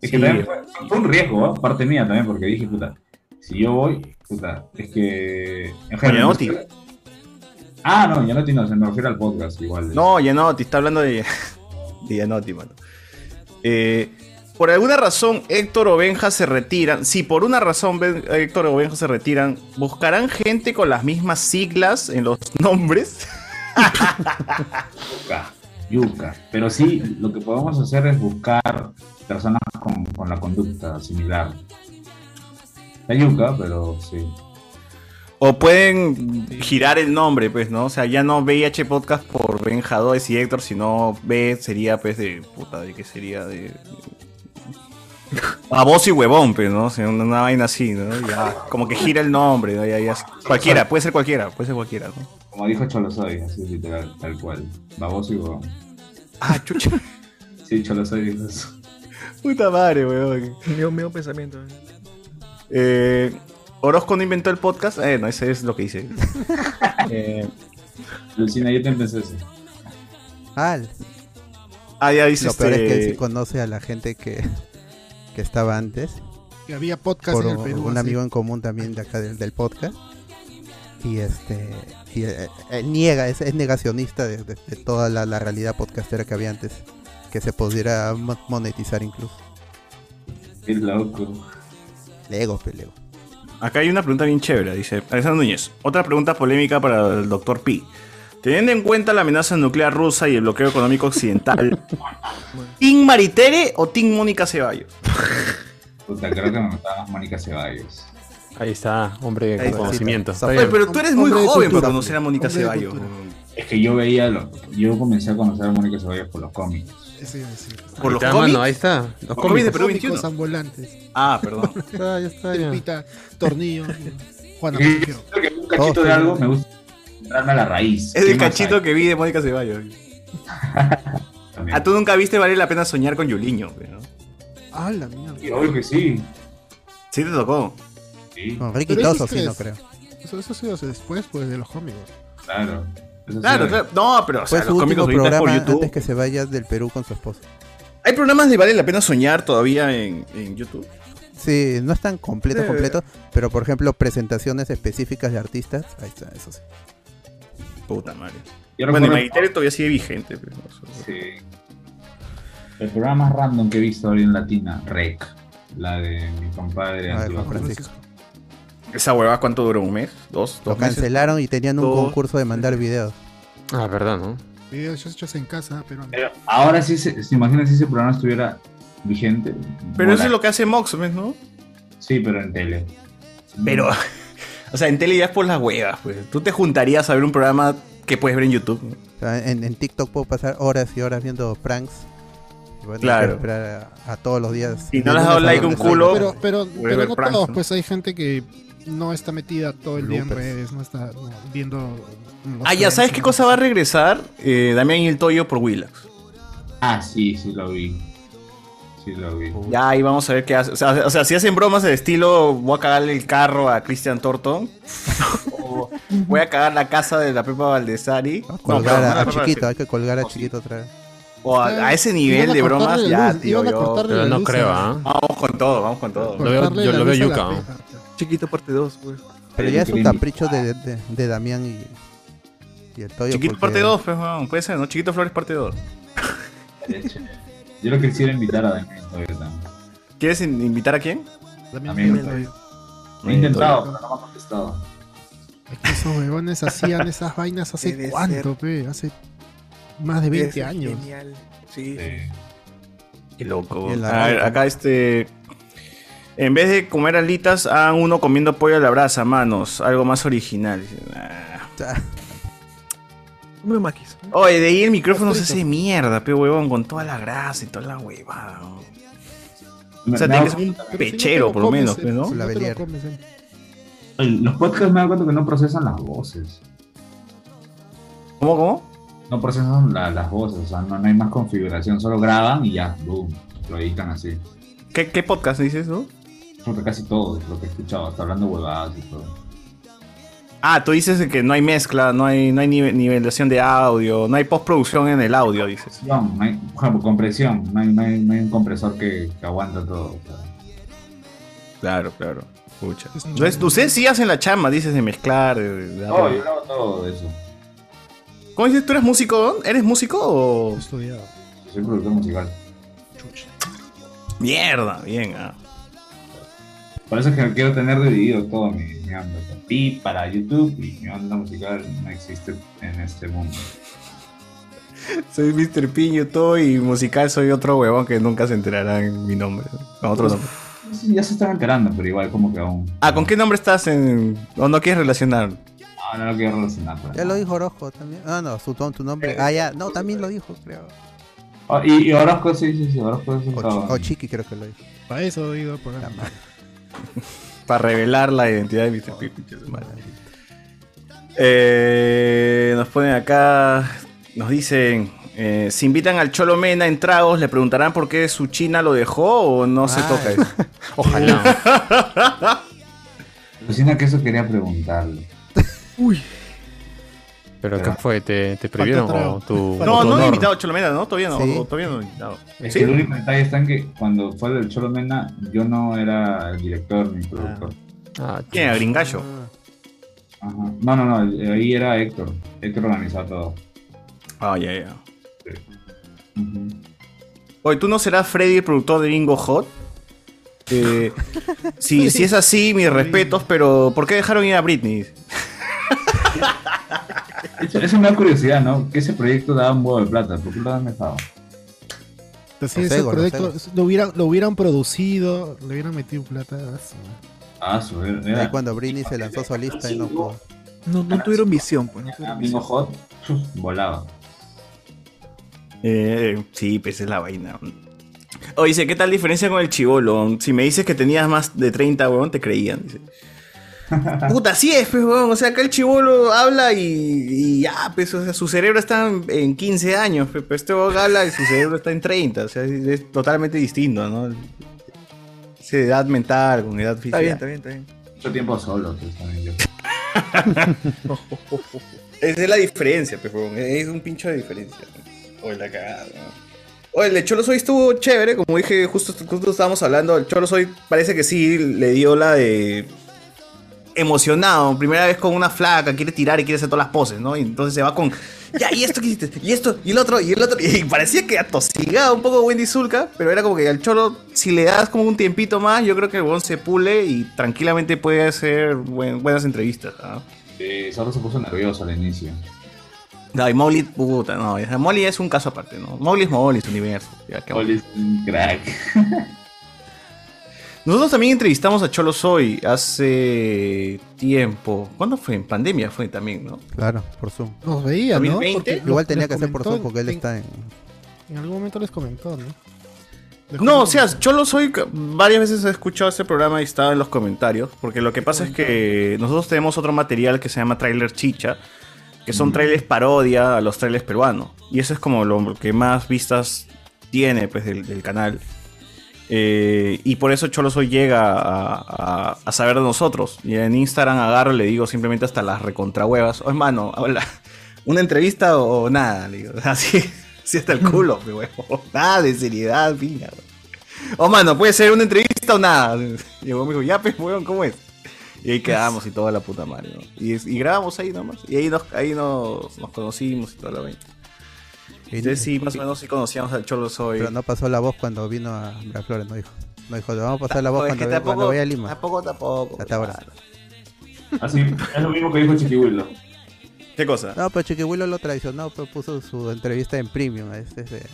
Speaker 15: Es que también fue, fue un riesgo, ¿ah? parte mía también, porque dije, puta, si yo voy, puta, es que. En
Speaker 3: Gianotti.
Speaker 15: Ah, no, Gianotti no, se me refiere al podcast igual.
Speaker 3: No, Gianotti, está hablando de, (laughs) de Gianotti, mano. Eh, por alguna razón, Héctor o Benja se retiran. Si por una razón Ben- Héctor o Benja se retiran, ¿buscarán gente con las mismas siglas en los (laughs) nombres?
Speaker 15: Yuca, yuca. Pero sí, lo que podemos hacer es buscar personas con, con la conducta similar. Está yuca, pero sí.
Speaker 3: O pueden girar el nombre, pues, ¿no? O sea, ya no VIH Podcast por Benja Does y Héctor, sino B sería, pues, de (laughs) puta, ¿de qué sería? De... A vos y huevón, pues, ¿no? O sea, una, una vaina así, ¿no? Ya, como que gira el nombre, ¿no? Ya- ya- cualquiera, puede ser cualquiera, puede ser cualquiera, ¿no?
Speaker 15: Como dijo Cholosoy, así literal, tal cual. Baboso y huevón.
Speaker 3: Ah, chucha. (laughs)
Speaker 15: Sí, (laughs) Cholosoy dijo eso.
Speaker 3: Puta madre, weón.
Speaker 12: Mío, mío pensamiento. eh.
Speaker 3: Eh, Orozco no inventó el podcast. Eh, no, ese es lo
Speaker 15: (laughs)
Speaker 3: que hice. eh,
Speaker 15: Lucina, yo te empecé eso.
Speaker 7: Al.
Speaker 3: Ah, ya dice
Speaker 7: Lo peor es que
Speaker 3: este-
Speaker 7: él sí conoce a la gente que, que estaba antes.
Speaker 6: Que había podcast
Speaker 7: por
Speaker 6: en el
Speaker 7: un-
Speaker 6: Perú,
Speaker 7: Un
Speaker 6: así.
Speaker 7: amigo en común también de acá del, del podcast. Y este. y, eh, él niega, es, es negacionista de, de- de toda la, la realidad podcastera que había antes. Que se pudiera mo- monetizar incluso.
Speaker 15: Es loco.
Speaker 7: Lego, pelego.
Speaker 3: Acá hay una pregunta bien chévere, dice Alexander Núñez. Otra pregunta polémica para el doctor P. Teniendo en cuenta la amenaza nuclear rusa y el bloqueo económico occidental, ¿Team Maritere o Team Mónica Ceballos?
Speaker 15: Puta, creo que me gustaba Mónica Ceballos.
Speaker 2: Ahí está, hombre
Speaker 3: Ahí
Speaker 2: con
Speaker 3: está.
Speaker 2: conocimiento.
Speaker 3: Está bien. Oye, pero tú eres muy Hombre de joven cultura. para conocer a Mónica Hombre de Ceballos. cultura.
Speaker 15: Es que yo veía, los- yo comencé a conocer a Mónica Ceballos por los cómics.
Speaker 6: Eso iba a decir.
Speaker 3: Por los cómics. Los cómics de Perú 21.
Speaker 6: Cómicos ambulantes.
Speaker 3: Ah, perdón.
Speaker 6: (laughs) está, ya está. Tripita, tornillo. Juana
Speaker 15: Y
Speaker 6: Mangione.
Speaker 15: creo que un cachito de algo me gusta entrarme a la raíz.
Speaker 3: Es
Speaker 15: ¿Qué
Speaker 3: el
Speaker 15: más
Speaker 3: cachito que vi de Mónica Ceballos. ah, tú nunca viste Vale la pena soñar con Yuliño. ¿no?
Speaker 6: Ah, la mierda.
Speaker 15: hay? Obvio que sí.
Speaker 3: Sí te tocó.
Speaker 15: Sí.
Speaker 7: Con
Speaker 6: Pero
Speaker 7: Ricky
Speaker 6: eso
Speaker 7: Toso,
Speaker 6: es
Speaker 7: sí, no
Speaker 6: tres.
Speaker 7: creo.
Speaker 6: Eso, eso sí, o sea, después pues, de los cómicos.
Speaker 15: Claro. Eso
Speaker 3: Claro,
Speaker 15: sí.
Speaker 3: claro. No, pero o sea,
Speaker 7: Fue su
Speaker 3: los cómicos
Speaker 7: último
Speaker 3: ahorita es por
Speaker 7: programa
Speaker 3: YouTube.
Speaker 7: antes que se vaya del Perú con su esposa.
Speaker 3: ¿Hay programas de Vale la pena soñar todavía en, en YouTube?
Speaker 7: Sí, no es tan completo,
Speaker 3: Eh.
Speaker 7: completo, pero por ejemplo, presentaciones específicas de artistas, eh, ahí está, eso sí.
Speaker 3: Puta madre.
Speaker 15: Yo
Speaker 3: bueno, y
Speaker 15: recuerdo-
Speaker 3: Maritere todavía sigue vigente. pero no sé.
Speaker 15: El programa más random que he visto hoy en Latina, Rec. La de mi compadre Antonio Francisco.
Speaker 3: ¿Esa huevada cuánto duró? ¿Un mes? ¿Dos?
Speaker 7: Lo
Speaker 3: dos meses?
Speaker 7: cancelaron y tenían un
Speaker 3: Todo.
Speaker 7: concurso de mandar videos.
Speaker 2: Ah, verdad, ¿no?
Speaker 6: Videos hechos en casa, pero.
Speaker 15: Ahora sí, se, se imagina si ese programa estuviera vigente.
Speaker 3: Pero eso
Speaker 15: Bola.
Speaker 3: es lo que hace Mox, ¿ves, no?
Speaker 15: Sí, pero en tele. Mm,
Speaker 3: Pero, (laughs) o sea, en tele ya es por las huevas, pues. Tú te juntarías a ver un programa que puedes ver en YouTube. ¿no?
Speaker 7: O sea, en, en TikTok puedo pasar horas y horas viendo pranks. Y voy a tener que
Speaker 3: Claro.
Speaker 7: esperar a, a todos los días.
Speaker 3: Si no
Speaker 7: De
Speaker 3: le has dado
Speaker 7: lunes a
Speaker 3: like a un
Speaker 7: viernes.
Speaker 3: culo,
Speaker 6: Pero, pero,
Speaker 3: Puede
Speaker 6: pero
Speaker 3: ver
Speaker 6: no
Speaker 3: pranks,
Speaker 6: todos,
Speaker 3: ¿no?
Speaker 6: pues hay gente que no está metida todo el día en
Speaker 3: Bloopers.
Speaker 6: redes, no está no, viendo. los
Speaker 3: Ah, ya,
Speaker 6: trends,
Speaker 3: ¿sabes qué
Speaker 6: ¿no?
Speaker 3: cosa va a regresar? Eh, Damián y el Toyo por Willax.
Speaker 15: Ah, sí, sí lo vi. Sí lo vi.
Speaker 3: Ya, ahí vamos a ver qué hace. O sea, o sea, si hacen bromas del estilo, voy a cagarle el carro a Cristian
Speaker 15: (laughs)
Speaker 3: Torton. o voy a cagar la casa de la Pepa Valdesari. No,
Speaker 7: Colgar
Speaker 3: perdón,
Speaker 7: a,
Speaker 3: no,
Speaker 7: a
Speaker 3: no, no,
Speaker 7: ah, chiquito,
Speaker 3: sí.
Speaker 7: hay que colgar a chiquito otra vez.
Speaker 3: O a, a ese nivel
Speaker 7: Iban a
Speaker 3: de bromas,
Speaker 7: cortarle la
Speaker 3: ya,
Speaker 7: luz,
Speaker 3: tío.
Speaker 7: iban a
Speaker 3: yo-
Speaker 7: cortarle
Speaker 2: Pero la no luz a creo, la- ¿ah?
Speaker 3: Vamos con todo, vamos con todo.
Speaker 2: Lo veo- Cortarle yo la lo veo luz a la yuca, ¿no? pija.
Speaker 12: Chiquito parte 2, güey.
Speaker 7: Pero ya es un capricho de, de, de Damián y, y el Toyo.
Speaker 3: Chiquito
Speaker 7: porque-
Speaker 3: parte 2, pues, weón, puede ser, ¿no? Chiquito Flores
Speaker 15: (laughs)
Speaker 3: parte 2.
Speaker 15: Yo lo quisiera invitar a Damián Toyo también.
Speaker 3: ¿Quieres in- invitar a quién?
Speaker 15: Damián Toyo. Lo he intentado, pero no me ha contestado.
Speaker 6: Es que esos huevones
Speaker 12: (laughs)
Speaker 6: hacían esas vainas hace
Speaker 12: Debe
Speaker 6: cuánto,
Speaker 12: ser.
Speaker 6: pe, hace más de 20 años.
Speaker 12: Genial. Sí.
Speaker 3: Qué loco.
Speaker 6: Y en la
Speaker 3: A ver,
Speaker 6: radio
Speaker 3: acá este. En vez de comer alitas, hagan uno comiendo pollo a la brasa, manos. Algo más original. Dice, "Ah".
Speaker 12: No me maquis.
Speaker 3: Oye, de ahí el micrófono se hace mierda, pe huevón, con toda la grasa y toda la huevada. ¿no? O sea,
Speaker 15: Me- me
Speaker 3: tienes un
Speaker 15: hago-
Speaker 3: pechero, por lo menos,
Speaker 15: eh,
Speaker 3: pe, ¿no?
Speaker 15: Los podcasts me dan cuenta que no procesan las voces.
Speaker 3: ¿Cómo, cómo?
Speaker 15: No procesan la- las voces, o sea, no, no hay más configuración, solo graban y ya, boom, lo editan así.
Speaker 3: ¿Qué, qué podcast dices tú?
Speaker 15: Porque casi todo lo que he escuchado, hasta hablando huevadas y todo.
Speaker 3: Ah, tú dices que no hay mezcla, no hay, no hay nive- nivelación de audio, no hay postproducción en el audio, dices.
Speaker 15: No, no hay, bueno, compresión, no hay, no hay- no hay un compresor que, que aguanta todo. o sea.
Speaker 3: Claro, claro. Pucha. Entonces, ustedes sí hacen la chamba, dices, de mezclar. de- de darle-
Speaker 15: No, yo grabo todo eso.
Speaker 3: ¿Cómo dices? ¿Tú eres músico? don? ¿Eres músico o...?
Speaker 6: Estudiado.
Speaker 15: Soy productor musical.
Speaker 3: Mierda, bien. ah.
Speaker 15: Por eso es que quiero tener dividido todo mi, mi ámbito. Y para YouTube y mi onda musical no existe en este mundo.
Speaker 3: Soy Mr. Piño, todo y musical soy otro huevón que nunca se enterarán mi nombre. Con otro nombre.
Speaker 15: Sí, Ya se están enterando, pero igual como que aún.
Speaker 3: Ah, ¿con qué nombre estás en...? ¿O no quieres relacionar?
Speaker 15: No, no lo quiero relacionar. pues. pero-
Speaker 7: Ya lo dijo Orozco también. Ah, no, su, tu nombre. Ah, ya, no, también lo dijo, creo.
Speaker 15: Ah, y, y Orozco, sí, sí, sí, Orozco es un
Speaker 7: O,
Speaker 15: cabrón.
Speaker 7: Chi- o Chiqui creo que lo dijo.
Speaker 6: Para eso he ido al programa.
Speaker 3: Para revelar la identidad de Mr. Piño. Pinche su madre. Eh, nos ponen acá... Nos dicen... eh, si invitan al Cholo Mena en tragos, le preguntarán por qué su china lo dejó o no se
Speaker 15: Ah. (laughs)
Speaker 3: toca eso. (laughs) Ojalá.
Speaker 15: Alucina Pues que eso quería preguntarle.
Speaker 3: (laughs)
Speaker 2: Pero ¿qué fue? ¿Te, te prohibieron
Speaker 15: trago.
Speaker 2: o tu.?
Speaker 15: No,
Speaker 2: tu
Speaker 15: no he
Speaker 2: honor?
Speaker 3: invitado a Cholomena, ¿no? Todavía no,
Speaker 15: Sí.
Speaker 3: o- todavía no he invitado.
Speaker 15: Es
Speaker 3: ¿Sí?
Speaker 15: que el único detalle está en que cuando fue del Cholo Mena, yo no era el director ni productor.
Speaker 3: ¿Quién era? ¿Gringallo?
Speaker 15: Ajá. No, no, no, eh, ahí era Héctor. Héctor organizaba todo.
Speaker 3: Ah, ya, ya. Oye, ¿tú no serás Freddy, el productor de Bingo Hot?
Speaker 15: (laughs)
Speaker 3: Eh, si, si es así, mis respetos, pero ¿por qué dejaron ir a Britney?
Speaker 15: Eso- Es una curiosidad, ¿no? Que ese proyecto daba un huevo de plata. ¿Por qué lo han dejado?
Speaker 6: Así
Speaker 15: Los
Speaker 6: Pues ese
Speaker 15: egos, los
Speaker 6: proyecto lo hubieran, lo hubieran producido, le hubieran metido plata. ah, su madre.
Speaker 15: Ah, su
Speaker 7: Ahí cuando Britney se lanzó solista y no pudo.
Speaker 12: No, no tuvieron visión, pues. No tuvieron
Speaker 15: Amigo
Speaker 12: visión.
Speaker 15: Hot, volaba.
Speaker 3: Eh, sí, pues es la vaina. O dice, ¿qué tal diferencia con el chivolo? Si me dices que tenías más de 30, weón, te creían. Dice. Puta, así es, pues, weón. O sea, acá el chivolo habla y, y ya, pues, o sea, su cerebro está en, en 15 años. Pues, pero este weón habla y su cerebro está en 30. O sea, es, es totalmente distinto, ¿no? Es edad mental con edad física.
Speaker 12: Está bien, está bien, está bien.
Speaker 15: Mucho tiempo solo. pues, también yo.
Speaker 3: Esa es la diferencia, pues, weón. Es un pincho de diferencia. Oye, la cagada. ¿no? Oye, el de Cholo Soy estuvo chévere, como dije, justo, justo estábamos hablando. El Cholo Soy parece que sí le dio la de. Emocionado, primera vez con una flaca, quiere tirar y quiere hacer todas las poses, ¿no? Y entonces se va con. Ya, y esto que hiciste, y esto, y el otro, y el otro. Y parecía que atosigaba un poco Wendy Zulka, pero era como que al Cholo, si le das como un tiempito más, yo creo que el weón se pule y tranquilamente puede hacer buen- buenas entrevistas, ¿ah? ¿no?
Speaker 15: Eh, solo se puso nervioso al inicio.
Speaker 3: No, y Mowgli, puta, no. o sea, Mowgli es un caso aparte, ¿no? Mowgli es Mowgli, es universo. ya, qué
Speaker 15: Oli es un crack.
Speaker 3: Nosotros también entrevistamos a Cholo Soy hace tiempo. ¿Cuándo fue? En pandemia fue también, ¿no?
Speaker 7: Claro, por Zoom.
Speaker 6: Nos veía, ¿no?
Speaker 3: 2020.
Speaker 6: Porque
Speaker 7: Igual
Speaker 6: los-
Speaker 7: tenía
Speaker 6: les
Speaker 7: que ser por
Speaker 6: comentó
Speaker 7: Zoom porque él
Speaker 6: en-
Speaker 7: está en.
Speaker 6: En algún momento les comentó, ¿no?
Speaker 3: No, o sea, Cholo Soy varias veces he escuchado este programa y estaba en los comentarios. Porque lo que pasa es que nosotros tenemos otro material que se llama Trailer Chicha. Que son trailers parodia a los trailers peruanos. Y eso es como lo que más vistas tiene pues, del, del canal. Eh, y por eso Cholo Soy llega a, a- a saber de nosotros. Y en Instagram agarro y le digo simplemente hasta las recontrahuevas. Oye, mano, habla. (laughs) ¿Una entrevista o, o nada? Le digo, (laughs) así, así hasta el culo, mi huevo. (laughs) Nada de seriedad, piña. O mano, puede ser una entrevista o nada. (laughs) Y el huevón me dijo, ya, pues, huevón, ¿cómo es? Y ahí quedamos y toda la puta madre, ¿no? Y, es- y grabamos ahí nomás. Y ahí nos, ahí nos, nos conocimos y toda la vaina. Entonces sí, más o menos sí conocíamos al Cholo Soy.
Speaker 7: Pero no pasó la voz cuando vino a Miraflores, no dijo. No dijo, vamos a pasar la voz cuando,
Speaker 3: Oye, Pues que
Speaker 7: ve-
Speaker 3: tampoco-
Speaker 7: cuando vaya a Lima.
Speaker 3: Tampoco, tampoco.
Speaker 7: Hasta ahora.
Speaker 15: Así, Ah, es lo mismo que dijo Chiquihuilo.
Speaker 3: ¿Qué cosa?
Speaker 7: No, pero Chiquihuilo lo traicionó, pero puso su entrevista en premium. es- es, eh,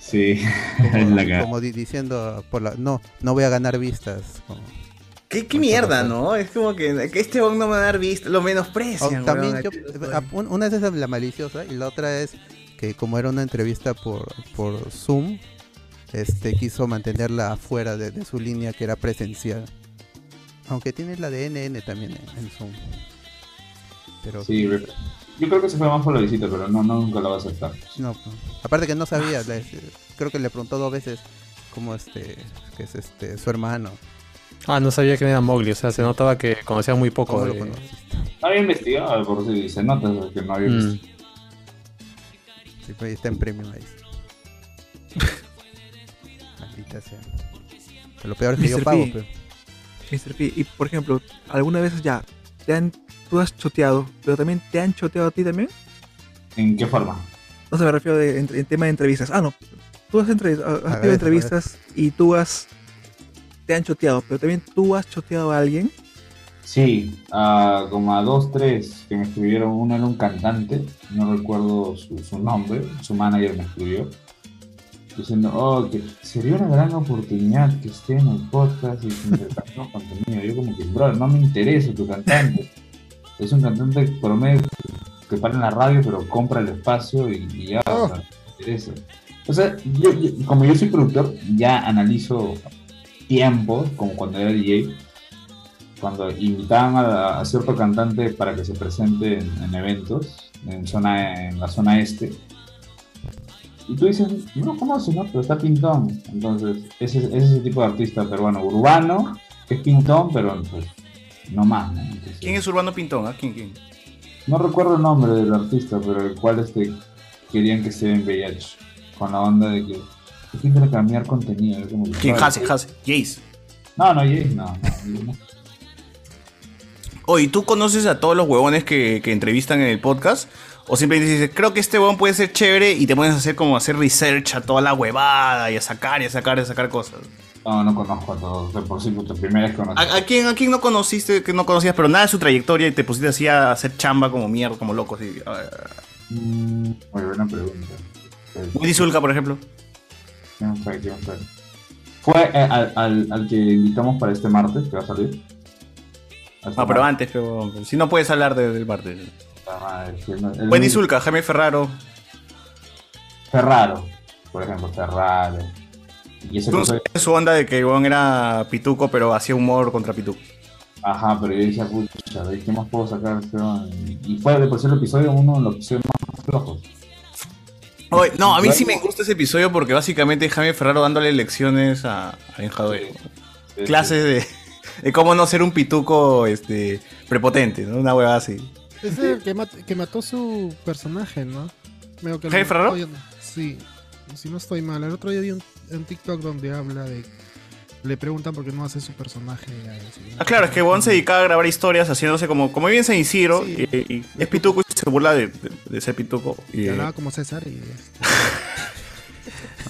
Speaker 15: (laughs) Sí, es
Speaker 7: como,
Speaker 15: la cara.
Speaker 7: como di- diciendo, por la, no, no voy a ganar vistas. como-
Speaker 3: ¿Qué, qué mierda, no? Es como que, que este bon no me va a dar vista. Lo
Speaker 7: Oh,
Speaker 3: menosprecian,
Speaker 7: también
Speaker 3: huevón,
Speaker 7: yo,
Speaker 3: al Cholo
Speaker 7: a- un- una es esa, la maliciosa y la otra es que como era una entrevista por, por Zoom, este quiso mantenerla afuera de, de su línea que era presencial. Aunque tiene la de NN también en, en Zoom. Pero
Speaker 15: Sí, re- yo creo que se fue más por la visita, pero no, no, nunca la va a aceptar.
Speaker 7: no, pues, aparte que no sabía, le- creo que le preguntó dos veces cómo este que es este su hermano.
Speaker 11: Ah, no sabía que era Mowgli, o sea, se notaba que conocía muy poco. de-
Speaker 15: No había investigado, por si se nota que no había
Speaker 11: Mm.
Speaker 15: visto.
Speaker 7: Sí, pues, está en premium ahí. Maldita sea. Pero lo peor es que yo
Speaker 12: Mr.
Speaker 7: pago,
Speaker 12: P.
Speaker 7: pero.
Speaker 12: Mr. P, y por ejemplo, alguna vez ya te han, tú has choteado, pero también te han choteado a ti también.
Speaker 15: ¿En qué forma?
Speaker 12: No se me refiero de, en, en tema de entrevistas. Ah, no. Tú has, entre- has tenido
Speaker 15: ver,
Speaker 12: entrevistas y tú has. Te han choteado, pero también tú has choteado a alguien.
Speaker 15: Sí, a- como a dos, tres que me escribieron. Uno era un cantante, no recuerdo su, su nombre, su manager me escribió, diciendo, oh, que sería una gran oportunidad que esté en el podcast y que intercambiemos contenido. Yo como que, bro, no me interesa tu cantante. Es un cantante promedio que para en la radio, pero compra el espacio y, y ya, o sea, no me interesa. O sea, yo- yo- como yo soy productor, ya analizo tiempos, como cuando era DJ, cuando invitaban a, a cierto cantante para que se presente en, en eventos en, zona, en la zona este. Y tú dices, no lo conoces, ¿no? Pero está pintón. Entonces, ese ese es ese tipo de artista peruano, urbano, que es pintón, pero pues, no más, ¿no? Entonces,
Speaker 3: ¿Quién es Urbano Pintón? ah? ¿Quién, quién?
Speaker 15: no recuerdo el nombre del artista, pero el cual este, querían que esté en VIH. Con la onda de que hay que intercambiar contenido. es como que-
Speaker 3: ¿Quién? Hase, Hase. Jace.
Speaker 15: No, no, Jace, no. no, no.
Speaker 3: Oye, ¿tú conoces a todos los huevones que, que entrevistan en el podcast? O simplemente dices, creo que este huevón puede ser chévere y te pones a hacer como hacer research a toda la huevada y a sacar y a sacar y a sacar cosas.
Speaker 15: No, no conozco a todos. De por sí, tu primera vez conocí.
Speaker 3: ¿A, a quién, ¿A quién no conociste, que no conocías, pero nada de su trayectoria y te pusiste así a hacer chamba como mierda, como loco? Así.
Speaker 15: Mm, Muy buena pregunta.
Speaker 3: Woody Zulka, por ejemplo.
Speaker 15: ¿Quién fue? ¿Quién fue? Fue eh, al, al- al que invitamos para este martes, que va a salir.
Speaker 3: No, pero antes, pero si no puedes hablar de- del martes. Wendy Zulka, Jaime Ferraro.
Speaker 15: Ferraro, por ejemplo, Ferraro. Y ese
Speaker 3: Tú no
Speaker 15: que soy-
Speaker 3: sabías su onda de que weón era pituco, pero hacía humor contra pituco.
Speaker 15: Ajá, pero yo dije, pucha, ¿de ¿qué más puedo sacar? weón?" Y fue de por sí el episodio uno de los episodios más flojos.
Speaker 3: Oye, no, a mí sí me gusta ese episodio porque básicamente es Jaime Ferraro dándole lecciones a, a Ben Jadwe. Clases de, de cómo no ser un pituco este, prepotente, ¿no? Una huevada así.
Speaker 6: Es el que, mat- que mató su personaje, ¿no? Medio que
Speaker 3: ¿Jaime
Speaker 6: lo-
Speaker 3: Ferraro?
Speaker 6: oye, Sí, si no estoy mal. El otro día vi un, un TikTok donde habla de. Le preguntan por qué no hace su personaje. a él, sí.
Speaker 3: Ah, claro, es que Bon se dedicaba a grabar historias haciéndose como, como bien San Isidro, y, y es pituco y se burla de, de- de ser pituco. Y,
Speaker 6: Y
Speaker 3: eh,
Speaker 6: hablaba como César y.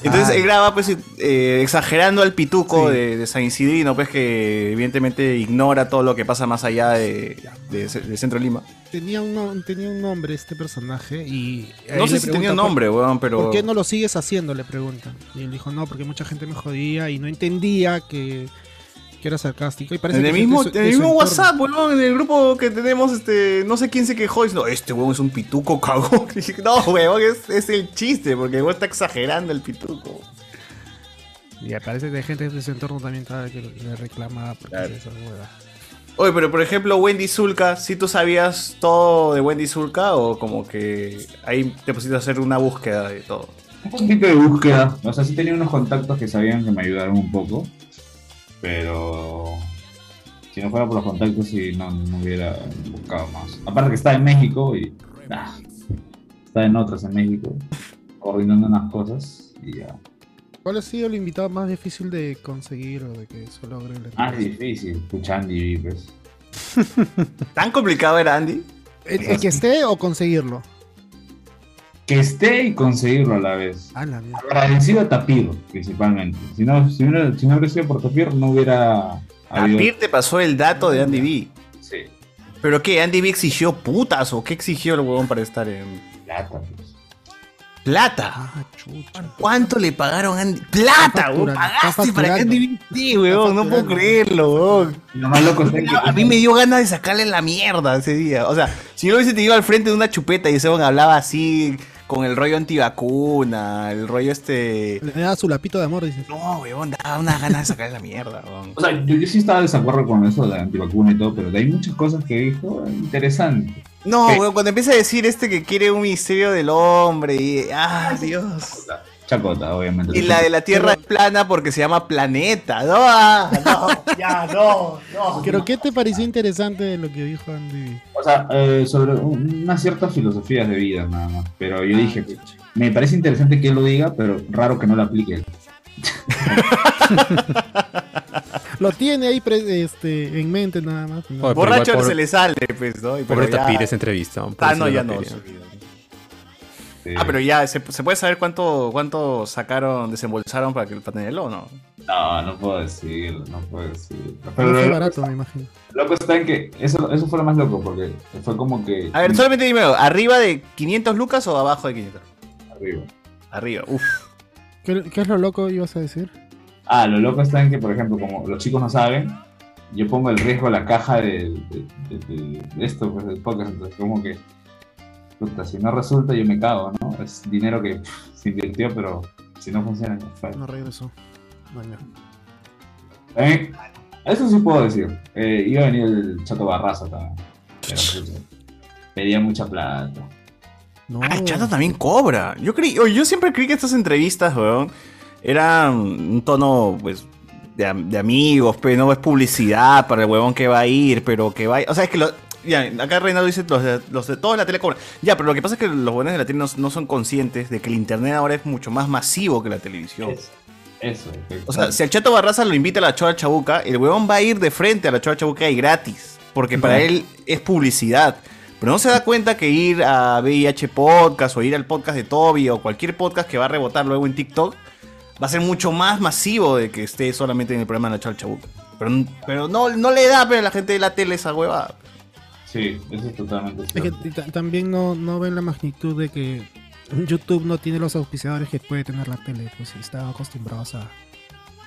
Speaker 3: Entonces él graba pues eh, exagerando al pituco de, de San Isidrino, pues que evidentemente ignora todo lo que pasa más allá de, de ce- del centro de Lima.
Speaker 6: Tenía un, nom- tenía un nombre este personaje y... a
Speaker 3: No
Speaker 6: él
Speaker 3: sé
Speaker 6: le
Speaker 3: si
Speaker 6: preguntan
Speaker 3: tenía
Speaker 6: por-
Speaker 3: nombre, weón, pero-
Speaker 6: ¿Por qué no lo sigues haciendo? Le preguntan. Y él dijo, no, porque mucha gente me jodía y no entendía que, que era sarcástico. Y parece
Speaker 3: en
Speaker 6: que
Speaker 3: el
Speaker 6: gente
Speaker 3: mismo,
Speaker 6: de su-
Speaker 3: en
Speaker 6: de
Speaker 3: el
Speaker 6: su
Speaker 3: mismo
Speaker 6: entorno-
Speaker 3: WhatsApp, weón, en el grupo que tenemos, este, no sé quién se quejó y dice, no, este weón es un pituco (laughs) cagón. Y dije, No, weón, es, es el chiste, porque el weón está exagerando el pituco.
Speaker 6: Y parece que hay gente de su entorno también tal, que le reclama porque es esa hueva.
Speaker 3: Oye, pero por ejemplo, Wendy Zulka, si tú sabías todo de Wendy Zulka o como que ahí te pusiste a hacer una búsqueda de todo.
Speaker 15: Un poquito de búsqueda. O sea, sí tenía unos contactos que sabían que me ayudaron un poco. Pero. Si no fuera por los contactos, sí, no, no hubiera buscado más. Aparte que estaba en México y. ah, estaba en otras en México. Coordinando unas cosas y ya.
Speaker 6: ¿Cuál ha sido el invitado más difícil de conseguir o de que se logre el
Speaker 15: Ah, es difícil. Pucha, Andy, pues.
Speaker 3: ¿Tan complicado era Andy?
Speaker 6: ¿El, el que esté o conseguirlo?
Speaker 15: Que esté y conseguirlo a la vez.
Speaker 6: Ah, la mierda.
Speaker 15: Agradecido a Tapir, principalmente. Si no, si, no, si no hubiera sido por Tapir, no hubiera. habido-
Speaker 3: Tapir te pasó el dato de Andy B.
Speaker 15: Sí.
Speaker 3: ¿Pero qué? ¿Andy B exigió putas o qué exigió el huevón para estar en.
Speaker 15: Plata, pues.
Speaker 3: ¿Plata? ¿Cuánto le pagaron a Andy? ¡Plata,
Speaker 4: facturando,
Speaker 3: weón!
Speaker 4: Ah, está
Speaker 3: Pagaste para que
Speaker 4: facturando.
Speaker 3: Andy B esté, weón. No puedo creerlo, weón. A mí me dio ganas de sacarle la mierda ese día. O sea, si no hubiese tenido al frente de una chupeta y ese weón hablaba así con el rollo antivacuna, el rollo este.
Speaker 6: Le da su lapito de amor, dice.
Speaker 3: No, weón, da unas ganas de sacarle la mierda, weón.
Speaker 15: O sea, yo, yo sí estaba de desacuerdo con eso de antivacuna y todo, pero hay muchas cosas que dijo eh, interesantes.
Speaker 3: No, weón, cuando empieza a decir este que quiere un misterio del hombre y. ¡Ah, Dios!
Speaker 15: Chacota, obviamente.
Speaker 3: Y la de la Tierra es plana porque se llama planeta. No, ah,
Speaker 6: (laughs)
Speaker 3: no, ya, no, no.
Speaker 6: ¿Pero qué te pareció interesante de lo que dijo Andy?
Speaker 15: O sea, eh, sobre un- unas ciertas filosofías de vida, nada más. Pero
Speaker 3: Ah,
Speaker 15: yo dije, me parece interesante que él lo diga, pero raro que no lo aplique.
Speaker 6: Lo tiene ahí pre- este, en mente nada más.
Speaker 11: Joder, pero
Speaker 3: Borracho
Speaker 11: igual,
Speaker 3: se
Speaker 11: pobre-
Speaker 3: le sale, pues, ¿no? Y
Speaker 11: Pobre
Speaker 3: pero ya-
Speaker 11: Tapir esa entrevista.
Speaker 3: Ah,
Speaker 11: pobrecito
Speaker 3: no, ya no.
Speaker 11: Tapir.
Speaker 3: Ah, pero ya, ¿se, se puede saber cuánto, cuánto sacaron, desembolsaron para, que, para tenerlo o no?
Speaker 15: No, no puedo decirlo, no puedo decirlo.
Speaker 6: No fue
Speaker 15: Pero lo
Speaker 6: barato, me imagino.
Speaker 15: loco está en que eso, eso fue lo más loco, porque fue como que.
Speaker 3: A ver, solamente dime, ¿arriba de 500 lucas o abajo de 500?
Speaker 15: Arriba.
Speaker 3: Arriba, uff.
Speaker 6: ¿Qué, qué es lo loco ibas a decir?
Speaker 15: Ah, lo loco está en que, por ejemplo, como los chicos no saben, yo pongo el riesgo a la caja de, de- de- de esto, pues, del podcast. Entonces, como que, puta, si no resulta, yo me cago, ¿no? Es dinero que pff, se invirtió, pero si no funciona, ya fue.
Speaker 6: No regresó. Bueno.
Speaker 15: También, Eh, eso sí puedo decir. Eh, iba a venir el Chato Barraza también. Pero, puta, pedía mucha plata.
Speaker 3: Ah, el Chato también cobra. Yo creí, o yo siempre creí que estas entrevistas, weón, eran un tono, pues, de, am- de amigos, pero no es publicidad para el huevón que va a ir, pero que va a- O sea, es que lo- ya, acá Reinaldo dice, los de, los de todos la tele cobran. Ya, pero lo que pasa es que los buenos de la tele no, no son conscientes de que el internet ahora es mucho más masivo que la televisión.
Speaker 15: Eso.
Speaker 3: O sea, si al Chato Barraza lo invita a la Choa Chabuca, el huevón va a ir de frente a la Choa Chabuca y gratis. Porque para
Speaker 15: Ujú.
Speaker 3: él es publicidad. Pero no se da cuenta que ir a VIH Podcast o ir al podcast de Toby o cualquier podcast que va a rebotar luego en TikTok, va a ser mucho más masivo de que esté solamente en el programa de la Charcha Buca. Pero, pero no, no le da pero a la gente de la tele esa huevada.
Speaker 15: Sí, eso es totalmente
Speaker 6: Es que t- t- también no, no ven la magnitud de que YouTube no tiene los auspiciadores que puede tener la tele, pues y están acostumbrados a,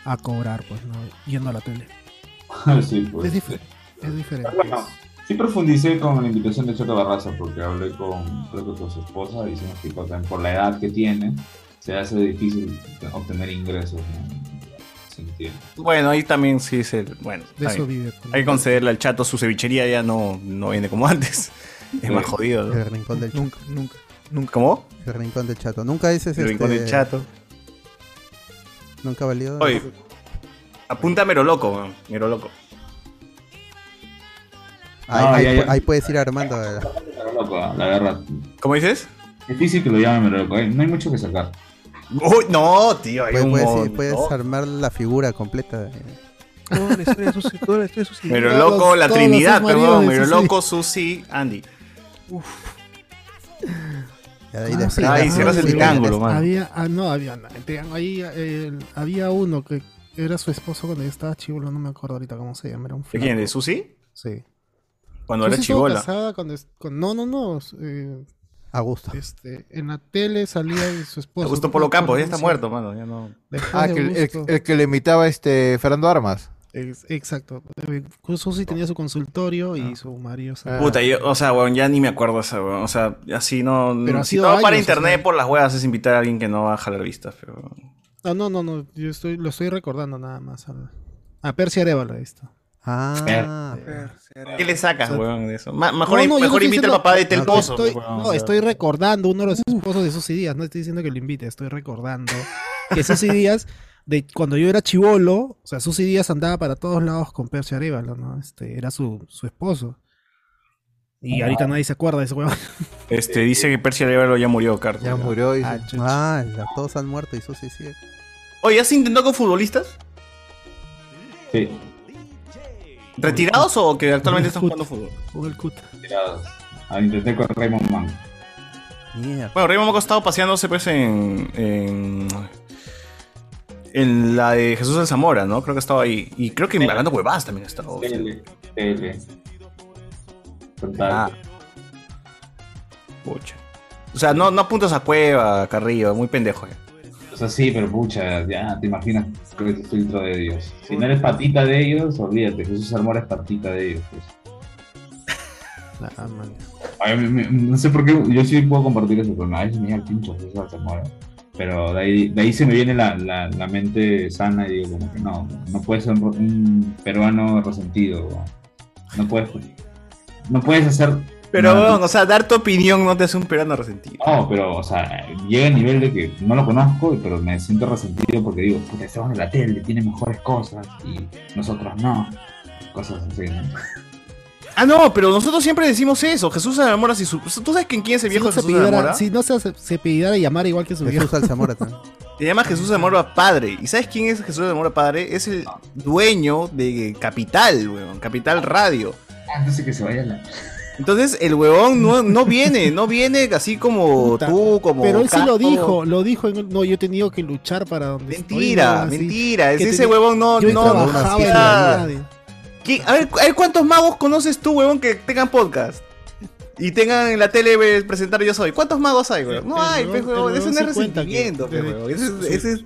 Speaker 6: a cobrar, pues, ¿no? yendo a la tele.
Speaker 15: (laughs) Sí, pues. Ah,
Speaker 6: Es, difer- es diferente.
Speaker 15: Bueno, sí profundicé con la invitación de Chato Barraza porque hablé con, creo que con su esposa y se nos explicó también por la edad que tiene, se hace difícil obtener ingresos. ¿no? Se entiende.
Speaker 3: Bueno, ahí también sí es el. Bueno,
Speaker 15: De
Speaker 3: está
Speaker 15: eso
Speaker 3: bien.
Speaker 15: vive, pues.
Speaker 3: Hay que concederle al chato su cevichería, ya no, no viene
Speaker 15: (laughs)
Speaker 3: como antes. Es más jodido. ¿no?
Speaker 7: El rincón del chato. Nunca, nunca,
Speaker 3: nunca. ¿Cómo?
Speaker 7: El rincón del chato. Nunca dices
Speaker 3: El
Speaker 7: este...
Speaker 3: rincón del chato.
Speaker 7: Nunca valió.
Speaker 3: Oye, apunta a Mero Loco, man, Mero Loco.
Speaker 7: Ahí,
Speaker 15: Ah,
Speaker 7: ahí
Speaker 15: ya,
Speaker 7: pu-
Speaker 15: ya.
Speaker 7: ahí puedes ir armando. eh.
Speaker 15: Pero loco, la verdad.
Speaker 3: ¿Cómo dices?
Speaker 15: Difícil que lo llamen, pero loco, ¿eh? no hay mucho que sacar.
Speaker 3: Uy, no, tío,
Speaker 7: Puedes, puedes, puedes armar la figura completa. eh.
Speaker 12: Toda la historia de Susi, toda la historia de Susi.
Speaker 3: Mero Loco, la
Speaker 12: Todos los
Speaker 3: Trinidad,
Speaker 12: submarinos
Speaker 3: perdón.
Speaker 12: de
Speaker 3: Mero
Speaker 12: Susi.
Speaker 3: Loco, Susi, Andy.
Speaker 7: Y ahí
Speaker 6: Ah, sí,
Speaker 7: después-
Speaker 3: Ahí
Speaker 6: ah,
Speaker 3: cierras el
Speaker 6: sí,
Speaker 3: triángulo,
Speaker 6: había-
Speaker 3: man.
Speaker 6: Había, ah, no, había, no, el triángulo, ahí, eh, había uno que era su esposo cuando yo estaba chivolo, no me acuerdo ahorita cómo se llama, era un
Speaker 3: ¿De
Speaker 6: flaco.
Speaker 3: quién? ¿De Susi?
Speaker 6: Sí.
Speaker 3: Cuando
Speaker 6: Susi
Speaker 3: era
Speaker 6: Pues estuvo
Speaker 3: chivola.
Speaker 6: casada cuando es- con- no, no, no. eh,
Speaker 7: Augusto.
Speaker 6: Este, en la tele salía de su esposo.
Speaker 3: Augusto
Speaker 6: no
Speaker 3: Polo
Speaker 6: me acuerdo
Speaker 3: Campos, ya
Speaker 6: cómo
Speaker 3: está
Speaker 6: se
Speaker 3: muerto,
Speaker 6: llama.
Speaker 3: mano. Ya no.
Speaker 6: Después
Speaker 5: Ah,
Speaker 6: de
Speaker 5: que el, el-
Speaker 6: Augusto.
Speaker 5: el que le imitaba este Fernando Armas.
Speaker 6: Ex- Exacto. Eh, Susi tenía su consultorio
Speaker 5: Ah.
Speaker 6: y su marido.
Speaker 7: Ah.
Speaker 6: se-
Speaker 3: Puta, yo, o sea, weón, ya ni me acuerdo esa, weón. O sea, así no.
Speaker 6: Pero ha
Speaker 3: si
Speaker 6: sido
Speaker 3: todo para
Speaker 6: años,
Speaker 3: internet
Speaker 6: o sea.
Speaker 3: por las huevas es invitar a alguien que no va a jalar vistas, pero.
Speaker 6: Ah, no, no, no. Yo estoy, lo estoy recordando nada más. A, a Percy Arevalo, ahí está.
Speaker 7: Ah,
Speaker 3: ¿Qué le sacas,
Speaker 6: O sea,
Speaker 3: weón, de eso? Ma- mejor
Speaker 6: yo estoy
Speaker 3: mejor invita al
Speaker 6: diciendo-
Speaker 3: papá de Tel
Speaker 6: no,
Speaker 3: Pozo.
Speaker 6: Estoy,
Speaker 3: weón,
Speaker 6: no,
Speaker 3: o sea.
Speaker 6: estoy recordando uno de los esposos de Susy Díaz. No estoy diciendo que lo invite, estoy recordando que Susy Díaz, de cuando yo era chivolo, o sea, Susy Díaz andaba para todos lados con Percy Arevalo, ¿no? Este, era su, su esposo. Y ahorita nadie se acuerda de ese huevón.
Speaker 3: Este, dice que Percy Arevalo ya murió, Carlos.
Speaker 7: Ya murió y
Speaker 6: Ah,
Speaker 7: ah, la- todos han muerto y Susi sigue.
Speaker 3: Oye, ¿ya se intentó con futbolistas?
Speaker 15: Sí.
Speaker 3: ¿Retirados o que actualmente están jugando fútbol?
Speaker 6: Jugó el cut.
Speaker 15: Ah, intenté con Raymond Mann.
Speaker 3: Bueno, Raymond Moco ha estado paseándose pues en, en. en la de Jesús de Zamora, ¿no? Creo que ha estado ahí. Y creo que hablando huevadas también ha estado. o sea.
Speaker 15: Tele, tele. Total.
Speaker 3: Ah. Pucha. O sea, no, no apuntas a Cueva, Carrillo, muy pendejo. eh.
Speaker 15: O sea, sí, pero pucha, ya te imaginas que eres filtro de ellos. Si no eres patita de ellos, olvídate, Jesús Armor es patita de ellos. pues. Ay, me- me- no sé por qué, yo sí puedo compartir eso, pero nadie me el pincho Jesús Armor. Pero de ahí, de ahí se me viene la, la- la mente sana y digo, como que no, no puedes ser un, un peruano resentido. weón. No puedes, no puedes hacer.
Speaker 3: Pero,
Speaker 15: nada.
Speaker 3: weón, o sea, dar tu opinión no te hace un peruano resentido.
Speaker 15: No, pero, o sea, llega el nivel de que no lo conozco, pero me siento resentido porque digo, puta, se van a la tele, tiene mejores cosas y nosotros no. Cosas así, ¿no?
Speaker 3: Ah, no, pero nosotros siempre decimos eso. Jesús de Zamora, si su- ¿tú sabes quién quién es
Speaker 6: Si
Speaker 3: el viejo
Speaker 6: no, se
Speaker 3: Jesús de Zamora?
Speaker 6: pidiera, si no se, se pidiera llamar igual que su viejo.
Speaker 3: (laughs) Se llama Jesús de Zamora Padre. ¿Y sabes quién es Jesús de Zamora Padre? Es el dueño de Capital, weón. Capital Radio.
Speaker 15: Antes Ah, que se vaya la.
Speaker 3: Entonces, el huevón
Speaker 15: (laughs)
Speaker 3: no, no viene, no viene así como
Speaker 6: Puta,
Speaker 3: tú, como.
Speaker 6: Pero él sí
Speaker 3: Castro.
Speaker 6: lo dijo, lo dijo. en un- no, yo he tenido que luchar para donde estoy,
Speaker 3: Mentira,
Speaker 6: ¿no? Así,
Speaker 3: mentira.
Speaker 6: que
Speaker 3: Ese
Speaker 6: tenía-
Speaker 3: huevón no.
Speaker 6: yo he
Speaker 3: no
Speaker 6: trabajado en la vida de-
Speaker 3: ¿Qué? A ver, cu- a ver, ¿cuántos magos conoces tú, huevón, que tengan podcast? Y tengan en la tele eh, presentar Yo Soy. ¿Cuántos magos hay, huevón? No
Speaker 6: El
Speaker 3: hay,
Speaker 6: Este huevón-
Speaker 3: pues,
Speaker 6: el
Speaker 3: huevón. Ese
Speaker 6: huevón
Speaker 3: no es
Speaker 6: se cuenta que
Speaker 3: resentimiento, pues,
Speaker 6: desde-
Speaker 3: huevón. Ese es-
Speaker 6: su-
Speaker 3: ese es-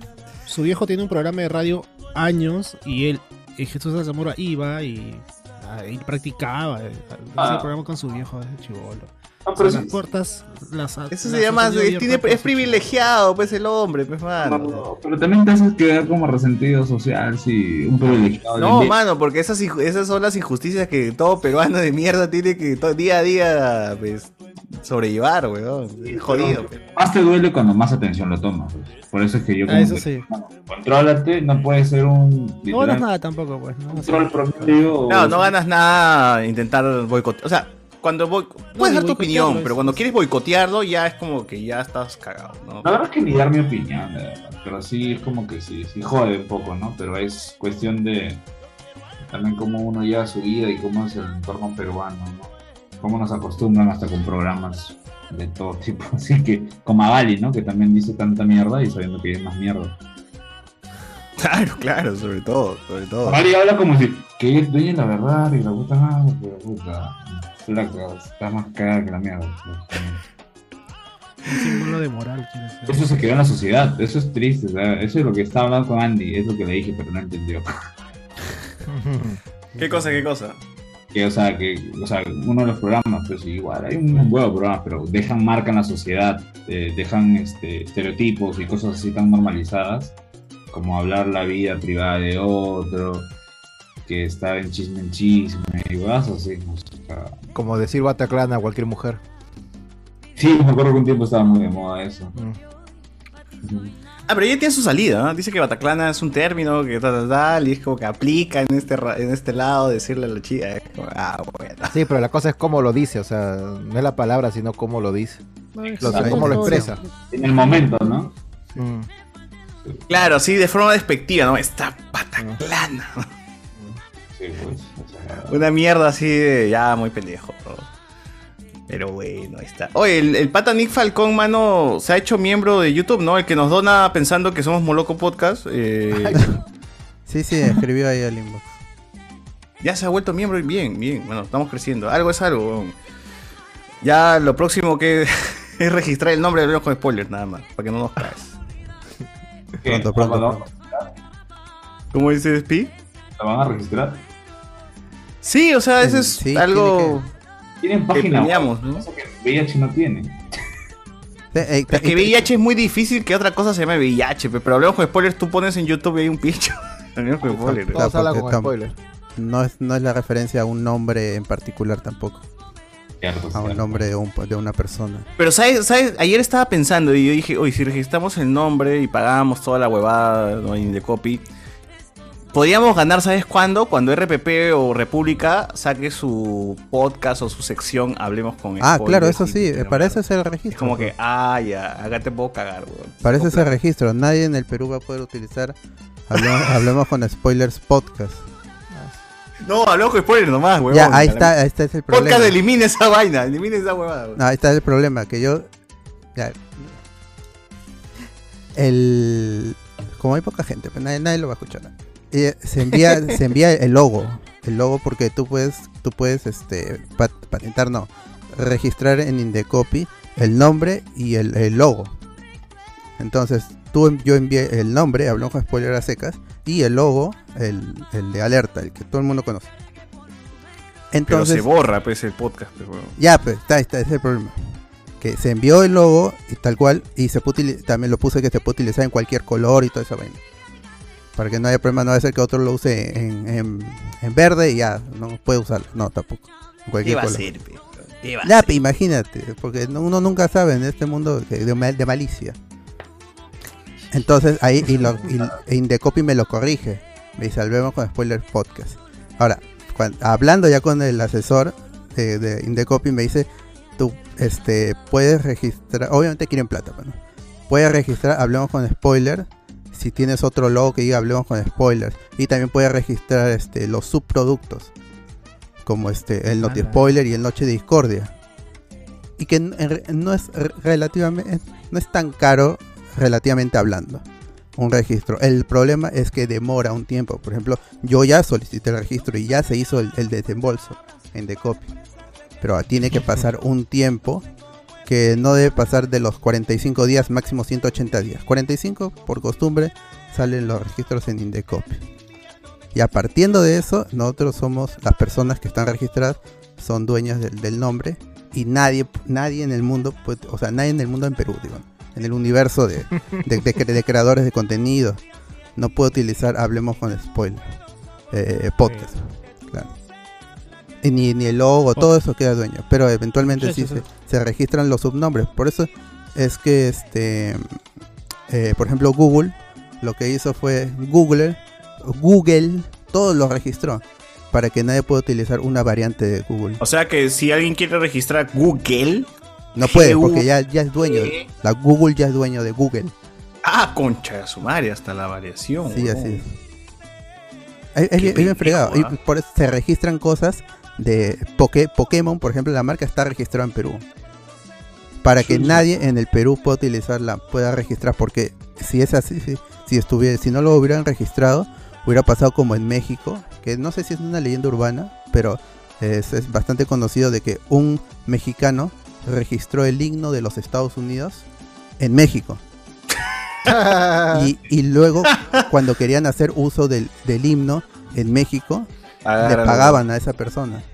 Speaker 6: Su viejo tiene un programa de radio años y él, y Jesús de Zamora iba y, ah, y practicaba. eh, Hacía
Speaker 15: Ah.
Speaker 6: el programa con su viejo de chivolo.
Speaker 3: pero
Speaker 6: las
Speaker 3: sí-
Speaker 6: puertas, las
Speaker 3: Eso se llama, es, tiene-
Speaker 6: pues,
Speaker 3: es privilegiado, pues, el hombre, pues, mano.
Speaker 15: Pero también te haces quedar como resentido social, sí, un privilegiado.
Speaker 3: No,
Speaker 15: Y-
Speaker 3: mano, porque esas, inju- esas son las injusticias que todo peruano de mierda tiene que to- día a día pues, sobrellevar, weón. Es Jodido. pues.
Speaker 15: Más te duele cuando más atención lo tomas. pues. Por eso es que yo.
Speaker 6: Ah,
Speaker 15: como
Speaker 6: eso
Speaker 15: que,
Speaker 6: sí.
Speaker 15: mano, Contrólate, no puedes ser un.
Speaker 6: No ganas
Speaker 15: literal-
Speaker 6: nada tampoco, pues. ¿no? O sea,
Speaker 15: Control promedio.
Speaker 3: No, no ganas nada intentar boicotear. O sea, cuando boic- puedes dar tu
Speaker 15: boicotearlo
Speaker 3: opinión,
Speaker 15: es-
Speaker 3: pero cuando quieres boicotearlo ya es como que ya estás cagado, ¿no?
Speaker 15: La verdad es que ni dar mi opinión, la verdad, pero sí es como que sí, sí jode un poco, ¿no? Pero es cuestión de también cómo uno lleva su vida y cómo es el entorno peruano, ¿no? Cómo nos acostumbran hasta con programas de (laughs) todo tipo, así que como a Gali, ¿no? Que también dice tanta mierda y sabiendo que es más mierda.
Speaker 3: Claro, claro, sobre todo, sobre todo.
Speaker 15: Mari habla como si que es dueña de la verdad y la puta madre, pero puta. Flaca, está más cara que la mierda.
Speaker 6: Un símbolo de moral, quiere ser.
Speaker 15: Eso se quedó en la sociedad, eso es triste, o sea, eso es lo que estaba hablando con Andy, es lo que le dije, pero no entendió.
Speaker 3: (laughs) ¿Qué cosa, qué cosa?
Speaker 15: Que, o sea, que, o sea, uno de los programas, pues igual, hay un huevo de programas, pero dejan marca en la sociedad, eh, dejan este, estereotipos y cosas así tan normalizadas, como hablar la vida privada de otro, que estar en chisme en chisme, y cosas así. o sea,
Speaker 5: Como decir Bataclan a cualquier mujer.
Speaker 15: sí, me acuerdo que un tiempo estaba muy de moda eso.
Speaker 3: Ah, pero ya tiene su salida, ¿no? Dice que Bataclana es un término que tal, tal, tal, y es como que aplica en este, ra- en este lado decirle a la chica. es como, ah, bueno.
Speaker 5: Sí, pero la cosa es cómo lo dice, o sea, no es la palabra, sino cómo lo dice. Lo-
Speaker 3: exacto.
Speaker 5: cómo lo expresa. Mm,
Speaker 15: En el momento, ¿no?
Speaker 3: Claro, sí, de forma despectiva, ¿no? Está Bataclana.
Speaker 15: Sí, pues, o sea,
Speaker 3: Una mierda así de ya muy pendejo. Pero bueno, ahí está. Oye, el, el pata Nick Falcón, mano, se ha hecho miembro de YouTube, ¿no? El que nos dona pensando que somos Moloco Podcast. eh,
Speaker 7: Sí, sí, escribió ahí al inbox.
Speaker 3: ya se ha vuelto miembro y bien, bien. Bueno, estamos creciendo. Algo es algo. weón. Ya lo próximo que (laughs) es registrar el nombre del blog con spoilers, nada más, para que no
Speaker 15: (laughs)
Speaker 3: nos caes.
Speaker 7: Pronto, pronto. pronto.
Speaker 3: ¿Cómo dice Spi?
Speaker 15: ¿La van a registrar?
Speaker 3: Sí, o sea, eso es algo.
Speaker 15: Tienen
Speaker 3: que
Speaker 15: página
Speaker 3: planeamos,
Speaker 15: web,
Speaker 3: ¿no?
Speaker 15: cosa que VIH no tiene.
Speaker 7: Eh,
Speaker 3: Es que VIH es muy difícil que otra cosa se llame VIH, pe, pero hablemos con spoilers, tú pones en YouTube y hay un pincho. (laughs) Hablemos con spoilers.
Speaker 7: Claro, porque tam- No es, no es la referencia a un nombre en particular tampoco. a un nombre de, un- de una persona.
Speaker 3: Pero, ¿sabes? ¿sabes? Ayer estaba pensando y yo dije, oye, si registramos el nombre y pagamos toda la huevada ¿no? Y de copy, podríamos ganar, ¿sabes cuándo? Cuando RPP o República saque su podcast o su sección, hablemos con
Speaker 7: Ah,
Speaker 3: spoilers
Speaker 7: claro, eso
Speaker 3: y-
Speaker 7: sí, eh, para eso es el
Speaker 3: Es
Speaker 7: registro. pues.
Speaker 3: como que, ah, ya, acá te puedo cagar, weón.
Speaker 7: Para eso es el registro. Nadie en el Perú va a poder utilizar. Hablemos, (laughs) hablemos con Spoilers Podcast.
Speaker 3: No, hablemos con spoilers nomás, weón.
Speaker 7: Ya, ahí está, ahí está es el problema.
Speaker 3: Podcast elimina esa vaina, elimina esa huevada, weón.
Speaker 7: No, ahí está el problema, que yo... ya. el... Como hay poca gente, pues nadie, nadie lo va a escuchar. Y, eh, se, envía, se envía el logo. El logo porque tú puedes, tú puedes este, pat- patentar, no. Registrar en Indecopy el nombre y el, el logo. Entonces, tú, en- yo envié el nombre, hablamos con spoiler a secas, y el logo, el, el de alerta, el que todo el mundo conoce.
Speaker 3: Pero
Speaker 7: Entonces,
Speaker 3: se borra, pues, el podcast, pues, weón.
Speaker 7: ya, pues, está, está, ese es el problema. Que se envió el logo y tal cual, y se puede utili- también lo puse que se puede utilizar en cualquier color y toda esa vaina. Para que no haya problema, no va a ser que otro lo use en, en- en verde y ya, no puede usarlo. No, tampoco. En
Speaker 3: ¿Qué
Speaker 7: cualquier
Speaker 3: va a
Speaker 7: color.
Speaker 3: ser, pe? ¿Qué va a
Speaker 7: Ya,
Speaker 3: ser?
Speaker 7: pe, imagínate, porque no- uno nunca sabe en este mundo que- de, mal- de malicia. Entonces ahí y lo, y- e Indecopy me lo corrige. Me dice, "Hablemos con Spoiler Podcast. Ahora, cuan- hablando ya con el asesor de, de Indecopy, me dice, tú este, puedes registrar, obviamente quieren plata, pues, ¿no? puedes registrar, hablemos con spoiler. Si tienes otro logo que diga, hablemos con spoilers. Y también puedes registrar este, los subproductos como este el Noti Spoiler y el Noche de Discordia. Y que en- en re- no es re- relativamente no es tan caro relativamente hablando un registro. El problema es que demora un tiempo. Por ejemplo, yo ya solicité el registro y ya se hizo el, el desembolso en Decopy. Pero ah, tiene que pasar un tiempo que no debe pasar de los 45 días, máximo 180 días. 45, por costumbre, salen los registros en Indecopy. Y a partiendo de eso, nosotros somos las personas que están registradas, son dueñas del, del nombre y nadie, nadie en el mundo, puede- o sea, nadie en el mundo en Perú, digo, en el universo de, de- de cre- de creadores de contenido, no puede utilizar, hablemos con spoiler, eh, podcast, claro. Y ni, ni el logo, todo eso queda dueño, pero eventualmente sí,
Speaker 5: Sí, sí,
Speaker 7: se-
Speaker 5: sí.
Speaker 7: Se, registran los subnombres, por eso es que, este, eh, por ejemplo, Google, lo que hizo fue Google Google todo lo registró para que nadie pueda utilizar una variante de Google.
Speaker 3: O sea que si alguien quiere registrar Google,
Speaker 7: No puede,
Speaker 3: G-U-
Speaker 7: porque ya, ya es dueño. de- La Google ya es dueño de Google.
Speaker 3: Ah, concha de su madre, hasta la variación.
Speaker 7: Sí,
Speaker 3: huevón.
Speaker 7: así es. Es, es bien- es bien fregado. Y por eso se registran cosas de Poké- Pokémon, por ejemplo, la marca está registrada en Perú. Para que nadie en el Perú pueda utilizarla, pueda registrar, porque si es así, si, si, estuviera, si no lo hubieran registrado, hubiera pasado como en México, que no sé si es una leyenda urbana, pero es, es bastante conocido de que un mexicano registró el himno de los Estados Unidos en México. (laughs) y, y luego, cuando querían hacer uso del, del himno en México,
Speaker 5: Ah,
Speaker 7: le
Speaker 5: no, no.
Speaker 7: pagaban a esa persona.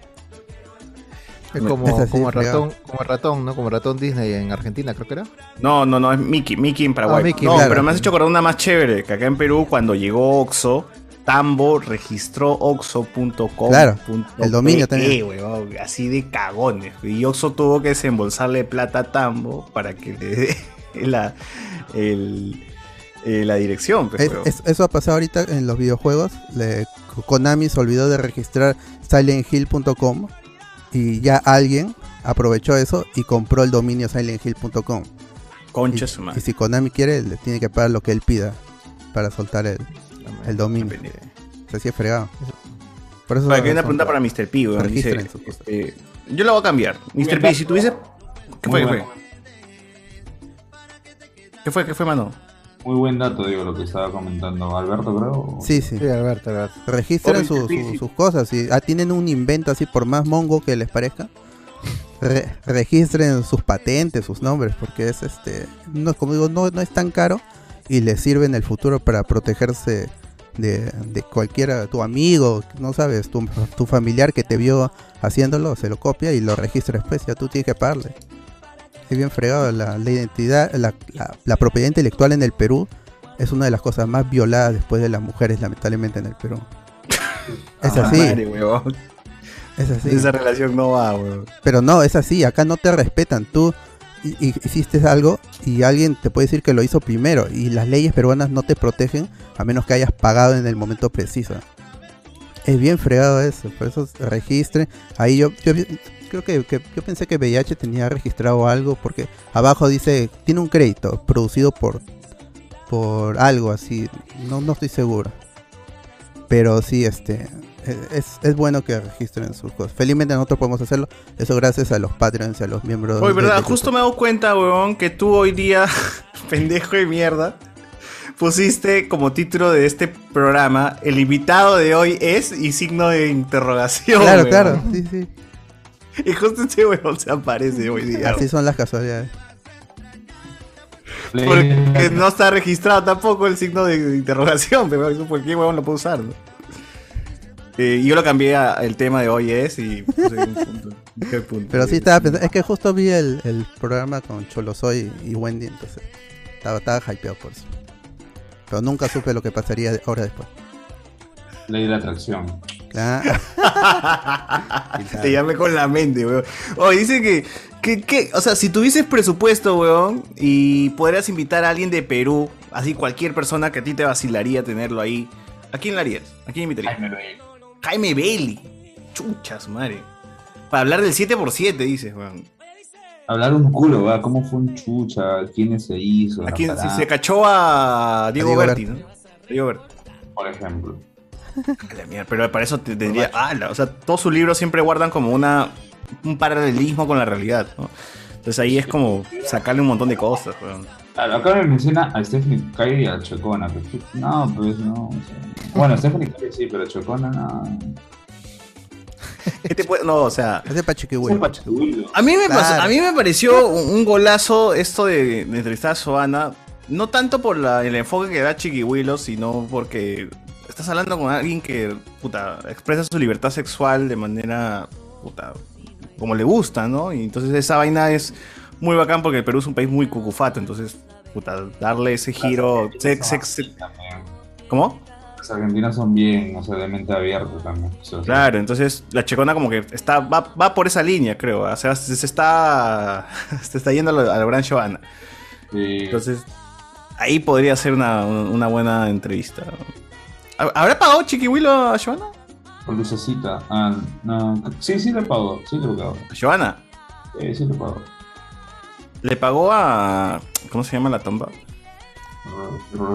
Speaker 5: Es como,
Speaker 7: Es así,
Speaker 5: como
Speaker 7: es legal.
Speaker 5: ratón, como ratón, ¿no? Como ratón Disney en Argentina, creo que era.
Speaker 3: No, no, no, es Mickey, Mickey en Paraguay.
Speaker 5: Ah, Mickey,
Speaker 3: no,
Speaker 5: claro.
Speaker 3: pero me has hecho acordar una más chévere, que acá en Perú cuando llegó Oxxo, Tambo registró oxo.com.
Speaker 7: Claro, el dominio también.
Speaker 3: así de cagones. Y Oxxo tuvo que desembolsarle plata a Tambo para que le dé (laughs) la, el- eh, la dirección. pues,
Speaker 7: Es-
Speaker 3: huevón.
Speaker 7: es- eso ha pasado ahorita en los videojuegos. Le- Konami se olvidó de registrar silenthill.com y ya alguien aprovechó eso y compró el dominio silenthill.com.
Speaker 3: Concha
Speaker 7: Y-
Speaker 3: su madre.
Speaker 7: Y si Konami quiere, le tiene que pagar lo que él pida para soltar el, el dominio. Se hacía fregado. Por eso
Speaker 3: Para que hay una
Speaker 7: son-
Speaker 3: pregunta para Mr. P, huevón, dice,
Speaker 7: registren sus cosas.
Speaker 3: eh, yo la voy a cambiar. Mr. P, si tuviese... ¿Qué fue? ¿Qué fue? ¿Qué fue? ¿Qué fue, mano?
Speaker 15: Muy buen dato, digo, lo que estaba comentando Alberto, creo. o-
Speaker 7: Sí, sí. Registran
Speaker 15: Oye,
Speaker 7: su-
Speaker 15: sí,
Speaker 7: su-
Speaker 15: sí.
Speaker 7: sus cosas. Y, ah, tienen un invento así, por más mongo que les parezca. Re- registren sus patentes, sus nombres, porque es este. No, como digo, no, no es tan caro y les sirve en el futuro para protegerse de, de cualquiera, tu amigo, no sabes, tu, tu familiar que te vio haciéndolo, se lo copia y lo registra después. Ya tú tienes que pagarle. Es bien fregado. La, la identidad, la, la- la propiedad intelectual en el Perú es una de las cosas más violadas después de las mujeres, lamentablemente, en el Perú. Es
Speaker 3: (laughs) Ah,
Speaker 7: así.
Speaker 3: madre, huevón.
Speaker 7: Es así.
Speaker 3: Esa relación no va, huevón.
Speaker 7: Pero no, es así. Acá no te respetan. Tú hi- hi- hiciste algo y alguien te puede decir que lo hizo primero. Y las leyes peruanas no te protegen a menos que hayas pagado en el momento preciso. Es bien fregado eso, por eso registren. Ahí yo, yo vi- creo que, que- yo pensé que VIH tenía registrado algo porque abajo dice tiene un crédito producido por por algo así. No, no estoy seguro. Pero sí, este es, es bueno que registren sus cosas. Felizmente nosotros podemos hacerlo. Eso gracias a los Patreons y a los miembros.
Speaker 3: Oye,
Speaker 7: del
Speaker 3: ¿verdad? (laughs)
Speaker 7: grupo.
Speaker 3: Justo me he dado cuenta, huevón, que tú hoy día, (laughs) pendejo de mierda, pusiste como título de este programa, el invitado de hoy es y signo de interrogación.
Speaker 7: Claro,
Speaker 3: huevón.
Speaker 7: claro. Sí, sí.
Speaker 3: Y justo este huevón se aparece hoy día.
Speaker 7: Así son las casualidades.
Speaker 3: huevón. Porque no está registrado tampoco el signo de interrogación, pero eso cualquier huevón lo puede usar. ¿no? Eh, y yo lo cambié a el tema de hoy es y puse un punto. dije el punto.
Speaker 7: Pero sí estaba pensando, es que justo vi el, el programa con Cholosoy y Wendy, entonces estaba, estaba hypeado por eso. Pero nunca supe lo que pasaría de- ahora después. Ah.
Speaker 15: Ley de la atracción.
Speaker 7: (laughs) Claro.
Speaker 3: (laughs) Te llamé con la mente, weón. Oye, dice que, que, que- o sea, si tuvieses presupuesto, weón, y podrías invitar a alguien de Perú, así cualquier persona que a ti te vacilaría tenerlo ahí, ¿a quién la harías? ¿A quién invitarías? Jaime Bailey. Jaime Bailey. Chuchas, madre. Para hablar del 7x7, dices, weón.
Speaker 15: Hablar un culo, ¿verdad? ¿Cómo fue un chucha? ¿Quiénes se hizo?
Speaker 3: ¿A quién? Si
Speaker 15: Pará.
Speaker 3: se cachó a Diego,
Speaker 15: Diego
Speaker 3: Berti,
Speaker 15: Berti.
Speaker 3: ¿no? Diego Berti.
Speaker 15: Por ejemplo.
Speaker 3: A la mierda, pero para eso te tendría. ala, o sea, todos sus libros siempre guardan como una un paralelismo con la realidad, ¿no? Entonces ahí es como sacarle un montón de cosas, weón.
Speaker 15: Claro, acá me menciona a Stephanie Kyrie y a Chocona. pero chu- No, pues no. o sea, Bueno, Stephanie Kyrie sí, pero Chocona no.
Speaker 3: ¿Qué te Este puede- No, o sea.
Speaker 7: Es de
Speaker 15: Es de Pachiquihuilo.
Speaker 3: A mí me,
Speaker 15: Claro.
Speaker 3: pasó- a mí me pareció un un golazo esto de, de entrevistar a Soana. No tanto por la- el enfoque que da Chiquihuilo, sino porque estás hablando con alguien que puta, expresa su libertad sexual de manera puta, como le gusta, ¿no? Y entonces esa vaina es muy bacán porque el Perú es un país muy cucufato. Entonces, puta, darle ese giro. sex- sex- ¿Cómo?
Speaker 15: Los argentinos son bien, o sea, de mente abierta también. O sea,
Speaker 3: Claro, entonces la checona como que está, va, va por esa línea, creo. O sea, se, se está. (laughs) Se está yendo a lo, a lo gran Giovanna. Entonces, ahí podría ser una, una buena entrevista. ¿Hab- ¿Habrá pagado Chiquihuilo a Giovanna?
Speaker 15: Por lucecita. Ah, no. Sí, sí le pago. Sí le pago.
Speaker 3: ¿A Giovanna?
Speaker 15: Sí, sí le pago.
Speaker 3: Le pagó a. ¿Cómo se llama la tomba?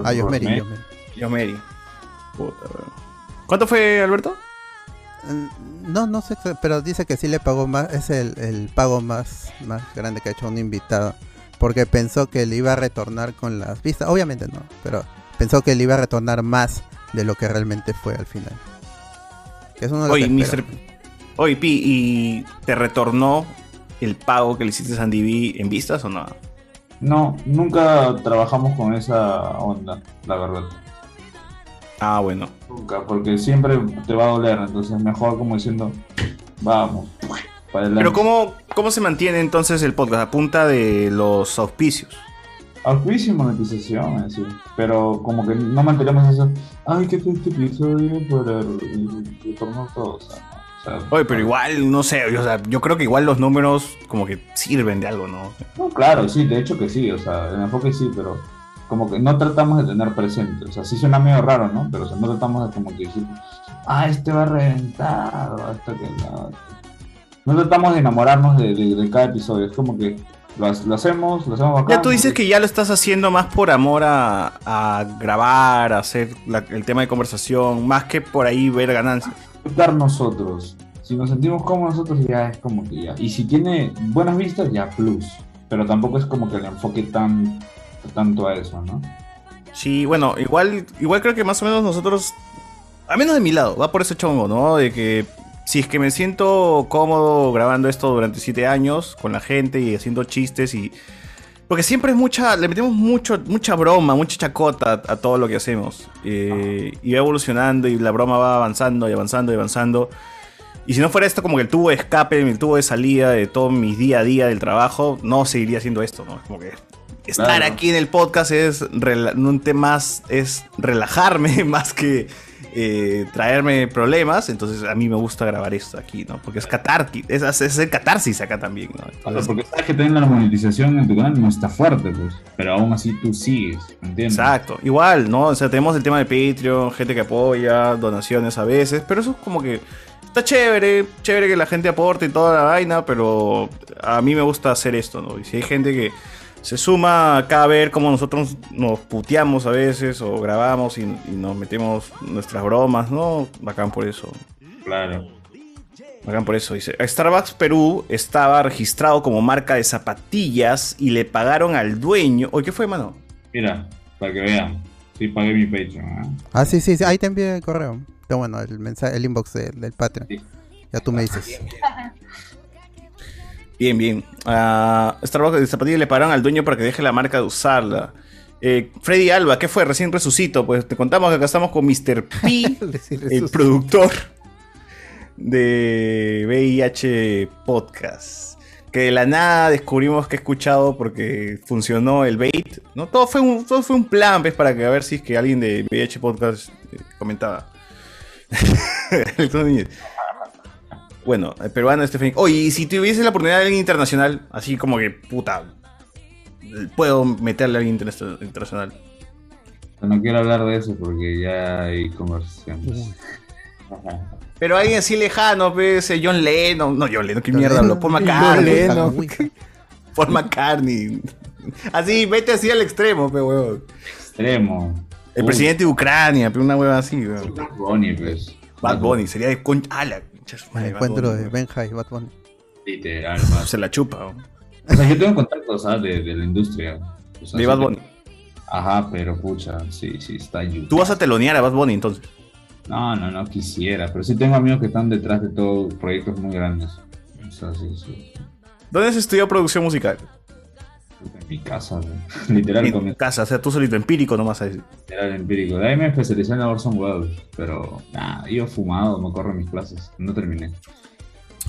Speaker 7: Ah, Yosmeri,
Speaker 3: Yosmeri.
Speaker 7: Yosmeri.
Speaker 3: Yosmeri. Puta, weón. ¿Cuánto fue, Alberto?
Speaker 7: Mm, No, no sé, exa- pero dice que sí le pagó más, es el, el pago más, más grande que ha hecho un invitado, porque pensó que le iba a retornar con las vistas, obviamente no, pero pensó que le iba a retornar más de lo que realmente fue al final. Que eso no lo
Speaker 3: Oye,
Speaker 7: que espera.
Speaker 3: Mr. Oye, Pi, ¿y te retornó el pago que le hiciste a Sandy B en vistas o no?
Speaker 15: No, nunca trabajamos con esa onda, la verdad.
Speaker 3: Ah, bueno.
Speaker 15: Nunca, porque siempre te va a doler, entonces mejor como diciendo, vamos, para adelante.
Speaker 3: Pero ¿cómo, ¿cómo se mantiene entonces el podcast? A punta de los auspicios.
Speaker 15: Auspicio y monetización, así. Pero como que no mantenemos eso. Ay, que fue este episodio para el- retornar todo. O sea, ah.
Speaker 3: Oye, pero igual, no sé, o sea, yo creo que igual los números como que sirven de algo, ¿no?
Speaker 15: no, claro, sí, de hecho que sí, o sea, el enfoque sí, pero como que no tratamos de tener presente. O sea, sí suena medio raro, ¿no? Pero o sea, no tratamos de como que decir, ah, este va reventado, hasta que la- No tratamos de enamorarnos de, de- de cada episodio, es como que lo, ha- lo hacemos, lo hacemos bacán.
Speaker 3: Ya tú dices que ya lo estás haciendo más por amor a, a grabar, a hacer la- el tema de conversación, más que por ahí ver ganancias.
Speaker 15: Dar nosotros. Si nos sentimos cómodos nosotros, ya es como que ya. Y si tiene buenas vistas, ya plus. Pero tampoco es como que le enfoque tan, tanto a eso, ¿no?
Speaker 3: Sí, bueno, igual, igual creo que más o menos nosotros, a menos de mi lado, va por ese chongo, ¿no? De que si es que me siento cómodo grabando esto durante siete años con la gente y haciendo chistes y... Porque siempre es mucha, le metemos mucho, mucha broma, mucha chacota a, a todo lo que hacemos. Eh, y va evolucionando y la broma va avanzando y avanzando y avanzando. Y si no fuera esto como que el tubo de escape, el tubo de salida de todo mi día a día del trabajo, no seguiría haciendo esto, ¿no? Es como que estar
Speaker 15: Claro.
Speaker 3: aquí en el podcast es rela- un tema más, es relajarme (laughs) más que eh, traerme problemas. Entonces a mí me gusta grabar esto aquí, ¿no? Porque es catártico, es, es hacer catarsis acá también, ¿no?
Speaker 15: Claro, porque sabes que también la monetización en tu canal no está fuerte, pues. Pero aún así tú sigues, ¿entiendes?
Speaker 3: Exacto, igual, ¿no? O sea, tenemos el tema de Patreon, gente que apoya, donaciones a veces, pero eso es como que está chévere, chévere que la gente aporte y toda la vaina, pero a mí me gusta hacer esto, ¿no? Y si hay gente que se suma acá a ver cómo nosotros nos puteamos a veces o grabamos y, y nos metemos nuestras bromas, ¿no? Bacán por eso.
Speaker 15: Claro.
Speaker 3: Bacán por eso, dice. Starbucks Perú estaba registrado como marca de zapatillas y le pagaron al dueño. ¿Oye qué fue, mano?
Speaker 15: Mira, para que vean. Sí, pagué mi Patreon. ¿ah?
Speaker 7: Ah, sí, sí, sí, ahí te envié el correo. Pero bueno, el mensaje, el inbox de- del Patreon. Ya tú me dices.
Speaker 3: Bien, bien. Ah, Starbucks de zapatillas le pararon al dueño para que deje la marca de usarla. Eh, Freddy Alba, ¿qué fue? Recién resucito. Pues te contamos que acá estamos con Mr. P, el productor de VIH Podcast. Que de la nada descubrimos que he escuchado porque funcionó el bait. ¿no? Todo, fue un, todo fue un plan, ¿ves? Para que a ver si es que alguien de VIH Podcast eh, comentaba. (laughs) Alexander Núñez. Bueno, el peruano Stephen. Oye, y si tuviese la oportunidad de alguien internacional, así como que, puta, puedo meterle a alguien interna- internacional.
Speaker 15: No quiero hablar de eso porque ya hay conversaciones. Ajá.
Speaker 3: Pero alguien así lejano, pues, eh, John Lennon. No, John Lennon, qué mierda,
Speaker 15: Lennon.
Speaker 3: no, Paul McCartney.
Speaker 15: John Lennon.
Speaker 3: (laughs) Paul McCartney. Así, vete así al extremo, pe, huevón.
Speaker 15: Extremo.
Speaker 3: El
Speaker 15: Uy.
Speaker 3: presidente de Ucrania, pe, una hueva así, weón. Bad
Speaker 15: Bunny, pues.
Speaker 3: Bad Bunny, sería de con... ¡Ah, la concha de su
Speaker 7: El
Speaker 3: madre, Bad
Speaker 7: encuentro
Speaker 3: Bunny.
Speaker 7: de Benja y Bad Bunny.
Speaker 15: Literal,
Speaker 3: Se la chupa. weón.
Speaker 15: O sea, yo tengo contactos ¿ah? de, de la industria. O sea,
Speaker 3: De
Speaker 15: sí
Speaker 3: Bad
Speaker 15: que-
Speaker 3: Bunny.
Speaker 15: Ajá, pero pucha, sí, sí, está ayudando.
Speaker 3: Tú vas a telonear a Bad Bunny entonces.
Speaker 15: No, no, no quisiera, pero sí tengo amigos que están detrás de todos proyectos muy grandes. O sea, sí, sí. (laughs)
Speaker 3: ¿Dónde se estudió producción musical?
Speaker 15: En mi casa, (laughs) literal.
Speaker 3: En tu casa, o sea, tú solito, empírico nomás. Ahí.
Speaker 15: Era el empírico. De ahí me especialicé en la Orson Welles, pero nada, yo fumado, me corro mis clases, no terminé.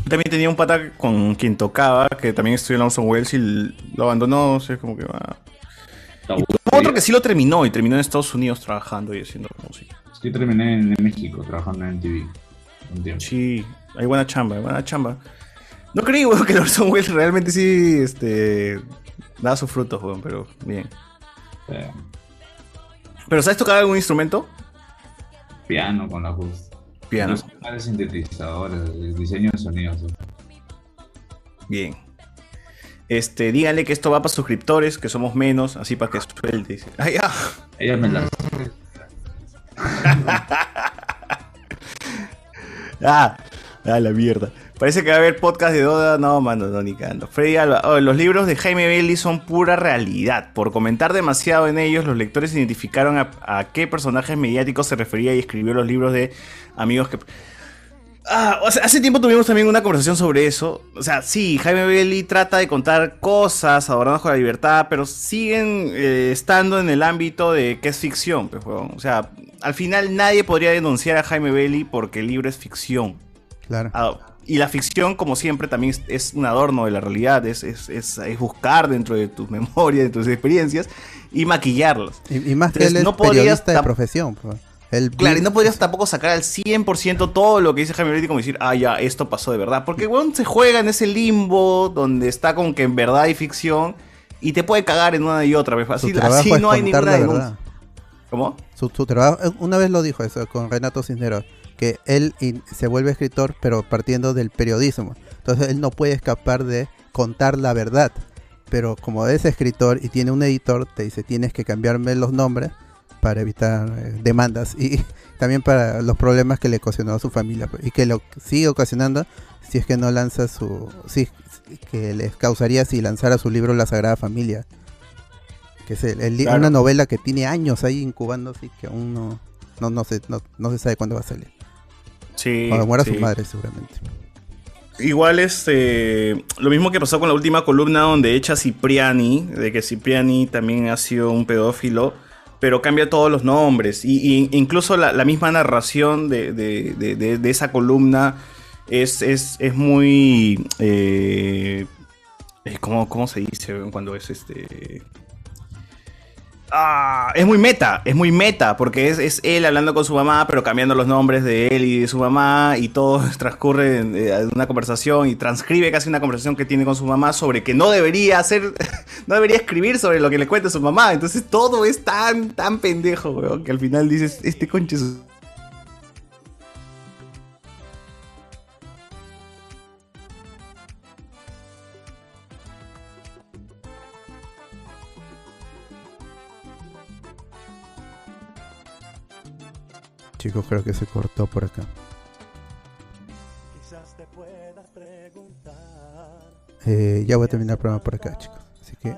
Speaker 3: También tenía un pata con quien tocaba, que también estudió en Orson Welles y lo abandonó, o sea, como que va. Y tuvo otro que sí lo terminó y terminó en Estados Unidos trabajando y haciendo música.
Speaker 15: Yo terminé en México trabajando en TV. Un tiempo.
Speaker 3: Sí, hay buena chamba, hay buena chamba. No creí, weón, que el Orson Welles realmente sí este, da sus frutos, weón, pero bien. ¿Pero sabes tocar algún instrumento?
Speaker 15: Piano con la voz.
Speaker 3: Piano.
Speaker 15: Los canales sintetizadores, el diseño de sonidos.
Speaker 3: Bien. Este, díganle que esto va para suscriptores, que somos menos, así para que suelte. dice. Ay, ah.
Speaker 15: Ella me
Speaker 3: (laughs)
Speaker 15: la.
Speaker 3: Ah, a la mierda. Parece que va a haber podcast de Doda. No, mano, no, ni cagando. Freddy Alba. Oh, los libros de Jaime Bailey son pura realidad. Por comentar demasiado en ellos, los lectores identificaron a, a qué personajes mediáticos se refería y escribió los libros de amigos que. Ah, o sea, hace tiempo tuvimos también una conversación sobre eso. O sea, sí, Jaime Bailey trata de contar cosas adornadas con la libertad, pero siguen eh, estando en el ámbito de que es ficción. pues, huevón. O sea, al final nadie podría denunciar a Jaime Bailey porque el libro es ficción.
Speaker 7: Claro.
Speaker 3: Ah, y la ficción, como siempre, también es, es un adorno de la realidad, es, es, es- es buscar dentro de tus (laughs) memorias, de tus experiencias y maquillarlas.
Speaker 7: Y, y más que
Speaker 3: Entonces,
Speaker 7: él es
Speaker 3: no podrías
Speaker 7: periodista de
Speaker 3: tam-
Speaker 7: profesión. pues. Él
Speaker 3: Claro, y no podrías tampoco sacar al 100% todo lo que dice Jaime Brady como decir, ah, ya, esto pasó de verdad. Porque, weón, se juega en ese limbo donde está como que en verdad y ficción y te puede cagar en una y otra. pues, Así,
Speaker 7: trabajo
Speaker 3: así
Speaker 7: es
Speaker 3: no hay
Speaker 7: contar
Speaker 3: ninguna
Speaker 7: la
Speaker 3: denuncia.
Speaker 7: verdad.
Speaker 3: ¿Cómo?
Speaker 7: Su, su trabajo, eh, una vez lo dijo eso con Renato Cisneros, que él in- se vuelve escritor, pero partiendo del periodismo. Entonces él no puede escapar de contar la verdad. Pero como es escritor y tiene un editor, te dice tienes que cambiarme los nombres para evitar eh, demandas y (laughs) también para los problemas que le ocasionó a su familia pues, y que lo sigue ocasionando si es que no lanza su sí, que les causaría si lanzara su libro La Sagrada Familia que es el- el li-
Speaker 3: Claro.
Speaker 7: una novela que tiene años ahí incubándose y que aún no, no, no, se, no, no se sabe cuándo va a salir.
Speaker 3: Sí.
Speaker 7: Cuando muera
Speaker 3: sí.
Speaker 7: su madre, seguramente.
Speaker 3: Igual este lo mismo que pasó con la última columna donde echa Cipriani, de que Cipriani también ha sido un pedófilo, pero cambia todos los nombres. Y, y incluso la, la misma narración de, de- de- de- de esa columna es, es, es muy. eh, eh, ¿cómo, ¿Cómo se dice cuando es este. Ah, es muy meta, es muy meta, porque es, es él hablando con su mamá, pero cambiando los nombres de él y de su mamá, y todo (laughs) transcurre en, eh, en una conversación y transcribe casi una conversación que tiene con su mamá sobre que no debería hacer, (laughs) no debería escribir sobre lo que le cuenta su mamá. Entonces todo es tan, tan pendejo, weón, que al final dices, este conche es
Speaker 7: Chicos, creo que se cortó por acá. Eh, ya voy a terminar el programa por acá, chicos. Así que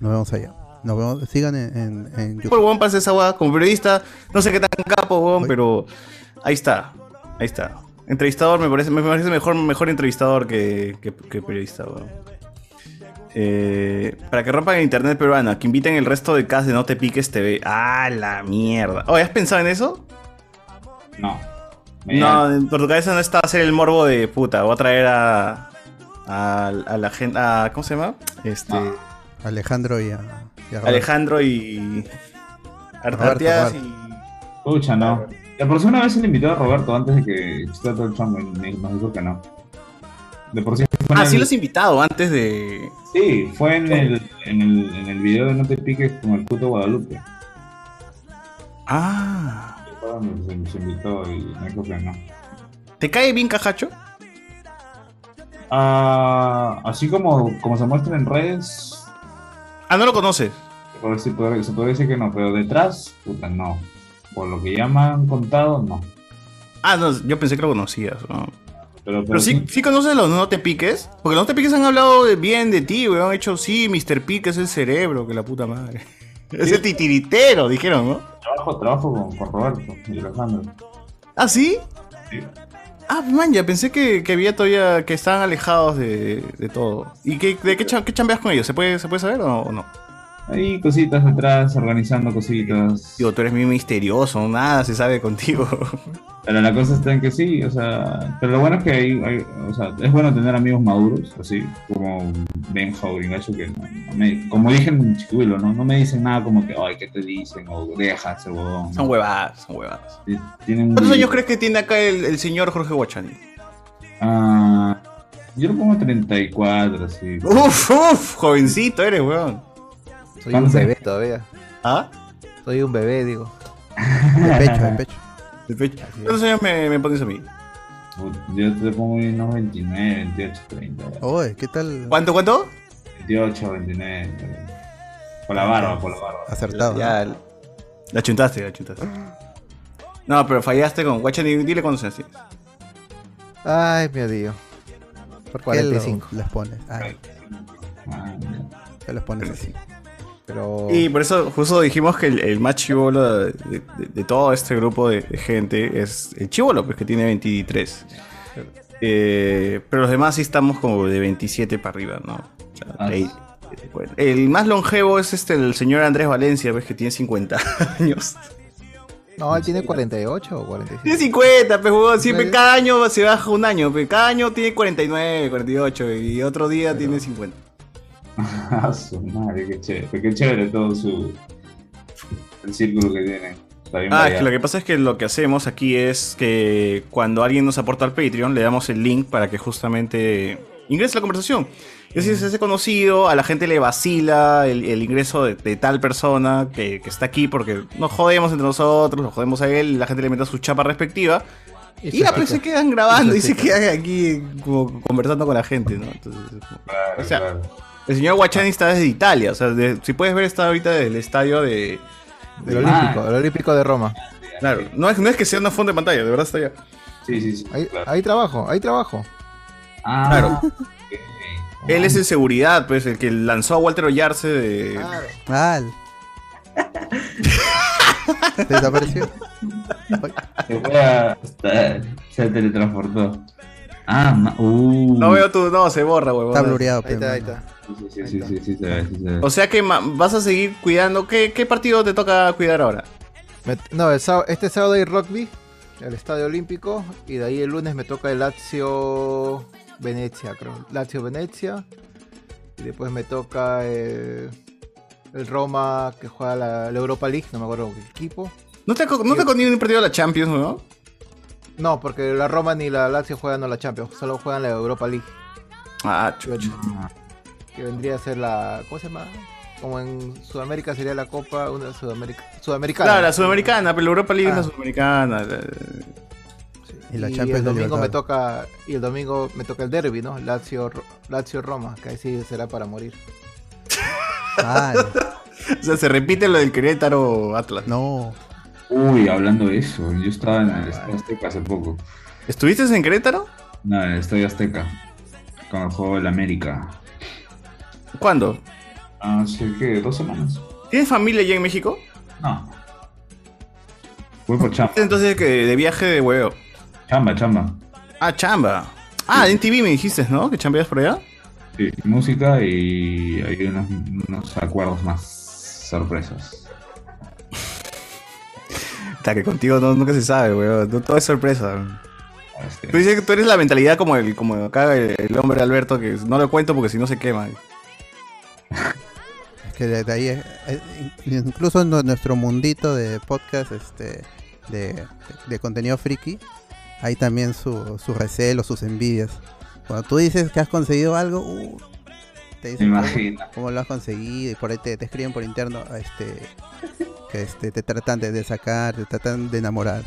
Speaker 7: nos vemos allá. Nos vemos. Sigan en, en, en
Speaker 3: Por
Speaker 7: YouTube.
Speaker 3: weón, pasa esa weá como periodista. No sé qué tan capo, weón, pero ahí está. Ahí está. Entrevistador me parece, me parece mejor, mejor entrevistador que, que- que periodista, weón. Eh, para que rompan el internet peruano, que inviten el resto de cast de No Te Piques TV. ¡Ah, la mierda! Oye, ¿has pensado en eso?
Speaker 15: No.
Speaker 3: No, en por tu cabeza no está hacer el morbo de puta. Voy a traer a. a, a la gente. a- ¿Cómo se llama? Este.
Speaker 7: Alejandro y a, y a Roberto.
Speaker 3: Alejandro y.
Speaker 7: Roberto,
Speaker 3: Arteagas
Speaker 7: Roberto.
Speaker 3: y.
Speaker 15: Pucha, no. De por sí una vez le invitó a Roberto antes de que explotara el chamo y me- nos dijo que no. De por sí. fue en
Speaker 3: Ah,
Speaker 15: el-
Speaker 3: sí los he invitado antes de.
Speaker 15: Sí, fue en el, en, el, en el video de No te piques con el puto Guadalupe.
Speaker 3: Ah.
Speaker 15: Se nos invitó y me dijo que no.
Speaker 3: ¿Te cae bien Cajacho?
Speaker 15: Ah, así como, como se muestra en redes.
Speaker 3: Ah, no lo conoces.
Speaker 15: Se puede, decir- podría- se puede decir que no, pero detrás, puta, no. Por lo que ya me han contado, no.
Speaker 3: Ah, no, yo pensé que lo conocías. ¿no?
Speaker 15: Pero,
Speaker 3: Pero sí, sí conoces los No Te Piques. Porque los No Te Piques han hablado de- bien de ti, weón. Han hecho, sí, Mr. Pique es el cerebro, que la puta madre. (laughs) Es el titiritero, dijeron, ¿no?
Speaker 15: Trabajo, trabajo con, con Roberto y Alejandro.
Speaker 3: ¿Ah, sí?
Speaker 15: Sí.
Speaker 3: Ah, man, ya pensé que, que había todavía. que estaban alejados de, de todo. ¿Y qué, de qué, cha- qué chambeas con ellos? ¿Se puede, se puede saber o o no?
Speaker 15: Ahí cositas atrás, organizando cositas.
Speaker 3: Digo, tú eres muy misterioso, nada se sabe contigo. (laughs)
Speaker 15: Pero la cosa está en que sí, o sea, pero lo bueno es que hay, hay- o sea, es bueno tener amigos maduros, así como Ben Howringacho, que no- no me- como dije en Chicuelo, ¿no? no me dicen nada como que, ay, ¿qué te dicen? O deja ese huevón.
Speaker 3: Son huevadas, son huevadas.
Speaker 15: Tienen
Speaker 3: ¿Cuántos años crees que tiene acá el, el señor Jorge Guachani?
Speaker 15: Ah, yo le pongo 34, así.
Speaker 3: Uf, uf, jovencito eres, weón.
Speaker 5: Soy un bebé todavía.
Speaker 3: ¿Ah?
Speaker 5: Soy un bebé, digo.
Speaker 7: De pecho, de pecho.
Speaker 3: De pecho. ¿Cuántos años me, me pones a mí?
Speaker 15: Yo te pongo unos 29, 28, 30.
Speaker 7: Oye, ¿qué tal?
Speaker 3: Oh, ¿Cuánto, cuánto?
Speaker 15: 28, 29. por ahí. Por la barba, por la barba.
Speaker 7: Acertado.
Speaker 3: Ya, la chuntaste, la chuntaste. No, pero fallaste con Guachani, dile cuántos años tienes.
Speaker 5: Ay, mi odio.
Speaker 7: ¿Por qué lo-
Speaker 5: 45.
Speaker 7: las pones? Ay. Te los pones así.
Speaker 5: Pero.
Speaker 3: Y por eso justo dijimos que el, el más chivolo de, de- de todo este grupo de de gente es el chivolo, pues que tiene 23. Eh, pero los demás sí estamos como de 27 para arriba, ¿no? O sea, ahí- bueno. el más longevo es este, el señor Andrés Valencia, pues que tiene 50 (laughs) años.
Speaker 5: No, él tiene 48 o 45.
Speaker 3: Tiene 50, pues, huevón, siempre cada año se baja un año, pues, cada año tiene 49, 48 y otro día tiene 50.
Speaker 15: (laughs) Ah, su madre, qué chévere. Qué chévere todo su. El círculo que tiene. Está bien
Speaker 3: Ah, es
Speaker 15: variado.
Speaker 3: que lo que pasa es que lo que hacemos aquí es que cuando alguien nos aporta al Patreon, le damos el link para que justamente ingrese a la conversación. Y así se hace conocido, a la gente le vacila el, el ingreso de, de tal persona que, que está aquí porque nos jodemos entre nosotros, nos jodemos a él, la gente le mete su chapa respectiva. Y ya, pues se quedan grabando y se quedan aquí como conversando con la gente, ¿no? Entonces, es como- o sea, el señor Guachani está desde Italia, o sea, de- si puedes ver, está ahorita desde el estadio de...
Speaker 5: Del Olímpico, el Olímpico de Roma.
Speaker 3: Claro, no es, no es que sea una fondo de pantalla, de verdad está allá.
Speaker 15: Sí, sí, Ah, sí.
Speaker 5: Ahí, ahí trabajo, ahí trabajo.
Speaker 3: Claro. Él es el seguridad, pues, el que lanzó a Walter Ollarse de.
Speaker 5: (laughs)
Speaker 7: Mal. Desapareció.
Speaker 15: Se fue a- hasta- Se teletransportó.
Speaker 17: (laughs)
Speaker 15: Ah, ma- uh.
Speaker 3: No veo tu. No, se borra, huevón.
Speaker 15: Está blureado,
Speaker 5: Ahí está, ahí está.
Speaker 15: Sí, sí, sí, sí, sí, se ve, sí, se ve.
Speaker 3: O sea que ma- vas a seguir cuidando. ¿Qué, qué partido te toca cuidar ahora?
Speaker 5: Me- no, el sábado- este sábado hay rugby, el Estadio Olímpico, y de ahí el lunes me toca el Lazio Venecia, creo. Lazio Venecia. Y después me toca el, el Roma que juega la, la Europa League, no me acuerdo qué equipo.
Speaker 3: ¿No te, co- no te con ningún partido de la Champions, no?
Speaker 5: No, porque la Roma ni la Lazio juegan a la Champions, solo juegan la Europa League.
Speaker 3: Ah, chucho.
Speaker 5: Que vendría a ser la. ¿Cómo se llama? Como en Sudamérica sería la Copa, una Sudamérica, Sudamericana.
Speaker 3: Claro, la Sudamericana, pero la Europa League es
Speaker 5: Ah.
Speaker 3: la Sudamericana. la-
Speaker 5: Y, el domingo me toca y el domingo me toca el derby, ¿no? Lazio Lazio Roma, que ahí sí será para morir.
Speaker 3: (laughs) O sea, se repite lo del Querétaro Atlas.
Speaker 7: No.
Speaker 15: Uy, hablando de eso, yo estaba en el Estadio Azteca hace poco.
Speaker 3: Ah, ¿Estuviste en Querétaro?
Speaker 15: No, en el Estadio Azteca. Con el juego del América.
Speaker 3: ¿Cuándo?
Speaker 15: Hace que dos semanas.
Speaker 3: ¿Tienes familia allá en México?
Speaker 15: No. Fue por chamba.
Speaker 3: (laughs) Entonces, que de viaje de huevo.
Speaker 15: Chamba, chamba.
Speaker 3: Ah, chamba. Ah, en TV me dijiste, ¿no? Que chambeas por allá.
Speaker 15: Sí, música y hay unos, unos acuerdos más sorpresas.
Speaker 3: Hasta que contigo no- nunca se sabe, weón. No, todo es sorpresa. Tú dices que tú eres la mentalidad como el, como acá el, el hombre Alberto, que no lo cuento porque si no se quema.
Speaker 7: Es que de de ahí es- es- incluso en nu- nuestro mundito de podcast, este, de, de contenido friki, hay también su, su recelo, sus envidias. Cuando tú dices que has conseguido algo, uh, te dicen
Speaker 15: Me
Speaker 7: cómo-
Speaker 15: imagino.
Speaker 7: cómo, lo has conseguido y por ahí te, te escriben por interno, este, que este, te tratan de, de sacar, te tratan de enamorar.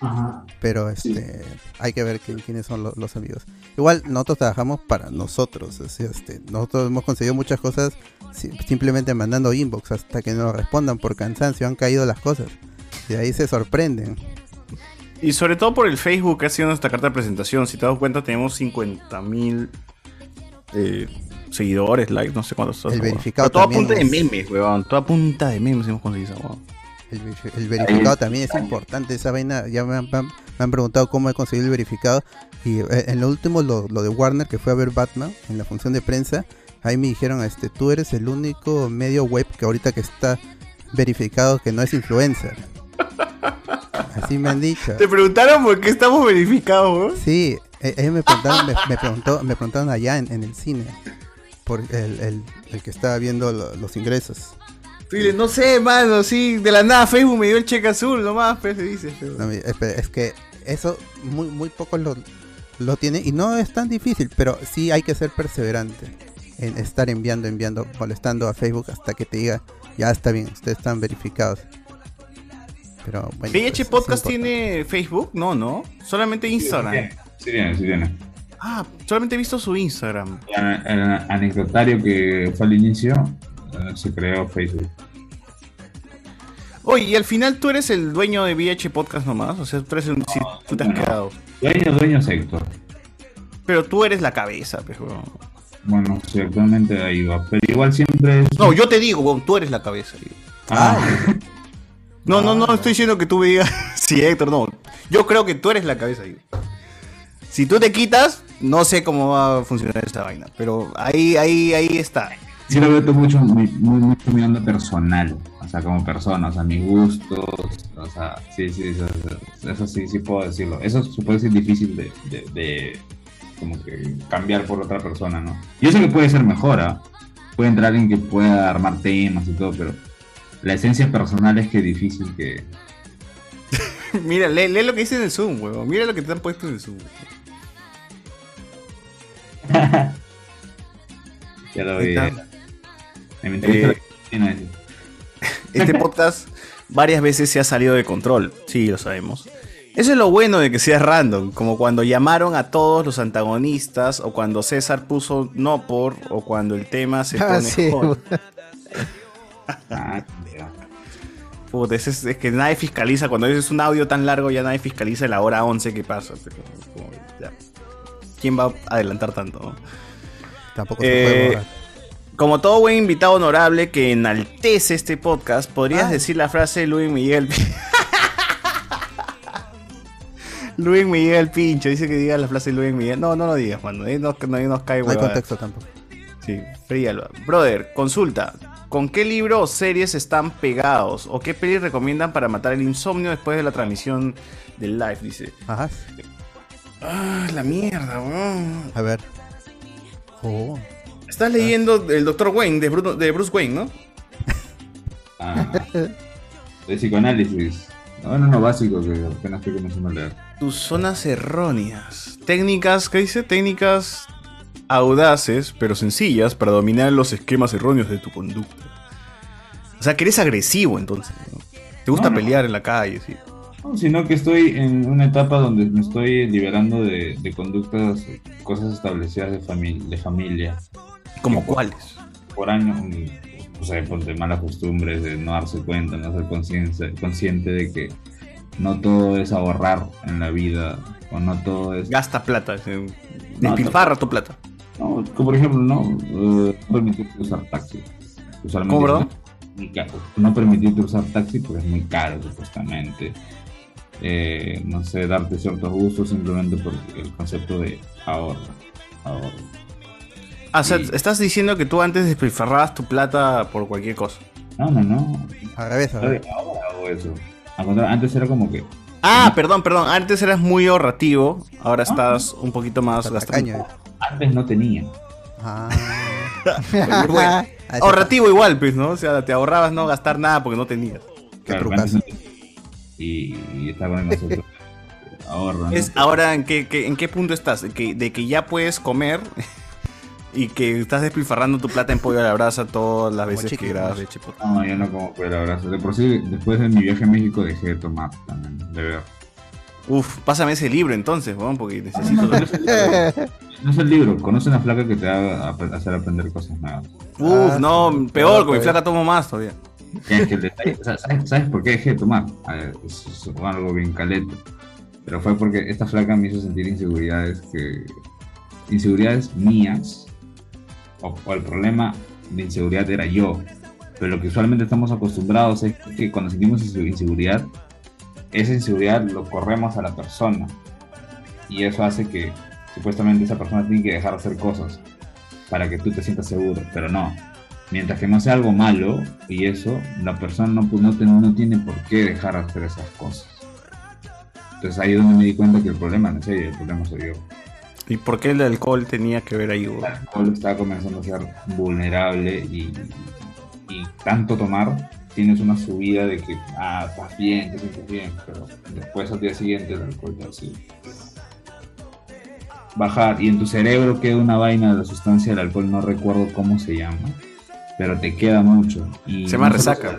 Speaker 15: Ajá.
Speaker 7: Pero este, hay que ver quién- quiénes son lo- los, amigos. Igual nosotros trabajamos para nosotros. o sea, este, nosotros hemos conseguido muchas cosas si- simplemente mandando inbox hasta que nos respondan por cansancio. Han caído las cosas. Y ahí se sorprenden.
Speaker 3: Y sobre todo por el Facebook, que ha sido nuestra carta de presentación. Si te das cuenta, tenemos 50.000 mil eh, seguidores, likes, no sé cuántos son.
Speaker 7: El
Speaker 3: weón.
Speaker 7: verificado
Speaker 3: Pero Todo a
Speaker 7: también
Speaker 3: punta de
Speaker 7: es-
Speaker 3: memes, weón. Todo a punta de memes hemos conseguido, weón.
Speaker 7: El, ver- el verificado también es importante. Esa vaina, ya me han, me han- me han preguntado cómo he conseguido el verificado. Y eh, en lo último, lo, lo de Warner, que fue a ver Batman en la función de prensa, ahí me dijeron: este Tú eres el único medio web que ahorita que está verificado que no es influencer. Así me han dicho.
Speaker 3: Te preguntaron por qué estamos verificados, weón.
Speaker 7: Sí, eh, ellos me preguntaron, me, me preguntó, me preguntaron allá en, en el cine, por el, el- el que estaba viendo lo- los ingresos.
Speaker 3: Tú dices, no sé, mano, sí, de la nada Facebook me dio el cheque azul, nomás, pues se dice. weón.
Speaker 7: No, mi- es, pe- es que eso muy, muy pocos lo, lo tienen y no es tan difícil, pero sí hay que ser perseverante en estar enviando, enviando, molestando a Facebook hasta que te diga, ya está bien, ustedes están verificados. Pero bueno.
Speaker 3: VH
Speaker 7: pues,
Speaker 3: Podcast
Speaker 7: es importante.
Speaker 3: tiene Facebook? No, no. Solamente Instagram.
Speaker 15: Sí tiene, sí tiene.
Speaker 3: Ah, solamente he visto su Instagram.
Speaker 15: El, el anecdotario que fue al inicio eh, se creó Facebook.
Speaker 3: Oye, y al final tú eres el dueño de VH Podcast nomás. O sea, tú eres el. si tú te has quedado.
Speaker 15: Dueño, dueño, sector.
Speaker 3: Pero tú eres la cabeza, pues, huevón.
Speaker 15: Bueno, sí, actualmente ahí va. Pero igual siempre es.
Speaker 3: No, yo te digo, huevón, tú eres la cabeza. digo. Ah. No, no, no, estoy diciendo que tú me digas. (laughs) Sí, Héctor, no. Yo creo que tú eres la cabeza. digo. Si tú te quitas, no sé cómo va a funcionar esta vaina. Pero ahí, ahí, ahí está. (laughs)
Speaker 15: Sí lo veo todo mucho, muy, muy, mucho mi onda personal. O sea, como persona, o sea, mis gustos. O sea, sí, sí, eso, eso- eso sí, sí puedo decirlo. Eso puede ser difícil de, de, de como que cambiar por otra persona, ¿no? Yo sé que puede ser mejora. Puede entrar alguien que pueda armar temas y todo, pero la esencia personal es que es difícil que,
Speaker 3: Mira, lee, lee lo que dice en el Zoom, huevón. Mira lo que te han puesto en el Zoom.
Speaker 15: (laughs) Ya lo
Speaker 3: Ahí
Speaker 15: vi.
Speaker 3: está.
Speaker 15: En mi entrevista
Speaker 3: Eh,
Speaker 15: tiene ese.
Speaker 3: Este podcast varias veces se ha salido de control. Sí, lo sabemos. Eso es lo bueno de que sea random, como cuando llamaron a todos los antagonistas, o cuando César puso no por, o cuando el tema se
Speaker 7: Ah,
Speaker 3: pone
Speaker 7: sí.
Speaker 3: (laughs) hot. Ah, Puta, ese es, es que nadie fiscaliza, cuando es un audio tan largo ya nadie fiscaliza la hora 11 que pasa. pero como- ya. ¿Quién va a adelantar tanto? no?
Speaker 7: Tampoco
Speaker 3: Eh,
Speaker 7: se puede borrar.
Speaker 3: Como todo buen invitado honorable que enaltece este podcast,
Speaker 7: Ah.
Speaker 3: podrías decir la frase de Luis Miguel. (laughs) Luis Miguel Pincho, dice que diga la frase de Luis Miguel. No, no lo digas, mano. Ahí nos, ahí nos cae
Speaker 7: No hay
Speaker 3: huevada.
Speaker 7: contexto tampoco.
Speaker 3: Sí, fríalo. Brother, consulta. ¿Con qué libro o series están pegados? ¿O qué pelis recomiendan para matar el insomnio después de la transmisión del live? Dice.
Speaker 7: Ajá.
Speaker 3: Ah, la mierda, weón.
Speaker 7: A ver. Oh.
Speaker 3: Mm. Estás leyendo El Doctor Wayne de, Bruno- de Bruce Wayne, ¿no?
Speaker 15: Ah, de psicoanálisis. No, no, no, básico, que apenas estoy comenzando a leer.
Speaker 3: Tus zonas erróneas. Técnicas, ¿qué dice? Técnicas audaces, pero sencillas, para dominar los esquemas erróneos de tu conducta. O sea, que eres agresivo entonces. ¿no? Te
Speaker 7: Ah.
Speaker 15: No,
Speaker 3: gusta
Speaker 15: no.
Speaker 3: pelear en la calle, sí.
Speaker 15: No, sino que estoy en una etapa donde me estoy liberando de, de conductas, cosas establecidas de, fami- de familia.
Speaker 3: ¿Como cuáles?
Speaker 15: Por años, mm, o sea, por de malas costumbres, de no darse cuenta, no ser consciente, consciente de que no todo es ahorrar en la vida, o no todo es...
Speaker 3: Gasta plata, despilfarra tu plata.
Speaker 15: No, que por ejemplo, no, eh, no permitirte usar taxi. Usualmente
Speaker 3: ¿Cómo, perdón?
Speaker 15: es muy caro. No permitirte usar taxi porque es muy caro, supuestamente. Eh, no sé, darte ciertos gustos simplemente por el concepto de ahorro. ahorro.
Speaker 3: Ah, o sea, estás diciendo que tú antes despilfarrabas tu plata por cualquier cosa.
Speaker 15: No, no, no.
Speaker 7: Al revés,
Speaker 15: al revés. Ahora hago eso. Al contrario, antes era como que
Speaker 3: Ah, perdón, perdón. Antes eras muy ahorrativo, ahora estás un poquito más gastando.
Speaker 15: Ah. antes no tenía.
Speaker 3: (laughs) Bueno, ahorrativo igual, pues, ¿no? O sea, te ahorrabas no gastar nada porque no tenías.
Speaker 15: Claro, antes no tenía. Y, y está con el concepto de ahorro. ¿no?
Speaker 3: Es ahora en qué, qué- en qué punto estás, de que, de que ya puedes comer (laughs) y que estás despilfarrando tu plata en pollo a la brasa todas las veces que grabas de chipotle.
Speaker 15: No, yo no como pollo a la brasa. De por sí, después de mi viaje a México dejé de tomar también, de ver.
Speaker 3: Uf, pásame ese libro entonces, weón, porque (laughs) necesito.
Speaker 15: No es el libro, conoce una flaca que te va a ap- hacer aprender cosas nuevas.
Speaker 3: Uf, Ah, no, pues. peor, con mi flaca tomo más todavía.
Speaker 15: Es que el detalle- o sea, ¿sabes, sabes por qué dejé de tomar? A ver, es, es algo bien caleto. Pero fue porque esta flaca me hizo sentir inseguridades que. inseguridades mías. O, o el problema de inseguridad era yo. Pero lo que usualmente estamos acostumbrados es que cuando sentimos inse- inseguridad, esa inseguridad lo corremos a la persona. Y eso hace que supuestamente esa persona tiene que dejar de hacer cosas para que tú te sientas seguro, pero no. Mientras que no sea algo malo y eso, la persona no, pu- no, te- no tiene por qué dejar de hacer esas cosas. Entonces ahí es donde me di cuenta que el problema no es ella, el problema soy yo.
Speaker 3: ¿Y por qué el alcohol tenía que ver ahí?
Speaker 15: El alcohol estaba comenzando a ser vulnerable y, y tanto tomar, tienes una subida de que, ah, estás bien, te sientes bien, pero después al día siguiente el alcohol te hace bajar y en tu cerebro queda una vaina de la sustancia del alcohol, no recuerdo cómo se llama, pero te queda mucho. Y
Speaker 3: Se llama
Speaker 15: no solo-
Speaker 3: resaca.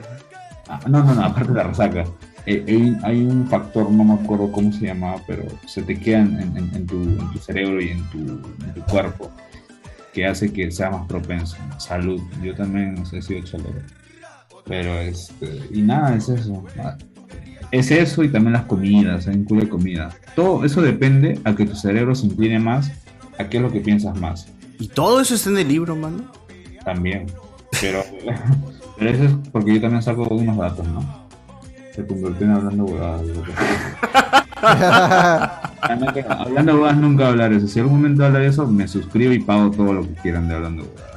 Speaker 15: Ah, no, no, no, aparte de la resaca. Eh, hay, un- hay un factor, no me acuerdo cómo se llamaba, pero se te queda en, en- en tu, en tu cerebro y en tu, en tu cuerpo que hace que sea más propenso. Salud, yo también no sé si he hecho Pero este, y nada, es eso. Ah. Es eso y también las comidas, hay un culo de comida. Todo eso depende a que tu cerebro se incline más a qué es lo que piensas más.
Speaker 3: Y todo eso está en el libro, mano.
Speaker 15: También. Pero, (laughs) pero eso es porque yo también saco unos datos, ¿no? Se convirtió en hablando huevadas.
Speaker 3: (laughs)
Speaker 15: Realmente, hablando huevadas nunca hablar eso. Si algún momento hablar eso, me suscribo y pago todo lo que quieran de hablando huevadas.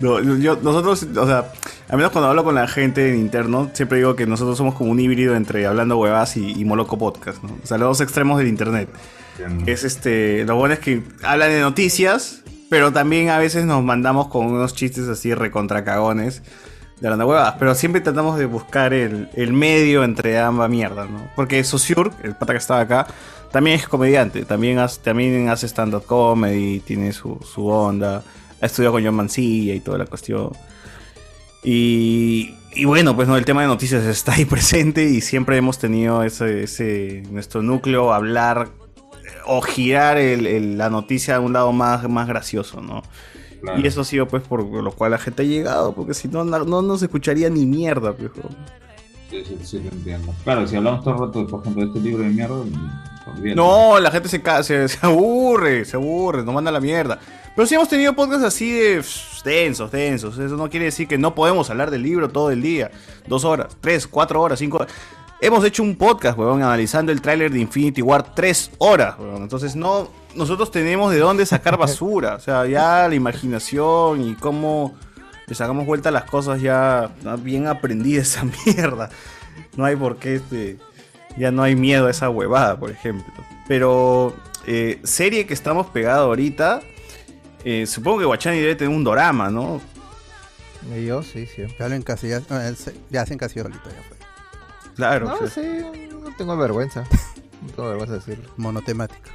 Speaker 3: No, yo- nosotros, o sea, al menos cuando hablo con la gente en interno, siempre digo que nosotros somos como un híbrido entre hablando huevas y, y Moloco Podcast, ¿no? O sea, los dos extremos del internet. Es este, lo bueno es que hablan de noticias, pero también a veces nos mandamos con unos chistes así recontracagones de hablando huevas, pero siempre tratamos de buscar el, el medio entre ambas mierdas, ¿no? Porque Sociur, el pata que estaba acá, también es comediante, también hace, también hace stand-up comedy, tiene su, su onda, ha estudiado con John Mancilla y toda la cuestión. Y, y bueno, pues no, el tema de noticias (laughs) está ahí presente y siempre hemos tenido ese, ese nuestro núcleo hablar eh, o girar el- el- la noticia a un lado más, más gracioso, ¿no?
Speaker 15: Claro.
Speaker 3: Y eso ha sido pues por lo cual la gente ha llegado, porque si no, no, no nos escucharía ni mierda, viejo.
Speaker 15: Sí, sí, sí, te entiendo. Claro, si hablamos todo el rato, por ejemplo, de este libro de mierda, pues, olvídate.
Speaker 3: No, la gente se, ca- se, (laughs) se aburre, se aburre, nos manda a la mierda. Pero sí hemos tenido podcasts así de pff, densos, densos. Eso no quiere decir que no podemos hablar del libro todo el día. Dos horas, tres, cuatro horas, cinco horas. Hemos hecho un podcast, weón, analizando el tráiler de Infinity War tres horas, weón. Entonces no, nosotros tenemos de dónde sacar basura. O sea, ya la imaginación y cómo le sacamos vuelta a las cosas ya ¿no? bien aprendida esa mierda. No hay por qué este ya no hay miedo a esa huevada, por ejemplo. Pero eh, serie que estamos pegado ahorita, eh, supongo que Guachani debe tener un dorama, ¿no?
Speaker 7: Y yo, sí, siempre. Ya lo encasilló, ah, él se- ya se encasilló solito, ya fue.
Speaker 3: Claro.
Speaker 7: No,
Speaker 3: o sea,
Speaker 7: sí, no tengo vergüenza. No tengo vergüenza de decirlo. Monotemática.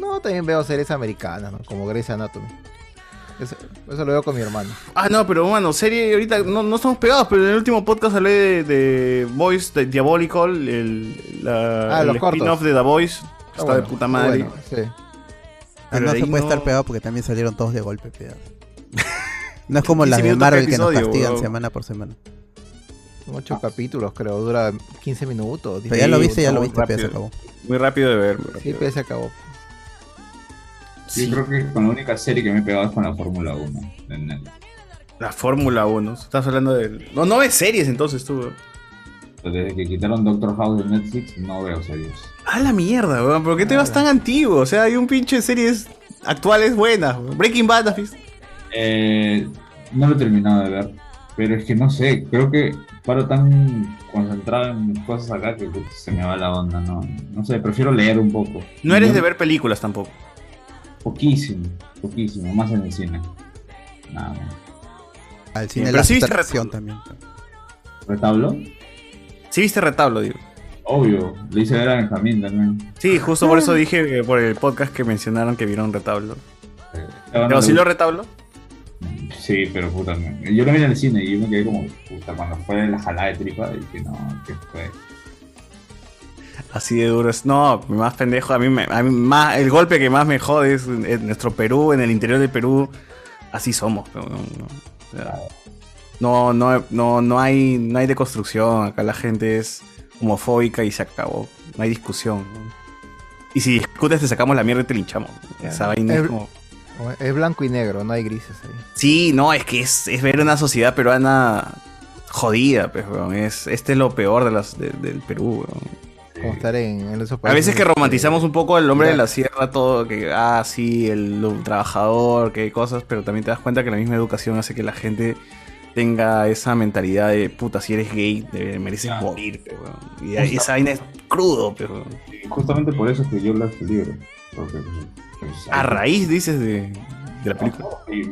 Speaker 5: No, también veo series americanas, ¿no? Como Grey's Anatomy. Eso, eso lo veo con mi hermano.
Speaker 3: Ah, no, pero bueno, serie ahorita no, no estamos pegados, pero en el último podcast hablé de, de Voice, de Diabolical, el, la-
Speaker 7: Ah,
Speaker 3: el
Speaker 7: los cortos. Ah,
Speaker 3: spin-off de The Voice. Está, de
Speaker 7: bueno,
Speaker 3: puta madre.
Speaker 7: bueno, sí. Ah,
Speaker 3: Pero
Speaker 7: no
Speaker 3: de
Speaker 7: se
Speaker 3: ahí
Speaker 7: puede
Speaker 3: no-
Speaker 7: estar pegado porque también salieron todos de golpe, pegado. (laughs) No es como las
Speaker 5: 15
Speaker 7: de
Speaker 5: minutos
Speaker 7: Marvel
Speaker 5: por
Speaker 7: que nos
Speaker 5: episodio,
Speaker 7: castigan
Speaker 5: weón.
Speaker 7: semana por semana.
Speaker 5: Son ocho capítulos, creo. Dura 15 minutos.
Speaker 7: Pero ya lo viste, ya lo
Speaker 5: muy
Speaker 7: viste, pero ya se
Speaker 5: rápido.
Speaker 3: Muy rápido de ver. muy
Speaker 5: Sí,
Speaker 3: rápido.
Speaker 7: pues,
Speaker 5: pero se acabó.
Speaker 15: Yo creo que con la única serie que me he pegado es con la Fórmula 1. en el-
Speaker 3: La Fórmula 1. Estás hablando de. No, no ves series entonces tú. weón.
Speaker 15: Desde que quitaron Doctor House de Netflix, no veo series.
Speaker 3: A la mierda, weón. ¿Por qué
Speaker 7: Ah,
Speaker 3: te vas tan antiguo? O sea, hay un pinche de series actuales buenas. weón. Breaking Bad, ¿has visto?
Speaker 15: Eh, no lo he terminado de ver, pero es que no sé, creo que paro tan concentrado en cosas acá que putz, se me va la onda, no, no sé, prefiero leer un poco.
Speaker 3: No eres
Speaker 15: Yo-
Speaker 3: de ver películas tampoco.
Speaker 15: Poquísimo, poquísimo, más en el cine. Nada más.
Speaker 7: Al
Speaker 3: cine Pero la sí viste aceptación
Speaker 7: también.
Speaker 15: ¿Retablo?
Speaker 3: Sí viste retablo, digo.
Speaker 15: Obvio, le hice ver a Benjamín también.
Speaker 3: Sí, justo por eso dije que por el podcast que mencionaron que vieron retablo.
Speaker 15: no
Speaker 3: Pero
Speaker 15: le
Speaker 3: si lo
Speaker 15: gusta.
Speaker 3: retablo.
Speaker 15: Ah. Sí, pero puta, me- yo lo vi en el cine y yo me quedé como, puta, cuando fue la jalada de tripa, dije, no, que fue.
Speaker 3: Así de duro es. No, más pendejo. A mí, me- a mí más, el golpe que más me jode es en, en nuestro Perú, en el interior de Perú. Así somos. pero No, no. O sea, no, no, no, no hay, no hay deconstrucción. Acá la gente es homofóbica y se acabó. No hay discusión. Y si discutes, te sacamos la mierda y te linchamos. Esa vaina es
Speaker 5: Es-
Speaker 3: como.
Speaker 5: Es blanco y negro, no hay grises ahí.
Speaker 3: Sí, no, es que es, es ver una sociedad peruana jodida, pues, weón. Es, este es lo peor de las, de- del Perú, weón.
Speaker 5: Como estar en, en esos este,
Speaker 3: A veces que romantizamos un poco el hombre de
Speaker 5: pues, Eh, ya.
Speaker 3: la sierra, todo, que, ah, sí, el, el trabajador, que hay cosas, pero también te das cuenta que la misma educación hace que la gente tenga esa mentalidad de, puta, si eres gay, te mereces morir, pe, weón. Y ahí- esa vaina es crudo, pero...
Speaker 15: Justamente por eso es que yo leo este libro. Porque, pues,
Speaker 3: A raíz, dices, de, de la película.
Speaker 15: hay-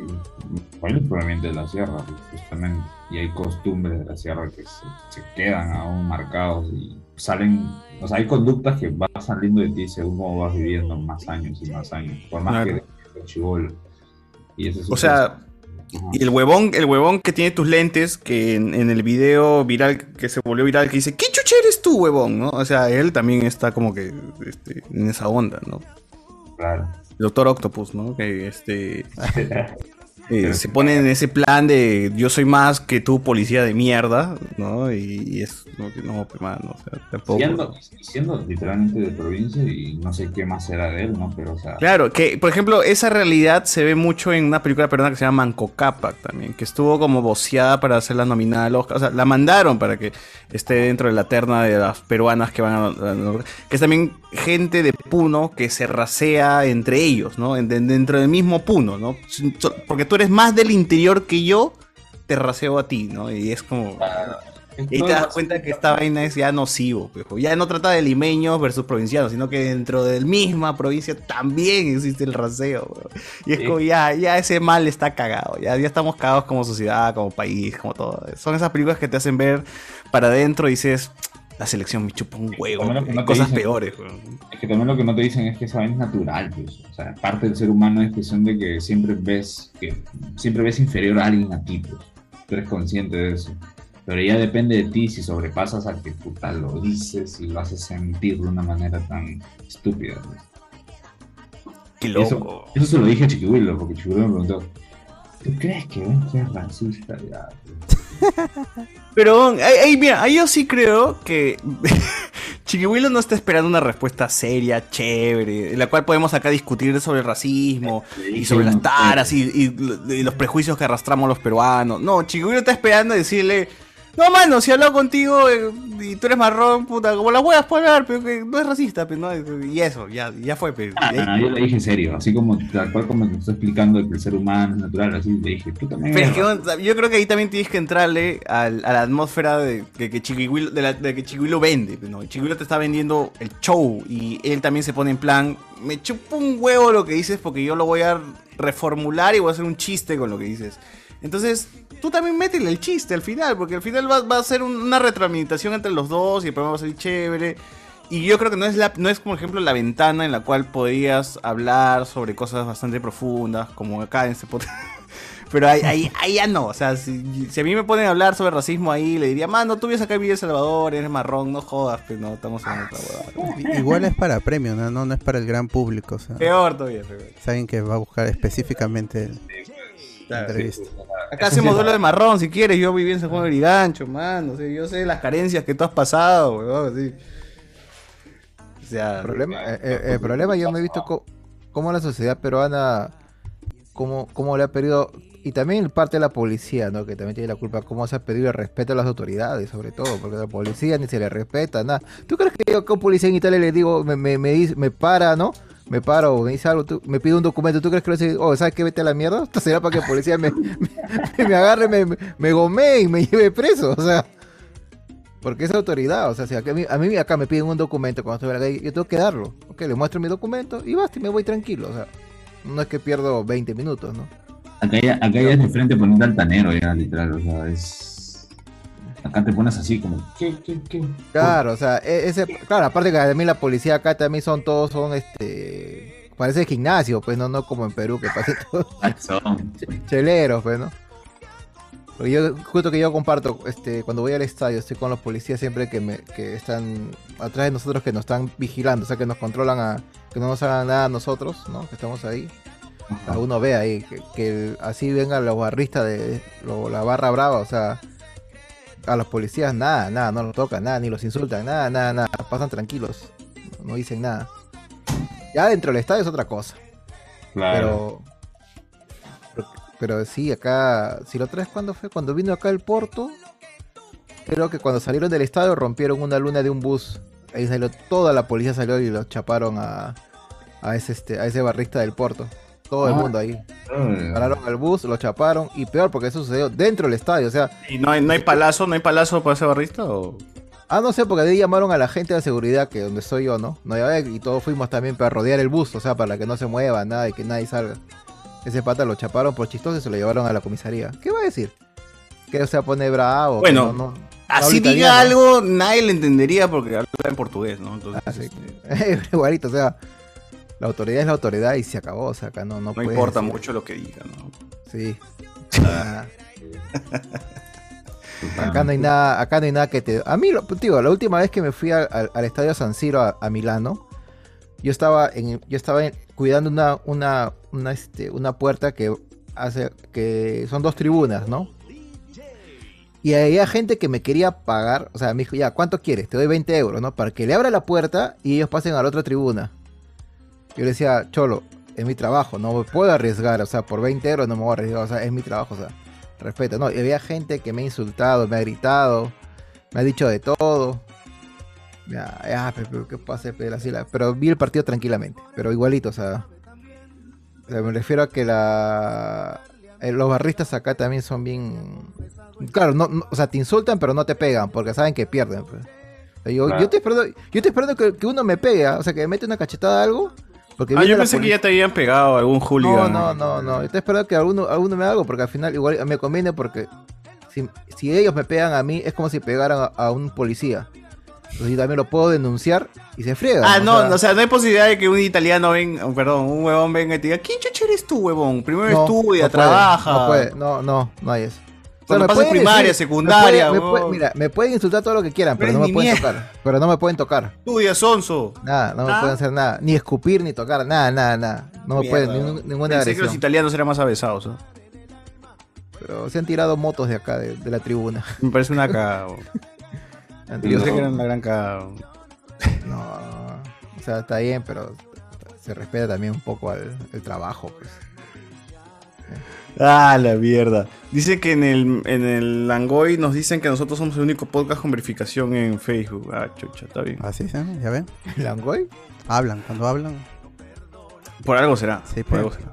Speaker 15: hay los provenientes de la sierra, justamente. Y hay costumbres de la sierra que se, se quedan aún marcados y salen. O sea, hay conductas que van saliendo de ti según cómo vas viviendo más años y más años. Por más
Speaker 3: Claro.
Speaker 15: que el chivolo. Y ese es
Speaker 3: O sea, y el huevón, el huevón que tiene tus lentes, que en, en el video viral, que se volvió viral, que dice, ¿qué chucha eres tú, huevón? ¿No? O sea, él también está como que este, en esa onda, ¿no?
Speaker 15: Claro. (laughs)
Speaker 3: Doctor Octopus, ¿no? Que este. eh, se ponen en ese plan de yo soy más que tú, policía de mierda, ¿no? Y, y es no, que no, pues, mano, o sea, tampoco.
Speaker 15: Siendo, siendo literalmente de provincia y no sé qué más será de él, ¿no? Pero, o sea,
Speaker 3: Claro, que por ejemplo, esa realidad se ve mucho en una película peruana que se llama Manco Cápac también, que estuvo como voceada para hacerla nominada al Oscar. O sea, la mandaron para que esté dentro de la terna de las peruanas que van a. a- que es también gente de Puno que se rasea entre ellos, ¿no? En- en- dentro del mismo Puno, ¿no? Sin- so- Porque tú eres más del interior que yo, te raseo a ti, ¿no? Y es como.
Speaker 15: Ah,
Speaker 3: Y ahí te das cuenta que esta vaina es ya nocivo, pejo. Ya no trata de limeños versus provincianos, sino que dentro de la misma provincia también existe el raseo, weón. Y es como ya, ya ese mal está cagado, ya, ya estamos cagados como sociedad, como país, como todo. Son esas películas que te hacen ver para adentro y dices, la selección me chupa un huevo,
Speaker 15: también lo que
Speaker 3: hay
Speaker 15: no te
Speaker 3: cosas
Speaker 15: dicen-
Speaker 3: peores, weón".
Speaker 15: Es que también lo que no te dicen es que esa vaina es natural, pues. O sea, parte del ser humano es cuestión de que siempre ves, que siempre ves inferior a alguien a ti, pues. Tú eres consciente de eso. Pero ya depende de ti si sobrepasas a que puta lo dices y lo haces sentir de una manera tan estúpida. pues.
Speaker 3: Qué
Speaker 15: Y eso-
Speaker 3: loco.
Speaker 15: Eso, se lo dije a Chiquihuilo, porque Chiquihuilo me preguntó, ¿tú crees que Benji es racista? Ya,
Speaker 3: Pero, weón, ahí, ahí, mira, ahí yo sí creo que (laughs) Chiquihuilo no está esperando una respuesta seria, chévere, en la cual podemos acá discutir sobre el racismo y sobre las taras y, y- y los prejuicios que arrastramos los peruanos. No, Chiquihuilo está esperando decirle, no, mano, si he hablado contigo eh, y tú eres marrón, puta, como las huevas puedo hablar, pero que no es racista, pero no, y eso, ya, ya fue. Pero,
Speaker 15: Ah, no, no, yo le dije en serio, así como tal cual como te estoy explicando que el ser humano es natural, así le dije, tú también.
Speaker 3: Pero es
Speaker 15: eres
Speaker 3: que, bueno, yo creo que ahí también tienes que entrarle al- a la atmósfera de que, que Chiquihuilo, de la- de que Chiquihuilo vende. ¿no? Chiquihuilo te está vendiendo el show y él también se pone en plan, me chupo un huevo lo que dices porque yo lo voy a reformular y voy a hacer un chiste con lo que dices. Entonces, tú también métele el chiste al final, porque al final va, va a ser un- una retroalimentación entre los dos y el programa va a ser chévere. Y yo creo que no es, la, no es, como ejemplo, la ventana en la cual podrías hablar sobre cosas bastante profundas, como acá en este podcast. (laughs) Pero ahí, ahí, ahí ya no. O sea, si, si a mí me ponen a hablar sobre racismo ahí, le diría, mano, tú vienes acá a vivir en El Salvador, eres marrón, no jodas, pues no, estamos en otra
Speaker 5: (laughs)
Speaker 3: huevada.
Speaker 7: I- Igual es para premio, ¿no? No, no es para el gran público. o sea,
Speaker 3: Peor todavía, peor.
Speaker 7: Saben que va a buscar específicamente el- la entrevista.
Speaker 3: Acá hacemos duelo de marrón, si quieres, yo viví en San Juan de Brigancho, mano. o sea, yo sé las carencias que tú has pasado, weón. así. O sea,
Speaker 5: problema, eh, eh, el problema yo no he visto co- cómo la sociedad peruana, cómo, cómo le ha perdido, y también parte de la policía, ¿no? Que también tiene la culpa, cómo se ha perdido el respeto a las autoridades, sobre todo, porque a la policía ni se le respeta, nada. ¿Tú crees que yo con policía en Italia le digo, me, me, me, dice- me para, ¿no? Me paro, me dice algo, tú- me pide un documento, ¿tú crees que lo dice, oh, ¿sabes qué? Vete a la mierda, (laughs) esto será para que el policía me, me, (laughs) me agarre, me, me, me gomee y me lleve preso, o sea. Porque es autoridad, o sea, si acá- a, mí, a mí acá me piden un documento cuando estoy en la calle, yo tengo que darlo. Ok, le muestro mi documento y basta, y me voy tranquilo, o sea, no es que pierdo 20 minutos, ¿no?
Speaker 15: Acá ya, acá ya es de frente poniendo altanero, ya, literal, o sea, es... Acá te pones así como... ¿Qué, qué, qué?
Speaker 5: Claro, o sea, e- ese, claro, aparte que también la policía acá también son todos, son este, parece gimnasio, pues no, no como en Perú que parece todo cheleros, pues, ¿no? Porque yo, justo que yo comparto, este, cuando voy al estadio, estoy con los policías siempre que me, que están atrás de nosotros, que nos están vigilando, o sea, que nos controlan a, que no nos hagan nada a nosotros, ¿no? Que estamos ahí. A uno ve ahí, que, que el- así vengan los barristas de lo- la barra brava, o sea, a los policías nada, nada, no los tocan, nada, ni los insultan, nada, nada, nada, pasan tranquilos, no dicen nada. Ya dentro del estadio es otra cosa.
Speaker 15: Claro.
Speaker 5: Pero, pero sí, acá, si lo traes, ¿cuándo fue? Cuando vino acá el Porto, creo que cuando salieron del estadio rompieron una luna de un bus. Ahí salió, toda la policía salió y los chaparon a, a ese, este, a ese barrista del Porto. Todo el
Speaker 15: Ah.
Speaker 5: mundo ahí.
Speaker 15: Ah.
Speaker 5: Pararon al bus, lo chaparon y peor porque eso sucedió dentro del estadio, o sea...
Speaker 3: ¿Y no hay, no hay palazo, no hay palazo para ese barrista o...?
Speaker 5: Ah, no sé, porque ahí llamaron a la gente de seguridad, que donde soy yo, ¿no? No, ya ve, y todos fuimos también para rodear el bus, o sea, para que no se mueva nada y que nadie salga. Ese pata lo chaparon por chistoso y se lo llevaron a la comisaría. ¿Qué va a decir? Que se va a poner bravo. que no-
Speaker 3: Bueno,
Speaker 5: no- no
Speaker 3: Así
Speaker 5: habla
Speaker 3: diga
Speaker 5: italiano.
Speaker 3: algo, nadie le entendería porque habla en portugués, ¿no? Entonces,
Speaker 5: Ah,
Speaker 3: este,
Speaker 5: (laughs) Igualito, o sea, la autoridad es la autoridad y se acabó, o sea, acá no, no,
Speaker 3: no importa mucho lo que diga, ¿no?
Speaker 5: Sí. Ah. (laughs) Acá no hay nada, acá no hay nada que te. A mí, lo- digo, la última vez que me fui al, al- al estadio San Siro a, a Milano, yo estaba en, yo estaba en- cuidando una, una, una, este, una puerta que hace- que son dos tribunas, ¿no? Y había gente que me quería pagar, o sea, me dijo, ya, ¿cuánto quieres? Te doy 20 euros, ¿no? Para que le abra la puerta y ellos pasen a la otra tribuna. Yo le decía, Cholo, es mi trabajo, no me puedo arriesgar, o sea, por 20 euros no me voy a arriesgar, o sea, es mi trabajo, o sea, respeto. No, y había gente que me ha insultado, me ha gritado, me ha dicho de todo. Ya, ya, pe- pe- ¿qué pasa? pe, la- sí, la- Pero vi el partido tranquilamente, pero igualito, o sea. O sea, me refiero a que la eh, los barristas acá también son bien claro, no, no- o sea, te insultan pero no te pegan porque saben que pierden. pues. O sea, Yo,
Speaker 3: Claro.
Speaker 5: yo te esperando, yo estoy esperando que, que uno me pegue, ¿ah? o sea, que me mete una cachetada a algo. Porque
Speaker 3: Ah,
Speaker 5: viene
Speaker 3: yo
Speaker 5: la
Speaker 3: pensé que
Speaker 5: poli-
Speaker 3: ya te habían pegado algún
Speaker 5: No,
Speaker 3: hooligan.
Speaker 5: no, no, no. Yo estoy esperando que alguno, alguno me haga algo porque al final igual me conviene porque si, si ellos me pegan a mí es como si pegaran a, a un policía. Entonces yo también lo puedo denunciar y se friega.
Speaker 3: Ah, no,
Speaker 5: no
Speaker 3: o sea, no hay posibilidad de que un italiano venga, oh, perdón, un huevón venga y te diga, ¿quién chucha eres tú, huevón? Primero estudia,
Speaker 5: puede,
Speaker 3: trabaja.
Speaker 5: No puede, no, no, no hay eso.
Speaker 3: Cuando
Speaker 5: me
Speaker 3: pases
Speaker 5: pueden
Speaker 3: primaria, secundaria,
Speaker 5: me puede- me
Speaker 3: huevón.
Speaker 5: puede- mira, me pueden insultar todo lo que quieran, pero
Speaker 3: eres
Speaker 5: no me
Speaker 3: ni
Speaker 5: pueden
Speaker 3: mierda.
Speaker 5: tocar. Pero no me pueden tocar.
Speaker 3: Estudia, sonso.
Speaker 5: Nada, no me
Speaker 3: Ah.
Speaker 5: pueden hacer nada. Ni escupir, ni tocar, nada, nada, nada. No me pueden,
Speaker 3: Mierda.
Speaker 5: ningún- ninguna
Speaker 3: Pensé que los
Speaker 5: agresión.
Speaker 3: italianos eran más avesados. ¿no?
Speaker 5: Pero se han tirado motos de acá, de, de la tribuna.
Speaker 3: Me parece
Speaker 5: (laughs)
Speaker 3: una cagada. huevón. Yo sé que era una gran cagada. huevón.
Speaker 5: No, o sea, está bien, pero se respeta también un poco al, el trabajo, pues.
Speaker 3: Ah, la mierda. Dice que en el, en el Langoy nos dicen que nosotros somos el único podcast con verificación en Facebook. Ah, chucha, está bien.
Speaker 7: Así es, ¿eh? ¿ya ven?
Speaker 5: ¿Langoy?
Speaker 7: Hablan, cuando hablan.
Speaker 3: Por algo será.
Speaker 7: Sí,
Speaker 3: por
Speaker 7: pues.
Speaker 3: algo será.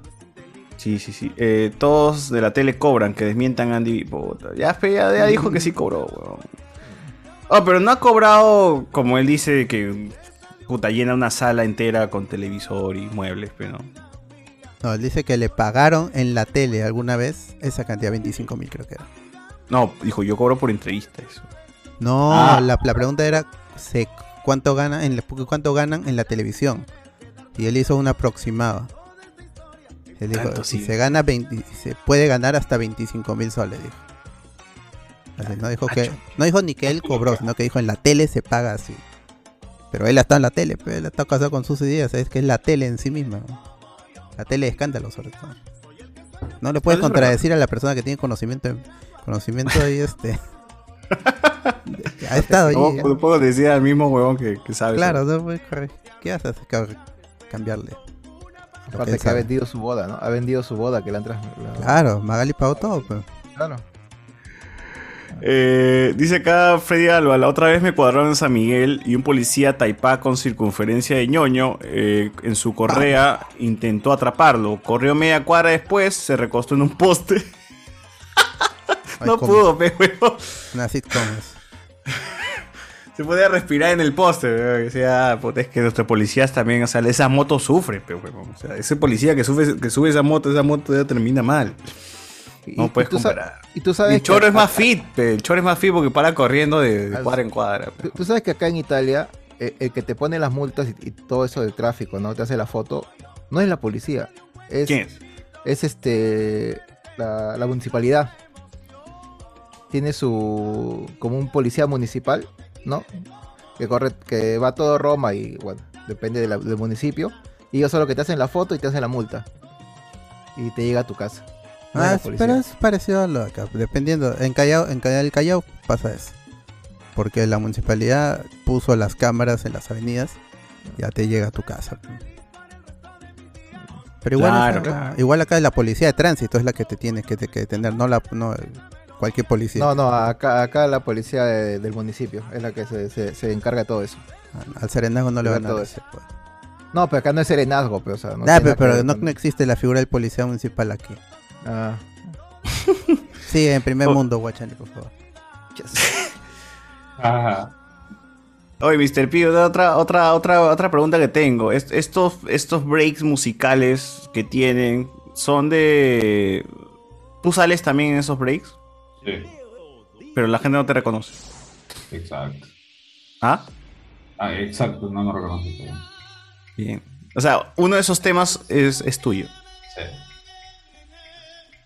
Speaker 3: Sí, sí, sí. Eh, todos de la tele cobran, que desmientan a Andy. Puta, Ya, fe, ya, ya dijo que sí cobró, weón. Ah, pero no ha cobrado, como él dice, que puta, llena una sala entera con televisor y muebles, pero no.
Speaker 7: No, él dice que le pagaron en la tele alguna vez esa cantidad, 25 mil creo que era.
Speaker 3: No, dijo, yo cobro por entrevista eso.
Speaker 7: No,
Speaker 3: Ah.
Speaker 7: la, la pregunta era se- cuánto gana en la, cuánto ganan en la televisión. Y él hizo un aproximado. Él dijo,
Speaker 3: Tanto,
Speaker 7: si
Speaker 3: sí.
Speaker 7: se gana 20 se puede ganar hasta 25 mil soles, dijo. Así, no
Speaker 3: Ah,
Speaker 7: dijo que, no dijo ni que él cobró, sino que dijo en la tele se paga así. Pero él ha estado en la tele, pues, él ha estado casado con sus ideas, es que es la tele en sí misma. ¿no? La tele de escándalo sobre todo. No le puedes
Speaker 5: Eso es
Speaker 7: contradecir a la persona que tiene conocimiento en- conocimiento ahí (laughs) este. ha estado
Speaker 3: (laughs) No
Speaker 7: allí.
Speaker 3: no puedo decir al mismo huevón que, que sabe.
Speaker 7: Claro, no puedes correr. ¿Qué haces? Ca- Cambiarle. Lo
Speaker 5: Aparte
Speaker 7: él
Speaker 5: que ha
Speaker 7: sabe.
Speaker 5: vendido su boda, ¿no? Ha vendido su boda que la han trasladado.
Speaker 7: Claro, Magali pagó todo, pues.
Speaker 5: Claro.
Speaker 3: Eh, dice acá Freddy Alba, la otra vez me cuadraron en San Miguel y un policía taipá con circunferencia de ñoño eh, en su correa intentó atraparlo. Corrió media cuadra después, se recostó en un poste. (laughs) no
Speaker 7: cómo.
Speaker 3: pudo, pe, huevón.
Speaker 7: Una sitcom es.
Speaker 3: Se podía respirar en el poste, weón. O sea, puta, es que nuestros policías también, o sea, esas motos sufren, pero O sea, ese policía que sube, que sube esa moto, esa moto ya termina mal. No puedes
Speaker 5: tú sa-
Speaker 3: comparar.
Speaker 5: y tú sabes
Speaker 3: el choro
Speaker 5: que-
Speaker 3: es más fit, pe. El choro es más fit porque para corriendo de, de
Speaker 5: Al-
Speaker 3: cuadra en cuadra. pe.
Speaker 5: Tú, tú sabes que acá en Italia, eh, el que te pone las multas y, y todo eso de tráfico, ¿no? Te hace la foto, no es la policía. Es,
Speaker 3: ¿Quién es?
Speaker 5: es este. La, la municipalidad. Tiene su. como un policía municipal, ¿no? Que corre, que va a todo Roma y bueno, depende de la- del municipio. Y ellos solo que te hacen la foto y te hacen la multa. Y te llega a tu casa. No es
Speaker 7: Ah,
Speaker 5: la
Speaker 7: es-
Speaker 5: policía.
Speaker 7: pero es parecido a lo de acá, dependiendo. En Callao, en Callao, el Callao pasa eso. Porque la municipalidad puso las cámaras en las avenidas, ya te llega a tu casa. pues. Pero igual,
Speaker 3: Claro,
Speaker 7: o sea,
Speaker 3: claro.
Speaker 7: igual acá la policía de tránsito es la que te tiene que, te- que tener, no la no cualquier policía.
Speaker 5: No, no, acá, acá la policía de- del municipio es la que se, se- se encarga de todo eso.
Speaker 7: Al serenazgo no le
Speaker 5: Llevar
Speaker 7: van a
Speaker 5: todo
Speaker 7: dar.
Speaker 5: eso. No, pero acá no es serenazgo, pero, o sea, no
Speaker 7: Nah,
Speaker 5: tiene
Speaker 7: Ah, pero,
Speaker 5: nada que
Speaker 7: pero
Speaker 5: ver
Speaker 7: no,
Speaker 5: con-
Speaker 7: no existe la figura del policía municipal aquí.
Speaker 5: Ah.
Speaker 7: (laughs) sí, en primer mundo, Guachani, por favor. Ah,
Speaker 3: Oye, Mr. Pío, otra, otra, otra, otra pregunta que tengo. Est- estos, estos breaks musicales que tienen son de. ¿Tú sales también en esos breaks?
Speaker 15: Sí,
Speaker 3: Pero la gente no te reconoce.
Speaker 15: exacto.
Speaker 3: ¿Ah?
Speaker 15: Ah, exacto, no, no reconozco. pero-
Speaker 3: Bien. O sea, uno de esos temas es, es tuyo.
Speaker 15: Sí.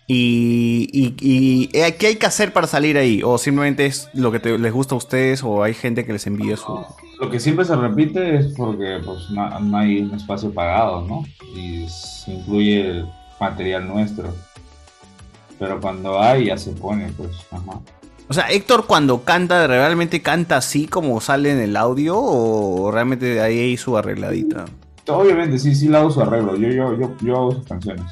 Speaker 3: Y, y, y eh, ¿qué hay que hacer para salir ahí? ¿O simplemente es lo que te- les gusta a ustedes o hay gente que les envía su...
Speaker 15: Lo que siempre se repite es porque pues, no, no hay un espacio pagado, ¿no? Y se incluye el material nuestro. Pero cuando hay, ya se pone, pues. Ajá.
Speaker 3: O sea, Héctor cuando canta, ¿realmente canta así como sale en el audio o realmente ahí hay su arregladita?
Speaker 15: Obviamente, sí, sí, la hago su arreglo. Yo, yo, yo, yo hago sus canciones.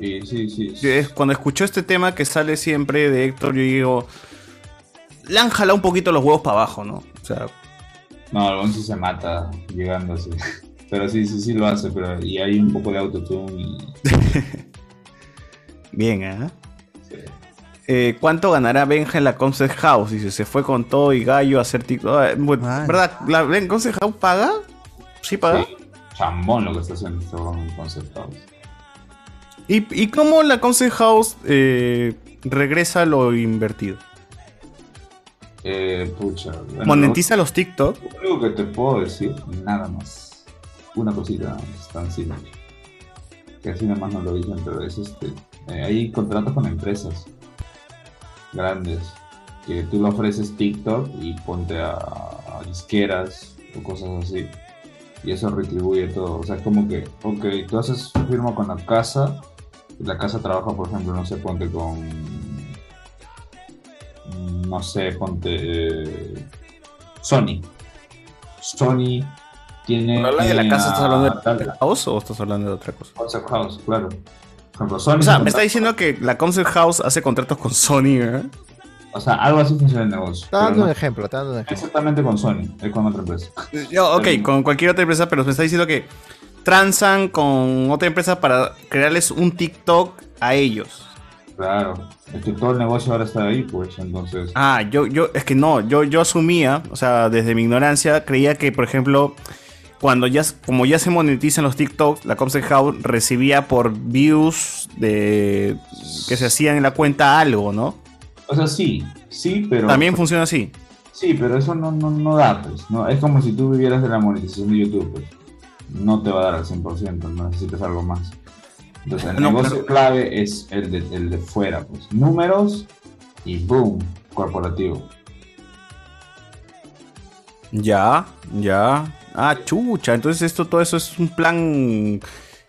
Speaker 15: Y sí, sí. sí.
Speaker 3: Es- Cuando escucho este tema que sale siempre de Héctor, yo digo, le han jalado un poquito los huevos para abajo, ¿no? O sea,
Speaker 15: No, Alonso se mata llegando así. (laughs) Pero sí, sí, sí lo hace. Pero, y hay un poco de autotune
Speaker 3: (laughs)
Speaker 15: y
Speaker 3: bien, ¿eh? Eh, cuánto ganará Benja en la Concept House? Dice, se fue con todo y gallo a hacer TikTok. Ah, bueno, ¿Verdad? ¿La Ben- Concept House paga? ¿Sí paga?
Speaker 15: chambón lo que está haciendo este huevón conceptual.
Speaker 3: ¿Y, y cómo la Concept House eh, regresa lo invertido?
Speaker 15: Eh, pucha. bueno,
Speaker 3: ¿Monetiza los TikTok?
Speaker 15: Lo único que te puedo decir, nada más. Una cosita nada más, tan simple. Que así nada más no lo dicen, pero es este. eh, hay contratos con empresas grandes que tú le ofreces TikTok y ponte a, a disqueras o cosas así. Y eso retribuye todo. O sea, es como que, ok, tú haces firma con la casa. y La casa trabaja, por ejemplo, no sé, ponte con no sé, ponte eh, Sony. Sony tiene.
Speaker 3: ¿Cuando hablas de la
Speaker 15: tiene
Speaker 3: casa
Speaker 15: a
Speaker 3: estás hablando de
Speaker 15: tal-
Speaker 3: Concept House o estás hablando de otra cosa?
Speaker 15: Concept House, claro. Por ejemplo, Sony.
Speaker 3: O sea, me está diciendo que la Concept House hace contratos con Sony, ¿eh?
Speaker 15: O sea, algo así funciona el negocio.
Speaker 5: Está dando
Speaker 15: pero
Speaker 5: un
Speaker 15: no
Speaker 5: ejemplo, está dando un ejemplo.
Speaker 15: Exactamente con Sony, es con otra empresa.
Speaker 3: Yo, ok, con cualquier otra empresa, pero me está diciendo que transan con otra empresa para crearles un TikTok a ellos.
Speaker 15: Claro, es que todo el negocio ahora está ahí, pues, entonces.
Speaker 3: Ah, yo, yo, es que no, yo, yo asumía, o sea, desde mi ignorancia, creía que, por ejemplo, cuando ya, como ya se monetizan los TikToks, la Concept House recibía por views de que se hacían en la cuenta algo, ¿no?
Speaker 15: O sea, sí, sí, pero.
Speaker 3: También funciona así.
Speaker 15: Sí, pero eso no, no, no da, pues. No, es como si tú vivieras de la monetización de YouTube, pues. No te va a dar al 100%, no necesitas algo más. Entonces, el
Speaker 3: No,
Speaker 15: negocio
Speaker 3: pero-
Speaker 15: clave es el de, el de fuera, pues. Números y boom, corporativo.
Speaker 3: Ya, ya. Ah, chucha. Entonces esto, todo eso es un plan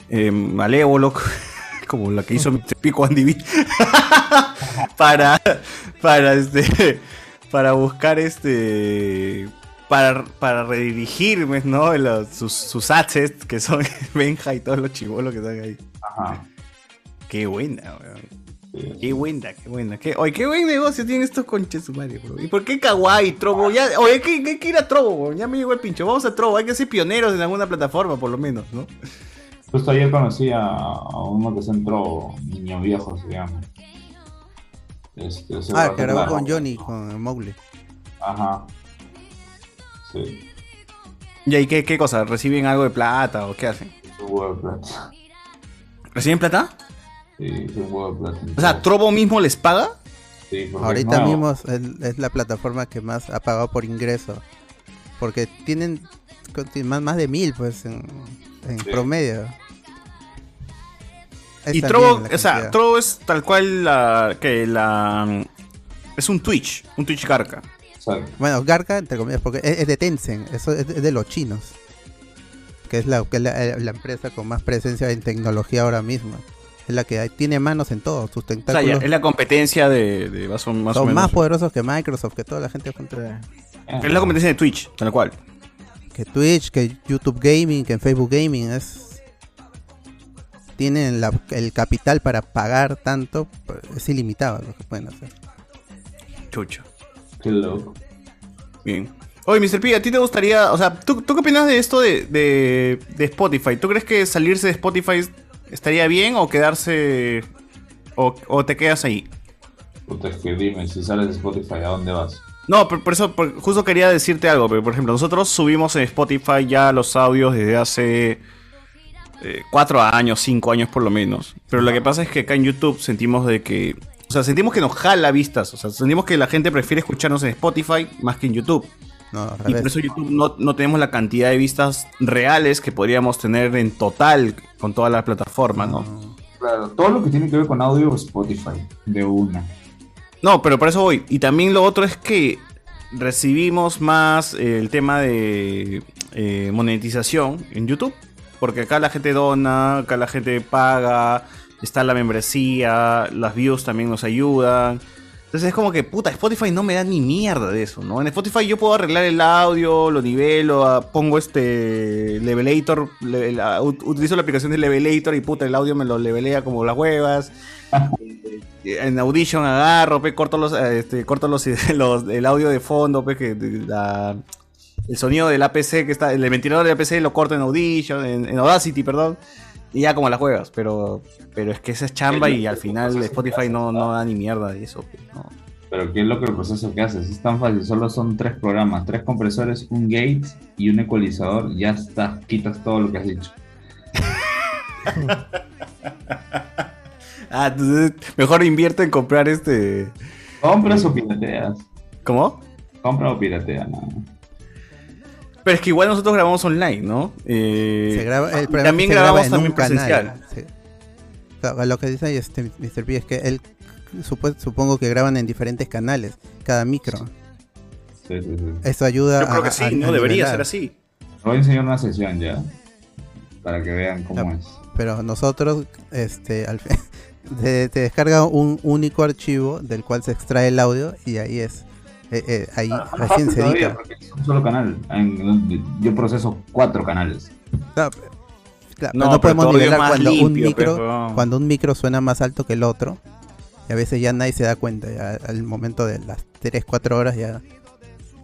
Speaker 3: eh, malévolo, (laughs) como la que hizo Mr. Pico Andy B. (laughs) para, para este, para buscar este, para, para redirigirme, ¿no? Los- sus, sus assets que son (laughs) Benja y todos los chivolos que están ahí.
Speaker 15: Ajá.
Speaker 3: Qué buena, weón. Qué buena, qué buena. Qué, oye, qué buen negocio tienen estos conches sumarios, bro. ¿Y por qué Kawaii, Trobo? Ya, oye, hay que, hay que ir a Trobo, weón. Ya me llegó el pincho. Vamos a Trobo. Hay que ser pioneros en alguna plataforma, por lo menos, ¿no?
Speaker 15: Justo ayer conocí a, a uno que se entró, niño viejo, se llama. Este, ese
Speaker 7: Ah,
Speaker 15: vato,
Speaker 7: que grabó
Speaker 15: claro.
Speaker 7: con Johnny, con Mowgli.
Speaker 15: Ajá. Sí.
Speaker 3: ¿Y ahí qué, qué cosa? ¿Reciben algo de plata o qué hacen?
Speaker 15: Es un huevo de plata.
Speaker 3: ¿Reciben plata?
Speaker 15: Sí, es un huevo de plata.
Speaker 3: O sea, ¿Trobo mismo les paga?
Speaker 15: Sí, porque
Speaker 7: Ahorita
Speaker 15: no,
Speaker 7: mismo es, el- es la plataforma que más ha pagado por ingreso. Porque tienen conti- más, más de mil, pues, en, en promedio. Es
Speaker 3: Y
Speaker 7: también
Speaker 3: Trovo,
Speaker 7: la
Speaker 3: o sea,
Speaker 7: cantidad.
Speaker 3: Trovo es tal cual la, que la... Es un Twitch, un Twitch carca.
Speaker 7: Bueno, Garca, entre comillas, porque es, es de Tencent, eso es, es de los chinos. Que es, la, que es la, la empresa con más presencia en tecnología ahora mismo. Es la que hay- tiene manos en todo, sus
Speaker 3: O sea, ya,
Speaker 7: tentáculos
Speaker 3: es la competencia de... de más o, más o
Speaker 7: son
Speaker 3: menos.
Speaker 7: más poderosos que Microsoft, que toda la gente junta.
Speaker 3: Es la competencia de Twitch, tal cual.
Speaker 7: Que Twitch, que YouTube Gaming, que en Facebook Gaming es tienen la- el capital para pagar tanto, pero es ilimitado lo que pueden hacer.
Speaker 3: Chucho.
Speaker 15: Qué loco.
Speaker 3: Bien. Oye, Mr. P, ¿a ti te gustaría, o sea, ¿tú, tú qué opinas de esto de, de- de Spotify? ¿Tú crees que salirse de Spotify estaría bien o quedarse, o, o te quedas ahí?
Speaker 15: Puta, es que dime, si sales de Spotify, ¿a dónde vas?
Speaker 3: No, por, por eso, por- justo quería decirte algo, pero por ejemplo, nosotros subimos en Spotify ya los audios desde hace eh, cuatro años, cinco años por lo menos. Pero lo que pasa es que acá en YouTube sentimos de que, o sea, sentimos que nos jala vistas, o sea, sentimos que la gente prefiere escucharnos en Spotify más que en YouTube. Y por eso YouTube no, no tenemos la cantidad de vistas reales que podríamos tener en total con todas las plataformas, ¿no?
Speaker 15: Claro, todo lo que tiene que ver con audio, Spotify, de una.
Speaker 3: No, pero por eso voy. Y también lo otro es que recibimos más eh, el tema de eh, monetización en YouTube. Porque acá la gente dona, acá la gente paga, está la membresía, las views también nos ayudan. Entonces es como que, puta, Spotify no me da ni mierda de eso, ¿no? En Spotify yo puedo arreglar el audio, lo nivelo, ah, pongo este levelator, le- la- ut- utilizo la aplicación de levelator y puta, el audio me lo levelea como las huevas. en Audition agarro, pe, corto los, eh, este, corto los, (laughs) los- el audio de fondo, pe, que de- la- el sonido del APC que está, el ventilador del APC lo corto en Audition, en, en Audacity, perdón, y ya como las juegas, pero, pero es que esa es chamba y al
Speaker 15: pues,
Speaker 3: final Spotify no, no da ni mierda de eso. pe, no.
Speaker 15: Pero ¿qué es lo que el proceso que haces? Es tan fácil, solo son tres programas, tres compresores, un gate y un ecualizador, ya está, quitas todo lo que has dicho.
Speaker 3: Ah, entonces, mejor invierte en comprar este.
Speaker 15: ¿Compras o pirateas?
Speaker 3: ¿Cómo?
Speaker 15: Compra o piratea, no.
Speaker 3: Pero es que igual nosotros grabamos online, ¿no? Eh,
Speaker 7: Se graba- el
Speaker 3: y
Speaker 7: programa
Speaker 3: también
Speaker 7: se graba
Speaker 3: grabamos
Speaker 7: en
Speaker 3: también
Speaker 7: un canal.
Speaker 3: presencial.
Speaker 7: Sí. Claro, Lo que dice este Mr. P es que él supo- supongo que graban en diferentes canales, cada micro.
Speaker 15: Sí, sí, sí.
Speaker 7: Eso ayuda
Speaker 15: Yo creo que sí, ¿no? Debería ser
Speaker 3: así.
Speaker 15: Te voy a enseñar una sesión ya, para que vean cómo es.
Speaker 7: Pero nosotros, este, al fin- (laughs) se, se descarga un único archivo del cual se extrae el audio y ahí es. eh, eh, ahí recién se
Speaker 15: Ah, Todavía,
Speaker 7: edita.
Speaker 15: porque es un solo canal. En- Yo proceso cuatro canales.
Speaker 7: Claro, pero- claro, pero
Speaker 15: No,
Speaker 7: no,
Speaker 15: pero
Speaker 7: podemos
Speaker 15: todavía
Speaker 7: nivelar
Speaker 15: más
Speaker 7: cuando, un
Speaker 15: limpio,
Speaker 7: micro,
Speaker 15: pues, huevón.
Speaker 7: cuando un micro suena más alto que el otro. Y a veces ya nadie se da cuenta. ya al momento de las 3, 4 horas ya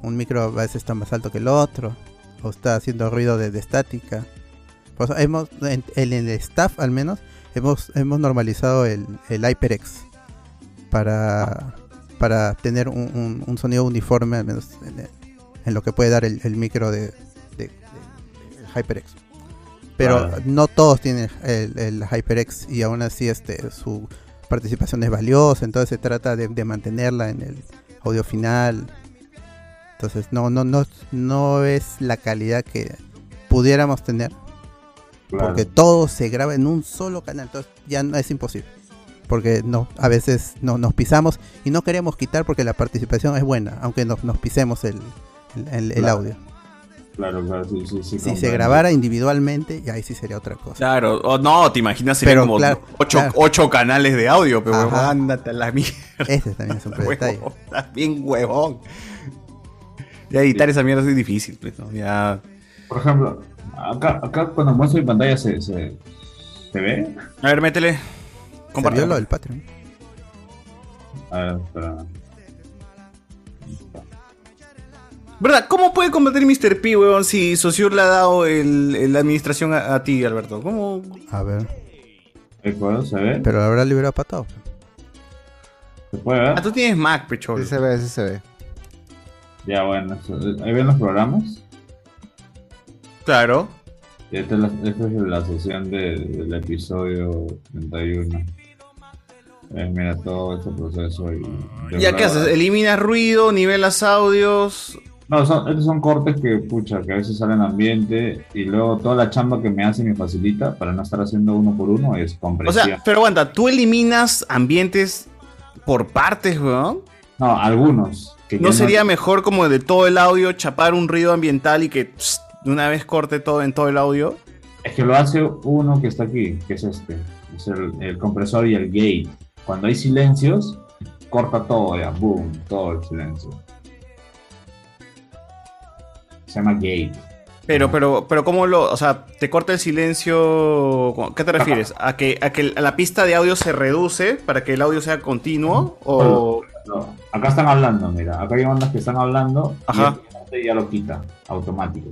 Speaker 7: un micro a veces está más alto que el otro. O está haciendo ruido de, de estática. Por eso hemos, en, en el staff al menos, hemos, hemos normalizado el, el HyperX para, para tener un, un- un sonido uniforme al menos en, el- en lo que puede dar el, el micro de, de- de- del HyperX. Pero
Speaker 15: Claro.
Speaker 7: no todos tienen el, el HyperX y aún así este su participación es valiosa, entonces se trata de, de mantenerla en el audio final. Entonces no, no, no, no es la calidad que pudiéramos tener.
Speaker 15: Claro.
Speaker 7: Porque todo se graba en un solo canal, entonces ya no es imposible. Porque no, a veces no, nos pisamos y no queremos quitar porque la participación es buena, aunque nos, nos pisemos el, el- el- el
Speaker 15: Claro.
Speaker 7: audio.
Speaker 15: Claro, claro, sí, sí, sí.
Speaker 7: Si se
Speaker 15: comprendo.
Speaker 7: grabara individualmente, y ahí sí sería otra cosa.
Speaker 3: Claro, o no, te imaginas, serían
Speaker 7: Pero,
Speaker 3: como
Speaker 7: claro,
Speaker 3: ocho,
Speaker 7: claro.
Speaker 3: ocho canales de audio, pero
Speaker 7: Ajá.
Speaker 3: huevón, ándate a la (laughs) mierda.
Speaker 7: Ese también es un detalle.
Speaker 3: Huevón, estás bien huevón. Ya editar esa mierda es difícil, pues, ¿no? Ya.
Speaker 15: Por ejemplo, acá, acá cuando muestro mi pantalla se, se, ¿se ve.
Speaker 3: A ver, métele.
Speaker 7: Comparte. lo del Patreon.
Speaker 15: A ver, espera.
Speaker 3: ¿Verdad? ¿Cómo puede combatir Mr. P, weón, si Sociur le ha dado el, el- la administración a, a ti, Alberto? ¿Cómo?
Speaker 7: A ver.
Speaker 15: ¿Se ve?
Speaker 7: Pero lo habrá liberado patado.
Speaker 15: ¿Se puede ver?
Speaker 3: Ah, tú tienes Mac, pechol.
Speaker 5: Sí se ve, sí se ve.
Speaker 15: Ya, bueno, se- ahí ven los programas.
Speaker 3: Claro.
Speaker 15: Esta es la, esta es la sesión de- del episodio 31. Eh, mira todo este proceso. Y,
Speaker 3: Ah, ¿Ya qué haces? ¿Eliminas ruido? ¿Nivelas audios?
Speaker 15: No, son, estos son cortes que, pucha, que a veces salen ambiente y luego toda la chamba que me hace y me facilita para no estar haciendo uno por uno es
Speaker 3: O
Speaker 15: compresión.
Speaker 3: sea, pero aguanta, ¿tú eliminas ambientes por partes, weón?
Speaker 15: no, algunos. que ya
Speaker 3: ¿No sería mejor como de todo el audio chapar un ruido ambiental y que pss, de una vez corte todo en todo el audio?
Speaker 15: Es que lo hace uno que está aquí, que es este. Es el, el compresor y el gate. Cuando hay silencios, corta todo ya, boom, todo el silencio. Se llama gate.
Speaker 3: Pero, pero, pero ¿cómo lo...? O sea, ¿te corta el silencio? ¿Qué te refieres? ¿A que, a que la pista de audio se reduce para que el audio sea continuo? ¿O...?
Speaker 15: No, acá están hablando, mira. Acá hay bandas que están hablando
Speaker 3: Ajá.
Speaker 15: y el corte ya lo quita, automático.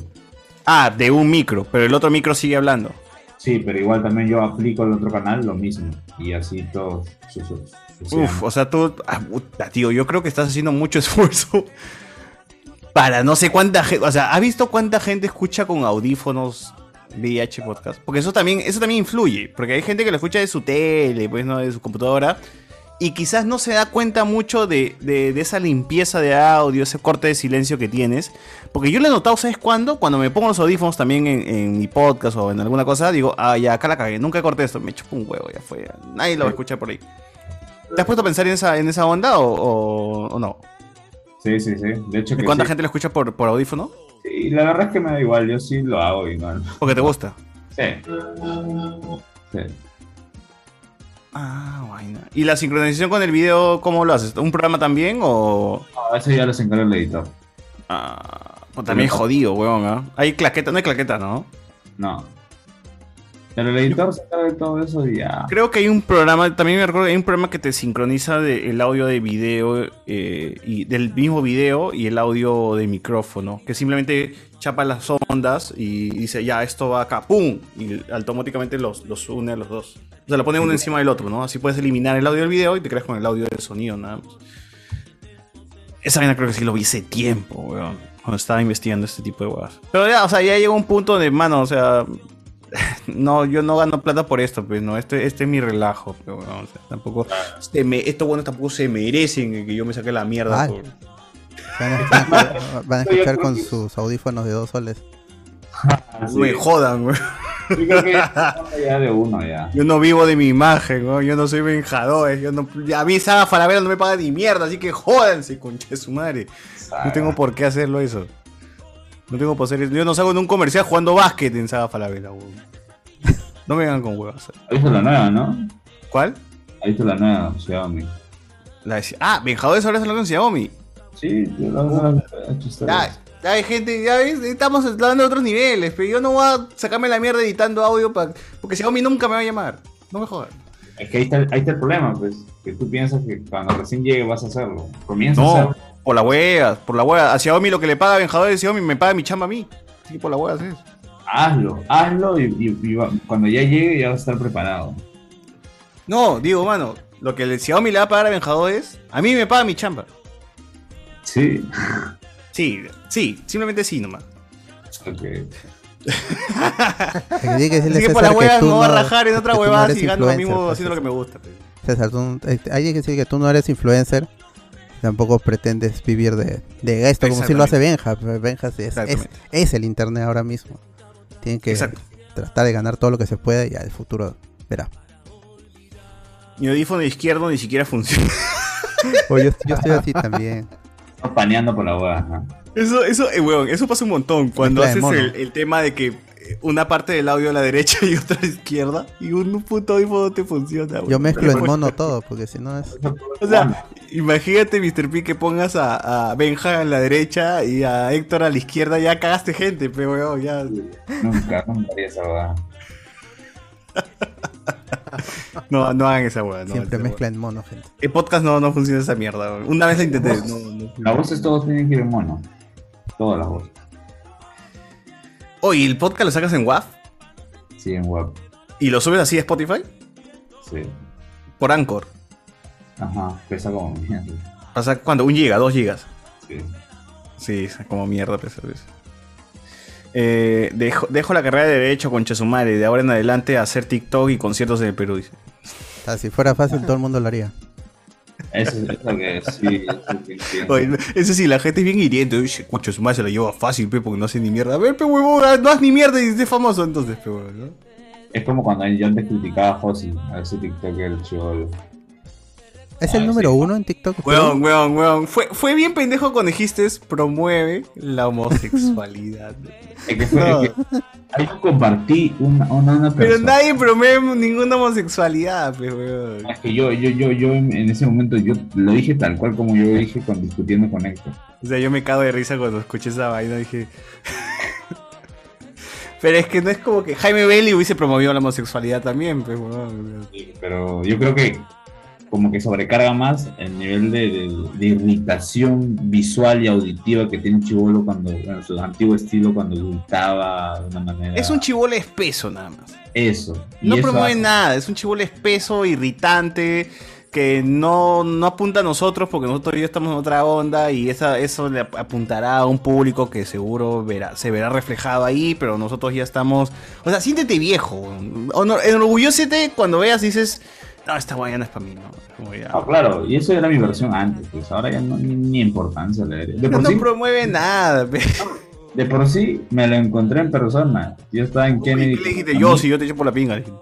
Speaker 3: Ah, de un micro, pero el otro micro sigue hablando.
Speaker 15: Sí, pero igual también yo aplico el otro canal lo mismo. Y así todo. su- su- su-
Speaker 3: Uf, o sea, tú... ah, puta, tío, yo creo que estás haciendo mucho (laughs) esfuerzo para no sé cuánta gente... O sea, ¿has visto cuánta gente escucha con audífonos VIH Podcast? Porque eso también, eso también influye, porque hay gente que lo escucha de su tele, pues, ¿no? De su computadora. Y quizás no se da cuenta mucho de, de- de esa limpieza de audio, ese corte de silencio que tienes. Porque yo lo he notado, ¿sabes cuándo? Cuando me pongo los audífonos también en, en mi podcast o en alguna cosa, digo, ah, ya, acá la cagué, nunca corté esto, me chupo un huevo, ya fue, ya. nadie lo va a escuchar por ahí. ¿Te has puesto a pensar en esa, en esa onda o, o- o no?
Speaker 15: Sí, sí, sí. De hecho,
Speaker 3: ¿De
Speaker 15: que
Speaker 3: cuánta
Speaker 15: sí.
Speaker 3: gente lo escucha por, por audífono?
Speaker 15: Y la verdad es que me da igual, yo sí lo hago igual.
Speaker 3: Porque te gusta.
Speaker 15: Sí. Sí.
Speaker 12: Ah, vaina.
Speaker 3: ¿Y la sincronización con el video, cómo lo haces? ¿Un programa también o...?
Speaker 15: No, eso ya lo encarga el editor.
Speaker 3: Ah, pues también jodido, weón, ¿ah? Hay claqueta, no hay claqueta, ¿no?
Speaker 15: No. Pero el editor se encarga de todo eso y
Speaker 3: (laughs)
Speaker 15: ya.
Speaker 3: Creo que hay un programa, también me recuerdo que hay un programa que te sincroniza de- el audio de video, eh, y del mismo video y el audio de micrófono, que simplemente chapa las ondas y dice, ya, esto va acá, ¡pum! Y automáticamente los, los une a los dos. O sea, lo pone uno encima del otro, ¿no? Así puedes eliminar el audio del video y te creas con el audio del sonido, nada más. Esa vaina creo que sí lo vi hace tiempo, weón. Cuando estaba investigando este tipo de huevas. Pero ya, o sea, ya llegó un punto de mano, o sea, (laughs) no, yo no gano plata por esto, pues no, este, este es mi relajo, pero bueno, o sea, tampoco, este me- estos buenos tampoco se merecen que yo me saque la mierda.
Speaker 7: Vale.
Speaker 3: por-
Speaker 7: Van a escuchar, van a escuchar con sus audífonos de dos soles.
Speaker 3: me jodan, güey.
Speaker 15: Ya de uno ya.
Speaker 3: Yo no vivo de mi imagen, güey, yo no soy venjador, yo no, a mí Saga Falabella no me paga ni mierda, así que jódanse, concha de su madre. No tengo por qué hacerlo eso. No tengo por hacer eso. Yo no salgo en un comercial jugando básquet en Saga Falabella, güey. No me vengan con huevas.
Speaker 15: Esa es la nueva, ¿no?
Speaker 3: ¿Cuál?
Speaker 15: Ahí está la nueva, Xiaomi.
Speaker 3: La de- ah, venjadores ahora se lo con Xiaomi.
Speaker 15: Sí, yo la
Speaker 3: Ya, ya hay gente, ya ves, estamos hablando de otros niveles, pero yo no voy a sacarme la mierda editando audio pa- porque Xiaomi nunca me va a llamar. No me jodas.
Speaker 15: Es que ahí está, ahí está el problema, pues. Que tú piensas que cuando recién llegue vas a hacerlo. Comienza a
Speaker 3: No,
Speaker 15: hacerlo.
Speaker 3: por la hueá, por la hueá. A Xiaomi lo que le paga a venjadores de Xiaomi me paga mi chamba a mí. Sí, por la hueá, sí.
Speaker 15: Hazlo, hazlo y, y- y va- cuando ya llegue ya vas a estar preparado.
Speaker 3: No, digo, mano, lo que el Xiaomi le va a pagar a venjadores, a mí me paga mi chamba.
Speaker 15: Sí.
Speaker 3: Sí, sí, simplemente sí nomás.
Speaker 7: (laughs) Tendría que decirle
Speaker 3: Así
Speaker 7: a
Speaker 3: que por la
Speaker 7: César que
Speaker 3: hueá
Speaker 7: tú
Speaker 3: no va a
Speaker 7: no-
Speaker 3: rajar en otra
Speaker 7: que tú no
Speaker 3: huevada
Speaker 7: eres
Speaker 3: y gano lo mismo
Speaker 7: influencer, pues,
Speaker 3: haciendo lo que me gusta.
Speaker 7: César, tú- este, hay que decir que tú no eres influencer, tampoco pretendes vivir de, de esto, como si lo hace Benja. Benja sí es, es,
Speaker 3: Exactamente.
Speaker 7: es el internet ahora mismo. Tienen que
Speaker 3: Exacto.
Speaker 7: tratar de ganar todo lo que se pueda y al futuro verá.
Speaker 3: Mi audífono izquierdo ni siquiera funciona.
Speaker 7: O yo, yo estoy así también.
Speaker 15: Estás paneando por la hueá. ¿no?
Speaker 3: (laughs) Eso, eso, eh, weón, eso pasa un montón. Cuando
Speaker 15: Mezcla de
Speaker 3: haces
Speaker 15: mono.
Speaker 3: el, el tema de que eh, una parte del audio a la derecha y otra a la izquierda, y un puto audífono te funciona,
Speaker 7: (laughs)
Speaker 3: weón.
Speaker 7: Yo mezclo en mono todo, porque si no es...
Speaker 3: O sea, imagínate, Mr. P, que pongas a, a Benja a la derecha y a Héctor a la izquierda, ya cagaste gente, pero weón, ya.
Speaker 15: Nunca, (laughs) nunca haría esa hueá.
Speaker 3: No, no hagan esa weón. No,
Speaker 7: Siempre
Speaker 3: esa
Speaker 7: mezcla en mono, gente.
Speaker 3: weá. El podcast no, no funciona esa mierda, weón. Una vez la intenté. No, no.
Speaker 15: Las voces todos tienen que ir en mono. Todas las voces.
Speaker 3: Oye, ¿el podcast lo sacas en WAF?
Speaker 15: Sí, en WAF.
Speaker 3: ¿Y lo subes así a Spotify?
Speaker 15: Sí.
Speaker 3: Por Anchor.
Speaker 15: Ajá, pesa como mierda.
Speaker 3: Pasa cuando un giga, dos gigas.
Speaker 15: Sí.
Speaker 3: Sí, es como mierda pesar eso. Eh, dejo, dejo la carrera de derecho con Chesumare de ahora en adelante a hacer TikTok y conciertos en el Perú. dice.
Speaker 7: O sea, si fuera fácil, todo el mundo lo haría.
Speaker 15: Eso es lo que sí. eso es lo que entiendo.
Speaker 3: Oye, eso sí, la gente es bien hiriente. Uy, con Chesumare se lo lleva fácil, pe, porque no hace ni mierda. A ver, pe, huevón, ah, no haz ni mierda y estés famoso entonces, pe, huevón, ¿no?
Speaker 15: Es como cuando yo antes criticaba a Josi, a ese TikToker chivolo.
Speaker 7: ¿Es el número uno en TikTok?
Speaker 3: Weón, weón, weón. Fue, fue bien pendejo cuando dijiste promueve la homosexualidad.
Speaker 15: Es que fue.
Speaker 3: No.
Speaker 15: es que ahí yo compartí una, una, una
Speaker 3: Pero
Speaker 15: persona.
Speaker 3: nadie promueve ninguna homosexualidad, pe, huevón.
Speaker 15: Es que yo, yo, yo, yo en en ese momento yo lo dije tal cual como yo dije con discutiendo con Héctor.
Speaker 3: O sea, yo me cago de risa cuando escuché esa vaina. Dije. Pero es que no es como que Jaime Bailey hubiese promovido la homosexualidad también. pues, Pero,
Speaker 15: Pero yo creo que como que sobrecarga más el nivel de, de- de irritación visual y auditiva que tiene Chivolo cuando, en su antiguo estilo, cuando gritaba de una manera.
Speaker 3: Es un chibolo espeso nada más.
Speaker 15: Eso. Y
Speaker 3: No
Speaker 15: eso
Speaker 3: promueve
Speaker 15: hace-
Speaker 3: nada. Es un chibolo espeso, irritante, que no, no apunta a nosotros porque nosotros ya estamos en otra onda y esa, eso le ap- apuntará a un público que seguro verá, se verá reflejado ahí, pero nosotros ya estamos... O sea, siéntete viejo. Honor- Enorgullécete cuando veas y dices... No, esta vaina no es para mí, ¿no? Como ya-
Speaker 15: Ah, claro, y eso era mi versión antes, pues ahora ya no, ni, ni importancia le daría. De
Speaker 3: Pero
Speaker 15: por,
Speaker 3: no
Speaker 15: sí,
Speaker 3: promueve nada. pe.
Speaker 15: de por sí me lo encontré en persona. Yo estaba en Kennedy.
Speaker 3: ¿Qué le dijiste yo si yo te echo por la pinga? le dije.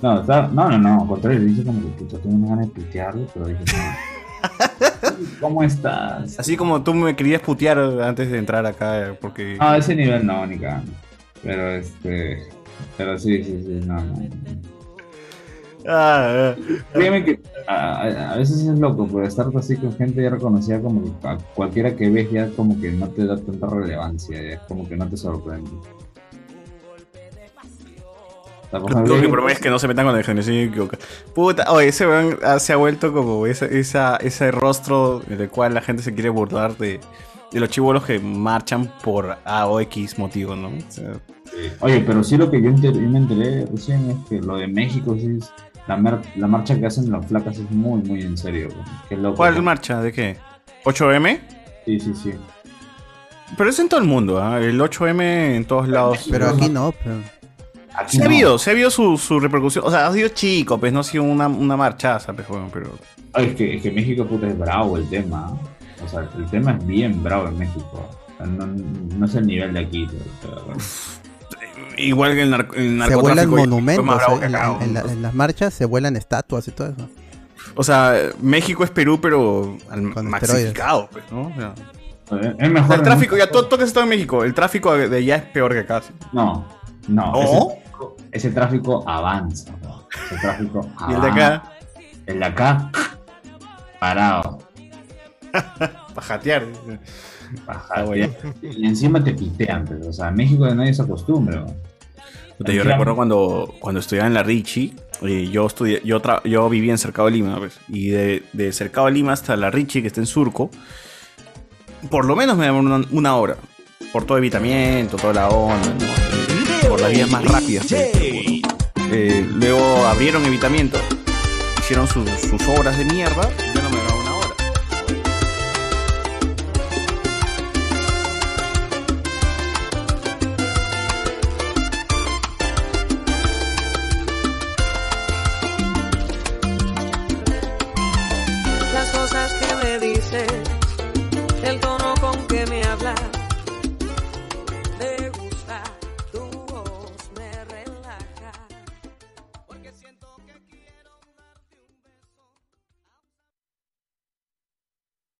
Speaker 15: No, estaba- no, no, no, al contrario, le dije como que puta, tengo una ganas de pitearlo, pero dije, no. (laughs) ¿Cómo estás?
Speaker 3: Así como tú me querías putear antes de entrar acá, eh, porque...
Speaker 15: No, a ese nivel no, ni cagando. Pero este. Pero sí, sí, sí, no, no. Créeme que a, a- a veces es loco, pero estar así con gente ya reconocida como que a cualquiera que ves ya como que no te da tanta relevancia, ya es como que no te sorprende. Tampoco
Speaker 3: Lo único que
Speaker 15: habría-
Speaker 3: prometo es que no se metan con la generación equivocada. Puta, oye, ese weón ah, se ha vuelto como esa, esa- ese rostro del cual la gente se quiere burlar de, de los chivolos que marchan por A o X motivo, ¿no? O sea,
Speaker 15: Oye, pero sí lo que yo, enter- yo me enteré recién es que lo de México sí es- la, mar- la marcha que hacen las flacas es muy, muy en serio. güey. Qué loco.
Speaker 3: ¿Cuál marcha? ¿De qué? ¿8M?
Speaker 15: Sí, sí, sí.
Speaker 3: Pero es en todo el mundo, ¿ah? el 8M en todos lados.
Speaker 7: Pero aquí no. pero-
Speaker 3: Se ha habido, se ha habido su, su repercusión. O sea, ha sido chico, pues no ha sido una, una marchaza, pues, weón, pero.
Speaker 15: Ay, Ah, es, que, es que México puta, es bravo el tema. ¿ah? O sea, el tema es bien bravo en México. O sea, no, no es el nivel de aquí. pero- pero-
Speaker 3: Igual que el, narco- el
Speaker 7: Se vuelan
Speaker 3: narcotráfico. fue
Speaker 7: monumentos.
Speaker 3: más bravo
Speaker 7: eh,
Speaker 3: que
Speaker 7: En,
Speaker 3: acá,
Speaker 7: la-
Speaker 3: weón.
Speaker 7: en la- en las marchas se vuelan estatuas y todo eso.
Speaker 3: O sea, México es Perú, pero al maxificado, pues, ¿no? O sea,
Speaker 15: Eh, es mejor
Speaker 3: el
Speaker 15: en
Speaker 3: tráfico, ya todo, todo que se está en México, el tráfico de allá es peor que acá.
Speaker 15: No, no.
Speaker 3: ¿No?
Speaker 15: Ese, tráfico- ese tráfico avanza. ¿no? Ese tráfico
Speaker 3: (laughs) ¿Y el de acá?
Speaker 15: avanza. El de acá. Parado.
Speaker 3: Para jatear.
Speaker 15: Para
Speaker 3: Ah,
Speaker 15: jatear. Y encima te pitean, pero, o sea, en México nadie se acostumbra. ¿no?
Speaker 3: Puta, Yo recuerdo cuando, cuando estudiaba en la Richie, eh, yo, estudié, yo, tra- yo vivía en Cercado de Lima, pues, y de, de Cercado de Lima hasta la Richie, que está en Surco, por lo menos me demoró una, una hora. Por todo evitamiento, toda la onda, ¿no? Eh, por las vías más rápidas. pues. Eh, luego abrieron evitamiento, hicieron sus- sus obras de mierda, yo no me demoraba una hora.
Speaker 16: Las cosas que me dices